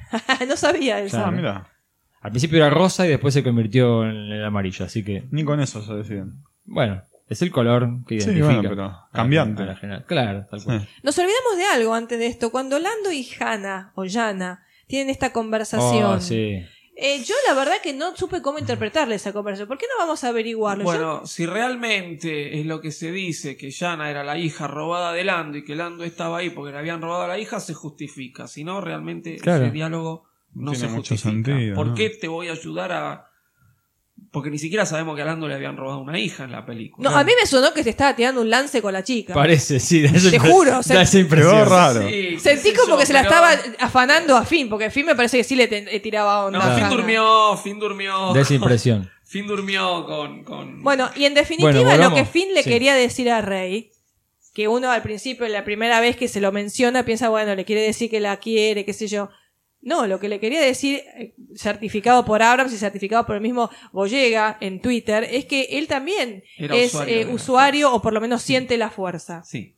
D: no sabía eso.
E: Ah, mira.
C: Al principio era rosa y después se convirtió en el amarillo, así que,
E: Ni con eso se deciden.
C: bueno, es el color que
E: Sí,
C: identifica.
E: bueno, pero
C: a la-
E: cambiante.
C: a la genera- claro, tal cual.
E: Sí.
D: Nos olvidamos de algo antes de esto. Cuando Lando y Hannah, o Yana, tienen esta conversación.
C: Oh, sí.
D: eh, yo la verdad que no supe cómo interpretarle esa conversación. ¿Por qué no vamos a averiguarlo? Yo-
F: Bueno, si realmente es lo que se dice, que Yana era la hija robada de Lando y que Lando estaba ahí porque le habían robado a la hija, se justifica. Si no, realmente
C: Claro.
F: ese diálogo no
E: Tiene
F: se
E: mucho
F: justifica.
E: sentido,
F: ¿Por
E: ¿no?
F: qué te voy a ayudar a...? Porque ni siquiera sabemos que a Lando le habían robado una hija en la película.
D: no, a mí me sonó que se estaba tirando un lance con la chica.
C: Parece, sí. da esa
D: Te
C: impre-
D: juro, o sea-
C: da esa impresión.
E: Quedó raro.
F: Sí, qué
D: Sentí
F: sé
D: como
F: yo,
D: que se la
F: pero-
D: estaba afanando a Finn, porque Finn me parece que sí le, ten- le tiraba onda.
F: No,
D: a
F: Finn
D: Hannah.
F: durmió, Finn durmió.
C: Da esa impresión.
F: Finn durmió con... con...
D: Bueno, y en definitiva
C: Bueno,
D: lo
C: volvamos.
D: que Finn le
C: Sí.
D: quería decir a Rey, que uno al principio, la primera vez que se lo menciona, piensa, bueno, le quiere decir que la quiere, qué sé yo. No, lo que le quería decir, eh, certificado por Abrams y certificado por el mismo Bollega en Twitter, es que él también
F: Era
D: es
F: usuario
D: eh,
F: de la
D: usuario o por lo menos siente la fuerza.
F: Sí.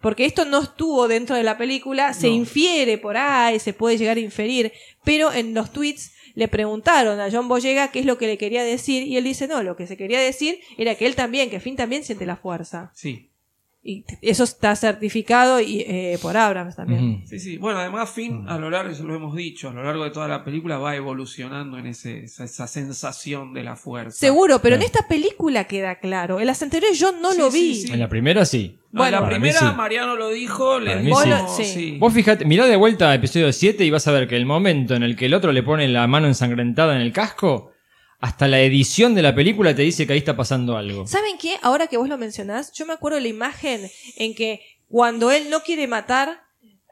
D: Porque esto no estuvo dentro de la película, se
F: No.
D: infiere por ahí, se puede llegar a inferir, pero en los tweets le preguntaron a John Boyega qué es lo que le quería decir y él dice, no, lo que se quería decir era que él también, que Finn también siente la fuerza.
F: Sí.
D: Y t- eso está certificado y, eh, por Abrams también.
C: Ujú.
F: Sí, sí. Bueno, además Finn, a lo largo, eso lo hemos dicho, a lo largo de toda la película va evolucionando en ese, esa, esa sensación de la fuerza.
D: Seguro, pero en
C: Claro.
D: esta película queda claro. En las anteriores yo no
F: Sí,
D: lo
F: sí,
D: vi.
F: sí.
C: En la primera, sí.
F: No, en la
C: Para mí
F: primera
C: sí.
F: Mariano lo dijo, le
C: Para mí
F: dijo,
C: sí.
D: Vos lo- sí.
F: sí.
C: Vos fijate, mirá de vuelta a episodio 7 y vas a ver que el momento en el que el otro le pone la mano ensangrentada en el casco, hasta la edición de la película te dice que ahí está pasando algo.
D: ¿Saben qué? Ahora que vos lo mencionás, yo me acuerdo de la imagen en que cuando él no quiere matar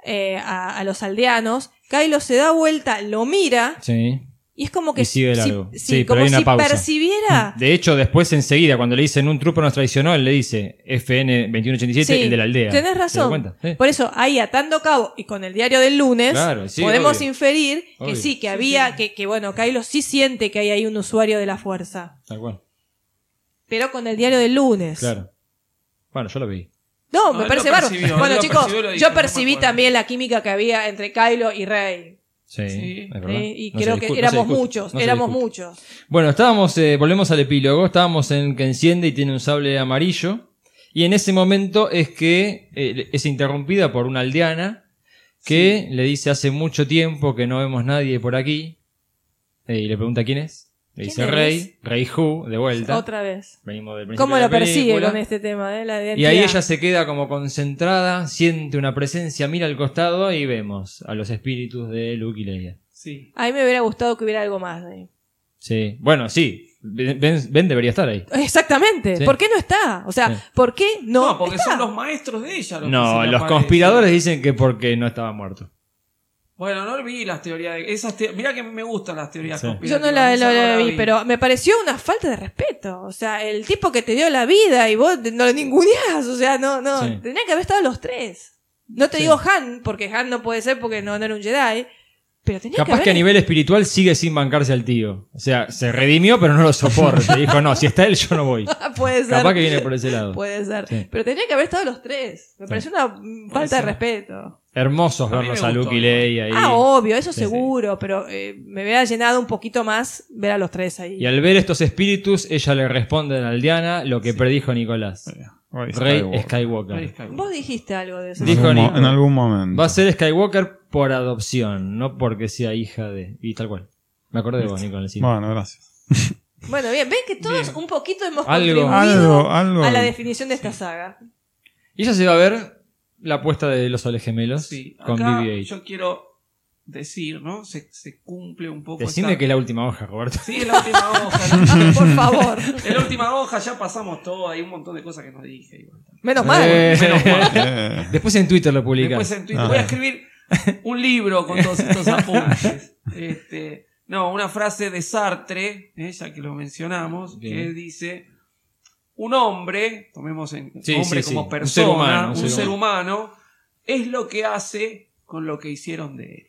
D: eh, a, a los aldeanos, Kylo se da vuelta, lo mira
C: Sí.
D: y es como que
C: Y sigue
D: si-
C: largo.
D: si-
C: Sí, pero
D: como
C: hay una
D: si
C: pausa. Mm,
D: percibiera.
C: De hecho, después enseguida, cuando le dicen un truco nos traicionó, él le dice FN 2187,
D: Sí,
C: el de la aldea.
D: Tenés
C: ¿Te das
D: razón. Pues
C: cuenta? Sí.
D: Por eso, ahí atando cabo y con el diario del lunes,
C: Claro, sí,
D: podemos
C: obvio.
D: inferir que
C: Obvio.
D: sí, que había, Que, que bueno, Kylo sí siente que hay ahí un usuario de la fuerza.
C: Tal cual.
D: Pero con el diario del lunes.
C: Claro. Bueno, yo lo vi.
D: No,
F: No,
D: me
F: él
D: parece
F: lo
D: bárbaro.
F: percibió, él
D: Bueno,
F: lo
D: chicos,
F: percibió y lo dijo,
D: yo
F: no me
D: percibí
F: acuerdo.
D: también la química que había entre Kylo y Rey.
C: Sí,
D: Sí.
C: es verdad.
D: Eh, y
C: No se
D: creo
C: discute,
D: que
C: no se
D: éramos
C: discute,
D: muchos,
C: no se
D: éramos
C: discute.
D: muchos.
C: Bueno, estábamos, eh, volvemos al epílogo, estábamos en que enciende y tiene un sable amarillo. Y en ese momento es que eh, es interrumpida por una aldeana que le dice hace mucho tiempo que no vemos nadie por aquí. Eh, y le pregunta quién es. Le
D: ¿Quién
C: dice
D: eres?
C: Rey, Rey Who, de vuelta.
D: Otra vez.
C: Venimos del principio
D: ¿Cómo
C: de
D: lo
C: la
D: persigue
C: película.
D: con este tema? Eh? La
C: Y ahí
D: identidad.
C: ella se queda como concentrada, siente una presencia, mira al costado y vemos a los espíritus de Luke y Leia.
K: Sí.
D: A mí me hubiera gustado que hubiera algo más. eh.
C: Sí, bueno, sí, Ben, Ben- Ben debería estar ahí.
D: Exactamente.
C: Sí.
D: ¿Por qué no está? O sea,
C: Sí.
D: ¿por qué no?
F: No, porque
D: está?
F: son los maestros de ella. Los que se
C: No,
F: le
C: los
F: aparecen.
C: conspiradores dicen que porque no estaba muerto.
F: Bueno, no vi las teorías. de- Esas te- Mirá que me gustan las teorías
C: Sí.
D: Yo
F: conspirativas.
D: no la, la-
F: esa
D: la
F: no
D: vi, pero me pareció una falta de respeto. O sea, el tipo que te dio la vida y vos no lo ninguneás. O sea, no, no.
C: Sí.
D: Tendrían que haber estado los tres. No te digo Han, porque Han no puede ser porque no, no era un Jedi. Pero tenía
C: Capaz
D: que,
C: que a nivel espiritual sigue sin bancarse al tío. O sea, se redimió pero no lo soporta. Dijo, no, si está él yo no voy.
D: Ah, puede ser.
C: Capaz que viene por ese lado.
D: Puede ser.
C: Sí.
D: Pero tenía que haber estado los tres. Me pareció una mm, falta de
F: ser.
D: respeto.
C: Hermosos
F: A mí
C: verlos
F: me
C: a
F: gustó.
C: Luke y Leia ahí.
D: Ah, obvio, eso
C: Sí, sí.
D: seguro, pero eh, me hubiera llenado un poquito más ver a los tres ahí.
C: Y al ver estos espíritus, ella le responde a la aldeana lo que predijo Nicolás. Rey
E: Rey Skywalker.
C: Skywalker.
F: Rey Skywalker.
D: Vos dijiste algo de eso.
E: En
C: Dijo
E: algún mo-
C: Nico.
E: En algún momento.
C: Va a ser Skywalker por adopción, no porque sea hija de. Y tal cual. Me acordé de vos, Nico, en el cine.
E: Bueno, gracias.
D: Bueno, bien, ven que todos
F: Bien.
D: un poquito hemos
C: Algo.
D: contribuido
E: Algo, algo.
D: a la definición de esta saga.
C: Y ella se va a ver la apuesta de los soles gemelos
F: Sí,
C: con
F: acá
C: BB-8.
F: yo quiero decir, ¿no? Se, se cumple un poco.
C: Decime
F: esta-
C: que es la última hoja, Roberto.
F: Sí, es la última hoja. la-
D: Ah, Por favor.
F: en la última hoja ya pasamos todo. Hay un montón de cosas que no dije. igual.
D: Menos mal.
C: Eh,
E: Eh,
C: Después en Twitter lo publica.
F: Después en Twitter
E: Ah.
F: voy a escribir un libro con todos estos apuntes. Este, no, una frase de Sartre, eh, ya que lo mencionamos, que
C: Bien.
F: dice: Un hombre, tomemos en
C: Sí,
F: hombre
C: sí, sí,
F: como
C: un ser
F: persona,
C: humano,
F: un, ser, humano. es lo que hace con lo que hicieron de él.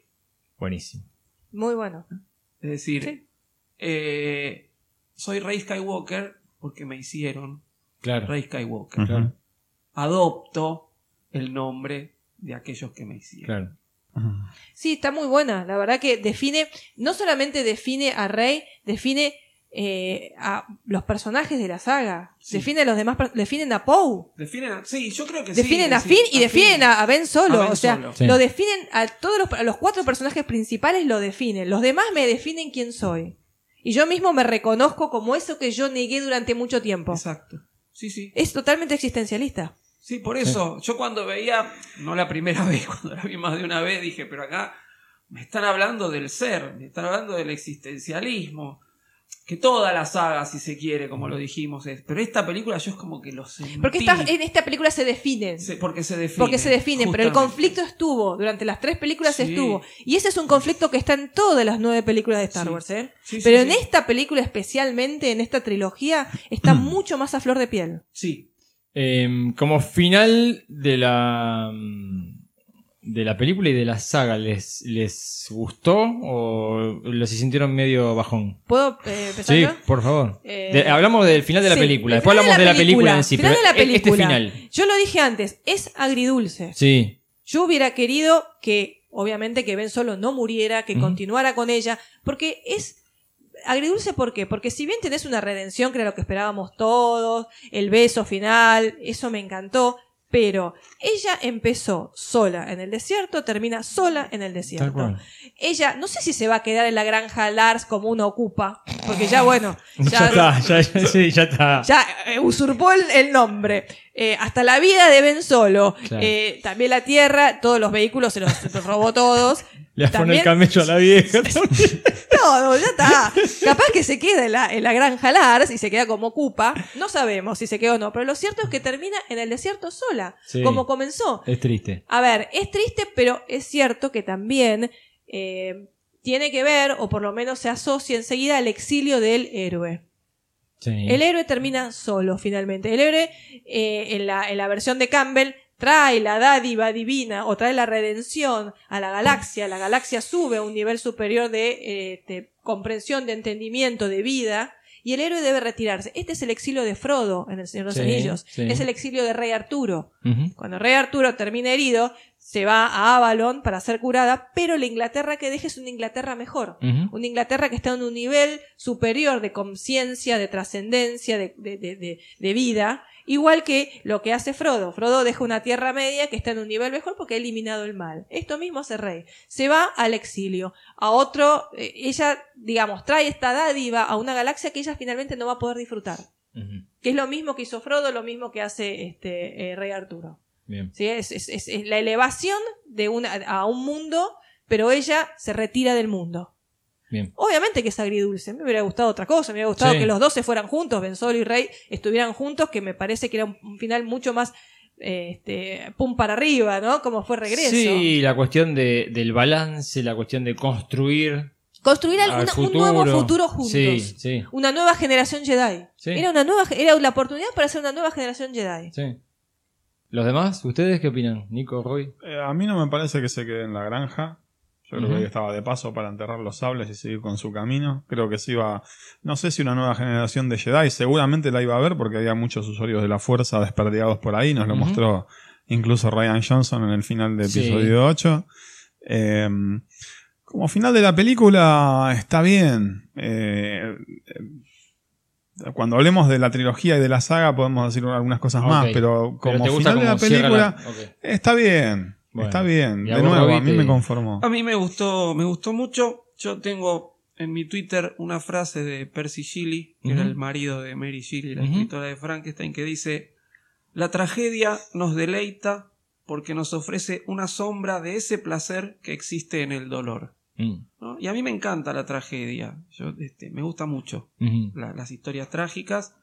C: Buenísimo.
D: Muy bueno.
F: Es decir,
D: Sí.
F: eh, soy Rey Skywalker porque me hicieron
C: Claro.
F: Rey Skywalker.
E: Ujú.
C: Claro,
F: adopto el nombre de aquellos que me hicieron.
C: claro.
D: Sí, está muy buena. La verdad que define, no solamente define a Rey, define eh, a los personajes de la saga.
F: Sí.
D: Define a los demás, per- definen a Poe.
F: Definen a, sí, yo creo que sí,
D: Definen a
F: sí,
D: Finn y definen
F: Finn.
D: a, a Ben Solo.
F: A Ben
D: o sea,
F: Solo.
C: Sí.
D: lo definen a todos los, a los cuatro personajes principales, lo definen. Los demás me definen quién soy. Y yo mismo me reconozco como eso que yo negué durante mucho tiempo.
F: Exacto. Sí, sí.
D: Es totalmente existencialista.
F: Sí, por eso. Yo cuando veía, no la primera vez, cuando la vi más de una vez, dije, pero acá me están hablando del ser, me están hablando del existencialismo. Que toda la saga, si se quiere, como lo dijimos, es. Pero esta película yo es como que lo sentí.
D: Porque esta, en esta película se definen.
F: Se- porque se define.
D: porque se definen, pero el
F: justamente.
D: conflicto estuvo. Durante las tres películas
F: Sí.
D: estuvo. Y ese es un conflicto que está en todas las nueve películas de Star
F: Sí.
D: Wars. ¿eh?
F: Sí, sí,
D: pero
F: sí.
D: en esta película especialmente, en esta trilogía, está mucho más a flor de piel.
F: Sí.
C: Eh, como final de la mm, de la película y de la saga, ¿les, les gustó o los sintieron medio bajón?
D: ¿Puedo eh, empezar
C: Sí,
D: yo?
C: por favor.
D: Eh,
C: De- hablamos del final de la
D: Sí,
C: película,
D: el
C: después
D: final
C: hablamos de la película, en sí,
D: final
C: pero
D: de la
C: e- este
D: película.
C: final.
D: Yo lo dije antes, es agridulce.
C: Sí,
D: Yo hubiera querido que, obviamente, que Ben Solo no muriera, que
C: Ujú.
D: continuara con ella, porque es agridulce, ¿por qué? Porque si bien tenés una redención, que era lo que esperábamos todos, el beso final, eso me encantó, pero ella empezó sola en el desierto, termina sola en el
C: tal
D: desierto.
C: cual.
D: Ella, no sé si se va a quedar en la granja Lars como uno ocupa, porque ya, bueno,
C: Ya, está, ya, ya- sí, ya está.
D: ya eh, usurpó el, el nombre. Eh, hasta la vida de Ben Solo.
C: Claro.
D: Eh, también la tierra, todos los vehículos se los, se los robó todos.
C: Le pone el
D: también-
C: camello a la vieja.
D: No, no, ya está. Capaz que se queda en la, en la granja Lars y se queda como ocupa. No sabemos si se queda o no, pero lo cierto es que termina en el desierto sola,
C: Sí.
D: como comenzó.
C: es triste.
D: A ver, es triste, pero es cierto que también eh, tiene que ver, o por lo menos se asocia enseguida al exilio del héroe.
C: Sí.
D: El héroe termina solo, finalmente. El héroe, eh, en, la, en la versión de Campbell, trae la dádiva divina o trae la redención a la galaxia. La galaxia sube a un nivel superior de, eh, de comprensión, de entendimiento, de vida. Y el héroe debe retirarse. Este es el exilio de Frodo en El Señor de los
C: Sí,
D: Anillos.
C: sí.
D: Es el exilio de Rey Arturo.
C: Ujú.
D: Cuando Rey Arturo termina herido, se va a Avalon para ser curada, pero la Inglaterra que deje es una Inglaterra mejor.
C: Ujú.
D: Una Inglaterra que está en un nivel superior de conciencia, de trascendencia, de, de- de- de- de vida. Igual que lo que hace Frodo. Frodo deja una tierra media que está en un nivel mejor porque ha eliminado el mal. Esto mismo hace Rey. Se va al exilio. A otro, eh, ella, digamos, trae esta dádiva a una galaxia que ella finalmente no va a poder disfrutar.
C: Ujú.
D: Que es lo mismo que hizo Frodo, lo mismo que hace este, eh, Rey Arturo.
C: Bien.
D: ¿sí? Es, es- es- es la elevación de una, a un mundo, pero ella se retira del mundo.
C: Bien.
D: Obviamente que es agridulce, me hubiera gustado otra cosa, me hubiera gustado
C: Sí.
D: que los dos se fueran juntos, Ben Solo y Rey estuvieran juntos, que me parece que era un, un final mucho más eh, este, pum para arriba, ¿no? Como fue regreso.
C: Sí, la cuestión de, del balance, la cuestión de construir
D: Construir
C: al
D: alguna- un
C: futuro.
D: nuevo futuro juntos.
C: Sí, sí,
D: Una nueva generación Jedi.
C: Sí.
D: Era una nueva, era la oportunidad para hacer una nueva generación Jedi.
C: sí. ¿Los demás? ¿Ustedes qué opinan? Nico, Roy.
E: Eh, a mí no me parece que se quede en la granja. Yo creo
C: Ujú.
E: que ahí estaba de paso para enterrar los sables y seguir con su camino. Creo que se iba, no sé si una nueva generación de Jedi, seguramente la iba a ver porque había muchos usuarios de la fuerza desperdigados por ahí. Nos lo
C: Ujú.
E: mostró incluso Ryan Johnson en el final de
C: Sí.
E: episodio 8. Eh, como final de la película está bien. Eh, eh, cuando hablemos de la trilogía y de la saga podemos decir algunas cosas más,
C: Ok.
E: pero como
C: ¿Pero te gusta
E: final de la
C: cómo cierra
E: película...
C: la- ok.
E: Está bien,
C: Bueno.
E: está bien.
C: Y
E: De
C: a vos,
E: nuevo,
C: Robbie,
E: a mí
C: te-
E: me conformó.
F: A mí me gustó, me gustó mucho. Yo tengo en mi Twitter una frase de Percy Shelley, que era
C: Ujú.
F: el marido de Mary Shelley, la
C: Ujú.
F: escritora de Frankenstein, que dice: La tragedia nos deleita porque nos ofrece una sombra de ese placer que existe en el dolor.
C: Mm,
F: ¿no? Y a mí me encanta la tragedia. Yo, este, me gusta mucho
C: Mm, ujú.
F: la- las historias trágicas.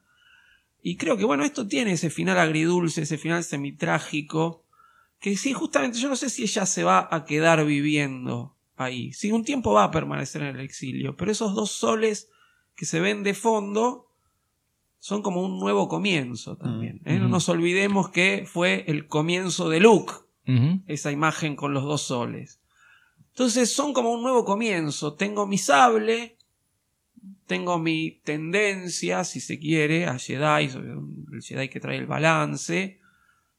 F: Y creo que, bueno, esto tiene ese final agridulce, ese final semitrágico. Que sí, justamente yo no sé si ella se va a quedar viviendo ahí. Sí, un tiempo va a permanecer en el exilio, pero esos dos soles que se ven de fondo son como un nuevo comienzo también. ¿eh? No
C: Ujú.
F: nos olvidemos que fue el comienzo de Luke,
C: Ujú.
F: esa imagen con los dos soles. Entonces son como un nuevo comienzo. Tengo mi sable, tengo mi tendencia, si se quiere, a Jedi, sobre un- el Jedi que trae el balance.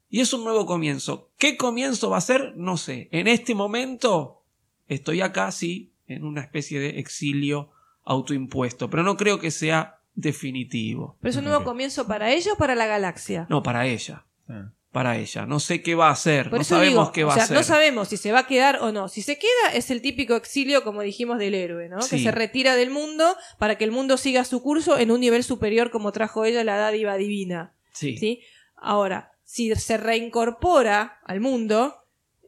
F: Y es un nuevo comienzo. ¿Qué comienzo va a ser? No sé. En este momento estoy acá, sí, en una especie de exilio autoimpuesto, pero no creo que sea definitivo.
D: Pero es un nuevo comienzo para ella o para la galaxia.
F: No, para ella.
E: Ah.
F: Para ella. No sé qué va a hacer.
D: Por
F: no
D: eso
F: sabemos
D: digo,
F: qué va
D: o sea,
F: a hacer.
D: no sabemos si se va a quedar o no. Si se queda es el típico exilio, como dijimos, del héroe, ¿no? Que
F: Sí.
D: se retira del mundo para que el mundo siga su curso en un nivel superior como trajo ella la dádiva divina,
F: Sí.
D: ¿sí? Ahora, si se reincorpora al mundo,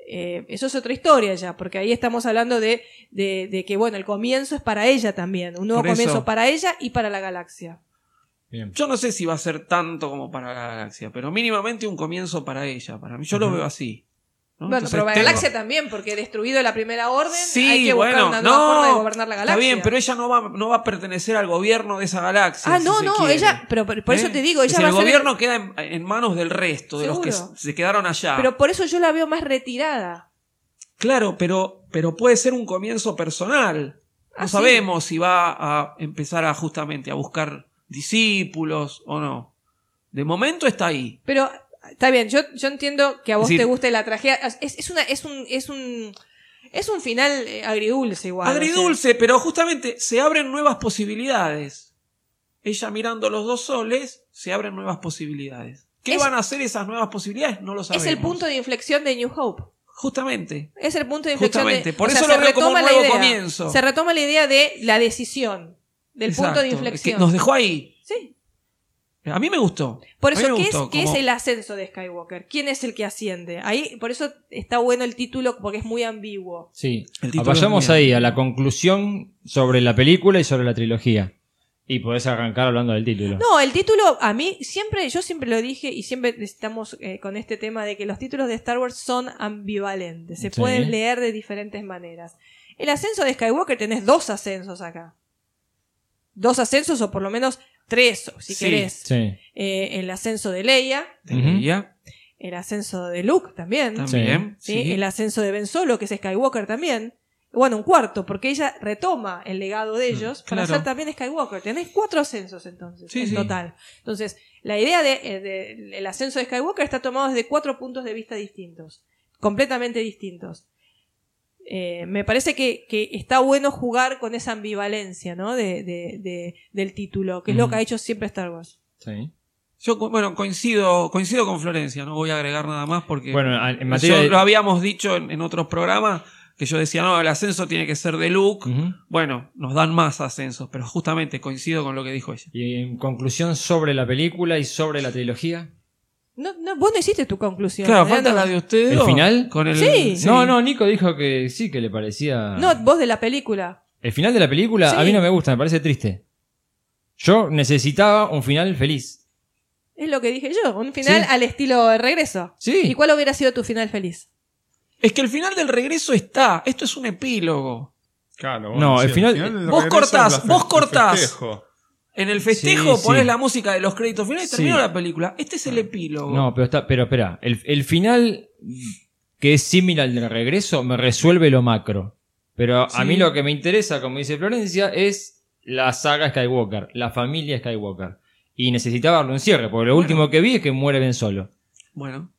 D: eh, eso es otra historia ya, porque ahí estamos hablando de, de, de que, bueno, el comienzo es para ella también, un nuevo
F: Por eso.
D: comienzo para ella y para la galaxia.
C: Bien.
F: Yo no sé si va a ser tanto como para la galaxia, pero mínimamente un comienzo para ella. Para mí, yo lo veo así. ¿no?
D: Bueno,
F: Entonces,
D: pero la
F: tengo-
D: galaxia también, porque destruido la primera orden,
F: Sí,
D: hay que buscar
F: bueno,
D: una nueva
F: no,
D: forma de gobernar la galaxia.
F: Está bien, pero ella no va, no va a pertenecer al gobierno de esa galaxia.
D: Ah,
F: si
D: no,
F: se
D: no,
F: quiere.
D: ella, pero por, por eso
F: ¿Eh?
D: te digo,
F: Es
D: ella
F: decir,
D: va a
F: el
D: ser-
F: gobierno queda en, en manos del resto, de los
D: Seguro.
F: que se quedaron allá.
D: Pero por eso yo la veo más retirada.
F: Claro, pero, pero puede ser un comienzo personal. No
D: Ah, sí.
F: sabemos si va a empezar a justamente a buscar discípulos o no. De momento está ahí.
D: Pero está bien, yo, yo entiendo que a vos
F: Es decir-
D: te guste la tragedia. Es, es una, es un, es un, es un final eh, agridulce igual. o sea.
F: Agridulce, pero justamente se abren nuevas posibilidades. Ella mirando los dos soles, se abren nuevas posibilidades. ¿Qué
D: Es-
F: van a hacer esas nuevas posibilidades? No lo sabemos.
D: es el punto de inflexión de New Hope.
F: Justamente.
D: Es el punto de inflexión.
F: Justamente,
D: de,
F: por
D: o
F: eso
D: sea,
F: lo
D: se
F: veo como
D: retoma
F: un
D: la
F: nuevo
D: idea.
F: comienzo.
D: Se retoma la idea de la decisión, del punto de
F: Exacto. Es que
D: inflexión.
F: nos dejó ahí.
D: Sí.
F: A mí me gustó.
D: Por
F: A mí
D: eso,
F: me
D: ¿qué,
F: gustó,
D: es, qué
F: como-
D: es el ascenso de Skywalker? ¿Quién es el que asciende? Ahí, por eso está bueno el título, porque es muy ambiguo.
C: Sí.
F: El título
C: Vayamos
F: es mío.
C: ahí a la conclusión sobre la película y sobre la trilogía. Y podés arrancar hablando del título.
D: No, el título, a mí, siempre, yo siempre lo dije y siempre estamos eh, con este tema de que los títulos de Star Wars son ambivalentes, se
C: Sí.
D: pueden leer de diferentes maneras. El ascenso de Skywalker tenés dos ascensos acá. Dos ascensos, o por lo menos tres, si
F: Sí.
D: querés.
C: Sí.
D: Eh, el ascenso de Leia,
F: De
C: Ujú.
F: ella,
D: el ascenso de Luke también.
F: también.
D: ¿sí?
F: sí.
D: el ascenso de Ben Solo, que es Skywalker también. Bueno, un cuarto, porque ella retoma el legado de ellos
F: Mm,
D: para
F: claro.
D: ser también Skywalker. Tenés cuatro ascensos entonces,
F: Sí,
D: en
F: sí.
D: total. Entonces, la idea del de, eh, de- el ascenso de Skywalker está tomado desde cuatro puntos de vista distintos. completamente distintos. Eh, me parece que, que está bueno jugar con esa ambivalencia, ¿no? De, de- de- del título, que es
F: Mm.
D: lo que ha hecho siempre Star Wars.
C: Sí.
F: Yo, co- bueno, coincido, coincido con Florencia, no voy a agregar nada más porque
C: Bueno, a- en materia
F: yo,
C: de-
F: lo habíamos dicho en, en otros programas, que yo decía, no, el ascenso tiene que ser de Luke.
C: Ujú.
F: Bueno, nos dan más ascensos, pero justamente coincido con lo que dijo ella.
C: Y en conclusión sobre la película y sobre la trilogía.
D: No, no, vos no hiciste tu conclusión. ¿eh?
F: Claro,
D: Leandro.
F: falta la de ustedes.
C: ¿El
F: dos,
C: final?
F: Con el,
D: Sí.
C: No, no, Nico dijo que sí, que le parecía...
D: No, vos de la película.
C: El final de la película a
D: Sí.
C: mí no me gusta, me parece triste. Yo necesitaba un final feliz.
D: Es lo que dije yo, un final
C: Sí.
D: al estilo de regreso.
C: Sí.
D: ¿Y cuál hubiera sido tu final feliz?
F: Es que el final del regreso está. Esto es un epílogo.
E: Claro,
C: No, al
E: el
C: final-
E: del
F: Vos
E: regreso es la
F: cortás,
E: fe-
F: vos
E: el
F: cortás.
E: festejo.
F: En el festejo
C: Sí,
F: pones
C: sí.
F: la música de los créditos finales y
C: Sí.
F: terminó la película. Este es el epílogo.
C: No, pero está, pero espera, el, el final que es similar al del regreso me resuelve lo macro. Pero a
F: Sí.
C: mí lo que me interesa, como dice Florencia, es la saga Skywalker, la familia Skywalker. Y necesitaba darle un cierre, porque lo último que vi es que muere Ben Solo.
F: Bueno.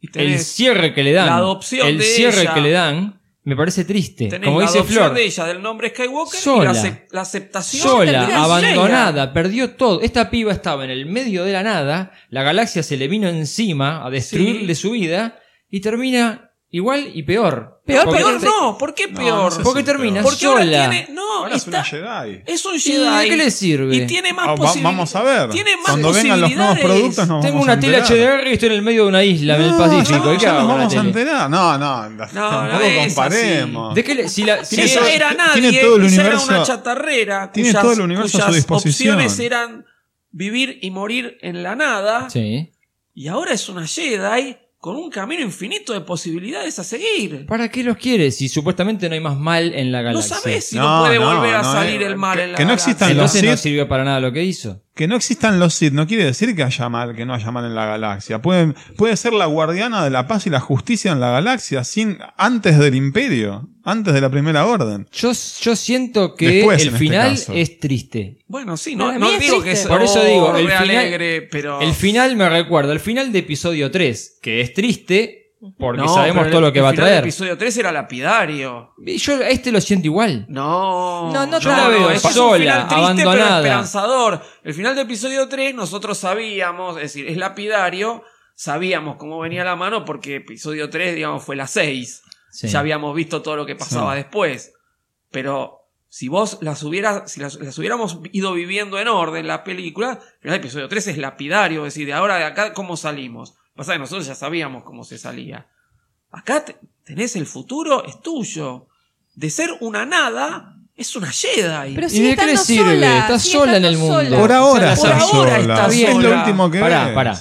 F: Y
C: El
F: tenés,
C: cierre que le dan,
F: la adopción
C: el
F: de
C: cierre
F: ella.
C: que le dan, me parece triste.
F: tenés
C: Como
F: la
C: dice
F: adopción
C: Flor,
F: de ella del nombre Skywalker y
C: Sola.
F: la, acep- la aceptación
C: sola,
F: termina en
C: abandonada, perdió todo. Esta piba estaba en el medio de la nada, la galaxia se le vino encima a destruirle
F: Sí.
C: su vida y termina igual y peor.
F: Ella. Peor,
C: Porque-
F: peor no. ¿Por qué
E: No,
F: peor?
E: no sé
C: Porque
E: si
C: termina
E: peor.
F: Porque ahora
C: sola.
F: tiene. No,
E: Ahora es una
F: está-
E: Jedi.
F: es un
C: ¿Y de
F: Jedi.
C: qué le sirve?
F: Y tiene más
E: Ah, va-
F: posibilidades.
E: vamos a ver.
F: Tiene más
E: Cuando vengan los nuevos
F: posibilidades.
E: productos nos
C: Tengo
E: vamos a
C: una tela
E: enterar.
C: HDR y estoy en el medio de una isla en el Pacífico.
E: No,
C: ¿Qué
E: ya
C: hago con la
E: nos vamos a
C: tele?
E: enterar. No, no, tampoco
F: es así.
E: comparemos.
C: ¿De qué le- si la- si
E: Tiene
F: Ella
E: todo-
C: esa-
F: era
E: tiene
F: nadie,
E: todo el
F: ella
E: universo-
F: era una chatarrera.
E: tiene
F: cuyas,
E: todo el universo a su
F: cuyas
E: disposición.
F: opciones eran vivir y morir en la nada.
C: Sí.
F: Y ahora es una Jedi con un camino infinito de posibilidades a seguir.
C: ¿Para qué los quieres si supuestamente no hay más mal en la
F: No
C: galaxia?
F: sabes si no,
E: No,
F: puede
E: no,
F: volver a
E: no,
F: salir
E: eh,
F: el mal
E: que-
F: en la
E: que no
F: galaxia.
E: existan los-
C: Entonces no
E: Sith-
C: sirvió para nada lo que hizo.
E: Que no existan los Sith no quiere decir que haya mal, que no haya mal en la galaxia. Pueden, puede ser la guardiana de la paz y la justicia en la galaxia sin, antes del imperio, antes de la primera orden.
C: Yo, yo siento que
E: Después,
C: el
E: en este
C: final
E: caso.
C: es triste.
F: Bueno, sí, no,
D: Para
F: no
D: mí es
F: digo que
D: triste.
F: es
C: Por eso digo, el
F: Oh, re
C: final-
F: alegre, pero...
C: El final me recuerda, el final de episodio 3, que es triste porque
F: No,
C: sabemos
F: pero
C: todo lo
F: el-
C: que
F: el
C: va a
F: final del
C: traer.
F: episodio 3 era lapidario.
C: Y Yo a este lo siento igual.
F: No,
D: No, no Yo la tanto. veo
F: este es
C: sola,
F: un final triste,
C: abandonada.
F: Pero esperanzador. El final de episodio 3 nosotros sabíamos, es decir, es lapidario, sabíamos cómo venía la mano porque episodio 3, digamos, fue la 6.
C: Sí.
F: Ya habíamos visto todo lo que pasaba después. Pero si vos las hubieras, si las, las hubiéramos ido viviendo en orden la película, el final de episodio 3 es lapidario, es decir, de ahora de acá, ¿cómo salimos? Pasa que nosotros ya sabíamos cómo se salía. Acá te- tenés el futuro, es tuyo. De ser una nada, es una Jedi.
D: Pero
C: ¿Y
D: sigue
C: de qué le
D: estando
C: sirve?
D: sola.
C: Está
D: sigue
C: sola en
D: estando
C: el mundo.
D: sola.
E: Por ahora,
C: O sea,
E: está
C: la
F: por ahora
E: sola.
F: está
E: Es lo
F: sola.
E: último que
C: Pará,
E: ves.
C: pará.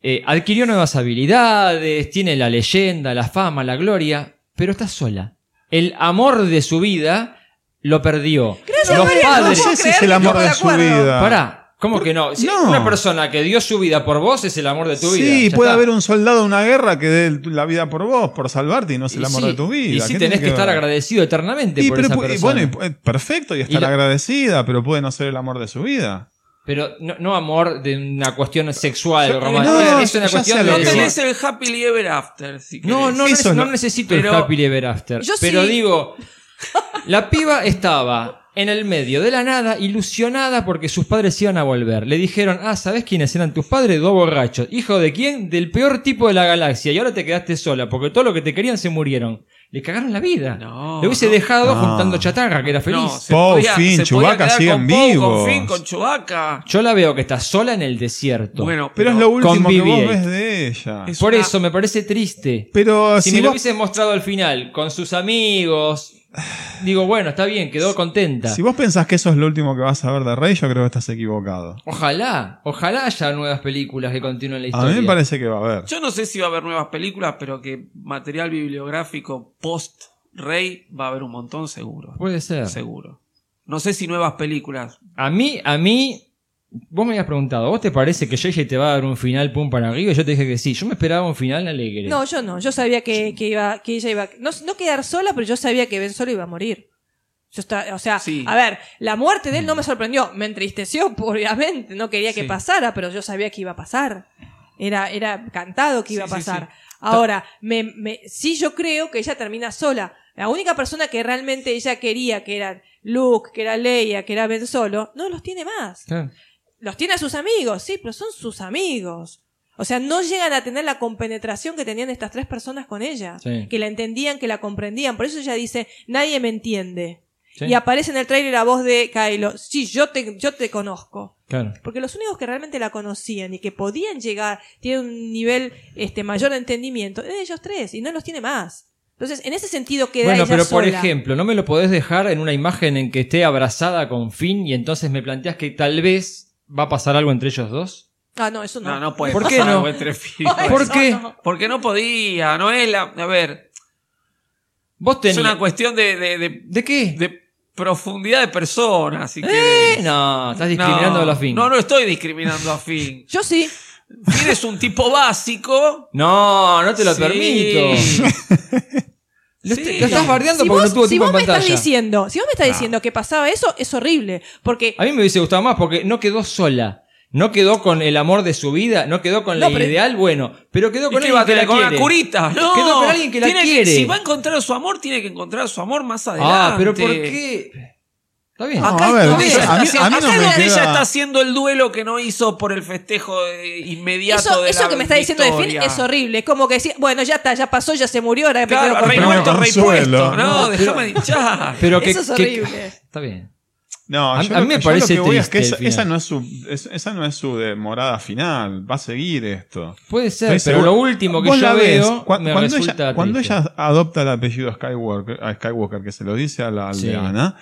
C: Eh, adquirió nuevas habilidades, tiene la leyenda, la fama, la gloria, pero está sola. El amor de su vida lo perdió. Los
D: María.
E: No
C: padres.
E: sé si es el amor de su vida.
C: Pará, ¿cómo que no? Si
E: No.
C: Una persona que dio su vida por vos es el amor de tu vida.
E: Sí,
C: ya
E: puede
C: está.
E: haber un soldado en una guerra que dé la vida por vos, por salvarte y no es el
C: Y
E: amor
C: sí,
E: de tu vida.
C: Y
E: ¿Qué
C: sí
E: tiene
C: tenés que estar
E: ver?
C: agradecido eternamente
E: Y
C: por
E: pero
C: esa
E: pu- y
C: persona.
E: bueno, y pu- eh, perfecto, y estar
C: la-
E: agradecida, pero puede no ser el amor de su vida.
C: Pero no, no amor de una cuestión sexual
F: Yo-
C: o romántica.
F: no,
C: es una
E: ya sé
C: cuestión
E: lo
C: de
F: no
E: que
C: decir-
E: va.
F: tenés el happily ever after. si
C: No,
F: querés.
C: no,
E: Eso
C: nece-
E: es
C: no
E: lo-
C: necesito el
F: Pero-
C: happy ever after.
D: Yo
C: pero
D: sí.
C: digo, la piba estaba en el medio de la nada, ilusionada porque sus padres iban a volver. Le dijeron, ah, ¿sabes quiénes eran tus padres? Dos borrachos. ¿Hijo de quién? Del peor tipo de la galaxia. Y ahora te quedaste sola porque todo lo que te querían se murieron. Le cagaron la vida.
F: No,
C: Le hubiese
F: no.
C: dejado
E: No.
C: juntando chatarra, que era feliz.
F: No, se
E: Poe,
F: podía-
E: Finn,
F: se podía
E: Chewbacca
F: quedar
E: siguen
F: con Poe,
E: vivos.
F: Con Finn, con Chewbacca.
C: Yo la veo que está sola en el desierto.
F: Bueno,
E: Pero es lo último que vos
C: BB-8.
E: ves de ella.
F: Es-
C: Por
F: una-
C: eso me parece triste.
E: Pero
C: Si
E: si,
C: me lo
E: vos,
C: hubiesen mostrado al final, con sus amigos, digo, bueno, está bien, quedó contenta.
E: si vos pensás que eso es lo último que vas a ver de Rey, yo creo que estás equivocado.
C: Ojalá, ojalá haya nuevas películas que continúen la
E: A
C: historia.
E: mí me parece que va a haber.
F: Yo no sé si va a haber nuevas películas, pero que material bibliográfico post Rey va a haber un montón seguro.
C: Puede ser.
F: Seguro. No sé si nuevas películas.
C: A mí, a mí, vos me habías preguntado, ¿vos te parece que JJ te va a dar un final pum para arriba? Y yo te dije que sí, yo me esperaba un final alegre.
D: No, yo no. Yo sabía que, que iba, que ella iba. No, no quedar sola, pero yo sabía que Ben Solo iba a morir. Yo está, o sea,
F: Sí. Mm.
D: a ver, la muerte de él no me sorprendió. Me entristeció, obviamente. No quería que
F: Sí.
D: pasara, pero yo sabía que iba a pasar. Era, era cantado que iba
F: Sí,
D: a
F: sí,
D: pasar. Ahora, me, me- sí yo creo que ella termina sola. La única persona que realmente ella quería, que era Luke, que era Leia, que era Ben Solo, no los tiene más.
C: Claro.
D: Los tiene a sus amigos, sí, pero son sus amigos. O sea, no llegan a tener la compenetración que tenían estas tres personas con ella.
C: Sí.
D: Que la entendían, que la comprendían. Por eso ella dice, nadie me entiende.
C: Sí.
D: Y aparece en el trailer la voz de Kylo. Sí, yo te, yo te conozco.
C: Claro.
D: Porque los únicos que realmente la conocían y que podían llegar, tienen un nivel este, mayor de entendimiento, eran ellos tres, y no los tiene más. Entonces, en ese sentido queda
C: Bueno,
D: ella
C: pero por
D: sola.
C: ejemplo, no me lo podés dejar en una imagen en que esté abrazada con Finn y entonces me planteas que tal vez va a pasar algo entre ellos dos.
D: Ah, no, eso no.
H: No, no puede
C: ¿Por qué
H: pasar
C: no?
H: algo entre filhos.
D: Ay,
C: ¿Por
D: no,
C: qué?
D: no.
H: Porque no podía, no es la- A ver,
C: Vos
H: es
C: tenés.
H: una cuestión de, de, de-
C: ¿De qué?
H: de profundidad de personas, si
C: Eh,
H: querés.
C: No, estás discriminando
H: no,
C: a los Finn.
H: No, no estoy discriminando a Finn.
D: Yo sí.
H: Finn es un tipo básico.
C: No, no te lo
H: Sí.
C: permito. Lo,
H: Sí.
C: est- lo estás bardeando
D: Si
C: porque
D: vos,
C: no tuvo
D: si
C: tiempo
D: vos
C: en
D: me estás
C: pantalla. Ah.
D: diciendo, si vos me estás diciendo que pasaba eso, es horrible. Porque
C: A mí me hubiese gustado más porque no quedó sola. No quedó con el amor de su vida, no quedó con
D: No,
C: la
D: pero-
C: ideal, bueno, pero quedó
H: ¿Y
C: con
H: qué
C: alguien
H: va a
C: que
H: tener
C: la
H: con una
C: quiere.
H: curita? No.
C: Quedó con alguien que la
H: tiene
C: quiere.
H: Si va a encontrar su amor, tiene que encontrar su amor más adelante.
C: Ah, pero ¿por qué? Está bien.
E: No,
H: Acá
E: a ver,
H: es
E: yo-
H: donde ella
E: a mí-
H: está
E: a mí
H: haciendo-
E: no
H: acá
E: me
H: es donde
E: queda-
H: ella está haciendo el duelo que no hizo por el festejo eh, inmediato
D: eso,
H: de
D: eso
H: la
D: que me está diciendo de Finn
H: victoria.
D: es horrible. Es como que decir, bueno, ya está, ya pasó, ya se murió, ahora me quedo
H: Claro, rey
D: con
E: Premio
D: Finn.
H: muerto, rey
E: Consuelo.
H: puesto. No,
C: No,
H: déjame hinchar.
C: Pero que,
D: Eso es
C: que-
D: horrible.
C: está bien.
E: No,
C: A-
E: yo
C: a
E: lo-
C: mí me
E: yo lo
C: parece
E: que voy es
C: triste
E: que esa,
C: el final.
E: esa no es su, es- esa no es su de- morada final. Va a seguir esto.
C: Puede ser,
E: Estoy
C: pero
E: seguro-
C: lo último que
E: Vos la
C: yo
E: ves,
C: veo
E: cua-
C: me
E: cuando,
C: resulta
E: ella, cuando
C: triste.
E: ella adopta el apellido Skywalker, a Skywalker, que se lo dice a la
C: Sí.
E: aldeana,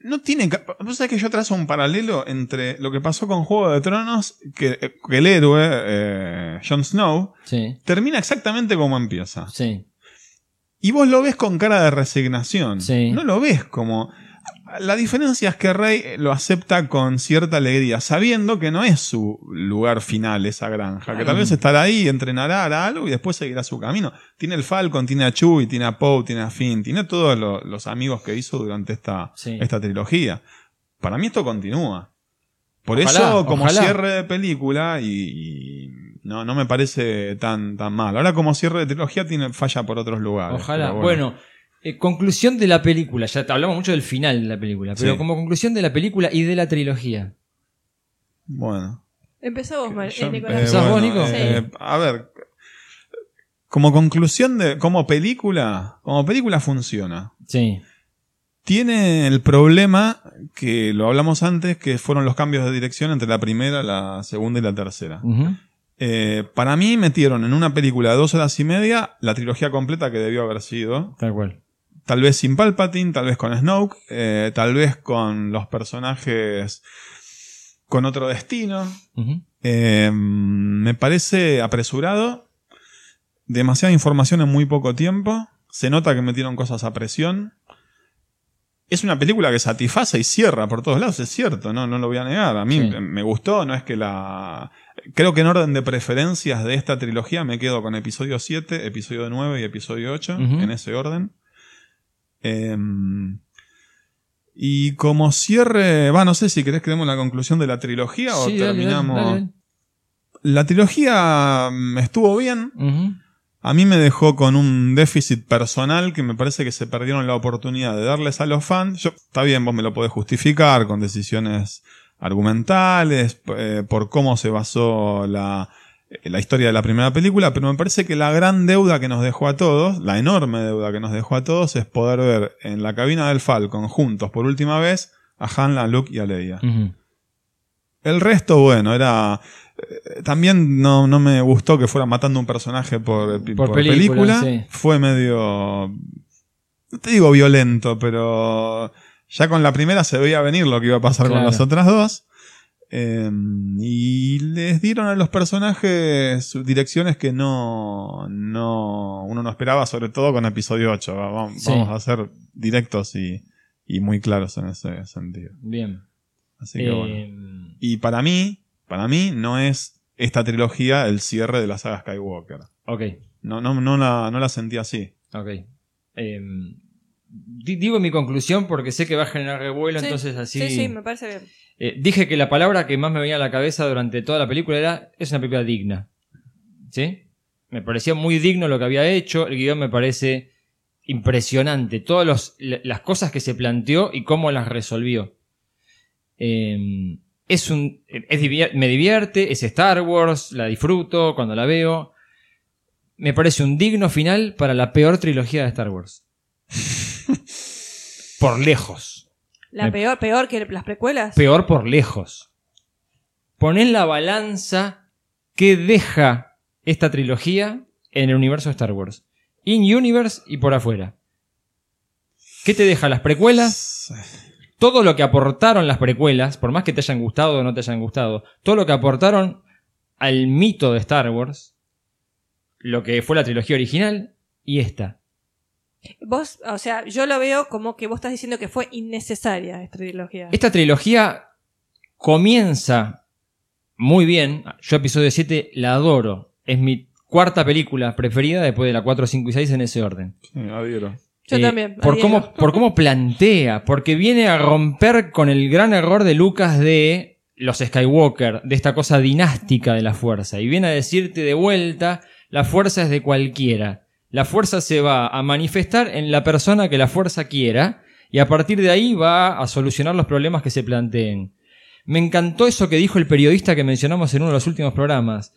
E: no tiene. cap- Vos sabés que yo trazo un paralelo entre lo que pasó con Juego de Tronos, que, que el héroe, eh, Jon Snow,
C: Sí,
E: termina exactamente como empieza.
C: sí,
E: Y vos lo ves con cara de resignación.
C: Sí.
E: No lo ves como. La diferencia es que Rey lo acepta con cierta alegría, sabiendo que no es su lugar final esa granja, que tal vez estará ahí, entrenará, hará algo y después seguirá su camino. Tiene el Falcon, tiene a Chewie, tiene a Poe, tiene a Finn, tiene a todos lo- los amigos que hizo durante esta,
C: Sí.
E: esta trilogía. Para mí esto continúa. Por
C: Ojalá,
E: eso, como
C: ojalá.
E: cierre de película, y, y no, no me parece tan, tan mal. Ahora, como cierre de trilogía, tiene falla por otros lugares.
C: ojalá.
E: pero
C: Bueno, eh, conclusión de la película, ya te- hablamos mucho del final de la película, pero
E: Sí.
C: como conclusión de la película y de la trilogía.
E: Bueno.
D: Empezá vos, Mar- eh,
E: Yo-
D: Nicolás.
E: eh,
C: ¿Empezás vos, Nico?
E: eh, a ver, como conclusión de, como película, como película funciona.
C: Sí,
E: Tiene el problema que lo hablamos antes, que fueron los cambios de dirección entre la primera, la segunda y la tercera.
C: ujú,
E: Eh, para mí metieron en una película de dos horas y media la trilogía completa que debió haber sido.
C: tal cual.
E: tal vez sin Palpatine, tal vez con Snoke, eh, tal vez con los personajes con otro destino.
C: Ujú.
E: Eh, me parece apresurado, demasiada información en muy poco tiempo, se nota que metieron cosas a presión. Es una película que satisface y cierra por todos lados, es cierto, no, no lo voy a negar. A mí
C: Sí.
E: me gustó, no es que la... Creo que en orden de preferencias de esta trilogía me quedo con episodio 7, episodio 9 y episodio 8,
C: Ujú.
E: en ese orden. Eh, y como cierre, va, no sé si querés que demos la conclusión de la trilogía o
C: Sí, dale, dale,
E: terminamos.
C: dale, dale.
E: La trilogía mm, estuvo bien.
C: Ujú.
E: A mí me dejó con un déficit personal que me parece que se perdieron la oportunidad de darles a los fans. Yo, está bien, vos me lo podés justificar con decisiones argumentales, p- eh, por cómo se basó la, eh, la historia de la primera película, pero me parece que la gran deuda que nos dejó a todos, la enorme deuda que nos dejó a todos, es poder ver en la cabina del Falcon juntos por última vez a Han, a Luke y a Leia.
C: Ujú.
E: El resto, bueno, era. eh, También no, no me gustó que fuera matando un personaje por, eh,
C: película,
E: por, película.
C: sí.
E: Fue medio. No te digo violento, pero. Ya con la primera se veía venir lo que iba a pasar
C: Claro.
E: con las otras dos. Eh, y les dieron a los personajes direcciones que no, no. Uno no esperaba, sobre todo con episodio 8. Va- va- Vamos,
C: Sí.
E: a ser directos y, y muy claros en ese sentido.
C: Bien.
E: Así que bueno.
C: Em,
E: Y para mí, para mí no es esta trilogía el cierre de la saga Skywalker.
C: ok,
E: No, no, no, la, no la sentí así.
C: ok. Em, di- digo mi conclusión porque sé que va a generar revuelo,
D: Sí,
C: entonces así...
D: Sí, sí, me parece bien.
C: Eh, dije que la palabra que más me venía a la cabeza durante toda la película era, es una película digna. ¿Sí? Me me parecía muy digno lo que había hecho, el guión me parece impresionante, todas los- la- las cosas que se planteó y cómo las resolvió. Eh, es un, es divier- me divierte, es Star Wars, la disfruto cuando la veo. Me parece un digno final para la peor trilogía de Star Wars. por lejos.
D: La
C: Me-
D: peor, peor que las precuelas.
C: Peor por lejos. Pon en la balanza que deja esta trilogía en el universo de Star Wars. In Universe y por afuera. ¿Qué te deja las precuelas? todo lo que aportaron las precuelas, por más que te hayan gustado o no te hayan gustado, todo lo que aportaron al mito de Star Wars, lo que fue la trilogía original y esta.
D: Vos, o sea, yo lo veo como que vos estás diciendo que fue innecesaria esta trilogía.
C: Esta trilogía comienza muy bien. Yo episodio 7 la adoro. Es mi cuarta película preferida después de la 4, 5 y 6 en ese orden.
E: Sí, adhiero.
D: Yo
C: Eh,
D: también.
C: Por
D: adhiero.
C: cómo, por cómo plantea, porque viene a romper con el gran error de Lucas de los Skywalker, de esta cosa dinástica de la fuerza. Y viene a decirte de vuelta, la fuerza es de cualquiera. La fuerza se va a manifestar en la persona que la fuerza quiera y a partir de ahí va a solucionar los problemas que se planteen. Me encantó eso que dijo el periodista que mencionamos en uno de los últimos programas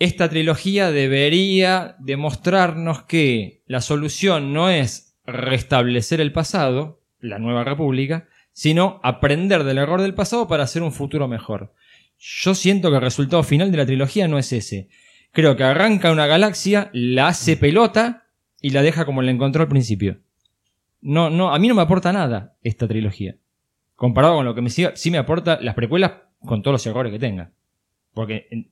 C: esta trilogía debería demostrarnos que la solución no es restablecer el pasado, la nueva república, sino aprender del error del pasado para hacer un futuro mejor. Yo siento que el resultado final de la trilogía no es ese. Creo que arranca una galaxia, la hace pelota y la deja como la encontró al principio. No, no, a mí no me aporta nada esta trilogía. Comparado con lo que me, sí- sí me aporta las precuelas con todos los errores que tenga porque en-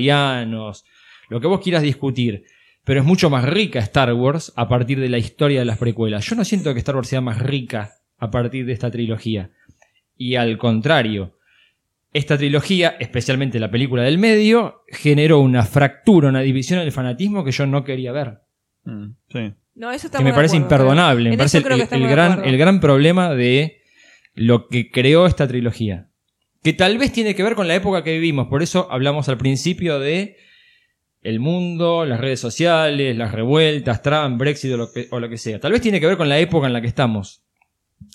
C: midiclorianos, lo que vos quieras discutir, pero es mucho más rica Star Wars a partir de la historia de las precuelas. Yo no siento que Star Wars sea más rica a partir de esta trilogía. Y al contrario, esta trilogía, especialmente la película del medio, generó una fractura, una división en el fanatismo que yo no quería ver.
E: Mm, sí.
D: No, eso
C: Que me parece imperdonable, me parece el, el gran, el gran problema de lo que creó esta trilogía. Que tal vez tiene que ver con la época que vivimos, por eso hablamos al principio de el mundo, las redes sociales, las revueltas, Trump, Brexit o lo que, o lo que sea. Tal vez tiene que ver con la época en la que estamos.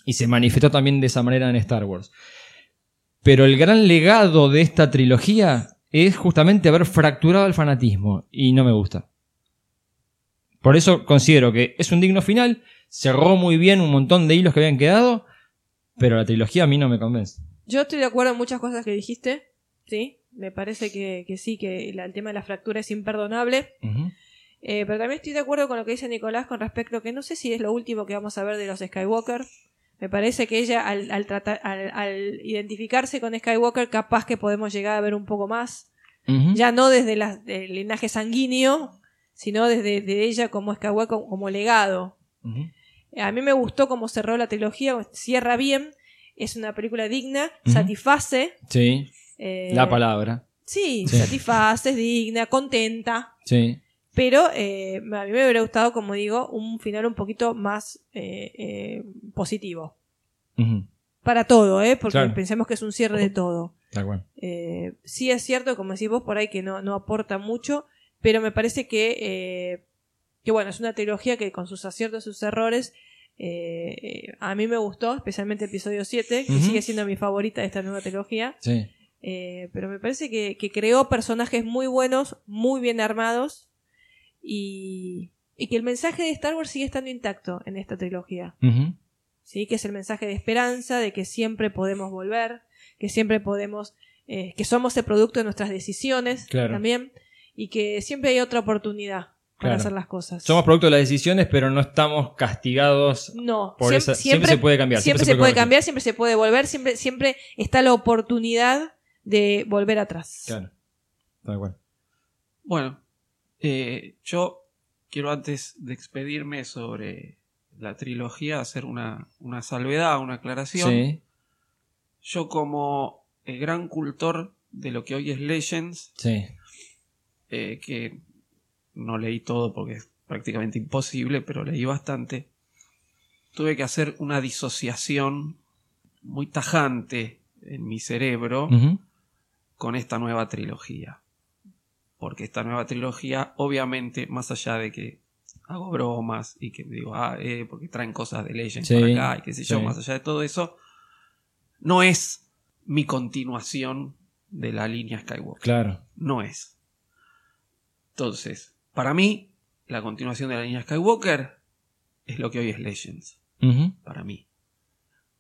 C: Y se manifestó también de esa manera en Star Wars. Pero el gran legado de esta trilogía es justamente haber fracturado el fanatismo. Y no me gusta. Por eso considero que es un digno final. Cerró muy bien un montón de hilos que habían quedado. Pero la trilogía a mí no me convence.
D: Yo estoy de acuerdo en muchas cosas que dijiste, ¿sí? Me parece que, que sí, que la- el tema de la fractura es imperdonable.
C: Ujú.
D: Eh, pero también estoy de acuerdo con lo que dice Nicolás con respecto que no sé si es lo último que vamos a ver de los Skywalker. Me parece que ella, al, al, tratar- al- al identificarse con Skywalker, capaz que podemos llegar a ver un poco más.
C: Ujú.
D: Ya no desde las- el linaje sanguíneo, sino desde de ella como Skywalker, como legado.
C: Ujú.
D: A mí me gustó cómo cerró la trilogía, cierra bien, es una película digna,
C: Ujú.
D: satisface.
C: Sí,
D: eh,
C: la palabra.
D: Sí,
C: Sí.
D: satisface, es digna, contenta.
C: Sí.
D: Pero eh, a mí me hubiera gustado, como digo, un final un poquito más eh, eh, positivo.
C: Ujú.
D: Para todo, ¿eh? Porque
C: Claro.
D: pensemos que es un cierre de todo.
C: Tal cual.
D: Eh, sí es cierto, como decís vos, por ahí que no, no aporta mucho, pero me parece que, eh, que bueno, es una trilogía que con sus aciertos y sus errores, eh, eh, a mí me gustó, especialmente episodio 7, que
C: Ujú.
D: sigue siendo mi favorita de esta nueva trilogía,
C: Sí.
D: eh, pero me parece que, que creó personajes muy buenos, muy bien armados, y, y que el mensaje de Star Wars sigue estando intacto en esta trilogía.
C: Ujú.
D: ¿sí? que es el mensaje de esperanza, de que siempre podemos volver, que siempre podemos, eh, que somos el producto de nuestras decisiones
C: Claro.
D: también, y que siempre hay otra oportunidad para
C: Claro.
D: hacer las cosas.
C: Somos producto de las decisiones, pero no estamos castigados.
D: no,
C: Por
D: siem-
C: esa- siempre
D: siempre,
C: se puede cambiar,
D: Siempre, se puede cambiar, siempre se puede volver, siempre, siempre está la oportunidad de volver atrás.
C: Claro. Tal cual.
H: Bueno, eh, yo quiero antes de expedirme sobre la trilogía hacer una, una salvedad, una aclaración.
C: Sí.
H: Yo como el gran cultor de lo que hoy es Legends,
C: Sí.
H: eh, que no leí todo porque es prácticamente imposible, pero leí bastante, tuve que hacer una disociación muy tajante en mi cerebro
C: Ujú.
H: con esta nueva trilogía.
F: porque esta nueva trilogía, obviamente, más allá de que hago bromas y que digo, ah, eh, porque traen cosas de Legends
C: Sí,
F: por acá y qué sé yo,
C: sí.
F: más allá de todo eso, no es mi continuación de la línea Skywalker.
C: Claro.
F: No es. Entonces, para mí, la continuación de la línea Skywalker es lo que hoy es Legends
C: Ujú.
F: para mí.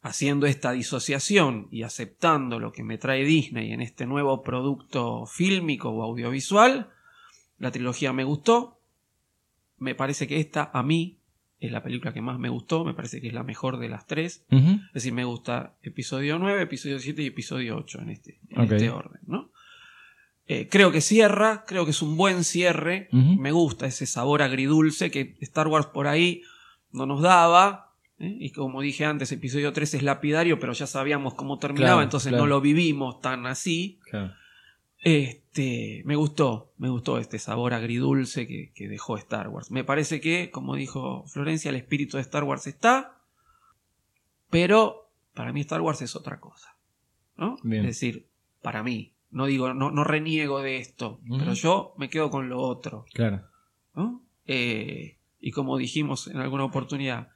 F: Haciendo esta disociación y aceptando lo que me trae Disney en este nuevo producto fílmico o audiovisual, la trilogía me gustó. Me parece que esta, a mí, es la película que más me gustó. Me parece que es la mejor de las tres.
C: Ujú.
F: Es decir, me gusta episodio 9, episodio 7 y episodio 8 en este, en
C: Ok.
F: este orden, ¿no? Eh, creo que cierra, creo que es un buen cierre.
C: Ujú.
F: Me gusta ese sabor agridulce que Star Wars por ahí no nos daba. ¿eh? Y como dije antes, episodio 3 es lapidario, pero ya sabíamos cómo terminaba,
C: Claro,
F: entonces
C: claro.
F: no lo vivimos tan así.
C: Claro.
F: Este, me gustó, me gustó este sabor agridulce que, que dejó Star Wars. Me parece que, como dijo Florencia, el espíritu de Star Wars está, pero para mí Star Wars es otra cosa. ¿no?
C: Bien.
F: Es decir, para mí, no digo, no, no reniego de esto,
C: Ujú.
F: pero yo me quedo con lo otro.
C: Claro.
F: ¿no? Eh, y como dijimos en alguna oportunidad,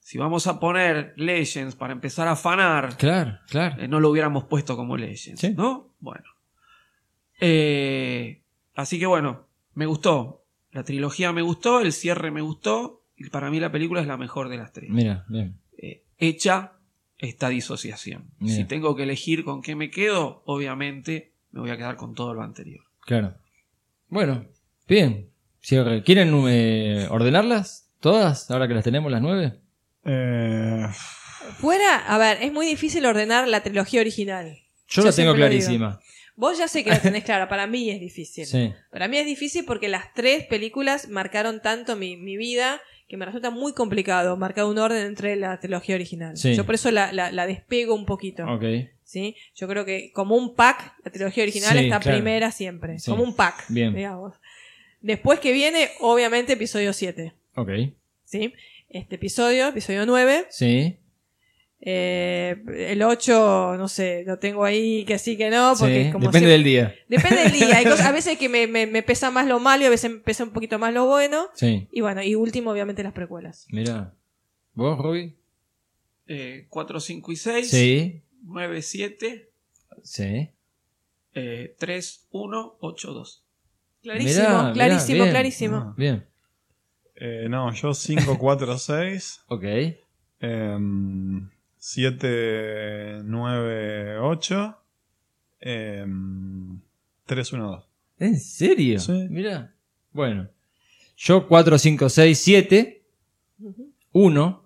F: si vamos a poner Legends para empezar a afanar
C: Claro, claro.
F: eh, no lo hubiéramos puesto como Legends,
C: Sí.
F: ¿no? Bueno. Eh, así que bueno, me gustó. La trilogía me gustó, el cierre me gustó, y para mí la película es la mejor de las tres.
C: Mira, bien.
F: Eh, hecha esta disociación.
C: Bien.
F: Si tengo que elegir con qué me quedo, obviamente me voy a quedar con todo lo anterior.
C: Claro. Bueno, bien. Cierre. ¿Quieren eh, ordenarlas todas ahora que las tenemos las nueve?
E: Eh,
D: Fuera, a ver, es muy difícil ordenar la trilogía original.
C: Yo,
D: Yo
C: la tengo
D: siempre lo
C: clarísima.
D: Vos ya sé que la tenés clara, para mí es difícil.
C: Sí.
D: Para mí es difícil porque las tres películas marcaron tanto mi, mi vida que me resulta muy complicado marcar un orden entre la trilogía original.
C: Sí.
D: Yo por eso la, la- la despego un poquito.
C: Ok.
D: ¿sí? Yo creo que como un pack, la trilogía original
C: Sí,
D: está
C: claro.
D: primera siempre.
C: Sí.
D: Como un pack,
C: Bien.
D: digamos. Después que viene, obviamente, episodio 7.
C: Ok.
D: ¿sí? Este episodio, episodio 9.
C: Sí.
D: Eh, el 8, no sé, lo tengo ahí que sí que no, porque
C: sí.
D: como
C: Depende
D: siempre-
C: del día.
D: depende del día. Hay cosas- a veces que me, me- me pesa más lo malo y a veces me pesa un poquito más lo bueno.
C: Sí.
D: Y bueno, y último, obviamente, las precuelas.
C: Mira. ¿Vos, Ruby?
F: 4, 5 Eh, y 6,
C: Sí.
F: 9, 7,
C: Sí.
H: Eh,
F: 3, 1, 8, 2.
D: Clarísimo,
C: Mirá, mirá,
D: clarísimo,
C: bien.
D: clarísimo.
E: Ah.
C: Bien.
E: eh, no, yo 5, 4, 6.
C: Ok.
E: em, 7, 9, 8. em, 3, 1, 2.
C: ¿En serio?
E: Sí.
C: Mira. Bueno. Yo 4, 5, 6, 7. 1.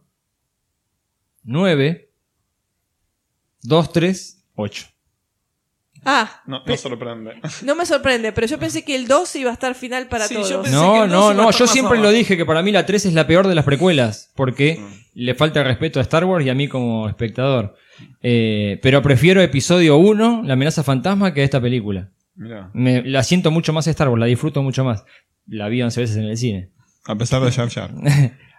C: 9. 2, 3, 8.
D: Ah,
E: No, no sorprende.
D: no me sorprende, pero yo pensé que el 2 iba a estar final para
F: Sí, yo
D: todos.
F: pensé- que
C: No,
F: el
C: no,
F: dos iba a
C: no.
F: estar
C: Yo
F: más
C: siempre lo
F: abajo.
C: dije que para mí la 3 es la peor de las precuelas. Porque le falta respeto a Star Wars y a mí como espectador. Eh, pero prefiero episodio 1, La amenaza fantasma, que esta película.
E: Mirá.
C: Me- la siento mucho más Star Wars, la disfruto mucho más. La vi 11 veces en el cine.
E: A pesar de Jar Jar.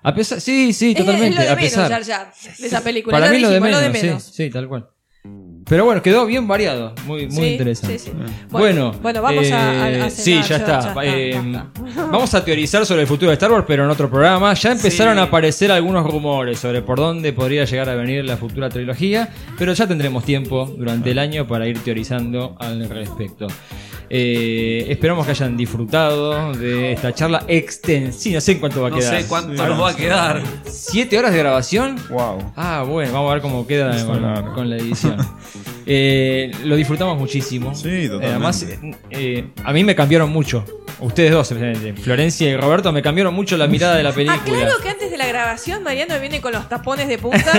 C: A pesar, sí, sí,
D: Es- es
C: totalmente.
D: lo de
C: a
D: menos,
C: pesar.
D: Jar Jar, de esa película.
C: Para
D: Ya
C: mí lo de
D: dijimos,
C: menos, Sí, sí, tal cual. Pero bueno, quedó bien variado, muy, muy
D: Sí,
C: interesante.
D: sí, sí.
C: Bueno,
D: bueno, vamos a, a-
C: eh,
D: a cenar,
C: Sí, ya está. Eh,
D: basta.
C: Vamos a teorizar sobre el futuro de Star Wars, pero en otro programa. Ya empezaron
F: Sí.
C: a aparecer algunos rumores sobre por dónde podría llegar a venir la futura trilogía, pero ya tendremos tiempo durante el año para ir teorizando al respecto. Eh, esperamos que hayan disfrutado de esta charla extensiva. No sé cuánto va a
F: No
C: quedar.
F: sé cuánto
E: Sí,
F: nos va a quedar.
C: ¿Siete horas de grabación?
E: Wow.
C: Ah, bueno, vamos a ver cómo queda
E: Está
C: con,
E: largo.
C: con la edición. Eh, lo disfrutamos muchísimo.
E: Sí,
C: Eh,
E: totalmente.
C: Además, eh, eh, a mí me cambiaron mucho. Ustedes dos, especialmente, Florencia y Roberto, me cambiaron mucho la mirada de la película.
D: Ah, claro que antes de la grabación Mariano me viene con los tapones de punta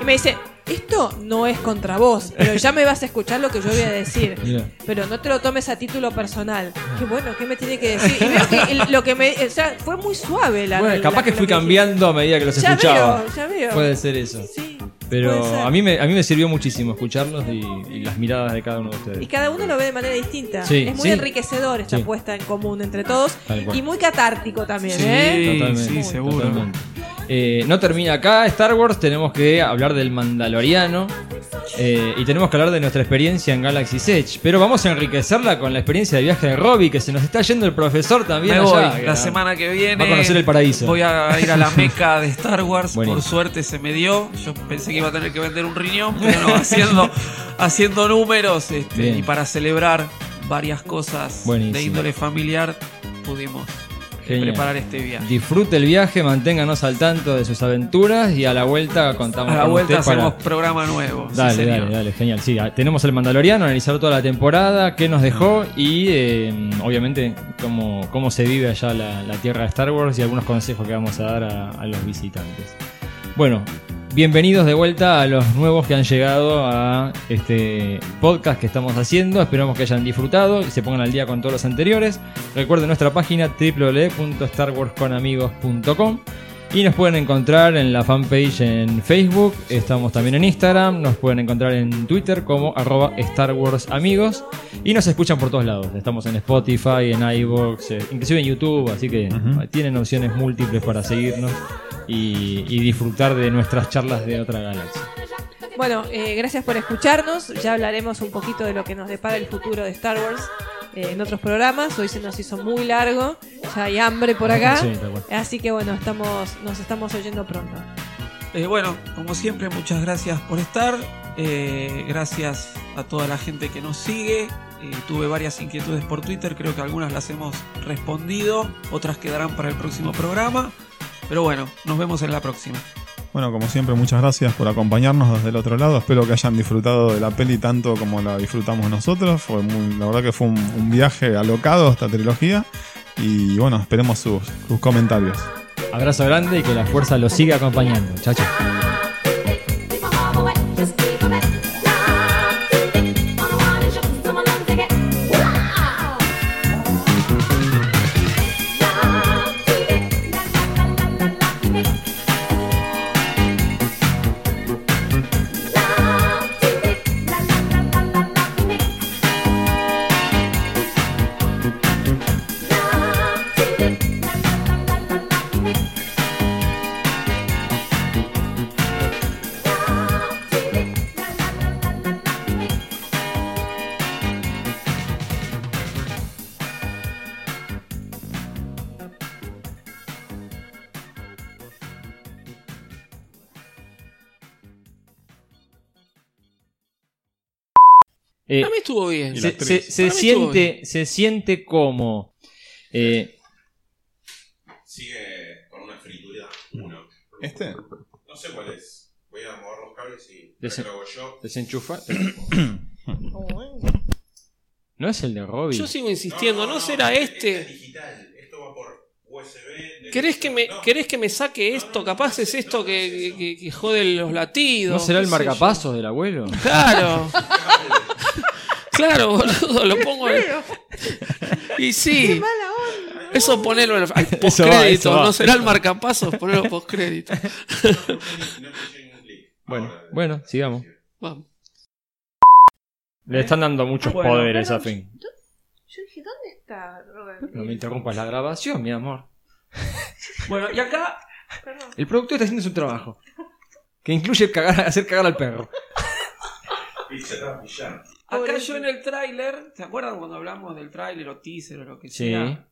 D: y me dice, esto no es contra vos, pero ya me vas a escuchar lo que yo voy a decir.
C: Mira.
D: Pero no te lo tomes a título personal. Qué bueno, ¿qué me tiene que decir? Y veo que el- lo que me... O sea, fue muy suave la...
C: Bueno,
D: la-
C: capaz que
D: la-
C: fui
D: la-
C: cambiando a medida que los
D: Ya
C: escuchaba.
D: veo, ya veo.
C: Puede ser eso.
D: Sí,
C: Pero
D: puede ser.
C: a mí, me, a mí me sirvió muchísimo escucharlos y, y las miradas de cada uno de
D: Y
C: ustedes.
D: cada uno lo ve de manera distinta.
C: Sí,
D: es muy
C: sí.
D: enriquecedor esta
C: Sí.
D: puesta en común entre todos
C: Tal cual.
D: y muy catártico también,
F: Sí,
D: ¿eh?
F: sí, seguro.
C: totalmente. Eh, no termina acá Star Wars, tenemos que hablar del Mandaloriano. Eh, y tenemos que hablar de nuestra experiencia en Galaxy's Edge. Pero vamos a enriquecerla con la experiencia de viaje de Robbie, que se nos está yendo el profesor también.
H: Me
C: allá,
H: voy.
C: que
H: la
C: era-
H: semana que viene.
C: va a conocer el paraíso.
H: Voy a ir a la meca de Star Wars.
C: Buenísimo.
H: Por suerte se me dio. Yo pensé que iba a tener que vender un riñón, pero no, haciendo, haciendo números. este,
C: Bien.
H: y para celebrar varias cosas
C: Buenísimo.
H: de índole familiar, pudimos
C: Genial.
H: preparar este viaje.
C: Disfrute el viaje, manténganos al tanto de sus aventuras y a la vuelta contamos
H: A la
C: con
H: vuelta
C: usted para-
H: hacemos programa nuevo. sí,
C: Dale,
H: señor.
C: dale, dale, genial. Sí, a- tenemos el Mandaloriano, analizar toda la temporada, qué nos dejó y eh, obviamente cómo, cómo se vive allá la, la tierra de Star Wars y algunos consejos que vamos a dar a, a los visitantes. Bueno, bienvenidos de vuelta a los nuevos que han llegado a este podcast que estamos haciendo. Esperamos que hayan disfrutado y se pongan al día con todos los anteriores. Recuerden nuestra página www.starwarsconamigos.com. Y nos pueden encontrar en la fanpage en Facebook, estamos también en Instagram, nos pueden encontrar en Twitter como arroba Star Wars Amigos y nos escuchan por todos lados, estamos en Spotify, en iVoox, eh, inclusive en YouTube, así que tienen opciones múltiples para seguirnos y, y disfrutar de nuestras charlas de otra galaxia.
D: Bueno, eh, gracias por escucharnos. Ya hablaremos un poquito de lo que nos depara el futuro de Star Wars eh, en otros programas. Hoy se nos hizo muy largo. Ya hay hambre por acá.
C: Sí, tal cual.
D: Así que bueno, estamos, nos estamos oyendo pronto.
H: Eh, bueno, como siempre, muchas gracias por estar. Eh, gracias a toda la gente que nos sigue. Eh, tuve varias inquietudes por Twitter, creo que algunas las hemos respondido, otras quedarán para el próximo programa. Pero bueno, nos vemos en la próxima.
E: Bueno, como siempre, muchas gracias por acompañarnos desde el otro lado. Espero que hayan disfrutado de la peli tanto como la disfrutamos nosotros. Fue muy, la verdad que fue un, un viaje alocado esta trilogía. Y bueno, esperemos sus, sus comentarios.
C: Abrazo grande y que la fuerza los siga acompañando. Chao, chao. Eh,
F: Eh, A mí estuvo bien.
E: Y la
C: Eh, se,
E: actriz.
C: se- se
F: Para mí estuvo
C: siente, se siente como... eh,
L: Sigue con una fritura. Uno.
E: ¿Este?
L: No sé cuál es. Voy a mover los cables y
C: De ese-
L: lo hago yo.
C: Desenchufa.
H: Oh,
C: ¿No es el de Robbie?
F: Yo sigo insistiendo, ¿no será
L: Es
F: este?
L: digital. Esto va por USB. de-
F: ¿Querés que me, querés que me saque esto? Capaz es esto que, que- que jode los latidos.
C: ¿No será
F: qué
C: el
F: sé
C: marcapasos del abuelo?
F: yo. Claro. claro, boludo, lo pongo en- Y sí. Eso ponelo al, al
C: va, eso
F: postcrédito.
C: va.
F: No será el marcapasos, ponelo postcrédito.
C: Bueno, bueno, sigamos.
F: Vamos.
C: Le están dando muchos
H: Bueno,
C: poderes a Finn.
M: Yo dije, ¿dónde está Robert?
C: No me interrumpas la grabación, mi amor.
H: Bueno, y acá
C: El productor está haciendo su trabajo. Que incluye cagar, hacer cagar al perro.
H: Acá yo en el tráiler, ¿se acuerdan cuando hablamos del tráiler o teaser o lo que
C: Sí.
H: sea?